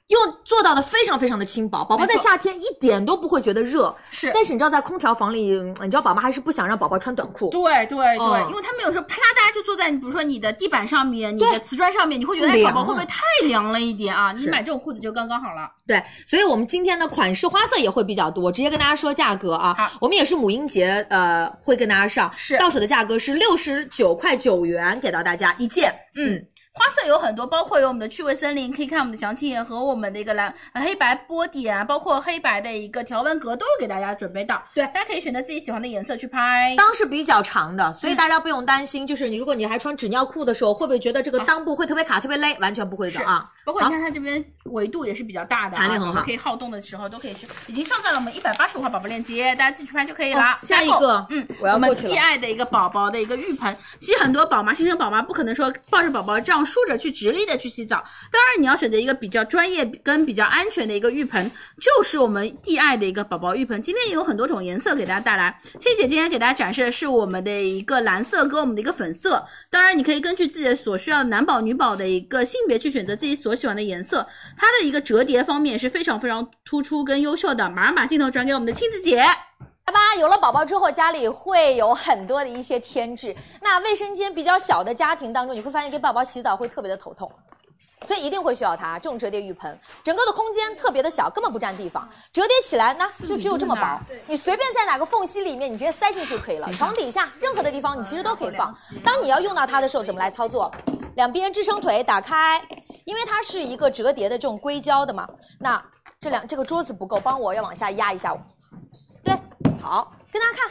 又做到的非常非常的轻薄，宝宝在
没错
夏天一点都不会觉得热，
是。
但是你知道在空调房里，嗯你知道宝妈还是不想让宝宝穿短裤，
对对
哦
对，因为他们有时候啪啦，大家就坐在你比如说你的地板上面、你的瓷砖上面，你会觉得哎，
凉
宝宝会不会太凉了一点
嗯
啊？你买这种裤子就刚刚好了。
对，所以我们今天的款式花色也会比较多，直接跟大家说价格啊。
好
我们也是母婴节，呃，会跟大家上，
是
到手的价格是六十九块九元给到大家一件。
嗯，花色有很多，包括有我们的趣味森林，可以看我们的详情页和我们的一个蓝呃黑白波点啊，包括黑白的一个条纹格都有给大家准备到。
对
大家可以选择自己喜欢的颜色去拍。
裆是比较长的，
嗯
所以大家不用担心，就是你如果你还穿纸尿裤的时候，会不会觉得这个
啊
裆部会特别卡、特别勒？完全不会的啊。
包括你看它这边维度也是比较大的、啊，
弹力很好
我们可以好动的时候都可以去，已经上在了我们一百八十五号宝宝链接，大家自己去拍就可以了。
哦下一
然后
个
嗯，
我要
们
过去了
DI 的一个宝宝的一个浴盆，其实很多宝妈、新生宝妈不可能说抱着宝宝这样竖着去直立的去洗澡，当然你要选择一个比较专业跟比较安全的一个浴盆，就是我们 DI 的一个宝宝浴盆。今天也有很多种颜色给大家带来，千姐今天给大家展示的是我们的一个蓝色跟我们的一个粉色，当然你可以根据自己的所需要的男宝女宝的一个性别去选择自己所喜欢的颜色。它的一个折叠方面也是非常非常突出跟优秀的，马上把镜头转给我们的亲子姐。
爸爸有了宝宝之后，家里会有很多的一些添置。那卫生间比较小的家庭当中，你会发现给宝宝洗澡会特别的头痛。所以一定会需要它这种折叠浴盆，整个的空间特别的小，根本不占地方。折叠起来呢，就只有这么薄，你随便在哪个缝隙里面，你直接塞进去就可以了。床底下任何的地方，你其实都可以放。当你要用到它的时候，怎么来操作？两边支撑腿打开，因为它是一个折叠的这种硅胶的嘛。那这两这个桌子不够，帮我要往下压一下。对，好，跟大家看，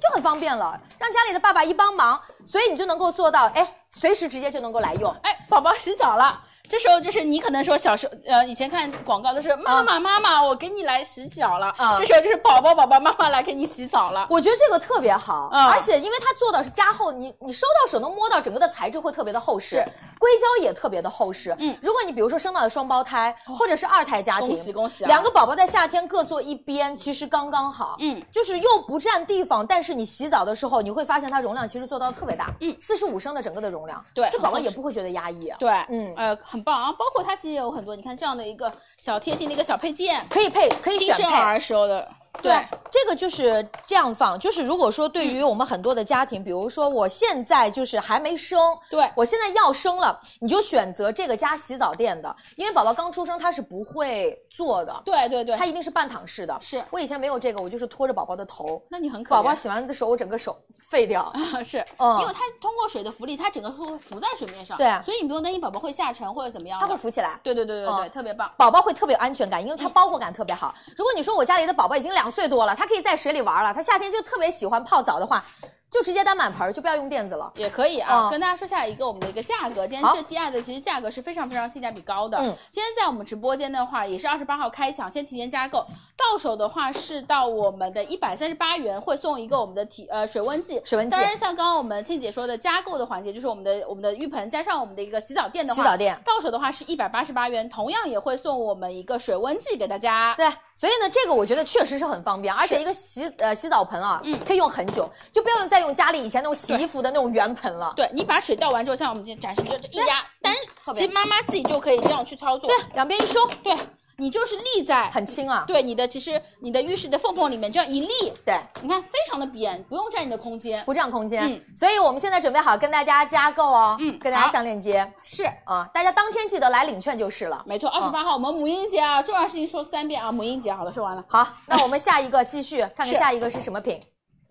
就很方便了，让家里的爸爸一帮忙，所以你就能够做到，哎，随时直接就能够来用。
哎，宝宝洗澡了。这时候就是你可能说小时候，呃，以前看广告都是妈
啊
妈妈妈，我给你来洗脚了。
嗯
这时候就是宝宝宝宝妈妈来给你洗澡了。
我觉得这个特别好，
嗯
而且因为它做到是加厚，你你收到手能摸到整个的材质会特别的厚实
是，
硅胶也特别的厚实。
嗯
如果你比如说生到了双胞胎、或者是二胎家庭，
恭喜恭喜啊
两个宝宝在夏天各坐一边，其实刚刚好。
嗯，
就是又不占地方，但是你洗澡的时候，你会发现它容量其实做到特别大，
嗯
四十五升的整个的容量，
对
这宝宝
很厚
也
实
不会觉得压抑。
对，
嗯
呃，很棒啊。包括它其实也有很多，你看这样的一个小贴心的一个小配件，
可以配，可以
新
选
生
配。
儿时候的。
对，这个就是这样放。就是如果说对
嗯
于我们很多的家庭，比如说我现在就是还没生，
对
我现在要生了，你就选择这个加洗澡垫的，因为宝宝刚出生他是不会坐的，
对对对
他，一定是半躺式的。
是
我以前没有这个，我就是拖着宝宝的头，
那你很可
宝宝
怜啊
洗完的时候我整个手废掉。
是，
嗯
因为它通过水的浮力，它整个是会浮在水面上，
对啊
所以你不用担心宝宝会下沉或者怎么样的。
他会浮起来，
对对对对对，
嗯
特别棒。
宝宝会特别有安全感，因为他包裹感特别好。如果你说我家里的宝宝已经两岁多了，他可以在水里玩了，他夏天就特别喜欢泡澡的话，就直接当满盆儿，就不要用垫子了。
也可以啊，
嗯
跟大家说下一个我们的一个价格。今天
好
这 DI 的其实价格是非常非常性价比高的。
嗯
今天在我们直播间的话，也是二十八号开抢，先提前加购，到手的话是到我们的一百三十八元会送一个我们的体呃水温计。
水温计
当、然，像刚刚我们倩姐说的加购的环节，就是我们的我们的浴盆加上我们的一个洗澡垫的话，
洗澡垫，
到手的话是一百八十八元，同样也会送我们一个水温计给大家。
对，
所以呢，这个我觉得确实是很方便，而且一个洗呃洗澡盆啊，
嗯
可以用很久，就不要用再用家里以前那种洗衣服的那种圆盆了。
对你把水倒完之后，像我们今天展示，你就这一压，单
特别
其实妈妈自己就可以这样去操作。
对，两边一收，
对，你就是立在
很轻啊。
对你的其实你的浴室的缝缝里面这样一立，
对，
你看非常的扁，不用占你的空间。
不占空间。
嗯
所以我们现在准备好跟大家加购哦，
嗯
跟大家
好
上链接
是，
啊，大家当天记得来领券就是了。
没错，二十八号我们母婴节啊，重要事情说三遍啊，母婴节好了，说完了。
好，那我们下一个继续看看
是
下一个是什么品。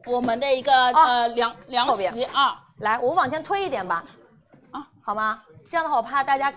我们的一个、
啊
呃凉凉
后边
席啊
来，我往前推一点吧，
啊，
好吗？这样的话，我怕大家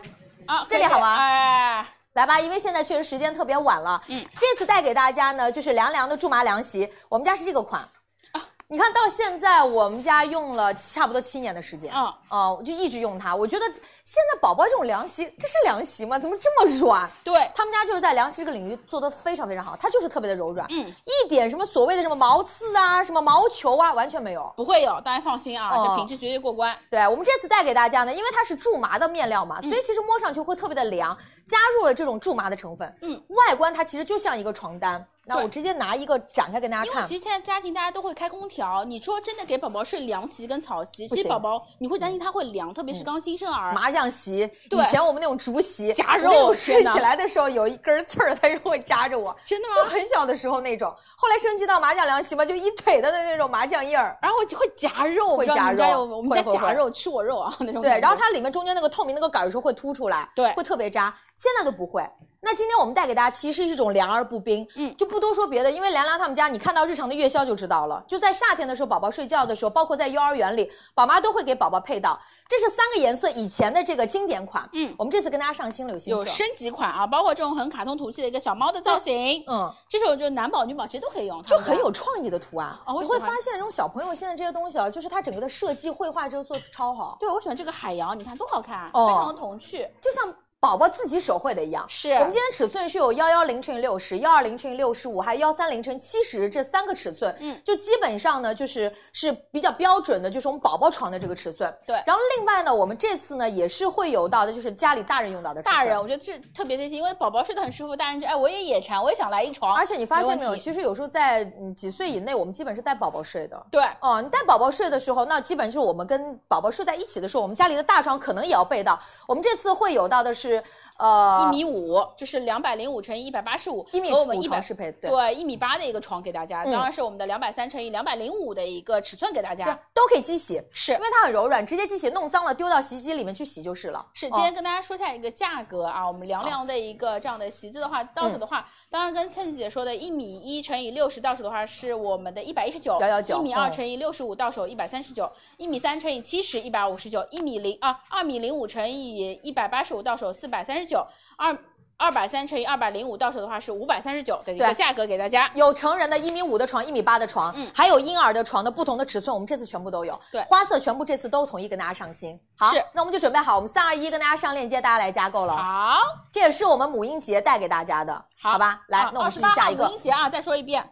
啊，
这里
可以
好吗
哎，
来吧，因为现在确实时间特别晚了。
嗯
这次带给大家呢，就是凉凉的苎麻凉席，我们家是这个款。
哦
你看到现在，我们家用了差不多七年的时间，
嗯
哦、我就一直用它。我觉得现在宝宝这种凉席，这是凉席吗？怎么这么软？
对，
他们家就是在凉席这个领域做的非常非常好，它就是特别的柔软，
嗯，
一点什么所谓的什么毛刺啊、什么毛球啊，完全没有。
不会有，大家放心啊，
哦
这品质绝对过关。
对我们这次带给大家呢，因为它是苎麻的面料嘛，
嗯
所以其实摸上去会特别的凉，加入了这种苎麻的成分，
嗯，
外观它其实就像一个床单。那
对
我直接拿一个展开给大家
因为
看
其，实现在家庭大家都会开空调，你说真的给宝宝睡凉席跟草席，
不
其实
行嗯
宝宝你会担心他会凉，特别是刚新生儿。
麻将席，
对
以前我们那种竹席
夹肉
我那种睡
天哪
起来的时候有一根刺儿，它就会扎着我，
真的
就
吗？
很小的时候那种。后来升级到麻将凉席嘛，就一腿的那种麻将印儿，
然后会夹肉，
会
不知道你
夹
们家
肉
有没有我们家
会会
夹肉吃我肉啊那种感觉。
对，然后它里面中间那个透明那个杆儿有时候会凸出来，
对
会特别扎。现在都不会。那今天我们带给大家其实是一种凉而不冰，
嗯
就不多说别的，因为凉凉他们家你看到日常的月销就知道了，就在夏天的时候，宝宝睡觉的时候，包括在幼儿园里，宝妈都会给宝宝配到。这是三个颜色以前的这个经典款，
嗯
我们这次跟大家上新了，有新色，
有升级款啊，包括这种很卡通图气的一个小猫的造型，
嗯，
这种就男宝女宝其实都可以用，
就
他们家
很有创意的图案。
哦我
你
喜
会
欢
发现这种小朋友现在这些东西啊，就是它整个的设计绘画就做的超好，
对，我喜欢这个海洋，你看多好看，啊
哦
非常的童趣。
就像宝宝自己手绘的一样。
是，
我们今天尺寸是有幺幺零乘以六十、幺二零乘以六十五，还有幺三零乘以七十这三个尺寸，
嗯
就基本上呢就是是比较标准的，就是我们宝宝床的这个尺寸。
对
然后另外呢，我们这次呢也是会有到的，就是家里大人用到的尺寸。
大人，我觉得是特别贴心，因为宝宝睡得很舒服，大人就哎我也野馋，我也想来一床。
而且你发现没有，
问题
其实有时候在嗯几岁以内，我们基本是带宝宝睡的。
对，
哦，你带宝宝睡的时候，那基本就是我们跟宝宝睡在一起的时候，我们家里的大床可能也要备到。我们这次会有到的是，呃，
一米五就是两百零五乘以一百八十五，
一米
和我们
五
一百
床适配，对
对一米八的一个床给大家，
嗯
当然是我们的两百三乘以两百零五的一个尺寸给大
对
家。
都可以机洗。
是
因为它很柔软，直接机洗弄脏了丢到洗衣机里面去洗就是了。
是，
哦
今天跟大家说一下一个价格啊，我们凉凉的一个这样的席子的话，到
嗯
手的话，当然跟倩子姐说的，一米一乘以六十到手的话是我们的一百一十九，
119
一米二
嗯
乘以六十五到手一百三十九，一米三乘以七十一百五十九，一米零啊二米零五乘以一百八十五到手四百三十九，二二百三乘以二百零五到手的话是五百三十九的一
对
个价格给大家。
有成人的一米五的床、一米八的床，
嗯
还有婴儿的床的不同的尺寸，我们这次全部都有。
对
花色全部这次都统一跟大家上新。好
是，
那我们就准备好，我们三二一跟大家上链接，大家来加购了。
好，
这也是我们母婴节带给大家的，好
好
吧？来，那我们
啊二
继
十
续
八
下
号
一
母
个
婴，节啊，再说一遍，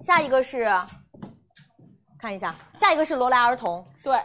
下一个是，看一下，下一个是罗莱儿童，
对，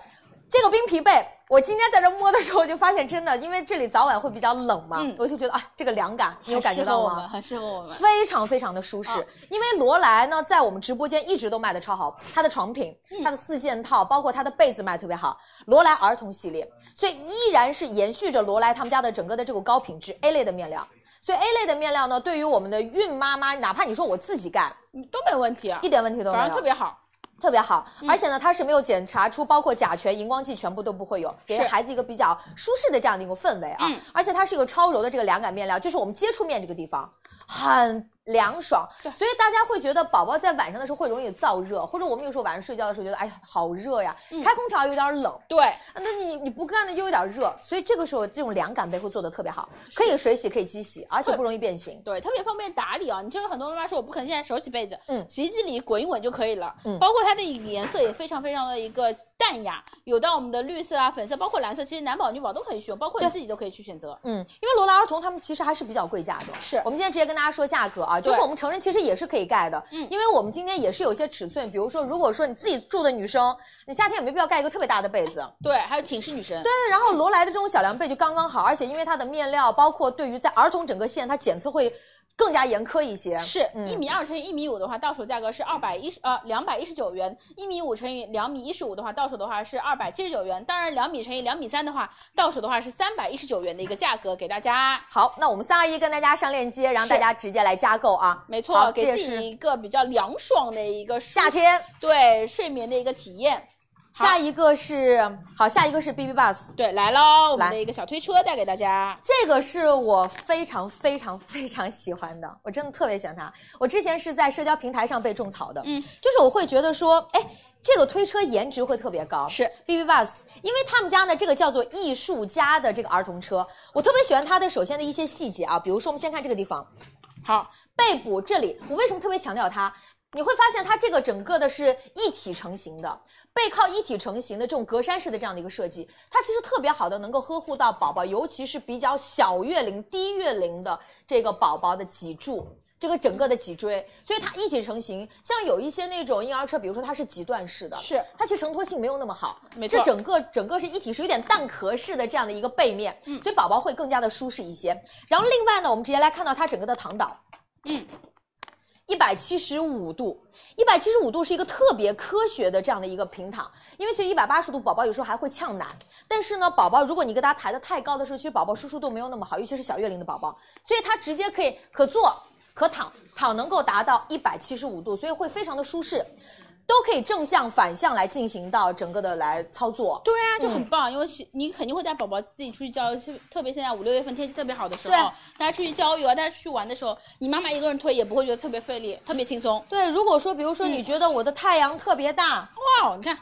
这个冰皮被，我今天在这摸的时候就发现，真的，因为这里早晚会比较冷嘛，
嗯
我就觉得啊，这个凉感，你有
很
感觉
适合
到
我
吗？
们，很适合我们。
非常非常的舒适
啊。
因为罗莱呢，在我们直播间一直都卖的超好，它的床品、
嗯
它的四件套，包括它的被子卖特别好，罗莱儿童系列，所以依然是延续着罗莱他们家的整个的这个高品质 A 类的面料。所以 A 类的面料呢，对于我们的孕妈妈，哪怕你说我自己盖，
嗯都没问题啊
一，点问题都没
反
有，
正特别好。
特别好。
嗯
而且呢，它是没有检查出包括甲醛、荧光剂，全部都不会有，给
是
孩子一个比较舒适的这样的一个氛围啊。
嗯
而且它是一个超柔的这个凉感面料，就是我们接触面这个地方很凉爽，
对
所以大家会觉得宝宝在晚上的时候会容易燥热，或者我们有时候晚上睡觉的时候觉得哎呀好热呀，
嗯
开空调有点冷。
对，
那你你不干的又有点热，所以这个时候这种凉感被会做的特别好，可以水洗，可以机洗，而且
对
不容易变形。
对，特别方便打理啊！你这个很多妈妈说我不肯现在手洗被子，
嗯
洗衣机里滚一滚就可以了。
嗯
包括它的颜色也非常非常的一个淡雅，有到我们的绿色啊、粉色，包括蓝色，其实男宝女宝都可以去用，包括你自己都可以去选择。
嗯，因为罗莱儿童他们其实还是比较贵价的。
是
我们今天直接跟大家说价格啊，就是
对
我们成人其实也是可以盖的。
嗯
因为我们今天也是有一些尺寸，比如说如果说你自己住的女生，你夏天也没必要盖一个特别大的被子。
对，还有寝室女神，
对，然后罗莱的这种小凉被就刚刚好，而且因为它的面料，包括对于在儿童整个线，它检测会更加严苛一些。
是
嗯
一米二乘以一米五的话，到手价格是二百一十呃两百一十九元；一米五乘以两米一十五的话，到手的话是二百七十九元。当然，两米乘以两米三的话，到手的话是三百一十九元的一个价格给大家。
好，那我们三二一跟大家上链接，然后大家直接来加购啊。
没
好
错，
这
给
也
自
是
己一个比较凉爽的一个舒
夏天，
对睡眠的一个体验。好
下一个是好，下一个是 B B Bus。
对，来喽，我们
来
的一个小推车带给大家。
这个是我非常非常非常喜欢的，我真的特别喜欢它。我之前是在社交平台上被种草的，
嗯
就是我会觉得说，哎，这个推车颜值会特别高，
是
B B Bus，因为他们家呢这个叫做艺术家的这个儿童车，我特别喜欢它的首先的一些细节啊，比如说我们先看这个地方，
好，
背部这里，我为什么特别强调它？你会发现它这个整个的是一体成型的，背靠一体成型的这种格栅式的这样的一个设计，它其实特别好的能够呵护到宝宝，尤其是比较小月龄、低月龄的这个宝宝的脊柱。这个整个的脊椎，所以它一体成型。像有一些那种婴儿车，比如说它是几段式的，
是
它其实承托性没有那么好，
没
这
错
整个整个是一体式，有点蛋壳式的这样的一个背面，
嗯
所以宝宝会更加的舒适一些。然后另外呢，我们直接来看到它整个的躺倒，
嗯，
一百七十五度，一百七十五度是一个特别科学的这样的一个平躺，因为其实一百八十度宝宝有时候还会呛奶，但是呢，宝宝如果你给他抬得太高的时候，其实宝宝舒适度没有那么好，尤其是小月龄的宝宝，所以他直接可以可坐可躺，躺能够达到一百七十五度，所以会非常的舒适，都可以正向反向来进行到整个的来操作。
对啊，就很棒，因为其你肯定会带宝宝自己出去郊游，去特别现在五六月份天气特别好的时候
对，
大家出去郊游啊，大家出去玩的时候，你妈妈一个人推也不会觉得特别费力，特别轻 松。
对，如果说比如说你觉得我的太阳特别大，
哇哦，你看，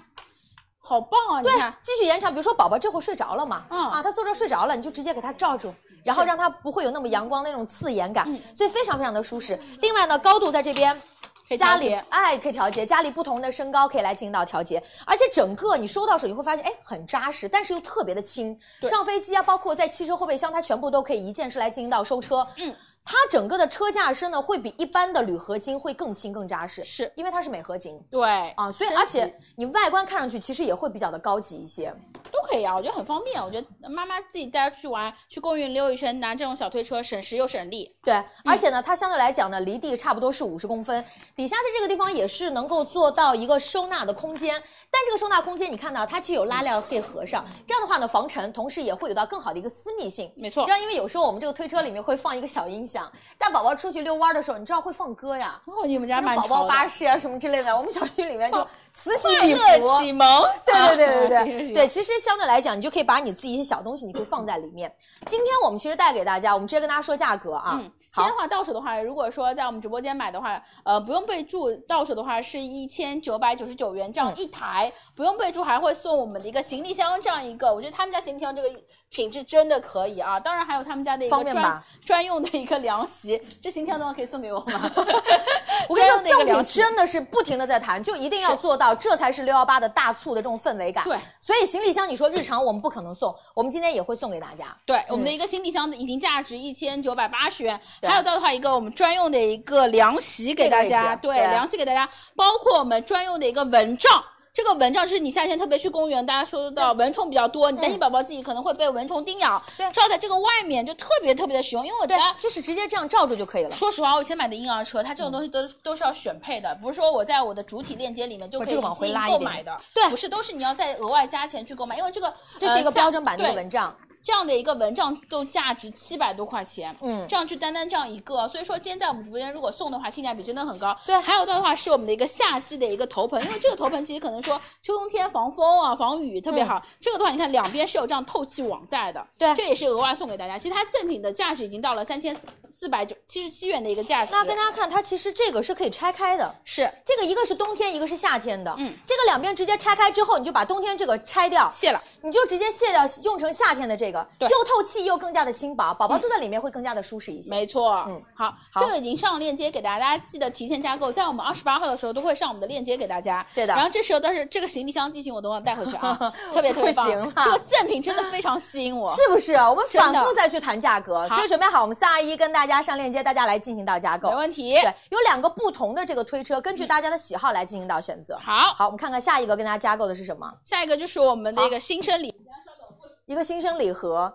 好棒啊！你看，
继续延长，比如说宝宝这会儿睡着了嘛，
嗯
啊，他坐这儿睡着了，你就直接给他罩住，然后让他不会有那么阳光那种刺眼感，
嗯
所以非常非常的舒适。另外呢，高度在这边。
可以
家
调
里
节
哎可以调节，家里不同的身高可以来进行到调节，而且整个你收到手你会发现哎很扎实，但是又特别的轻。
对
上飞机啊，包括在汽车后备箱，它全部都可以一键式来进行到收车。
嗯，
它整个的车架身呢会比一般的铝合金会更轻更扎实，
是
因为它是镁合金
对
啊，所以
升
而
级
且你外观看上去其实也会比较的高级一些。
都可以啊，我觉得很方便。我觉得妈妈自己带她出去玩，去公园溜一圈，拿这种小推车省时又省力。
对，而且呢，它相对来讲呢，离地差不多是五十公分，底下的这个地方也是能够做到一个收纳的空间。但这个收纳空间，你看到它其实有拉链可以合上，这样的话呢，防尘，同时也会有到更好的一个私密性。
没错
这，样，因为有时候我们这个推车里面会放一个小音响，带宝宝出去遛弯的时候，你知道会放歌呀，
哦，你们家
什么
蛮
宝宝
潮的哦
巴士啊什么之类的。我们小区里面就此起
快
彼
乐
伏。
启蒙，
对对对
啊
对
行行
对
行
对，其实相对来讲，你就可以把你自己一些小东西，你可以放在里面。今天我们其实带给大家，我们直接跟大家说价格啊。
嗯，今天的话到手的话，如果说在我们直播间买的话，呃，不用备注，到手的话是一千九百九十九元这样一
嗯
台，不用备注还会送我们的一个行李箱这样一个，我觉得他们家行李箱这个品质真的可以啊，当然还有他们家的一
方
个
便
专
吧
专用的一个凉席，这行李箱的话可以送给我 吗？
我跟你说，
专用的一个
赠
凉
品
席。
真的是不停的在谈，就一定要
是
做到，这才是六幺八的大促的这种氛围感。
对，
所以行李箱你说日常我们不可能送，我们今天也会送给大家。
对，我们的一个行李箱的已经价值一千九百八十元，
嗯对
还有到的话一个我们专用的一个凉席给大
这个也
家，
是
对，
对
凉席给大家，包括我们专用的一个蚊帐。这个蚊帐是你夏天特别去公园，大家说到蚊虫比较多，你担心宝宝自己可能会被蚊虫叮咬，
嗯对
罩在这个外面就特别特别的实用，因为我
对
家，
就是直接这样罩住就可以了。
说实话，我以前买的婴儿车，它这
嗯
种东西都、都是要选配的，不是说我在我的主体链接里面就
不
可
是
以
这个往回
进行
拉一
购
点
买的，
对
不是，都是你要再额外加钱去购买，因为这个
这是一个
呃像
标准版的一个
对
蚊帐，
这样的一个蚊帐都价值七百多块钱，
嗯
这样就单单这样一个，所以说今天在我们直播间如果送的话，性价比真的很高。
对
还有的话是我们的一个夏季的一个头盆，因为这个头盆其实可能说秋冬天防风啊、防雨特别好。这个的话，你看两边是有这样透气网在的，
嗯对
这也是额外送给大家。其实它赠品的价值已经到了三千四百九七十七元的一个价值，
那跟大家看，它其实这个是可以拆开的。
是
这个一个是冬天，一个是夏天的，
嗯
这个两边直接拆开之后，你就把冬天这个拆掉，
谢了，
你就直接卸掉，用成夏天的这个，
对嗯
又透气又更加的轻薄，宝宝坐在里面会更加的舒适一些。
没错，
嗯
好，
好
这个已经上链接给大家，大家记得提前加购，在我们二十八号的时候都会上我们的链接给大家。
对的
然后这时候但是这个行李箱机型我都要带回去 啊，特别特别棒，
不行啊
这个赠品真的非常吸引 我。
是不是？我们
真
反
的
复再去谈价格，
好
所以准备好，我们三二一跟大家上链接，大家来进行到加购
没。问题。嗯
对，有两个不同的这个推车，根据大家的喜好来进行到选择。
好，
好，我们看看下一个跟大家加购的是什么？
下一个就是我们的一个新生礼，
一个新生礼盒，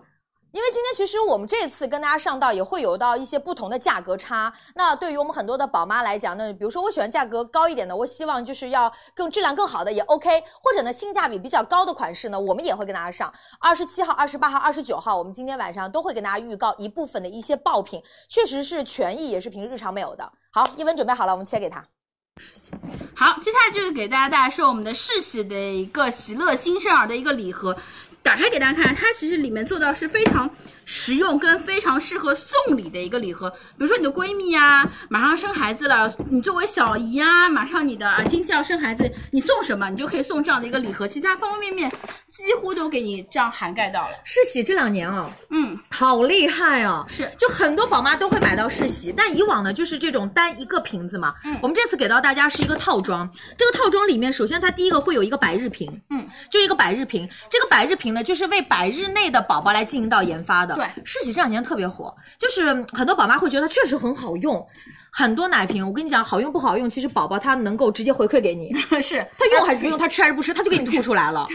因为今天其实我们这次跟大家上到也会有到一些不同的价格差。那对于我们很多的宝妈来讲，那比如说我喜欢价格高一点的，我希望就是要更质量更好的也 OK，或者呢性价比比较高的款式呢，我们也会跟大家上。二十七号、二十八号、二十九号，我们今天晚上都会跟大家预告一部分的一些爆品，确实是权益也是平时日常没有的。好，一文准备好了，我们切给他。
好，接下来就是给大家带来是我们的世喜的一个喜乐新生儿的一个礼盒，打开给大家看，它其实里面做到是非常实用跟非常适合送礼的一个礼盒。比如说你的闺蜜啊，马上生孩子了，你作为小姨啊，马上你的啊亲戚要生孩子，你送什么，你就可以送这样的一个礼盒，其他方方面面几乎都给你这样涵盖到了。
世喜这两年哦，
嗯，
好厉害哦！
是
就很多宝妈都会买到世袭，但以往呢，就是这种单一个瓶子嘛。
嗯
我们这次给到大家是一个套装，这个套装里面，首先它第一个会有一个百日瓶，
嗯，
就一个百日瓶。这个百日瓶呢，就是为百日内的宝宝来进行到研发的。
对
世袭这两年特别火，就是嗯很多宝妈会觉得它确实很好用，很多奶瓶，我跟你讲，好用不好用，其实宝宝他能够直接回馈给你。
是
他用还是不用，他吃还是不吃，他就给你吐出来 了。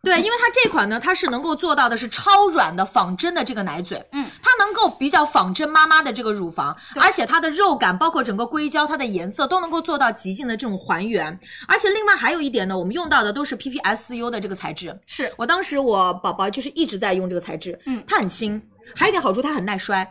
对，因为它这款呢，它是能够做到的是超软的仿真的这个奶嘴，
嗯，
它能够比较仿真妈妈的这个乳房，而且它的肉感，包括整个硅胶，它的颜色都能够做到极尽的这种还原。而且另外还有一点呢，我们用到的都是 PPSU 的这个材质，
是，
我当时我宝宝就是一直在用这个材质，
嗯
它很轻，还有一点好处，它很耐摔。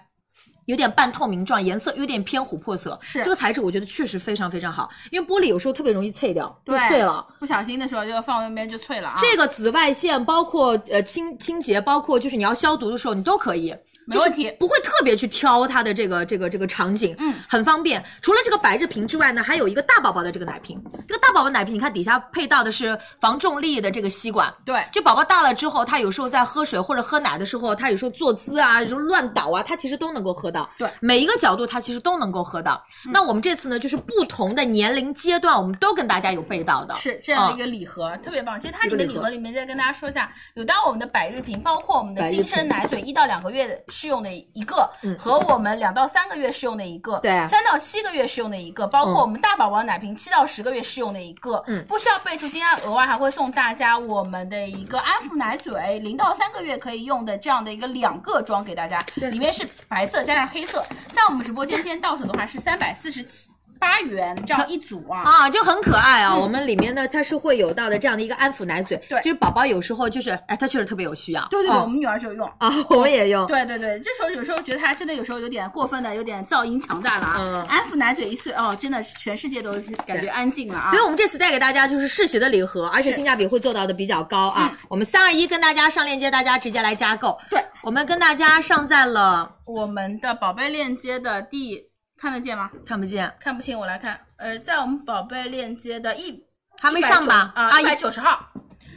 有点半透明状，颜色有点偏琥珀色，
是
这个材质，我觉得确实非常非常好，因为玻璃有时候特别容易碎掉，就
对
碎了。
不小心的时候就放那边就脆了啊。
这个紫外线包括呃清清洁，包括就是你要消毒的时候，你都可以，
没问题
就是不会特别去挑它的这个这个这个场景，
嗯
很方便。除了这个百日瓶之外呢，还有一个大宝宝的这个奶瓶，这个大宝宝奶瓶你看底下配到的是防重力的这个吸管。
对，
就宝宝大了之后，他有时候在喝水或者喝奶的时候，他有时候坐姿啊，有时候乱倒啊，他其实都能够喝到。
对嗯
每一个角度他其实都能够喝到。那我们这次呢，就是不同的年龄阶段，我们都跟大家有备到的。啊
是这样的一个礼盒，特别棒。其实它里
一个
面
礼
礼
盒
盒里面再跟大家说一下，有到我们的百日瓶，包括我们的
百日
新生奶嘴一到两个月的试用的一个，
嗯
和我们两到三个月试用的一个，
对啊
三到七个月试用的一个，包括
嗯
我们大宝宝奶瓶七到十个月试用的一个，
嗯
不需要备注，今天额外还会送大家我们的一个安抚奶嘴，零到三个月可以用的这样的一个两个装给大家，里面是白色加上黑色，在我们直播间今天到手的话是三百四十七。八元这样一组啊，嗯
啊，就很可爱啊。我们里面呢，它是会有到的这样的一个安抚奶嘴，
对
就是宝宝有时候就是，哎，他确实特别有需要。
对对对，
哦
我们女儿就用。
啊，我们也用。
对对对，这时候有时候觉得他真的有时候有点过分的，有点噪音强大了啊。
嗯
安抚奶嘴一岁哦，真的是全世界都是感觉安静了啊。
所以，我们这次带给大家就是世袭的礼盒，而且
是嗯
性价比会做到的比较高啊。我们三二一跟大家上链接，大家直接来加购。
对，
我们跟大家上在了，
我们的宝贝链接的第看得见吗？
看不见，
看不清，我来看。呃，在我们宝贝链接的一
还没上吧？
啊，一
一
百九十号。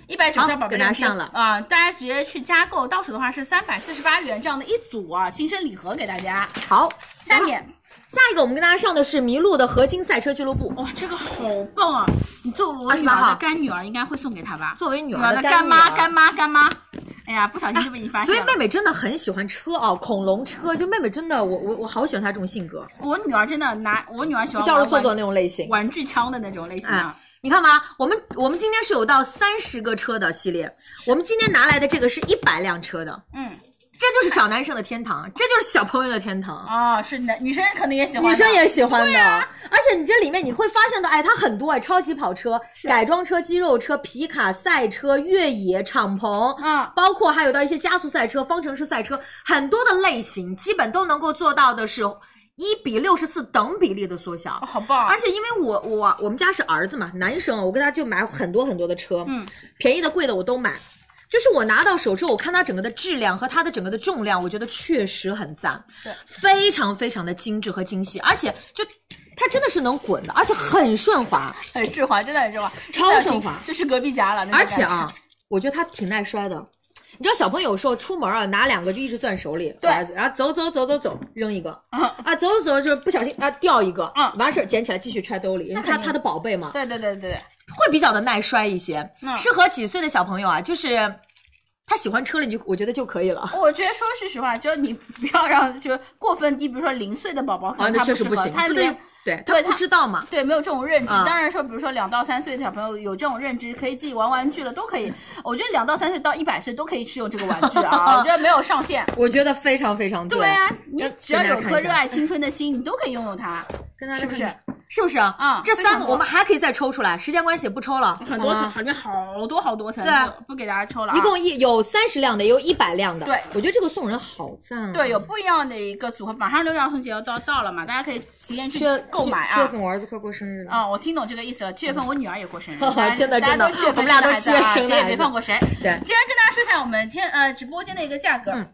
一百九十
好
号宝贝
给大家
链接
上了
啊、大家直接去加购，到手的话是三百四十八元这样的一组啊，新生礼盒给大家。
好，
下面
下一个我们跟大家上的是麋鹿的合金赛车俱乐部。
哇、这个好棒啊！你作为我女
28
儿
号
的干女儿，应该会送给她吧？
作为女
女
儿
儿
的
的啊干妈，干
妈。
妈，干妈。哎呀，不小心就被你发
所
现
以
了。
妹妹真的很喜欢车啊，恐龙车，就妹妹真的，我我我好喜欢她这种性格，
我女儿真的拿我女儿喜欢
叫
玩
着做做
玩
那哎种类型。
玩具枪的那种类型啊。
你看吧，我们我们今天是有到三十个车的系列，我们今天拿来的这个是一百辆车的，
嗯，
这就是小男生的天堂，这就是小朋友的天堂，啊
哦，是男女生可能也喜欢的，
女生也喜欢的。而且你这里面你会发现到，哎，它很多哎，超级跑车、改装车、肌肉车、皮卡、赛车、越野、敞篷，
嗯
包括还有到一些加速赛车、方程式赛车，很多的类型基本都能够做到的是一比六十四等比例的缩小。
哦，好棒啊
而！且因为我我我们家是儿子嘛，男生啊，我跟他就买很多很多的车，
嗯，
便宜的贵的我都买。就是我拿到手之后，我看它整个的质量和它的整个的重量，我觉得确实很赞，
对，
非常非常的精致和精细，而且就它真的是能滚的，而且很顺滑，
很顺滑，真的很顺滑，
超顺滑
这是隔壁家了。那种
而且
感
啊
觉，，
我觉得它挺耐摔的。你知道小朋友有时候出门啊，拿两个就一直攥手里，
对
我儿子，然后走走走走走，扔一个，
嗯
啊，走着走着就不小心啊掉一个，
嗯
完事儿捡起来继续揣兜里，因为
那
它
肯定
它的宝贝嘛，
对对对对对，
会比较的耐摔一些，
嗯
适合几岁的小朋友啊？就是他喜欢车了，你就我觉得就可以了。
我觉得哦说句实话，就是你不要让就是过分低，比如说零岁的宝宝，可
啊
能
那
他
确
不
实
适
不
合，
行
他
不对
连
对
对
他
他
不知道嘛。
对，没有这种认知。
嗯
当然说，比如说两到三岁的小朋友有这种认知，可以自己玩玩具了，都可以。我觉得两到三岁到一百岁都可以吃用这个玩具 啊，我觉得没有上限。
我觉得非常非常
对啊，你只要
跟大家
有
看一
颗
下
热爱青春的心，你都可以拥有它，是不是？
是不是啊？
嗯
这
非
三
常
个
多
我们还可以再抽出来，时间关系不抽了，
很多
好
层，
吗
里面好多好多层，
对啊
不不给大家抽了啊。
一共一有三十辆的，也有一百辆的。
对
我觉得这个送人好赞啊。
对有不一样的一个组合，马上六一儿童节要到到了嘛，大家可以提前去
七月
购买
七月
啊。
份我儿子快过生日了。，
啊、我听懂这个意思了。七月份我女儿也过生日 大家
嗯真的
大家
真的
都七月份
我们俩都
生的孩子啊
七月生的
谁也
孩
别
子
放过谁。
对
今天跟大家说一下我们天呃直播间的一个价格。
嗯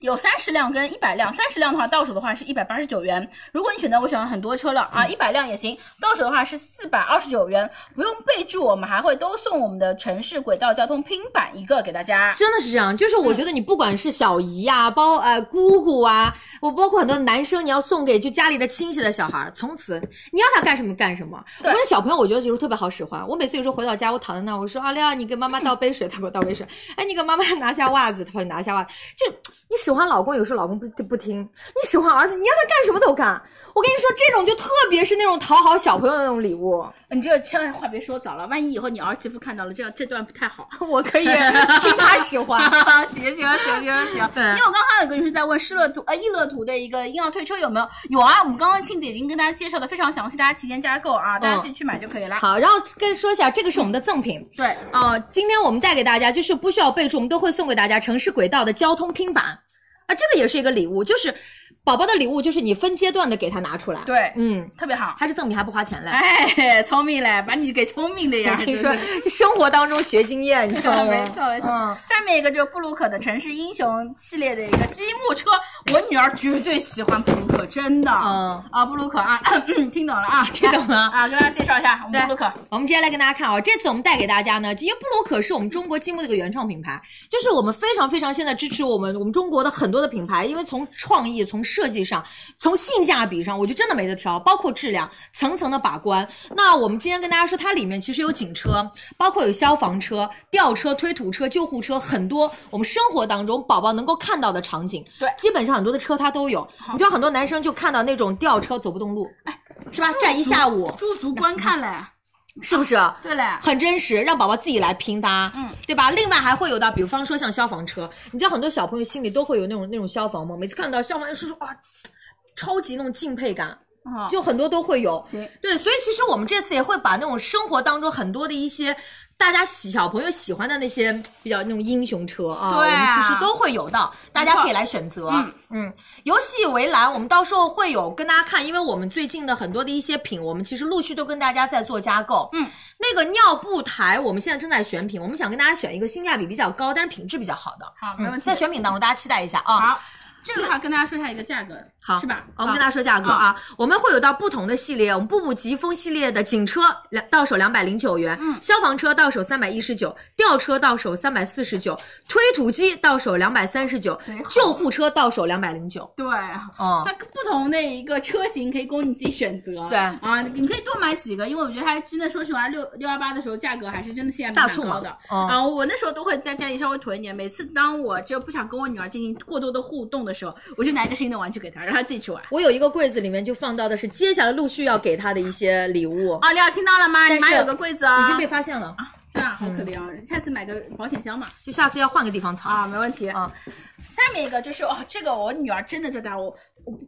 有三十辆跟一百辆，三十辆的话到手的话是一百八十九元。如果你选择我喜欢很多车了
嗯
啊，一百辆也行，到手的话是四百二十九元，不用备注，我们还会都送我们的城市轨道交通拼板一个给大家。
真的是这样，就是我觉得你不管是小姨呀、包呃姑姑啊，我包括很多男生，你要送给就家里的亲戚的小孩儿，从此你要他干什么干什么。我
对
说小朋友，我觉得有时候特别好使唤。我每次有时候回到家，我躺在那儿，我说阿亮、你给妈妈倒杯水，他给我倒杯水。哎，你给妈妈拿下袜子，他帮你拿下袜子。就你使唤老公，有时候老公不不听；你使唤儿子，你让他干什么都干。我跟你说，这种就特别是那种讨好小朋友的那种礼物，
你这千万话别说早了，万一以后你儿媳妇看到了，这这段不太好。
我可以 听他使唤。
行行行行 行，
对
因为我刚刚有个就是在问施乐图呃益乐图的一个婴儿推车有没有？有啊，我们刚刚庆姐已经跟大家介绍的非常详细，大家提前加购啊，大家自己去买就可以了。
嗯好，然后跟说一下，这个是我们的赠品，
对，
呃，今天我们带给大家就是不需要备注，我们都会送给大家城市轨道的交通拼板，啊，这个也是一个礼物，就是宝宝的礼物，就是你分阶段的给他拿出来。
对
嗯，
特别好。
还是赠品还不花钱嘞。
哎，聪明嘞，把你给聪明的
嗯
呀！
我跟你
真
说
的是，
这生活当中学经验，你知道
没
吗？
错没错。
嗯
下面一个就是布鲁克的城市英雄系列的一个积木车，我女儿绝对喜欢布鲁克，真的。
嗯
啊，布鲁克啊， 咳咳听懂了啊，听
懂了
啊，跟大家介绍一下我们
对
布鲁克。
我们接下来跟大家看啊，这次我们带给大家呢，因为布鲁可是我们中国积木的一个原创品牌，就是我们非常非常现在支持我们我们中国的很多的品牌，因为从创意、从设计上、从性价比上，我觉得真的没得挑，包括质量层层的把关。那我们今天跟大家说，它里面其实有警车，包括有消防车、吊车、推土车、救护车，很多我们生活当中宝宝能够看到的场景，
对
基本上很多的车它都有。你知道很多男生就看到那种吊车走不动路，是吧？站一下午，
驻足观看嘞，
是不是？
对嘞，
很真实，让宝宝自己来拼搭，
嗯，
对吧？另外还会有到，比方说像消防车，你知道很多小朋友心里都会有那种那种消防梦，每次看到消防员叔叔哇，超级那种敬佩感，
哦，
就很多都会有。
行，
对，所以其实我们这次也会把那种生活当中很多的一些大家喜小朋友喜欢的那些比较那种英雄车啊，
对啊
我们其实都会有到，大家可以来选择。
嗯
游戏围栏，我们到时候会有跟大家看，因为我们最近的很多的一些品，我们其实陆续都跟大家在做加购。
嗯，
那个尿布台，我们现在正在选品，我们想跟大家选一个性价比比较高，但是品质比较好的。
好，没问
嗯，
题。
在选品当中，大家期待一下啊。
好，这个的话跟大家说一下一个价格，
好
是吧？
我们跟大家说价格啊，我们会有到不同的系列，我们步步疾风系列的警车两到手两百零九元，
嗯
消防车到手三百一十九，吊车到手三百四十九，推土机到手两百三十九
贼好，哦
救护车到手两百零九，
啊对。
嗯
它，不同的一个车型可以供你自己选择，
对
啊，你可以多买几个，因为我觉得它真的，说实话，六六二八的时候价格还是真的性价
大
比
促
蛮
嘛
高的，
嗯
啊，我那时候都会在家里稍微囤一点，每次当我就不想跟我女儿进行过多的互动的时候，我就拿一个新的玩具给她，让她自己去玩。
我有一个柜子里面就放到的是接下来陆续要给他的一些礼物，
啊，廖听到了吗？
但
你妈
是
有个柜子啊，
已经被发现了，
这样好可怜啊，下次买个保险箱嘛。
就下次要换个地方藏。
啊，没问题
啊。
下面一个就是哦，这个我女儿真的在带我，我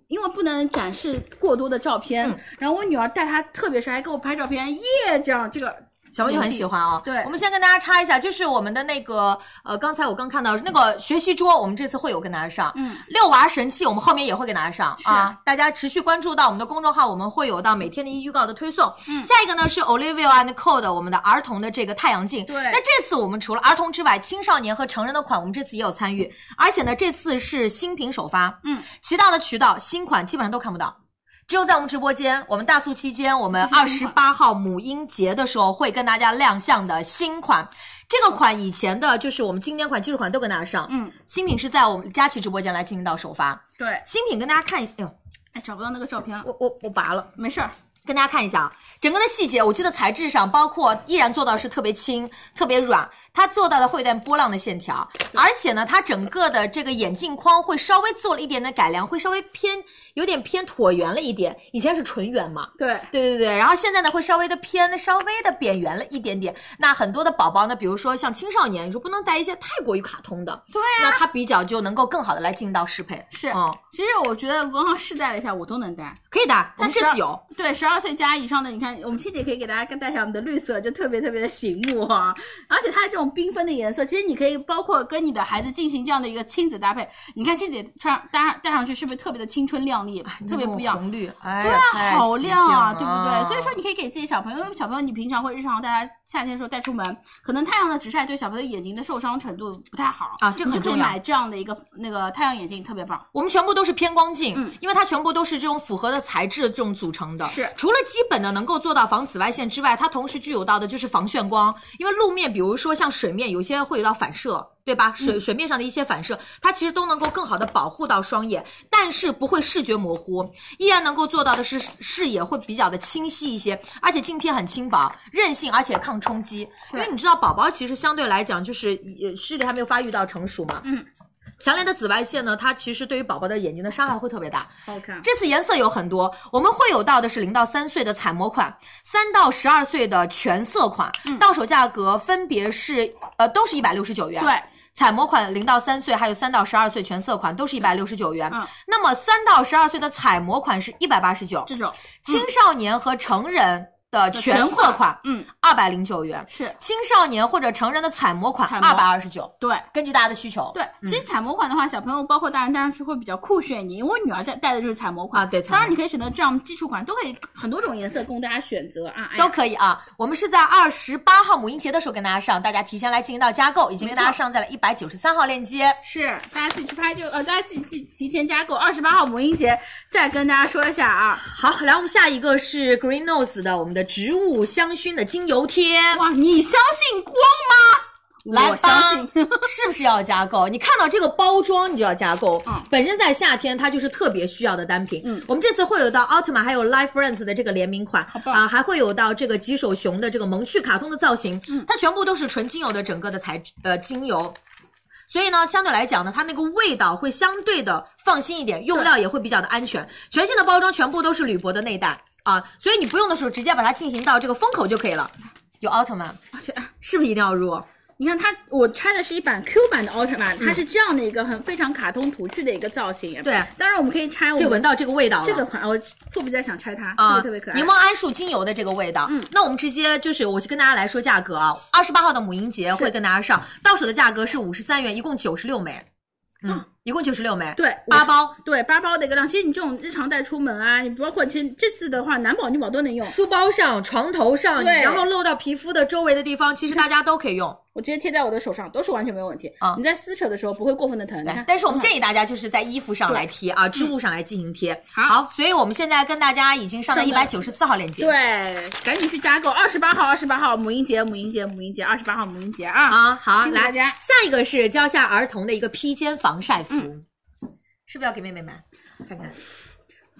因为不能展示过多的照片，
嗯
然后我女儿带她，特别是还给我拍照片，耶，这样这个
小朋友很喜欢啊。
嗯对
我们先跟大家插一下，就是我们的那个呃，刚才我刚看到那个学习桌，我们这次会有跟大家上。
嗯，
遛娃神器，我们后面也会给大家上
是
啊，大家持续关注到我们的公众号，我们会有到每天的一预告的推送。
嗯
下一个呢是 Olivia and Code 的我们的儿童的这个太阳镜。
对
那这次我们除了儿童之外，青少年和成人的款，我们这次也有参与，而且呢，这次是新品首发。
嗯，
其他的渠道新款基本上都看不到。只有在我们直播间，我们大促期间，我们二
这是
十
新
八号母婴节的时候会跟大家亮相的新款。这个款以前的就是我们经典款、技术款都跟大家上，
嗯，
新品是在我们佳琦直播间来进行到首发。
对，
新品跟大家看一，哎呦，
哎找不到那个照片了，
我我我拔了，
没事儿，
跟大家看一下啊，整个的细节，我记得材质上，包括依然做到是特别轻、特别软，它做到的会有点波浪的线条，而且呢，它整个的这个眼镜框会稍微做了一点的改良，会稍微偏有点偏椭圆了一点，以前是纯圆嘛，
对，
对对对，然后现在呢会稍微的偏稍微的扁圆了一点点。那很多的宝宝呢，比如说像青少年，你说不能戴一些太过于卡通的，
对
那它比较就能够更好的来进到适配，
是
嗯，
其实我觉得我刚刚试戴了一下，我都能戴。
可以的，我
但
们
是
这次有，
对，十二岁加以上的，你看，我们倩姐可以给大家带上我们的绿色，就特别特别的醒目啊。而且它这种缤纷的颜色，其实你可以包括跟你的孩子进行这样的一个亲子搭配。你看倩姐穿搭戴上去是不是特别的青春靓丽，特别不一
那种
样？
哎红绿，哎呀，
对啊，
太
好
喜
亮啊，
庆
对不
了
对？所以说你可以给自己小朋友，因为小朋友你平常会日常带他夏天的时候带出门，可能太阳的直晒对小朋友眼睛的受伤程度不太好
啊这个
你
很
就可以
重要
买这样的一个那个太阳眼镜，特别棒。
我们全部都是偏光镜，
嗯
因为它全部都是这种复合的材质这种组成的。
是
除了基本的能够做到防紫外线之外，它同时具有到的就是防眩光，因为路面比如说像水面，有些会有到反射。对吧？
嗯
水水面上的一些反射，它其实都能够更好的保护到双眼，但是不会视觉模糊，依然能够做到的是视野会比较的清晰一些，而且镜片很轻薄、韧性，而且抗冲击。因为你知道，宝宝其实相对来讲就是呃视力还没有发育到成熟嘛，强烈的紫外线呢，它其实对于宝宝的眼睛的伤害会特别大。
好看。
这次颜色有很多，我们会有到的是零到三岁的彩膜款，三到十二岁的全色款，
嗯
到手价格分别是呃都是一百六十九元。
对，
彩膜款零到三岁，还有三到十二岁全色款都是一百六十九元。
嗯
那么三到十二岁的彩膜款是一百八十九，
这种
青少年和成人的全色款
嗯
二百零九元，
是
青少年或者成人的彩膜款
嗯彩膜
二百二十九，
对。
根据大家的需求。
对，其实彩膜款的话，小朋友包括大人戴上去会比较酷炫一点，因为我女儿戴戴的就是彩膜款
啊对彩膜
当然你可以选择这样基础款，都可以很多种颜色供大家选择啊。哎呀
都可以啊。我们是在二十八号母婴节的时候跟大家上，大家提前来进行到加购，已经跟大家上在了一百九十三号链接。
是，大家自己去拍就呃，大家自己去提前加购。二十八号母婴节再跟大家说一下啊，
好，来我们下一个是 Green Nose 的我们的植物香薰的精油贴，
哇，你相信光吗？
来吧
我相信，
是不是要加 购？你看到这个包装你就要加购。
嗯
本身在夏天它就是特别需要的单品。
嗯
我们这次会有到奥特曼还有 Life Friends 的这个联名款，
棒
啊，还会有到这个棘手熊的这个萌趣卡通的造型。嗯，它全部都是纯精油的整个的材质呃精油。所以呢，相对来讲呢，它那个味道会相对的放心一点，用料也会比较的安全。全新的包装全部都是铝箔的内袋啊，所以你不用的时候直接把它进行到这个封口就可以了。有奥特曼，
而且
是不是一定要入？
你看它，我拆的是一版 Q 版的奥特曼，它是这样的一个很非常卡通图趣的一个造型。
嗯对，
当然我们可以拆我
可以
们
闻到这个味道了。
这个款，我迫不及待想拆它，
啊，
特别特别可爱。
柠檬桉树精油的这个味道。
嗯
那我们直接就是，我就跟大家来说价格啊，二十八号的母婴节会跟大家上，到手的价格是五十三元，一共九十六枚，嗯，一共九十六枚，
对
八包，
对八包的一个量，其实你这种日常带出门啊，你包括其实这次的话，男宝女宝都能用。
书包上、床头上，
对
然后露到皮肤的周围的地方，其实大家都可以用。
我直接贴在我的手上，都是完全没有问题。
啊
你在撕扯的时候不会过分的疼。你看
但是我们
多好
建议大家就是在衣服上来贴啊，织物上来进行贴。
好
好，所以我们现在跟大家已经上到一
上到
百九十四号链接。。
对，赶紧去加购，二十八号，二十八号母婴节，母婴节，母婴节，二十八号母婴节啊！
啊，好，
辛苦
来
大家
下一个是教下儿童的一个披肩防晒服，是不是要给妹妹买？看看，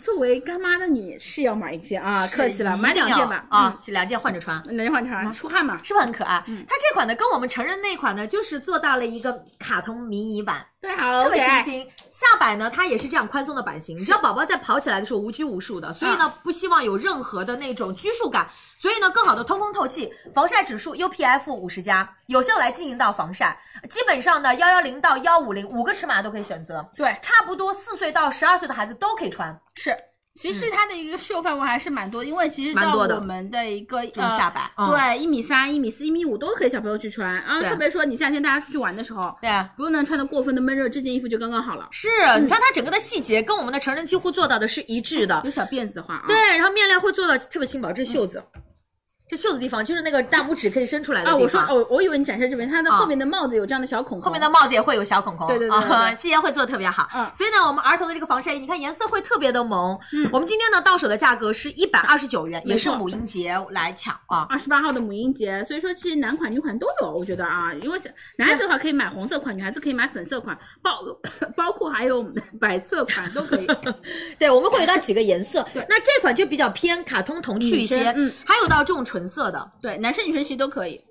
作为干妈的你是要买一件啊，客气了，
是
买
一定
两件吧
要啊，这两件换着穿。
嗯，两件换成出汗嘛。
是不是很可爱？
嗯
它这款呢，跟我们成人那款呢，就是做到了一个卡通迷你版，
对，好
特
可
别清
爱。
新。下摆呢，它也是这样宽松的版型。你知道宝宝在跑起来的时候无拘无束的，所以
嗯
呢，不希望有任何的那种拘束感，所以呢，更好的通风透气，防晒指数 UPF 五十加，有效来进行到防晒。基本上呢，幺幺零到幺五零五个尺码都可以选择，
对，
差不多四岁到十二岁的孩子都可以穿。
是。其实它的一个适用范围还是蛮多，因为其
嗯
实
蛮
到
多的
我们的一个
这种下摆
呃
嗯
对，一米三、一米四、一米五都可以小朋友去穿啊。
对
特别说你夏天大家出去玩的时候，
对啊，
不用能穿的过分的闷热，这件衣服就刚刚好了。
是，你看它整个的细节跟我们的成人
嗯
几乎做到的是一致的。
有小辫子的话啊，
对，然后面料会做到特别轻薄，这是袖子。这袖子地方就是那个大拇指可以伸出来的
嗯啊，
地
我说
方。
哦，我以为你展示这边，它的
啊
后面的帽子有这样的小孔孔，
后面的帽子也会有小孔孔，
对对对对对
啊，细节会做的特别好。
嗯
所以呢，我们儿童的这个防晒液，你看颜色会特别的萌。嗯，我们今天呢到手的价格是一百二十九元，
没错
也是母婴节来抢啊。
二十八号的母婴节，所以说其实男款女款都有，我觉得啊，因为小男孩子的话可以买红色款，女孩子可以买粉色款，包 包括还有我们的白色款都可以。嗯
对，我们会有到几个颜色，那这款就比较偏卡通童趣一
女
些，
生嗯，
还有到这种纯色的，
对，男生女生其实都可以。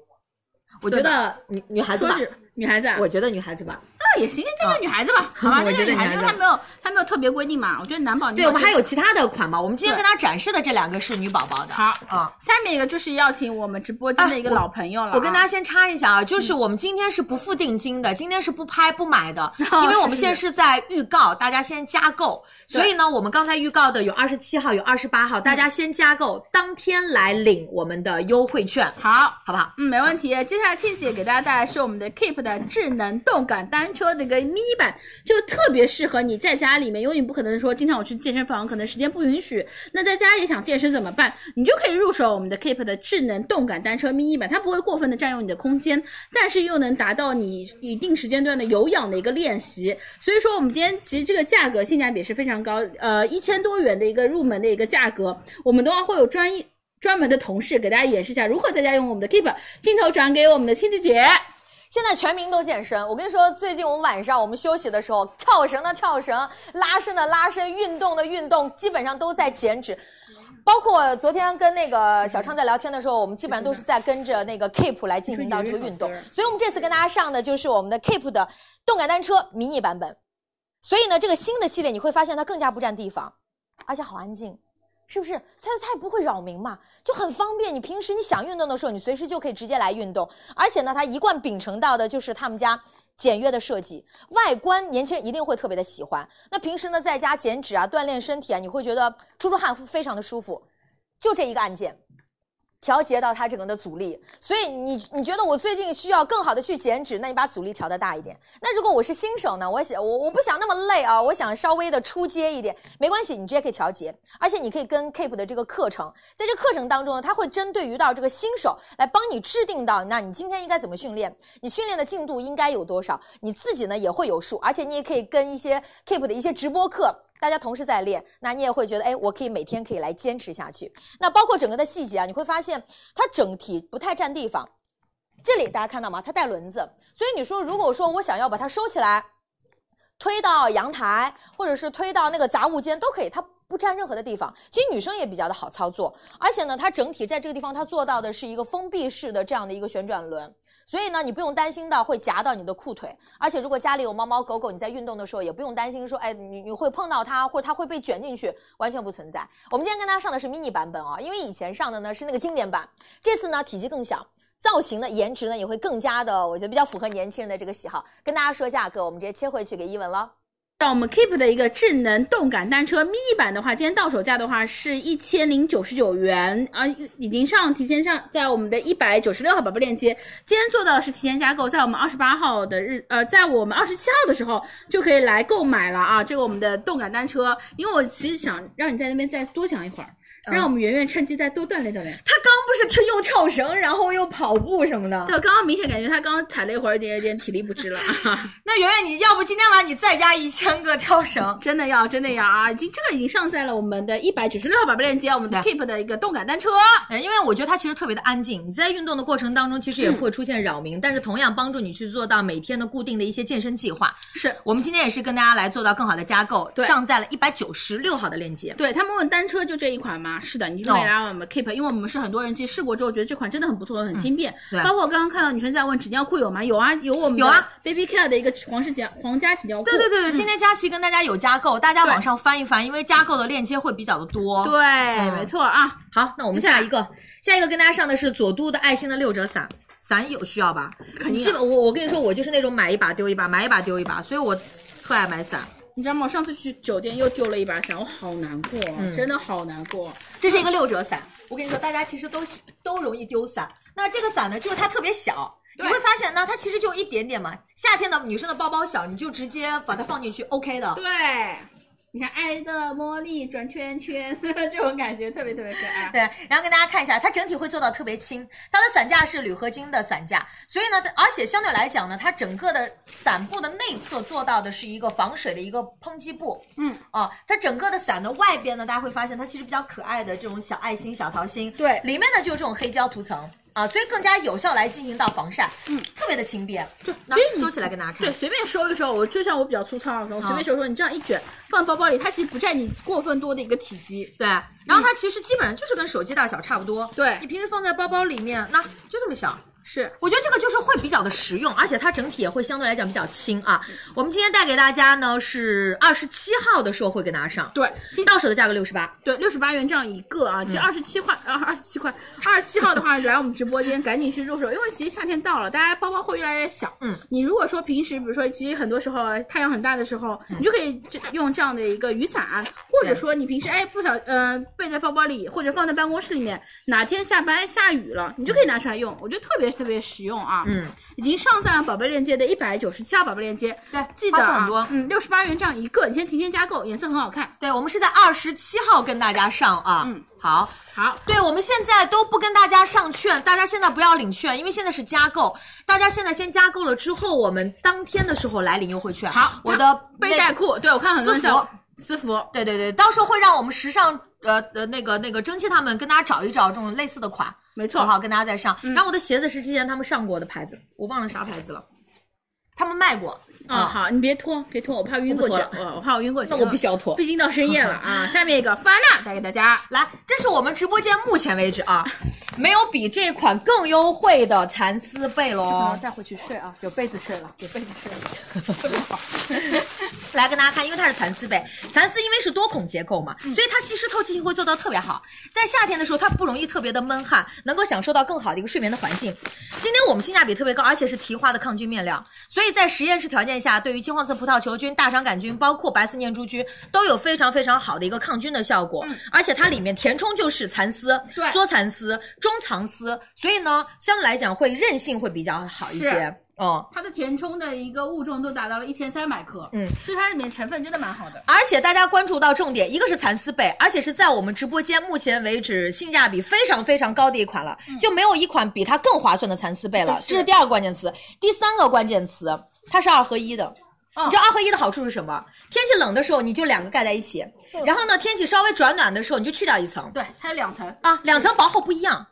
我觉得女女孩子
说
吧，
是女孩子啊，
我觉得女孩子吧。
那也行，那就女孩子吧，好吧，
我
那
觉得
就女
女孩
孩子，因为
子
他没有他没有特别规定嘛，我觉得男宝女
对，
宝
我们
就
还有其他的款嘛，我们今天
对
跟大家展示的这两个是女宝宝的。
好
啊。
下面一个就是要请我们直播间的一个
哎我
老朋友了、
我跟大家先插一下啊，就是我们今天是不付定金的，今天是不拍不买的，因为我们现在哦是在预告，大家先加购。
对
所以呢，我们刚才预告的有二十七号，有二十八号，大家先加购，当天来领我们的优惠券，
好。
好不好？
嗯，没问题。接下来倩姐给大家带来是我们的 Keep 的智能动感单车的一个 mini 版，就特别适合你在家里面，因为你不可能说经常我去健身房，可能时间不允许。那在家里想健身怎么办？你就可以入手我们的 Keep 的智能动感单车 mini 版，它不会过分的占用你的空间，但是又能达到你一定时间段的有氧的一个练习。所以说我们今天其实这个价格性价比是非常高，呃，一千多元的一个入门的一个价格，我们的话会有专业。专门的同事给大家演示一下如何在家用我们的 Keep。镜头转给我们的倩子姐，
现在全民都健身，我跟你说，最近我们晚上我们休息的时候，跳绳的跳绳，拉伸的拉伸，运动的运动，基本上都在减脂。包括昨天跟那个小畅在聊天的时候，我们基本上都是在跟着那个 Keep 来进行到这个运动，所以我们这次跟大家上的就是我们的 Keep 的动感单车迷你版本。所以呢，这个新的系列你会发现它更加不占地方，而且好安静，是不是？它它也不会扰民嘛，就很方便。你平时你想运动的时候，你随时就可以直接来运动。而且呢，它一贯秉承到的就是他们家简约的设计，外观年轻人一定会特别的喜欢。那平时呢，在家减脂啊、锻炼身体啊，你会觉得出出汗非常的舒服。就这一个按键，调节到它整个的阻力。所以你你觉得我最近需要更好的去减脂，那你把阻力调的大一点。那如果我是新手呢，我想我我不想那么累啊，我想稍微的出街一点，没关系，你直接可以调节。而且你可以跟 Keep 的这个课程，在这课程当中呢，它会针对于到这个新手来帮你制定到，那你今天应该怎么训练，你训练的进度应该有多少，你自己呢也会有数。而且你也可以跟一些 Keep 的一些直播课，大家同时在练，那你也会觉得，哎，我可以每天可以来坚持下去。那包括整个的细节啊，你会发现它整体不太占地方。这里大家看到吗？它带轮子，所以你说如果说我想要把它收起来，推到阳台，或者是推到那个杂物间都可以，它不占任何的地方。其实女生也比较的好操作，而且呢，它整体在这个地方它做到的是一个封闭式的这样的一个旋转轮，所以呢，你不用担心到会夹到你的裤腿。而且如果家里有猫猫狗狗，你在运动的时候也不用担心说，哎，你你会碰到它，或者它会被卷进去，完全不存在。我们今天跟大家上的是 mini 版本啊，因为以前上的呢是那个经典版，这次呢体积更小。造型呢，颜值呢也会更加的，我觉得比较符合年轻人的这个喜好。跟大家说价格，我们直接切回去给一文了。
像我们 Keep 的一个智能动感单车 mini 版的话，今天到手价的话是一千零九十九元啊，已经上提前上在我们的一百九十六号宝贝链接，今天做到的是提前加购，在我们二十八号的日呃，在我们二十七号的时候就可以来购买了啊，这个我们的动感单车，因为我其实想让你在那边再多想一会儿，让我们圆圆趁机再多锻炼锻炼。
他刚不是跳又跳绳，然后又跑步什么的。
对，刚刚明显感觉他刚刚踩了一会儿，有点有点体力不支了。
那圆圆，你要不今天晚上你再加一千个跳绳？
真的要，真的要啊！已经这个已经上在了我们的一百九十六号宝贝链接，我们的 Keep 的一个动感单车。
嗯，因为我觉得它其实特别的安静，你在运动的过程当中，其实也会出现扰民，但是同样帮助你去做到每天的固定的一些健身计划。
是
我们今天也是跟大家来做到更好的加购，
对
上在了一百九十六号的链接。
对他们问单车就这一款吗？是的，你
哦
就可以来我们 Keep，因为我们是很多人去试过之后觉得这款真的很不错，很轻便。
对
包括我刚刚看到女生在问纸尿裤有吗？有啊，有我们
有啊
Baby Care 的一个皇室纸皇家纸尿裤。
对对对对，今天佳琪跟大家有加购，大家
对
往上翻一翻，因为加购的链接会比较的多。
对，
嗯
没错啊。
好，那我们下一个，下一个跟大家上的是佐都的爱心的六折伞，伞有需要吧？
肯定啊
基本我我跟你说，我就是那种买一把丢一把，买一把丢一把，所以我特爱买伞。
你知道吗？我上次去酒店又丢了一把伞，我好难过，
嗯
真的好难过。
这是一个六折伞，我跟你说，大家其实都喜都容易丢伞。那这个伞呢，就是它特别小，你
对
会发现呢，它其实就一点点嘛。夏天的女生的包包小，你就直接把它放进去，OK 的。
对，你看爱的魔力转圈圈 这种感觉特别特别可爱。
对，然后跟大家看一下，它整体会做到特别轻，它的伞架是铝合金的伞架，所以呢，而且相对来讲呢，它整个的伞布的内侧做到的是一个防水的一个抨击布，
嗯，
啊，它整个的伞的外边呢，大家会发现它其实比较可爱的这种小爱心、小桃心，
对
里面呢就有这种黑胶涂层啊，所以更加有效来进行到防晒，
嗯，
特别的轻便，对，那
其实你
收起来跟大家
对，
看，
随便收一收，我就像我比较粗糙的时候，随便收一收，你这样一卷放包包里，它其实不占你过分多的一个体积。
对，然后它其实基本上就是跟手机大小差不多，
嗯对
你平时放在包包里面，那就这么小，
是，
我觉得这个就是会比较的实用，而且它整体也会相对来讲比较轻啊。我们今天带给大家呢是二十七号的时候会给大家上，
对，其实
到手的价格六十八，
对，六十八元这样一个啊，其
嗯
实二十七块啊，二十七块，二十七号的话来我们直播间赶紧去入手，因为其实夏天到了，大家包包会越来越小。
嗯，
你如果说平时，比如说其实很多时候啊太阳很大的时候，你就可以这用这样的一个雨伞，啊或
嗯
者
对
说你平时哎不小呃背在包包里，或者放在办公室里面，哪天下班哎下雨了，你就可以拿出来用，我觉得特别特别实用啊。
嗯，
已经上在了宝贝链接的一百九十七号宝贝链接，
对
记得
发送
啊
很多，
嗯，六十八元这样一个，你先提前加购，颜色很好看。
对我们是在二十七号跟大家上啊，
嗯，
好，
好，
对，我们现在都不跟大家上券，大家现在不要领券，因为现在是加购，大家现在先加购了之后，我们当天的时候来领优惠券。
好
我的
背带
那
裤，对我看很多人
私服
想私服，
对对对，到时候会让我们时尚呃呃那个那个蒸汽他们跟大家找一找这种类似的款，
没
好
错
不，好？跟大家再上。
嗯
然后我的鞋子是之前他们上过的牌子，我忘了啥牌子了，他们卖过
嗯，好，你别脱，别脱，我怕晕过去，嗯
我不脱
我我怕我晕过去，
那我必须要脱。
毕竟到深 夜了啊。下面一个发娜带给大家，
来，这是我们直播间目前为止啊，没有比这款更优惠的蚕丝被喽。
带回去睡啊，有被子睡了，有被子睡了。
来跟大家看，因为它是蚕丝被，蚕丝因为是多孔结构嘛，
嗯
所以它吸湿透气性会做到特别好。在夏天的时候，它不容易特别的闷汗，能够享受到更好的一个睡眠的环境。今天我们性价比特别高，而且是提花的抗菌面料，所以在实验室条件下，对于金黄色葡萄球菌、大肠杆菌，包括白色念珠菌，都有非常非常好的一个抗菌的效果。而且它里面填充就是蚕丝、
嗯对
多蚕丝、中长丝，所以呢，相对来讲会韧性会比较好一些
是。
哦、
它的填充的一个物重都达到了一千三百克，
嗯，
所以它里面成分真的蛮好的。
而且大家关注到重点，一个是蚕丝被，而且是在我们直播间目前为止性价比非常非常高的一款了，就没有一款比它更划算的蚕丝被了。
嗯是
这是第二个关键词，第三个关键词，它是二合一的。
哦
你知道二合一的好处是什么？天气冷的时候你就两个盖在一起，然后呢天气稍微转暖的时候你就去掉一层，
对，它有两层，
啊，两层薄厚不一样。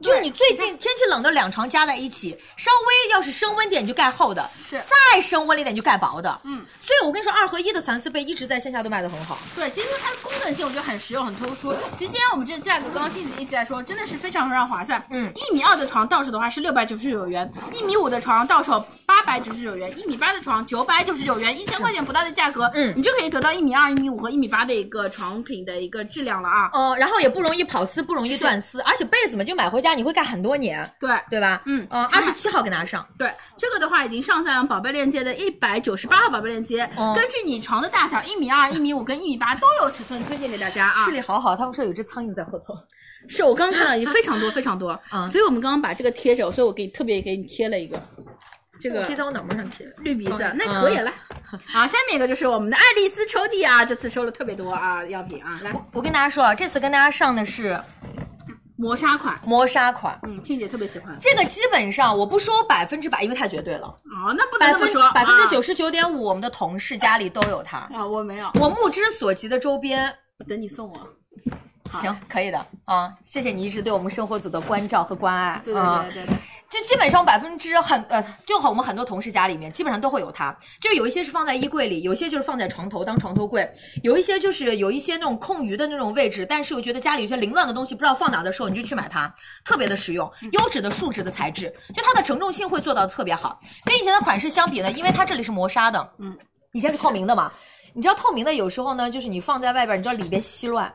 就
对
你最近天气冷的两床加在一起，稍微要是升温点你就盖厚的，
是
再升温了一点就盖薄的。
嗯，
所以我跟你说，二合一的蚕丝被一直在线下都卖的很好。
对，其实它的功能性我觉得很实用、很突出。其实今天我们这个价格，刚刚静姐一直在说，真的是非常非常划算。
嗯
一米二的床到手的话是六百九十九元，一米五的床到手八百九十九元，一米八的床九百九十九元，一千块钱不到的价格，
嗯
你就可以得到一米二、一米五和一米八的一个床品的一个质量了啊。
呃，然后也不容易跑丝，不容易断丝，而且被子嘛，就买回家你会盖很多年，
对，
对吧？
嗯
呃，二十七号给大家上。
对，这个的话已经上在了宝贝链接的一百九十八号宝贝链接，
哦
根据你床的大小，一米二、一米五跟一米八都有尺寸推荐给大家啊。
视力好好，他们说有只苍蝇在后头。
是我刚刚看到已经非常多非常多，
嗯
所以我们刚刚把这个贴着，所以我给你特别给你贴了一个，这个
贴在我脑门上贴。
绿鼻子
嗯，
那可以了。嗯好，下面一个就是我们的爱丽丝抽屉啊，这次收了特别多啊样品啊，来
我我跟大家说啊，这次跟大家上的是
磨砂款，
磨砂款，
嗯，倩姐特别喜欢。
这个基本上我不说百分之百，因为太绝对了。
哦，那不能
百
这么
分
说，啊
百分之九
十
十九点五，我们的同事家里都有它。
啊，我没有，
我目之所及的周边，
等你送我。好
行，可以的啊，谢谢你一直对我们生活组的关照和关爱
对
啊
对。对对对，
就基本上百分之很呃，就很我们很多同事家里面基本上都会有它，就有一些是放在衣柜里，有一些就是放在床头当床头柜，有一些就是有一些那种空余的那种位置，但是我觉得家里有些凌乱的东西不知道放哪的时候，你就去买它，特别的实用，
嗯
优质的树脂的材质，就它的承重性会做到特别好，跟以前的款式相比呢，因为它这里是磨砂的，
嗯，
以前是透明的嘛，你知道透明的有时候呢，就是你放在外边，你知道里边稀乱，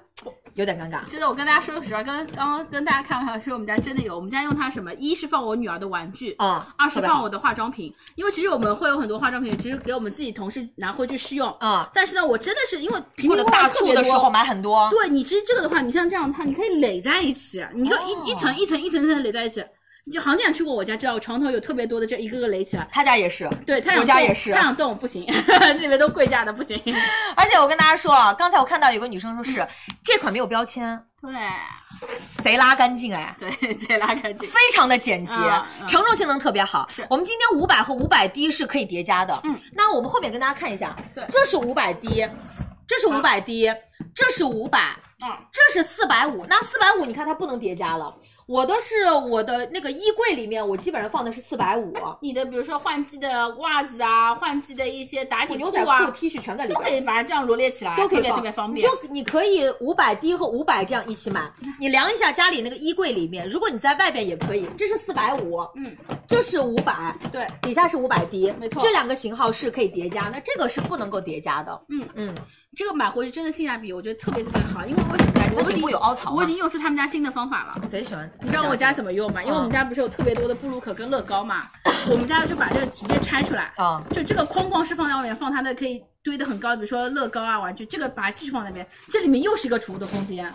有点尴尬，
真的，我跟大家说个实话，刚刚刚跟大家开玩笑说我们家真的有，我们家用它什么？一是放我女儿的玩具，
啊、
二是
特别
放
好
我的化妆品，因为其实我们会有很多化妆品，其实给我们自己同事拿回去试用。
啊，
但是呢，我真的是因为瓶
或
瓶
者
罐罐
大
特
促
别
的时候
多。
买很多，
对你其实这个的话，你像这样的话，你可以垒在一起，你就一、
哦
一层一层一层一层垒在一起，就行家长去过我家，知道我床头有特别多的这一个个垒起来。
他家也是，
对，他想
我家
动
也是啊
他想动不行， 这边都贵价的不行。
而且我跟大家说啊，刚才我看到有个女生说
嗯
是这款没有标签，
对
贼拉干净哎。
对，再拉干净。
非常的简洁
嗯，嗯
承重性能特别好
是。
我们今天五百和五百滴是可以叠加的。
嗯，
那我们后面跟大家看一下，
对
这是五百滴，这是五百滴，这是五百，
嗯，
这是四百五。那四百五，你看它不能叠加了。我的是我的那个衣柜里面，我基本上放的是四百五，
你的比如说换季的袜子啊，换季的一些打
我
底
牛
裤
仔
啊
裤、，T 恤全在里
都可
面。
以把它这样罗列起来，
都可以
啊特别
放
特
你
别方便嗯
就。你可以五百滴和五百这样一起买，你量一下家里那个衣柜里面，如果你在外边也可以，这是四百五，
嗯，
这是五百，
对，
底下是五百滴，
没错
这两个型号是可以叠加，那这个是不能够叠加的。
嗯
嗯，
这个买回去真的性价比，我觉得特别特别好，因为我已经感觉我已
底
经
部有凹槽吗
我已经用出他们家新的方法了。
我贼喜欢。
你知道我家怎么用吗？因为我们家不是有特别多的布鲁可跟乐高嘛，我们家就把这个直接拆出来，
啊？
就这个框框是放在外面，放它的可以堆得很高，比如说乐高啊玩具，这个把它继续放在那边，这里面又是一个储物的空间，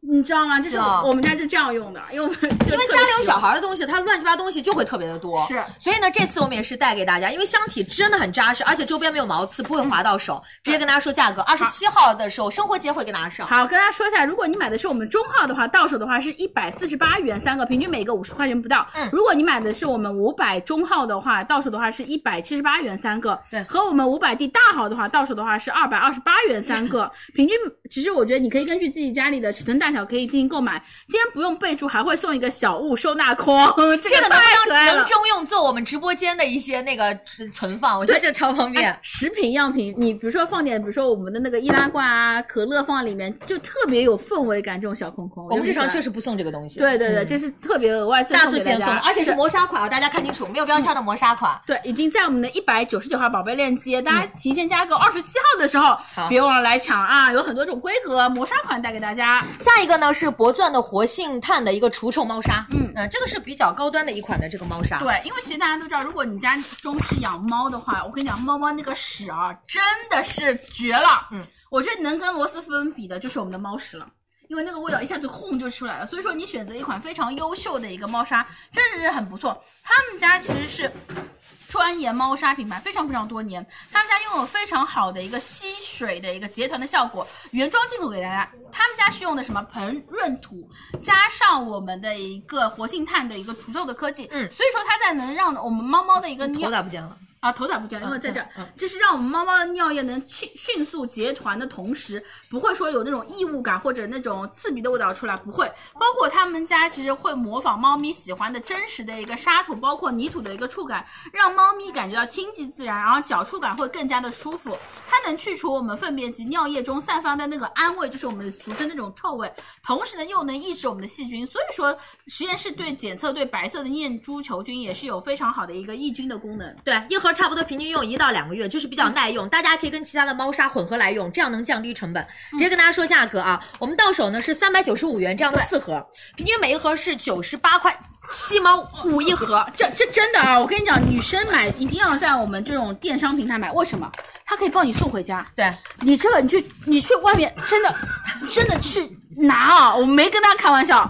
你知道吗？这是
知道
我们家就这样用的，因为我们就
啊因为
特别
家里有
喜欢
小孩的东西，它乱七八东西就会特别的多。
是。
所以呢，这次我们也是带给大家，因为箱体真的很扎实，而且周边没有毛刺，不会划到手。直接跟大家说价
嗯
格，二十七号的时候生活节会跟大家上。
好，跟大家说一下，如果你买的是我们中号的话，到手的话是一百四十八元三个，平均每个五十块钱不到。
嗯
如果你买的是我们五百中号的话，到手的话是一百七十八元三个。
对
和我们五百 D 大号的话，到手的话是二百二十八元三
嗯
个，平均。其实我觉得你可以根据自己家里的尺寸大小可以进行购买。今天不用备注，还会送一个小物收纳筐， 这
这个能
太
不
可
能
爱了
能。征用做我们直播间的一些那个存存放？我觉得这超方便
哎。食品样品，你比如说放点，比如说我们的那个易拉罐啊、可乐放在里面，就特别有氛围感。这种小空空，
我们日常
实。
确实不送这个东西。
对对对，
嗯
这是特别额外赠
大
送
促
给
限
大
送
家
的，，而且是
是
磨砂款啊，大家看清楚，没有标签的磨砂款。
对，已经在我们的一百九十九号宝贝链接，
嗯
大家提前加购二十七号的时候，别忘了来抢啊！有很多种规格，磨砂款带给大家。
下一个呢是博钻的活性炭的一个除臭猫砂，
嗯
呃，这个是比较高端的一款的这个猫砂，，
对，因为其实大家都知道，如果你家中是养猫的话，我跟你讲，猫猫那个屎啊，真的是绝了。
嗯，
我觉得能跟螺蛳粉比的就是我们的猫屎了。因为那个味道
嗯
一下子轰就出来了，所以说你选择一款非常优秀的一个猫砂，真的是很不错。他们家其实是专研猫砂品牌，非常非常多年，他们家拥有非常好的一个吸水的一个结团的效果。原装进口给大家，他们家是用的什么膨润土，加上我们的一个活性炭的一个除臭的科技，
嗯
所以说它才能让我们猫猫的一个
头
尿
咋不见了？
啊头嗯咋不见了，因为在这儿，这是让我们猫猫的尿液能迅迅速结团的同时，不会说有那种异物感或者那种刺鼻的味道出来，不会。包括他们家其实会模仿猫咪喜欢的真实的一个沙土，包括泥土的一个触感，让猫咪感觉到亲近自然，然后脚触感会更加的舒服。它能去除我们粪便及尿液中散发的那个氨味，就是我们俗称那种臭味，同时呢又能抑制我们的细菌。所以说，实验室对检测对白色的念珠球菌也是有非常好的一个抑菌的功能。
对，一盒差不多平均用一到两个月，就是比较耐用，大家可以跟其他的猫砂混合来用，这样能降低成本。直接跟大家说价格啊，我们到手呢是三百九十五元这样的四盒，平均每一盒是九十八块七毛五一盒，
这这真的啊！我跟你讲，女生买一定要在我们这种电商平台买，为什么？它可以帮你送回家。
对，
你这个你去你去外面真的 真的去拿啊！我没跟大家开玩笑，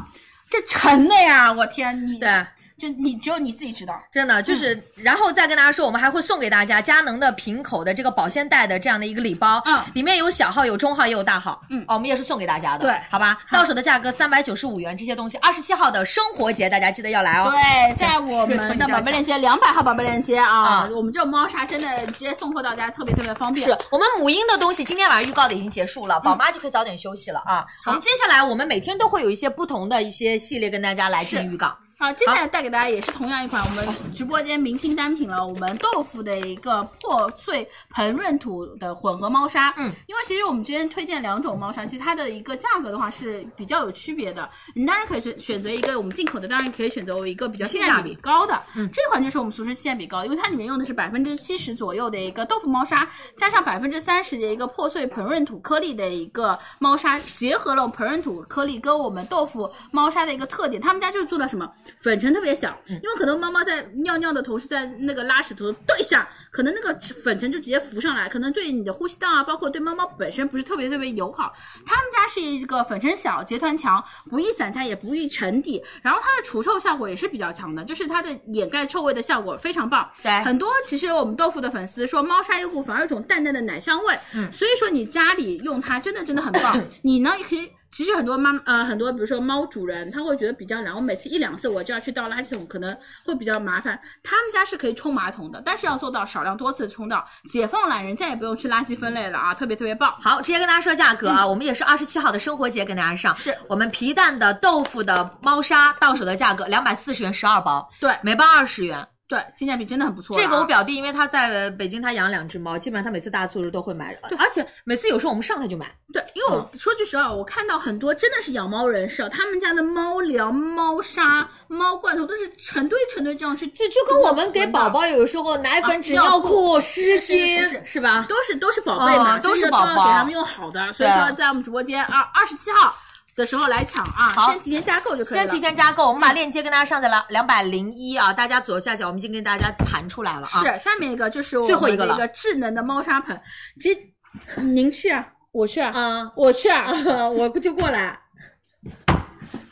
这沉的呀！我天，你
对，
就你只有你自己知道。
真的就是，嗯然后再跟大家说，我们还会送给大家佳能的瓶口的这个保鲜袋的这样的一个礼包，
嗯
里面有小号、有中号也有大号，
嗯
哦，我们也是送给大家的，
对
好吧，到手的价格三百九十五元，这些东西，二十七号的生活节大家记得要来哦，
对，在我们的宝贝链接两百号宝贝链接啊
啊，
我们这种猫砂真的直接送货到家，特别特别方便。
是我们母婴的东西，今天晚上预告的已经结束了，
嗯
宝妈就可以早点休息了啊。我们接下来我们每天都会有一些不同的一些系列跟大家来进行预告。
啊，接下来带给大家也是同样一款我们直播间明星单品了，我们豆腐的一个破碎膨润土的混合猫砂。
嗯，
因为其实我们今天推荐两种猫砂，其实它的一个价格的话是比较有区别的。你当然可以选选择一个我们进口的，当然可以选择一个比较性价比高的。
嗯
这款就是我们俗称性价比高，因为它里面用的是百分之七十左右的一个豆腐猫砂，加上百分之三十的一个破碎膨润土颗粒的一个猫砂，结合了膨润土颗粒跟我们豆腐猫砂的一个特点，他们家就是做到什么？
粉尘特别小，因为很多猫猫在尿尿的同时，在那个拉屎途中对一下，可能那个粉尘就直接浮上来，可能对你的呼吸道啊，包括对猫猫本身不是特别特别友好。他们家是一个粉尘小、结团强，不易散架，也不易沉底，然后它的除臭效果也是比较强的，就是它的掩盖臭味的效果非常棒。
对
很多其实我们豆腐的粉丝说猫砂优护反而有种淡淡的奶香味，
嗯
所以说你家里用它真的真的很 棒。你呢也可以。其实很多妈呃很多，比如说猫主人，他会觉得比较难。我每次一两次我就要去倒垃圾桶，可能会比较麻烦。他们家是可以冲马桶的，但是要做到少量多次冲到，解放懒人再也不用去垃圾分类了啊，
嗯
特别特别棒。
好，直接跟大家说价格啊，我们也是二十七号的生活节跟大家上，
嗯是
我们皮蛋的豆腐的猫砂到手的价格两百四十元十二包，
对
每包二十元。
对，性价比真的很不错了啊。
这个我表弟因为他在北京，他养了两只猫，基本上他每次大促的时候都会买，
呃
而且每次有时候我们上他就买。
对，因
嗯
为我说句实话，我看到很多真的是养猫人士啊，他们家的猫粮、猫砂、猫罐头都是成堆成堆这样去，
这就跟我们给宝宝有时候奶粉、
啊
纸、尿裤、
是
湿
是
巾
是是
是吧？
都是都是宝贝嘛，
嗯都是
所以说
宝
要
宝
给他们用好的，所以说在我们直播间啊，二十七号的时候来抢啊，
好
先提前加购就可以了。
先提前加购，我们把链接跟大家上在了两百零一啊，大家左下角我们已经跟大家弹出来了啊。
是，下面一个就是我
最后一
们
个
的
了
一个智能的猫砂盆，其实您去啊，我去啊，
嗯，
我去啊，
我不就过来。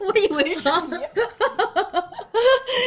我以为是 你。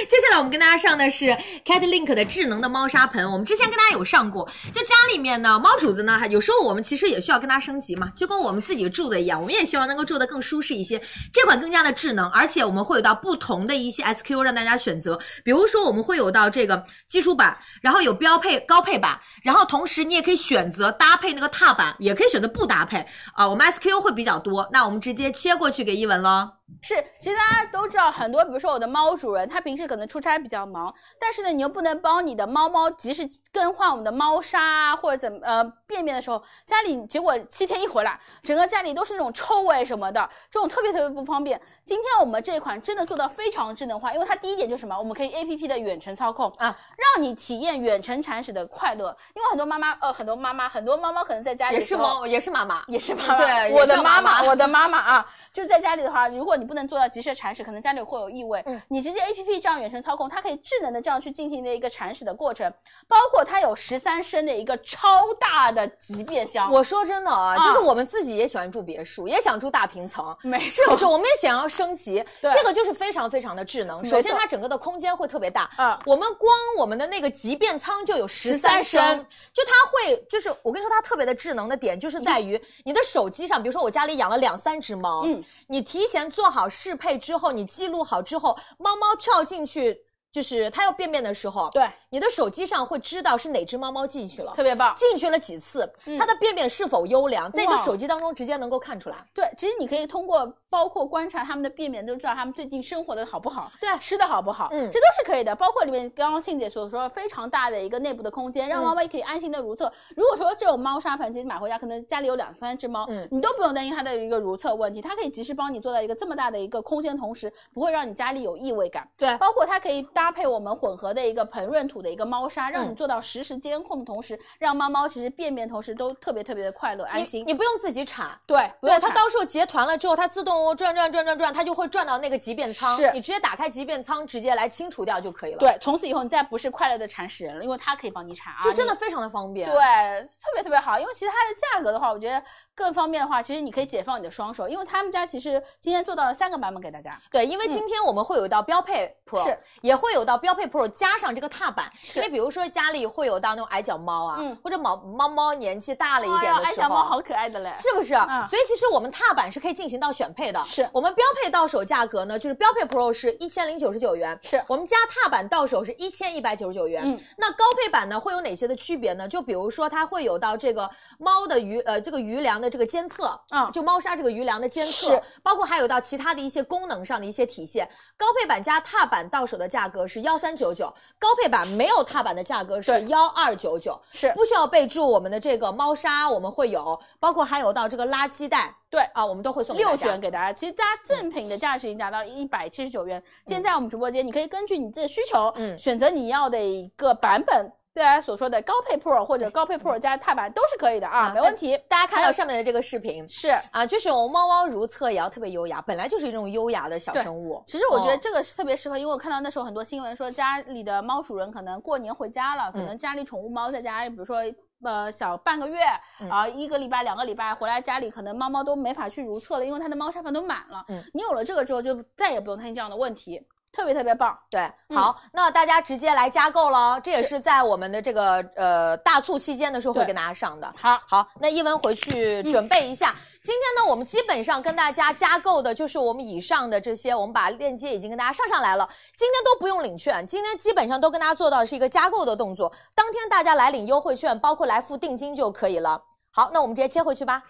接下来我们跟大家上的是 Cat Link 的智能的猫砂盆，我们之前跟大家有上过。就家里面呢，猫主子呢，还有时候我们其实也需要跟它升级嘛，就跟我们自己住的一样，我们也希望能够住的更舒适一些。这款更加的智能，而且我们会有到不同的一些 SKU 让大家选择，比如说我们会有到这个基础版，然后有标配高配版，然后同时你也可以选择搭配那个踏板，也可以选择不搭配啊、我们 SKU 会比较多，那我们直接切过去给一文喽。
是，其实大家都知道，很多比如说我的猫主人，他平时可能出差比较忙，但是呢，你又不能帮你的猫猫及时更换我们的猫砂啊，或者怎么呃便便的时候，家里结果七天一回来，整个家里都是那种臭味什么的，这种特别特别不方便。今天我们这一款真的做到非常智能化，因为它第一点就是什么，我们可以 A P P 的远程操控
啊，
让你体验远程铲屎的快乐。因为很多妈妈呃，很多妈妈，很多猫猫可能在家里
也
的
是
时候
猫，也是妈妈，
也 是妈妈，
对
我
也
的
叫妈
妈
妈
妈，我的妈妈啊，就在家里的话，如果你不能做到及时的铲屎，可能家里会有异味。
嗯
你直接 A P P 这样远程操控，它可以智能的这样去进行的一个铲屎的过程，包括它有十三升的一个超大的集便箱，
我说真的啊，就是
啊
我们自己也喜欢住别墅，也想住大平层，
没
是不
错，
是？我们也想要升级，
对
这个就是非常非常的智能。
没
首先，
错
它整个的空间会特别大。
啊
我们光我们的那个集便仓就有十三升
13升，
就它会，就是我跟你说，它特别的智能的点就是在于你的手机上，比如说我家里养了两三只猫，
嗯
你提前做好适配之后，你记录好之后，猫猫跳进去。就是它要便便的时候，
对，
你的手机上会知道是哪只猫猫进去了，
特别棒。
进去了几次，
嗯
它的便便是否优良，在你的
哇
手机当中直接能够看出来。
对，其实你可以通过包括观察他们的便便，都知道他们最近生活的好不好，
对
吃的好不好，
嗯
这都是可以的。包括里面刚刚信姐所说的非常大的一个内部的空间，
嗯
让猫猫也可以安心的如厕。如果说这种猫砂盆，其实买回家可能家里有两三只猫，
嗯
你都不用担心它的一个如厕问题，它可以及时帮你做到一个这么大的一个空间，同时不会让你家里有异味感。
对
包括它可以搭配我们混合的一个盆润土的一个猫砂，让
嗯
你做到实时监控的同时，让猫猫其实便便同时都特别特别的快乐安心
你，。你不用自己铲。
对，不
对
用
它
铲
到时候结团了之后，它自动哦转转转转转，它就会转到那个集便仓。
是
你直接打开集便仓，直接来清除掉就可以了。，
对，从此以后你再不是快乐的铲屎人了，因为它可以帮你铲啊，
就真的
你
非常的方便。
对，特别特别好。因为其实它的价格的话，我觉得更方便的话，其实你可以解放你的双手，因为他们家其实今天做到了三个版本给大家。
对，因为今天我们会有到标配 Pro，、
嗯是
也会有到标配 Pro 加上这个踏板。
是
你比如说家里会有到那种矮脚猫啊，
嗯
或者毛猫猫年纪大了一
哎
点
呀，
的
爱
时候，啊
小猫好可爱的嘞。
是不是？
嗯
所以其实我们踏板是可以进行到选配的。
是
我们标配到手价格呢，就是标配 Pro 是一千零九十九元，
是
我们加踏板到手是一千一百九十九元。
嗯
那高配版呢会有哪些的区别呢？就比如说它会有到这个猫的余呃这个余粮的这个监测，
嗯
就猫砂这个余粮的监测
是，
包括还有到其他的一些功能上的一些体现。高配版加踏板到手的价格是幺三九九，高配版没有踏板的价格是
对
幺二九九。
是
不需要备注我们的这个猫砂，我们会有，包括还有到这个垃圾袋，
对
啊，我们都会送给大
六
家
卷。给大家，其实大家正品的价值已经达到了一百七十九元。现在我们直播间，你可以根据你自己的需求，
嗯嗯
选择你要的一个版本。大家所说的高配 Pro 或者高配 Pro 加踏板都是可以的
嗯
啊，没问题。
大家看到上面的这个视频
是，
啊，就是我们猫猫如厕也要特别优雅，本来就是一种优雅的小
对
生物。
其实我觉得
哦
这个是特别适合，因为我看到那时候很多新闻说家里的猫主人可能过年回家了，可能家里宠物猫在家里，比如说。呃，小半个月
嗯
啊、一个礼拜、两个礼拜回来家里，可能猫猫都没法去如厕了，因为它的猫砂盆都满了。
嗯
你有了这个之后，就再也不用担心这样的问题，特别特别棒。
对，
嗯
好，那大家直接来加购喽，这也
是
是在我们的这个呃大促期间的时候会
对
跟大家上的。
好，
好，那一文回去准备一下。今天呢，我们基本上跟大家加购的就是我们以上的这些，我们把链接已经跟大家上上来了。今天都不用领券，今天基本上都跟大家做到的是一个加购的动作。当天大家来领优惠券，包括来付定金就可以了。好，那我们直接切回去吧。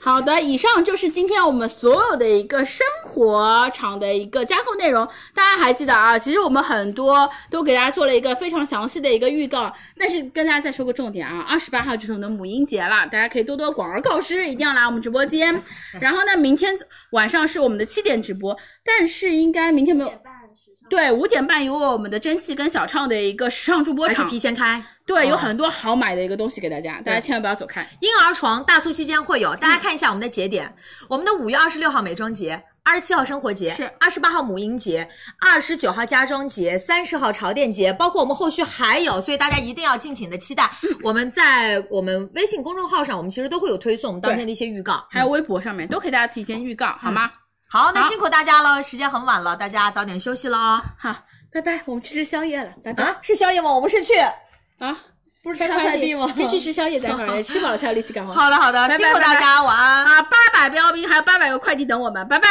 好的，以上就是今天我们所有的一个生活场的一个加购内容。大家还记得啊？其实我们很多都给大家做了一个非常详细的一个预告，但是跟大家再说个重 点啊，二十八号就是我们的母婴节了，大家可以多多广而告之，一定要来我们直播间。然后呢，明天晚上是我们的七点直播，但是应该明天没有。对，五点半有我们的蒸汽跟小畅的一个时尚助播
还是
场
提，前开。
对，有
哦
很多好买的一个东西给大家，大家
对
千万不要走开。
婴儿床大促期间会有，大家看一下我们的节点，我们的五月二十六号美妆节。二十七号生活节
是
二十八号母婴节，二十九号家装节，三十号潮店节，包括我们后续还有，所以大家一定要敬请的期待。我们在我们微信公众号上，我们其实都会有推送我们当天的一些预告。嗯
还有微博上面都给大家提前预告，好吗？
好，那
好
辛苦大家了，时间很晚了，大家早点休息了哦。
好，拜拜，我们去吃宵夜了，拜拜
啊，是宵夜吗？我们是去，
啊！
不是
拆
吃快递吗？
先去吃宵夜再回来，吃饱了才有力气干活。
好的好的，
拜拜
辛苦大
拜拜
家，晚安。
啊，八百标兵还有八百个快递等我们，拜拜。